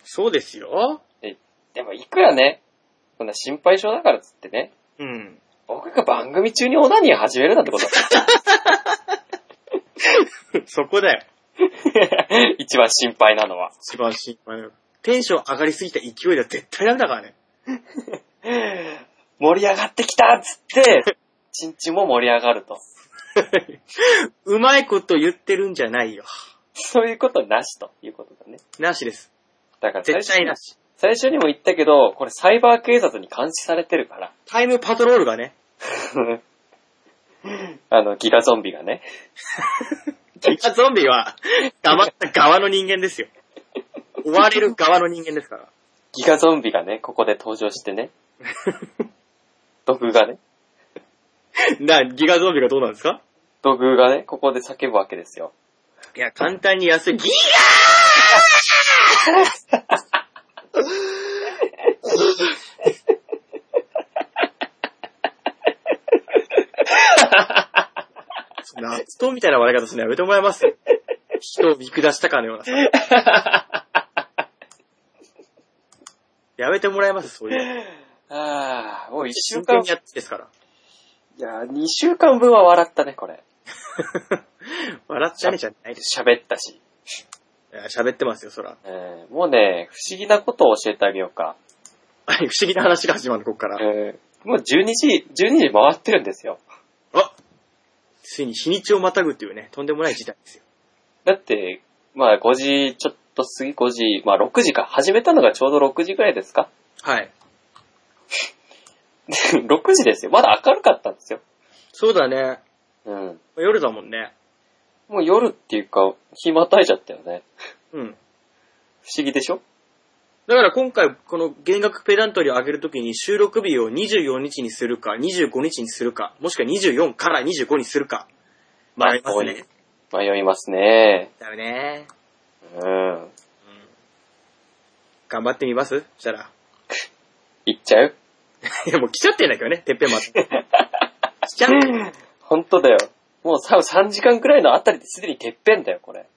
S2: そうですよ。
S1: でもいくらね、そんな心配性だからっつってね、
S2: うん。
S1: 僕が番組中にオナニーを始めるなんてこと。
S2: <laughs>
S1: <laughs>
S2: そこだよ。
S1: 一番心配なのは。
S2: 一番心配なのテンション上がりすぎた勢いでは絶対ダメだからね。
S1: 盛り上がってきたっつって、ちんちんも盛り上がると。
S2: うまいこと言ってるんじゃないよ。
S1: そういうことなしということだね。
S2: なしです。
S1: だから最
S2: 絶
S1: 初
S2: 対
S1: に
S2: なし。
S1: 最初にも言ったけど、これサイバー警察に監視されてるから。
S2: タイムパトロールがね、
S1: <laughs> あの、ギガゾンビがね。
S2: ギガ <laughs> ゾンビは黙った側の人間ですよ。追われる側の人間ですから。
S1: ギガゾンビがね、ここで登場し
S2: <laughs>
S1: てね。毒がね、
S2: な、ギガゾンビがどうなんですか
S1: 毒がね、ここで叫ぶわけですよ。
S2: いや、簡単に安い。ギ <laughs> ガー夏とみたいな笑い方するのやめてもらいますよ人を見下したかのようなさ。 <laughs> やめてもらいます、そういう。
S1: ああ、もう一週
S2: 真剣
S1: 間
S2: に、やってですから。
S1: いや、二週間分は笑ったね、これ。
S2: 笑っちゃねじゃないです。
S1: 喋ったし。
S2: いや喋ってますよ、そら。 <laughs>
S1: えーもうね、不思議なことを教えてあげようか。
S2: はい、不思議な話が始まる、ここから。
S1: えーもう12時、12時回ってるんですよ。
S2: あついに日にちをまたぐというね、とんでもない事態ですよ。
S1: だって、まあ5時、ちょっと過ぎ5時、まあ6時か。始めたのがちょうど6時ぐらいですか <laughs>
S2: はい。
S1: ?6 時ですよ。まだ明るかったんですよ。
S2: そうだね。
S1: うん。
S2: 夜だもんね。
S1: もう夜っていうか、日またいちゃったよね。
S2: うん。
S1: 不思議でしょ
S2: だから今回、この減額ペダントリーを上げるときに収録日を24日にするか、25日にするか、もしくは24から25にするか。迷いますね。
S1: 迷いますね。
S2: だよね。
S1: うん。
S2: 頑張ってみますそしたら。
S1: 行っちゃう
S2: <laughs> いや、もう来ちゃってんだけどね、てっぺん <laughs> まで。来ちゃって。
S1: 本当だよ。もう多分3時間くらいのあたりですでにてっぺんだよ、これ。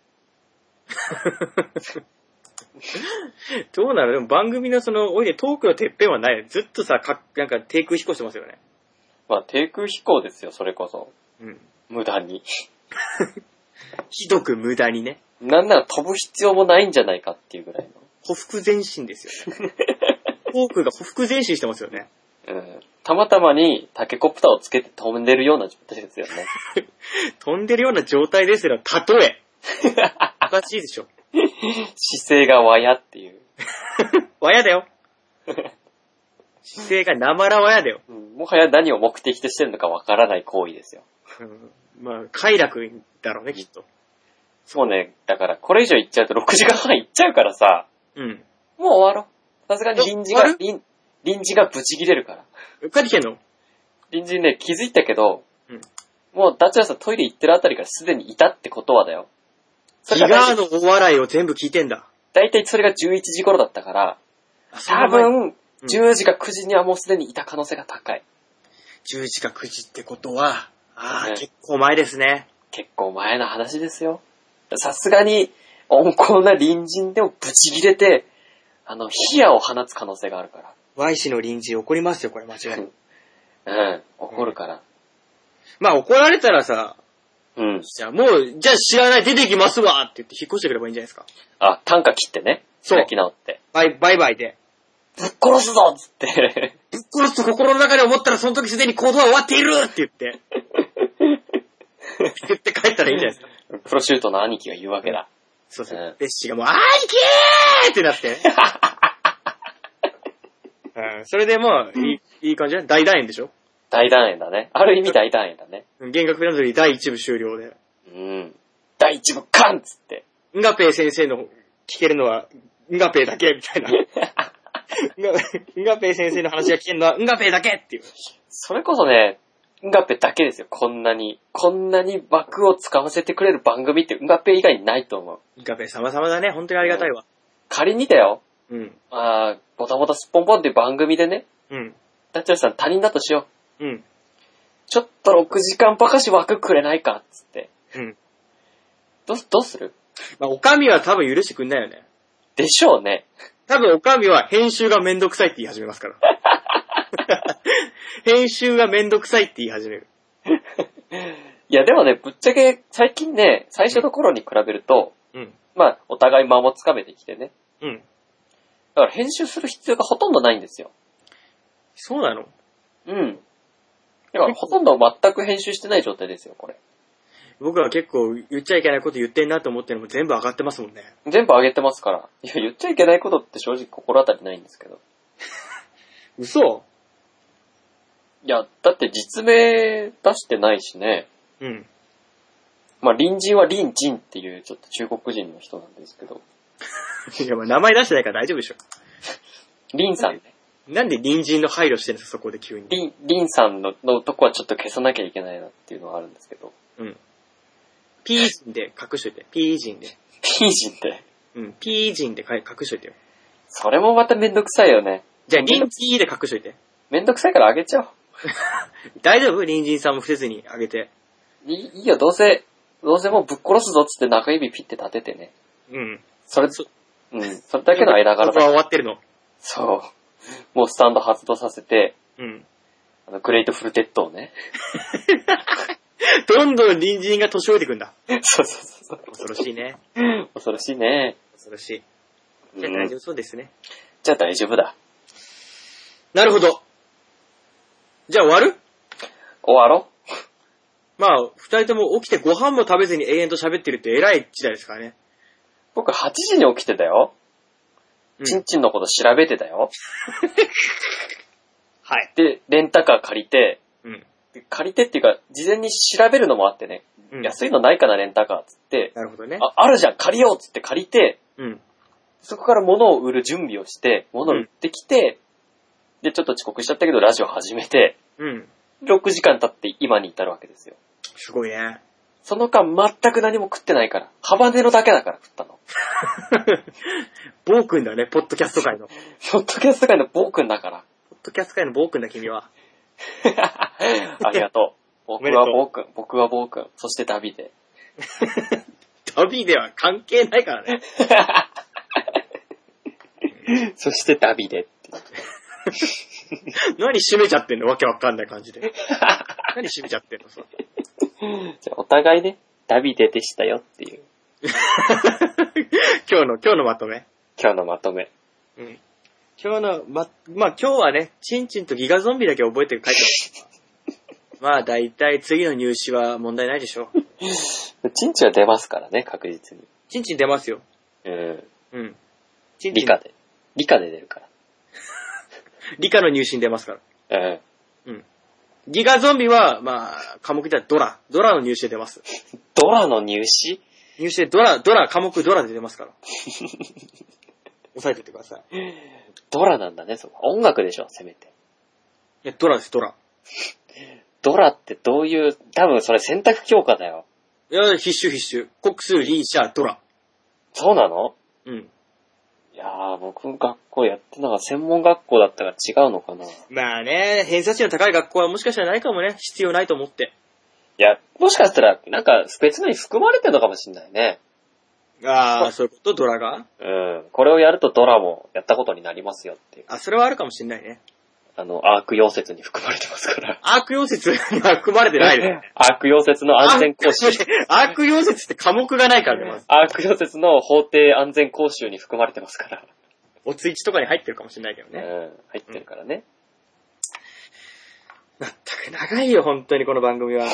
S2: どうなのでも番組のその、おいでトークのてっぺんはない。ずっとさ、かなんか低空飛行してますよね。
S1: まあ低空飛行ですよ、それこそ。
S2: うん。
S1: 無駄に。
S2: ひどく無駄にね。
S1: なんなら飛ぶ必要もないんじゃないかっていうぐらいの。
S2: ほふ前進ですよ <laughs> ね。トークがほふ前進してますよね。
S1: うんたまたまにタケコプターをつけて飛んでるような状態ですよね。 <laughs>
S2: 飛んでるような状態ですら、例え。おかしいでしょ。
S1: 姿勢がわやっていう。
S2: わやだよ。姿勢がなまらわやだよ。
S1: うんもはや何を目的としてるのかわからない行為ですよ。
S2: まあ、快楽だろうね、きっと。
S1: そうね、だからこれ以上行っちゃうと6時間半行っちゃうからさ、
S2: うん。
S1: もう終わろう。さすがに臨時が、
S2: 終わる
S1: 臨隣人がブチ切れるから。
S2: 帰ってきてんの
S1: 隣人ね、気づいたけど、
S2: うん
S1: もうダチュラさんトイレ行ってるあたりからすでにいたってことはだよ。そ
S2: ギ
S1: れ
S2: ガー
S1: が、
S2: のお笑いを全部聞いてんだ。
S1: だいたいそれが11時頃だったから、
S2: あそ
S1: 多
S2: の前
S1: 分、10時か9時にはもうすでにいた可能性が高い。
S2: 10時か9時ってことは、ああ、
S1: ね
S2: 結構前ですね。
S1: 結構前の話ですよ。さすがに、温厚な隣人でもブチ切れて、あの、火矢を放つ可能性があるか
S2: Y 氏の隣人怒りますよ、これ間違いな
S1: ら。う
S2: く。
S1: ん。うん、怒るから。
S2: まあ怒られたらさ、
S1: うん。
S2: じゃあもう、じゃあ知らない、出てきますわって言って引っ越してくればいいんじゃないですか。
S1: あ、短歌切ってね。
S2: そう
S1: 開き直って。
S2: バイバイバイで。
S1: ぶっ殺すぞっつって。 <laughs>
S2: ぶっ殺すと心の中で思ったらその時すでに行動は終わっているって言 <laughs> って。言って帰ったらいいんじゃないですか。
S1: プロシュートの兄貴が言うわけだ。。
S2: そうそううんベッシーがもう、兄貴ーってなって。 <laughs> うん、それでまあ、いい、いい感じだね。大団円でしょ
S1: 大団円だね。ある意味大団円だね。
S2: うん幻覚ペナントリー第1部終了で。
S1: うん。第一部カンっつって。 <laughs>
S2: ンガペイ先生の聞けるのは、ンガペイだけ、みたいな。ンガペイ先生の話が聞けるのは、ンガペイだけっていう。
S1: それこそね、ウガッペだけですよ、こんなに。こんなに幕を使わせてくれる番組ってウガッペ以外にないと思う。
S2: ンガペイ様々だね。本当にありがたいわ。
S1: 仮にだよ、
S2: うん。
S1: まあ、ボタボタすっぽんぽんっていう番組でね、
S2: うん。
S1: ダッチャンさん他人だとしよう。
S2: うん。
S1: ちょっと6時間ばかし枠くれないか、つって。
S2: うん。
S1: どう、どうする
S2: まあ、おかみは多分許してくんないよね。
S1: でしょうね。
S2: 多分おかみは編集がめんどくさいって言い始めますから。編集がめんどくさいって言い始める。
S1: いや、でもね、ぶっちゃけ最近ね、最初の頃に比べると、
S2: うん。
S1: まあ、お互い間もつかめてきてね。
S2: うん。
S1: だから編集する必要がほとんどないんですよ。
S2: そうなの
S1: うん。だからほとんど全く編集してない状態ですよ、これ。
S2: 僕は結構言っちゃいけないこと言ってんなと思ってるのも全部上がってますもんね。
S1: 全部上げてますから。いや、言っちゃいけないことって正直心当たりないんですけど。
S2: 嘘
S1: いや、だって実名出してないしね。
S2: うん。
S1: まあ、隣人は隣人っていうちょっと中国人の人なんですけど。
S2: いや、まあ名前出してないから大丈夫でしょ。
S1: 林さんね。
S2: なんで隣人の配慮してるんですか、そこで急に。
S1: 林、林さんののとこはちょっと消さなきゃいけないなっていうのはあるんですけど。
S2: うん。P 人で隠しといて。P 人で。
S1: ピー人って。
S2: うん。P 人でかい隠しといてよ。
S1: それもまためんどくさいよね。
S2: じゃあ、隣人で隠しといて。
S1: めんどくさいから上げちゃおう。
S2: 大丈夫隣人さんも伏せずにあげて。
S1: いいいいよ、どうせ、どうせもうぶっ殺すぞっつって中指ピッて立ててね。
S2: うん。
S1: それ、
S2: そ
S1: うん、それだけの間柄
S2: そこは
S1: だ。
S2: 終わってるの。
S1: そう。もうスタンド発動させて、
S2: <laughs> うん。
S1: あの、グレートフルテッドをね。 <laughs>
S2: どんどん隣人が年老いてくんだ。
S1: そうそうそう
S2: 恐ろしいね。
S1: そう。恐ろしいね。
S2: 恐ろしい。
S1: うん
S2: じゃあ大丈夫そうですね。
S1: じゃあ大丈夫だ。
S2: なるほど。じゃあ終わる
S1: 終わろ
S2: まあ、二人とも起きてご飯も食べずに永遠と喋ってるって偉い時代ですからね。
S1: 僕8時に起きてたよ。
S2: うん
S1: ちんちんのこと調べてたよ。
S2: はい。
S1: で、レンタカー借りて、
S2: うん。
S1: で借りてっていうか、事前に調べるのもあってね。
S2: うん
S1: 安いのないかな、レンタカーっつって。
S2: なるほどね。
S1: あ、あるじゃん、借りようっつって借りて、
S2: うん。
S1: そこから物を売る準備をして、物を売ってきて、で、ちょっと遅刻しちゃったけど、ラジオ始めて、
S2: うん。
S1: 6時間経って今に至るわけですよ。
S2: すごいね。
S1: その間、全く何も食ってないから。ハバネロだけだから食ったの。
S2: 暴君だね、ポッドキャスト界 <laughs> の。ポッ
S1: ポッドキャスト界の暴君だ <laughs> から。
S2: ドキャスト界の暴君だ、君は。
S1: ありがとう。僕
S2: めでと
S1: は
S2: う
S1: 暴君、僕は暴君、そしてダビデ。
S2: ダビでは関係ないからね。
S1: そしてダビデって。
S2: <laughs> 何締めちゃってんのわけわかんない感じ <laughs> で。何締めちゃってんのそれ
S1: じゃあお互いね、ダビデでしたよっていう、
S2: <laughs> 今日の、今日のまとめ。
S1: 今日のまとめ。
S2: うん。今日の、ま、まあ、今日はね、チンチンとギガゾンビだけ覚えて帰 <laughs> ってまあ、だいたい次の入試は問題ないでしょう。
S1: チンチンは出ますからね、確実に。
S2: チンチン出ますよ。
S1: うん。
S2: うん。チンチ
S1: 理
S2: ン。
S1: 科。で。理科で出るか
S2: 理科の入試に出ますから。
S1: ら。うん。
S2: うん。ギガゾンビは、まあ、科目ではドラ。ドラの入試で出ます。
S1: ドラの入試 <laughs>
S2: 入試でドラ、ドラ、科目ドラで出ますから。押さえておいてください。
S1: ドラなんだね、そこ。音楽でしょ、せめて。
S2: いや、ドラです、ドラ。
S1: ドラってどういう、多分それ選択強化だよ。
S2: いや、必修必修。国数、輪、社、ドラ。
S1: そうなの
S2: うん。
S1: いやー、僕学校やってのが専門学校だったから違うのかな。い
S2: まあね、偏差値の高い学校はもしかしたらないかもね。必要ないと思って。
S1: や、もしかしたら、なんか別のに含まれてるのかもしんないね。
S2: ああ、そういうことドラが
S1: うん。これをやるとドラもやったことになりますよっていう。
S2: あ、それはあるかもしんないね。
S1: あの、アーク溶接に含まれてますから。
S2: アーク溶接には組まれてない <laughs> ね。
S1: <laughs> アーク溶接の安全講習。
S2: アーク溶接って科目がないからね、まず。
S1: アーク溶接の法定安全講習に含まれてますから。
S2: おついちとかに入ってるかもしれないけどね。
S1: うん。入ってるからね。
S2: まったく長いよ、本当にこの番組は。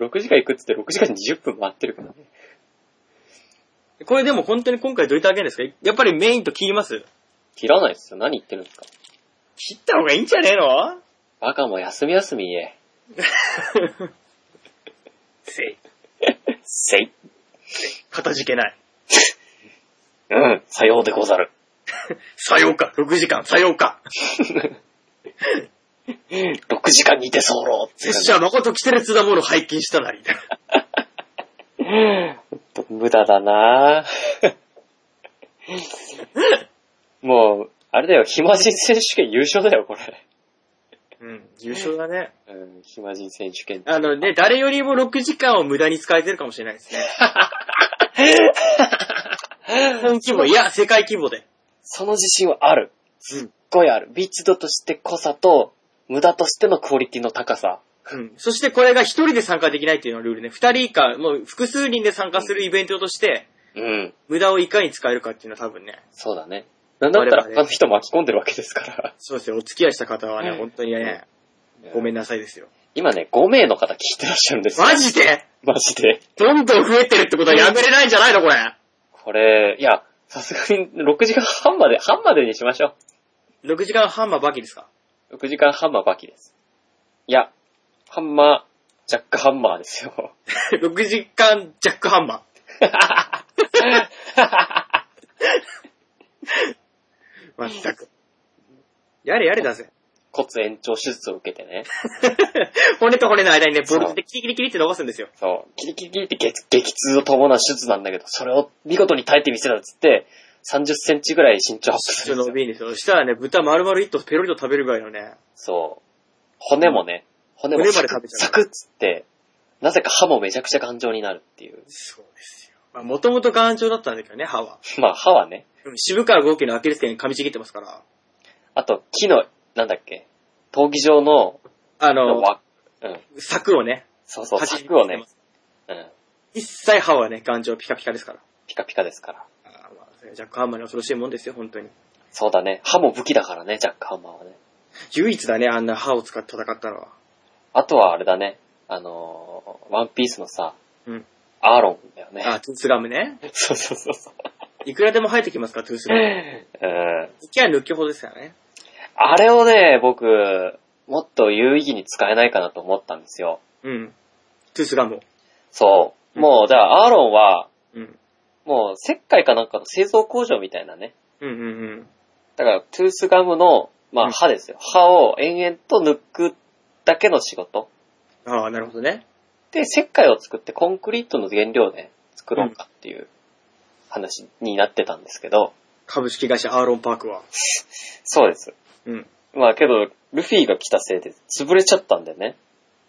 S1: 6時間行くっつって6時間20分待ってるからね。
S2: これでも本当に今回どういったわけですかやっぱりメインと切ります
S1: 切らないっすよ。何言ってるんですか。
S2: 切った方がいいんじゃねえの
S1: バカも休み休み言え。
S2: <laughs> せい。
S1: せい。
S2: かたじけない。
S1: うん。さようでござる。
S2: さようか、6時間、さようか。
S1: 6時間にて候って
S2: 拙
S1: 感じ。
S2: 者誠キテレツだもの拝見したなり。
S1: 無駄だ <laughs> なぁもう、あれだよ、暇人選手権優勝だよ、これ。
S2: うん、優勝だね。
S1: うん、暇人選手権。
S2: あのね、誰よりも6時間を無駄に使えてるかもしれない
S1: <laughs>
S2: ですね。日本規模、いや、世界規模で。
S1: その自信はある。すっごいある。密度として濃さと、無駄としてのクオリティの高さ。
S2: うん。そしてこれが一人で参加できないっていうのがルールね。二人以下、もう複数人で参加するイベントとして、
S1: うん。
S2: 無駄をいかに使えるかっていうのは多分ね。
S1: そうだね。なんだったら
S2: 我々
S1: 他の人巻き込んでるわけですから。
S2: そうですよ、お付き合いした方はね、本当にね、ごめん
S1: ん。
S2: なさいですよ。
S1: 今ね、5名の方聞いてらっしゃるんですよ。
S2: マジで
S1: マジで。
S2: どんどん増えてるってことはやめれないんじゃないのこれ。
S1: これ、いや、さすがに6時間半まで、半までにしましょう。
S2: 6時間半ばきですか
S1: 6時間ハンマーバキです。いや、ハンマー、ジャックハンマーですよ。 <laughs>
S2: <laughs> 6時間ジャックハンマー。まったく。やれやれだぜ。
S1: 骨延長手術を受けてね。
S2: 骨と骨の間にね、ボルトでキリキリキリって伸ばすんですよ。
S1: そう、キリキリキリって激激痛を伴う手術なんだけど、それを見事に耐えてみせたっつって、30センチぐらい身長アップす
S2: ちょ
S1: る
S2: っと伸
S1: んですよ。
S2: びるんですよ。そしたらね、豚丸々一頭ペロリと食べるぐらいのね、
S1: そう。骨もね、骨も
S2: 骨ま
S1: サ
S2: で
S1: ク
S2: 食べ
S1: ッ
S2: ちゃう
S1: サクッつって、なぜか歯もめちゃくちゃ頑丈になるっていう。
S2: そうですよ。まあ、もともと頑丈だったんだけどね、歯は。
S1: まあ歯はね、
S2: うん渋川豪輝のアキレス腱に噛みちぎってますから。
S1: あと木の、なんだっけ、闘技場の、
S2: あの、
S1: わうん、
S2: 柵をね、
S1: そうそう、
S2: 端に
S1: 柵をね、うん、
S2: 一切歯はね、頑丈ピカピカですから。
S1: ピカピカですから。
S2: あーまあジャックハンマーに恐ろしいもんですよ、本当に。
S1: そうだね。歯も武器だからね、ジャックハンマーはね。
S2: 唯一だね、あんな歯を使って戦ったのは。
S1: あとはあれだね。あのー、ワンピースのさ、
S2: うん
S1: アーロンだよね。
S2: あ、トゥースガムね。
S1: <laughs> そうそうそうそう。
S2: いくらでも生えてきますから、トゥースガム。
S1: うん。
S2: 抜きは抜きほどですからね。
S1: あれをね、僕、もっと有意義に使えないかなと思ったんですよ。
S2: うん。トゥースガムを。
S1: そう。もう、じゃあ、アーロンは、
S2: うん。
S1: もう、石灰かなんかの製造工場みたいなね。
S2: うんうんうん。
S1: だから、トゥースガムの、
S2: う
S1: まあ、
S2: ん
S1: 歯ですよ。歯を延々と抜くだけの仕事。
S2: ああ、なるほどね。
S1: で、石灰を作ってコンクリートの原料で作ろうかっていう話になってたんですけど、
S2: 株式会社アーロンパークは。
S1: そうです。
S2: うん。
S1: まあけど、ルフィが来たせいで潰れちゃったんでね、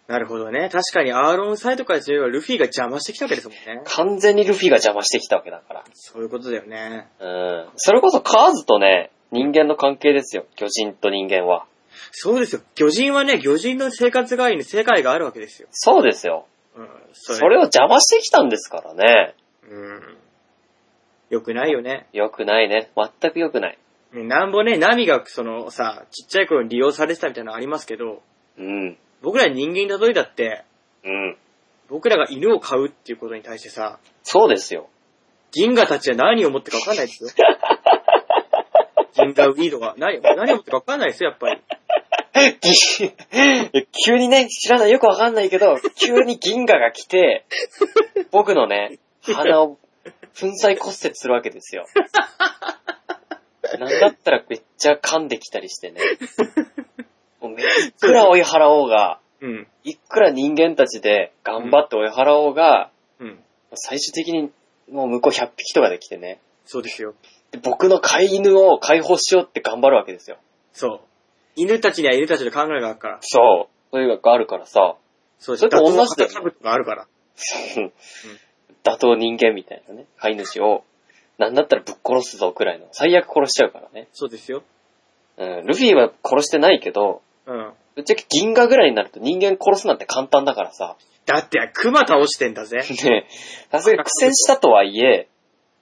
S2: なるほどね。確かにアーロンサイトからすればルフィが邪魔してきたわけですもんね。
S1: 完全にルフィが邪魔してきたわけだか
S2: そういうことだよね。
S1: ら。うん。それこそカーズとね、人間の関係ですよ。巨人と人間は。
S2: そうですよ。魚人はね、魚人の生活外に世界があるわけですよ。
S1: そうですよ。
S2: うん。そ
S1: それを邪魔してきたんですからね。
S2: うん。よくないよね。
S1: 良くないね。全く良くない。
S2: なんぼね、ナミがそのさ、ちっちゃい頃に利用されてたみたいなのありますけど、
S1: うん。
S2: 僕ら人間に例えだって、
S1: うん。
S2: 僕らが犬を飼うっていうことに対してさ、
S1: そうですよ。
S2: 銀河たちは何を持ってか分かんない
S1: <laughs>
S2: ですよ。銀河ウィードが何、何を持ってか分かんないですよ、やっぱり。
S1: ぎ <laughs> 急にね、知らない、よくわかんないけど、急に銀河が来 <laughs> て、僕のね、鼻を粉砕骨折するわけですよ。なんだったらめっちゃ噛んできたりしてね。もうめいくら追い払おうが、
S2: うん。
S1: いくら人間たちで頑張って追い払おうが、
S2: うん。
S1: 最終的にもう向こう100匹とかで来てね。
S2: そうですよ。
S1: で僕の飼い犬を解放しようって頑張るわけですよ。
S2: そう。犬たちには犬たちの考えがあるから。
S1: そう。そういうのがあるからさ、
S2: そうです。
S1: それと同じだよね
S2: タブとかあるから。
S1: 打倒人間みたいなね、飼い主を、なんだったらぶっ殺すぞくらいの。最悪殺しちゃうからね。
S2: そうですよ。
S1: うん、ルフィは殺してないけど、
S2: うん。
S1: ぶっちゃけ銀河ぐらいになると人間殺すなんて簡単だからさ。 <laughs>
S2: だって、熊倒してんだぜ。
S1: ねさすがに苦戦したとはいえ、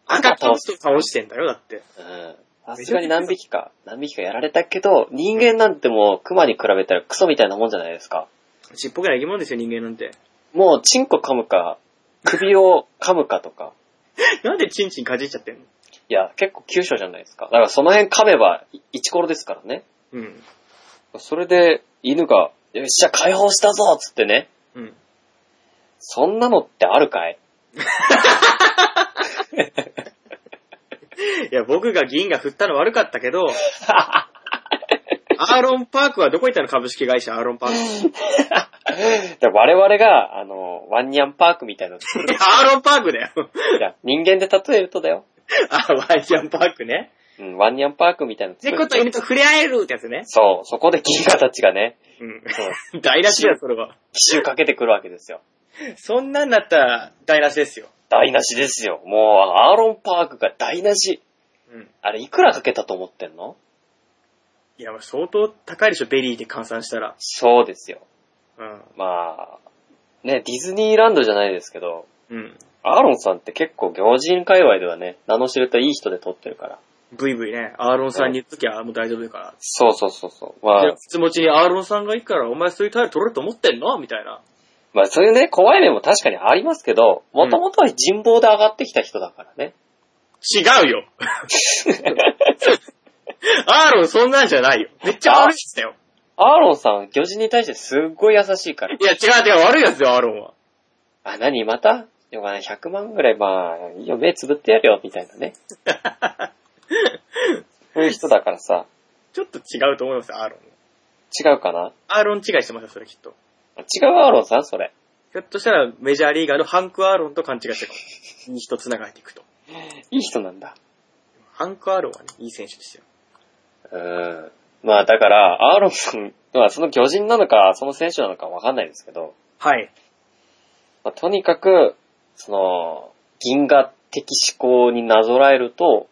S2: 赤倒して倒してんだよ、だって。
S1: うん。さすがに何匹か、何匹かやられたけど、人間なんてもう熊に比べたらクソみたいなもんじゃないですか。
S2: ちっぽけな生き物ですよ、人間なんて。
S1: もうチンコ噛むか、首を噛むかとか。
S2: なんでチンチンかじっちゃってんの
S1: いや、結構急所じゃないですか。だからその辺噛めば、いイチコロですからね。
S2: うん。
S1: それで、犬が、よっしゃ、解放したぞっつってね。
S2: うん。
S1: そんなのってあるかい
S2: いや、僕が銀が振ったの悪かったけ
S1: <laughs>
S2: ど、アーロンパークはどこ行ったの株式会社アーロンパーク。
S1: で我々が、あの、ワンニャンパークみたいなの作る。
S2: アーロンパークだよ。 <laughs>
S1: いや、人間で例えるとだよ。
S2: あ、ワイキャンパークね。
S1: うん、ワンニャンパークみたいなの作る
S2: 猫と犬と触れ合えるってやつね。
S1: そう、そこで銀河たちがね、
S2: う
S1: そう、
S2: ん。 <laughs> 台無しだよ、それは。
S1: 奇襲かけてくるわけですよ。
S2: そんなんだったら台無しですよ。
S1: 台無しですよ。もう、アーロンパークが台無し。
S2: うん。
S1: あれ、いくらかけたと思ってんの
S2: いや、相当高いでしょ、ベリーで換算したら。
S1: そうですよ。
S2: うん。
S1: まあ、ね、ディズニーランドじゃないですけど、
S2: うん。
S1: アーロンさんって結構行人界隈ではね、名の知れたいい人で撮ってるから。
S2: ブイブイね、アーロンさんに言っときゃもう大丈夫だから。
S1: そうそうそうそう。ま
S2: じゃあ
S1: あ、
S2: 靴持ちにアーロンさんがいるから、お前そういう態度取れると思ってんのみたいな。
S1: まあそういうね、怖い面も確かにありますけど、もともとは人望で上がってきた人だからね。
S2: 違う <laughs> よアーロンそんなんじゃないよ。めっちゃ悪いやつだよ。
S1: アーロンさん、魚人に対してすっごい優しいから。 <laughs>
S2: いや、違う違う、悪いやつだよ、アーロンは。
S1: あ、何またでもね、100万ぐらい、まあ、いいよ、目つぶってやるよ、みたいな <laughs> ね。そういう人だからさ、
S2: ちょっと違うと思います、アーロン。
S1: 違うかな
S2: アーロン違いしてますよ、それきっと。
S1: 違うアーロンさんそれ。
S2: ひょっとしたらメジャーリーガーのハンク・アーロンと勘違いしてるかも。に一つながっていくと。
S1: いい人なんだ。
S2: ハンク・アーロンはね、いい選手ですよ。
S1: うん。まあだから、アーロンさん、まあその巨人なのか、その選手なのかわかんないですけど、
S2: はい。
S1: まあ、とにかく、その、銀河的思考になぞらえると、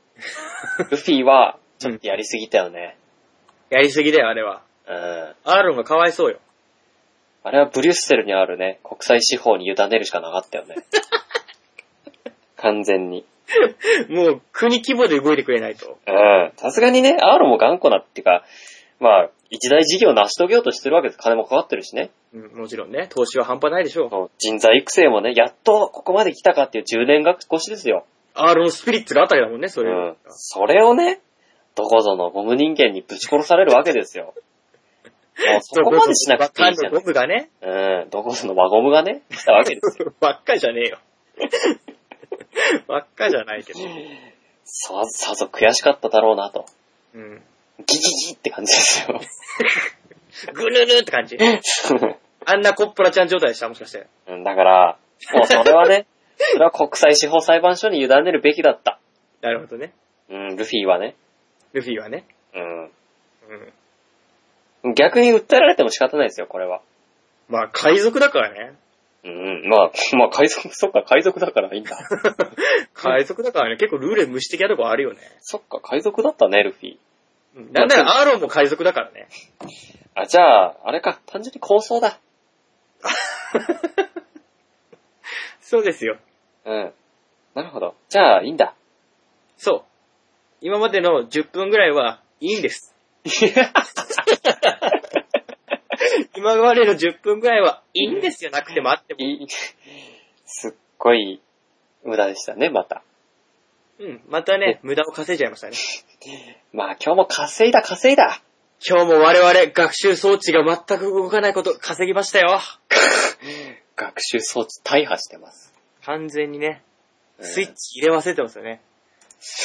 S1: ルフィは、ちょっとやりすぎたよね。
S2: やりすぎだよ、あれは。
S1: うん。
S2: アーロンがかわいそうよ。
S1: あれはブリュッセルにあるね、国際司法に委ねるしかなかったよね。完全に。
S2: もう国規模で動いてくれないと。
S1: うん。さすがにね、アーロンも頑固なっていうか、まあ、一大事業を成し遂げようとしてるわけです。金もかかってるしね。
S2: うん、もちろんね、投資は半端ないでしょう。
S1: そう人材育成もね、やっとここまで来たかっていう10年が越しですよ。
S2: アーロンスピリッツがあったわけだもんね、そうれ。
S1: ん。それをね、どこぞのゴム人間にぶち殺されるわけですよ。もう <laughs> そこまでしなくていいじゃ
S2: ゴムがね、
S1: ん。うん。どこぞの輪ゴムがね、来たわけですよ。
S2: ばっかじゃねえよ。ばっかじゃないけど。
S1: <laughs> さ、さぞ悔しかっただろうなと。
S2: うん。
S1: ギギギって感じですよ。 <laughs>
S2: ぐぬぬって感じ。あんなコッポラちゃん状態でした、もしかして。
S1: うんだから、もうそれはね、それは国際司法裁判所に委ねるべきだった。
S2: なるほどね。
S1: うん、ルフィはね。
S2: ルフィはね。
S1: う
S2: うん。
S1: ん。逆に訴えられても仕方ないですよ、これは。
S2: まあ、海賊だからね。
S1: うん、まあ、まあ海賊、そっか海賊だからいいんだ。
S2: 海賊だからね、結構ルーレ無視的なとこあるよね。
S1: そっか海賊だったね、ルフィ。
S2: うんなんならアーロンも海賊だからね。
S1: あ、じゃあ、あれか、単純に構想だ。
S2: そうですよ。
S1: うん。なるほど。じゃあ、いいんだ。
S2: そう。今までの10分ぐらいは、いいん <laughs> です。今までの10分ぐらいは、いいんですよ、なくてもあっても。
S1: いい。 <laughs> すっごい、無駄でしたね、また。
S2: うん。またね、無駄を稼いじゃいましたね。
S1: まあ、今日も稼いだ、稼いだ。
S2: 今日も我々、学習装置が全く動かないこと、稼ぎましたよ。
S1: 学習装置大破してます。
S2: 完全にね、
S1: うん
S2: スイッチ入れ忘れてますよね。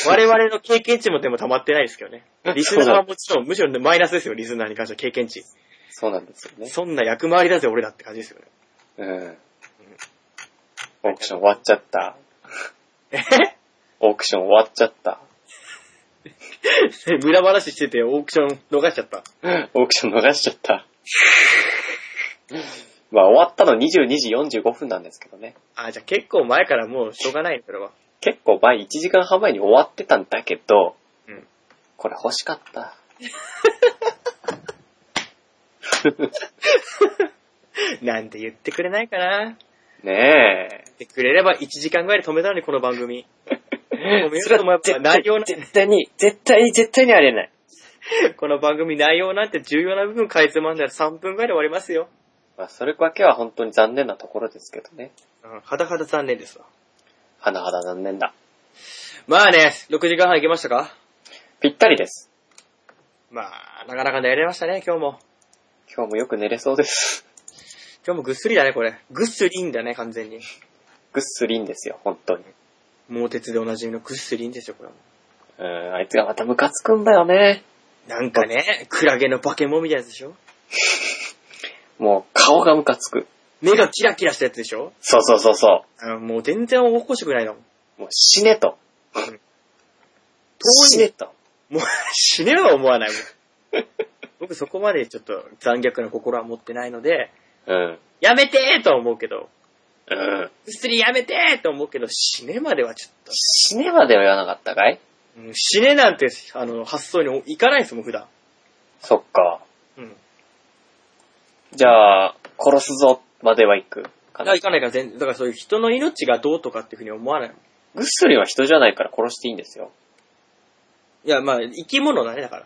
S2: 我々の経験値もでも溜まってないですけどね。リスナーはもちろん、むしろマイナスですよ、リスナーに関しては経験値。
S1: そうなんですよね。
S2: そんな役回りだぜ、俺らって感じですよね。
S1: うん。オークション終わっちゃった。
S2: え
S1: オークション終わっちゃった。
S2: <laughs> 無駄話しててオークション逃しちゃった。
S1: オークション逃しちゃった。まあ終わったの22時45分なんですけどね。
S2: あ、じゃあ結構前からもうしょうがないね、それは。
S1: 結構前1時間半前に終わってたんだけど、
S2: うん
S1: これ欲しかった。
S2: なんて言ってくれないかな。
S1: ね
S2: 言ってくれれば1時間ぐらいで止めたのに、この番 <laughs> 組。止め
S1: え。
S2: ようと思えば内容なんて、
S1: 絶対に、絶対に、絶対にありえない。
S2: この番組内容なんて重要な部分かいつまんだら3分ぐらいで終わりますよ。
S1: まあそれだけは本当に残念なところですけどね。
S2: うん、はだはだ残念ですわ。
S1: はなはだ残念だ。
S2: まあね、6時間半いけましたか
S1: ぴったりです。
S2: まあ、なかなか寝れましたね、今日も。
S1: 今日もよく寝れそうです。 <laughs>
S2: 今日もぐっすりだね、これ。ぐっすりんだね、完全に。
S1: ぐっすりんですよ、本当に。
S2: 猛鉄でおなじみのぐっすりんですよ、これは。
S1: うん、あいつがまたムカつくんだよね。
S2: なんかね、クラゲの化け物みたいなやつでしょ
S1: もう顔がムカつく。
S2: 目がキラキラしたやつでしょ
S1: そうそうそうそ
S2: あのもう全然起こしてくれないの。
S1: う。もう死ねと。
S2: 遠い
S1: <laughs> 死ねと。
S2: もう <laughs> 死ねは思わないもん。僕そこまでちょっと残虐な心は持ってないので、
S1: うん。
S2: やめてーとは思うけど、
S1: うん。
S2: ぐっすりやめてーとは思うけど、死ねまではちょっと。
S1: 死ねまでは言わなかったかい
S2: うん死ねなんて、あの、発想にいかないですもん、普段。
S1: そっか。
S2: うん。
S1: じゃあ、殺すぞまでは行く
S2: だか
S1: かな
S2: ら。いかないから全だからそういう人の命がどうとかっていうふうに思わないもん。
S1: ぐっすりは人じゃないから殺していいんですよ。
S2: いや、まあ、生き物だね、だ <laughs> から。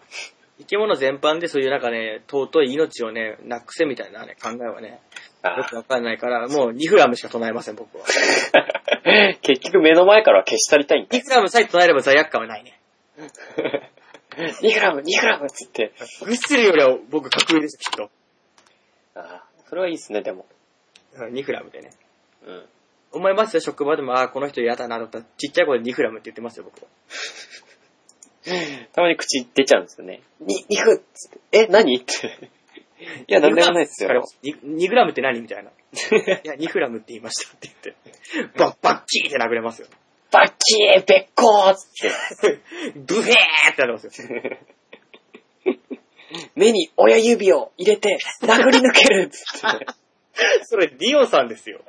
S2: 生き物全般でそういうなんかね、尊い命をね、なくせみたいなね、考えはね、よ
S1: あ <laughs>
S2: くわかんないから、もう2フラムしか唱えません、 <laughs> 僕は。
S1: あ結局目の前からは消し去りたいんだ
S2: 2
S1: <laughs> よ。
S2: フラムさえ唱えれば罪悪感はないね。
S1: 2グラム、2グラムっつって。
S2: ぐっすりよりは僕格上です、きっと。
S1: ああ、それはいいっすね、でも。
S2: 2フラムでね。
S1: うん。
S2: 思いますよ、職場でも、ああ、この人嫌だな、とか、ちっちゃい声で2フラムって言ってますよ、僕は。
S1: たまに口出ちゃうんですよね。に、肉っつって。え、 <laughs> 何って。いや、なんでもないっすよ。
S2: 2グラムって何み <laughs> たいな。いや、2フラムって言いましたって言って。バッバッキーって殴れますよ。
S1: バッキーべっこーっつって。
S2: <laughs> ブヘーってなりますよ。 <laughs>
S1: <laughs> 目に親指を入れて殴り抜けるっつって。
S2: それ、ディオさんですよ。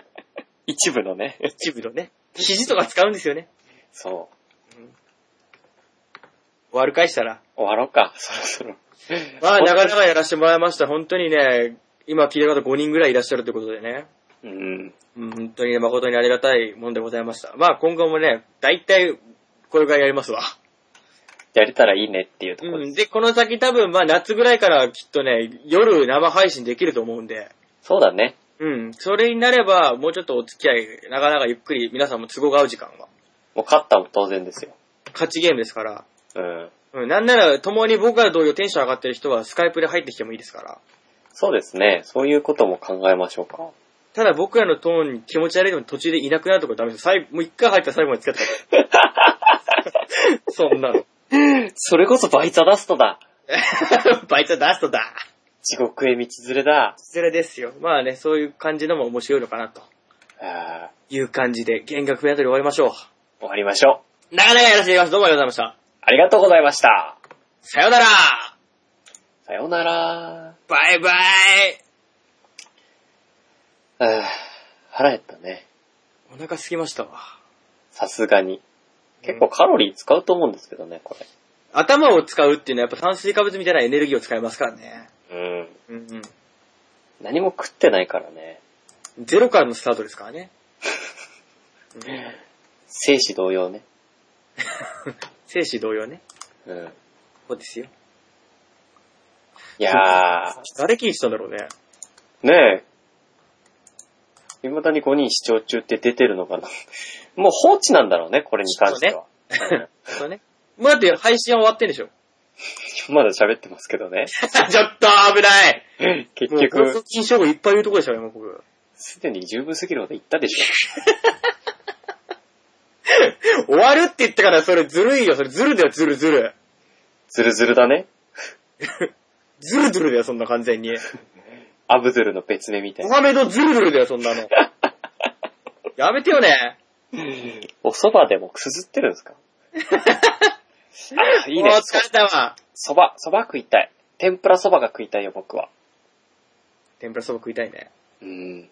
S1: <laughs> 一部のね。
S2: 一部のね。肘とか使うんですよね。
S1: そう。
S2: 悪返したら。
S1: 終わろうか、そろそろ。
S2: まあ、長々やらせてもらいました。本当にね、今聞いた方5人ぐらいいらっしゃるということでね。
S1: うん。
S2: うん、本当にね誠にありがたいもんでございました。まあ、今後もね、大体、これぐらいやりますわ。
S1: やれたらいいねっていうところ
S2: う
S1: です。
S2: ん、で、この先多分、まあ、夏ぐらいからきっとね、夜生配信できると思うんで。
S1: そうだね。
S2: うん、それになれば、もうちょっとお付き合い、なかなかゆっくり、皆さんも都合が合う時間は。
S1: もう勝ったも当然ですよ。
S2: 勝ちゲームですから。
S1: うん。
S2: うん、なんなら、共に僕ら同様テンション上がってる人は、スカイプで入ってきてもいいですから。
S1: そうですね。そういうことも考えましょうか。 <laughs>
S2: ただ僕らのトーンに気持ち悪いのに途中でいなくなるとかダメですよ。最後、もう一回入ったら最後まで使ってた。そんなの。 <laughs>
S1: それこそバイザダストだ。
S2: バイト出すとだ。
S1: 地獄へ道連れだ。
S2: 失礼ですよ。まあね、そういう感じのも面白いのかなと。
S1: あ
S2: いう感じで、弦楽部屋で終わりましょ
S1: ー終わりましょう。
S2: う。長々やらせていただきます。どうもありがとうございました。
S1: ありがとうございました。
S2: さようなら
S1: さようなら。
S2: バイバイ
S1: あー腹減ったね。
S2: お腹すきましたわ。
S1: さすがに。結構カロリー使うと思うんですけどね、こ
S2: 頭を使うっていうのはやっぱ炭水化物みたいなエネルギーを使いますからね。
S1: れ。うん。
S2: うんうん。
S1: 何も食ってないからね。
S2: ゼロからのスタートですからね。うん
S1: 生死同様ね。
S2: 生死同様ね。
S1: うん。
S2: そうですよ。
S1: いやー、
S2: 誰聞いてたんだろうね。
S1: ねえ。未だに5人視聴中って出てるのかな。 <laughs> もう放置なんだろうね、これに関しては。
S2: <laughs> そうね。もうだって配信は終わってんでしょ
S1: まだ喋ってますけどね。
S2: <laughs> ちょっと危ない
S1: 結
S2: もう放送
S1: 局、
S2: 禁止用語いっぱい言うとこでしょ、今僕。
S1: すでに十分すぎるほど言ったでしょ。
S2: <laughs> 終わるって言ってからそれずるいよ。それずるだよ、ずるずる。
S1: ズルズルだね。
S2: ずるずるだよ、そんな完全に。
S1: アブズルの別名みたい
S2: モ
S1: な。
S2: ハメドずるずるだよ、そんな <laughs> の。やめてよね。
S1: お蕎麦でもくすずってるん
S2: <laughs>
S1: ですかあ、いいね
S2: もう。疲れたわ。
S1: 蕎麦、蕎麦食いたい。天ぷら蕎麦が食いたいよ、僕は。
S2: 天ぷらそば食いたいね。
S1: うん。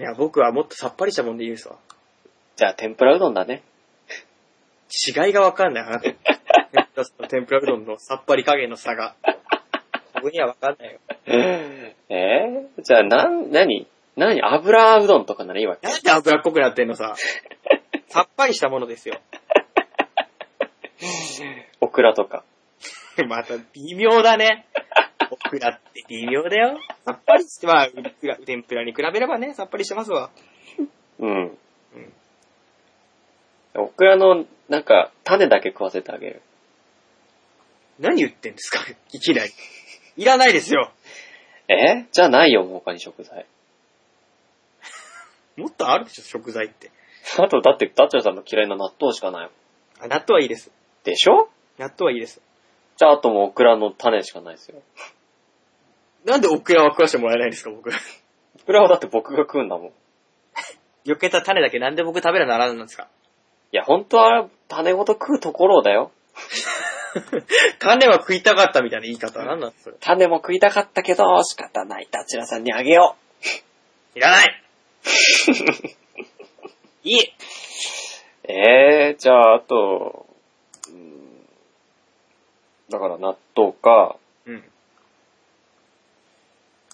S2: いや、僕はもっとさっぱりしたもんでいいですわ。
S1: じゃあ、天ぷらうどんだ
S2: <laughs>
S1: ね。
S2: 違いがわかんない、あなた。天ぷらと <laughs> 天ぷらうどんのさっぱり加減の差が。僕にはわかんないよ。
S1: えー、じゃあ、なん、なになに油うどんとかならいいわけ
S2: なんで脂っこくなってんの <laughs> さ。さっぱりしたものですよ。 <laughs>
S1: オクラとか。
S2: また微妙だね。オクラって微妙だよ。さっぱりして、まあ、うくら天ぷらに比べればね、さっぱりしてますわ。
S1: うん。オクラの、なんか、種だけ食わせてあげる。
S2: 何言ってんですかいきなり。いらないですよ。
S1: えー、じゃないよ、もう他に食材。 <laughs>
S2: もっとあるでしょ、食材って。
S1: あと、だって、ダッチャーさんの嫌いな納豆しかないもん。
S2: あ納豆はいいです。
S1: でしょ
S2: 納豆はいいです。
S1: じゃあ、あともうオクラの種しかないですよ。
S2: なんでオクラは食わしてもらえないんですか、僕。
S1: オクラはだって僕が食うんだもん。い
S2: 避けた種だけなんで僕食べるならなんですか
S1: や、本当は、種ごと食うところだよ。
S2: 種は食いたかったみたいな言い方は何なんそれ。
S1: 種も食いたかったけど、仕方ない。ダチラさんにあげよ
S2: いら <laughs> ないいい
S1: ええー、じゃあ、あと、うんだから納豆か、
S2: うん。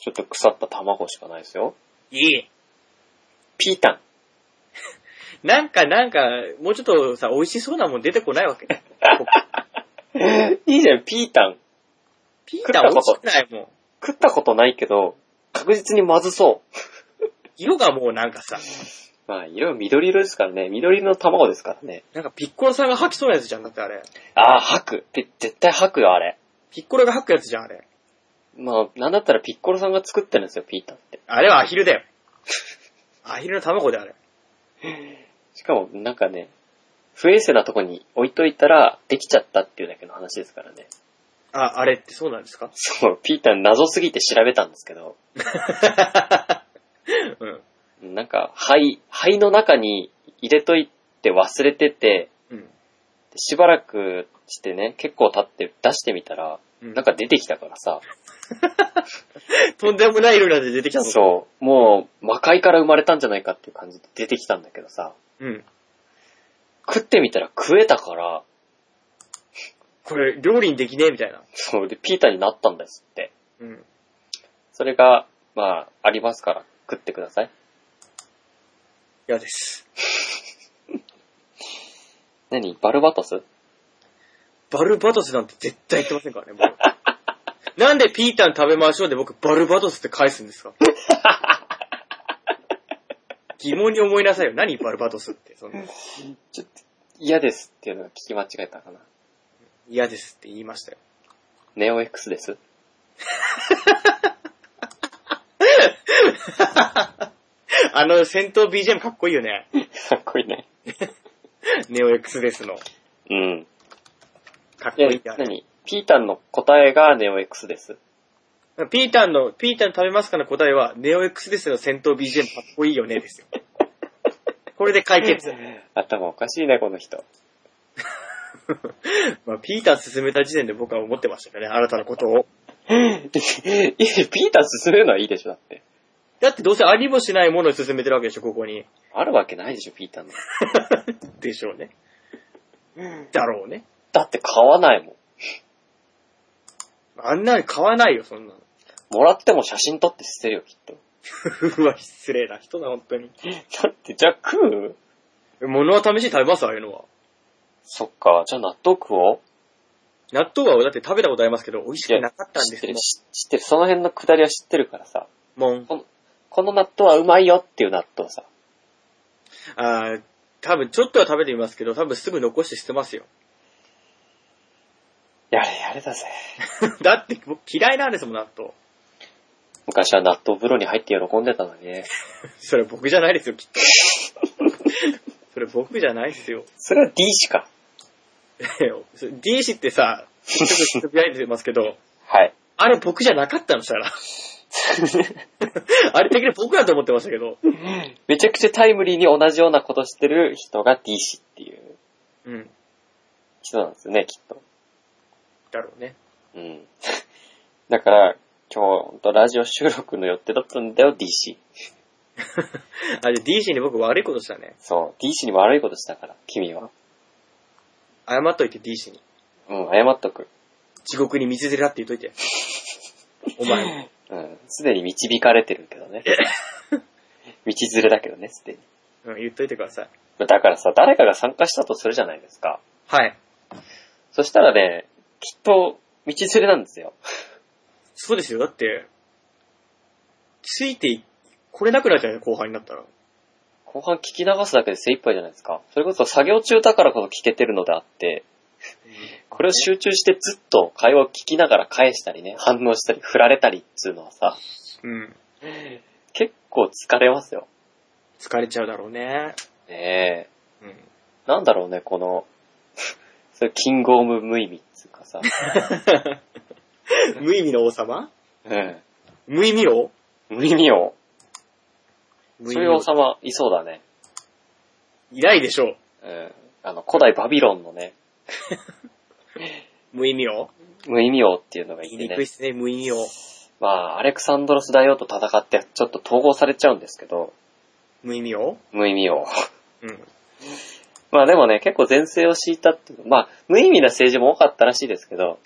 S1: ちょっと腐った卵しかないですよ。
S2: いい
S1: ピータン。
S2: なんか、なんか、もうちょっとさ、美味しそうなもん出てこないわ
S1: <laughs>
S2: け。
S1: いいじゃん、ピータン。
S2: ピーター美味しくないもん。
S1: 食ったことないけど、確実にまずそ
S2: 色がもうなんかさ、
S1: う。まあ、色緑色ですからね。緑色の卵ですからね。
S2: なんかピッコロさんが吐きそうなやつじゃん、だってあれ。
S1: ああ、吐く。ピ絶対吐くよ、あれ。
S2: ピッコロが吐くやつじゃん、あれ。
S1: まあ、なんだったらピッコロさんが作ってるんですよ、ピータンって。
S2: あれはアヒルだよ。アヒルの卵であれ。
S1: しかも、なんかね、不衛生なとこに置いといたら、できちゃったっていうだけの話ですからね。
S2: あ、あれってそうなんです
S1: <laughs>
S2: か
S1: そう、ピータン謎すぎて調べたんですけど、
S2: うん。
S1: なんか、肺、肺の中に入れといて忘れてて、
S2: うん。
S1: でしばらくしてね、結構経って出してみたら、
S2: うん
S1: なんか出てきたからさ、
S2: とんでもない色なんで出てきたの。
S1: そう、もう魔界から生まれたんじゃないかっていう感じで出てきたんだけどさ、
S2: うん。
S1: 食ってみたら食えたから、
S2: これ、料理にできねえみたいな。
S1: そう、で、ピータンになったんですって。
S2: うん。
S1: それが、まあ、ありますから、食ってください。
S2: 嫌です。
S1: 何バルバトス
S2: バルバトスなんて絶対言ってませんからね、僕。なんでピータン食べましょうで僕バルバトスって返すんですか疑問に思いなさいよ。何バルバトスって。そんな
S1: ちょっと、嫌ですっていうのが聞き間違えたかな。
S2: 嫌ですって言いましたよ。
S1: ネオ X です。
S2: あの、戦闘 BGM かっこいいよね。
S1: かっこいいね。
S2: ネオ X ですの。
S1: うん。
S2: かっこ
S1: いや
S2: いい、や。
S1: 何ピータンの答えがネオ X です。
S2: ピータンの、ピータン食べますかの答えは、ネオ X ですの戦闘 BGM かっこいいよねですよ。これで解決。
S1: 頭おか <laughs> しいね、この人。
S2: まあ、ピータン進めた時点で僕は思ってましたよね、あなたのことを。
S1: いやピータン進めるのはいいでしょ、だって。
S2: だってどうせありもしないものを進めてるわけでしょ、ここに。
S1: あるわけないでしょ、ピータンの。
S2: でしょうね。だろうね。
S1: だって買わないもん。
S2: あんなの買わないよ、そんなの。 <laughs>
S1: もらっても写真撮って捨てるよ、きっと。
S2: うわ、失礼な人だ、本当に。
S1: だって、じゃあ食う
S2: 物は試しに食べます、ああいうのは。
S1: そっか、じゃあ納豆食おう。
S2: 納豆はだって食べたことありますけど、美味しくなかったん
S1: 知
S2: で
S1: っ
S2: す
S1: て
S2: よ
S1: る、。知知ってる。その辺のくだりは知ってるからさ。
S2: もん。
S1: この納豆はうまいよっていう納豆さ。
S2: あー多分ちょっとは食べてみますけど、多分すぐ残して捨てますよ。 <laughs>
S1: やれやれだぜ。
S2: だって僕嫌いなんですもん、納豆。
S1: 昔は納豆風呂に入って喜んでたのにね。
S2: それ僕じゃないですよ、きっと。それ僕じゃないっすよ。 <laughs>
S1: それは D しか。
S2: それ D 氏ってさ、ちょっとつぶやいてますけど、
S1: はい。
S2: あれ僕じゃなかったの <laughs> したら。あれ的に僕だと思ってましたけど。
S1: めちゃくちゃタイムリーに同じようなことしてる人が D 氏っていう
S2: うん。
S1: 人なんですよね、きっと。
S2: だろうね。
S1: うん。 <laughs> だから、今日、ほんとラジオ収録の予定だったんだよ、D 氏。
S2: あ、じゃあ D 氏に僕悪いことしたね。
S1: そう、D 氏に悪いことしたから、君は。
S2: 謝っといて D 氏に。
S1: うん、謝っとく。
S2: 地獄に道連れだって言っといて。お前 <laughs> も。
S1: うん、すでに導かれてるけどね。 <laughs> 道連れだけどね、すでに。
S2: うん、言っといてください。
S1: だからさ、誰かが参加したとするじゃないですか。
S2: はい。
S1: そしたらね、きっと、道連れなんですよ。
S2: そうですよ。だって、ついてい、これなくなっちゃうよ、後半になったら。
S1: 後半聞き流すだけで精一杯じゃないですか。それこそ作業中だからこそ聞けてるのであって、これを集中してずっと会話を聞きながら返したりね、反応したり、振られたりっていうのはさ、
S2: うん。
S1: 結構疲れますよ。
S2: 疲れちゃうだろうね。
S1: ねえ。
S2: <laughs> うん。
S1: なんだろうね、この、 <laughs> そういうキングオブ無意味っていうかさ。
S2: 無意味の王様
S1: うん。
S2: 無意味王
S1: 無意味を。
S2: 無意味
S1: そういう王
S2: 王。
S1: 様いそうだね。
S2: いないでしょ
S1: うん。あの、古代バビロンのね、
S2: う。無意味王。
S1: 無意味王っていうのがい
S2: 言い
S1: て
S2: に
S1: ね
S2: くいっ。すね、無意味王。
S1: まあ、アレクサンドロス大王と戦ってちょっと統合されちゃうんですけど、
S2: 無意味王
S1: 無意味王。 <laughs>
S2: うん。
S1: まあでもね、結構前世を敷いたっていう、まあ、無意味な政治も多かったらしいですけ
S2: <laughs>
S1: ど、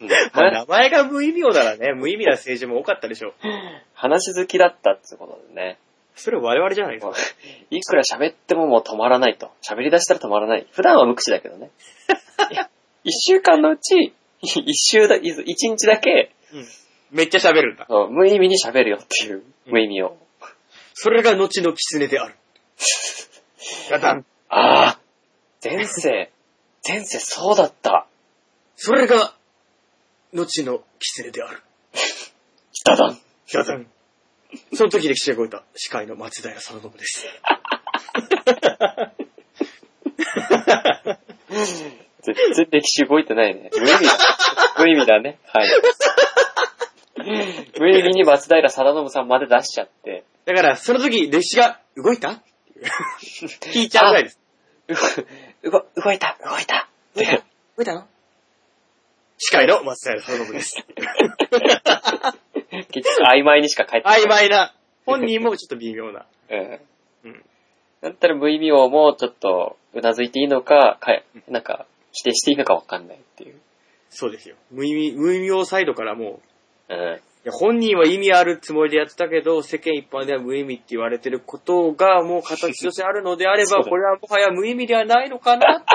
S1: うん
S2: まあ
S1: は
S2: 名前が無意味王ならね、無意味な政治も多かったでしょう。
S1: 話好きだったってことでね、
S2: それ我々じゃないですか。
S1: いくら喋ってももう止まらないと。喋り出したら止まらない。普段は無口だけど
S2: <laughs>
S1: ね。いや一週間のうち、一週だ、一日だけ、
S2: めっちゃ喋るんだ。
S1: そう無意味に喋るよっていう、無意味を。
S2: それが後の狐である。ガタン。
S1: ああ前世、前世そうだった。
S2: それが、後の狐である。
S1: 来ただん。
S2: ガタン。その時歴史が動いた、司会の松平その信です。
S1: 全然歴史動いてないね。無意味 <laughs> だ。無意味だね。 <laughs> はい。無意味に松平定信さんまで出しちゃって。
S2: だから、その時歴史が動いたっていう <laughs> 聞いちゃうぐらいです。
S1: うご、動いた、動いた。で
S2: 動いたの司会の松平その信です。
S1: 結局曖昧にしか帰ってない。
S2: <laughs> <laughs> 曖昧な。本人もちょっと微妙な。
S1: 昧。う
S2: うんん。
S1: だったら無意味をもうちょっと、うなずいていいのか、かなんか、否定していいのかわかんないっていう。
S2: そうですよ。無意味、無意味王サイドからもう、
S1: うん。
S2: いや本人は意味あるつもりでやってたけど、世間一般では無意味って言われてることが、もう形としてあるのであれ
S1: そう
S2: ば、
S1: だ
S2: これはもはや無意味ではないのかな、
S1: <laughs>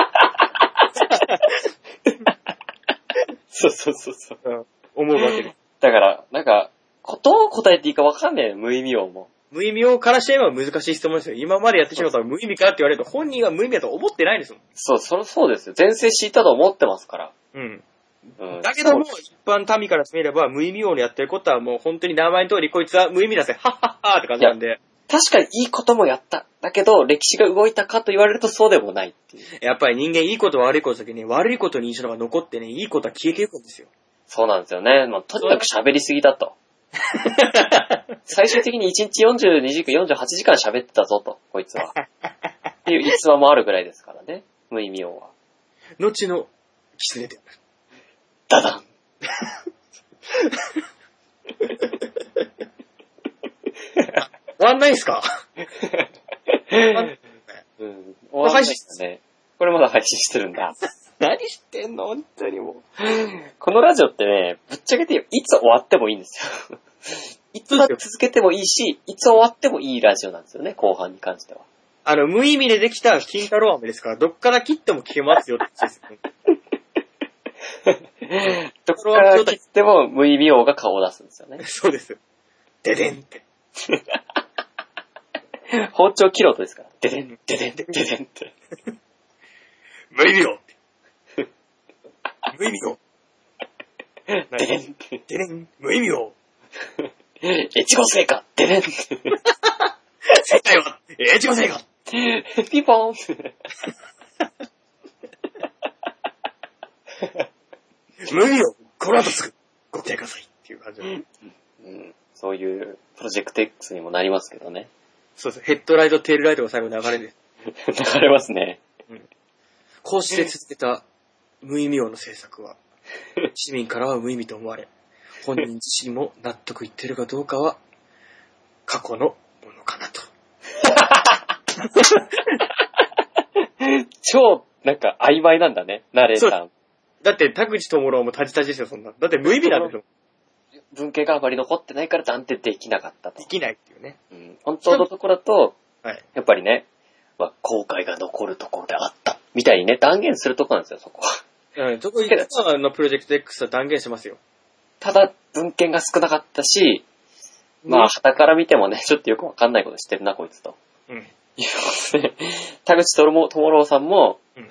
S1: そうそうそうそう。
S2: と思うわけです。
S1: だから、なんか、こどう答えていいかわかんないよ、無意味をも
S2: 無意味をからしてれば難しい質問ですよ。今までやってきたことは無意味かって言われると、本人は無意味だと思ってないですもん。
S1: う。そう、その、そうですよ。前世敷いたと思ってますから。
S2: うん。
S1: うん。
S2: だけども、
S1: そう
S2: 一般民からすれば、無意味王のやってることはもう本当に名前の通り、こいつは無意味だぜ、 <laughs> はっはっはって感じなんで、
S1: 確かにいいこともやった。だけど、歴史が動いたかと言われるとそうでもないっていう。
S2: やっぱり人間いいこと悪いことだけね、悪いことに印象が残ってね、いいことは消えていくんですよ。
S1: そうなんですよね。まあ、とにかく喋りすぎだと。最終的に1日42時間、48時間喋ってたぞと、こいつは。っていう逸話もあるぐらいですからね。無意味王は。
S2: 後の、狐である。
S1: ダダン。
S2: 終わんないんすか
S1: うん。終わらないですね。これまだ配信してるんだ。
S2: <laughs> 何してんの本当にもう。
S1: このラジオってね、ぶっちゃけてよいつ終わってもいいんですよ。 <laughs> いつだって続けてもいいし、いつ終わってもいいラジオなんですよね、後半に関しては。
S2: あの、無意味でできた金太郎飴ですから、どっから切っても聞けますよって言ってたんですよ。
S1: どこから切っても無意味王が顔を出すんですよ
S2: <laughs>
S1: ね <laughs>
S2: そうです。ででんって。
S1: 包丁切ろうとですから。ででん、ででん、ででん <laughs> って。
S2: 無意味よって。無意味よ。
S1: ででんって。
S2: ででん。無意味よ。
S1: 越後製菓ででんって。
S2: 正解は、越後製菓
S1: ピンポンって。
S2: 麦をこの後すぐご期待くださいっていう感じの。
S1: うんそういうプロジェクト X にもなりますけどね。
S2: そうそう、ヘッドライト、テールライトが最後に流れる。
S1: 流れますね。
S2: こうして続けた無意味王の制作は、市民からは無意味と思われ、本人自身も納得いってるかどうかは、過去のものかなと。
S1: 超、なんか曖昧なんだね、ナレーター。
S2: だって、田口智郎もタジタジですよ、そんな。だって無意味なんでしょ。
S1: 文系があまり残ってないから断定できなかったと
S2: で。きないっていうね。
S1: うん本当のところだと、
S2: はい。
S1: やっぱりね、は後悔が残るところであった。みたいにね、断言するとこなんですよ、そこは。
S2: うん、特に今のプロジェクト X は断言しますよ。
S1: ただ、文献が少なかったし、まあ、旗から見てもね、ちょっとよくわかんないことしてるな、こいつと。 <laughs>
S2: うん。
S1: いうことで、田口ともともろうさんも、
S2: うん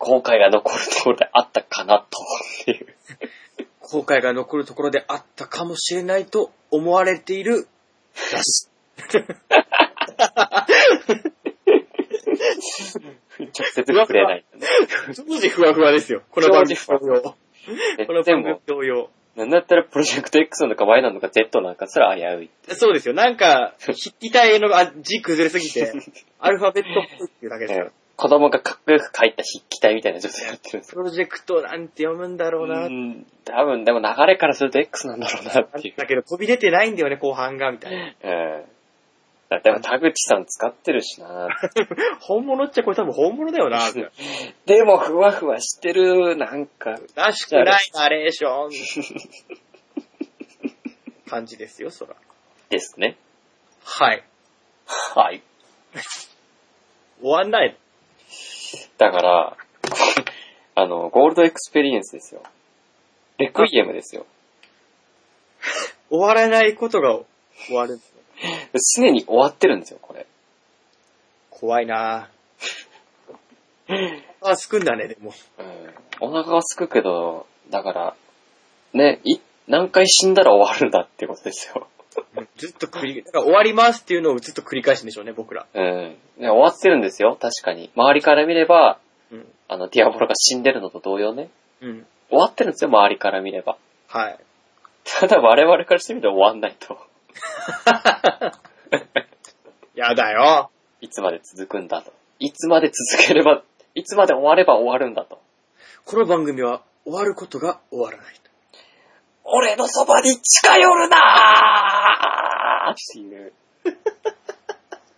S1: 後悔が残るところであったかな、という。
S2: 後悔が残るところであったかもしれないと思われているらしい。
S1: 直接触れない。
S2: 当時ふわふわですよ。この番組同様。この
S1: で
S2: 番組
S1: も、
S2: 同様。
S1: なんだったらプロジェクト X なのか Y なのか Z なのかすら危うい。
S2: そうですよ。なんか、筆記体のあ字崩れすぎ <laughs> て、アルファベットっぽいっていうだけですから。
S1: 子供がかっこよく書いた筆記体みたいな状態になってるんです
S2: プロジェクトなんて読むんだろうな。
S1: ん、多分、でも流れからすると X なんだろうな <laughs> っていう。
S2: だけど飛び出てないんだよね、後半が、みたいな。
S1: うん。だってでも田口さん使ってるしな。
S2: <laughs> 本物っちゃこれ多分本物だよな。みたいな
S1: <laughs> でも、ふわふわしてる、なんか。
S2: らしくないナレーション。 <laughs> 感じですよ、そら。
S1: ですね。
S2: はい。
S1: はい。
S2: 終わんない。
S1: だから、 <laughs> あの、ゴールドエクスペリエンスですよ。レクイエムですよ。
S2: 終わらないことが終わるんですよ。
S1: すでに終わってるんですよ、これ。
S2: 怖い <laughs> なぁ。あ、すくんだね、でも。
S1: うん。お腹はすくけど、だから、ね、い、何回死んだら終わるんだってことですよ。
S2: ずっと繰り、だから終わりますっていうのをずっと繰り返すんでしょうね、僕ら。
S1: うん。ね、終わってるんですよ、確かに。周りから見れば、
S2: うん。
S1: あの、ディアボロが死んでるのと同様ね。
S2: うん。
S1: 終わってるんですよ、周りから見れば。
S2: はい。
S1: ただ我々からしてみて終わんないと。
S2: やだよ。
S1: いつまで続くんだと。いつまで続ければ、いつまで終われば終わるんだと。
S2: この番組は終わることが終わらないと。
S1: 俺のそばに近寄るなーって
S2: <laughs>
S1: いう。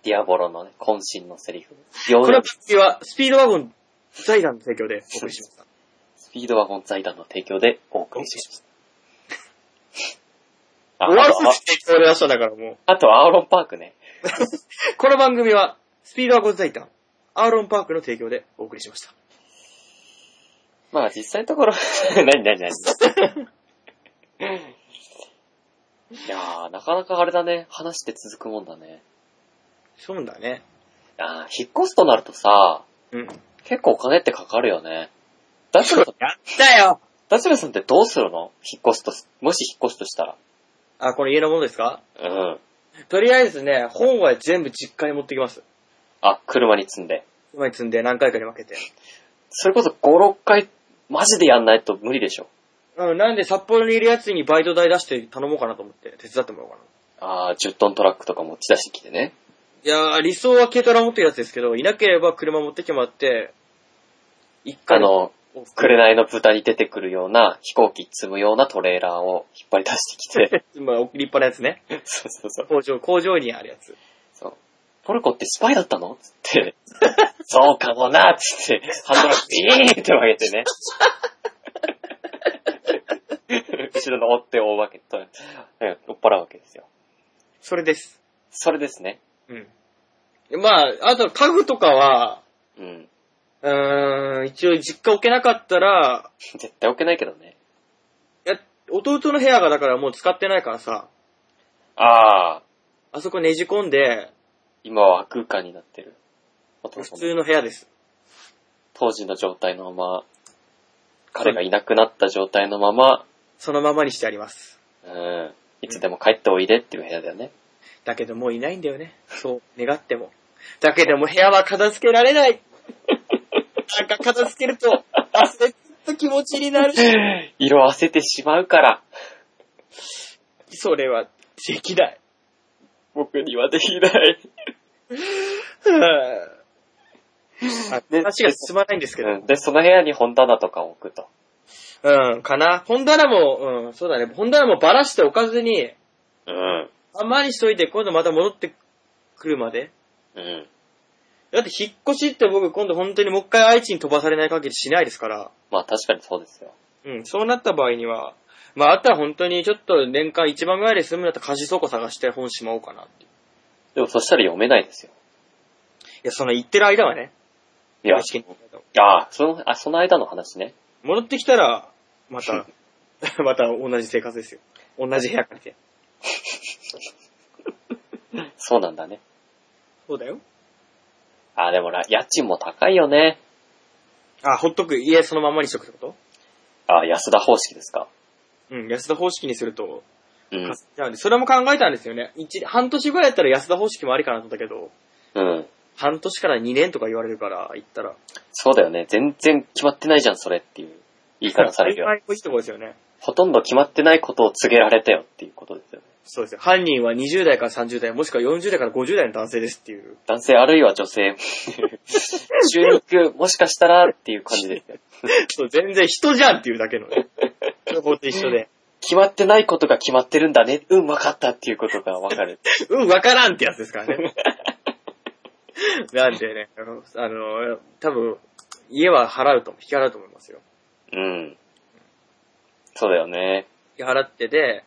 S1: ディアボロのね、渾身のセリフ。よ
S2: こ
S1: う
S2: の
S1: や
S2: 番
S1: く
S2: 組はスピードワゴン財団の提供でお送りしました。
S1: スピードワゴン財団の提供でお送りしました。あ
S2: 終わるこ
S1: あ
S2: と
S1: と
S2: が提供で出したんだからもう。
S1: ああとアーロンパークね。
S2: この番組はスピードワゴン財団、アーロンパークの提供でお送りしました。
S1: まあ実際のところ、 <laughs> 何何何いやー、なかなかあれだね。話って続くもんだね。
S2: そうだね。
S1: あー引っ越すとなるとさ、
S2: うん。
S1: 結構お金ってかかるよね。ダチュ
S2: や
S1: ラ
S2: っ <laughs>
S1: さん、
S2: たよ
S1: ダチュラさんってどうするの引っ越すとす、もし引っ越すとしたら。
S2: あ、この家のものですか
S1: うん。
S2: とりあえずね、本は全部実家に持ってきます。
S1: あ、車に積んで。
S2: 今に積んで何回かに分けて。
S1: それこそ5、6回、マジでやんないと無理でしょ。
S2: うん、なんで札幌にいるやつにバイト代出して頼もうかなと思って、手伝ってもらおうかな。
S1: あー10トントラックとか持ち出してきてね。
S2: いやー、理想は軽トラ持ってるやつですけど、いなければ車持ってきてもらって、一
S1: あ
S2: 回で
S1: の、紅の豚に出てくるような飛行機積むようなトレーラーを引っ張り出してきて。
S2: まあ、立派なやつね。
S1: そうそうそう。
S2: 工場、工場にあるやつ。
S1: そう。ポルコってスパイだったのつって。そうかもなっつって、ハンドルビーンって曲げてね。後ろの追って追うわけと、うん追っ払うわけですよ。
S2: それです。
S1: それですね。
S2: うん。まあ、あと家具とかは、
S1: うん。
S2: うーん、一応実家置けなかったら、
S1: 絶対置けないけどね。
S2: いや弟の部屋がだからもう使ってないからさ、
S1: ああ、
S2: あそこねじ込んで、
S1: 今は空間になってる。
S2: 普通の部屋です。
S1: 当時の状態のまま、彼がいなくなった状態のまま、
S2: そのままにしてあります。
S1: うん。いつでも帰っておいでっていう部屋だよね。
S2: だけどもういないんだよね。そう、願っても。だけでも部屋は片付けられない。なんか片付けると、焦った気持ちになるし、
S1: 色あせてしまうから、
S2: それはできない。
S1: 僕にはできない。
S2: はぁあ
S1: で
S2: 話が進まないんですけど。
S1: うんで、その部屋に本棚とか置くと。
S2: うん、かな。本棚も、うん、そうだね。本棚もばらしておかずに、
S1: うん。
S2: あんまりしといて今度また戻ってくるまで。
S1: うん。
S2: だって引っ越しって僕今度本当にもう一回愛知に飛ばされない限りしないですから。
S1: まあ確かにそうですよ。
S2: うん、そうなった場合には、まああとは本当にちょっと年間一番ぐらいで済むんだったら貸し倉庫探して本しまおうかなっていう。
S1: でもそしたら読めないですよ。
S2: いや、その行ってる間はね。
S1: いや
S2: 愛、知県に
S1: ああ、その、あ、その間の話ね。
S2: 戻ってきたら、また、 <laughs> また同じ生活ですよ。同じ部屋借りて。
S1: そうなんだね。
S2: そうだよ。
S1: ああ、でもら、家賃も高いよね。
S2: あ、ほっとく、家そのまんまにしとくってこと
S1: ああ、安田方式ですか。
S2: うん、安田方式にすると、
S1: うん。
S2: じゃあ、それも考えたんですよね。一、半年ぐらいやったら安田方式もありかなと思ったけど、
S1: うん。
S2: 半年から2年とか言われるから、言ったら。
S1: そうだよね。全然決まってないじゃん、それっていう言い方されるよ。
S2: いいとこですよね。
S1: ほとんど決まってないことを告げられたよっていうことですよね。
S2: そうですよ。犯人は20代から30代、もしくは40代から50代の男性ですっていう。
S1: 男性あるいは
S2: <laughs>
S1: 女性。 <laughs> 中肉、もしかしたらっていう感じですよ。
S2: そう、全然人じゃんっていうだけのね。そこって一緒で。
S1: 決まってないことが決まってるんだね。うん、わかったっていうことがわかる。
S2: うん、わからんってやつですからね。なんでね、あの、あの多分、家は払うと、引き払うと思いますよ。
S1: うん。そうだよね。
S2: 引き払ってで、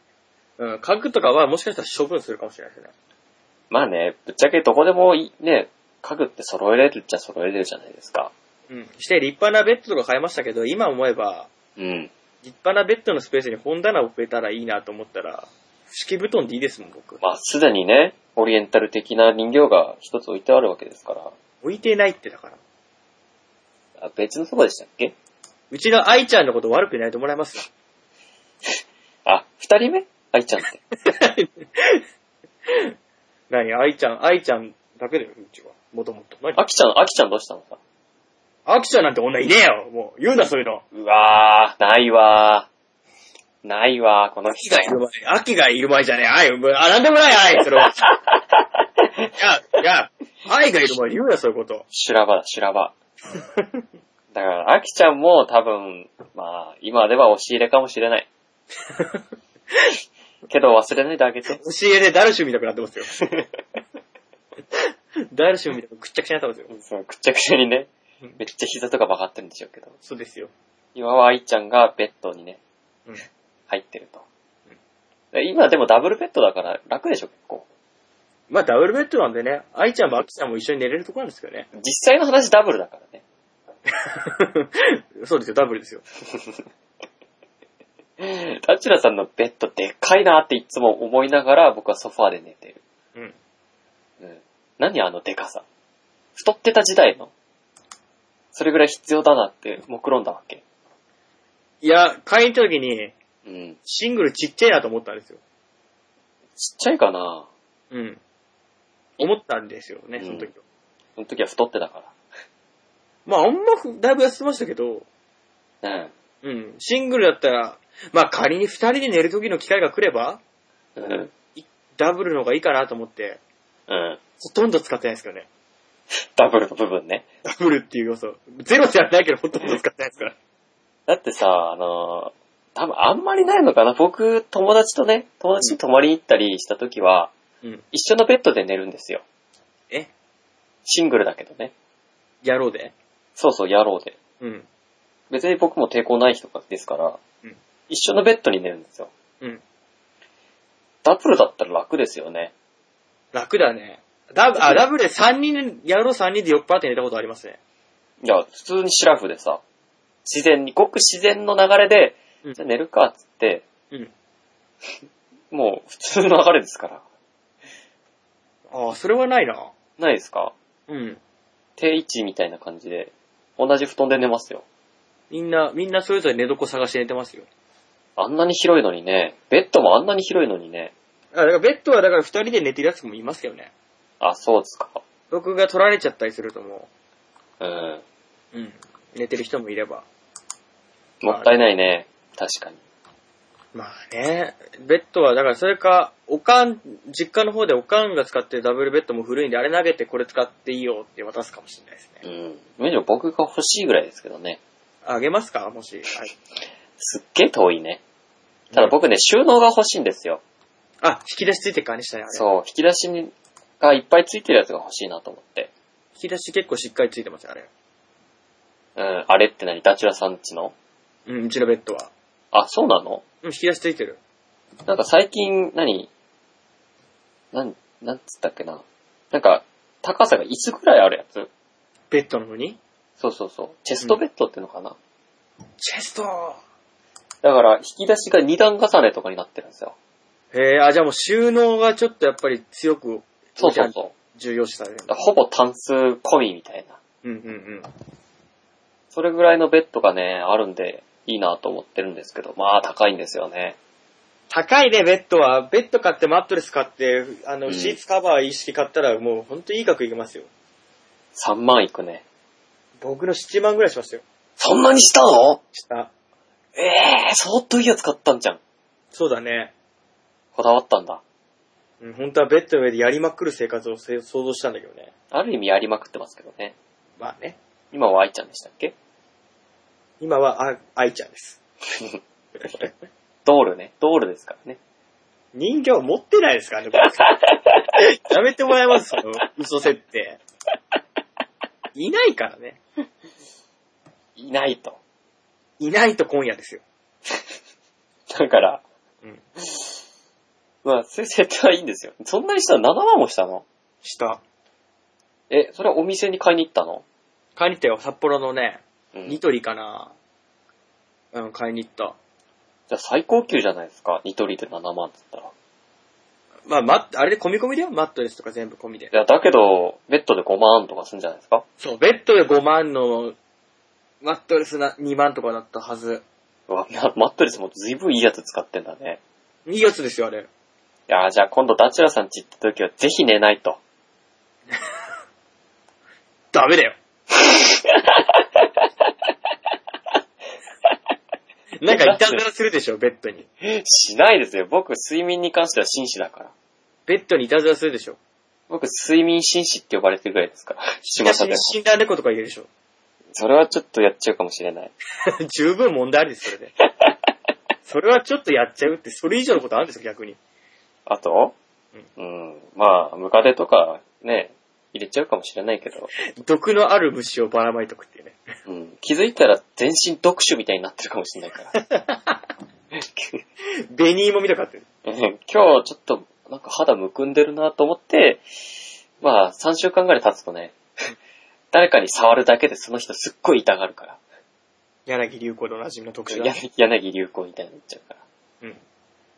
S2: うん、家具とかはもしかしたら処分するかもしれないですね。
S1: まあね、ぶっちゃけどこでもいね、家具って揃えれるっちゃ揃えれるじゃないですか。
S2: うん。して、立派なベッドとか買いましたけど、今思えば、
S1: うん。
S2: 立派なベッドのスペースに本棚を増えたらいいなと思ったら、敷布団でいいですもん、僕。
S1: まあ、すでにね、オリエンタル的な人形が一つ置いてあるわけですから。
S2: 置いてないってだから。
S1: あ別のとこでしたっけ
S2: うちの愛ちゃんのこと悪く言わないともらえますよ。
S1: あ、二人目愛ちゃんって。
S2: 何愛ちゃん、愛ちゃんだけだよ、うちは。もともと。何
S1: あきちゃん、あきちゃんどうしたのか
S2: アキちゃんなんて女いねえよもう、言うな、そういうの。
S1: うわー、ないわー。ないわー、この
S2: 秋
S1: 人
S2: がい。る場合、秋がいる場合じゃねえ、愛、もうあ、なんでもない、愛、そ <laughs> れは。いや、いや、愛がいる場合言うな、そういうこと。
S1: 修羅場だ、修羅場。だから、あきちゃんも多分、まあ、今では押し入れかもし
S2: <laughs>
S1: れない。けど忘れないであげて。
S2: 教えでダルシュみたくなってますよ。 <laughs> ダルシュみたくくっちゃくちゃになってますよ。
S1: そのくっちゃくちゃにね、めっちゃ膝とか曲がってるんでしょうけど。
S2: そうですよ。
S1: 今は愛ちゃんがベッドにね、
S2: うん
S1: 入ってると。で今でもダブルベッドだから楽でしょ、結構。
S2: まあ、ダブルベッドなんでね、愛ちゃんもアキちゃんも一緒に寝れるとこなんですけどね。 <laughs>
S1: 実際の話ダブルだからね。
S2: そうですよ、ダブルですよ。
S1: ダチュラさんのベッドでっかいなっていつも思いながら僕はソファーで寝てる。
S2: うん。
S1: うん。何あのでかさ。太ってた時代の。それぐらい必要だなって目論んだわけ。
S2: いや、買いに行った時に、
S1: うん。
S2: シングルちっちゃいなと思ったんですよ。
S1: ちっちゃいかな。
S2: うん。思ったんですよね、その時は。
S1: その時は太ってたか
S2: まあ、あんまふ、だいぶ痩せてましたけど、
S1: ら。
S2: うん。シングルだったら、まあ仮に二人で寝る時の機会が来れば、
S1: うん。うん。
S2: ダブルの方がいいかなと思って、
S1: うん。
S2: ほとんど使ってないですけどね。
S1: ダブルの部分ね。
S2: ダブルっていう要素。ゼロじゃないけど、ほとんど使ってないですから。
S1: だってさ、あのー多分あんまりないのかな。僕、友達とね、友達に泊まりに行ったりした時は、
S2: うん。
S1: 一緒のベッドで寝るんですよ。
S2: え
S1: シングルだけどね。
S2: やろうで。
S1: そうそう、野郎で。
S2: うん。
S1: 別に僕も抵抗ない人ですから、
S2: うん
S1: 一緒のベッドに寝るんですよ。
S2: うん。
S1: ダブルだったら楽ですよね。
S2: 楽だね。ダブ、あ、ダブルで三人で、やろう三人で酔っ払って寝たことありますね。
S1: いや、普通にシラフでさ、自然に、ごく自然の流れで、
S2: うん
S1: じゃあ寝るかっつって、
S2: うん。
S1: もう普通の流れですから。
S2: ああ、それはないな。
S1: ないですか
S2: うん。
S1: 定位置みたいな感じで、同じ布団で寝ますよ。
S2: みんな、みんなそれぞれ寝床探して寝てますよ。
S1: あんなに広いのにね、ベッドもあんなに広いのにね。
S2: あ、だからベッドはだから二人で寝てるやつもいますけどね。
S1: あ、そうですか。
S2: 録が取られちゃったりするとも
S1: うん。
S2: う、うん、寝てる人もいれば。
S1: もったいないね。確かに。
S2: まあね、ベッドは、だからそれか、おかん、実家の方でおかんが使ってるダブルベッドも古いんで、あれ投げてこれ使っていいよって渡すかもしれないですね。
S1: うん。むしろ僕が欲しいぐらいですけどね。
S2: あげますかもし。はい。
S1: すっげえ遠いね。ただ僕ね、収納が欲しいんですよ。
S2: あ、引き出しついてっからにしたい、あれ。う。
S1: そう、引き出しにがいっぱいついてるやつが欲しいなと思って。
S2: 引き出し結構しっかりついてますよ、あれ。
S1: うん、あれって何ダチュラさんちの
S2: うん、うちのベッドは。
S1: あ、そうなの
S2: うん、引き出しついてる。
S1: なんか最近、何なん、なんつったっけな。なんか、高さが5つぐらいあるやつ
S2: ベッドなのに
S1: そうそうそう。チェストベッドってのかな、
S2: チェスト
S1: だから、引き出しが2段重ねとかになってるんですよ。
S2: へえ、あ、じゃあもう収納がちょっとやっぱり強く、
S1: そうそうそう。
S2: 重要視されるんだ。
S1: ほぼ単数込みみたいな。
S2: うんうんうん。
S1: それぐらいのベッドがね、あるんで、いいなと思ってるんですけど、まあ高いんですよね。
S2: 高いね、ベッドは。ベッド買って、マットレス買って、あの、
S1: うん
S2: シーツカバー一式買ったら、もう、ほんといい額いけますよ。
S1: 3万いくね。
S2: 僕の7万ぐらいしましたよ。
S1: そんなにしたの
S2: した。
S1: ええー、相当いいやつ買ったんじゃん。
S2: そうだね。
S1: こだわったんだ。
S2: うん、本当はベッドの上でやりまくる生活をせ想像したんだけどね。
S1: ある意味やりまくってますけどね。
S2: まあね。
S1: 今は愛ちゃんでしたっけ
S2: 今は、あ、愛ちゃんです。
S1: ドールね。ドールですからね。
S2: 人形持ってないですからね、 <laughs> 僕やめてもらえますその嘘設定。いないからね。
S1: いないと。
S2: いないと今夜ですよ。
S1: だから、
S2: うん
S1: まあ、そういう設定はいいんですよ。そんなにしたら7万もしたの
S2: した。
S1: え、それはお店に買いに行ったの
S2: 買いに行ったよ、札幌のね、
S1: うん。
S2: ニ
S1: じ
S2: トリかな。うん、買いに行った。
S1: ゃあ最高級じゃないですか。ニトリで7万って言ったら。
S2: まあ、ま、あれで込み込みだよ、マットレスとか全部込みで
S1: い。や、だけど、ベッドで5万とかするんじゃないですか
S2: そう、ベッドで5万の、マットレスな2万とかだったはず。
S1: うわ、まマットレスも随分いいやつ使ってんだね。
S2: いいやつですよ、あれ。
S1: いやー、じゃあ今度ダチュラさんち行った時はぜひ寝ないと。
S2: ダメだ
S1: <laughs>
S2: よ。なんかいたずらするでしょ、ベッドに。
S1: しないですよ。僕、睡眠に関しては紳士だから。
S2: ベッドにいたずらするでしょ。
S1: 僕、睡眠紳士って呼ばれてるぐらいですから。しましたでも。
S2: 死んだ猫とかいるでしょ。 <laughs>
S1: それはちょっとやっちゃうかもしれない。
S2: 十分問題ありです、それ
S1: <laughs>
S2: で。それはちょっとやっちゃうって、それ以上のことあるんですか、逆に。
S1: あと、うん、まあ、ムカデとかね、入れちゃうかもしれないけど、
S2: 毒のある虫をばらまいとくっていうね。
S1: うん、気づいたら全身読書みたいになってるかもしれな
S2: <laughs>
S1: いから。
S2: 紅芋みたいなの買ってる。
S1: うん今日ちょっと、なんか肌むくんでるなと思って、まあ、3週間ぐらい経つとね、 <laughs> 誰かに触るだけでその人すっごい痛がるから。
S2: 柳流行でおなじみの特殊だ
S1: や。柳流行みたいになっちゃうから。
S2: うん。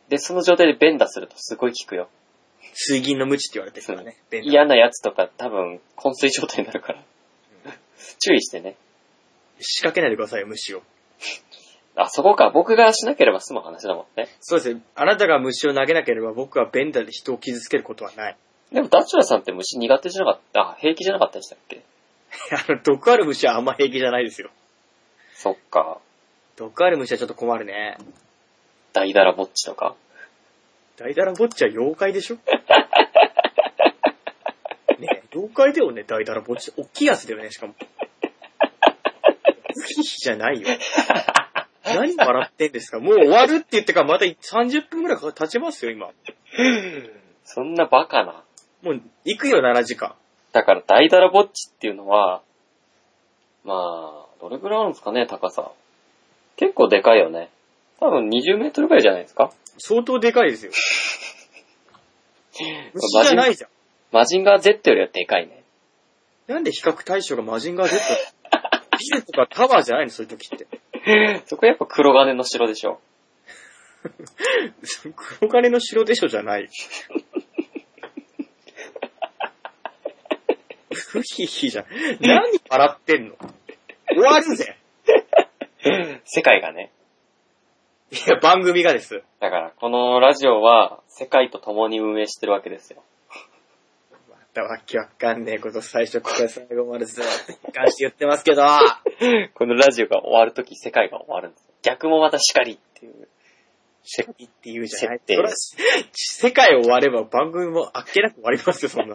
S1: で、その状態で便打するとすごい効くよ。
S2: 水銀の無知って言われてるからね。便利
S1: 嫌なやつとか多分、昏睡状態になるから。 <laughs> 注意してね。
S2: 仕掛けないでくださいよ、虫を。
S1: あ、そこか。僕がしなければ済む話だもんね。
S2: そうですね。あなたが虫を投げなければ僕はベンダで人を傷つけることはない。
S1: でも、ダチュラさんって虫苦手じゃなかった、あ、平気じゃなかったでしたっけ
S2: <laughs> あの、毒ある虫はあんま平気じゃないですよ。
S1: そっか。
S2: 毒ある虫はちょっと困るね。
S1: 大だらぼっちとか。
S2: ダイダラぼっちは妖怪でしょ <laughs> ねえ妖怪だよね、ダイダラぼっち。大きいやつだよね、しかも。月日じゃないよ。何笑ってんですかもう終わるって言ってからまた30分くらい経ちますよ、今。
S1: そんなバカな。
S2: もう、行くよ、7時間。
S1: だから、大だらぼっちっていうのは、まあ、どれぐらいあるんですかね、高さ。結構でかいよね。多分20メートルぐらいじゃないですか
S2: 相当でかいですよ。虫じゃないじゃん。
S1: マジンガー Z よりはでかいね。
S2: なんで比較対象がマジンガー Z? ビルとかタワーじゃないのそういう時って。
S1: そこやっぱ黒金の城でしょ。
S2: 黒金の城でしょじゃない。ふひひじゃん。何笑ってんの終わるぜ
S1: 世界がね。
S2: いや、番組がです。
S1: だから、このラジオは世界と共に運営してるわけですよ。
S2: たわけわかんねえこと最初から最後までずっと一貫して言ってますけど、
S1: このラジオが終わるとき世界が終わるんです。逆もまた叱りっていう。
S2: 世界って言うじゃない
S1: 設定
S2: そら世界終われば番組もあっけなく終わりますよ、そんな。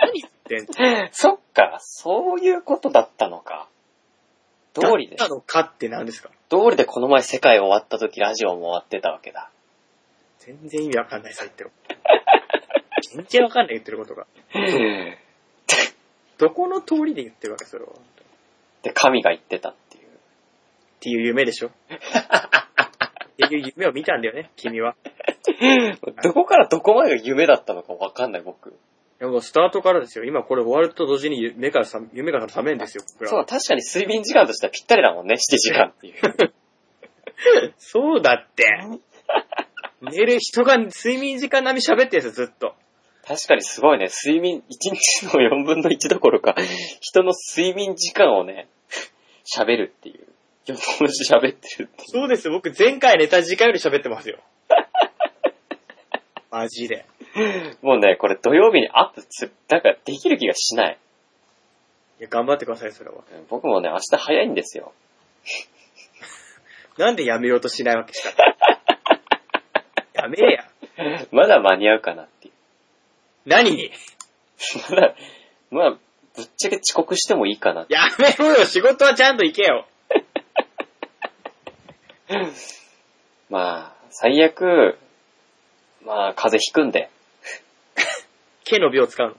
S2: 何言ってんの
S1: そっか、そういうことだったのか。通りで、
S2: だったのかって何ですか
S1: 通りでこの前世界終わったときラジオも終わってたわけだ。
S2: <laughs> 全然意味わかんない、さっきの。全然わかんない言ってることが。どこの通りで言ってるわけ、それは。っ
S1: で、神が言ってたっていう。
S2: ていう夢でしょっていう夢を見たんだよね、君は。
S1: どこからどこまでが夢だったのかわかんない僕。
S2: でもスタートからですよ。今これ終わると同時に目からさ夢が覚めんですよ、僕ら
S1: そう、確かに睡眠時間としてはぴったりだもんね、7時間っていう。
S2: そうだって。寝る人が睡眠時間並み喋ってるんですよ、ずっと。
S1: 確かにすごいね、睡眠、1日の4分の1どころか、人の睡眠時間をね、喋るっていう。4分の1喋ってるっていう。
S2: そうです、僕前回寝た時間より喋ってますよ。マジで。
S1: もうね、これ土曜日にアップつ、なんかできる気がしない。
S2: いや、頑張ってください、それは。
S1: 僕もね、明日早いんですよ。
S2: なんでやめようとしないわけですかやめれや。
S1: まだ間に合うかなっていう。
S2: 何に
S1: まだ、まあ、ぶっちゃけ遅刻してもいいかなって。
S2: やめろよ、仕事はちゃんと行けよ。
S1: まあ、最悪、まあ、風邪ひくんで、
S2: 毛の病使うの。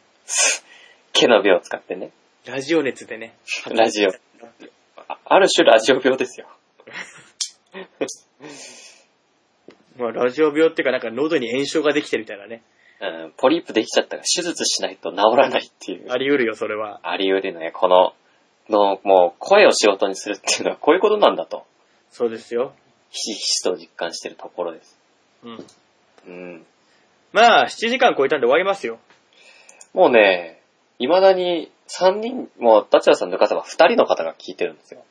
S1: 毛の病を使ってね。
S2: ラジオ熱でね。
S1: ラジオ。あある種ラジオ病ですよ。
S2: まあ、ラジオ病っていうか、なんか喉に炎症ができてるみたいなね。
S1: うん、ポリープできちゃったから手術しないと治らないっていう。
S2: あり得るよ、それは。
S1: あり得るね、この、の、もう、声を仕事にするっていうのはこういうことなんだと、
S2: そうですよ。
S1: ひしひしと実感してるところです。
S2: うん。
S1: うん。
S2: まあ、7時間超えたんで終わりますよ。
S1: もうね、未だに3人、もう、ダチュラさん抜かせば2人の方が聞いてるんですよ。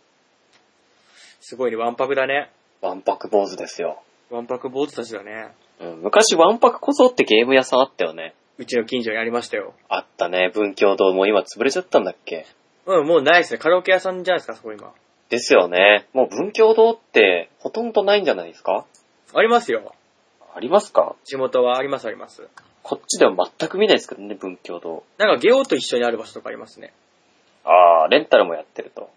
S2: すごいね、ワンパクだね。
S1: ワンパク坊主ですよ。
S2: ワンパク坊主たちだね。
S1: うん、昔ワンパク小僧ってゲーム屋さんあったよね。
S2: うちの近所にありましたよ。
S1: あったね、文教堂も今潰れちゃったんだっけ。
S2: うん、もうないですね。カラオケ屋さんじゃないですか、そこ今。
S1: ですよね。もう文教堂ってほとんどないんじゃないですか
S2: ありますよ。
S1: ありますか
S2: 地元はありますあります。
S1: こっちでは全く見ないですけどね、文教堂。
S2: なんかゲオと一緒にある場所とかありますね。
S1: あー、レンタルもやってると。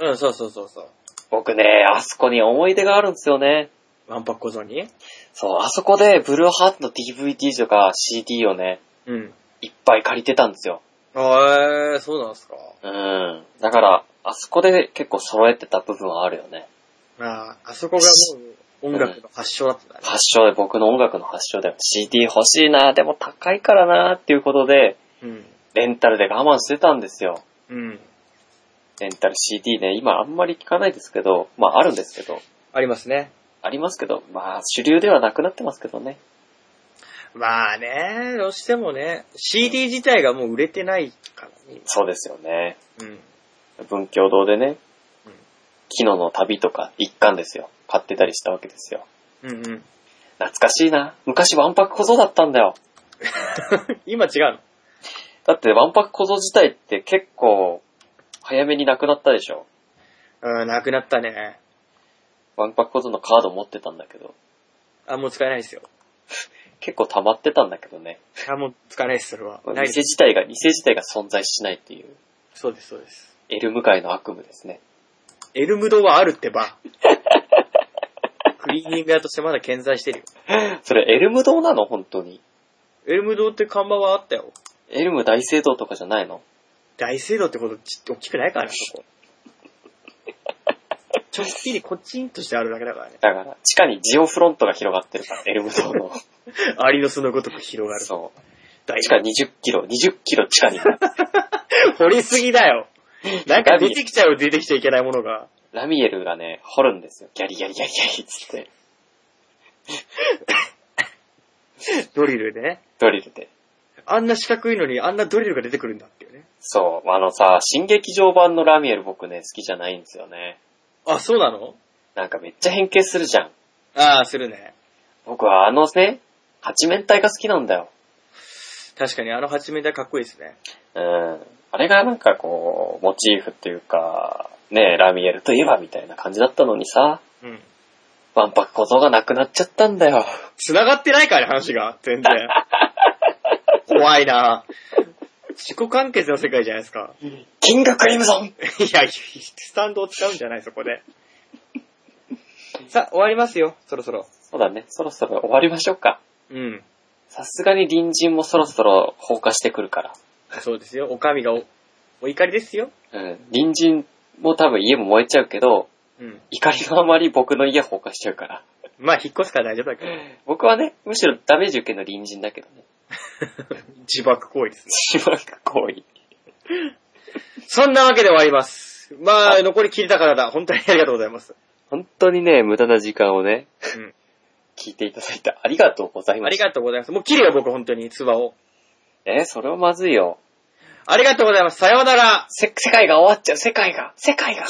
S2: うん、そうそうそうそう。
S1: 僕ね、あそこに思い出があるんですよね。
S2: ワンパク小僧に
S1: そう、あそこでブルーハートの DVD とか CD をね、
S2: うん。
S1: いっぱい借りてたんですよ。
S2: あー、そうなんですか。
S1: うん。だから、あそこで結構揃えてた部分はあるよね。
S2: まあ、あそこがもう音楽の発祥だったんだね。
S1: 発祥で、僕の音楽の発祥で、CD 欲しいな、でも高いからな、っていうことで、
S2: うん。
S1: レンタルで我慢してたんですよ。
S2: うん。
S1: レンタル CD ね、今あんまり聞かないですけど、まああるんですけど、
S2: ありますね。
S1: ありますけど、まあ主流ではなくなってますけどね。
S2: まあね、どうしてもね、CD 自体がもう売れてないからね。
S1: そうですよね。
S2: うん。
S1: 文教堂でね
S2: うん、
S1: 昨日の旅とか一巻ですよ。買ってたりしたわけですよ。
S2: うんうん。
S1: 懐かしいな。昔ワンパク小僧だったんだよ。
S2: 今違 <laughs> うの
S1: だってワンパク小僧自体って結構早めに亡くなったでしょ。
S2: うん、なくなったね。
S1: ワンパク小僧のカード持ってたんだけど、
S2: あ、もう使えないですよ。
S1: 結構溜まってたんだけどね。
S2: あ、もう使えないです、それ <laughs> は。
S1: 店
S2: ないです。
S1: 自体が、店自体が存在しないっていう、
S2: そうです、そうです。
S1: エルム界の悪夢ですね。
S2: エルムドはあるってば。クリーニング屋としてまだ健在してるよ。
S1: それエルム堂なの本当に。
S2: エルムドって看板はあったよ。
S1: エルム大聖堂とかじゃないの
S2: 大聖堂ってことち大きくないからな、そこ。ちょっぴりコチンとしてあるだけだからね。
S1: だから、地下にジオフロントが広がってるから、エルム
S2: <laughs>
S1: 堂の。
S2: アリの巣のごとく広がる。
S1: そ
S2: 大
S1: う。地下20キロ、20キロ地下に。
S2: 掘りすぎだよ。なんか出てきちゃう、出てきちゃいけないものが。
S1: ラミエルがね、掘るんですよ。ギャリギャリギャリギャリっつって、
S2: ドリルでね。
S1: ドリルで。
S2: あんな四角いのにあんなドリルが出てくるんだっていうね。
S1: そう。あのさ、新劇場版のラミエル僕ね、好きじゃないんですよね。
S2: あ、そうなの
S1: なんかめっちゃ変形するじゃん。
S2: ああ、するね。
S1: 僕はあのね、八面体が好きなんだよ。
S2: 確かにあの8メーターかっこいいですね。
S1: うん。あれがなんかこう、モチーフっていうか、ね、ラミエルといえばみたいな感じだったのにさ、
S2: うん。
S1: 万博小僧がなくなっちゃったんだよ。
S2: 繋がってないから話が、全 <laughs> 然。怖いな自己完結の世界じゃないですか。 <laughs> い
S1: キングクリムゾン
S2: や、スタンドを使うんじゃない、そこで。さあ、終わりますよ、そろそろ。
S1: そうだね、そろそろ終わりましょうか。
S2: うん。
S1: さすがに隣人もそろそろ放火してくるから。
S2: そうですよ、おかみがお、お怒りですよ。
S1: うん。隣人も多分家も燃えちゃうけど、
S2: うん。
S1: 怒りのあまり僕の家放火しちゃうから。
S2: まあ、引っ越すから大丈夫だけど。
S1: 僕はね、むしろダメージ受けの隣人だけどね。 <laughs>
S2: <laughs> 自爆行為ですね。
S1: 自爆行為。
S2: そんなわけで終わります。まあ、残り切れた方だ。本当にありがとうございます。
S1: 本当にね、無駄な時間をね、
S2: うん
S1: 聞いていただいてありがとうござい
S2: あ
S1: ま
S2: り
S1: した。
S2: がとうございます。もう切るよ、僕、本当に、ツバを。
S1: えーそれはまずいよ。
S2: ありがとうございます。さようなら。
S1: せ、世界が終わっちゃう、世界が、世界が。